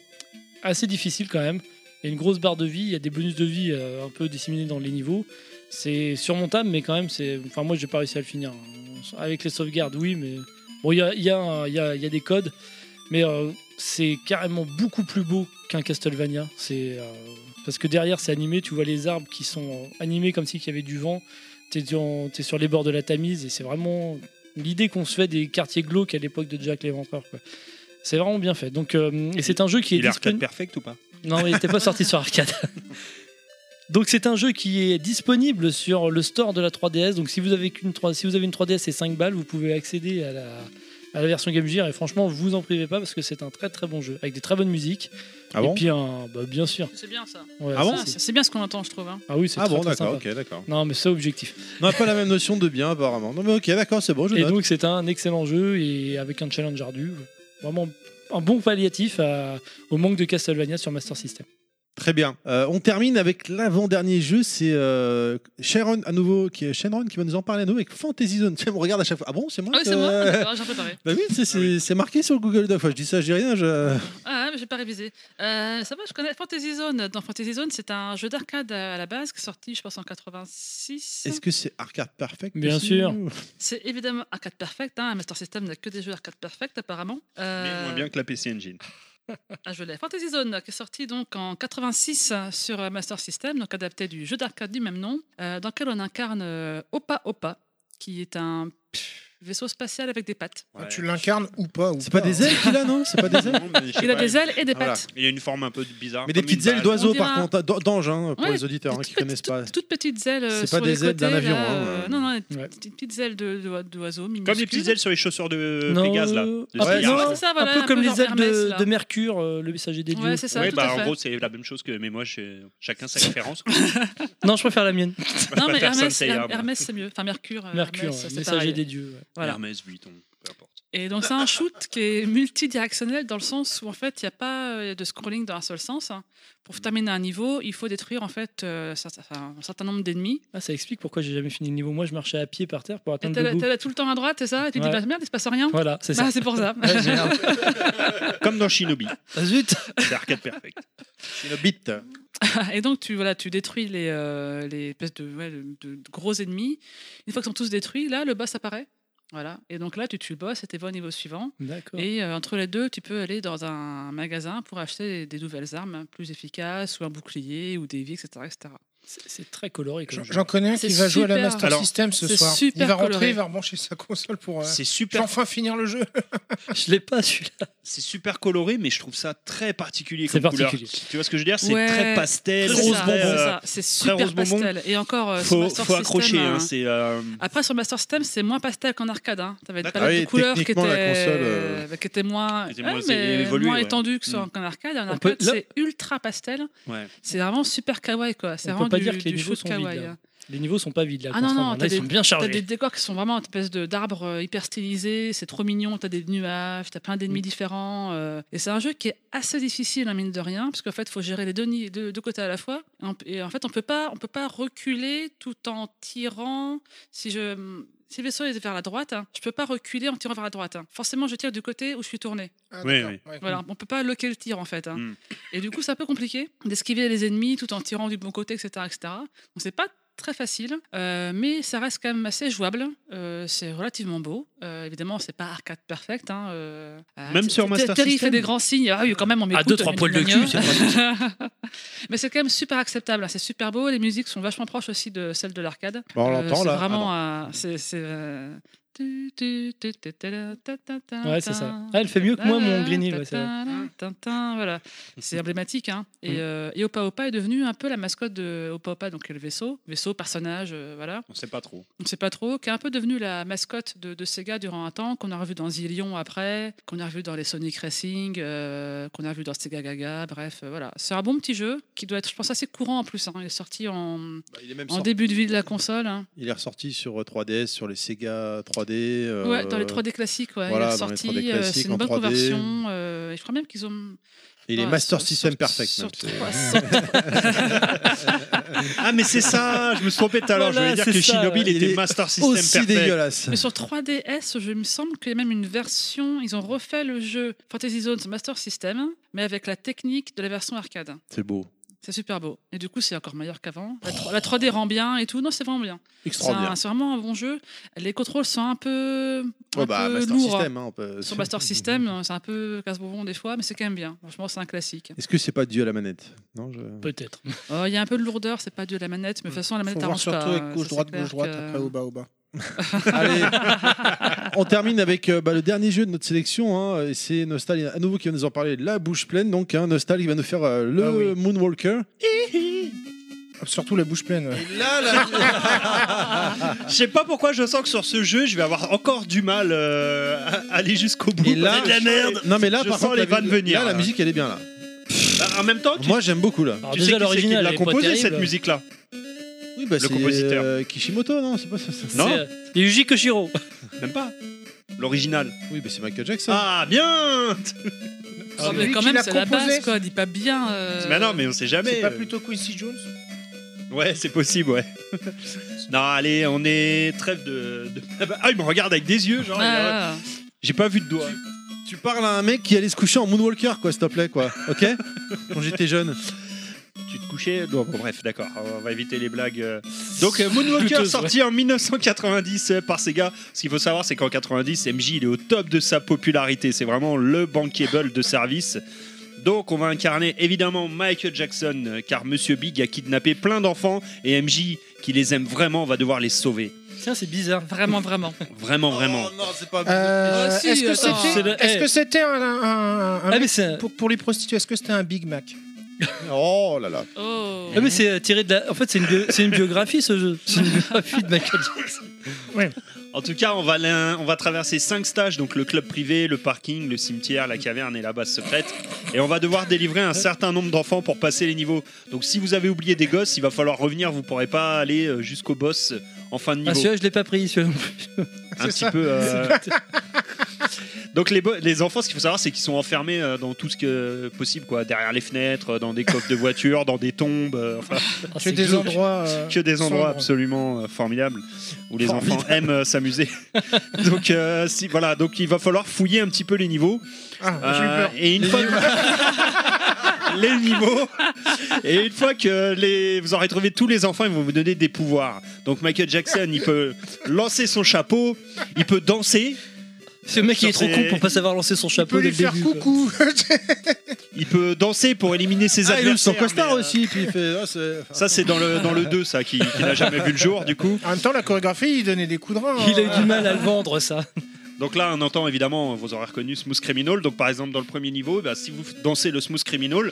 A: assez difficile quand même. Il y a une grosse barre de vie, il y a des bonus de vie euh, un peu disséminés dans les niveaux. C'est surmontable, mais quand même, c'est. Enfin, moi, j'ai pas réussi à le finir. Avec les sauvegardes, oui, mais. Bon, il y a, il y, a un- il y a- il y a des codes, mais euh, c'est carrément beaucoup plus beau qu'un Castlevania. C'est. euh, Parce que derrière, c'est animé, tu vois les arbres qui sont euh, animés comme s'il y avait du vent. T'es dans- t'es sur les bords de la Tamise, et c'est vraiment l'idée qu'on se fait des quartiers glauques à l'époque de Jack l'Éventreur, quoi. C'est vraiment bien fait. Donc, euh, et c'est un jeu qui est
D: Il est arcade
A: disponible-
D: perfect ou pas
A: non, mais il n'était pas sorti sur arcade. Donc c'est un jeu qui est disponible sur le store de la 3DS. Donc si vous avez qu'une 3 si vous avez une 3DS et 5 balles, vous pouvez accéder à la à la version Game Gear et franchement, vous en privez pas parce que c'est un très très bon jeu avec des très bonnes musiques
B: Ah
A: et
B: bon
A: puis un bah, bien sûr.
F: C'est bien ça.
A: Ouais,
B: Ah
A: ça,
B: bon
F: Ça,
A: c'est-
F: C'est c'est bien ce qu'on entend, je trouve. hein.
A: Ah oui, c'est
B: Ah
A: très,
B: bon,
A: très
B: d'accord,
A: sympa.
B: ok, d'accord.
A: Non, mais c'est objectif.
B: On n'a pas la même notion de bien, apparemment. Non, mais ok, d'accord, c'est bon, je
A: Et
B: note.
A: donc c'est un excellent jeu et avec un challenge ardu, vraiment un bon palliatif à- au manque de Castlevania sur Master System.
B: Très bien. Euh, on termine avec l'avant-dernier jeu, c'est euh, Sharon à nouveau, qui est Shenron qui va nous en parler à nouveau avec Fantasy Zone. Tiens, on regarde à chaque fois. Ah bon, c'est moi
F: Ah oui,
B: ça
F: c'est moi
D: Euh.
F: D'accord, J'ai préparé.
B: Bah oui, c'est-
A: Ah
B: c'est c'est marqué sur Google Doc. Enfin, je dis ça, je dis rien. Je...
F: Ah, ouais, mais j'ai pas révisé. Euh, ça va, je connais Fantasy Zone. Dans Fantasy Zone, c'est un jeu d'arcade à la base qui est sorti, je pense, en 86.
B: Est-ce que c'est Arcade Perfect
A: Bien
B: aussi
A: sûr.
B: ou-
F: C'est évidemment arcade perfect. Hein. Master System n'a que des jeux arcade perfect, apparemment.
D: Mais
F: Euh,
D: moins bien que la PC Engine.
F: Ah, je l'ai. Fantasy Zone, qui est sorti donc en 86 sur euh, Master System, donc adapté du jeu d'arcade du même nom, euh, dans lequel on incarne euh, Opa Opa, qui est un pff, vaisseau spatial avec des pattes.
E: Ah,
D: Ouais.
E: Tu l'incarnes ou pas ou
B: C'est pas des ailes qu'il a, non C'est pas des ailes
D: Non, mais je sais
F: Il a
D: pas,
F: des ailes et des
B: Ah, Voilà.
F: pattes.
D: Il a une forme un peu bizarre.
B: Mais des
D: comme
B: petites
D: une
B: ailes
D: balle.
B: d'oiseaux,
F: On
B: par
F: dira-
B: contre, d'an- d'ange, hein, pour
F: Ouais,
B: les auditeurs hein,
F: Des
B: qui
F: toutes-
B: connaissent pas.
F: toutes- Toutes petites ailes. euh,
B: C'est pas
F: sur
B: des
F: les
B: ailes d'un
F: côtés,
B: avion,
F: là,
B: hein,
F: euh,
B: euh.
F: Non, non, des
A: Ouais.
F: petites- petites ailes de- de- d'oiseaux
D: Comme les
F: minuscules.
D: petites ailes sur les chaussures de
A: Non,
D: Pégase, là.
A: euh,
D: De
A: un peu-
D: Spirou.
A: non,
F: Ah Ouais, c'est ça, voilà,
A: un peu
F: un peu
A: comme les
F: genre
A: ailes
F: Hermès,
A: de,
F: là.
A: de Mercure, euh, le messager des dieux.
F: Ouais, c'est ça,
D: Ouais,
F: tout
D: bah,
F: à
D: en
F: fait.
D: gros, c'est la même chose que. Mais moi, je- chacun sa référence.
A: Non, je préfère la mienne.
F: Non,
D: Je
F: mais
D: préfère
F: Hermès,
D: Saint-Seiya, moi.
F: Hermès, c'est mieux. Enfin, Mercure. euh,
A: Mercure,
F: Hermès,
A: ouais,
F: c'est
A: messager
F: pareil.
A: des dieux. ouais.
F: Voilà.
D: Hermès, Vuitton, peu importe.
F: Et donc c'est un shoot qui est multidirectionnel dans le sens où en fait il n'y a pas euh, de scrolling dans un seul sens. hein. Pour terminer un niveau, il faut détruire en fait euh, ça- ça- un certain nombre d'ennemis.
A: Ah, ça explique pourquoi j'ai jamais fini le niveau. Moi, je marchais à pied par terre pour
F: Et
A: atteindre
F: t'as
A: le bout.
F: t'as là tout le temps à droite, c'est ça Et tu te
A: Ouais.
F: dis bah merde, il se passe rien.
A: Voilà, c'est ça.
F: Bah, c'est pour ça.
A: Ouais, merde.
D: Comme dans Shinobi,
A: Ah, Zut
D: c'est arcade perfect.
B: Shinobi.
F: Et donc tu voilà, tu détruis les, euh, les espèces de, ouais, de- de gros ennemis. Une fois qu'ils sont tous détruits, là le boss apparaît. Voilà. Et donc là tu tues le boss et t'es bon au niveau suivant.
A: D'accord.
F: Et euh, entre les deux, tu peux aller dans un magasin pour acheter des, des nouvelles armes hein, plus efficaces, ou un bouclier, ou des vies, etc. etc.
A: C'est- C'est très coloré. comme
E: J'en-
A: jeu.
E: J'en connais un
F: C'est
E: qui va jouer à la
F: super.
E: Master
D: Alors,
E: System ce
F: c'est
E: soir.
F: super
E: il va rentrer,
F: coloré.
E: il va rebrancher sa console pour euh,
D: C'est
E: pour
D: super,
E: enfin finir le jeu.
A: Je l'ai pas celui-là.
D: c'est super coloré, mais je trouve ça très particulier
A: C'est
D: comme couleur.
A: particulier.
D: Tu vois ce que je veux dire C'est
F: Ouais.
D: très pastel,
F: C'est
D: rose
F: ça,
D: bonbon.
F: c'est ça. C'est
D: rose
F: super
D: bonbon.
F: pastel. Et encore, euh, sur
D: faut,
F: Master
D: faut
F: System,
D: accrocher.
F: euh,
D: hein, c'est, euh,
F: Après, sur Master System, c'est moins pastel qu'en arcade. Hein. T'avais des
B: D'accord.
F: palettes
B: Ah oui,
F: de couleurs qui étaient,
B: techniquement, la console, euh,
F: bah, qui étaient moins,
D: était
F: ouais,
D: moins
F: mais
D: évoluée,
F: moins
D: ouais.
F: étendues que sur-
D: Mm.
F: qu'en arcade. En
A: On
F: arcade,
A: peut- là-
F: c'est ultra pastel.
D: ouais.
F: C'est vraiment super kawaii, quoi. C'est
A: On peut
F: vraiment
A: pas
F: du,
A: dire que les
F: du
A: niveaux
F: shoot
A: sont
F: kawaii.
A: vides, là.
F: hein.
A: Les niveaux sont pas vides là.
F: Ah non, non,
A: contrairement.
F: t'as
A: là, ils
F: des-
A: sont bien
F: T'as des
A: chargés.
F: décors qui sont vraiment une espèce de- d'arbres euh, hyper stylisés, c'est trop mignon, t'as des nuages, t'as plein
A: Mm.
F: d'ennemis différents. euh, et c'est un jeu qui est assez difficile, hein, mine de rien, parce qu'en fait, il faut gérer les deux, ni- deux- deux côtés à la fois. Et en, et en fait, on peut pas, on peut pas reculer tout en tirant. Si je. Si le vaisseau est vers la droite, hein, je peux pas reculer en tirant vers la droite. hein. Forcément, je tire du côté où je suis tourné.
E: Ah,
D: Oui,
E: d'accord,
D: oui.
E: ouais.
F: Voilà, on peut pas loquer le tir en fait. hein.
D: Mm.
F: Et du coup, c'est un peu compliqué d'esquiver les ennemis tout en tirant du bon côté, etc., etc. Donc c'est pas très facile, euh, mais ça reste quand même assez jouable. Euh, c'est relativement beau. Euh, évidemment, c'est pas arcade perfect. hein, euh, ah,
D: Même
F: t-
D: sur
F: t-
D: Master
F: Terry
D: System
F: fait des grands signes. Ah oui, quand même, on
A: À
F: m'écoute,
A: deux trois
F: euh,
A: poils de
F: gna,
A: cul.
F: gna.
A: c'est pas-
F: Mais c'est quand même super acceptable. hein. C'est super beau. Les musiques sont vachement proches aussi de celles de l'arcade.
B: Bon, on
F: Euh,
B: l'entend
F: c'est
B: là.
F: Vraiment, euh, c'est. c'est, euh, tu, tu, tu, tu, ta, ta, ta, ta, ta,
A: Ouais, c'est ça.
F: ta.
A: Ah, elle fait mieux que moi, mon Green Hill. ouais, c'est vrai.
F: Tintin, voilà. C'est emblématique. Hein. Et,
A: Mm.
F: euh, et Opa Opa est devenu un peu la mascotte de Opa Opa, donc le vaisseau, vaisseau, personnage, euh, voilà.
D: On sait pas trop.
F: On ne sait pas trop, qui est un peu devenu la mascotte de, de Sega durant un temps, qu'on a revu dans Zillion après, qu'on a revu dans les Sonic Racing, euh, qu'on a revu dans Sega Gaga, bref, euh, voilà. C'est un bon petit jeu qui doit être, je pense, assez courant en plus. hein. Il est sorti en,
B: Bah, il, est même
F: en
B: sorti-
F: début de vie de la console. hein.
B: il est ressorti sur euh, 3DS, sur les Sega 3D. euh,
F: Ouais, dans les 3D classiques, ouais.
B: voilà,
F: il est
B: dans les
F: sorti,
B: 3D
F: euh,
B: classiques,
F: c'est
B: en
F: une bonne
B: 3D.
F: conversion. euh, et je crois même qu'ils ont
B: Et il est
F: Ouais,
B: Master
F: sur-
B: System
F: sur-
B: Perfect.
F: sur
B: même, c'est-
F: 300.
D: Ah, mais c'est ça Je me suis trompé tout à l'heure.
A: Voilà,
D: je voulais dire
A: c'est
D: que
A: ça.
D: Shinobi, il
B: Il
D: était
B: est
D: Master System
B: Aussi
D: Perfect.
B: dégueulasse.
F: Mais sur 3DS, je il me semble qu'il y a même une version. Ils ont refait le jeu Fantasy Zone Master System, mais avec la technique de la version arcade.
B: C'est beau.
F: C'est super beau. Et du coup, c'est encore meilleur qu'avant. La, tro- la 3D rend bien et tout. Non, c'est vraiment bien. C'est
B: Extraordinaire.
F: un- c'est vraiment un bon jeu. Les contrôles sont un peu, un
E: Oh
B: Ouais, bah,
F: peu
B: Master
F: lourds.
B: System. hein, on
E: euh,
B: peut-
F: Sur Master System, c'est un peu casse-bonbon des fois, mais c'est quand même bien. Franchement, c'est un classique.
B: Est-ce que c'est pas dû à la manette Non, je-
A: Peut-être.
F: Oh, Il y a un peu de lourdeur, c'est pas dû à la manette, mais de toute façon, la
E: Faut
F: manette
E: voir
F: avance
E: surtout
F: pas.
E: avec
F: Ça,
E: gauche
F: c'est
E: droite
F: clair
E: gauche droite
F: que-
E: après au bas au bas.
B: Allez, on termine avec euh, bah, le dernier jeu de notre sélection. hein, et c'est Nostal à nouveau qui va nous en parler. La bouche pleine, donc hein, Nostal qui va nous faire euh, le
E: Ah oui.
B: Moonwalker.
E: Surtout la bouche pleine. ouais.
D: Je sais pas pourquoi je sens que sur ce jeu, je vais avoir encore du mal euh, à aller jusqu'au bout.
B: Et là-
D: C'est de la merde
B: Non mais là,
D: Je
B: par
D: sens
B: contre,
D: les
B: la,
D: vannes venir,
B: là, la
D: là.
B: musique elle est bien là.
D: Bah, En même temps, tu,
B: Moi j'aime beaucoup là.
A: Alors,
D: tu
A: déjà,
D: sais qui c'est qui
A: l'original.
D: l'a
A: elle est pas
D: composé
A: terrible.
D: cette musique-là
B: Oui, bah,
D: Le
B: c'est,
D: compositeur.
B: euh, Kishimoto, non C'est pas ça. ça-
A: C'est,
D: Non.
A: euh, Yuji Koshiro.
D: Même pas. L'original.
B: Oui, bah, c'est Michael Jackson.
D: Ah, bien
F: Ah,
E: C'est
F: mais
E: lui
F: quand
E: qui
F: même,
E: l'a
F: c'est la
E: composé.
F: base, quoi. Dis pas bien. euh,
D: Mais Bah non, mais on sait jamais.
E: C'est pas plutôt Quincy Jones
D: Ouais, c'est possible, ouais. non, allez, on est trêve de. de- Ah, il me regarde avec des yeux, genre. il a-
F: Ah,
D: J'ai pas vu de doigt.
B: Tu parles à un mec qui allait se coucher en Moonwalker, quoi, s'il te plaît, quoi. Ok Quand j'étais jeune.
D: Tu te couchais bon, bon, bref, d'accord, on va éviter les blagues. euh. Donc euh, Moonwalker
A: Douteuse,
D: sorti en 1990 euh, par Sega. Ce qu'il faut savoir, c'est qu'en 90, MJ il est au top de sa popularité. C'est vraiment le bankable de service. Donc on va incarner évidemment Michael Jackson, euh, car Monsieur Big a kidnappé plein d'enfants et MJ, qui les aime vraiment, va devoir les sauver.
A: Tiens, c'est bizarre.
F: Vraiment, vraiment.
D: Vraiment, vraiment.
B: Oh, non, c'est pas.
E: Euh,
F: Ah, si,
E: Est-ce que
F: attends.
A: C'est
E: c'était
A: le-
E: est-ce
A: eh.
E: que c'était un, un- un- un-
A: Ah, mais c'est un-
E: pour, pour les prostituées Est-ce que c'était un Big Mac
B: Oh là là.
F: Oh.
A: Ah mais c'est euh, tiré de la... En fait, c'est une, bio- c'est une biographie ce jeu. C'est une biographie de Michael Jackson.
D: En tout cas, on va, l'in- on va traverser cinq stages, donc le club privé, le parking, le cimetière, la caverne et la base secrète. Et on va devoir délivrer un certain nombre d'enfants pour passer les niveaux. Donc si vous avez oublié des gosses, il va falloir revenir, vous pourrez pas aller euh, jusqu'au boss en fin de
A: Ah,
D: niveau.
A: celui-là, je l'ai pas pris. celui-là non plus.
D: un petit peu... euh, Donc les, bo- les enfants, ce qu'il faut savoir, c'est qu'ils sont enfermés euh, dans tout ce que possible, quoi, derrière les fenêtres, euh, dans des coffres de voitures, dans des tombes, euh, enfin,
A: Ah,
E: Que
A: c'est
E: des
A: glauque.
E: endroits. euh,
D: que des endroits
E: sombres.
D: absolument euh, formidables où les enfants
B: Formidable.
D: aiment euh, s'amuser. donc euh, si, voilà, donc il va falloir fouiller un petit peu les niveaux
E: Ah, j'ai eu
D: Euh,
E: peur.
D: et une fois les niveaux et une fois que les vous aurez trouvé tous les enfants, ils vont vous donner des pouvoirs. Donc Michael Jackson, il peut lancer son chapeau, il peut danser.
C: Ce mec, il est trop
D: Sortez-
C: con pour pas savoir lancer son
E: Tu
C: chapeau
E: peux
C: dès
E: lui
C: le
E: faire
C: début. quoi.
E: coucou.
D: Il peut danser pour éliminer
B: Ah, il
D: ses
B: est
D: adversaires.
B: sans costard
D: mais, euh,
B: aussi. Puis il fait. ah, c'est-
D: Ça, c'est dans le, dans le 2, ça, qui, qui n'a jamais vu le jour, du coup.
E: en même temps, la chorégraphie, il donnait des coups de rein.
C: Il a
E: hein.
C: eu du mal à le vendre, ça.
D: Donc là, on entend évidemment, vous aurez reconnu Smooth Criminal. Donc par exemple, dans le premier niveau, bah, si vous dansez le Smooth Criminal,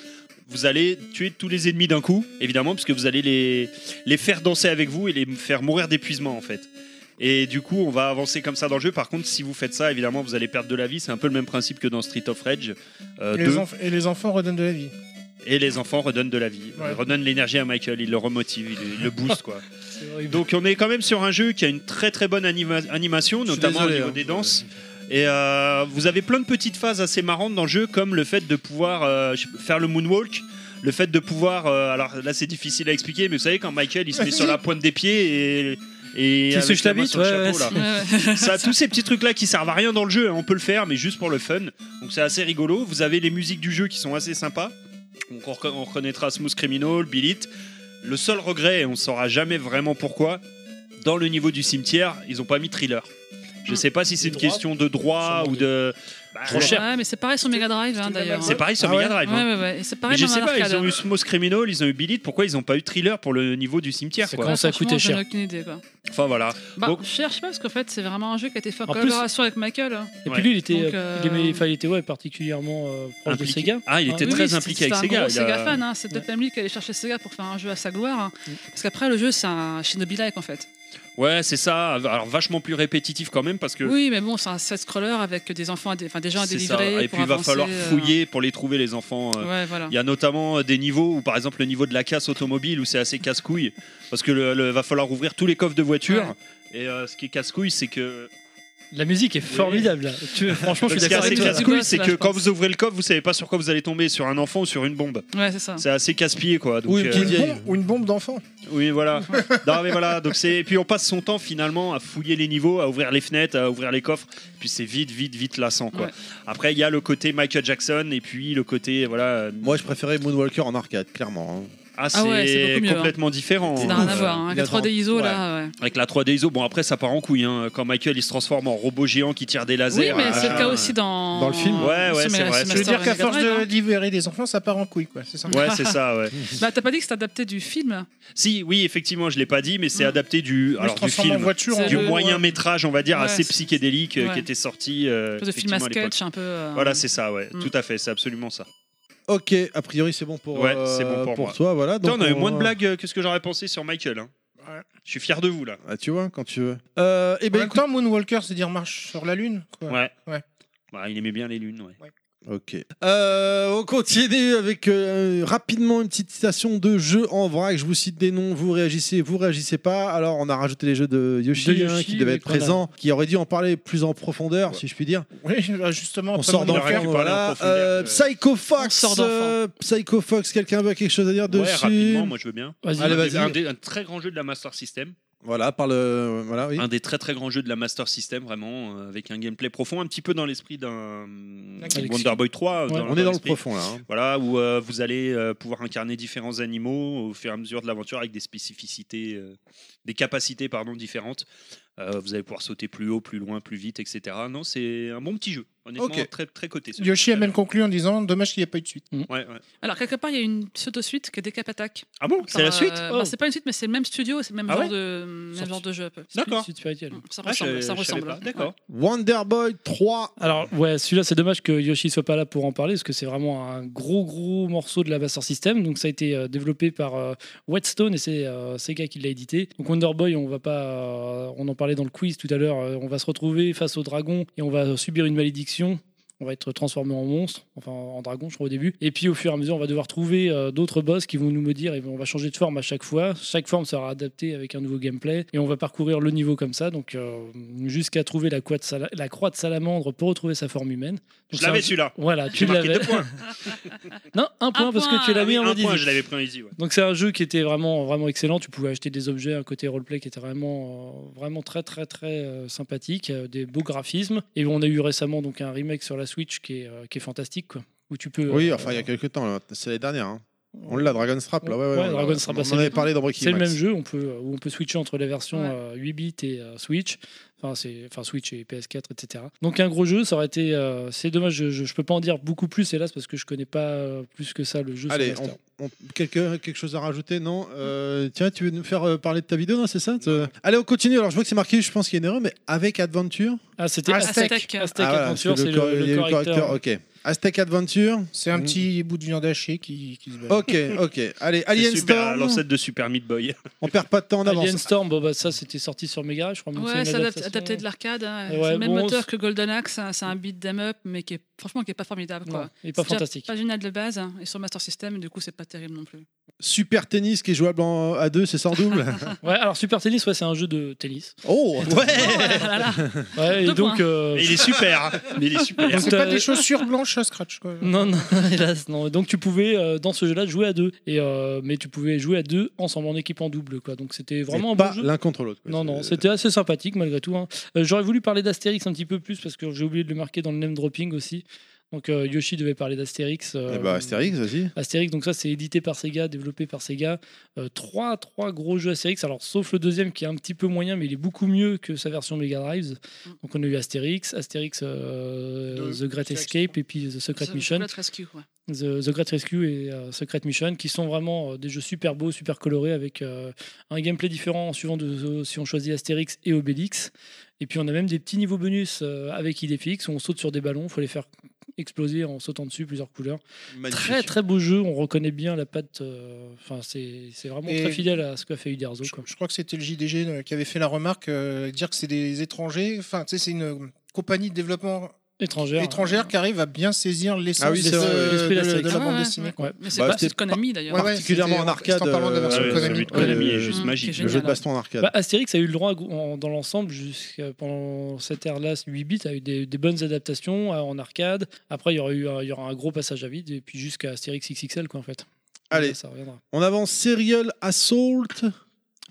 D: vous allez tuer tous les ennemis d'un coup, évidemment, puisque vous allez les, les faire danser avec vous et les faire mourir d'épuisement en fait. Et du coup, on va avancer comme ça dans le jeu. Par contre, si vous faites ça, évidemment, vous allez perdre de la vie. C'est un peu le même principe que dans Street of Rage euh,
E: Et les
D: 2.
E: enf- Et les enfants redonnent de la vie.
D: Et les enfants redonnent de la vie.
E: Ouais.
D: Ils redonnent l'énergie à Michael, ils le remotivent, ils le- ils le boostent quoi.
C: C'est horrible.
D: Donc on est quand même sur un jeu qui a une très très bonne anima- animation,
B: Je suis
D: notamment
B: désolé,
D: au niveau
B: hein.
D: des danses. Et euh, vous avez plein de petites phases assez marrantes dans le jeu, comme le fait de pouvoir euh, je- faire le moonwalk. Le fait de pouvoir, euh, alors là c'est difficile à expliquer, mais vous savez quand Michael il se met sur la pointe des pieds et et
C: Qu'il
D: avec
C: se jette
D: la
C: la
D: main
C: bite,
D: sur le
C: ouais,
D: chapeau, là.
F: Ouais, ouais.
D: Ça, tous ces petits trucs là qui servent à rien dans le jeu, hein, on peut le faire, mais juste pour le fun. Donc c'est assez rigolo. Vous avez les musiques du jeu qui sont assez sympas. Donc on, reconna- on reconnaîtra Smooth Criminal, Bill It. Le seul regret, et on saura jamais vraiment pourquoi, dans le niveau du cimetière, ils ont pas mis thriller. Je sais pas si c'est une
A: droits
D: question de droit
A: Sûrement
D: ou de. Bah,
B: Trop cher.
F: Ouais, mais c'est pareil sur Mega Drive hein, d'ailleurs.
D: C'est pareil sur
E: Ah ouais
D: Mega Drive.
F: Ouais,
D: hein.
F: ouais, ouais. Et C'est
D: Mais
F: pareil
D: je
F: dans hein.
D: sais pas,
F: l'arcade.
D: ils ont eu Smooth Criminal, ils ont eu Bill It, pourquoi ils ont pas eu thriller pour le niveau du cimetière
A: C'est
D: quoi.
A: con. Ça a coûté
F: Franchement, j'en ai
A: cher.
F: aucune idée, quoi.
D: Enfin voilà.
F: Bah,
D: Donc-
F: cher, je sais pas, parce qu'en fait, c'est vraiment un jeu qui a été fait en,
A: En plus-
F: collaboration avec Michael. hein.
A: Et
D: Ouais.
A: puis lui, il était,
F: Donc,
A: euh,
F: euh,
A: il aimait- enfin, il était ouais, particulièrement euh, proche
D: Impliqué.
A: de Sega.
D: Ah, il était
A: Ah,
F: Oui,
D: très
F: oui,
D: impliqué
F: c'est-
D: avec
F: C'est
D: Sega.
F: un gros
D: il a-
F: Sega fan, hein. c'est peut-être même lui qui allait chercher Sega pour faire un jeu à sa gloire. hein.
D: Mm.
F: Parce qu'après, le jeu, c'est un Shinobi-like en fait.
D: Ouais, c'est ça. Alors vachement plus répétitif quand même parce que
F: Oui, mais bon, c'est un set-scroller avec des enfants, à dé- enfin des gens à
D: C'est
F: délivrer.
D: ça. Et
F: pour
D: puis il va
F: avancer,
D: falloir
F: euh,
D: fouiller pour les trouver les enfants. euh.
F: Ouais, voilà.
D: Il y a notamment euh, des niveaux où par exemple le niveau de la casse automobile où c'est assez casse-couille parce que le, le- va falloir ouvrir tous les coffres de voitures. Et euh, ce qui est casse-couille, c'est que
A: La musique est formidable. là. Tu- franchement, je suis
D: ce qui est
A: d'accord
D: assez
A: avec toi.
F: casse-
D: casse-couille,
F: boss,
D: c'est
F: là,
D: que
F: je
D: quand
F: pense. Ah.
D: vous ouvrez le coffre, vous savez pas sur quoi vous allez tomber, sur un enfant ou sur une bombe.
F: Ouais, c'est ça.
D: C'est assez casse-pied quoi. Donc,
B: Oui, une
D: euh,
B: petite
E: Une
B: vieille.
E: bombe- Ou une bombe d'enfant.
D: Oui, voilà. non, mais voilà. Donc c'est et puis on passe son temps finalement à fouiller les niveaux, à ouvrir les fenêtres, à ouvrir les coffres. Puis c'est vite, vite, vite lassant quoi.
F: Ouais.
D: Après il y a le côté Michael Jackson et puis le côté voilà. euh,
B: Moi, je préférais Moonwalker en arcade, clairement. hein.
D: Ah, c'est
F: Ah ouais, c'est beaucoup mieux,
D: complètement différent.
F: Ça
B: C'est
F: n'a
B: ouf.
F: rien à voir. hein.
B: Il
F: La
B: a
F: 3D ISO,
B: ouais.
F: là, ouais.
D: Avec la 3D ISO, bon après ça part en couille. hein. Quand Michael il se transforme en robot géant qui tire des lasers.
F: Oui, mais
D: euh,
F: c'est le cas aussi dans.
B: Dans le film
D: Ouais, ouais,
F: sur
D: c'est
F: Ma-
D: vrai.
F: sur
D: Je
E: Je veux
F: Master
E: dire qu'à
F: Mega
E: force
F: Drive,
E: de
F: hein.
E: libérer des enfants, ça part en couille, quoi. C'est ça.
D: ah. Ouais, c'est ça, ouais.
F: Bah, t'as pas dit que c'est adapté du film
D: Si, oui, effectivement, je l'ai pas dit, mais c'est
F: Mm.
D: adapté du, alors,
E: se
D: du
E: transforme en
D: film,
E: voiture.
F: C'est
E: en
D: du
F: le-
E: gros,
D: moyen
E: euh,
D: métrage, on va dire,
F: Ouais,
D: assez
F: c'est-
D: psychédélique euh,
F: ouais.
D: qui était sorti. euh,
F: De film
D: effectivement,
F: à
D: à l'époque.
F: sketch, un peu. euh,
D: Voilà, c'est ça, ouais.
F: Mm.
D: Tout à fait, c'est absolument ça.
B: Ok, a priori, c'est bon pour,
D: Ouais,
B: euh,
D: c'est bon pour moi.
B: toi. Voilà, donc
D: Putain, on a eu moins de blagues euh, que ce que j'aurais pensé sur Michael. hein.
E: Ouais.
D: Je suis fier de vous, là.
B: Ah, tu vois, quand tu veux. Euh, eh
E: En
B: ben,
E: même temps, Moonwalker, c'est dire marche sur la lune. quoi.
D: Ouais.
E: Ouais.
D: Bah, il aimait bien les lunes, ouais.
B: Ok. Euh, on continue avec euh, rapidement une petite citation de jeu en vrac. Je vous cite des noms, vous réagissez, vous réagissez pas. Alors, on a rajouté les jeux de Yoshi,
A: De
B: hein,
A: Yoshi,
B: qui devait
A: oui,
B: être
A: qu'on a-
B: présent, qui aurait dû en parler plus en profondeur, si je puis dire.
E: Oui, bah, justement.
B: On
E: après
B: sort
D: d'enfer,
B: d'enfer,
E: Moonwalker,
D: on
B: voilà.
D: parlait en profondeur,
B: Euh,
D: ouais.
B: Psycho Fox,
F: sort d'enfer.
B: euh, Psycho Fox, quelqu'un veut quelque chose à dire
D: Ouais,
B: dessus
D: rapidement, moi je veux bien.
A: Vas-y.
B: Allez,
D: Un
B: vas-y.
D: des- un, des- un très grand jeu de la Master System.
B: Voilà, par le. Voilà, oui.
D: Un des très très grands jeux de la Master System, vraiment, euh, avec un gameplay profond, un petit peu dans l'esprit d'un
A: Galaxy.
D: Wonder Boy 3. euh,
A: Ouais.
B: On est dans le
D: l'esprit.
B: profond là. hein.
D: Voilà, où euh, vous allez euh, pouvoir incarner différents animaux au fur et à mesure de l'aventure avec des spécificités, euh, des capacités pardon, différentes. Euh, vous allez pouvoir sauter plus haut, plus loin, plus vite, etc. Non, c'est un bon petit jeu. Honnêtement,
B: Ok.
D: très, très coté. ce
E: Yoshi a
D: jeu.
E: même conclu en disant Dommage qu'il n'y ait pas eu de suite.
D: Ouais, ouais.
F: Alors, quelque part, il y a une pseudo-suite qui est Decap Attack.
D: Ah bon C'est
F: Par,
D: la
F: euh,
D: suite
F: bah, C'est pas une suite, mais c'est le même studio, c'est le même,
D: Ah
F: genre,
D: ouais
F: de, même
A: Sorti.
F: genre de jeu un peu.
D: D'accord.
A: Suite spirituelle.
F: Ça
D: Ah, je-
F: ressemble. ça
D: je savais
F: ressemble. hein.
D: pas. D'accord.
B: Wonder Boy 3.
A: Alors ouais, celui-là c'est dommage que Yoshi soit pas là pour en parler parce que c'est vraiment un gros gros morceau de la Master System. Donc ça a été euh, développé par euh, Whetstone et c'est euh, Sega qui l'a édité. Donc Wonder Boy, on va pas, euh, on en parlait dans le quiz tout à l'heure, euh, on va se retrouver face au dragon et on va subir une malédiction. On va être transformé en monstre, enfin en dragon, je crois au début. Et puis au fur et à mesure, on va devoir trouver euh, d'autres boss qui vont nous maudire et on va changer de forme à chaque fois. Chaque forme sera adaptée avec un nouveau gameplay et on va parcourir le niveau comme ça, donc euh, jusqu'à trouver la croix, de sala- la croix de salamandre pour retrouver sa forme humaine. Donc,
D: Je
A: c'est un
D: l'avais
A: jeu-
D: celui-là.
A: Voilà, tu
D: J'ai marqué
A: l'avais.
D: deux points.
A: Non, un point parce que tu l'as
F: point,
A: mis en
D: Un
A: mode
D: point, je l'avais pris en easy. ouais.
A: donc c'est un jeu qui était vraiment vraiment excellent. Tu pouvais acheter des objets, un côté roleplay qui était vraiment euh, vraiment très très très euh, sympathique, euh, des beaux graphismes. Et on a eu récemment donc un remake sur la Switch qui est, euh, qui est fantastique quoi, où tu peux.
B: Oui,
A: euh,
B: enfin, il y a quelques temps, là. c'est les dernières. hein. On l'a, Dragon Strap, là. Ouais, ouais,
A: Ouais,
B: on l'a-
A: Dragon Strap,
B: on
A: c'est
B: en avait
A: le-
B: parlé dans Breaking
A: C'est le
B: Max.
A: même jeu, on peut, où on peut switcher entre la version
F: Ouais.
A: euh, 8 bits et euh, Switch, enfin, c'est, enfin Switch et PS4, etc. Donc un gros jeu, ça aurait été. euh, c'est dommage, je, je, je peux pas en dire beaucoup plus, hélas, parce que je connais pas euh, plus que ça le jeu. sur
B: Allez,
A: Master.
B: on, on- quelqu'un quelque chose à rajouter Non Euh, Tiens, tu veux nous faire euh, parler de ta vidéo, non C'est ça Euh, Allez, on continue. Alors, je vois que c'est marqué, je pense qu'il y a une erreur, mais avec Adventure.
A: Ah, c'était Aztec,
F: Aztec.
A: Aztec
B: voilà,
A: Adventure,
B: Ah, parce que
A: c'est le,
B: il y a eu
A: le correcteur.
B: Ok. Aztec Adventure.
E: C'est un
B: Mm.
E: petit bout de viande hachée qui, qui se balade.
B: Ok, ok. Allez, Alien
D: C'est super-
B: Storm.
D: L'ancêtre de Super Meat Boy.
B: On perd pas de temps en avance.
A: Alien Storm, bon, bah, ça c'était sorti sur Mega, je crois. même
F: Ouais,
A: c'est
F: c'est
A: une
F: adapté,
A: adaptation.
F: adapté de l'arcade. hein.
A: Ouais,
F: C'est le même
A: bon,
F: moteur
A: c'est-
F: que Golden Axe, hein, c'est un beat them up, mais qui est franchement qui est pas formidable.
A: Non,
F: Quoi.
A: il est pas
F: C'est déjà
A: fantastique.
F: Pas génial de base, hein. et sur Master System, du coup, c'est pas terrible non plus.
B: Super tennis qui est jouable en, à deux, c'est sans double.
A: Ouais, alors Super Tennis, ouais, c'est un jeu de tennis.
B: oh, ouais.
F: Oh là là.
A: Ouais, et
F: Deux
A: donc.
F: points.
A: euh,
D: Mais il est super. hein. Mais il est super.
A: donc,
E: C'est pas
F: Euh,
A: t'as-
E: des chaussures blanches à scratch. Quoi.
A: Non, non, hélas, non. Donc tu pouvais euh, dans ce jeu-là jouer à deux, et euh, mais tu pouvais jouer à deux ensemble en équipe en double, quoi. Donc c'était vraiment
B: Et
A: un bon
B: pas
A: jeu.
B: l'un contre l'autre. quoi.
A: Non, non,
B: Euh,
A: c'était assez sympathique malgré tout. hein. Euh, J'aurais voulu parler d'Astérix un petit peu plus parce que j'ai oublié de le marquer dans le name dropping aussi. Donc euh, Yoshi devait parler d'Astérix. euh,
B: Eh bah, Astérix aussi.
A: Astérix, donc ça c'est édité par Sega, développé par Sega. Euh, trois, trois gros jeux Astérix, alors sauf le deuxième qui est un petit peu moyen, mais il est beaucoup mieux que sa version Mega Drive. Donc on a eu Astérix, Astérix euh,
E: Deux.
A: The Great
E: Astérix.
A: Escape et puis The Secret
F: The
A: Mission.
F: Blood Rescue, ouais.
A: The, The Great Rescue et euh, Secret Mission, qui sont vraiment euh, des jeux super beaux, super colorés, avec euh, un gameplay différent en suivant de, euh, si on choisit Astérix et Obélix. Et puis on a même des petits niveaux bonus euh, avec IDFX où on saute sur des ballons, faut les faire exploser en sautant dessus, plusieurs couleurs. Très très beau jeu, on reconnaît bien la patte. euh, Enfin, c'est c'est vraiment
E: Et-
A: très fidèle à ce qu'a fait Uderzo.
E: Je,
A: quoi.
E: je crois que c'était le JDG euh, qui avait fait la remarque, euh, dire que c'est des étrangers. Enfin, tu sais, c'est une euh, compagnie de développement
A: Étrangère.
E: étrangère qui arrive à bien saisir l'essence
B: Ah oui,
E: de,
B: c'est vrai,
E: de-
A: l'esprit
E: de-
A: d'Astérix.
E: de la
A: Ah
E: bande
F: ouais,
E: dessinée.
F: ouais.
E: quoi.
A: Ouais.
F: Mais c'est
B: Bah,
F: pas
B: c'était-
F: c'est de Konami d'ailleurs.
E: Ouais, ouais,
B: Particulièrement en
E: c'était-
B: arcade.
E: c'était en parlant de la
B: euh,
E: version
D: Ouais,
E: Konami.
D: celui de
B: Ouais,
D: Konami
B: euh,
D: est juste
F: Mmh,
D: magique.
F: qui est
B: Le jeu
F: génial.
B: de baston en arcade.
A: Bah, Astérix a eu le droit en- dans l'ensemble jusqu'à pendant cette ère-là, 8 bits, a eu des, des bonnes adaptations euh, en arcade. Après, il y aura eu un- il y aura un gros passage à vide et puis jusqu'à Astérix XXL quoi en fait.
B: Allez,
A: ça, ça reviendra.
B: on avance. Serial Assault.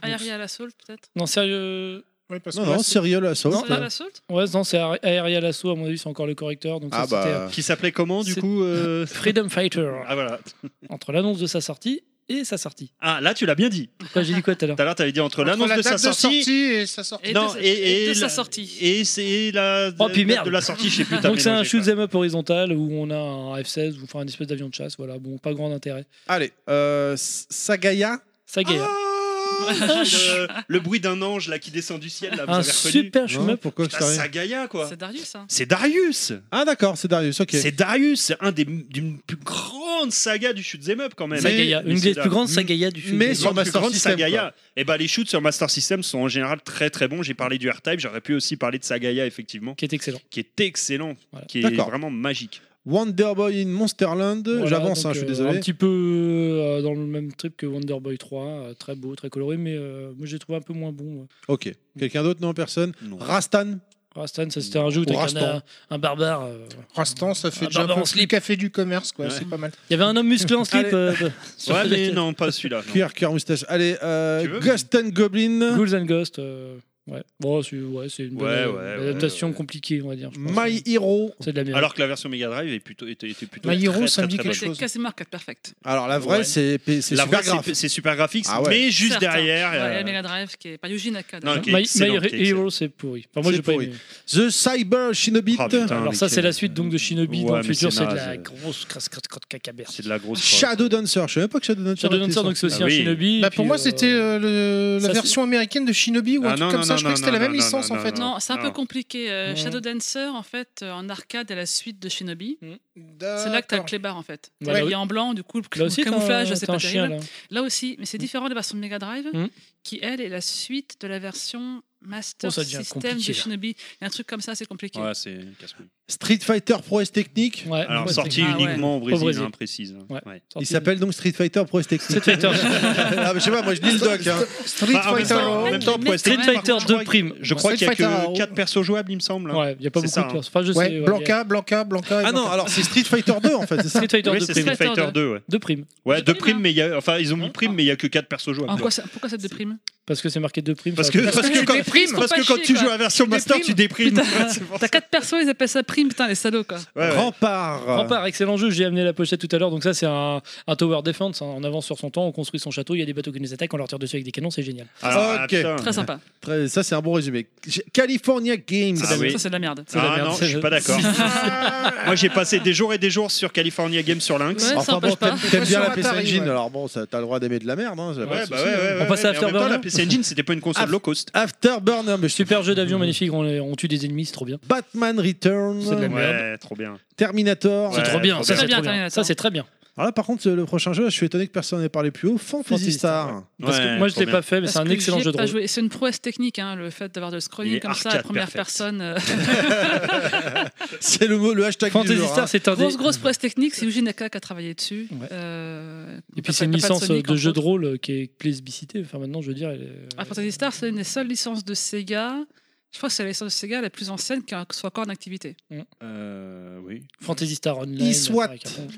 F: Aerial Assault, peut-être
A: Non sérieux.
E: Ouais, parce
B: Non,
E: que là,
B: non,
E: c'est-
B: Serial Assault.
F: Aerial Assault
A: Ouais, non c'est Aer- Aerial Assault à mon avis c'est encore le correcteur donc ça,
B: Ah
A: c'était, euh,
B: bah.
D: Qui s'appelait comment du
A: C'est-
D: coup euh,
A: Freedom Fighter
D: Ah voilà.
A: entre l'annonce de sa sortie et sa sortie.
D: Ah là tu l'as bien dit.
A: Quoi, j'ai dit quoi tout à l'heure
D: Tout à l'heure t'avais dit entre
E: entre
D: l'annonce
E: la
D: de sa
E: date de
D: sortie.
E: sortie et sa sortie.
F: et
D: Non,
F: de sa-
D: et, et
F: et de sa
D: la-
F: sortie.
D: Et c'est la
A: Oh, puis
D: la date
A: merde.
D: de la sortie, je sais plus. t'as
A: Donc c'est un
D: mélangé, quoi.
A: shoot'em up horizontal où on a un F16 ou enfin une espèce d'avion de chasse voilà bon pas grand intérêt.
B: Allez, euh, S- Sagaya.
A: Ça guerre.
D: Ah, le, le bruit d'un ange là qui descend du ciel là, Ah, vous
A: Ah, un
D: avez reconnu
A: super shoot'em
B: Non,
A: up.
B: pourquoi que
D: Putain,
B: ça arrive
D: Sagaya quoi.
F: C'est Darius, hein.
D: C'est Darius.
B: Ah d'accord, c'est Darius, ok.
D: C'est Darius, c'est un des d'une plus grande saga du shoot'em up quand même.
B: Mais-
A: Sagaya, une
D: mais
A: des
D: c'est
A: plus
D: la-
A: grandes Sagaya du film.
B: mais
D: Et
B: sur
D: sur
B: Master
D: Master grande
B: System,
D: Sagaya, et ben les shoots sur Master System sont en général très très bons. J'ai parlé du R-Type, j'aurais pu aussi parler de Sagaya effectivement,
A: qui est excellent.
D: qui est excellent,
A: Voilà.
D: qui est
B: D'accord.
D: vraiment magique.
B: Wonder Boy in Monsterland.
A: Voilà,
B: J'avance,
A: donc,
B: hein, je suis
A: euh,
B: désolé.
A: Un petit peu euh, dans le même trip que Wonder Boy 3, euh, très beau, très coloré, mais euh, moi j'ai trouvé un peu moins bon. euh. ouais.
B: Ok. Quelqu'un d'autre Non, personne. Rastan.
A: Rastan, Ah, ça c'était un jeu où t'incarnais
B: Rastan.
A: un, un barbare. euh.
E: Rastan, ça fait
A: Ah,
E: déjà un
A: bah,
E: peu
A: on se
E: plus
A: lit.
E: café du commerce, quoi.
D: Ouais.
E: C'est pas mal.
A: Il y avait un homme musclé en slip. euh, euh, sur
D: Ouais
A: la
D: mais
A: jaquette.
D: non pas celui-là. non.
B: Cuir, cuir, moustache. Allez, euh,
D: Tu veux
B: Ghost and Goblin.
A: Ghouls and Ghosts. euh, ouais, bon, c'est ouais, c'est une bonne
D: Ouais,
A: euh,
D: ouais, ouais,
A: adaptation
D: ouais.
A: compliquée, on va dire. je pense.
B: My Hero.
A: C'est de la merde.
D: Alors que la version Mega Drive est plutôt, était, était plutôt.
E: My Hero,
D: très,
E: ça me dit
D: très, très
E: quelque
D: bonne.
E: chose.
F: C'est Casey Mark Perfect.
B: Alors la vraie,
D: Ouais.
B: c'est c'est
D: La
B: super
D: vraie,
B: grave.
D: c'est c'est super graphique,
B: Ah ouais.
D: mais juste
F: Certes,
D: derrière.
F: hein. Ouais,
D: euh,
F: Mega Drive qui est pas Eugene Akkad.
D: Non,
F: hein.
D: qui-
A: My,
D: excellent,
A: My
D: qui est
A: Hero, c'est pourri. Enfin, moi
B: C'est
A: j'ai pas
B: pourri.
A: aimé.
B: The Cyber Shinobit.
D: Oh, putain,
A: Alors
D: mais
A: ça,
D: quel-
A: c'est la suite donc de Shinobi
D: Ouais,
A: dans
D: mais
A: le futur.
D: c'est
A: C'est de
D: naze.
A: la grosse crasse crasse crasse cacaberce.
D: c'est de la grosse.
B: Shadow Dancer. Je savais pas que Shadow Dancer.
A: Shadow
B: était
A: Dancer,
B: sorti.
A: donc c'est aussi
D: Ah
A: un
D: oui.
A: Shinobi.
E: Bah,
A: et
E: pour
A: puis,
E: moi,
A: euh,
E: c'était euh, le-
A: ça,
E: la
A: c'est-
E: version américaine de Shinobi ou un
D: Ah,
E: truc
D: non,
E: comme
D: non,
E: ça. je
D: non,
E: crois que c'était la
D: non,
E: même
D: non,
E: licence,
D: non,
E: en fait.
F: Non, c'est un peu
D: Non.
F: compliqué. Euh,
E: Mm.
F: Shadow Dancer, en fait, euh, en arcade, elle a la suite de Shinobi. C'est
E: C'est
F: là que t'as le clébard, en fait. T'as
A: Ouais.
F: le en blanc, du coup, le
A: Là aussi, t'as
F: camouflage,
A: un-
F: c'est
A: t'as
F: pas
A: un chien
F: terrible.
A: là.
F: Là aussi, mais c'est différent de la version de Mega Drive,
A: Mm.
F: qui elle est la suite de la version Master
A: Oh, ça devient
F: System de
A: compliqué, là.
F: Shinobi. Il y a un truc comme ça, c'est compliqué.
D: Ouais, c'est casse-couille.
B: Street Fighter Pro-S Technique.
A: Ouais,
D: Alors
A: ouais,
D: sorti
A: c'est-
F: Ah ouais.
D: uniquement au Brésil,
A: Brésil.
D: hein, précise.
A: Ouais.
D: Ouais.
B: Il
A: sorti-
B: s'appelle donc Street Fighter Pro-S Technique.
A: Street Fighter.
B: ah, mais je sais pas, moi je dis le doc. hein.
E: Street
D: Bah, en même
E: Fighter.
D: temps- en même temps, pour être
A: Street
D: honnête,
A: Fighter
D: par contre, je
A: 2
D: crois que-
A: prime.
D: Je crois
E: Street
D: qu'il y a
E: Fighter,
D: que 4 persos jouables, il me semble. hein.
A: Ouais, il n'y a pas
D: C'est
A: beaucoup
D: ça,
A: de
D: hein.
A: persos. Enfin, je sais,
E: Ouais,
A: ouais,
E: Blanca, Blanca, Blanca.
B: Ah non, alors c'est Street Fighter 2 en fait, c'est
A: il y
B: ça
A: a- Street Fighter
D: Oui,
A: 2
D: c'est
A: prime.
D: Street
F: Street
D: Fighter
F: Fighter
D: 2, ouais.
A: Deux primes.
D: Ouais, deux
F: Deux
D: primes,
F: primes,
D: mais il y a, enfin, ils ont mis prime, mais il y a que 4 persos
F: En
D: jouables.
F: quoi ça- pourquoi ça te déprime
A: Parce que c'est marqué deux primes.
D: Parce
A: ça
D: que,
A: va
D: parce que
E: tu
D: quand,
E: déprimes,
D: parce
F: faut
D: que
F: pas
D: quand
F: chier,
D: tu
F: quoi.
D: joues à version master,
E: déprimes.
D: tu déprimes.
F: T'as quatre persos, ils appellent ça prime, putain, les salauds, quoi.
D: Ouais, ouais.
B: Rempart.
A: Rempart, excellent jeu, j'ai amené la pochette tout à l'heure, donc ça c'est un, un tower defense, hein. on avance sur son temps, on construit son château, il y a des bateaux qui nous attaquent, on leur tire dessus avec des canons, c'est génial.
D: Alors, ah,
B: Ok.
D: putain.
F: Très sympa.
B: Très- Ça, c'est un bon résumé. California Games.
D: Ah oui.
F: Ça, c'est de la merde.
A: C'est de la
D: Ah
A: merde,
D: non,
A: c'est-
D: je suis pas d'accord. Moi, j'ai passé des jours et des jours sur California Games sur Lynx.
F: Ouais, ça
B: Enfin bon,
F: empêche pas.
B: t'aimes t'aimes bien la
E: Sur
B: PC
E: Atari,
B: Engine,
E: ouais.
B: alors bon, ça- t'as le droit d'aimer de la merde. Hein, ça va pas
D: Ouais,
B: de
D: bah ouais,
B: souci.
D: ouais,
A: On
D: ouais,
A: passe à
D: mais en même temps,
A: Afterburner
D: la PC Engine, c'était pas une console
B: Ah.
D: low cost.
B: Afterburner, mais je suis
A: Super jeu d'avion magnifique, on, les- on tue des ennemis, c'est trop bien.
B: Batman
A: C'est de la
B: Return,
A: merde.
D: Ouais, trop bien.
B: Terminator.
D: Ouais,
A: c'est trop bien,
D: trop
A: ça
D: bien.
A: c'est
F: Très
A: trop
F: bien,
A: bien.
F: Terminator.
A: Ça c'est très bien.
B: Alors par contre, le prochain jeu, je suis étonné que personne n'ait parlé plus haut. Fantasy
A: Fantasy Star.
B: Star.
A: Parce que moi je
D: trop
A: l'ai
D: bien.
A: pas fait, mais c'est un
F: Parce que
A: excellent
F: j'ai
A: jeu de
F: pas
A: rôle.
F: joué. C'est une prouesse technique, hein, le fait d'avoir de
D: Il est
F: scrolling comme ça à
D: arcade
F: première
D: perfect.
F: personne. euh,
B: C'est le mot, le hashtag du
A: Fantasy
B: jour,
A: Star,
B: hein.
A: c'est un des...
F: grosse, grosse prouesse technique, c'est Eugene Naka qui a travaillé dessus.
A: Ouais.
F: Euh,
A: Et
F: pas-
A: puis c'est une
F: pas
A: licence
F: Sonic,
A: de
F: entre
A: jeu de
F: autres.
A: rôle euh, qui est plébiscitée. Enfin maintenant, je veux dire, elle est-
F: Ah, Fantasy Star, c'est une des seules licences de Sega. Je crois que c'est la licence de Sega la plus ancienne qui soit encore en activité.
D: Euh, oui.
A: Fantasy Star Online.
B: E-SWAT.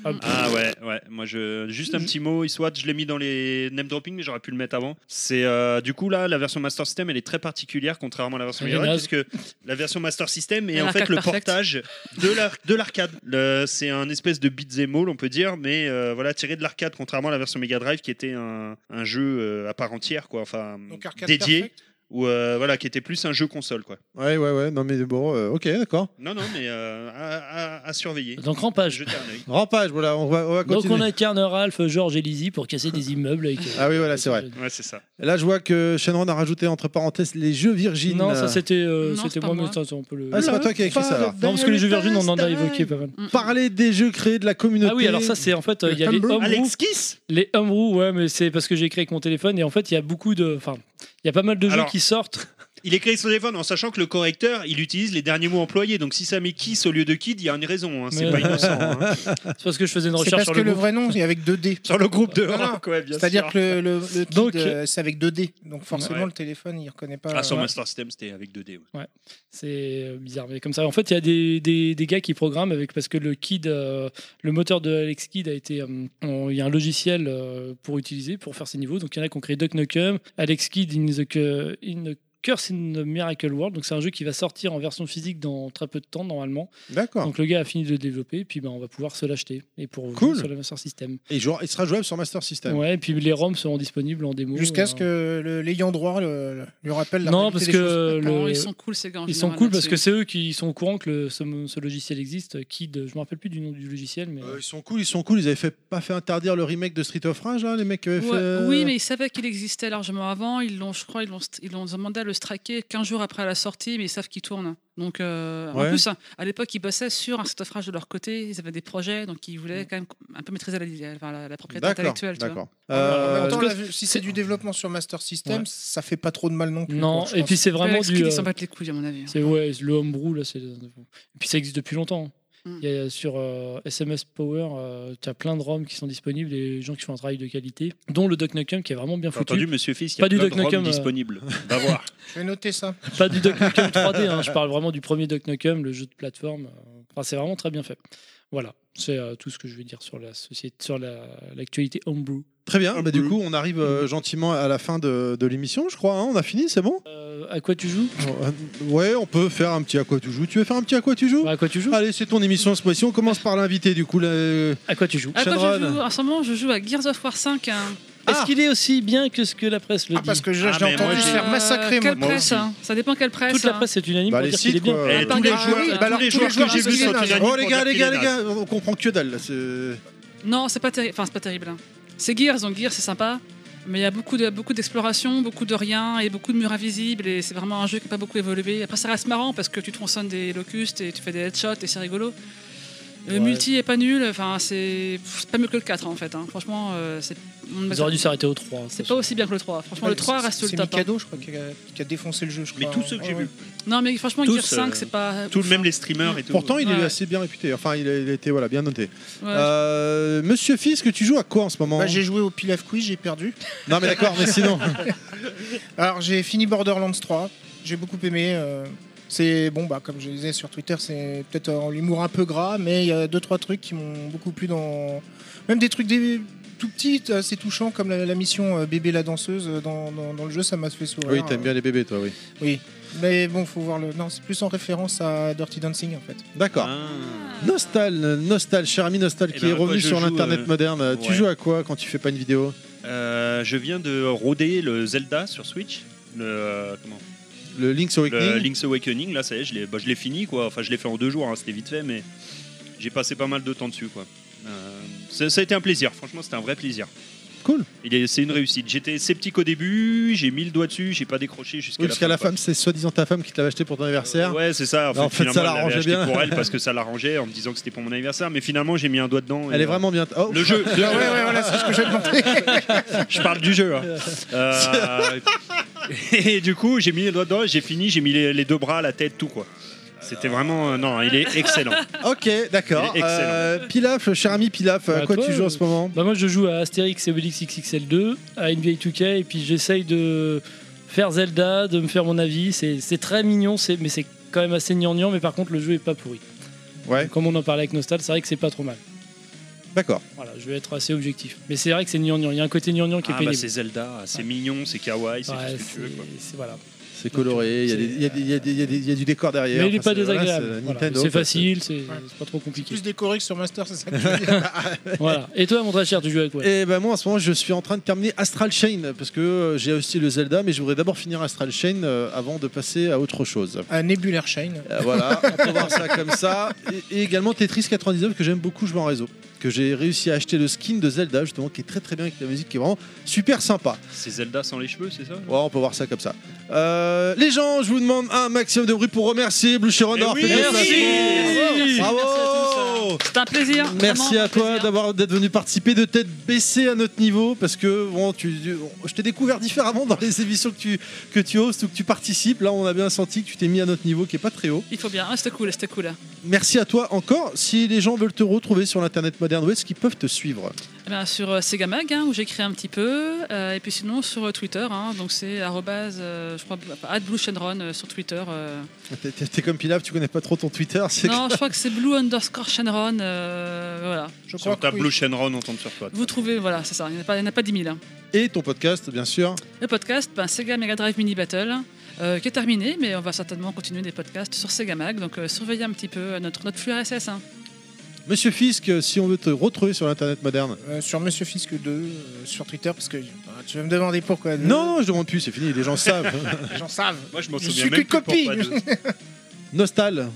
A: Ah, pff,
D: Ah ouais, ouais. Moi, je juste un petit mot. Iswat, je l'ai mis dans les name dropping, mais j'aurais pu le mettre avant. C'est euh, du coup là, la version Master System, elle est très particulière, contrairement à la version
A: Elle est
D: Mega Drive,
A: naze.
D: puisque la version Master System est
F: Elle
D: en
F: est
D: fait le
F: arcade parfaite.
D: portage de l'ar- de l'arcade. Le- C'est un espèce de beat'em all, on peut dire, mais euh, voilà, tiré de l'arcade, contrairement à la version Mega Drive, qui était un, un jeu euh, à part entière, quoi. Enfin,
E: Donc, arcade
D: euh, dédié.
E: perfect.
D: Ou euh, voilà, qui était plus un jeu console, quoi.
B: Ouais, ouais, ouais. Non, mais bon, euh, ok, d'accord.
D: Non, non, mais euh, à, à- à surveiller.
A: Donc rampage.
D: Jeter un œil.
B: Rampage, voilà, on va, on va
A: Donc
B: continuer.
A: on incarne Ralph, George et Lizzie pour casser des immeubles. Avec, euh,
B: Ah oui, voilà, c'est vrai.
D: Ouais, c'est ça.
B: Là, je vois que Shenron a rajouté entre parenthèses les jeux Virgin.
A: Non, ça c'était euh,
F: Non,
A: c'était
F: c'est pas
A: moi, mais
F: moi.
A: ça, ça, on peut le.
B: Ah, c'est pas toi qui as écrit ça, alors.
A: non, parce que les jeux Virgin, on en a évoqué pas mal.
B: Euh, Parler des jeux créés de la communauté.
A: Ah oui, alors ça c'est en fait, euh, il y a les
E: Humble.
A: homebrew,
D: Alex Kiss
A: les homebrew, ouais, mais c'est parce que j'ai écrit avec mon téléphone et en fait il y a beaucoup de, enfin, il y a pas mal de jeux
D: Alors,
A: qui sortent.
D: Il écrit sur téléphone en sachant que le correcteur, il utilise les derniers mots employés. Donc si ça met Kiss au lieu de Kid, il y a une raison. hein. C'est
A: Mais-
D: pas innocent. hein.
A: C'est parce que je faisais une
E: C'est
A: recherche
E: parce
A: sur
E: que
A: le,
E: le
A: groupe.
E: vrai nom est avec 2D.
D: Sur le groupe de
E: Non, non.
D: rock, ouais, bien
E: C'est-à-dire
D: sûr.
E: que le, le, le kid,
A: Donc,
E: euh, c'est avec 2D. Donc forcément,
D: Ouais.
E: le téléphone, il reconnaît pas.
D: Ah, sur
A: euh,
E: Ouais.
D: Master System, c'était avec 2D. ouais.
A: C'est euh, bizarre, mais comme ça. En fait, il y a des, des, des gars qui programment avec parce que le Kid, euh, le moteur de Alex Kid a été, euh, on- il y a un logiciel euh, pour utiliser pour faire ces niveaux. Donc il y en a qui ont créé Duck Nukem, Alex Kid in the, Cu- in the Curse in the Miracle World. Donc c'est un jeu qui va sortir en version physique dans très peu de temps normalement.
B: D'accord.
D: Ah.
A: Donc le gars a fini de le développer, puis ben on va pouvoir se l'acheter et pour
B: Cool.
A: jouer sur le Master System.
B: Et il jouera- il sera jouable sur Master System.
A: Ouais, et puis les ROM seront disponibles en démo.
E: Jusqu'à ce
A: euh,
E: que le- l'ayant droit le- le- lui rappelle la
A: non,
E: réalité
A: parce
E: des
A: que
E: choses.
A: Euh, le-
F: ils sont cool, ces gars. en
A: Ils sont
F: général,
A: cool parce que
F: là-dessus.
A: c'est eux qui sont au courant que le- ce, ce logiciel existe. Kid, je me rappelle plus du nom du logiciel, mais
B: Euh, ils sont cool, ils sont cool. Ils avaient fait, pas fait interdire le remake de Street of Rage, là, les mecs qui avaient
F: Ouais,
B: fait. euh,
F: Oui, mais ils savaient qu'il existait largement avant. Ils l'ont, je crois, ils l'ont, ils l'ont demandé à le straquer 15 jours après la sortie, mais ils savent qu'il tourne. Donc, euh,
B: Ouais.
F: en plus, hein, à l'époque, ils bossaient sur un stoffrage de leur côté. Ils avaient des projets, donc ils voulaient quand même un peu maîtriser la, enfin, la, la propriété
B: D'accord.
F: intellectuelle. tu vois.
B: D'accord.
E: En
B: Euh,
E: même temps,
A: parce
E: là, si c'est du développement sur Master System,
A: Ouais.
E: ça fait pas trop de mal non plus.
A: non.
E: quoi, je
A: Et
E: pense.
A: puis c'est vraiment
F: Alex Kidd,
A: du.
F: ils
A: euh,
F: s'en battent les couilles, à mon avis. hein.
A: c'est ouais, le homebrew là, c'est. Et puis ça existe depuis longtemps. hein.
F: Mm.
A: Il y a sur euh, SMS Power, tu as plein de ROM qui sont disponibles, des gens qui font un travail de qualité, dont le Duck Nukem qui est vraiment bien
D: T'as
A: foutu.
D: entendu, monsieur Fils, il y a
A: Pas du
D: plein de
A: Duck Nukem,
D: ROM
A: euh.
D: disponibles. Va voir.
E: Je vais noter ça. Ah,
A: Pas du Duck Nukem 3D, hein, je parle vraiment du premier Duck Nukem, le jeu de plateforme. euh, Enfin, c'est vraiment très bien fait. Voilà, c'est euh, tout ce que je vais dire sur la société, sur la- l'actualité homebrew.
B: Très
E: Ah,
B: bien. Bah, du
D: bleu.
B: coup, on arrive
E: Mm-hmm.
B: euh, gentiment à la fin de, de l'émission, je crois. hein. On a fini, c'est bon
A: Euh, à quoi tu joues
B: Euh, Ouais, on peut faire un petit à quoi tu joues. Tu veux faire un petit à quoi tu joues
A: Bah, À quoi tu joues
B: Allez, c'est ton émission ce mois-ci. On commence par l'invité, du coup. là.
A: À quoi tu joues
F: À quoi Ah, je
B: Shenron.
F: joue En ce moment, je joue à Gears of War 5. hein.
A: Est-ce qu'il est aussi bien que ce que la presse le
E: Ah,
A: dit
E: parce que là,
D: Ah,
E: je l'ai
D: mais moi,
E: entendu se
D: j'ai-
E: faire
F: Euh,
E: massacrer, moi.
F: Quelle presse hein Ça dépend quelle presse.
A: Toute la
F: hein.
A: presse est unanime
B: Bah,
A: pour
B: les
A: dire qu'il est
B: sites,
A: bien.
B: quoi.
D: Eh,
F: pas
D: tous les
F: grave.
D: joueurs,
F: Ah oui,
D: tous
F: bah
E: alors,
D: les
E: tous
D: joueurs
E: les
D: que
E: joueurs
D: j'ai vus
E: sont
D: sont
E: unanimes.
D: unanimes
B: Oh,
D: pour
B: les
D: dire
B: gars, les
D: qu'il
B: gars,
D: est
B: les
D: naze.
B: gars, on comprend que dalle. là, c'est-
F: Non, c'est pas terrible. Enfin, c'est pas terrible. hein. C'est Gears, donc Gears, c'est sympa. Mais il y a beaucoup de- beaucoup d'exploration, beaucoup de rien et beaucoup de murs invisibles. Et c'est vraiment un jeu qui n'a pas beaucoup évolué. Après, ça reste marrant parce que tu tronçonnes des locustes et tu fais des headshots et c'est rigolo. Le
A: Ouais.
F: multi est pas nul. Enfin, c'est pff, c'est pas mieux que le 4 hein, en fait. hein. Franchement, euh, c'est. on
A: Ils
F: met-
A: auraient dû s'arrêter au 3.
F: C'est pas aussi bien que le 3. Franchement,
E: Ouais,
F: le 3
E: c'est-
F: reste le
E: c'est
F: top. hein.
E: Mikado, je crois, qui a, qui a défoncé le jeu, je
D: Mais
E: crois.
D: tous ceux que j'ai
E: Ouais, ouais.
D: vus,
F: Non, mais franchement,
D: Tous,
F: Gears 5,
D: euh,
F: c'est pas.
D: tout le même les streamers et tout.
B: Pourtant, il est
F: Ouais.
B: assez bien réputé. Enfin, il a, il a été voilà, bien noté.
F: Ouais,
B: Euh, Monsieur Fisk, tu joues à quoi en ce moment
E: Bah, j'ai joué au Pilaf Quiz, j'ai perdu.
B: Non, mais d'accord, mais sinon.
E: Alors, j'ai fini Borderlands 3. J'ai beaucoup aimé. euh, C'est bon, bah, comme je disais sur Twitter, c'est peut-être en l'humour un peu gras, mais il y a deux trois trucs qui m'ont beaucoup plu dans. Même des trucs dé- tout petit, euh, c'est touchant comme la, la mission euh, bébé la danseuse euh, dans, dans- dans le jeu, ça m'a fait sourire.
B: Oui, t'aimes bien les bébés, toi, oui.
E: Oui. Mais bon, faut voir le. Non, c'est plus en référence à Dirty Dancing en fait.
B: D'accord.
D: Ah.
B: Nostal, euh, Nostal, cher ami Nostal,
D: Eh
B: qui
D: ben,
B: est
D: à quoi
B: revenu
D: je
B: sur
D: joue,
B: l'internet
D: euh,
B: moderne. Euh, Tu
D: ouais.
B: joues à quoi quand tu fais pas une vidéo
D: Euh, je viens de roder le Zelda sur Switch. Le, euh, comment
B: Le Link's
D: le
B: Awakening
D: Link's Awakening, là, ça y est, je l'ai bah, je l'ai fini, quoi. Enfin, je l'ai fait en deux jours, hein, c'était vite fait, mais j'ai passé pas mal de temps dessus, quoi. Euh, ça, ça a été un plaisir, franchement, c'était un vrai plaisir.
B: Cool.
D: Il est- C'est une réussite. J'étais sceptique au début, j'ai mis le doigt dessus, j'ai pas décroché jusqu'à
B: Oui,
D: la
B: parce
D: fin.
B: qu'à la
D: quoi.
B: femme, c'est soi-disant ta femme qui te l'avait acheté pour ton anniversaire.
D: Ouais, c'est ça. En fait,
B: en fait, ça
D: finalement, je l'avais
B: l'arrangeait
D: acheté
B: bien.
D: pour elle parce que ça l'arrangeait en me disant que c'était pour mon anniversaire. Mais finalement, j'ai mis un doigt dedans. et,
B: Elle est
D: euh,
B: vraiment bien. Oh,
D: Le jeu. le-
E: Ah, voilà, c'est ce que j'ai demandé.
D: je parle du jeu. hein. Euh, et du coup, j'ai mis les doigts dedans, j'ai fini, j'ai mis les, les deux bras, la tête, tout quoi. C'était vraiment. euh, non, il est excellent.
A: Ah,
B: Ok, d'accord.
D: Il est excellent.
B: Euh, Pilaf, cher ami Pilaf,
A: Bah,
B: à quoi
A: toi,
B: tu joues en
A: euh,
B: ce moment
A: Bah moi je joue à Astérix et Obélix XXL2, à NBA 2K et puis j'essaye de faire Zelda, de me faire mon avis. C'est c'est très mignon, c'est- mais c'est quand même assez gnangnan, mais par contre le jeu est pas pourri.
B: Ouais.
A: Comme on en parlait avec Nostal, c'est vrai que c'est pas trop mal.
B: D'accord.
A: Voilà, je vais être assez objectif. Mais c'est vrai que c'est gnangnan, il y a un côté gnangnan qui est
D: Ah, bah,
A: pénible.
D: c'est Zelda, c'est mignon, c'est kawaii, c'est
A: Ouais,
D: tout ce que tu veux. Quoi.
A: c'est- c'est- voilà.
B: C'est coloré, il y a des- il y, a des- il y a des- il y a des- il y a du décor derrière.
A: Mais il est
B: Enfin,
A: pas
B: c'est- voilà,
A: désagréable.
B: c'est
A: Voilà,
B: Nintendo,
A: C'est
B: quoi,
A: facile, c'est c'est pas trop compliqué.
E: plus décoré que sur Master, c'est ça que tu veux dire.
A: Voilà. Et toi, mon très cher, tu joues avec quoi
B: Et ben moi en ce moment je suis en train de terminer Astral Chain parce que euh, j'ai aussi le Zelda mais je voudrais d'abord finir Astral Chain euh, avant de passer à autre chose.
E: Un Nebular Shine.
B: Euh, voilà, on peut voir ça comme ça. Et, et également Tetris 99 que j'aime beaucoup, je vais en réseau. Que j'ai réussi à acheter le skin de Zelda justement qui est très très bien avec la musique qui est vraiment super sympa.
D: C'est Zelda sans les cheveux, c'est ça
B: Ouais, on peut voir ça comme ça. Euh, les gens, je vous demande un maximum de bruit pour remercier Blue Chiron d'avoir
D: Eh
B: fait
D: oui,
B: des
D: merci.
B: placements.
F: Merci.
B: Bravo
D: hein.
F: Merci C'est un plaisir.
B: Merci
F: vraiment,
B: à
F: un
B: toi
F: plaisir.
B: d'avoir d'être venu participer de tête baissée à notre niveau parce que bon, tu, tu- je t'ai découvert différemment dans les émissions que tu que tu hostes ou que tu participes. Là, on a bien senti que tu t'es mis à notre niveau qui est pas très haut.
F: Il faut bien. Ah, c'était cool, c'était cool.
B: Merci à toi encore. Si les gens veulent te retrouver sur l'internet moderne, où est-ce qu'ils peuvent te suivre
F: Eh bien, sur euh, Segamag, hein, où j'écris un petit peu, euh, et puis sinon sur euh, Twitter, hein, donc c'est arrobase, euh, je crois, @blueshenron euh, sur Twitter. euh.
B: T'es- T'es t'es comme Pilaf, tu connais pas trop ton Twitter. c'est que-
F: Non, je crois que c'est blue underscore Shenron, euh, voilà.
E: Je crois
D: Sur
E: que
D: ta
E: oui.
D: Blue Shenron, on tombe sur toi.
F: Vous trouvez, voilà, c'est ça, il n'y en a pas- il n'y en a pas 10 000. hein.
B: Et ton podcast, bien sûr.
F: Le podcast, ben, Sega Mega Drive Mini Battle, euh, qui est terminé, mais on va certainement continuer des podcasts sur Sega Mag, donc euh, surveillez un petit peu euh, notre, notre flux RSS. hein.
B: Monsieur Fisk, si on veut te retrouver sur l'internet moderne.
E: Euh, sur Monsieur Fisk 2, euh, sur Twitter, parce que euh, tu vas me demander pourquoi.
B: Non, non, je demande plus, c'est fini, les gens savent.
E: J'en savent.
D: Moi, je m'en
E: Je
D: souviens
E: suis
D: même
E: qu'une
D: plus pour
E: copie.
D: pas de-
B: Nostal.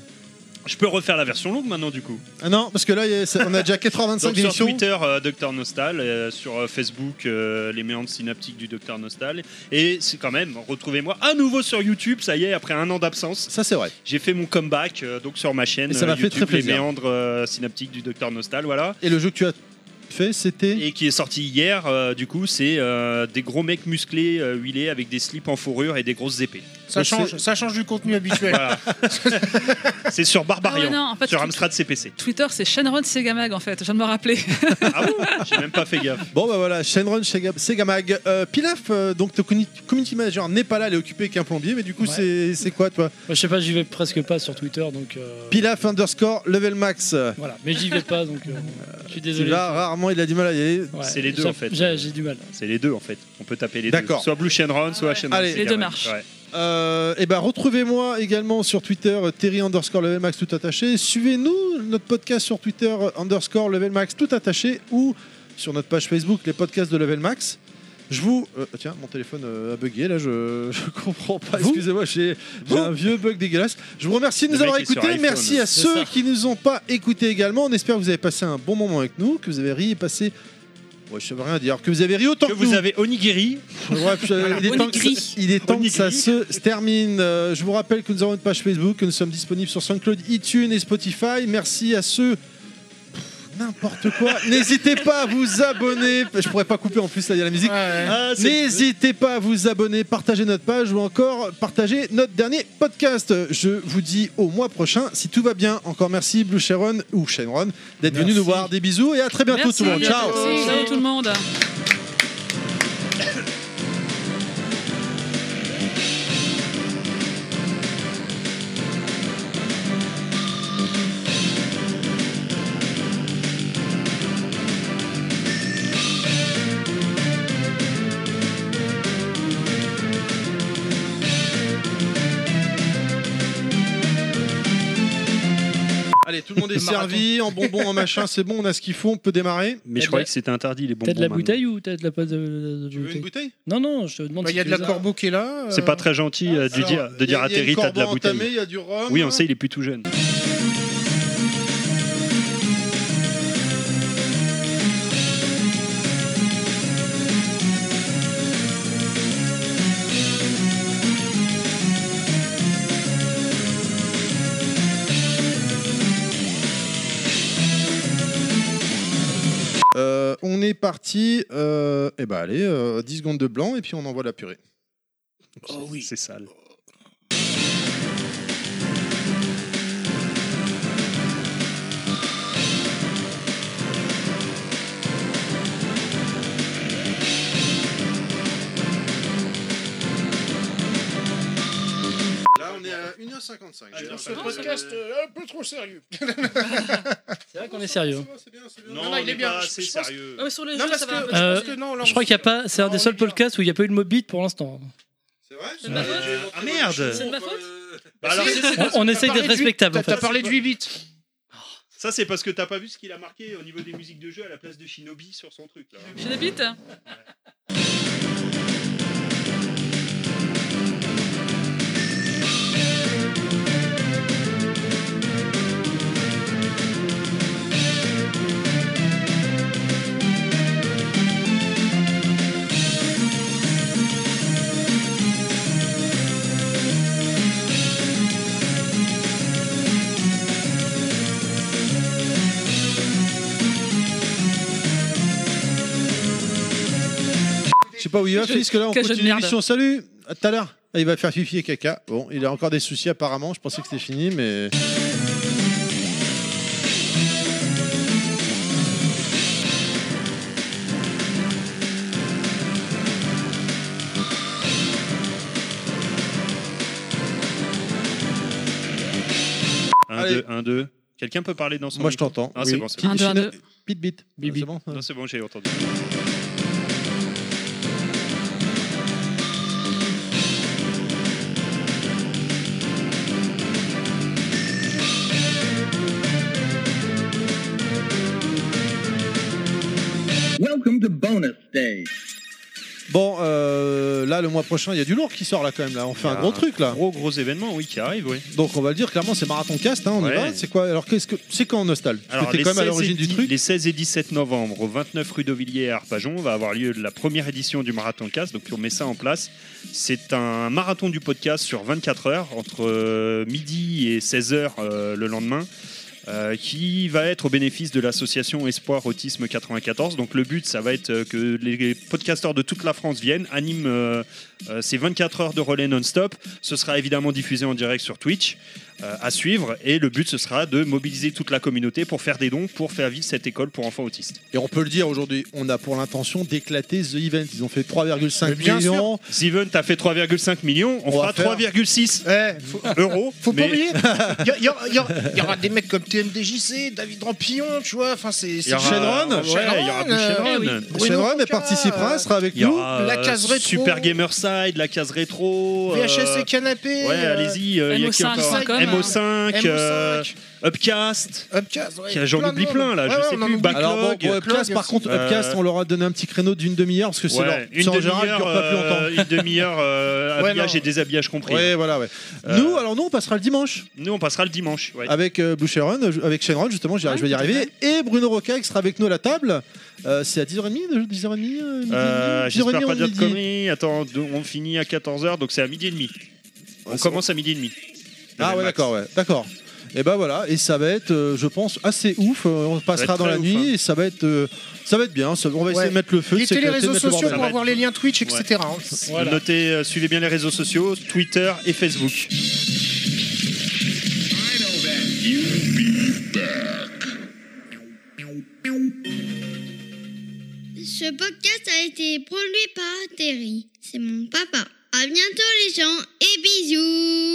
D: Je peux refaire la version longue maintenant, du coup.
B: Ah non, parce que là, il y a- ça- on a déjà 85
D: Donc, sur
B: émissions.
D: Twitter, Docteur Nostal, euh, sur euh, Facebook, euh, les méandres synaptiques du Docteur Nostal. Et c'est quand même, retrouvez-moi à nouveau sur YouTube, ça y est, après un an d'absence.
B: Ça, c'est vrai.
D: J'ai fait mon comeback euh, donc sur ma chaîne
B: Et ça m'a
D: euh,
B: fait
D: YouTube,
B: très plaisir.
D: les méandres euh, synaptiques du Docteur Nostal, voilà.
B: Et le jeu que tu as fait, c'était.
D: Et qui est sorti hier, euh, du coup, c'est euh, des gros mecs musclés, euh, huilés, avec des slips en fourrure et des grosses épées.
E: Ça
B: Je
E: change, ça change du contenu habituel.
D: Voilà. c'est sur Barbarian,
F: Ah ouais, non, en fait,
D: sur
F: tu-
D: Amstrad CPC.
F: Twitter, c'est Shenron Segamag en fait, je viens de me rappeler.
D: Ah bon J'ai même pas fait gaffe.
B: Bon, bah voilà, Shenron, Sega- Segamag. Euh, Pilaf, euh, donc ton communi- community manager n'est pas là, elle est occupée avec un plombier, mais du coup,
A: Ouais.
B: c'est- c'est quoi, toi
A: Moi, Je sais pas, j'y vais presque pas sur Twitter, donc. euh,
B: Pilaf underscore level max.
A: Voilà, mais j'y vais pas, donc. euh, je
B: Tu
A: suis désolé.
B: l'as rarement, il a du mal à y aller.
A: Ouais,
D: C'est les deux,
A: j'ai-
D: en fait.
A: J'ai j'ai du mal.
D: C'est les deux en fait. On peut taper les deux.
B: D'accord.
D: Soit Blue Shenron, soit
F: Ah ouais.
D: Shenron.
B: Allez.
D: C'est
F: Les deux
D: carré.
F: marchent.
D: Ouais.
B: Euh, et ben retrouvez-moi également sur Twitter euh, Terry underscore level max tout attaché. Suivez-nous notre podcast sur Twitter euh, underscore level max tout attaché ou sur notre page Facebook les podcasts de level max. Je vous euh, tiens mon téléphone euh, a bugué là je, je comprends pas excusez-moi j'ai j'ai un vieux bug dégueulasse. Je vous remercie de
D: Le
B: nous avoir
D: mec est sur
B: écoutés.
D: iPhone.
B: Merci à
A: C'est
B: ceux
A: ça.
B: qui nous ont pas écoutés également. On espère que vous avez passé un bon moment avec nous, que vous avez ri et passé. Ouais, je sais rien dire. Que vous avez ri autant
D: Que
B: que,
D: vous
B: nous.
D: avez Onigiri.
B: Ouais, puis, euh, il, est temps que ça,
F: Onigiri.
B: il est temps que ça
D: Onigiri.
B: se se termine. Euh, je vous rappelle que nous avons une page Facebook, que nous sommes disponibles sur SoundCloud, iTunes et Spotify. Merci à ceux. Pff, N'importe quoi. N'hésitez pas à vous abonner. Je pourrais pas couper en plus, là, il y a la musique.
E: Ouais.
B: N'hésitez pas à vous abonner, partager notre page ou encore partager notre dernier podcast. Je vous dis au mois prochain si tout va bien. Encore merci Blue Sharon ou Shenron d'être venu nous voir. Des bisous et à très bientôt
F: Merci,
B: tout le monde.
F: à
B: Ciao.
F: bientôt. Salut tout le monde.
B: est servi, en bonbons, en machin, c'est bon, on a ce qu'il faut, on peut démarrer.
D: Mais
A: T'as
D: je
A: de
D: croyais
A: la-
D: que c'était interdit les bonbons.
A: Eh ben, T'as de la
D: maintenant.
A: bouteille ou t'as de la pas de, de- de
B: Tu veux
A: bouteille
B: une bouteille
A: Non, non, je te demande.
E: Bah, Il
A: si
E: y a de
A: tu
E: la
A: les
E: corbeau qui est là. euh,
D: C'est pas très gentil euh, de
B: Alors,
D: dire,
B: il y
D: de
B: a-
D: dire à
B: il y a une
D: Terry, t'as de la
B: corbeau
D: bouteille.
B: entamée, Il y a du rhum.
D: Oui, on sait, il est plus tout jeune.
B: Euh, on est parti. Euh, eh ben allez, euh, 10 secondes de blanc et puis on envoie la purée.
D: Oh oui. C'est sale.
B: Là, on est à 1h55.
D: Ah,
E: Ce podcast euh, un peu trop sérieux.
A: C'est vrai qu'on est sérieux. hein.
D: euh,
E: Non, non, il est bien. Je- je pense-
D: sérieux.
F: Ah ouais, sur les
E: Non,
F: jeux,
E: parce
F: ça
E: que,
F: va.
E: je
F: un peu.
A: Euh,
E: pense que non, là, on-
A: Je crois qu'il y a pas. C'est un
E: Non,
A: des
E: on
A: seuls
E: est bien.
A: podcasts où il n'y a pas eu de mobile pour l'instant.
B: C'est vrai
F: de ma faute
D: Ah merde
F: C'est de ma faute
D: Bah alors, c'est-
A: On, on essaye d'être
E: parlé de lui,
A: respectable en
E: T'as
A: fait.
E: parlé de 8 bits.
D: Ça, c'est parce que t'as pas vu ce qu'il a marqué au niveau des musiques de jeu à la place de Shinobi sur son truc. Là.
F: J'ai des bites.
B: Je sais pas où il va,
F: Je-
B: Félix, que là, on
F: quel jeu de
B: continue
F: merde.
B: l'émission. Salut À tout à l'heure Ah, Il va faire fifi et caca. Bon, il a encore des soucis apparemment. Je pensais que c'était fini, mais.
D: Un,
B: Allez.
D: deux, un, deux. Quelqu'un peut parler dans son
B: Moi, je
D: micro
B: t'entends.
D: Ah, c'est bon, c'est
F: bon. Un, deux, un, deux.
B: Bit, bit.
A: Bibi.
B: C'est bon
D: Non, c'est bon, j'ai entendu.
O: Welcome to bonus stage.
B: Bon, euh, là, le mois prochain, il y a du lourd qui sort là quand même. Là, on fait
D: Il y
B: un
D: a
B: gros
D: un
B: truc là.
D: Gros, gros événement, oui, qui arrive, oui.
B: Donc, on va le dire clairement, c'est marathon cast. hein, on y
D: Ouais.
B: va. C'est quoi Alors, qu'est-ce que c'est quand Nostal Parce
D: Alors,
B: que t'es
D: les
B: quand même à
D: 16 et
B: l'origine du
D: 10
B: truc.
D: Les 16 et 17 novembre, au 29 rue d'Auvilliers à Arpajon, va avoir lieu la première édition du Marathon Cast. Donc, on met ça en place. C'est un marathon du podcast sur 24 heures, entre euh, midi et 16 heures euh, le lendemain. euh, qui va être au bénéfice de l'association Espoir Autisme 94. Donc le but, ça va être euh, que les podcasteurs de toute la France viennent, animent euh, euh, ces 24 heures de relais non-stop. Ce sera évidemment diffusé en direct sur Twitch euh, à suivre. Et le but, ce sera de mobiliser toute la communauté pour faire des dons, pour faire vivre cette école pour enfants autistes.
B: Et on peut le dire aujourd'hui, on a pour l'intention d'éclater The Event. Ils ont fait 3,5
E: Mais bien sûr.
B: millions.
D: Steven, t'as fait 3,5 millions, on,
B: On va
D: fera 3,6
E: Eh, faut,
D: euros.
E: faut
D: mais
E: pas oublier. Il y, a- il y a- il y a- il y aura des mecs comme TMDJC, David Rampillon, tu vois. Enfin, c'est.
D: il y aura-
B: Shenron
D: ouais, il y aura plus
F: eh
D: Shenron.
F: oui.
E: euh, Bruno
B: Shenron elle
E: Concara,
B: participera,
E: euh,
B: elle sera avec
D: Il y
B: nous.
D: aura
E: La
D: euh,
E: case rétro.
D: Super Gamerside, la case rétro. euh,
E: VHS et canapé.
D: Ouais, allez-y. euh, il y a qui
F: MO5,
D: encore
E: com, hein.
D: MO5, euh,
E: MO5,
D: Upcast.
E: euh, Upcast. ouais,
D: qui a j'en
E: plein
D: oublie
E: de
D: plein
E: monde.
D: là,
E: Ouais, ouais,
D: je sais
E: on en
D: plus.
E: oublie.
B: Alors bon,
D: Backlog.
B: pour Upcast, par
E: aussi.
B: contre, Upcast,
D: Euh,
B: on leur a donné un petit créneau d'une demi-heure parce que c'est
D: Ouais,
B: leur.
D: une
B: c'est en général,
D: demi-heure,
B: dure pas plus
D: euh,
B: longtemps.
D: une demi-heure euh,
E: Ouais,
D: habillage
E: non.
D: et déshabillage compris.
B: Ouais, voilà, ouais.
D: Euh,
B: Nous, alors nous, on passera le dimanche
D: Nous, on passera le dimanche. ouais.
B: avec euh, Blue Sharon, euh, avec Shenron, justement, j'y-
D: Ah,
F: Ouais,
B: je vais y
F: tout à
B: arriver. Et Bruno Roca qui sera avec nous à la table. Euh, c'est à 10h30, de- 10h30 euh, midi,
D: Euh,
B: 10h30,
D: J'espère pas
B: on
D: dire
B: dit.
D: de conneries. Attends, do- on finit à 14h, donc c'est à midi et demi. On
B: Ouais,
D: commence à midi et demi.
B: Ah ouais,
D: Max.
B: d'accord, ouais. D'accord. Et ben voilà, et ça va être, euh, je pense, assez ouf. Euh, On passera
D: être
B: dans
D: très
B: la
D: ouf, hein.
B: nuit et ça va être, euh, ça va être bien. Ça- on va essayer
E: Ouais.
B: de mettre le feu. de
E: Guettez les
B: s'éclater, de
E: réseaux
B: mettre le
E: sociaux
B: bordel.
E: pour avoir les liens Twitch, etc. hein.
A: Voilà.
D: Notez, euh, suivez bien les réseaux sociaux, Twitter et Facebook.
L: Ce podcast a été produit par Terry. C'est mon papa. À bientôt les gens et bisous